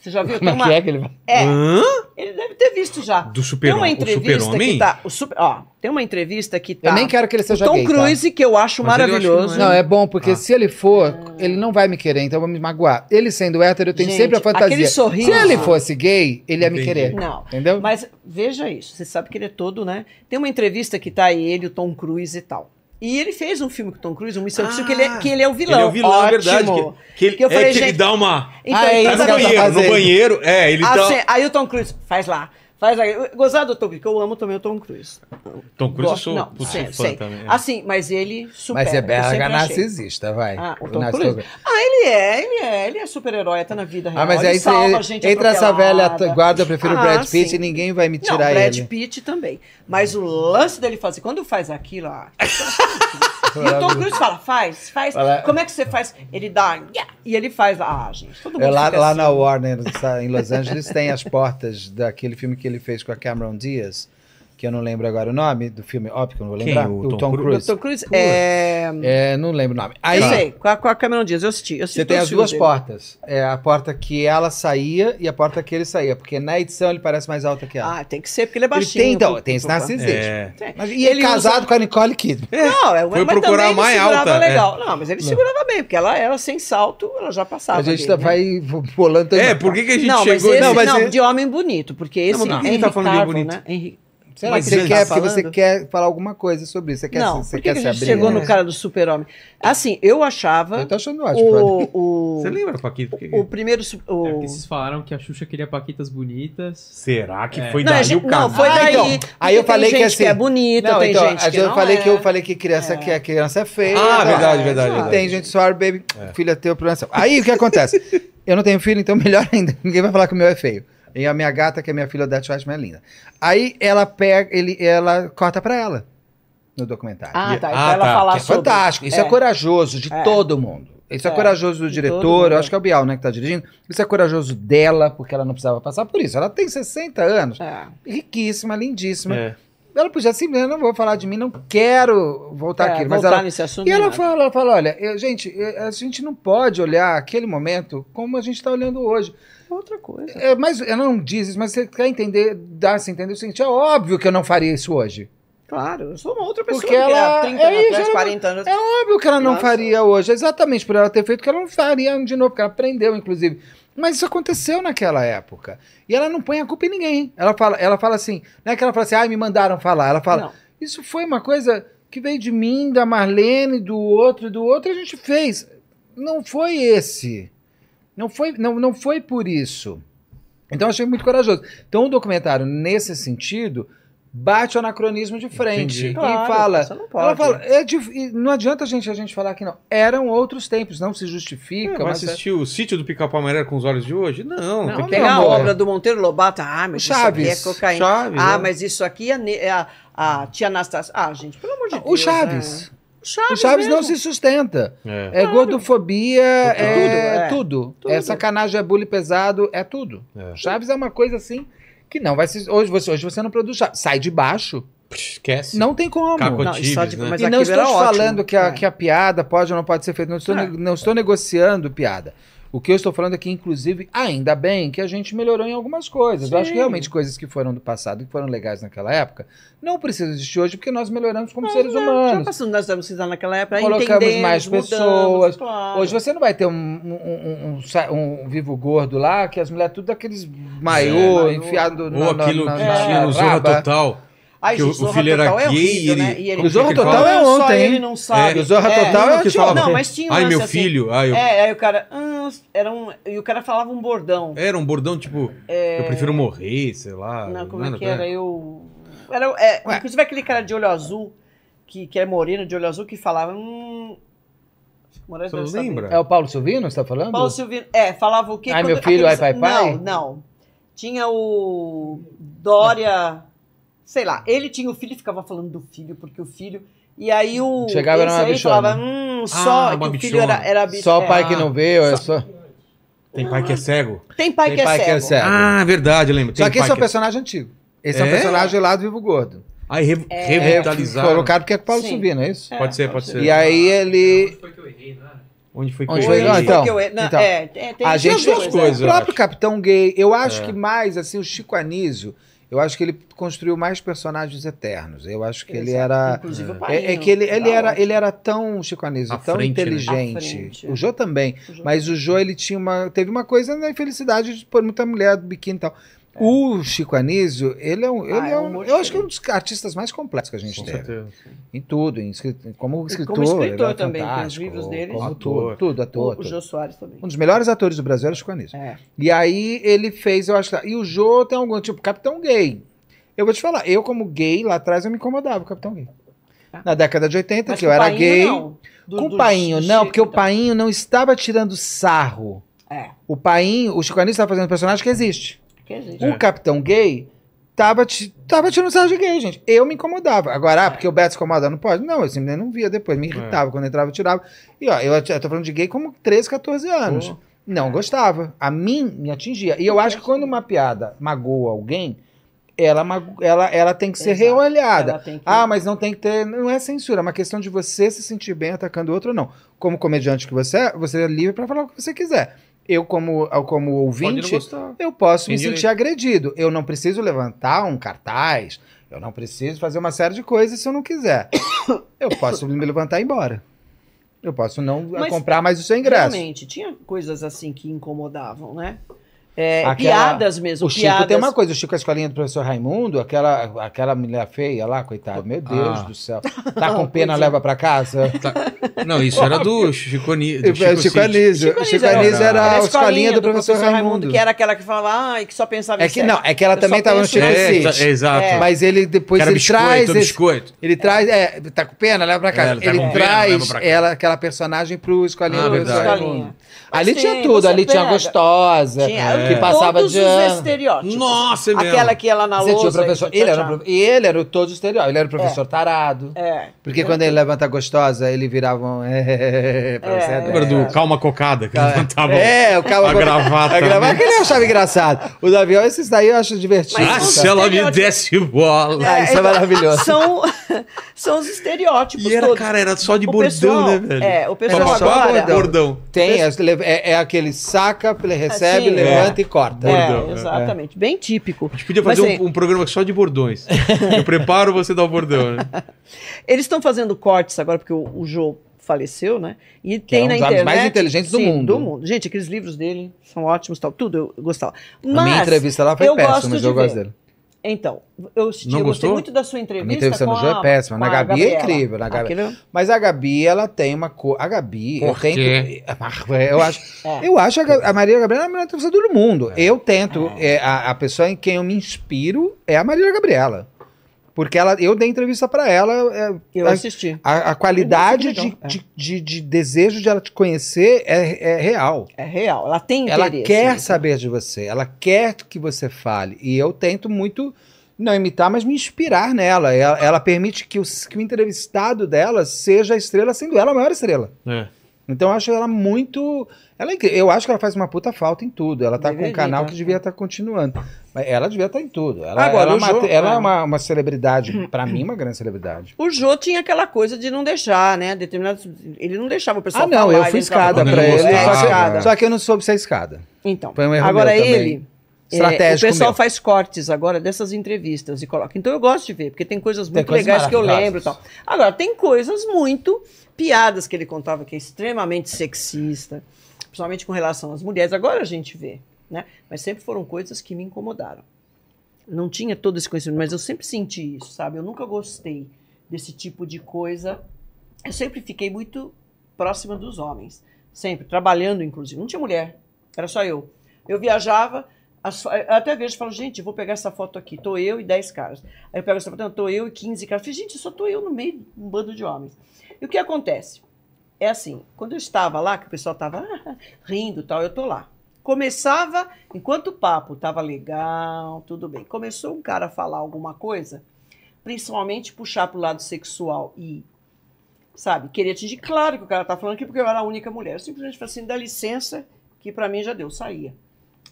S3: Você já viu?
S4: Como
S3: Tem
S4: é
S3: uma...
S4: que é que ele vai?
S3: É,
S1: Hã?
S3: ele deve ter visto já.
S1: Do
S3: Tem uma
S1: super-homem? O
S3: entrevista
S1: super-homem?
S3: que tá. O super, ó, tem uma entrevista que tá.
S4: Eu nem quero que ele seja
S3: o Tom
S4: gay, tá?
S3: Cruise, que eu acho
S1: Mas ele eu acho que não
S3: maravilhoso.
S4: Não, é bom, porque
S1: Ah.
S4: se ele for, ele não vai me querer, então eu vou me magoar. Ele sendo hétero, eu tenho
S3: Gente,
S4: sempre a fantasia.
S3: aquele sorriso.
S4: Se ele fosse gay, ele ia me
S1: Entendi.
S4: querer.
S3: Não.
S4: Entendeu?
S3: Mas veja isso, você sabe que ele é todo, né? Tem uma entrevista que tá ele, o Tom Cruise e tal. E ele fez um filme com o Tom Cruise, um Missão
S1: Ah,
S3: Impossível, que ele, é, que ele é o vilão.
S1: Ele é o vilão, é
S3: Ótimo.
S1: verdade. Que, que,
S3: Que eu
S1: é
S3: falei,
S1: que ele
S3: gente,
S1: dá uma.
S3: Então,
S4: Ah, é
S3: ele
S1: Tá
S3: tá
S1: no
S4: isso que
S3: dando-
S4: eu tava
S1: banheiro, no
S4: fazendo.
S1: banheiro. É, ele
S3: assim,
S1: dá.
S3: Aí o Tom Cruise, faz lá. Faz lá. Gozado do Tom Cruise, que eu amo também o Tom Cruise.
S1: Tom Cruise, eu
S3: Gosto-
S1: sou,
S3: não,
S1: eu sou
S3: sei,
S1: fã
S3: sei.
S1: também. é.
S3: Assim, mas ele supera.
S4: Mas é
S3: eu sempre
S4: belga
S3: achei.
S4: narcisista, vai.
S3: Ah, o
S4: O
S3: Tom
S4: narcis-
S3: Cruise? Ah, ele é, ele é, ele é super-herói, tá na vida real.
S4: Ah, mas
S3: ele
S4: aí
S3: salva a
S4: você,
S3: gente
S4: entre essa velha
S3: atropelada.
S4: t- guarda, eu prefiro o
S3: Ah,
S4: Brad Pitt
S3: sim.
S4: e ninguém vai me
S3: Não,
S4: tirar
S3: Brad
S4: ele.
S3: Pitt também. Mas o lance dele fazer, quando faz aquilo, ah, e o Tom Cruise fala, faz, faz.
S4: Fala-
S3: Como é que você faz? Ele dá, yeah, e ele faz lá. Ah, gente, todo mundo
S4: É, lá,
S3: fica
S4: lá
S3: assim.
S4: na Warner, sa- em Los Angeles, tem as portas daquele filme que ele fez com a Cameron Diaz, que eu não lembro agora o nome do filme, óbvio que eu não vou
S1: Quem?
S4: lembrar.
S1: O
S4: o,
S1: Tom
S4: Tom,
S1: Cruise?
S3: O
S4: Cruise.
S3: Tom Cruise é...
S4: É, não lembro o nome. Aí
S3: Eu sei, com a, com a Cameron Diaz, eu assisti. Eu assisti
S4: você tem
S3: todos
S4: as
S3: os filmes
S4: duas
S3: dele.
S4: portas. É a porta que ela saía e a porta que ele saía, porque na edição ele parece mais alto que ela.
S3: Ah, tem que ser, porque ele é
S4: ele
S3: baixinho.
S4: tem, então,
S3: pro-
S4: tem esse
S3: pro-
S4: narcisista.
S1: É.
S3: Tem.
S4: Mas- e ele
S3: usa-
S4: casado com a Nicole Kidman.
S3: Não, é,
S1: Foi
S3: mas
S1: procurar
S3: também
S1: a mais
S3: ele segurava
S1: alta, é.
S3: legal. Não, mas ele segurava bem, porque ela, ela sem salto, ela já passava.
S4: A gente
S3: dele,
S4: tá,
S3: né?
S4: vai pulando também.
S1: É, por que, que a gente
S3: Não, mas
S1: chegou.
S3: esse,
S1: Não,
S3: não,
S1: mas é-
S3: de homem bonito, porque esse
S1: Não, mas por que
S3: é
S1: ele tá
S3: Henry
S1: falando de
S3: Cavill,
S1: bonito?
S3: né? Henry...
S4: Será
S1: Mas tá
S4: que você
S1: antes-
S4: quer? Porque
S3: falando?
S4: você quer falar alguma coisa sobre isso. Você quer,
S3: Não,
S4: se,
S3: por
S4: você
S3: que,
S4: quer
S3: que
S4: se
S3: a gente
S4: abrir?
S3: chegou
S4: né?
S3: no cara do super-homem? Assim, eu achava
S4: Eu tô achando ótimo.
S3: o, o,
S1: Você lembra, Paquito? por que que-
S3: o primeiro... su- O...
S2: É porque vocês falaram que a Xuxa queria paquitas bonitas.
S1: Será que
S2: É.
S1: foi
S3: Não, a
S1: daí
S3: gente-
S1: o cara?
S3: não, foi
S4: Ah,
S3: daí.
S4: então.
S3: porque
S4: Aí eu
S3: tem
S4: falei que
S3: gente
S4: assim-
S3: é bonita,
S4: Não,
S3: tem
S4: então,
S3: gente
S4: a
S3: que
S4: gente- eu
S3: não
S4: falei
S3: é.
S4: que eu falei que criança que a criança é feia.
S1: Ah,
S4: Então,
S1: verdade,
S4: é,
S1: verdade,
S4: Tem
S1: verdade. É.
S4: gente suave, baby, filha teu programação. Aí o que acontece? eu não tenho filho, então melhor ainda. Ninguém vai falar que o meu é feio. E a minha gata, que é minha filha, da Schwartzman, é linda. Aí ela pega, ele, ela corta pra ela no documentário.
S3: Ah, tá. Então
S1: Ah,
S3: ela
S1: tá,
S3: falar
S4: Que é
S3: sobre...
S4: fantástico. Isso é,
S3: É.
S4: corajoso de
S3: É.
S4: todo mundo. Isso é,
S3: É.
S4: corajoso do
S3: De todo
S4: diretor,
S3: mundo,
S4: eu
S3: é.
S4: acho que é o Bial, né, que tá dirigindo. Isso é corajoso dela, porque ela não precisava passar por isso. Ela tem 60 anos,
S3: É.
S4: riquíssima, lindíssima.
S1: É.
S4: Ela podia simplesmente, não vou falar de mim, não quero voltar
S3: É,
S4: aqui. Mas
S3: voltar
S4: ela,
S3: nesse assunto.
S4: e ela
S3: nada.
S4: fala, ela fala, olha, eu- gente, eu- a gente não pode olhar aquele momento como a gente está olhando hoje.
S3: Outra coisa.
S4: É, mas ela não diz isso, mas você quer entender, dá-se entender o seguinte, é óbvio que eu não faria isso hoje.
S3: Claro, eu sou uma outra pessoa
S4: Porque ela-
S3: que era 30
S4: é
S3: anos
S4: isso,
S3: atrás,
S4: ela-
S3: 40 anos
S4: É óbvio que ela não
S3: Nossa.
S4: faria hoje, exatamente por ela ter feito que ela não faria de novo, porque ela aprendeu, inclusive. Mas isso aconteceu naquela época. E ela não põe a culpa em ninguém. Ela fala, ela fala assim, não é que ela fala assim, ai, me mandaram falar. Ela fala,
S3: Não.
S4: isso foi uma coisa que veio de mim, da Marlene, do outro, do outro, e a gente fez. Não foi esse. Não foi, não, não foi por isso. Então eu achei muito corajoso. Então o documentário, nesse sentido, bate o anacronismo de frente.
S1: Entendi.
S4: E
S3: Claro,
S4: fala,
S3: Você não
S4: ela
S3: pode.
S4: fala, é dif- e não adianta a gente, a gente falar que não. Eram outros tempos, não se justifica.
S3: É,
S1: Vai
S4: mas é
S1: assistir o sítio do Pica-Pau Amarelo com os olhos de hoje? Não,
S4: Não,
S1: tem que-
S4: meu
S3: Pegar a
S4: amor.
S3: obra do Monteiro Lobato, ah, mas
S4: é Chaves.
S3: isso aqui é cocaína.
S1: Chaves,
S3: ah,
S1: né?
S3: mas isso aqui é, ne- é a, a tia Anastácia. Ah, gente, pelo amor de
S4: é-
S3: Deus.
S4: O Chaves.
S3: né? O Chaves,
S4: O Chaves não
S3: mesmo.
S4: se sustenta.
S1: É.
S4: É gordofobia, é,
S3: é.
S4: tudo.
S3: Tudo.
S4: É sacanagem, é bullying pesado, é tudo.
S1: É.
S4: Chaves é uma coisa assim que não vai se. Hoje você, hoje você não produz Chaves. Sai de baixo.
S1: Esquece.
S4: Não tem como.
S1: Caco-
S3: Não, e só de-
S1: Tibes, né?
S3: mas
S4: e não
S3: aquilo
S4: estou
S3: era
S4: te
S3: ótimo.
S4: falando que a,
S3: É.
S4: que a piada pode ou não pode ser feita, não estou,
S3: É.
S4: ne- não estou negociando piada. O que eu estou falando é que, inclusive, ainda bem que a gente melhorou em algumas coisas. Eu acho que
S3: Sim.
S4: realmente coisas que foram do passado, que foram legais naquela época, não precisam existir hoje, porque nós melhoramos como
S3: É,
S4: seres
S3: Já
S4: humanos.
S3: passou, nós estamos precisando naquela época.
S4: Colocamos
S3: entendemos,
S4: mais
S3: mudamos,
S4: pessoas.
S3: claro.
S4: Hoje você não vai ter um, um- um- um sa- um vivo gordo lá, que as mulheres tudo daqueles maiô,
S3: É.
S4: enfiado
S1: Ou aquilo que
S3: na-
S1: tinha no Zorra
S4: raba.
S1: Total.
S3: Ai,
S1: que
S3: gente,
S1: o- o
S3: Zorra
S1: filho era
S3: Total é
S1: gay,
S3: horrível,
S1: ele-
S3: né? E
S1: como
S3: ele
S1: que
S4: O Zorra
S1: ele
S4: Total
S1: fala?
S4: é
S3: Não, só
S4: ontem, hein?
S3: Ele não sabe.
S4: E o Zorra
S3: É,
S4: Total é o que
S3: tinha-
S4: fala.
S3: Não, mas tinha um
S1: Ai,
S3: lance
S1: meu
S3: assim.
S1: filho. Ai, eu-
S3: É, aí o cara. ah, era um, e o cara falava um bordão.
S1: Era um bordão tipo, eu prefiro morrer, sei lá.
S3: Não, como
S1: nada,
S3: é que era?
S1: né?
S3: Eu. Era, é,
S4: Ué.
S3: inclusive aquele cara de olho azul, que, que é moreno de olho azul, que falava. Hum, Moraes
S1: Você
S3: deve saber.
S1: lembra?
S4: É o Paulo Silvino, você está falando?
S3: Paulo Silvino. É, falava o quê?
S4: Ai,
S3: Quando-
S4: meu filho, ai,
S3: aqueles-
S4: pai, pai?
S3: Não, não. Tinha o Dória. Sei lá, ele tinha o filho e ficava falando do filho, porque o filho. E aí o.
S4: Chegava, era
S3: esse
S4: uma
S3: aí
S4: bichona.
S3: falava, hum, só.
S1: Ah, uma
S3: que o filho
S1: bichona.
S3: era, era bicho.
S4: Só o
S3: é.
S4: pai que não veio, é só.
S1: Tem pai que é cego?
S3: Tem pai,
S4: Tem
S3: que, é
S4: pai
S3: cego.
S4: que é cego.
S1: Ah, verdade, lembro.
S4: Só
S1: Tem
S4: que esse é
S1: pai
S4: um personagem antigo. Esse
S1: É?
S4: é, um personagem lá do Vivo Gordo.
S1: Aí re
S4: É,
S1: revitalizaram.
S4: colocado porque é com o Paulo
S3: Sim.
S4: Silvino, é isso?
S3: É,
S1: Pode ser, pode ser.
S4: E aí ele.
S1: Onde foi que
S4: Onde
S1: eu
S4: foi?
S1: errei?
S4: Não, então.
S3: Porque eu- não,
S4: então.
S3: é, é, tem
S4: A
S3: essas
S4: gente.
S1: duas coisas,
S4: o
S1: eu
S4: próprio
S1: acho.
S4: Capitão Gay, eu acho que mais, assim, o Chico Anísio, eu acho que ele construiu mais personagens eternos. Eu acho que ele era.
S3: Inclusive o
S4: É, é
S3: Painho,
S4: que ele, ele,
S3: tá
S4: era,
S3: ótimo.
S4: ele era tão, Chico Anísio,
S1: À
S4: tão
S1: frente, né?
S3: À
S4: inteligente.
S3: frente.
S4: O Jô também.
S3: O Jô
S4: Mas o Jô, ele tinha uma. Teve uma coisa na infelicidade de pôr muita mulher do biquíni e tal. O Chico Anísio, ele é um. Ele
S3: É. Ah,
S4: é
S3: é um
S4: um
S3: humor
S4: eu acho
S3: diferente.
S4: que é um dos artistas mais complexos que a gente
S1: Com
S4: tem.
S1: certeza.
S4: Em tudo, em escritor, como
S3: E
S4: escritor.
S3: como escritor
S4: ele é
S3: também, tem os
S4: fantástico,
S3: livros dele.
S4: Como
S1: Ator.
S4: ator. Tudo,
S3: O,
S4: ator.
S3: o
S4: tudo.
S3: Jô Soares também.
S4: Um dos melhores atores do Brasil era o Chico Anísio.
S3: É.
S4: E aí ele fez, eu acho que. E o Jô tem algum tipo, Capitão Gay. Eu vou te falar, eu, como gay, lá atrás eu me incomodava com o Capitão Gay. Na década de 80,
S3: Tá. Mas
S4: que
S3: com
S4: eu era
S3: Painho,
S4: gay.
S3: não. Do-
S4: com
S3: do
S4: o Painho,
S3: Chico,
S4: não, porque o
S3: então.
S4: Painho não estava tirando sarro.
S3: É.
S4: O Painho, o Chico Anísio estava fazendo um personagem que existe.
S3: Que existe.
S4: O Capitão Gay tava, ti- tava tirando sarro de gay, gente. Eu me incomodava. Agora,
S3: É.
S4: ah, porque o Beto se incomoda, não pode? Não, eu simplesmente não via depois. Me irritava. Quando entrava, eu tirava. E ó, eu, at- eu tô falando de gay como 13, 14 anos. Ah, Não gostava. A mim me atingia. E eu acho que quando uma piada magoa alguém, ela, mago- ela, ela tem que ser
S3: Exato.
S4: reolhada.
S3: Ela tem que-
S4: Ah, mas não tem que ter. Não é censura, é uma questão de você se sentir bem atacando o outro ou não. Como comediante que você é, você é livre pra falar o que você quiser. Eu, como, como
S1: Pode não
S4: ouvinte,
S1: gostar.
S4: eu posso
S1: Tem
S4: me
S1: direito.
S4: sentir agredido. Eu não preciso levantar um cartaz, eu não preciso fazer uma série de coisas se eu não quiser. eu posso me levantar e ir embora. Eu posso não
S3: Mas,
S4: comprar mais o seu ingresso.
S3: Realmente, tinha coisas assim que incomodavam, né? É,
S4: Aquela-
S3: Piadas mesmo,
S4: O Chico
S3: piadas.
S4: tem uma coisa, o Chico, a escolinha do professor Raimundo, aquela, aquela mulher feia lá, coitada, meu Deus
S1: Ah.
S4: do céu. Tá com
S3: Pois é.
S4: pena, leva pra casa?
S1: Não, isso era do Chico Ni- do
S4: Chico, É, Chico,
S1: Cid.
S4: Anísio.
S3: Chico é né?
S4: Chico,
S3: Anísio
S4: Anísio
S1: era-
S4: era,
S3: Era
S4: a escolinha do professor, Raimundo.
S3: Que era aquela que falava, ai, que só pensava em
S4: É que
S3: sexo.
S4: não, é que ela
S3: Eu
S4: também
S3: só
S4: tava no
S3: penso
S4: Chico
S3: em
S1: É, exa-
S4: Cid.
S1: exato.
S4: Mas ele depois
S1: Que era
S4: ele
S1: biscoito,
S4: traz. esse-
S1: biscoito.
S4: Ele traz. É, tá com pena, leva pra
S1: É,
S4: casa.
S1: ele tá
S4: ele
S1: com pena, leva
S4: traz
S1: pra casa.
S4: ela, aquela personagem pro escolinha é.
S1: Ah,
S4: do professor
S1: verdade.
S4: Raimundo.
S3: Mas
S4: Ali
S3: tem,
S4: tinha tudo,
S3: você
S4: ali tinha
S3: pega.
S4: gostosa,
S3: Tinha é.
S4: que passava
S3: todos
S4: de
S3: os
S4: ano.
S3: estereótipos.
S1: Nossa, é mesmo.
S3: Aquela que ia lá na
S4: Você tinha o
S3: lousa.
S4: professor.
S3: e
S4: Ele era,
S3: tchau, É.
S4: o
S3: tchau.
S4: profe- ele era o todo estereótipo. Ele era o professor tarado.
S3: É.
S4: Porque quando ele levanta gostosa, ele virava um. É, pra você
S3: É.
S1: Lembra do Calma Cocada, que eles levantavam
S4: É, o cara
S1: a gravata. né?
S4: A gravata que ele achava engraçado. O do avião, esses daí eu acho divertido.
S1: Ah,
S3: Mas
S1: se
S4: sabe?
S3: são
S1: ela me
S3: estereótipos.
S1: desse bola.
S4: Ah, isso é
S3: então,
S4: maravilhoso.
S3: São, são os estereótipos
S1: E era,
S3: todos.
S1: cara, era só de
S3: O
S1: bordão,
S3: pessoal-
S1: né, velho?
S3: é, o pessoal
S1: era só
S3: agora-
S1: bordão.
S4: Tem, as- le- é, é aquele saca, ele recebe,
S3: Assim,
S4: levanta e corta.
S1: É.
S3: É,
S1: Bordão,
S3: exatamente. Bem típico.
S1: A gente podia
S3: Mas,
S1: fazer um-
S3: assim,
S1: um, programa só de bordões. Eu preparo, você dá o bordão, né?
S3: Eles estão fazendo cortes agora, porque o, o Jô faleceu, né? E tem
S4: é um
S3: na
S4: dos homens
S3: internet.
S4: mais inteligentes do
S3: Sim,
S4: mundo.
S3: do mundo. Gente, aqueles livros dele são ótimos, tal, tudo eu gostava. Mas,
S4: a minha entrevista lá foi
S3: eu
S4: péssima,
S3: gosto
S4: mas
S3: de
S4: eu gosto
S3: ver.
S4: dele.
S3: Então, eu, assisti,
S1: Não
S3: eu gostei
S1: gostou?
S3: muito da sua
S4: A
S3: entrevista.
S4: minha entrevista
S3: com
S4: no Joe
S3: a-
S4: é péssima. Na
S3: com a
S4: Gabi é
S3: Gabriela.
S4: incrível. Na Gabi.
S3: Aquilo-
S4: Mas a Gabi, ela tem uma cor. A Gabi, eu
S1: Por quê?
S4: tento. Eu acho,
S3: É.
S4: eu acho a, Ga- a Maria Gabriela é a melhor entrevistadora do mundo. Eu tento. é, a, a pessoa em quem eu me inspiro é a Maria Gabriela. Porque ela, eu dei entrevista pra ela. é,
S3: Eu
S4: a-
S3: assisti.
S4: a, a qualidade
S3: Nossa, que
S4: de,
S3: legal. é.
S4: de, de- de desejo de ela te conhecer é, é real.
S3: É real. Ela tem interesse. né?
S4: Ela quer
S3: nisso.
S4: saber de você, ela quer que você fale. E eu tento muito não imitar, mas me inspirar nela. Ela, ela permite que, os- que o entrevistado dela seja a estrela, sendo ela a maior estrela.
S1: É.
S4: Então eu acho ela muito. Ela é incrível. Eu acho que ela faz uma puta falta em tudo. Ela tá com
S3: Deveria,
S4: um canal
S3: tá?
S4: que devia estar continuando. Mas ela devia estar em tudo. Ela,
S1: Agora,
S4: ela é
S1: o
S4: uma,
S1: Jô-
S4: ela é
S1: é.
S4: uma, uma celebridade, pra mim, uma grande celebridade.
S3: O Jô tinha aquela coisa de não deixar, né? Determinados. Ele não deixava o pessoal
S4: Ah, não,
S3: falar,
S4: eu fui
S3: ele entrava-
S4: escada
S1: Quando
S4: pra
S1: ele
S4: ele.
S1: gostava,
S4: Só que,
S1: né?
S4: só que eu não soube ser escada.
S3: Então,
S4: Foi um erro
S3: agora
S4: meu também.
S3: ele. é,
S4: Estratégico
S3: o pessoal
S4: meu.
S3: faz cortes agora dessas entrevistas e coloca. Então eu gosto de ver, porque tem coisas muito
S4: coisas
S3: legais que eu
S4: maravilhosas.
S3: lembro e tal. Agora, tem coisas muito piadas que ele contava que é extremamente sexista, principalmente com relação às mulheres. Agora a gente vê, né? Mas sempre foram coisas que me incomodaram. Não tinha todo esse conhecimento, mas eu sempre senti isso, sabe? Eu nunca gostei desse tipo de coisa. Eu sempre fiquei muito próxima dos homens, sempre trabalhando inclusive. Não tinha mulher, era só eu. Eu viajava, as fo- eu até vejo, falo, gente, eu vou pegar essa foto aqui, tô eu e 10 caras. Aí eu pego essa foto, não, tô eu e 15 caras. Falei, gente, só tô eu no meio de um bando de homens. E o que acontece? É assim, quando eu estava lá, que o pessoal estava rindo e tal, eu tô lá. Começava, enquanto o papo estava legal, tudo bem. Começou um cara a falar alguma coisa, principalmente puxar pro lado sexual e, sabe, querer atingir. Claro que o cara tá falando aqui porque eu era a única mulher. Eu simplesmente falei assim, dá licença, que pra mim já deu, saía.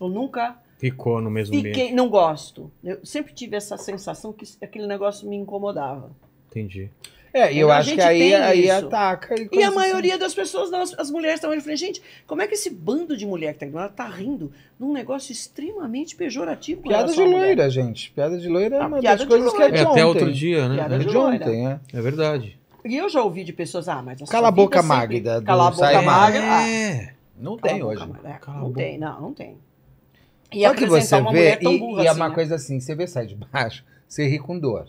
S3: Eu nunca
S1: Ficou no mesmo ambiente.
S3: fiquei, não gosto. Eu sempre tive essa sensação que aquele negócio me incomodava.
S1: Entendi.
S4: É, e eu
S3: Então, a
S4: acho que
S3: gente
S4: aí,
S3: tem
S4: aí
S3: isso.
S4: ataca.
S3: E
S4: coisa
S3: a
S4: assim.
S3: maioria das pessoas, não, as, as mulheres também, eu falei, gente, como é que esse bando de mulher que tá aqui, ela tá rindo num negócio extremamente pejorativo? com
S4: Piada de
S3: relação à mulher?
S4: loira, gente. Piada de loira é
S3: Ah,
S4: uma
S3: piada de
S4: das coisas que é
S3: loira.
S4: de
S1: É
S4: ontem.
S1: até outro dia, né?
S4: É
S3: Piada
S1: É.
S4: de,
S3: de loira.
S4: ontem, é.
S1: É verdade.
S3: E eu já ouvi de pessoas, ah, mas a sua
S4: Cala a
S3: vida
S4: boca,
S3: sempre-
S4: Magda, do
S3: Cala a boca,
S4: Sai
S3: Magda. Ah,
S1: É.
S4: Não
S3: cala
S4: tem
S3: a boca,
S4: hoje.
S3: Magda. É,
S1: Cala a
S3: não
S1: boca.
S3: tem, não, não tem. E
S4: Só que você
S3: apresentar uma
S4: vê,
S3: mulher tão
S4: e,
S3: burra
S4: e é
S3: assim,
S4: uma
S3: né?
S4: coisa assim, você vê sai de baixo, você ri com dor.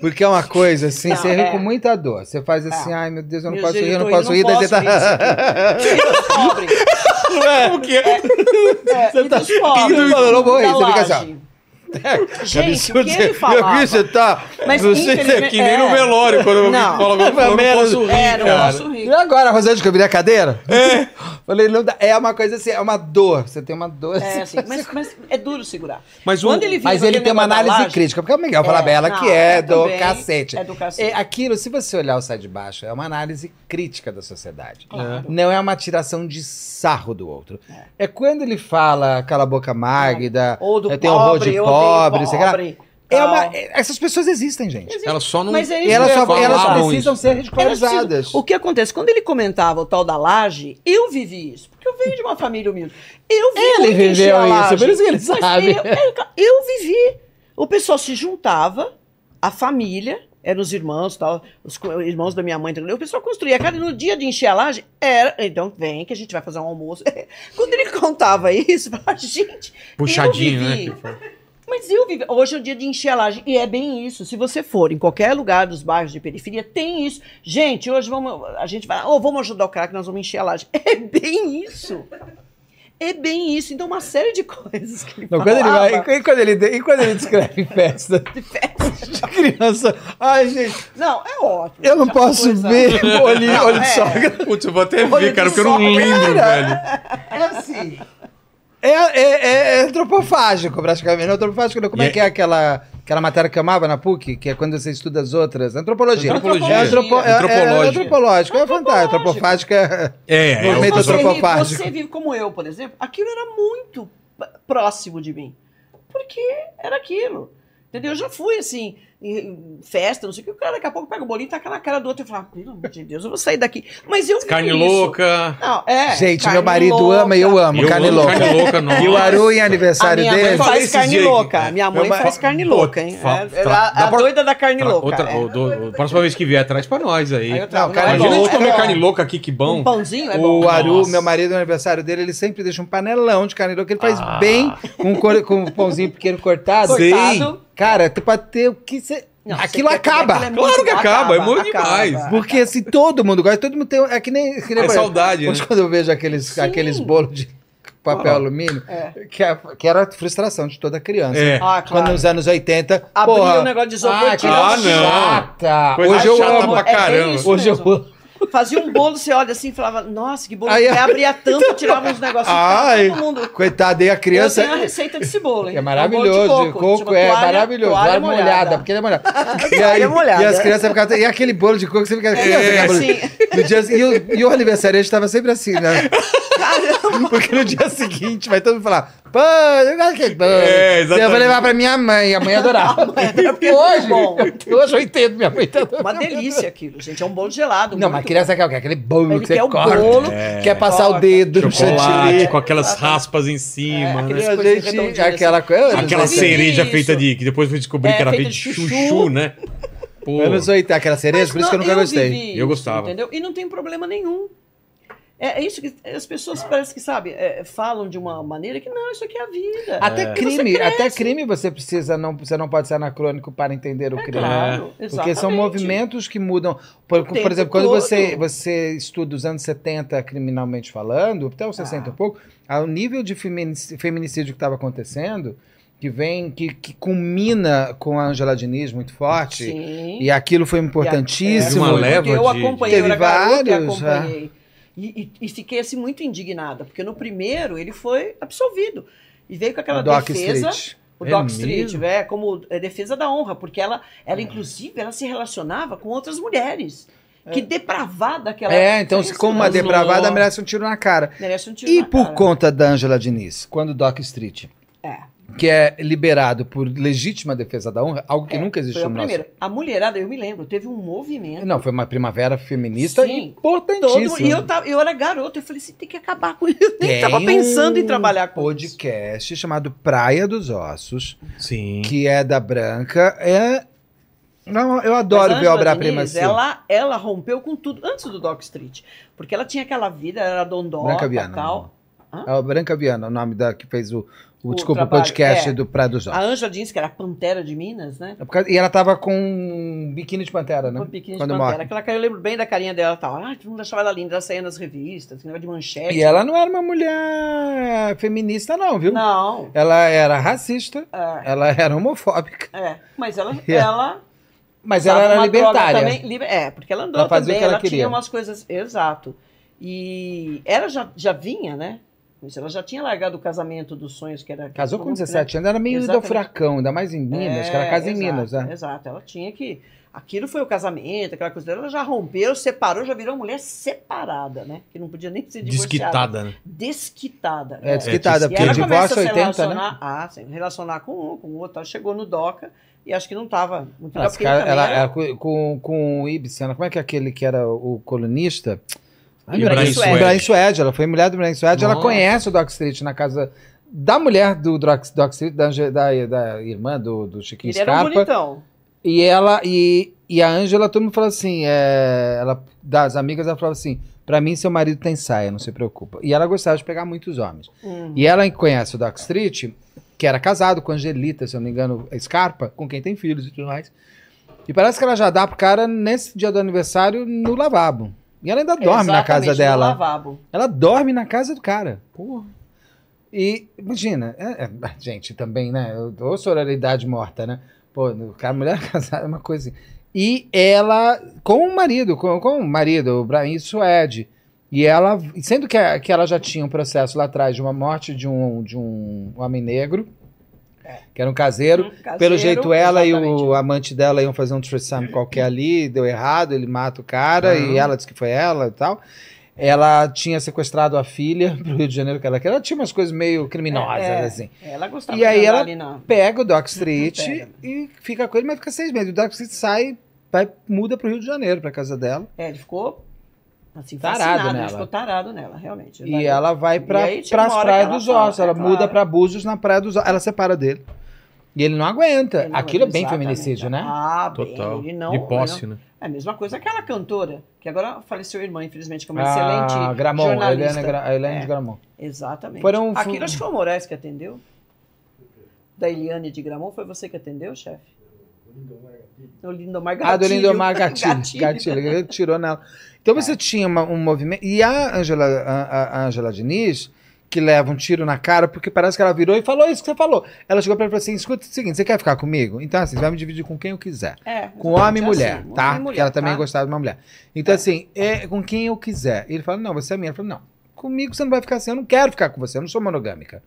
S4: Porque é uma coisa assim,
S3: É. Não,
S4: você ri
S3: é.
S4: com muita dor. Você faz assim, ai meu Deus, eu não
S3: Meu
S4: posso
S3: Deus,
S4: rir, eu
S3: eu
S4: não
S3: tô
S4: posso
S3: rindo,
S4: rir, daí
S3: não
S4: você tá.
S3: E dos pobres.
S1: Como que é? tá
S3: É, e dos pobres.
S4: rindo, falando, não vou rir,
S3: da
S4: você fica
S3: laje.
S4: assim,
S3: Gente, o que
S4: Você-
S3: ele falava?
S4: Meu filho, você tá.
S3: Mas
S4: você
S3: infeliz-
S1: É que nem no
S3: É.
S1: velório, quando eu
S4: Não.
S1: falo alguma coisa, eu não posso rir,
S3: Era, eu
S1: cara.
S3: posso
S4: E
S3: rir.
S4: agora, Rosane, que eu virei a cadeira? É. Falei, não dá. É uma coisa assim, é uma dor. Você tem uma dor.
S3: É, assim,
S4: assim.
S3: mas, mas é duro segurar.
S1: Mas o-
S3: Quando ele vira
S4: Mas ele tem uma análise crítica, porque o Miguel fala Bela que é, do cacete.
S3: É do cacete.
S4: É, aquilo, se você olhar o site de baixo, é uma análise crítica da sociedade.
S3: Claro.
S4: Não é uma tiração de sarro do outro. É, quando ele fala cala a boca Magda,
S3: Ou do pobre,
S4: eu tenho horror de
S3: eu odeio
S4: pobre, sei lá.
S3: pobre, Então,
S4: é
S3: tal.
S4: uma- é- essas pessoas existem, gente.
S1: Ela só não.
S3: Mas é
S4: E
S3: isso
S4: elas
S3: que eu
S4: só,
S3: ia
S4: elas
S3: falar.
S4: precisam ser
S3: Elas precisam-
S4: ridicularizadas.
S3: O que acontece? Quando ele comentava o tal da laje, eu vivi isso. Porque eu venho de uma família humilde. Eu vi
S4: Ele
S3: muito encher
S4: viveu
S3: a
S4: isso,
S3: laje,
S4: por isso que ele
S3: mas
S4: sabe.
S3: Eu, eu- eu vivi. O pessoal se juntava, a família, eram os irmãos, tal, os co- irmãos da minha mãe. entendeu? O pessoal construía. Cara, no dia de encher a laje, era. Então vem que a gente vai fazer um almoço. Quando ele contava isso, eu falava, gente.
S1: Puxadinho,
S3: eu
S1: né?
S3: vivi.
S1: que fala.
S3: Mas eu vivo. Hoje é o dia de encher a laje. E é bem isso. Se você for em qualquer lugar dos bairros de periferia, tem isso. Gente, hoje vamos, a gente vai. Oh, vamos ajudar o craque, nós vamos encher a laje. É bem isso. É bem isso. Então, uma série de coisas que ele
S4: Não, quando
S3: falava.
S4: ele vai- e, quando ele, e quando ele descreve festa de criança, ai gente,
S3: Não, é ótimo.
S4: eu não
S3: É uma
S4: posso
S3: coisa-
S4: ver olho, olho de
S3: é.
S4: sogra.
S1: Putz, eu vou até
S4: Olha
S1: ver, cara,
S4: que
S1: porque eu não
S4: sogra.
S1: lembro,
S4: Cara.
S1: velho.
S4: É assim. É, é, é- é antropofágico, praticamente. Não, antropofágico, não. Como é
S1: E é-
S4: que é aquela, aquela matéria que eu amava na PUC? Que é quando você estuda as outras. Antropologia.
S1: Antropologia.
S4: É, antropo, é,
S1: Antropológico.
S4: É, antropológico. É fantástico. Antropofágico é...
S1: É, é.
S4: Movimento
S1: eu-
S3: Mas você,
S1: eu-
S3: vive,
S4: antropofágico.
S3: você vive como eu, por exemplo, aquilo era muito p- próximo de mim. Porque era aquilo. Entendeu? Eu já fui assim, em em festa, não sei o que, o cara daqui a pouco pega o bolinho e taca na cara do outro e fala, pelo amor de Deus, eu vou sair daqui. Mas eu vivi
S1: Carne
S3: isso.
S1: louca.
S3: Não, é,
S4: Gente,
S3: carne
S4: meu marido
S3: louca.
S4: ama e eu amo.
S1: Eu
S4: carne
S1: amo
S4: louca.
S1: Carne louca, não.
S4: E o Aru em
S3: A
S4: aniversário
S3: minha
S4: dele...
S3: mãe
S1: Falei
S3: faz
S1: esses
S3: carne
S1: dias aqui.
S3: louca. Minha mãe
S1: Meu ma-
S3: faz carne
S1: Pô,
S3: louca, hein?
S1: fa-
S3: É, ela-
S1: tra- dá
S3: a
S1: pra-
S3: doida da carne
S1: Tra-
S3: louca.
S1: outra-
S3: é.
S1: o do- o- próxima vez que vier, traz pra nós aí.
S3: Aí eu
S4: Não,
S3: trago-
S4: carne
S1: Imagina a gente
S4: louca.
S1: comer carne louca aqui, que
S3: Um
S1: bom.
S3: pãozinho é bom.
S4: O Aru,
S1: Nossa.
S4: meu marido, no aniversário dele, ele sempre deixa um panelão de carne louca. Ele faz
S1: Ah.
S4: bem com, cor, com um pãozinho pequeno cortado.
S1: Sei.
S3: Cortado.
S4: Cara, tu pode ter o que você...
S3: Não, você
S4: Aquilo
S3: quer comer,
S4: acaba.
S3: aquilo é
S1: Claro
S3: muito-
S1: que acaba, é bom demais.
S3: acaba.
S4: Porque se todo mundo gosta, todo mundo tem. É que nem. que nem-
S1: É saudade,
S4: Hoje,
S1: né?
S4: quando eu vejo aqueles,
S3: Sim.
S4: aqueles bolos de papel
S1: Ah.
S4: alumínio,
S3: É.
S4: que, é- que era a frustração de toda criança.
S1: É.
S3: Ah,
S4: Quando
S3: claro.
S4: nos anos 80.
S3: Abria
S4: porra,
S3: um negócio de isopor,
S4: ah, que
S3: tirava
S1: Ah, não.
S4: chata.
S1: Coisa
S4: Hoje eu
S1: chata
S4: amo.
S1: pra
S3: É bem
S1: caramba.
S3: isso.
S4: Hoje eu
S3: mesmo.
S4: amo.
S3: Fazia um bolo, você olha assim e falava, nossa, que bolo.
S4: Aí-
S3: Aí, abria a tampa, tirava uns negocinhos.
S4: Ai,
S3: todo mundo.
S4: coitado, e a criança.
S3: Eu tenho a receita desse bolo, hein?
S4: É
S3: Um
S4: maravilhoso.
S3: bolo de
S4: coco
S3: chama
S4: é
S3: toalha-
S4: maravilhoso.
S3: toalha
S4: Toalha molhada, porque ele é molhado. e,
S3: Toalha
S4: aí,
S3: molhada.
S4: e as crianças ficavam. E aquele bolo de coco, você fica.
S3: É,
S4: criança,
S3: sim.
S4: No dia, e, o, e o aniversariante estava sempre assim, né? Porque no dia seguinte vai todo mundo falar. Pô, eu gosto daquele bolo.
S1: É, exatamente.
S4: Eu vou levar pra minha mãe, a mãe adorava.
S3: porque é muito bom.
S4: hoje eu entendo, minha mãe tá
S3: Uma delícia aquilo, gente. É um bolo gelado.
S4: Não,
S3: muito
S4: mas a criança quer o quê? Aquele bolo
S3: Ele
S4: que você
S3: quer o
S4: corta.
S3: bolo,
S4: Quer passar o
S3: corta.
S4: dedo no chantilly.
S1: Chocolate, com aquelas raspas em cima,
S3: aquele-
S1: né?
S4: E a
S3: coisas
S4: gente-
S3: redondinhas,
S4: Aquela coisa.
S1: Aquela
S3: Isso.
S1: cereja feita de. Que depois eu descobri
S3: É,
S1: que era feita
S3: feita
S1: de chuchu,
S3: de chuchu.
S1: né? Pô.
S4: Anos 80, aquela cereja,
S3: Mas
S4: por isso que eu
S3: não,
S4: nunca gostei.
S3: vivi
S1: Eu gostava.
S3: Entendeu? E não tem problema nenhum. É é isso que as pessoas parece que, sabe, é, falam de uma maneira que não, isso aqui é a vida.
S4: Até crime,
S3: Você cresce.
S4: até crime você precisa não, você não pode ser anacrônico para entender o crime.
S3: É Claro,
S4: Porque são
S3: exatamente.
S4: movimentos que mudam. Por, por
S3: tempo
S4: exemplo, quando
S3: todo.
S4: você, você estuda os anos 70 criminalmente falando, até os 60 e pouco, ah, o nível de feminici- feminicídio que estava acontecendo, que vem, que, que culmina com a Angela Diniz muito forte,
S3: Sim.
S4: e É aquilo foi importantíssimo.
S1: Uma
S3: Porque
S1: leva
S3: eu
S1: de-
S3: acompanhei,
S4: Teve
S3: eu era garota, eu
S4: vários, é.
S3: acompanhei. E, e- e fiquei assim muito indignada, porque no primeiro ele foi absolvido. E veio com aquela
S4: Doc
S3: defesa.
S4: Street.
S3: O
S1: É
S3: Doc
S1: mesmo?
S3: Street, é como é, defesa da honra, porque ela,
S4: É.
S3: ela inclusive, ela se relacionava com outras mulheres. Que depravada que ela
S4: É, então, se
S3: Isso
S4: como uma
S3: mesmo.
S4: depravada merece um tiro na cara.
S3: Merece um tiro
S4: E
S3: na
S4: por
S3: cara.
S4: conta da Angela Diniz, quando Doc Street,
S3: É.
S4: que é liberado por legítima defesa da honra, algo que nunca
S3: É, Foi
S4: existiu
S3: a
S4: no nosso...
S3: primeira. A mulherada, eu me lembro, teve um movimento.
S4: É, Não, foi uma primavera feminista
S3: Sim. Todo mundo- e
S4: importantíssima.
S3: eu, tava, eu era garota, eu falei assim, tem que acabar com isso. Eu nem
S4: Tem
S3: tava pensando em
S4: um
S3: trabalhar com isso.
S4: podcast chamado Praia dos Ossos,
S1: Sim.
S4: que é da Branca, é... Não, eu adoro
S3: Mas
S4: ver
S3: Ângela
S4: obra-prima
S3: Diniz,
S4: assim.
S3: Ela, ela rompeu com tudo antes do Doc Street. Porque ela tinha aquela vida, ela era dondota
S4: Branca
S3: e
S4: Viana, né?
S3: tal.
S4: É A Branca Viana, o nome da que fez o, o,
S3: O
S4: desculpa, o
S3: trabalho,
S4: podcast
S3: é.
S4: do Prado Jovem.
S3: A Anja disse que era a Pantera de Minas, né?
S4: É por causa- E ela tava com um biquíni de pantera, né?
S3: Uma pequena
S4: Quando
S3: de Pantera.
S4: morre.
S3: Aquela cara, eu lembro bem da carinha dela. Tava, ah, todo mundo achava ela linda. Ela saía nas revistas, negócio de manchete.
S4: E ela não era uma mulher feminista, não, viu?
S3: Não.
S4: Ela era racista,
S3: É,
S4: ela era homofóbica,
S3: é. Mas ela,
S4: É.
S3: ela
S4: mas ela
S3: Usava
S4: era
S3: uma droga
S4: libertária.
S3: também, liber- é, porque ela andou
S4: Ela fazia o
S3: também,
S4: que ela
S3: ela,
S4: queria.
S3: tinha umas coisas. Exato. E ela já, já vinha, né? Isso, Ela já tinha largado o casamento dos sonhos que era.
S4: Casou com
S3: né?
S4: 17 anos, era meio do
S3: Exatamente.
S4: furacão, ainda mais em Minas, que ela casa em
S3: É, exato, É
S4: Minas, né?
S3: Exato, ela tinha que. Aquilo foi o casamento, aquela coisa dela, ela já rompeu, separou, já virou uma mulher separada, né? Que não podia nem ser divorciada.
S1: Desquitada, né?
S3: Desquitada.
S4: É,
S3: né?
S4: desquitada,
S1: É,
S3: E
S4: porque
S3: ela
S1: desquitada.
S3: começa
S4: divórcio
S3: a se
S4: 80, né?
S3: relacionar, ah, sim, relacionar com um, com o outro, ela chegou no DOCA e acho que não estava muito
S4: Ela,
S3: legal, porque ele também é-
S4: ela-
S3: era-
S4: ela co- com, com o Ibsen, ela- como é que é aquele que era o colunista? Ai,
S1: Ibrahim
S4: Ibrahim
S3: Suede.
S4: Ibrahim Suede, ela foi mulher do Brian Suede, ela
S1: Nossa.
S4: conhece o Doc Street na casa da mulher do Doc, Doc Street, da, Ange- da- da irmã do, do Chiquinho
S3: ele era um
S4: Scarpa.
S3: bonitão.
S4: E ela e, e a Ângela, todo mundo falou assim, é, ela das amigas, ela falava assim, pra mim seu marido tem saia, não se preocupa. E ela gostava de pegar muitos homens.
S3: Hum.
S4: E ela conhece o Doc Street, que era casado com Angelita, se eu não me engano, Scarpa, com quem tem filhos e tudo mais. E parece que ela já dá pro cara nesse dia do aniversário no lavabo. E ela ainda dorme na
S3: Exatamente,
S4: casa
S3: no
S4: dela.
S3: lavabo.
S4: Ela dorme na casa do cara. Porra. E, imagina, é, é, gente, também, né? eu- Ou sororidade morta, né? Pô, o cara, mulher casada é uma coisa assim. E ela, com o marido, com, com o marido, o Brian Suede. E ela, sendo que, a- que ela já tinha um processo lá atrás de uma morte de um, de um homem negro, que era um caseiro.
S3: Um caseiro,
S4: Pelo jeito, ela e
S3: exatamente.
S4: o amante dela iam fazer um threesome qualquer ali, deu errado, ele mata o cara e ela disse que foi ela e tal. Ela tinha sequestrado a filha pro Rio de Janeiro que ela queria. Ela tinha umas coisas meio criminosas,
S3: É, é.
S4: assim.
S3: Ela gostava
S4: E aí
S3: de andar
S4: ela-
S3: ali na...
S4: Pega o Doc Street
S3: Pega.
S4: e fica com ele, mas fica seis meses. O Doc Street sai, vai, muda pro Rio de Janeiro, pra casa dela.
S3: É, ele ficou assim,
S4: Tarado
S3: fascinado.
S4: nela.
S3: Ele ficou tarado nela, realmente.
S4: E ela vai pra,
S3: E aí tinha
S4: pras
S3: uma hora
S4: praias
S3: que ela
S4: dos
S3: fala,
S4: ossos. Ela
S3: é claro.
S4: muda pra Búzios na praia dos ossos. Ela separa dele. E ele não aguenta.
S3: Ele não-
S4: Aquilo é bem
S3: exatamente.
S4: feminicídio, né?
S3: Ah, bem,
S1: Total.
S3: ele não...
S1: de
S3: ele
S1: posse, né?
S3: não- É a mesma coisa aquela cantora, que agora faleceu a irmã, infelizmente, que é uma
S4: Ah,
S3: excelente
S4: Gramon, a
S3: jornalista.
S4: Helena, Gra- a Helena
S3: É.
S4: de Gramon.
S3: Exatamente.
S4: Foram- um
S3: Aquilo acho que foi o Moraes que atendeu. Da Eliane de Gramon, foi você que atendeu, chefe? Do Lindomar Gatilho.
S4: Ah, do Lindomar Gatilho.
S3: Gatilho. É.
S4: Gatilho, ele tirou nela. Então você tinha uma- um movimento. E a Angela, a, a Angela Diniz, que leva um tiro na cara, porque parece que ela virou e falou isso que você falou. Ela chegou pra ele e falou assim: escuta, é o seguinte, você quer ficar comigo? Então, assim, você vai me dividir com quem eu quiser.
S3: É,
S4: Com homem
S3: exatamente,
S4: e mulher,
S3: assim,
S4: tá?
S3: homem e
S4: Porque ela também
S3: tá?
S4: gostava de uma mulher. Então, assim, é com quem eu quiser. E ele fala: não, você é minha. Ela fala: não, comigo você não vai ficar assim, eu não quero ficar com você, eu não sou monogâmica.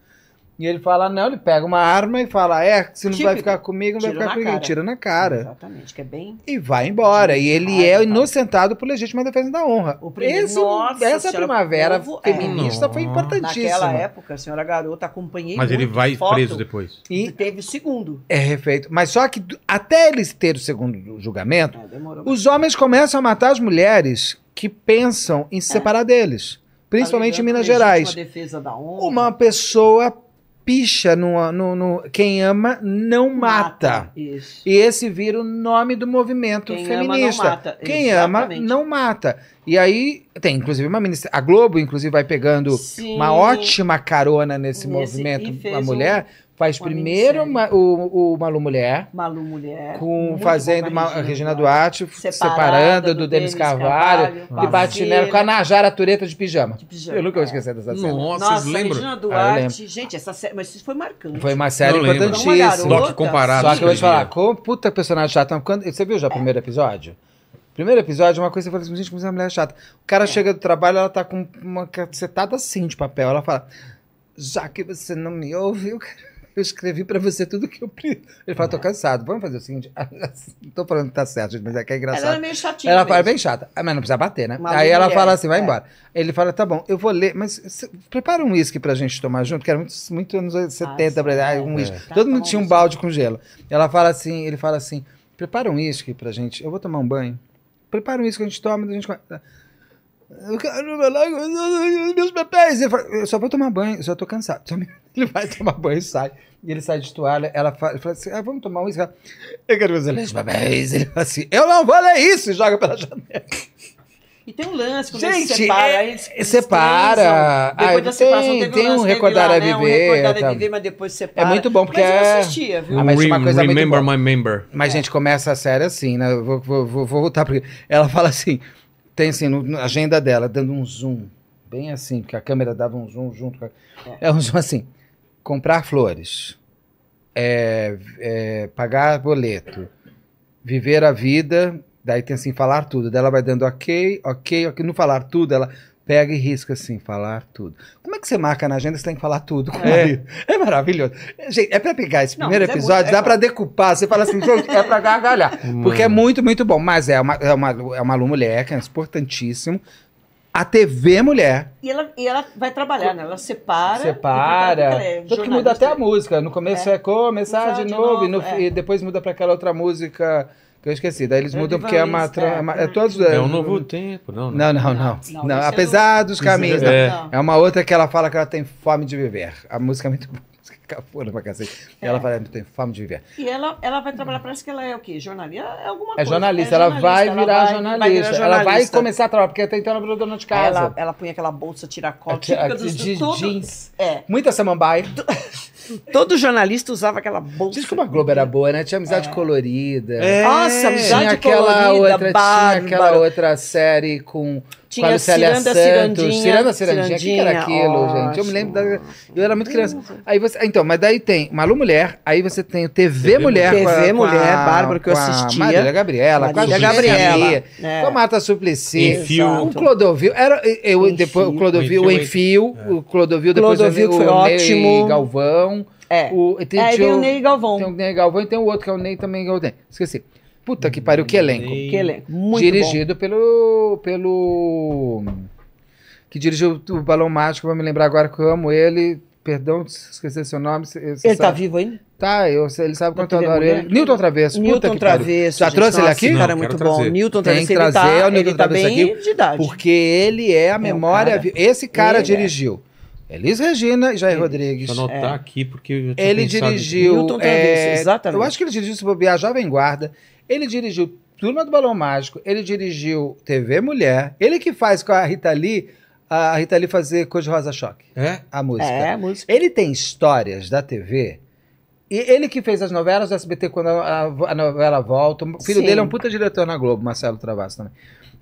S4: E ele fala: não, ele pega uma arma e fala: é, se não vai
S3: Típico.
S4: ficar comigo, não vai
S3: Tiro
S4: ficar
S3: na
S4: comigo.
S3: cara.
S4: Tira na cara
S3: Exatamente, que é bem.
S4: e vai embora. E ele
S3: Ah,
S4: é
S3: tá.
S4: inocentado por legítima defesa da honra.
S3: O primeiro-
S4: Esse,
S3: Nossa
S4: essa
S3: Senhora,
S4: primavera
S3: o povo- é.
S4: feminista foi
S1: Não.
S4: importantíssima.
S3: Naquela época, a senhora garota acompanhei.
S1: Mas ele
S3: muito
S1: vai
S3: foto,
S1: preso depois.
S3: E
S4: E
S3: teve o segundo.
S4: é feito. Mas só que do- até eles terem o segundo julgamento,
S3: É, demorou.
S4: os homens começam a matar as mulheres que pensam em se separar deles. Principalmente em
S3: É. Alegando
S4: Minas
S3: legítima
S4: Gerais.
S3: defesa da honra.
S4: Uma pessoa picha no, no, no- Quem ama não mata.
S3: Isso.
S4: E esse vira o nome do movimento
S3: Quem ama, não
S4: feminista.
S3: mata.
S4: Quem ama
S3: Exatamente.
S4: não mata. E aí tem, inclusive, uma ministra. A Globo, inclusive, vai pegando
S3: Sim.
S4: uma ótima carona nesse,
S3: Nesse-
S4: movimento.
S3: e fez um
S4: a mulher faz
S3: uma
S4: primeiro uma-
S3: minissérie.
S4: o, o Malu Mulher.
S3: Malu Mulher.
S4: Com,
S3: muito
S4: fazendo
S3: bom
S4: uma,
S3: pra
S4: a Regina Duarte
S3: Separada
S4: separando do,
S3: do
S4: Denis
S3: Denis
S4: Carvalho,
S3: Carvalho,
S4: e bate nela com a Najara Tureta de pijama.
S3: de pijama.
S4: Eu nunca vou
S3: É.
S4: esquecer dessa cena.
S1: Nossa,
S3: Nossa,
S1: vocês lembram?
S3: Regina
S4: Ah, eu
S3: Duarte.
S4: lembro.
S3: gente, essa série, mas isso foi marcante.
S4: Foi uma série
S1: Eu lembro.
S3: Era uma
S4: importantíssima.
S3: garota.
S1: Doc comparado.
S4: Só que eu vou te
S1: Outro
S4: falar,
S1: dia.
S4: como puta personagem chata. Quando, você viu já o primeiro episódio? Primeiro episódio, uma coisa, você fala assim, gente, como essa mulher é chata. O cara chega do trabalho, ela tá com uma cacetada assim de papel. Ela fala, já que você não me ouve, eu, eu escrevi pra você tudo que eu preciso. Ele fala, tô cansado, vamos fazer o seguinte. não tô falando que tá certo, gente, mas é que é engraçado.
S3: Ela era meio chatinha.
S4: Ela fala, é
S3: mesmo.
S4: bem chata. Ah, mas não precisa bater, né?
S3: Uma
S4: Aí ela
S3: mulher,
S4: fala assim, vai
S3: é.
S4: embora. Ele fala, tá bom, eu vou ler, mas cê- prepara um uísque pra gente tomar junto, que era muito, muito anos 70,
S3: sim,
S4: pra- ah,
S3: é.
S4: um uísque.
S3: Tá,
S4: Todo
S3: tá
S4: mundo
S3: bom,
S4: tinha um
S3: você-
S4: balde com gelo. Ela fala assim, ele fala assim, prepara um uísque pra gente, eu vou tomar um banho. Prepara um uísque que a gente toma, a gente... come." Eu quero ver lá os meus papéis. Ele fala, eu só vou tomar banho, eu só tô cansado. Só me- Ele vai tomar banho e sai. E ele sai de toalha, ela fala, ele fala assim, ah, vamos tomar um uísque. Ela, Eu quero ver os meus papéis. Ele fala assim, eu não vou ler isso. E joga pela janela.
S3: E tem um lance quando
S4: Gente,
S3: eles separam.
S4: é-
S3: aí eles- eles
S4: separa.
S3: distanciam. Depois
S4: Aí
S3: da separação
S4: tem-
S3: teve
S4: tem um
S3: lance dele
S4: Recordar
S3: lá,
S4: a
S3: né? Um
S4: Viver,
S3: recordar
S4: tá.
S3: a viver, mas depois separa.
S4: É muito bom, porque
S3: mas
S4: é-
S3: eu assistia, viu?
S4: Ah, mas isso é uma coisa muito
S1: remember
S4: boa.
S1: my member.
S4: Mas, gente, começa a série assim, né? Eu Vou, vou, vou, vou voltar porque Ela fala assim, tem assim, no- na agenda dela, dando um zoom. Bem assim, porque a câmera dava um zoom junto. com a- É um zoom assim. Comprar flores. é, é, pagar boleto. Viver a vida. Daí tem assim, falar tudo. Daí ela vai dando ok, ok, ok. No falar tudo, ela pega e risca assim, falar tudo. Como é que você marca na agenda? Você tem que falar tudo. com o marido? é maravilhoso. Gente, é pra pegar esse
S3: Não,
S4: primeiro
S3: mas é
S4: episódio,
S3: muito- é
S4: dá pra decupar. Você fala assim, gente, é pra gargalhar. Porque é muito, muito bom. Mas é uma, é uma, é uma aluna mulher, que é importantíssimo. A TV mulher.
S3: E ela, e ela vai trabalhar, né? Ela separa.
S4: separa.
S3: é
S4: Tanto que muda até a
S3: música.
S4: música. No começo é, começar de, novo, e, no-
S3: é.
S4: e depois muda pra aquela outra música que eu esqueci. Daí eles
S3: É
S4: mudam
S3: de
S4: porque é uma.
S3: Vanessa,
S4: tra-
S3: é.
S4: é uma- é todos,
S1: É um novo tempo, não?
S4: Não, não, não.
S3: Não,
S4: Não,
S3: isso é
S4: apesar dos caminhos. não.
S1: É.
S4: É uma outra que ela fala que ela tem fome de viver. A música é muito boa. a música é Cafona pra cacete. E Ela fala que tem fome de viver.
S3: E ela, ela vai trabalhar, parece que ela é o quê? Jornalista? É alguma
S4: É
S3: coisa.
S4: jornalista, ela vai virar jornalista.
S3: vai virar
S4: Ela vai
S3: jornalista.
S4: começar a trabalhar, porque até então ela é virou dona de
S3: Aí Ela,
S4: casa.
S3: ela põe aquela bolsa tiracol,
S4: Aqui-
S3: típica
S4: aqui
S3: dos
S4: de
S3: de todo,
S4: jeans.
S3: É,
S4: Muita samambaia.
S3: todo jornalista usava aquela bolsa.
S4: Diz que uma Globo era boa, né? Tinha amizade colorida.
S1: É.
S3: Nossa, amizade
S4: Tinha aquela,
S3: colorida,
S4: outra, tinha
S3: bárbaro.
S4: aquela outra série com
S3: Tinha
S4: com a Lucélia
S3: Ciranda, Cirandinha.
S4: Ciranda, Cirandinha. O que que era
S3: Cirandinha,
S4: aquilo, gente? Eu me lembro da... Eu era muito criança.
S3: Nossa.
S4: Aí você... ah, Então, mas daí tem Malu Mulher, aí você tem o TV,
S1: TV
S4: Mulher.
S3: Mulher.
S4: com a-
S3: TV
S4: com a-
S3: Mulher, Bárbara, que eu
S4: com a
S3: assistia.
S4: Marília Gabriela, com a
S3: Marília
S4: Júlia
S3: Gabriela. É,
S4: Maria,
S3: né?
S4: Com a Marta Suplicy.
S1: Enfio. um
S4: O Clodovil, era eu,
S3: Enfio.
S4: depois, o Clodovil, o
S1: O
S4: Enfio, o Clodovil, depois
S3: Clodovil,
S4: o,
S3: que foi
S4: o Ney
S3: ótimo.
S4: Galvão,
S3: É.
S4: o, tem,
S3: Aí
S4: tinha
S3: vem o
S4: o-
S3: Ney Galvão.
S4: tem o Ney Galvão e tem o outro que é o Ney também Galvão. Esqueci. Puta
S1: Hum,
S4: que pariu, que elenco.
S3: Que elenco. Muito bom.
S4: Dirigido pelo. pelo. Que dirigiu o Balão Mágico, vou me lembrar agora que eu amo ele. Perdão se esquecer seu nome. se- você
S3: Ele tá
S4: sabe.
S3: vivo ainda?
S4: Tá, eu sei, ele sabe quanto eu
S3: TV
S4: adoro
S3: Mulher?
S4: ele. Newton Travesso. puta
S3: Newton
S4: que pariu.
S3: Travesso.
S4: Já
S3: gente.
S4: trouxe ele
S3: Nossa,
S4: aqui?
S3: Esse cara é
S1: Não,
S3: muito
S1: quero
S3: bom.
S1: trazer.
S3: Newton
S4: Tem
S3: Travesso,
S4: que
S3: ele
S4: trazer
S3: tá,
S4: o Newton
S3: ele tá
S4: Travesso
S3: bem
S4: aqui,
S3: de idade.
S4: Porque ele é a memória.
S3: um cara.
S4: vi- Esse
S3: Ele
S4: cara
S3: é.
S4: dirigiu. Elis Regina e Jair
S3: Ele.
S4: Rodrigues.
S1: Deixa eu
S3: É.
S1: anotar aqui, porque eu já tinha
S4: Ele
S1: pensado em-
S4: dirigiu.
S3: Newton
S4: é,
S3: Travesso, exatamente.
S4: Eu acho que ele dirigiu, se bobear, Jovem Guarda. Ele dirigiu Turma do Balão Mágico. Ele dirigiu TV Mulher. Ele que faz com a Rita Lee, a Rita Lee fazer Cor de Rosa Choque,
S1: É?
S4: a música.
S3: É, a música.
S4: Ele tem histórias da TV. E ele que fez as novelas do SBT quando a, a- a novela volta. O filho
S3: Sim.
S4: dele é um puta diretor na Globo, Marcelo Travasso também.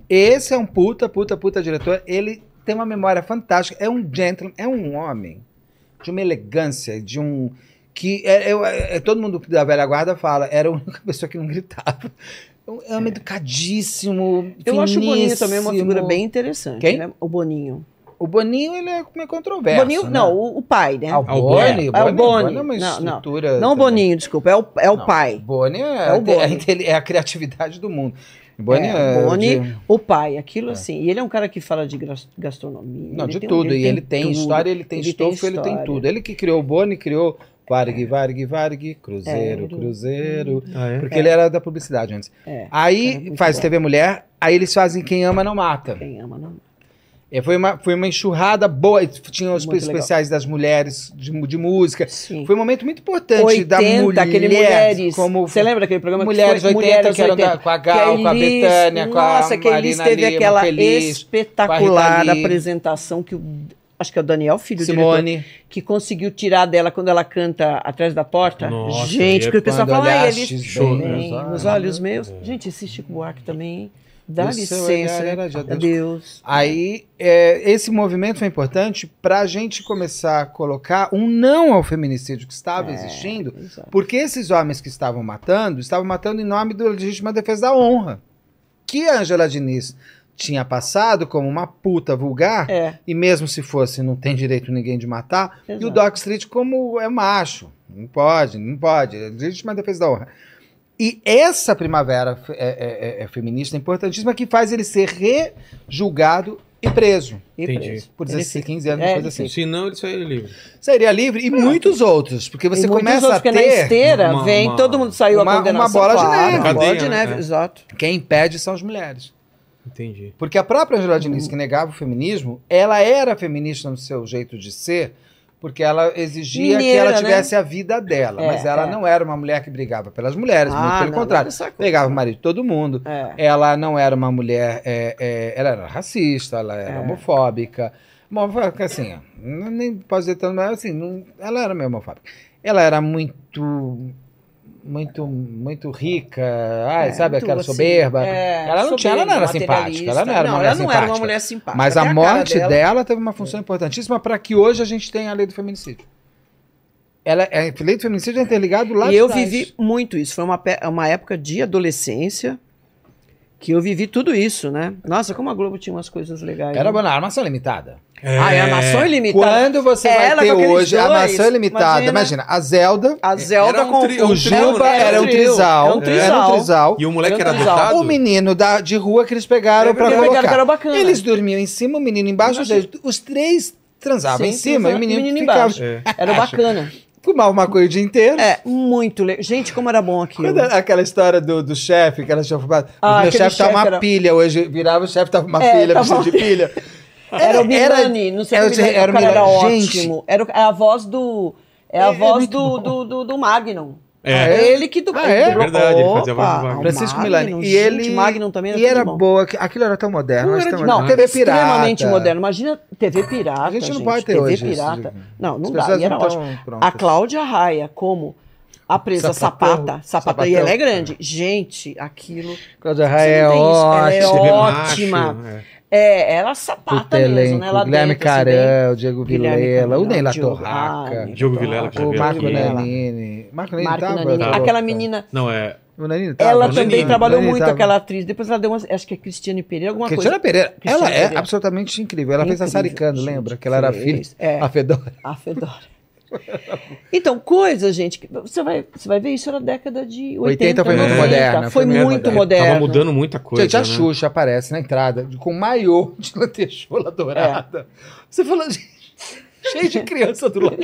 S4: Esse é um puta, puta, puta diretor. Ele tem uma memória fantástica. É um gentleman, é um homem de uma elegância, de um. Que é, é- é- todo mundo da velha guarda fala, era a única pessoa que não gritava. É um homem educadíssimo.
S3: Eu acho o Boninho também uma
S4: finíssimo.
S3: figura bem interessante.
S4: Quem?
S3: né? O Boninho.
S4: O Boninho, ele é meio
S3: O
S4: controverso.
S3: Boninho,
S4: né?
S3: não, o, o pai, né?
S4: Ah, o
S1: Ah, o
S4: Boni?
S3: Boni. Ah, o Boni.
S4: é uma
S3: Não, não.
S4: estrutura.
S3: Não o
S4: também.
S3: Boninho, desculpa, é o, é o
S4: Não.
S3: pai.
S4: Boni é,
S3: É o Boni.
S4: é a intele- é a criatividade do mundo. Boni
S3: É,
S4: é.
S3: Boni,
S4: de-
S3: O pai, aquilo
S4: É.
S3: assim. E ele é um cara que fala de gras- gastronomia.
S4: não,
S3: ele
S4: de
S3: tem um-
S4: tudo. e ele tem
S3: tudo.
S4: história, ele tem
S3: Ele tem
S4: estofo, ele tem
S3: história.
S4: tudo. Ele que criou o Boni, criou Varg, Varg, Varg, Cruzeiro,
S3: É, ele-
S4: Cruzeiro.
S1: Ah, é?
S4: Porque ele era da publicidade antes.
S3: É, era
S4: Aí
S3: muito
S4: faz
S3: bom.
S4: TV Mulher, aí eles fazem Quem Ama Não Mata.
S3: Quem ama, não.
S4: É, foi, uma, foi uma enxurrada boa. e Tinha os
S3: Muito legal.
S4: especiais das mulheres, de, de música.
S3: Sim.
S4: Foi um momento muito importante da
S3: 80,
S4: mulher.
S3: aquele Mulheres.
S4: Como
S3: Você lembra daquele programa
S4: Mulheres
S3: que foi
S4: 80, que era da- com a Gal,
S3: Que é
S4: com a
S3: Elis-
S4: Betânia, com a
S3: Nossa, que Elis
S4: Marina
S3: teve
S4: Lima,
S3: aquela
S4: com a Elis, com a
S3: espetacular
S4: Rita Lee.
S3: apresentação que o, acho que é o Daniel Filho, o diretor,
S4: Simone.
S3: que conseguiu tirar dela quando ela canta Atrás da Porta.
S1: Nossa,
S3: Gente,
S1: e
S3: que o pessoal
S4: quando
S3: fala, ah,
S4: olhaste
S3: Elis,
S1: show, né?
S3: bem,
S4: ah,
S3: os olhos meus. Gente, esse Chico Buarque também, hein? dá
S4: O seu
S3: licença.
S4: é. olhar era de adeus.
S3: Adeus.
S4: Aí, é, esse movimento foi importante para a gente começar a colocar um não ao feminicídio que estava
S3: É.
S4: existindo,
S3: Exato.
S4: porque esses homens que estavam matando, estavam matando em nome da legítima defesa da honra, que a Angela Diniz tinha passado como uma puta vulgar,
S3: É,
S4: e mesmo se fosse, não tem direito ninguém de matar, e o
S3: Exato.
S4: Doc Street como é macho, não pode, não pode, é legítima defesa da honra. E essa primavera fe- é, é- é- é feminista importantíssima que faz ele ser rejulgado e preso
S3: e
S1: Entendi.
S3: preso.
S4: por
S3: Ele
S4: 16,
S3: fica-
S4: 15 anos,
S3: É,
S4: uma coisa
S3: ele
S4: assim.
S1: Se não, ele saiu livre.
S4: Seria livre e muitos outros, porque você
S3: E muitos
S4: começa
S3: outros,
S4: a
S3: porque na
S4: ter...
S3: esteira
S1: uma-
S3: vem,
S1: uma-
S3: todo mundo saiu
S4: uma-
S3: a
S4: uma
S3: condenação.
S4: bola de
S3: claro,
S4: neve.
S3: uma bola de
S1: Cadeia, né?
S3: neve,
S1: É.
S3: exato.
S4: Quem impede são as mulheres.
S1: Entendi.
S3: Uhum.
S4: Porque a própria Angela Diniz, que negava o feminismo, ela era feminista no seu jeito de ser, Porque ela exigia que
S3: Mineira,
S4: ela
S3: né?
S4: tivesse a vida dela.
S3: É,
S4: mas ela
S3: é.
S4: não era uma mulher que brigava pelas mulheres, muito
S3: Ah,
S4: pelo
S3: não,
S4: contrário.
S3: essa coisa.
S4: Pegava o marido de todo mundo.
S3: É.
S4: Ela não era uma mulher. é, é, ela era racista, ela era
S3: É.
S4: homofóbica. Homofóbica, assim, ó, não- nem posso dizer tanto, mas assim, não- ela era meio homofóbica. Ela era muito. Muito, muito rica, ai,
S3: É,
S4: sabe,
S3: muito
S4: aquela
S3: assim,
S4: soberba.
S3: é,
S4: ela não tinha, ela não era
S3: soberba,
S4: simpática, ela não era
S3: materialista.
S4: uma mulher
S3: ela não era uma
S4: simpática.
S3: mulher simpática.
S4: Mas
S3: Até
S4: a
S3: cara É.
S4: morte dela... teve uma função importantíssima para que hoje a gente tenha a lei do feminicídio. Ela, a lei do feminicídio é interligado lá
S3: E eu
S4: atrás.
S3: vivi muito isso. Foi uma, pe- uma época de adolescência que eu vivi tudo isso, né? Nossa, como a Globo tinha umas coisas legais.
S4: Era
S3: né?
S4: na armação limitada.
S3: Ah, é a maçã ilimitada.
S4: Quando você
S3: É
S4: vai
S3: ela
S4: ter
S3: com aqueles
S4: hoje a
S3: dois,
S4: maçã limitada, imagina, a Zelda,
S3: A Zelda
S1: um
S3: com
S1: tri-
S3: com
S1: um
S4: o Juba
S1: né?
S4: era um
S3: É trio,
S4: trisal,
S3: era um
S4: era
S3: trisal.
S4: um trisal.
S1: E o moleque
S3: Era
S1: era
S3: um trisal.
S1: adotado?
S4: O menino da, de rua que eles pegaram
S1: É
S4: pra
S1: verdade.
S4: colocar.
S3: Pegaram, que era bacana.
S4: Eles dormiam em cima, o menino embaixo, ou seja, os três transavam
S3: Sim,
S4: em cima e o
S3: transa-
S4: menino,
S3: o né? menino
S4: ficava.
S3: embaixo. Era bacana.
S4: Fumava uma coisa o dia inteiro.
S3: É, muito legal. Gente, como era bom aquilo.
S4: Quando era aquela história do, do chefe, que ela tinha fumado.
S3: Ah,
S4: o meu
S3: aquele
S4: chefe tava
S3: chefe
S4: uma
S3: era-
S4: pilha hoje, virava o chefe, tava uma
S3: É,
S4: pilha,
S3: tava-
S4: vestido de pilha.
S3: Era o Milani, não sei o
S4: era o
S3: que.
S4: Zé-
S3: Era,
S4: era
S3: o
S4: o
S3: cara era
S4: Milani. Gente.
S3: ótimo. Era, o- é a voz do. É a
S4: É, é
S3: voz
S4: muito
S3: do, do, do, do Magnum.
S1: É.
S3: Ele que dublou.
S4: Ah, é?
S1: Verdade, ele fazia a voz do Magnum.
S4: Francisco Milani. E ele.
S3: Magnum também era
S4: e era
S3: muito bom.
S4: boa. que- Aquilo era tão moderno.
S3: Não,
S4: mas
S3: era
S4: tão
S3: de- não,
S4: moderno. TV pirata.
S3: extremamente moderno. Imagina TV pirata.
S4: A gente não pode ter
S3: TV
S4: hoje isso,
S3: pirata.
S4: gente.
S3: Não, não
S4: As
S3: dá.
S4: pessoas
S3: E era
S4: não tão
S3: ótimo.
S4: prontas.
S3: A Cláudia Raia, como a presa
S4: Sapatão.
S3: sapata, sapata, e ela é
S4: Sapatão.
S3: grande. Gente, aquilo.
S4: Cláudia
S3: Você
S4: Raia é
S3: não tem isso, ela é
S1: Você vê
S4: ótima.
S3: ótima.
S1: macho, é.
S3: É, ela sapata
S4: Puta
S3: mesmo,
S4: elenco.
S3: né? Lá
S4: Guilherme
S3: dentro, assim, bem-
S4: Carel, Diego
S3: Guilherme
S4: Vilela, o
S3: Carel,
S4: Neila
S3: Diogo-
S4: Torraca.
S3: Ah,
S1: Diogo Vilela, que já
S4: O
S1: veio
S4: Marco
S1: aqui.
S4: Nanini. Marco Nanini
S3: Marco
S4: tava.
S3: Nanini.
S1: tava.
S3: Aquela menina.
S1: Não, é.
S4: O Nanini tava.
S3: Ela
S1: o
S3: também
S1: Nanini,
S3: trabalhou
S4: Nanini
S3: muito,
S4: tava.
S3: aquela atriz. Depois ela deu uma. Acho que é Cristiane Pereira, alguma
S4: Cristiana
S3: coisa.
S4: Pereira,
S3: Cristiane
S4: ela
S3: Pereira.
S4: é absolutamente incrível. Ela fez a
S3: Incrível,
S4: Saricando,
S3: gente,
S4: lembra? Que ela era
S3: fez.
S4: filha,
S3: É.
S4: a Fedora.
S3: A Fedora. Então, coisa, gente, que você vai, você vai ver isso era década de 80.
S4: 80 foi muito
S3: 90,
S4: moderna,
S3: Foi
S4: foi muito
S3: muito
S4: moderna.
S3: moderno.
S1: É Tava mudando muita coisa.
S4: Gente, a
S1: né?
S4: Xuxa aparece na entrada com maiô de lantejola dourada. Você fala, gente, cheio de criança do lado.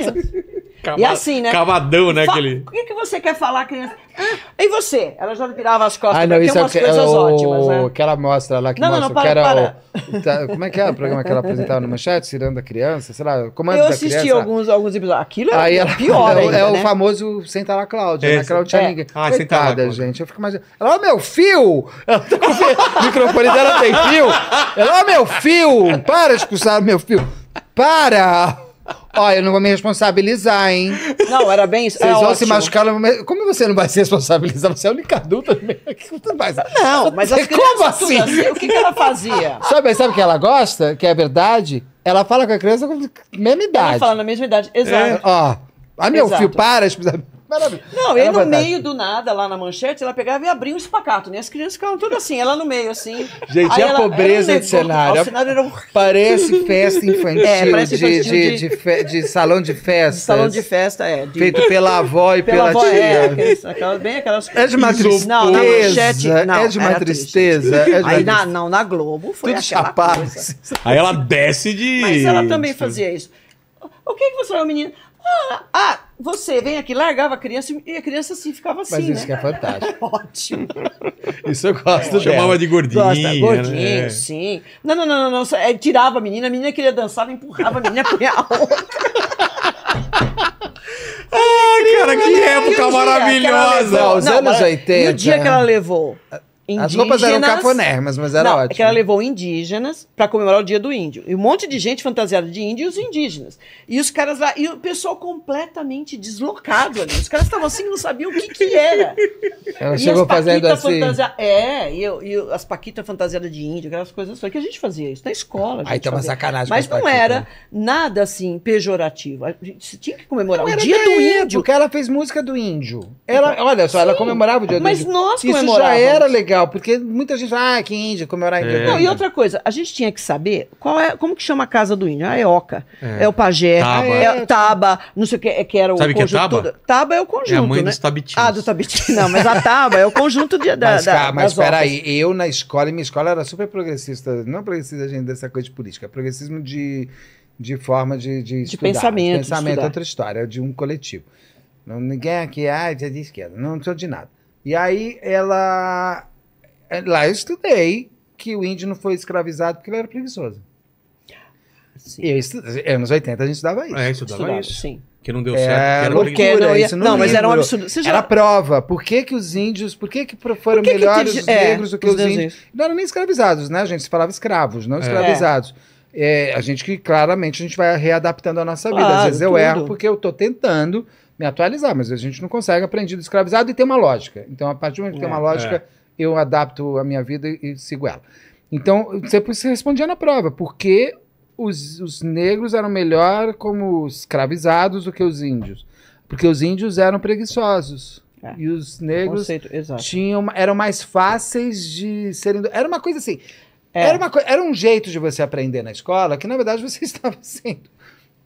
S1: Cava-
S3: E assim, né?
S1: Cavadão, né?
S3: Fa-
S1: Aquele.
S3: O que, que você quer falar, criança? Ah, e você? Ela já virava as costas.
S4: Ah, não,
S3: tem
S4: isso é, o
S3: umas
S4: que, é
S3: coisas
S4: o,
S3: ótimas, né?
S4: que ela mostra lá, que
S3: Não, não, não,
S4: mostra
S3: para,
S4: que era
S3: para.
S4: o- o ta- Como é que é o programa que ela apresentava no manchete? Ciranda Criança, sei lá, Comando
S3: Eu
S4: da
S3: assisti
S4: Criança.
S3: alguns, alguns episódios. Aquilo é
S4: Aí ela
S3: pior
S4: é, o-
S3: ainda,
S4: é o
S3: né?
S4: famoso Senta lá, Cláudia.
S1: É,
S4: né? Que ela não tinha
S3: é.
S4: ninguém.
S1: Ah, senta lá,
S4: Coitada,
S1: Cláudia.
S4: gente. Eu fico imaginando. Ela, ó, meu fio! Ela tá com o microfone dela tem fio. Ela, ó, meu fio! Para de expulsar o meu fio. Para! Ó, eu não vou me responsabilizar, hein?
S3: Não, era bem isso.
S4: Vocês
S3: é
S4: vão se
S3: ótimo.
S4: machucar. eu vou me- Como você não vai se responsabilizar? Você é a única adulta mesmo. O que você faz?
S3: Não, mas as
S4: Como
S3: crianças tudo
S4: assim?
S3: assim, O que, que ela fazia?
S4: Sabe, sabe o que ela gosta? Que é verdade? Ela fala com a criança com a mesma
S3: Ela
S4: idade.
S3: falando na mesma
S4: É.
S3: idade. Exato.
S4: Ó, ah, meu
S3: Exato.
S4: fio, para. de pisar. Maravilha.
S3: Não,
S4: Era
S3: e no
S4: fantástico.
S3: meio do nada, lá na manchete, ela pegava e abria um espacato, né? As crianças ficavam todas assim, ela no meio, assim.
S4: Gente,
S3: Aí
S4: e a
S3: ela-
S4: pobreza
S3: era um
S4: de
S3: negócio-
S4: cenário?
S3: O cenário era um
S4: Parece festa infantil,
S3: É, parece
S4: de,
S3: infantil
S4: de,
S3: de-
S4: de fe- de salão de festas.
S3: salão de festa, é. de-
S4: Feito pela avó e
S3: pela
S4: pela,
S3: avó, é,
S4: tia.
S3: aquelas, aquelas- bem aquelas...
S4: É de uma tristeza.
S3: Não, na manchete, não.
S4: é de uma
S3: era
S4: tristeza. É de uma
S3: Aí, na,
S4: tristeza.
S3: não, na Globo foi
S4: Tudo
S3: aquela
S4: chapado.
S3: coisa.
S1: Aí ela desce de.
S3: Mas ela também fazia isso. O que, que você é o menino? Ah, ah, você vem aqui, largava a criança e a criança assim ficava assim,
S4: Mas isso
S3: né?
S4: que é fantástico.
S3: Ótimo.
S4: Isso eu gosto
S1: Chamava
S4: dela.
S1: de gordinha.
S3: Gosta, gordinho,
S1: né? É.
S3: sim. Não, não, não, não, não. só- é, tirava a menina, a menina queria dançar, ela empurrava a menina, punha a outra.
S1: Ai, cara, que
S3: né? E o
S4: É
S3: dia que
S1: época
S3: ela
S1: maravilhosa.
S3: levou-
S4: Os anos
S3: ela- E
S4: 80.
S3: o dia que ela levou indígenas...
S4: As roupas eram cafonérrimas, mas era
S3: não,
S4: ótimo.
S3: é que ela levou indígenas para comemorar o dia do índio. E um monte de gente fantasiada de índio e os indígenas. E os caras lá, e o pessoal completamente deslocado ali. Os caras estavam assim, não sabiam o que que era.
S4: Ela
S3: E
S4: chegou
S3: as Paquita
S4: fazendo assim.
S3: fantasia- É, e, eu- e eu- as paquitas fantasiadas de índio, aquelas coisas só que a gente fazia isso na escola. a gente
S4: Aí tem tá uma
S3: fazia.
S4: sacanagem com
S3: Mas
S4: as
S3: não
S4: Paquita. né?
S3: era nada assim pejorativo. A gente tinha que comemorar o
S4: Era
S3: dia
S4: da
S3: do
S4: época,
S3: índio. Então,
S4: Porque ela fez música do índio. Ela, olha só, ela comemorava o dia do
S3: mas
S4: índio.
S3: nós
S4: Isso já
S3: comemorávamos.
S4: era legal, porque muita gente fala, ah, que índio, comemorar índio.
S3: Não, e outra coisa, a gente tinha que saber qual é, como que chama a casa do índio? A Eoca. É, o pajé,
S1: Taba.
S3: é o taba, não sei o que, é que era o
S1: Sabe o que é
S3: conjunto.
S1: taba?
S3: todo. Taba é o conjunto,
S1: É a mãe
S3: né?
S1: dos tabitinos.
S3: Ah, do Tabiti. Não, mas a taba é o conjunto de, da,
S4: mas,
S3: da,
S4: cara, mas
S3: das obras.
S4: peraí, eu na escola, e minha escola era super progressista, não progressista gente, dessa coisa de política, progressismo de, de forma de, de, estudar.
S3: pensamento, de
S4: pensamento
S3: estudar.
S4: é outra história, de um coletivo. Não, ninguém aqui ah, é de esquerda, não sou de nada. E aí ela. eh, Lá eu estudei que o índio não foi escravizado porque ele era preguiçoso.
S3: Sim.
S4: Eu, estu- é anos 80 a gente estudava isso.
S1: É, estudava
S3: Estudava,
S1: isso.
S3: sim.
S1: Que não deu
S4: É,
S1: certo. que
S4: loucura,
S1: horrível.
S3: Porque não, ia-
S4: isso no
S3: não, mas era um
S4: livro.
S3: absurdo. Você já-
S4: Era prova. Por que, que os índios, por que, que pro- foram
S3: Por que que
S4: melhores
S3: teve-
S4: os
S3: é,
S4: negros do que os,
S3: negros?
S4: índios? Não eram nem escravizados, né, gente? Se falava escravos, não escravizados. É, a gente que claramente a gente vai readaptando a nossa vida. Às
S3: Claro,
S4: vezes eu
S3: tudo.
S4: erro porque eu tô tentando me atualizar, mas a gente não consegue aprender do escravizado e tem uma lógica. Então, a partir do momento que tem uma
S3: É,
S4: lógica, eu adapto a minha vida e, e sigo ela. Então, depois você respondia na prova, porque os, os negros eram melhor como escravizados do que os índios. Porque os índios eram preguiçosos.
S3: É.
S4: E os negros
S3: Conceito, exato.
S4: tinham, eram mais fáceis de serem. do- Era uma coisa assim.
S3: É.
S4: Era, uma coi- era um jeito de você aprender na escola que, na verdade, você estava sendo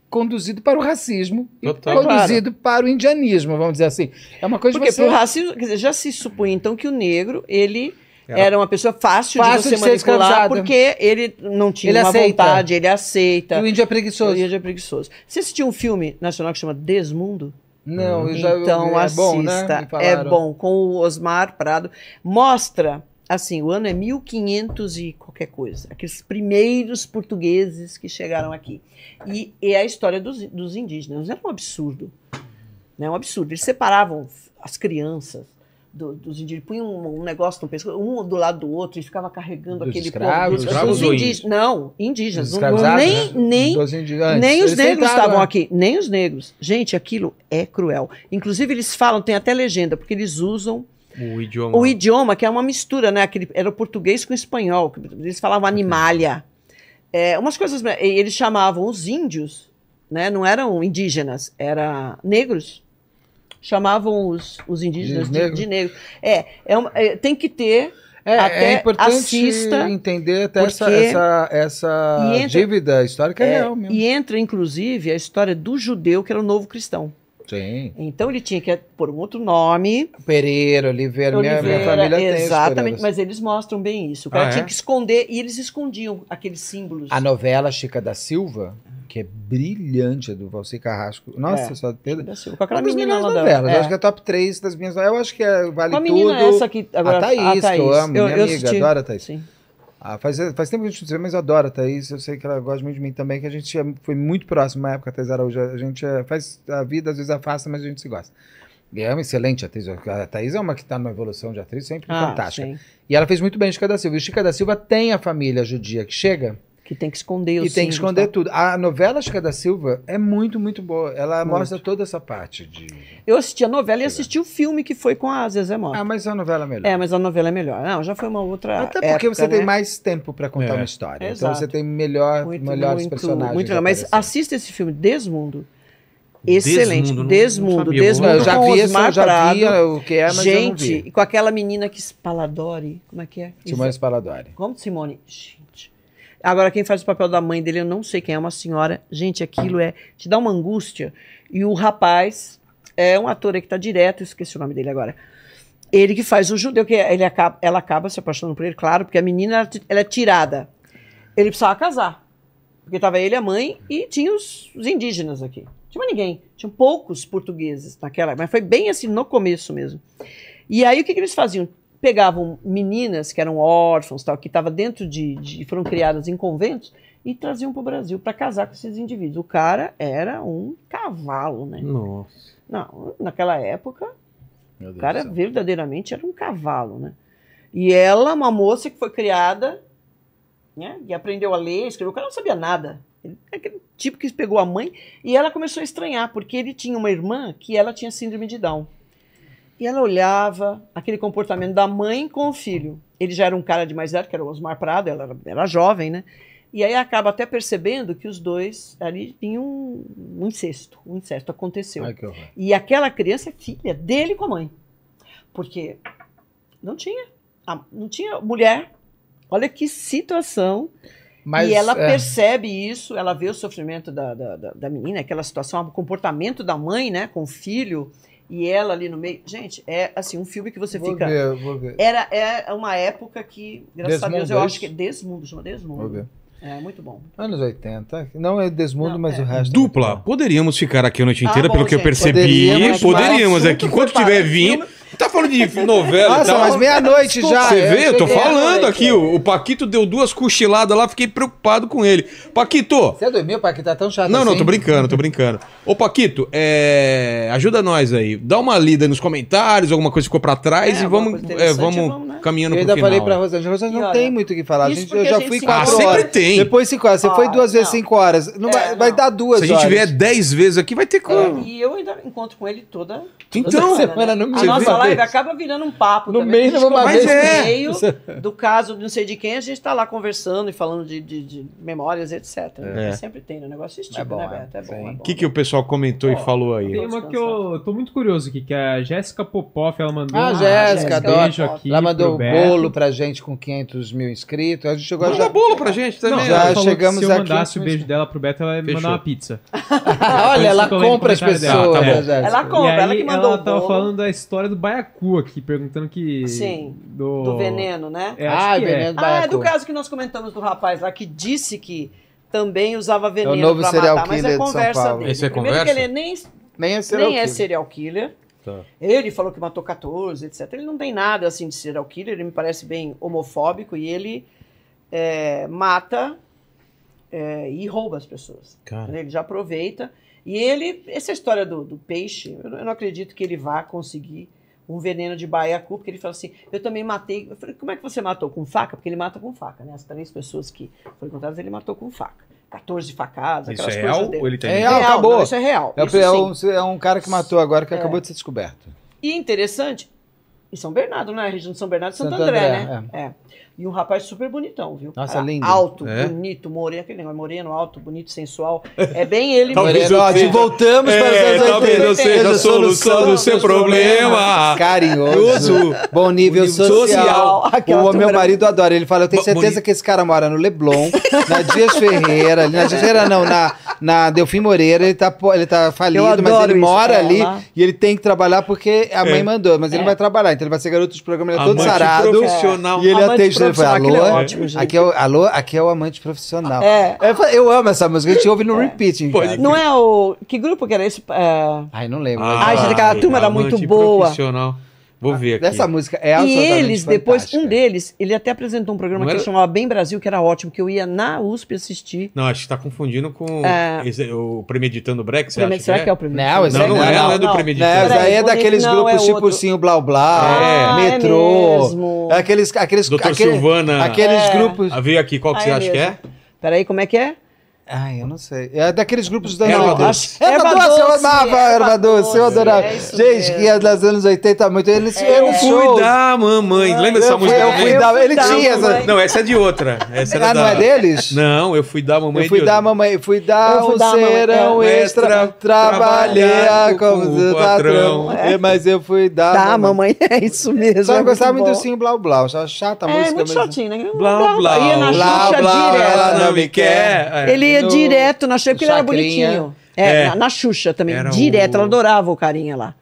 S4: conduzido para o racismo e
S1: Total.
S4: conduzido para o indianismo, vamos dizer assim. É uma coisa
S3: Porque
S4: de você
S3: pro racismo, quer dizer, já se supunha então que o negro, ele
S1: Era-
S3: era, uma pessoa fácil, de
S4: Fácil de
S3: você
S4: ser
S3: manipular,
S4: escravizado.
S3: porque ele não tinha
S4: Ele
S3: uma
S4: aceita.
S3: vontade, ele
S4: E
S3: aceita.
S4: o índio é preguiçoso.
S3: E ele é preguiçoso. Você assistiu um filme nacional que chama Desmundo?
S4: Não, eu já
S3: Então
S4: ouvi. é
S3: assista,
S4: bom, né? Me
S3: é
S4: falaram.
S3: bom, com o Osmar Prado. Mostra, assim, o ano é 1500 e qualquer coisa, aqueles primeiros portugueses que chegaram aqui. E é a história dos, dos indígenas, era um absurdo, né? um absurdo. Eles separavam as crianças do- dos indígenas, punham um, um negócio no pescoço, um do lado do outro e ficava carregando
S4: Dos
S3: aquele
S4: escravos?
S3: dos,
S1: Escravos ou
S3: indígenas. Não, indígenas,
S4: Dos
S3: não- não-
S4: escravizados,
S3: nem,
S4: né?
S3: nem
S4: Dos indígenas.
S3: nem os
S4: Eles
S3: negros
S4: tentaram,
S3: estavam
S4: é.
S3: aqui, nem os negros. Gente, aquilo é cruel. Inclusive, eles falam, tem até legenda, porque eles usam
S1: O idioma.
S3: o
S4: Ah.
S3: idioma, que é uma mistura, né? Aquele, era o português com o espanhol, que eles falavam animalha. É, umas coisas. e Eles chamavam os índios, né? Não eram indígenas, eram negros. Chamavam os, os indígenas
S4: Os
S3: de,
S4: negros.
S3: de negros. É, é uma- é, tem que ter.
S4: É,
S3: Até
S4: é importante
S3: assista,
S4: entender até essa,
S3: porque-
S4: essa, essa
S3: E entra-
S4: dívida histórica
S3: é,
S4: real mesmo.
S3: e entra, inclusive, a história do judeu, que era o novo cristão.
S4: Sim.
S3: Então ele tinha que pôr um outro nome.
S4: Pereira, Oliveira, minha- minha,
S3: Oliveira,
S4: família tem os
S3: exatamente,
S4: Pereiras.
S3: mas eles mostram bem isso. O cara
S1: Ah, é?
S3: tinha que esconder e eles escondiam aqueles símbolos.
S4: A novela Chica da Silva, que é brilhante, é do Valci Carrasco. Nossa,
S3: É.
S4: só tem...
S3: da Silva, com
S4: Uma
S3: aquela
S4: das
S3: menina
S4: melhores
S3: lá da
S4: novelas. Eu
S3: é.
S4: acho que é top 3 das minhas novelas. Eu acho que é Vale
S3: Com a
S4: Tudo.
S3: menina essa aqui agora,
S4: a, Thaís, que eu amo, minha amiga,
S3: assisti.
S4: adoro a Thaís.
S3: Sim.
S4: Ah, faz, faz tempo que a gente não se vê, mas eu adoro a Thaís. Eu sei que ela gosta muito de mim também, que a gente é- foi muito próximo na época, a Thaís Araújo. A gente é, faz a vida, às vezes afasta, mas a gente se gosta. E é uma excelente atriz. A Thaís é uma que está numa evolução de atriz sempre
S3: Ah,
S4: É fantástica.
S3: sim.
S4: E ela fez muito bem Chica da Silva. E o Chica da Silva tem a família judia que chega
S3: Que tem que esconder
S4: e
S3: os
S4: tem
S3: símbolos,
S4: que esconder
S3: tá?
S4: tudo. A novela Chica da Silva é muito, muito boa. Ela
S3: Muito.
S4: mostra toda essa parte de.
S3: Eu assisti a novela e assisti o filme que foi com a Zezé Mota.
S4: Ah, mas é uma novela melhor.
S3: é, mas a novela é melhor. Não, já foi uma outra
S4: Até porque
S3: época,
S4: você tem
S3: né?
S4: mais tempo pra
S1: É.
S4: contar uma história. Então
S3: Exato.
S4: você tem melhor,
S3: Muito,
S4: melhores
S3: muito,
S4: personagens.
S3: Muito legal. Mas assim,
S4: aparecendo.
S3: assista esse filme, Desmundo. Excelente.
S1: Desmundo, não- não
S3: Desmundo.
S1: sabia.
S3: Desmundo.
S4: eu já
S3: um com
S4: vi
S3: Osmar
S4: essa, eu já
S3: Prado.
S4: vi o que é, mas eu não
S3: gente,
S4: vi.
S3: e com aquela menina que Spaladori, como é que é?
S4: Simone Spaladori.
S3: Como Simone? Gente. Agora, quem faz o papel da mãe dele, eu não sei quem é, uma senhora. Gente,
S4: Ah.
S3: aquilo é. Te dá uma angústia. E o rapaz é um ator aí que tá direto, eu esqueci o nome dele agora. Ele que faz o judeu, que ele acaba, ela acaba se apaixonando por ele, claro, porque a menina ela ti- ela é tirada. Ele precisava casar. Porque tava ele, a mãe, e tinha os, os indígenas aqui. Não tinha mais ninguém. Tinha poucos portugueses naquela, mas foi bem assim no começo mesmo. E aí o que, que eles faziam? Pegavam meninas que eram órfãos, tal, que estavam dentro de, de. foram criadas em conventos e traziam para o Brasil para casar com esses indivíduos. O cara era um cavalo, né?
S1: Nossa.
S3: Não, naquela época,
S4: Meu Deus
S3: o cara verdadeiramente era um cavalo, né? E ela, uma moça que foi criada, né? E aprendeu a ler, escreveu. O cara não sabia nada. Ele é aquele tipo que pegou a mãe e ela começou a estranhar, porque ele tinha uma irmã que ela tinha síndrome de Down. E ela olhava aquele comportamento da mãe com o filho. Ele já era um cara de mais idade, que era o Osmar Prado, ela era, era jovem, né? E aí acaba até percebendo que os dois ali tinham um, um incesto. Um incesto aconteceu.
S4: Ai, que horror.
S3: E aquela criança é filha dele com a mãe. Porque não tinha. a- não tinha mulher. Olha que situação.
S4: Mas,
S3: e ela
S4: é,
S3: percebe isso, ela vê o sofrimento da, da, da- da menina, aquela situação, o comportamento da mãe, né, com o filho, e ela ali no meio. Gente, é assim, um filme que você
S4: vou
S3: fica.
S4: Ver, vou ver.
S3: Era é uma época que, graças a Deus,
S4: Desmundo,
S3: eu
S4: é
S3: acho
S4: isso?
S3: que é Desmundo, chama Desmundo.
S4: Vou ver.
S3: É muito bom.
S4: Anos 80. Não é Desmundo,
S3: Não,
S4: mas
S3: é.
S4: o resto. é muito
S1: Dupla,
S4: bom.
S1: poderíamos ficar aqui a noite
S3: Tá
S1: inteira,
S3: bom,
S1: pelo que eu
S3: gente.
S1: percebi.
S4: Poderíamos,
S1: Poderíamos,
S4: mas
S1: é que
S3: Assunto
S1: enquanto
S3: foi para
S1: tiver
S3: o
S1: vinho,
S3: filme.
S1: Tá falando de novela e
S4: Nossa,
S1: tal.
S4: mas meia-noite já.
S1: Então, Você vê? Eu tô
S4: cheguei à
S1: falando
S4: noite.
S1: aqui. O o Paquito deu duas cochiladas lá, fiquei preocupado com ele. Paquito!
S4: Você dormiu, pai, que tá tão chato
S1: Não,
S4: assim?
S1: não, tô brincando, tô brincando. Ô, Paquito, é... ajuda nós aí. Dá uma lida nos comentários, alguma coisa ficou pra trás
S3: É,
S1: e
S3: alguma
S1: vamos,
S3: coisa
S1: é,
S3: interessante,
S1: vamos
S3: vamos, né?
S1: caminhando pro
S4: Eu ainda
S1: final.
S4: falei pra Rosângela, Rosângela,
S3: E
S4: não
S3: olha,
S4: tem muito o que falar.
S3: isso
S4: gente, eu
S3: porque
S4: já
S3: a gente
S4: fui
S3: se
S4: quatro
S1: encontrou. Ah, sempre
S4: horas.
S1: tem.
S4: Depois cinco horas. Você
S3: Ah,
S4: foi duas vezes
S3: não.
S4: cinco horas. Não vai,
S3: É,
S4: vai
S3: não.
S4: dar duas
S1: Se a
S4: horas.
S1: gente vier 10 vezes aqui, vai ter como.
S3: e eu ainda encontro com ele toda. toda
S1: Então,
S4: semana no
S3: a
S4: meio,
S3: nossa
S4: você vê.
S3: live acaba virando um papo.
S4: No
S3: também.
S4: meio,
S3: A gente
S4: não vou
S1: mais
S3: conversa
S1: ver.
S3: no meio do caso de não sei de quem, a gente tá lá conversando e falando de, de- de memórias, etc. né?
S1: É.
S3: Sempre tem, né? o negócio estica,
S4: É bom,
S3: né,
S4: é.
S3: Beto? É bom,
S4: Sim.
S3: é bom.
S1: O que, que o pessoal comentou e falou aí?
S2: Tem uma que eu tô muito curioso aqui, que é a Jéssica Popoff, ela mandou
S4: Ah,
S2: um
S4: Jéssica,
S2: beijo
S3: adoro.
S2: aqui
S4: Ela mandou
S2: pro
S4: o
S2: Beto.
S4: bolo pra gente com 500 mil inscritos. A gente chegou
S1: Manda
S4: já.
S1: bolo pra gente
S2: Não,
S1: também. né?
S4: Já
S2: ela falou
S4: chegamos
S2: que se eu
S4: aqui,
S2: mandasse o
S4: mas-
S2: beijo dela pro Beto, ela ia me
S1: Fechou.
S2: mandar uma pizza.
S4: Olha,
S2: Depois
S4: ela
S2: eu tô lendo
S4: compra as
S2: o comentário dela.
S4: pessoas.
S1: Ah, tá bom.
S4: Jéssica.
S3: Ela
S2: e
S3: compra,
S2: aí,
S3: ela que mandou
S2: ela
S3: o
S2: tava
S3: bolo
S2: falando da história do Baiacu aqui, perguntando que...
S3: Sim, do veneno, né?
S2: É, acho
S4: Ah,
S2: que é.
S4: veneno do
S3: Ah, é do
S4: baiacu.
S3: caso que nós comentamos do rapaz lá que disse que também usava veneno
S4: É novo
S3: pra
S4: serial
S3: matar, mas
S4: killer
S3: é
S4: de São
S3: conversa
S4: Paulo.
S3: dele.
S1: Esse é
S3: Primeiro
S1: conversa?
S3: que ele nem,
S4: Nem é
S3: nem
S4: serial
S3: é
S4: killer.
S3: serial killer.
S1: Tá.
S3: Ele falou que matou 14, etc. Ele não tem nada assim de serial killer, ele me parece bem homofóbico e ele é, mata é, e rouba as pessoas. Né?
S1: Cara.
S3: Ele já aproveita. E ele, essa é história do, do peixe, eu não, eu não acredito que ele vá conseguir um veneno de baiacu, porque ele fala assim: eu também matei. Eu falei, como é que você matou? Com faca? Porque ele mata com faca, né? As três pessoas que foram contadas, ele matou com faca. 14 facadas,
S1: Isso é
S3: aquelas
S1: real
S3: coisas dele.
S1: ou ele Ah, tem?
S4: É
S1: medo?
S4: real, acabou.
S3: não, isso é real.
S4: É, o-
S3: isso
S4: é
S3: sim.
S4: um, é um cara que matou agora que
S3: É.
S4: acabou de ser descoberto.
S3: E interessante, em São Bernardo, né? A região de São Bernardo e Santo,
S4: Santo
S3: André,
S4: André,
S3: né? É. E um rapaz super bonitão, viu?
S4: Nossa,
S3: Cara
S4: lindo.
S3: Alto,
S1: É?
S3: bonito, moreno, aquele negócio, moreno, alto, bonito, sensual. É bem ele
S1: Talvez
S3: mesmo.
S1: eu
S4: Ó,
S1: seja-
S4: voltamos
S1: É,
S3: anos
S1: talvez
S3: 80.
S1: eu seja a solução do seu problema.
S4: Carinhoso. Bom
S1: Bom
S4: nível,
S1: nível
S4: social.
S1: social.
S3: Aquela
S4: O meu
S3: turma-
S4: marido adora. Ele fala: Eu tenho
S1: Bo-
S4: certeza
S1: bonito.
S4: que esse cara mora no Leblon, na Dias Ferreira, ali na Dias Ferreira, não, na, na Delfim Moreira. Ele tá, po- ele tá
S3: Eu
S4: falido, mas
S3: adoro
S4: ele
S3: isso,
S4: mora
S3: é,
S4: ali
S3: lá.
S4: e ele tem que trabalhar porque a mãe mandou, mas
S3: É.
S4: ele não vai trabalhar. Então ele vai ser garoto dos programas, ele é todo
S1: É. Amante
S4: sarado.
S1: profissional.
S4: E ele
S3: Amante
S4: atende ele fala, alô,
S3: profissional, aquilo é ótimo, gente.
S4: aqui é o, alô, aqui é o amante profissional.
S3: É.
S4: Eu fa- Eu amo essa música, a gente ouve no repeat em
S1: É. Pode
S4: casa.
S3: Não é o. Que grupo que era esse? É...
S4: Ai, não lembro.
S1: Ah,
S3: Ai, gente, aquela turma era muito
S1: amante
S3: boa.
S1: profissional. Vou ver aqui.
S4: Essa música é
S3: e
S4: absolutamente
S3: eles, depois, um
S4: fantástica.
S3: deles, ele até apresentou um programa
S1: Não
S3: que
S1: era-
S3: chamava Bem Brasil, que era ótimo, que eu ia na USP assistir.
S1: Não, acho que tá confundindo com
S3: É.
S1: esse- o Premeditando Breck, você
S3: Premedi-
S1: acha
S3: será que é o primeiro?
S4: Não, esse
S1: Não,
S4: aí
S1: não,
S4: não,
S1: é,
S4: não,
S1: não é do
S3: não.
S4: Né,
S1: Premeditando.
S4: mas
S3: Peraí,
S4: aí é
S3: bonito
S4: daqueles
S3: não,
S4: grupos
S3: é
S4: tipo
S3: outro.
S4: Ursinho Blau Blau,
S3: Ah, é
S4: Metrô, É.
S3: mesmo.
S4: aqueles, aqueles,
S1: Doutor
S4: aquele-
S1: Silvana.
S4: aqueles
S3: É.
S4: grupos...
S1: Ah, veio aqui, qual que
S3: Ah,
S1: você
S3: é
S1: acha que é?
S3: mesmo. Peraí, como é que é?
S4: Ai, eu não sei. É daqueles grupos dos
S1: Erva
S4: anos
S1: doce.
S4: 80. Erva
S3: Erva
S4: doce, eu
S3: doce,
S4: amava
S3: erva
S4: Erva doce, eu
S3: doce,
S4: adorava.
S3: é isso
S4: Gente, que é dos anos 80 muito. Ele é.
S1: Eu fui da mamãe. Lembra dessa
S4: Eu fui-
S1: música?
S4: eu
S1: também?
S4: fui da- ele
S3: Eu fui
S4: tinha
S3: da
S4: essa-
S3: mamãe.
S1: Não, essa é de outra. Essa era
S4: Ah, não
S1: da-
S4: é deles?
S1: Não, eu fui da mamãe.
S4: Eu fui
S1: de
S4: dar
S1: outra.
S4: a mamãe, fui dar
S3: Eu fui
S4: um
S3: dar a mamãe,
S4: serão
S1: é.
S4: extra,
S1: Extra,
S4: trabalhar
S1: trabalhar
S4: como
S1: com o
S4: patrão.
S1: patrão.
S4: É, mas eu fui dar a
S3: Tá, mamãe, é isso mesmo.
S4: Só
S3: é
S4: eu gostava
S3: muito
S4: muito do
S3: bom.
S4: Sim Blau Blau, achava chata a música.
S3: É, muito
S4: mas-
S3: chatinho, né?
S1: Blá, blá,
S3: Ia na
S4: blá,
S3: Xuxa
S4: blá,
S3: direto.
S1: Ela não me quer. É.
S3: Ele ia
S4: No-
S3: direto na Xuxa, porque ele era
S4: Chacrinha.
S3: bonitinho. É,
S1: É.
S3: Na, na Xuxa também,
S1: Era
S3: direto.
S1: o-
S3: Ela adorava o carinha lá.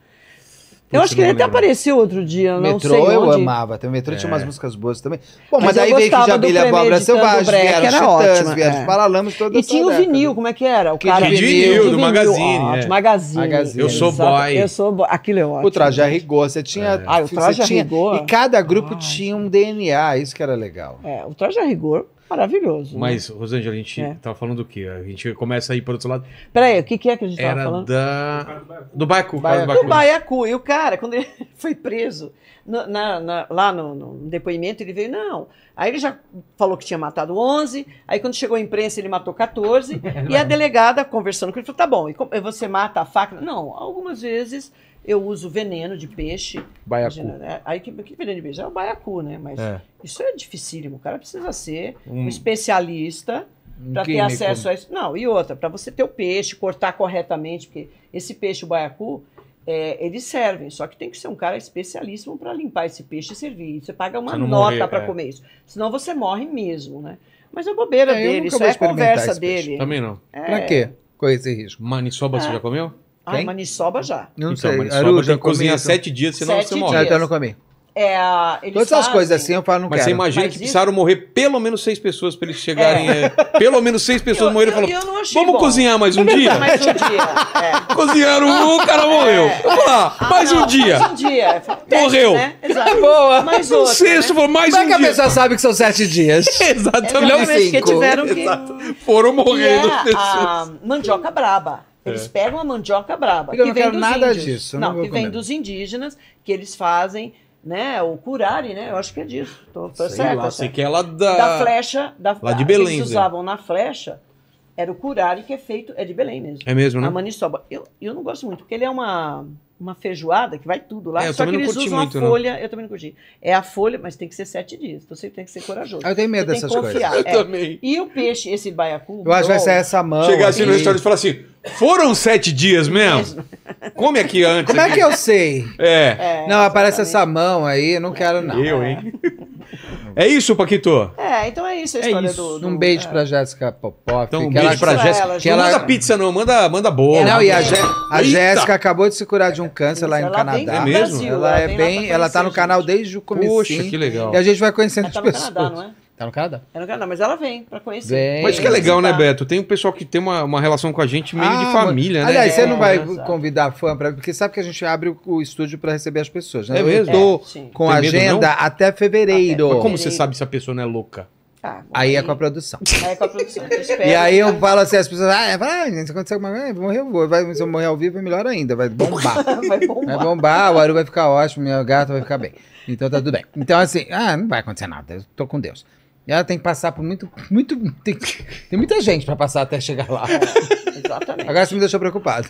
S3: eu
S1: Putz,
S3: acho que
S1: não
S3: ele até
S1: lembro.
S3: apareceu outro dia, não
S4: metrô
S3: sei onde.
S4: eu amava também. Metrô tinha umas
S1: É.
S4: músicas boas também. Bom,
S3: Mas
S4: mas,
S3: eu
S4: aí veio que
S3: gostava do
S4: Jamilha e Abóbora
S3: Premeditando
S4: Selvagem,
S3: Breck,
S4: vieram os
S3: era
S4: Titãs,
S3: ótima,
S4: vieram os
S3: é.
S4: Paralamas, toda
S3: E
S4: essa
S3: tinha o
S4: década.
S3: vinil, como é que era? O
S4: Kid
S3: cara...
S1: Vinil, do Magazine,
S3: Ótimo,
S1: é.
S3: Ah, Magazine.
S4: Magazine.
S1: Eu sou
S3: Exato,
S1: boy.
S3: Eu sou boy. Aquilo é ótimo.
S4: O traje a rigor, você tinha.
S1: É.
S3: Ah, o
S4: você
S3: Traje a
S4: tinha-
S3: Rigor.
S4: E cada grupo tinha um DNA, isso que era legal.
S3: É, o traje a rigor, maravilhoso. né?
S1: Mas, Rosângela, a gente
S3: É.
S1: tava falando do quê? A gente começa a ir para outro lado.
S3: Peraí, o que, que é que a gente estava
S1: Era
S3: falando?
S1: da. Do Baiacu. cara,
S4: Baiacu.
S3: Do Baiacu. é E o cara, quando ele foi preso na- na- na- lá no, no depoimento, ele veio, não. Aí ele já falou que tinha matado 11, aí quando chegou a imprensa ele matou 14, e a delegada, conversando com ele, falou, tá bom, e como- e você mata a faca? Não, algumas vezes eu uso veneno de peixe.
S4: Baiacu.
S3: Imagina, né? Aí que, que veneno de peixe? É o Baiacu, né? Mas
S4: É.
S3: isso é dificílimo, o cara precisa ser um
S1: Um-
S3: especialista para ter
S4: Químico.
S3: acesso a isso. Não, e outra, para você ter o peixe, cortar corretamente, porque esse peixe, o baiacu, é, eles servem, só que tem que ser um cara especialíssimo para limpar esse peixe e servir. Você paga uma
S1: Pra não
S3: nota
S1: morrer,
S3: para
S1: é.
S3: comer isso. Senão você morre mesmo, né? Mas é bobeira
S4: É, eu nunca
S3: dele, isso
S4: vou
S3: é
S4: experimentar
S3: conversa
S4: esse peixe.
S3: dele.
S1: Também não.
S3: É.
S4: Pra quê? Correr esse risco.
S1: Maniçoba, você
S3: É.
S1: já comeu?
S3: Ai,
S4: Quem?
S3: maniçoba já.
S4: Não
S1: então,
S4: sei.
S1: maniçoba
S4: Aruja,
S1: tem que cozinhar
S4: comi,
S1: sete dias, senão
S3: Sete
S1: você
S4: então.
S1: morre.
S4: Não,
S3: dias.
S4: então eu não comi.
S3: é a- eles
S4: Todas essas
S3: fazem-
S4: coisas assim eu falo, não
S1: Mas você
S4: quero.
S1: imagina
S3: Mas
S1: que
S3: isso-
S1: precisaram morrer pelo menos seis pessoas pra eles chegarem. é, pelo menos seis pessoas morreram e
S3: eu, eu,
S1: falaram:
S3: eu não achei
S1: Vamos
S3: bom.
S1: cozinhar mais um dia?
S3: Mais um dia. é.
S1: Cozinharam um, o cara morreu. Vamos lá,
S3: Ah,
S1: mais um
S3: não,
S1: dia. um
S3: Mais um dia. Teste,
S1: Morreu.
S3: Né? Exato.
S4: Boa.
S3: Mais
S1: O
S3: outro.
S1: sexto
S3: né?
S1: falou: Mais
S4: Como é
S1: um
S4: que a
S1: dia.
S4: pessoa sabe que são sete dias?
S1: Exatamente.
S4: Milhão e
S3: Exatamente, É, que
S4: cinco.
S3: tiveram que...
S1: Foram
S3: que
S1: morrendo É.
S3: é
S1: pessoas.
S3: a mandioca braba. Eles pegam a mandioca braba.
S4: Eu não
S3: que vem
S4: quero
S3: dos
S4: nada
S3: índios.
S4: disso, eu
S3: Não,
S4: não vou
S3: que vem
S4: comer.
S3: dos indígenas, que eles fazem, né? O curare, né? Eu acho que é disso. Tô, tô
S1: Sei
S3: certa,
S1: lá,
S3: tá
S1: sei
S3: certa.
S1: que ela dá.
S3: Da flecha. Da,
S1: Lá de
S3: que
S1: Belém,
S3: Eles
S1: Zé.
S3: usavam na flecha. Era o curare que é feito. É de Belém mesmo.
S1: É mesmo, né?
S3: A maniçoba. Eu, eu não gosto muito, porque ele é uma, uma feijoada que vai tudo lá.
S1: É, eu
S3: só
S1: também
S3: que
S1: não
S3: eles
S1: curti
S3: usam
S1: muito,
S3: a
S1: não.
S3: folha. Eu também não curti. É a folha, mas tem que ser sete dias. Então você tem que ser corajoso.
S4: Ah, Eu tenho medo
S3: Você tem que
S4: dessas coisas.
S3: confiar. é.
S1: também.
S3: E o peixe, esse baiacu.
S4: Eu acho que vai
S3: bom,
S4: sair essa mão.
S1: Chegar assim
S4: aqui.
S1: no restaurante e falar assim: Foram sete dias mesmo?
S3: mesmo.
S1: Come aqui antes.
S4: Como é que eu sei?
S1: É.
S3: É,
S4: não, aparece
S3: exatamente.
S4: essa mão aí, eu não quero não.
S1: Eu, hein? É isso, Paquito.
S3: É, então é isso a
S2: É
S3: história
S2: isso.
S3: do, do-
S4: Um beijo
S3: é.
S4: pra Jéssica Popov.
S1: Então, um
S4: que ela-
S1: beijo pra
S3: ela-
S1: Jéssica.
S4: que
S1: não
S4: ela-
S1: manda pizza, não. Manda, manda boa.
S4: Não, e a, Jé- a
S1: Eita!
S4: Jéssica acabou de se curar de um câncer lá em
S3: Ela vem
S4: Canadá.
S1: do É mesmo? Brasil,
S4: Ela
S3: ela
S4: é
S3: vem lá
S4: bem,
S3: pra
S4: ela tá no
S3: conhecer,
S4: canal desde o começo.
S1: Poxa, que legal.
S4: E a gente vai conhecendo
S3: Ela tá
S4: as
S3: no
S4: pessoas.
S3: Canadá, não é?
S4: Tá no Canadá?
S3: É no Canadá, mas ela vem pra conhecer.
S4: Vem.
S1: Mas que é legal, né, Beto? Tem um pessoal que tem uma, uma relação com a gente meio
S4: tá. Ah,
S1: de família,
S4: mano.
S1: né?
S4: Aliás, você não vai
S3: Exato.
S4: convidar fã pra. Porque sabe que a gente abre o, o estúdio pra receber as pessoas, né?
S1: É mesmo?
S4: Eu tô
S3: É, sim.
S4: com
S1: Tem medo, Ah, é.
S4: agenda até fevereiro.
S1: Mas como assim? você sabe se a pessoa não é louca?
S3: Ah, bom,
S4: Aí é com a produção.
S3: Aí é com a produção. eu espero.
S4: E aí eu falo assim, as pessoas, ah, é, vai, gente, se acontecer alguma coisa, morrer eu vou. Vai, se eu morrer ao vivo é melhor ainda, vai bombar.
S3: Vai bombar.
S4: Vai bombar, o Aru vai ficar ótimo, minha gata vai ficar bem. Então tá tudo bem. Então assim, ah, não vai acontecer nada, eu tô com Deus. E ela tem que passar por muito, muito, tem, tem muita gente pra passar até chegar lá.
S3: Exatamente.
S4: Agora você me deixou preocupado.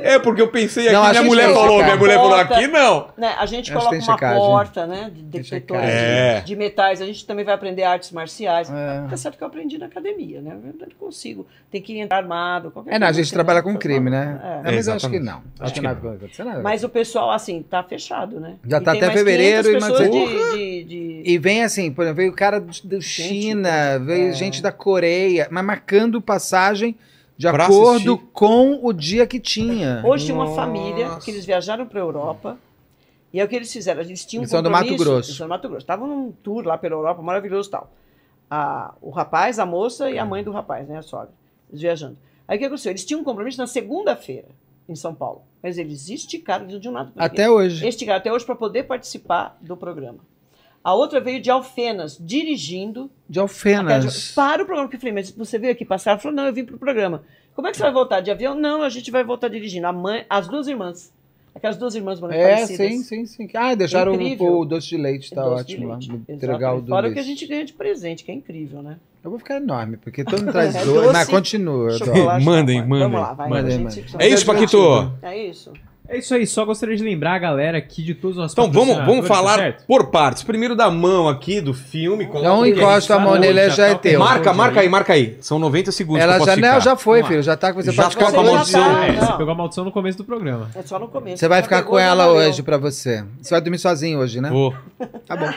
S1: É, porque eu pensei aqui,
S4: Não, é acho
S1: minha
S4: que
S1: mulher
S4: tem,
S1: falou,
S4: cara.
S1: minha mulher falou
S3: Bota.
S1: aqui, não.
S3: Né, a gente
S4: Acho que
S3: coloca
S4: tem
S3: uma
S4: checagem.
S3: porta, né? De
S4: Tem
S3: detector de,
S4: checagem.
S1: É.
S3: de metais. A gente também vai aprender artes marciais.
S4: É.
S3: Tá certo que eu aprendi na academia, né? Eu não consigo. Tem que entrar armado. qualquer
S4: É, não, a
S3: coisa
S4: gente
S3: assim,
S4: trabalha
S3: né?
S4: com crime, né?
S3: É.
S4: É, mas eu acho que
S1: Exatamente.
S4: não. Acho que não vai acontecer nada.
S3: Mas o pessoal, assim, tá fechado, né?
S4: Já
S3: E
S4: tá
S3: tem
S4: até
S3: mais
S4: fevereiro
S3: 500
S4: e mais-
S3: pessoas de- de- de-
S4: E vem assim, por exemplo, veio o cara do- do
S3: é.
S4: China, veio gente da Coreia, mas marcando passagem de
S1: Pra
S4: acordo
S1: assistir.
S4: com o dia que tinha.
S3: Hoje tinha uma
S1: Nossa.
S3: família que eles viajaram para Europa. E é o que eles fizeram. Eles tinham um
S4: Eles são do
S3: compromisso-
S4: Mato Grosso.
S3: Eles são do Mato Grosso. Estavam num tour lá pela Europa, maravilhoso e tal. A- o rapaz, a moça e a mãe do rapaz, né? A sogra. Eles viajando. Aí o que aconteceu? Eles tinham um compromisso na segunda-feira, em São Paulo. Mas eles esticaram, eles não tinham nada. pra fazer.
S4: Até hoje.
S3: Esticaram até hoje para poder participar do programa. A outra veio de Alfenas, dirigindo
S4: De
S3: Até de-
S4: Alfenas.
S3: Para o programa que eu falei, mas você veio aqui passar? Ela falou, não, eu vim pro programa. Como é que você vai voltar de avião? Não, a gente vai voltar dirigindo. A mãe, as duas irmãs. Aquelas duas irmãs moram
S4: É,
S3: parecidas.
S4: sim, sim, sim. Ah, deixaram
S3: Incrível. É
S4: o, o doce de leite, tá
S3: Doce de
S4: ótimo lá.
S3: leite.
S4: Vou Entregar o
S3: Exatamente.
S4: do
S3: Fora o que a
S4: leite.
S3: gente ganha de presente, que é incrível, né?
S4: Eu vou ficar enorme, porque todo mundo traz
S3: É
S4: doce. Mas
S3: doce,
S4: continua. eu tô-
S3: Chocolate,
S1: Mandem,
S3: chocolate.
S1: mandem.
S3: Vamos lá, vai.
S4: Mandem,
S3: a gente-
S4: mandem.
S1: É isso, Paquito.
S3: É isso.
S2: É isso aí, só gostaria de lembrar a galera aqui de todos os nossos
S1: Então vamos, vamos
S2: patrocinadores, tá
S1: falar
S2: certo?
S1: por partes. Primeiro da mão aqui do filme. coloca
S4: Não
S1: aqui.
S4: encosta a mão
S2: Saúde,
S4: nele, já é
S2: tá-
S4: teu.
S1: Marca,
S2: saúde
S1: marca aí, marca aí. São 90 segundos. que
S4: Ela
S1: eu posso
S4: já, não,
S1: ficar.
S4: já foi,
S2: Vamos lá.
S4: filho. Já tá com você.
S1: Já
S4: pode
S1: tá com a
S4: ficar
S3: Você já
S1: maldição.
S3: tá-
S2: É,
S3: não,
S2: você pegou a maldição no começo do programa.
S3: É só no começo.
S4: Você vai
S3: Já
S4: ficar
S3: pegou,
S4: com
S3: já
S4: ela
S3: valeu.
S4: hoje pra você. Você vai dormir sozinho hoje, né?
S1: Vou.
S4: Tá bom.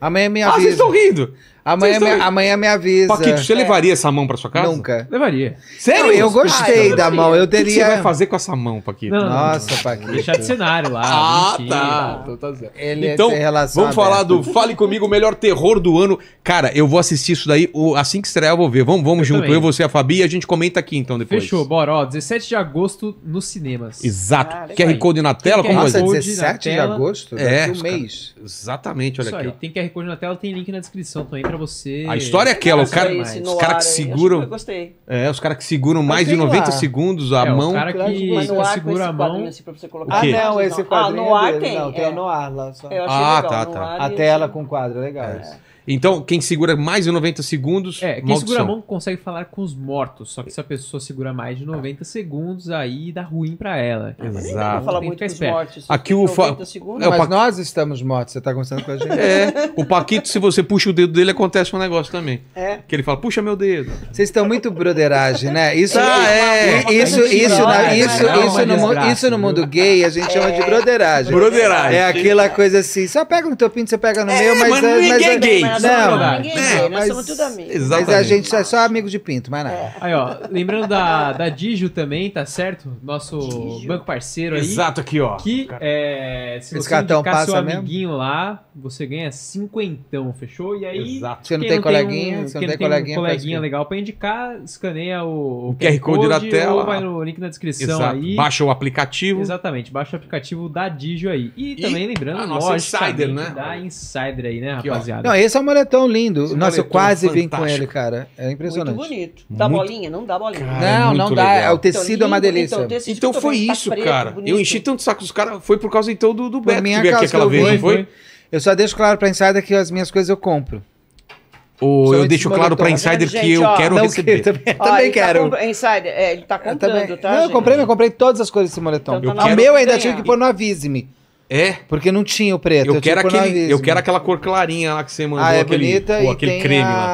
S4: Amanhã me
S1: Ah, vocês
S4: avisa.
S1: estão rindo.
S4: amanhã,
S1: vocês
S4: me,
S1: estão-
S4: amanhã me avisa.
S1: Paquito, você
S3: É.
S1: levaria essa mão pra sua casa?
S4: Nunca.
S2: Levaria.
S1: Sério?
S4: Não, eu
S3: Ah,
S4: gostei
S3: eu
S4: da
S3: faria.
S4: mão. Eu
S1: O que, que você tá
S4: teria.
S1: vai fazer com essa mão, Paquito?
S2: Não, não,
S4: Nossa,
S2: não.
S4: Paquito.
S2: Deixar de cenário lá.
S1: Ah,
S2: bonitinho.
S1: tá.
S4: Ele
S1: Então,
S4: tem relação
S1: Vamos falar
S4: aberta.
S1: do Fale Comigo, o melhor terror do ano. Cara, eu vou assistir isso daí o- assim que estrear, eu vou ver. Vamos, vamos
S2: Eu
S1: junto,
S2: também.
S1: eu, você, a Fabi, e a gente comenta aqui então depois.
S2: Fechou, bora. Ó, 17 de agosto nos cinemas.
S1: Exato.
S3: Cara, é
S1: QR
S2: isso aí.
S1: Code na tela,
S2: Tem
S1: como
S2: QR
S1: vai
S4: Nossa,
S1: ser?
S2: Code na
S4: 17 de
S2: tela.
S4: agosto?
S1: É,
S4: É.
S1: os
S4: Um mês.
S1: Exatamente, olha
S2: Isso
S1: aqui.
S2: aí, tem QR Code na tela, tem link na descrição também pra você.
S1: A história é aquela, o
S3: Olha só
S1: cara-
S3: esse
S1: os cara
S3: no ar
S1: que
S3: aí. Acho
S1: seguram-
S3: Eu gostei.
S1: ó. É, os caras que seguram mais de
S4: tem
S1: 90
S4: lá.
S1: segundos a
S2: É, o
S1: mão.
S2: cara que,
S3: Mas no
S2: que
S3: ar com
S2: segura
S3: esse
S2: a mão.
S3: quadrinho assim pra você
S1: O
S3: colocar.
S1: quê?
S3: Ah, não, esse quadrinho. Ah, no ar tem. é.
S4: ar lá só.
S3: Eu achei
S1: Ah,
S3: legal,
S1: tá,
S3: no
S1: tá.
S3: ar
S4: um- A
S3: e- assim,
S4: tela com quadro, legal. isso.
S1: Então, quem segura mais de 90 segundos,
S2: É, quem
S1: maldição.
S2: segura a mão consegue falar com os mortos, só que se a pessoa segura mais de 90 segundos, aí dá ruim pra ela.
S3: Nem dá pra
S1: Exato.
S3: falar
S2: Tem que
S3: muito
S2: ficar
S3: dos
S2: esperto.
S3: mortes.
S1: Aqui o fa-
S3: 90 segundos.
S1: É, o
S4: Mas
S1: Paquito-
S4: nós estamos mortos, você tá conversando com a gente.
S1: É, o Paquito, se você puxa o dedo dele, acontece um negócio também.
S3: É.
S1: Que ele fala, puxa meu dedo.
S4: Vocês estão muito broderagem, né? Isso
S1: Ah, é.
S4: I- Isso,
S2: Uma
S4: isso, na-
S2: desgraça,
S4: isso,
S2: né? Uma
S4: isso, no, mu-
S2: desgraça,
S4: isso no
S2: viu?
S4: mundo gay a gente chama de broderagem.
S1: Broderagem.
S4: É aquela coisa assim, só pega no teu pinto, você pega no meu, mas,
S1: mas ninguém é gay.
S3: nada,
S4: Não, né,
S3: não,
S2: verdade.
S3: ninguém
S1: É,
S3: vê, nós
S4: mas-
S3: somos tudo amigos.
S1: Exatamente.
S4: Mas a gente é só amigo de pinto, mas nada.
S2: Aí, ó, lembrando da, da Digio também, tá certo? Nosso banco parceiro aí.
S1: Exato aqui, ó.
S2: Que é, se
S4: Esse
S2: você
S4: cartão
S2: indicar seu
S4: passa mesmo?
S2: amiguinho lá, você ganha cinquentão, fechou? E aí,
S1: Exato.
S4: Você não
S2: quem
S4: tem coleguinha,
S2: um-
S4: você
S2: quem
S4: não tem
S2: um
S4: coleguinha. faz
S2: coleguinha
S4: o quê?
S2: legal pra indicar, escaneia o,
S1: O QR Code na tela.
S2: ou vai no link na descrição
S1: Exato.
S2: aí.
S1: Baixa o aplicativo.
S2: Exatamente, baixa o aplicativo da Digio aí. E,
S1: E
S2: também lembrando,
S1: a nossa
S2: logicamente,
S1: Insider, né?
S2: Da Insider aí, né,
S1: Aqui, ó.
S2: rapaziada?
S4: Não, esse é um moletom lindo.
S1: Esse
S4: Nossa, eu
S1: moletom é
S4: quase vim com
S1: fantástico.
S4: ele, cara. É
S3: Muito
S4: impressionante.
S3: bonito. Dá
S1: Muito-
S3: bolinha? Não dá bolinha. Então,
S1: Cara, é
S4: Não,
S1: muito
S4: não dá.
S1: legal.
S4: O tecido é uma delícia.
S3: tecido
S1: Então
S3: que eu tô
S1: foi
S3: vendo tá
S1: isso,
S3: preto,
S1: cara.
S3: bonito.
S1: Eu enchi tanto o saco dos caras. Foi por causa então do, do Beto que
S4: minha
S1: veio aqui
S4: causa
S1: aquela
S4: que eu
S1: vez,
S4: fui,
S1: não foi?
S4: Eu só deixo claro pra insider que as minhas coisas eu compro.
S1: Ou
S4: Só
S1: eu
S4: esse
S1: deixo claro pra
S4: moletom.
S1: insider
S3: Gente,
S1: que eu
S3: ó,
S1: quero
S4: Não,
S1: receber.
S4: que- também,
S3: Ó,
S4: também
S3: ele tá
S4: quero.
S3: compra- Insider, é, ele tá
S4: Eu
S3: comprando,
S4: também-
S3: tá?
S4: não, eu
S3: gente?
S4: comprei, eu comprei todas as coisas desse moletom.
S3: Então
S1: tá na
S4: o
S1: hora
S4: meu
S3: de
S4: ainda
S3: ganhar.
S4: tive que pôr no avise-me,
S1: É.
S4: porque não tinha o preto.
S1: Eu,
S4: tive
S1: quero
S4: que pôr no
S1: aquele, eu
S4: Avise-me.
S1: quero aquela cor clarinha lá que você mandou,
S4: tipo Ah, é
S1: aquele,
S4: bonita
S1: pô,
S4: e
S1: aquele
S4: tem
S1: creme lá.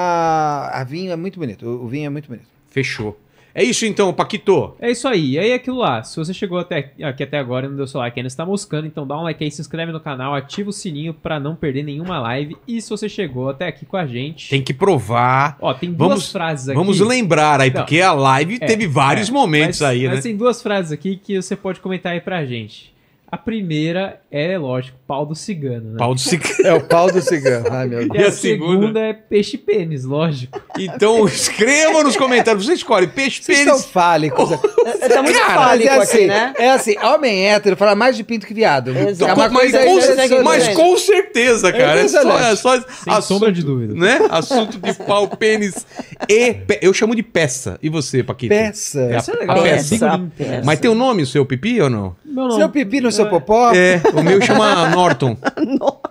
S4: a... a vinho é muito bonito. O o vinho é muito bonito.
S1: Fechou. É isso então, Paquito.
S2: É isso aí. E aí, é aquilo lá. Se você chegou até aqui até agora e não deu seu like ainda, está moscando, então dá um like aí, se inscreve no canal, ativa o sininho pra não perder nenhuma live. E se você chegou até aqui com a gente.
S1: Tem que provar.
S2: Ó, tem
S1: Vamos-
S2: duas frases aqui.
S1: Vamos lembrar aí,
S2: Não.
S1: porque a live teve vários
S2: é,
S1: momentos
S2: mas,
S1: aí,
S2: mas
S1: né?
S2: tem duas frases aqui que você pode comentar aí pra gente. A primeira é, lógico, pau do cigano, né?
S1: Pau do cic...
S4: É o pau do cigano. Ai, meu Deus.
S2: E a,
S1: E a segunda?
S2: segunda? é peixe pênis, lógico.
S1: Então escrevam nos comentários. Você escolhe peixe,
S4: Vocês estão
S1: pênis.
S4: fálicos.
S3: É, Tá muito
S1: Cara,
S4: Mas
S3: fálico
S4: é assim,
S3: aqui, né?
S4: é assim, homem hétero fala mais de pinto que viado.
S1: Então,
S3: Exato.
S4: É uma
S1: com- mas,
S4: coisa
S1: com,
S4: impressionante.
S1: mas com certeza, cara. É só, é só
S2: Sem sombra de dúvida.
S1: né? Assunto de pau, pênis e. pe- Eu chamo de peça. E você, Paquito?
S4: Peça.
S1: É a-
S2: Isso é
S1: a
S2: legal.
S1: peça.
S2: bico
S3: Essa
S2: limpo.
S3: peça.
S1: Mas tem o nome o seu pipi ou não?
S2: Não, não.
S4: Seu pipi no seu popó?
S1: É, o meu chama Norton.
S3: Norton.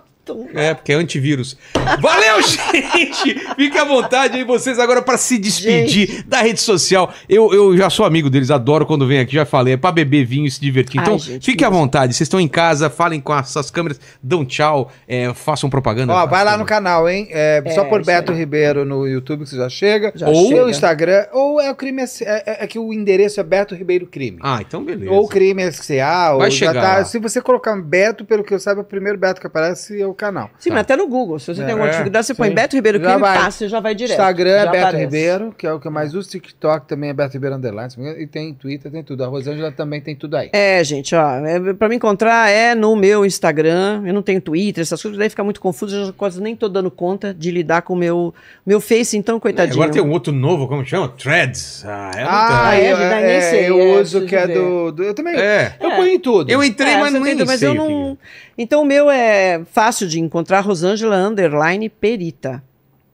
S1: É, porque é antivírus. Valeu, gente! Fique à vontade aí vocês agora para se despedir da rede social. Eu, eu já sou amigo deles, adoro quando vem aqui, já falei, é para beber vinho e se divertir.
S3: Ai,
S1: Então,
S3: gente,
S1: fique à vontade. Vocês estão em casa, falem com essas câmeras, dão tchau, é, façam propaganda.
S4: Ó, vai lá no canal, hein? É, só
S3: É,
S4: por
S3: isso
S4: Beto Ribeiro no YouTube que você já chega.
S3: Já
S4: ou
S3: chega.
S4: no Instagram. Ou é o crime. S- É, é- é que o endereço é Beto Ribeiro Crime.
S1: Ah, então beleza.
S4: Ou crime SCA, ou
S1: Vai
S4: já
S1: chegar lá.
S4: tá. Se você colocar Beto, pelo que eu saiba, o primeiro Beto que aparece é o canal.
S3: Sim, mas até no Google. Se você tem alguma
S1: É,
S3: dificuldade, você
S4: sim.
S3: põe Beto Ribeiro
S4: Já
S3: Crime
S4: vai.
S3: passa, já vai direto.
S4: Instagram é
S3: Já
S4: Beto
S3: aparece.
S4: Ribeiro, que é o que eu mais uso. TikTok também é Beto Ribeiro Underline. se não me engano, E tem Twitter, tem tudo. A Rosângela também tem tudo aí.
S3: É, gente, ó, é, pra me encontrar é no meu Instagram, eu não tenho Twitter, essas coisas, daí fica muito confuso, eu já quase nem tô dando conta de lidar com o meu, meu Face, então, coitadinho.
S1: Agora tem um outro novo, como chama? Threads. Ah, é
S4: Ah,
S3: Ah, é,
S4: eu,
S3: de daí nem
S4: é,
S3: sei,
S4: eu
S3: é,
S4: uso
S3: preciso
S4: que é
S3: ver.
S4: do, do- Eu também.
S1: muito- É.
S4: Eu ponho em tudo.
S1: Eu entrei,
S3: É,
S1: mas
S3: você
S1: nem
S3: tenta, mas
S1: sei
S3: eu
S1: o que é.
S3: não. Então o meu é fácil de encontrar, Rosângela Underline Perita.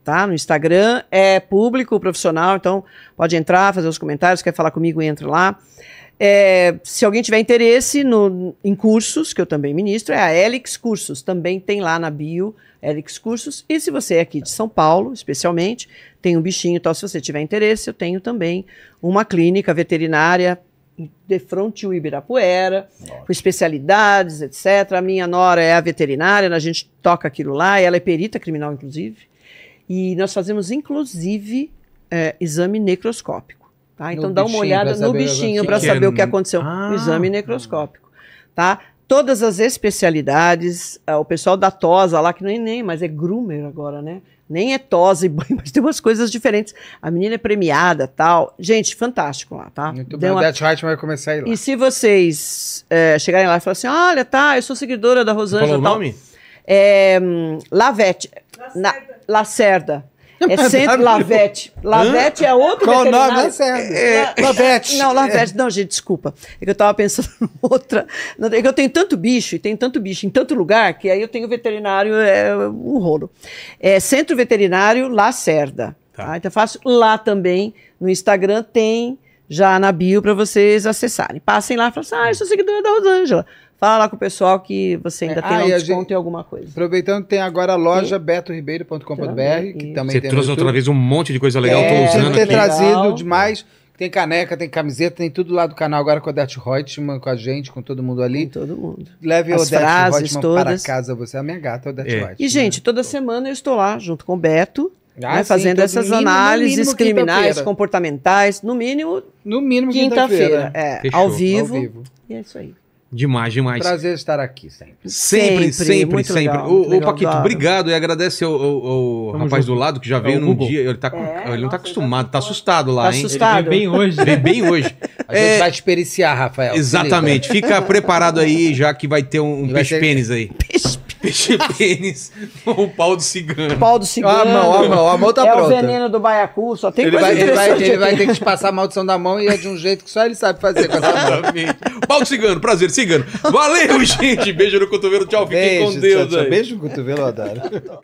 S3: Tá? No Instagram é público, profissional, então pode entrar, fazer os comentários, quer falar comigo, entra lá. É, se alguém tiver interesse no, em cursos, que eu também ministro, é a Elix Cursos, também tem lá na bio, Elix Cursos. E se você é aqui de São Paulo, especialmente, tem um bichinho e tal, se você tiver interesse, eu tenho também uma clínica veterinária de frente ao Ibirapuera, com especialidades, etc. A minha nora é a veterinária, a gente toca aquilo lá, ela é perita criminal, inclusive. E nós fazemos, inclusive, eh, exame necroscópico. Tá? Então
S4: No
S3: dá uma
S4: bichinho,
S3: olhada
S4: pra
S3: no
S4: saber
S3: bichinho
S4: o
S3: para
S1: que é.
S3: saber o que aconteceu.
S1: Ah.
S3: Exame necroscópico. Tá? Todas as especialidades, ah, o pessoal da tosa lá, que nem, nem mas é groomer agora, né? Nem é tosa e banho, mas tem umas coisas diferentes. A menina é premiada tal. Gente, fantástico lá, tá?
S4: Muito
S3: Dê
S4: bem.
S3: uma
S4: O Death Heart né? vai começar aí lá.
S3: e se vocês eh, chegarem lá e falarem assim, olha, tá, eu sou seguidora da
S1: Você
S3: Rosângela.
S1: falou o
S3: tal.
S1: nome?
S3: É, hum, Lavete. Na- Lacerda. É sempre Lavete. Lavete é outro
S4: Qual o nome? Tá
S3: veterinário.
S4: Não serve.
S3: É,
S4: Lavete.
S3: Não, Lavete. Não, gente, desculpa. É que eu tava pensando em outra. Não, É que eu tenho tanto bicho, e tem tanto bicho em tanto lugar, que aí eu tenho veterinário, é um rolo. É Centro Veterinário Lacerda.
S1: Tá.
S3: tá? Então é fácil. Lá também, no Instagram, tem já na bio para vocês acessarem. Passem lá e falem assim, ah, eu sou seguidora da Rosângela. Fala lá com o pessoal que você ainda
S4: É,
S3: tem
S4: ah,
S3: lá um
S4: e a
S3: desconto
S4: gente-
S3: em alguma coisa.
S4: Aproveitando, tem agora a loja betoribeiro.com.br,
S1: Você
S3: Também,
S4: que também tem. no
S1: trouxe
S4: YouTube.
S1: outra vez um monte de coisa legal,
S4: é,
S1: eu tô
S4: tem
S1: usando
S4: que
S1: aqui.
S4: ter
S3: Legal.
S4: trazido demais. Tem caneca, tem camiseta, tem tudo lá do canal agora com a Odete Reutemann, com a gente, com todo mundo
S3: Com
S4: ali.
S3: todo mundo.
S4: Leve a
S3: As
S4: Odete
S3: frases
S4: Reutemann para
S3: todas.
S4: casa, você é a minha gata, Odete
S1: É.
S4: Reutemann.
S3: E, gente, toda semana eu estou lá junto com o Beto,
S4: Ah,
S3: né,
S4: sim,
S3: fazendo
S4: todo
S3: essas
S4: mínimo, no
S3: análises
S4: mínimo
S3: criminais,
S4: quinta-feira.
S3: comportamentais, no mínimo
S4: No mínimo
S3: quinta-feira,
S4: quinta-feira.
S3: é,
S1: Fechou,
S3: ao
S1: ao
S3: vivo.
S4: Ao vivo.
S3: E é isso aí.
S1: Demais, demais.
S4: Prazer estar aqui sempre.
S1: Sempre,
S3: Sempre,
S1: sempre,
S3: muito
S1: sempre.
S3: legal,
S1: Ô,
S3: muito
S1: ô,
S3: legal,
S1: Paquito,
S3: adoro.
S1: obrigado e agradece ao, ao- ao
S2: Tamo
S1: rapaz
S2: junto.
S1: do lado que já
S2: É,
S1: veio
S2: o
S1: num
S2: Google.
S1: dia. Ele, tá com-
S3: É,
S1: ele não tá
S3: nossa,
S1: acostumado, tá assustado lá,
S3: Tá
S1: hein?
S3: assustado. Claro.
S2: Bem hoje. né?
S1: Ele veio bem hoje.
S4: A gente
S1: É,
S4: vai te periciar, Rafael. se
S1: exatamente. Fica preparado aí, já que vai ter um,
S4: E vai ter-
S1: peixe-pênis aí. Peixe-pênis ou o pau do cigano.
S3: Pau do
S4: liga. Ó
S3: cigano.
S4: a mão, ó a mão, a mão tá
S3: é o
S4: pronta.
S3: veneno do baiacu, só tem
S4: Ele
S3: coisa
S4: vai, ele, vai,
S3: interessante
S4: ele vai
S3: aqui.
S4: ter que te passar a maldição da mão e é de um jeito que só ele sabe fazer com essa mão.
S1: Exatamente. Pau do cigano, prazer, cigano. Valeu, gente. Beijo no cotovelo, tchau. Fiquem
S4: Beijo,
S1: com Deus
S4: tchau, tchau.
S1: aí.
S4: Beijo no cotovelo, Adara.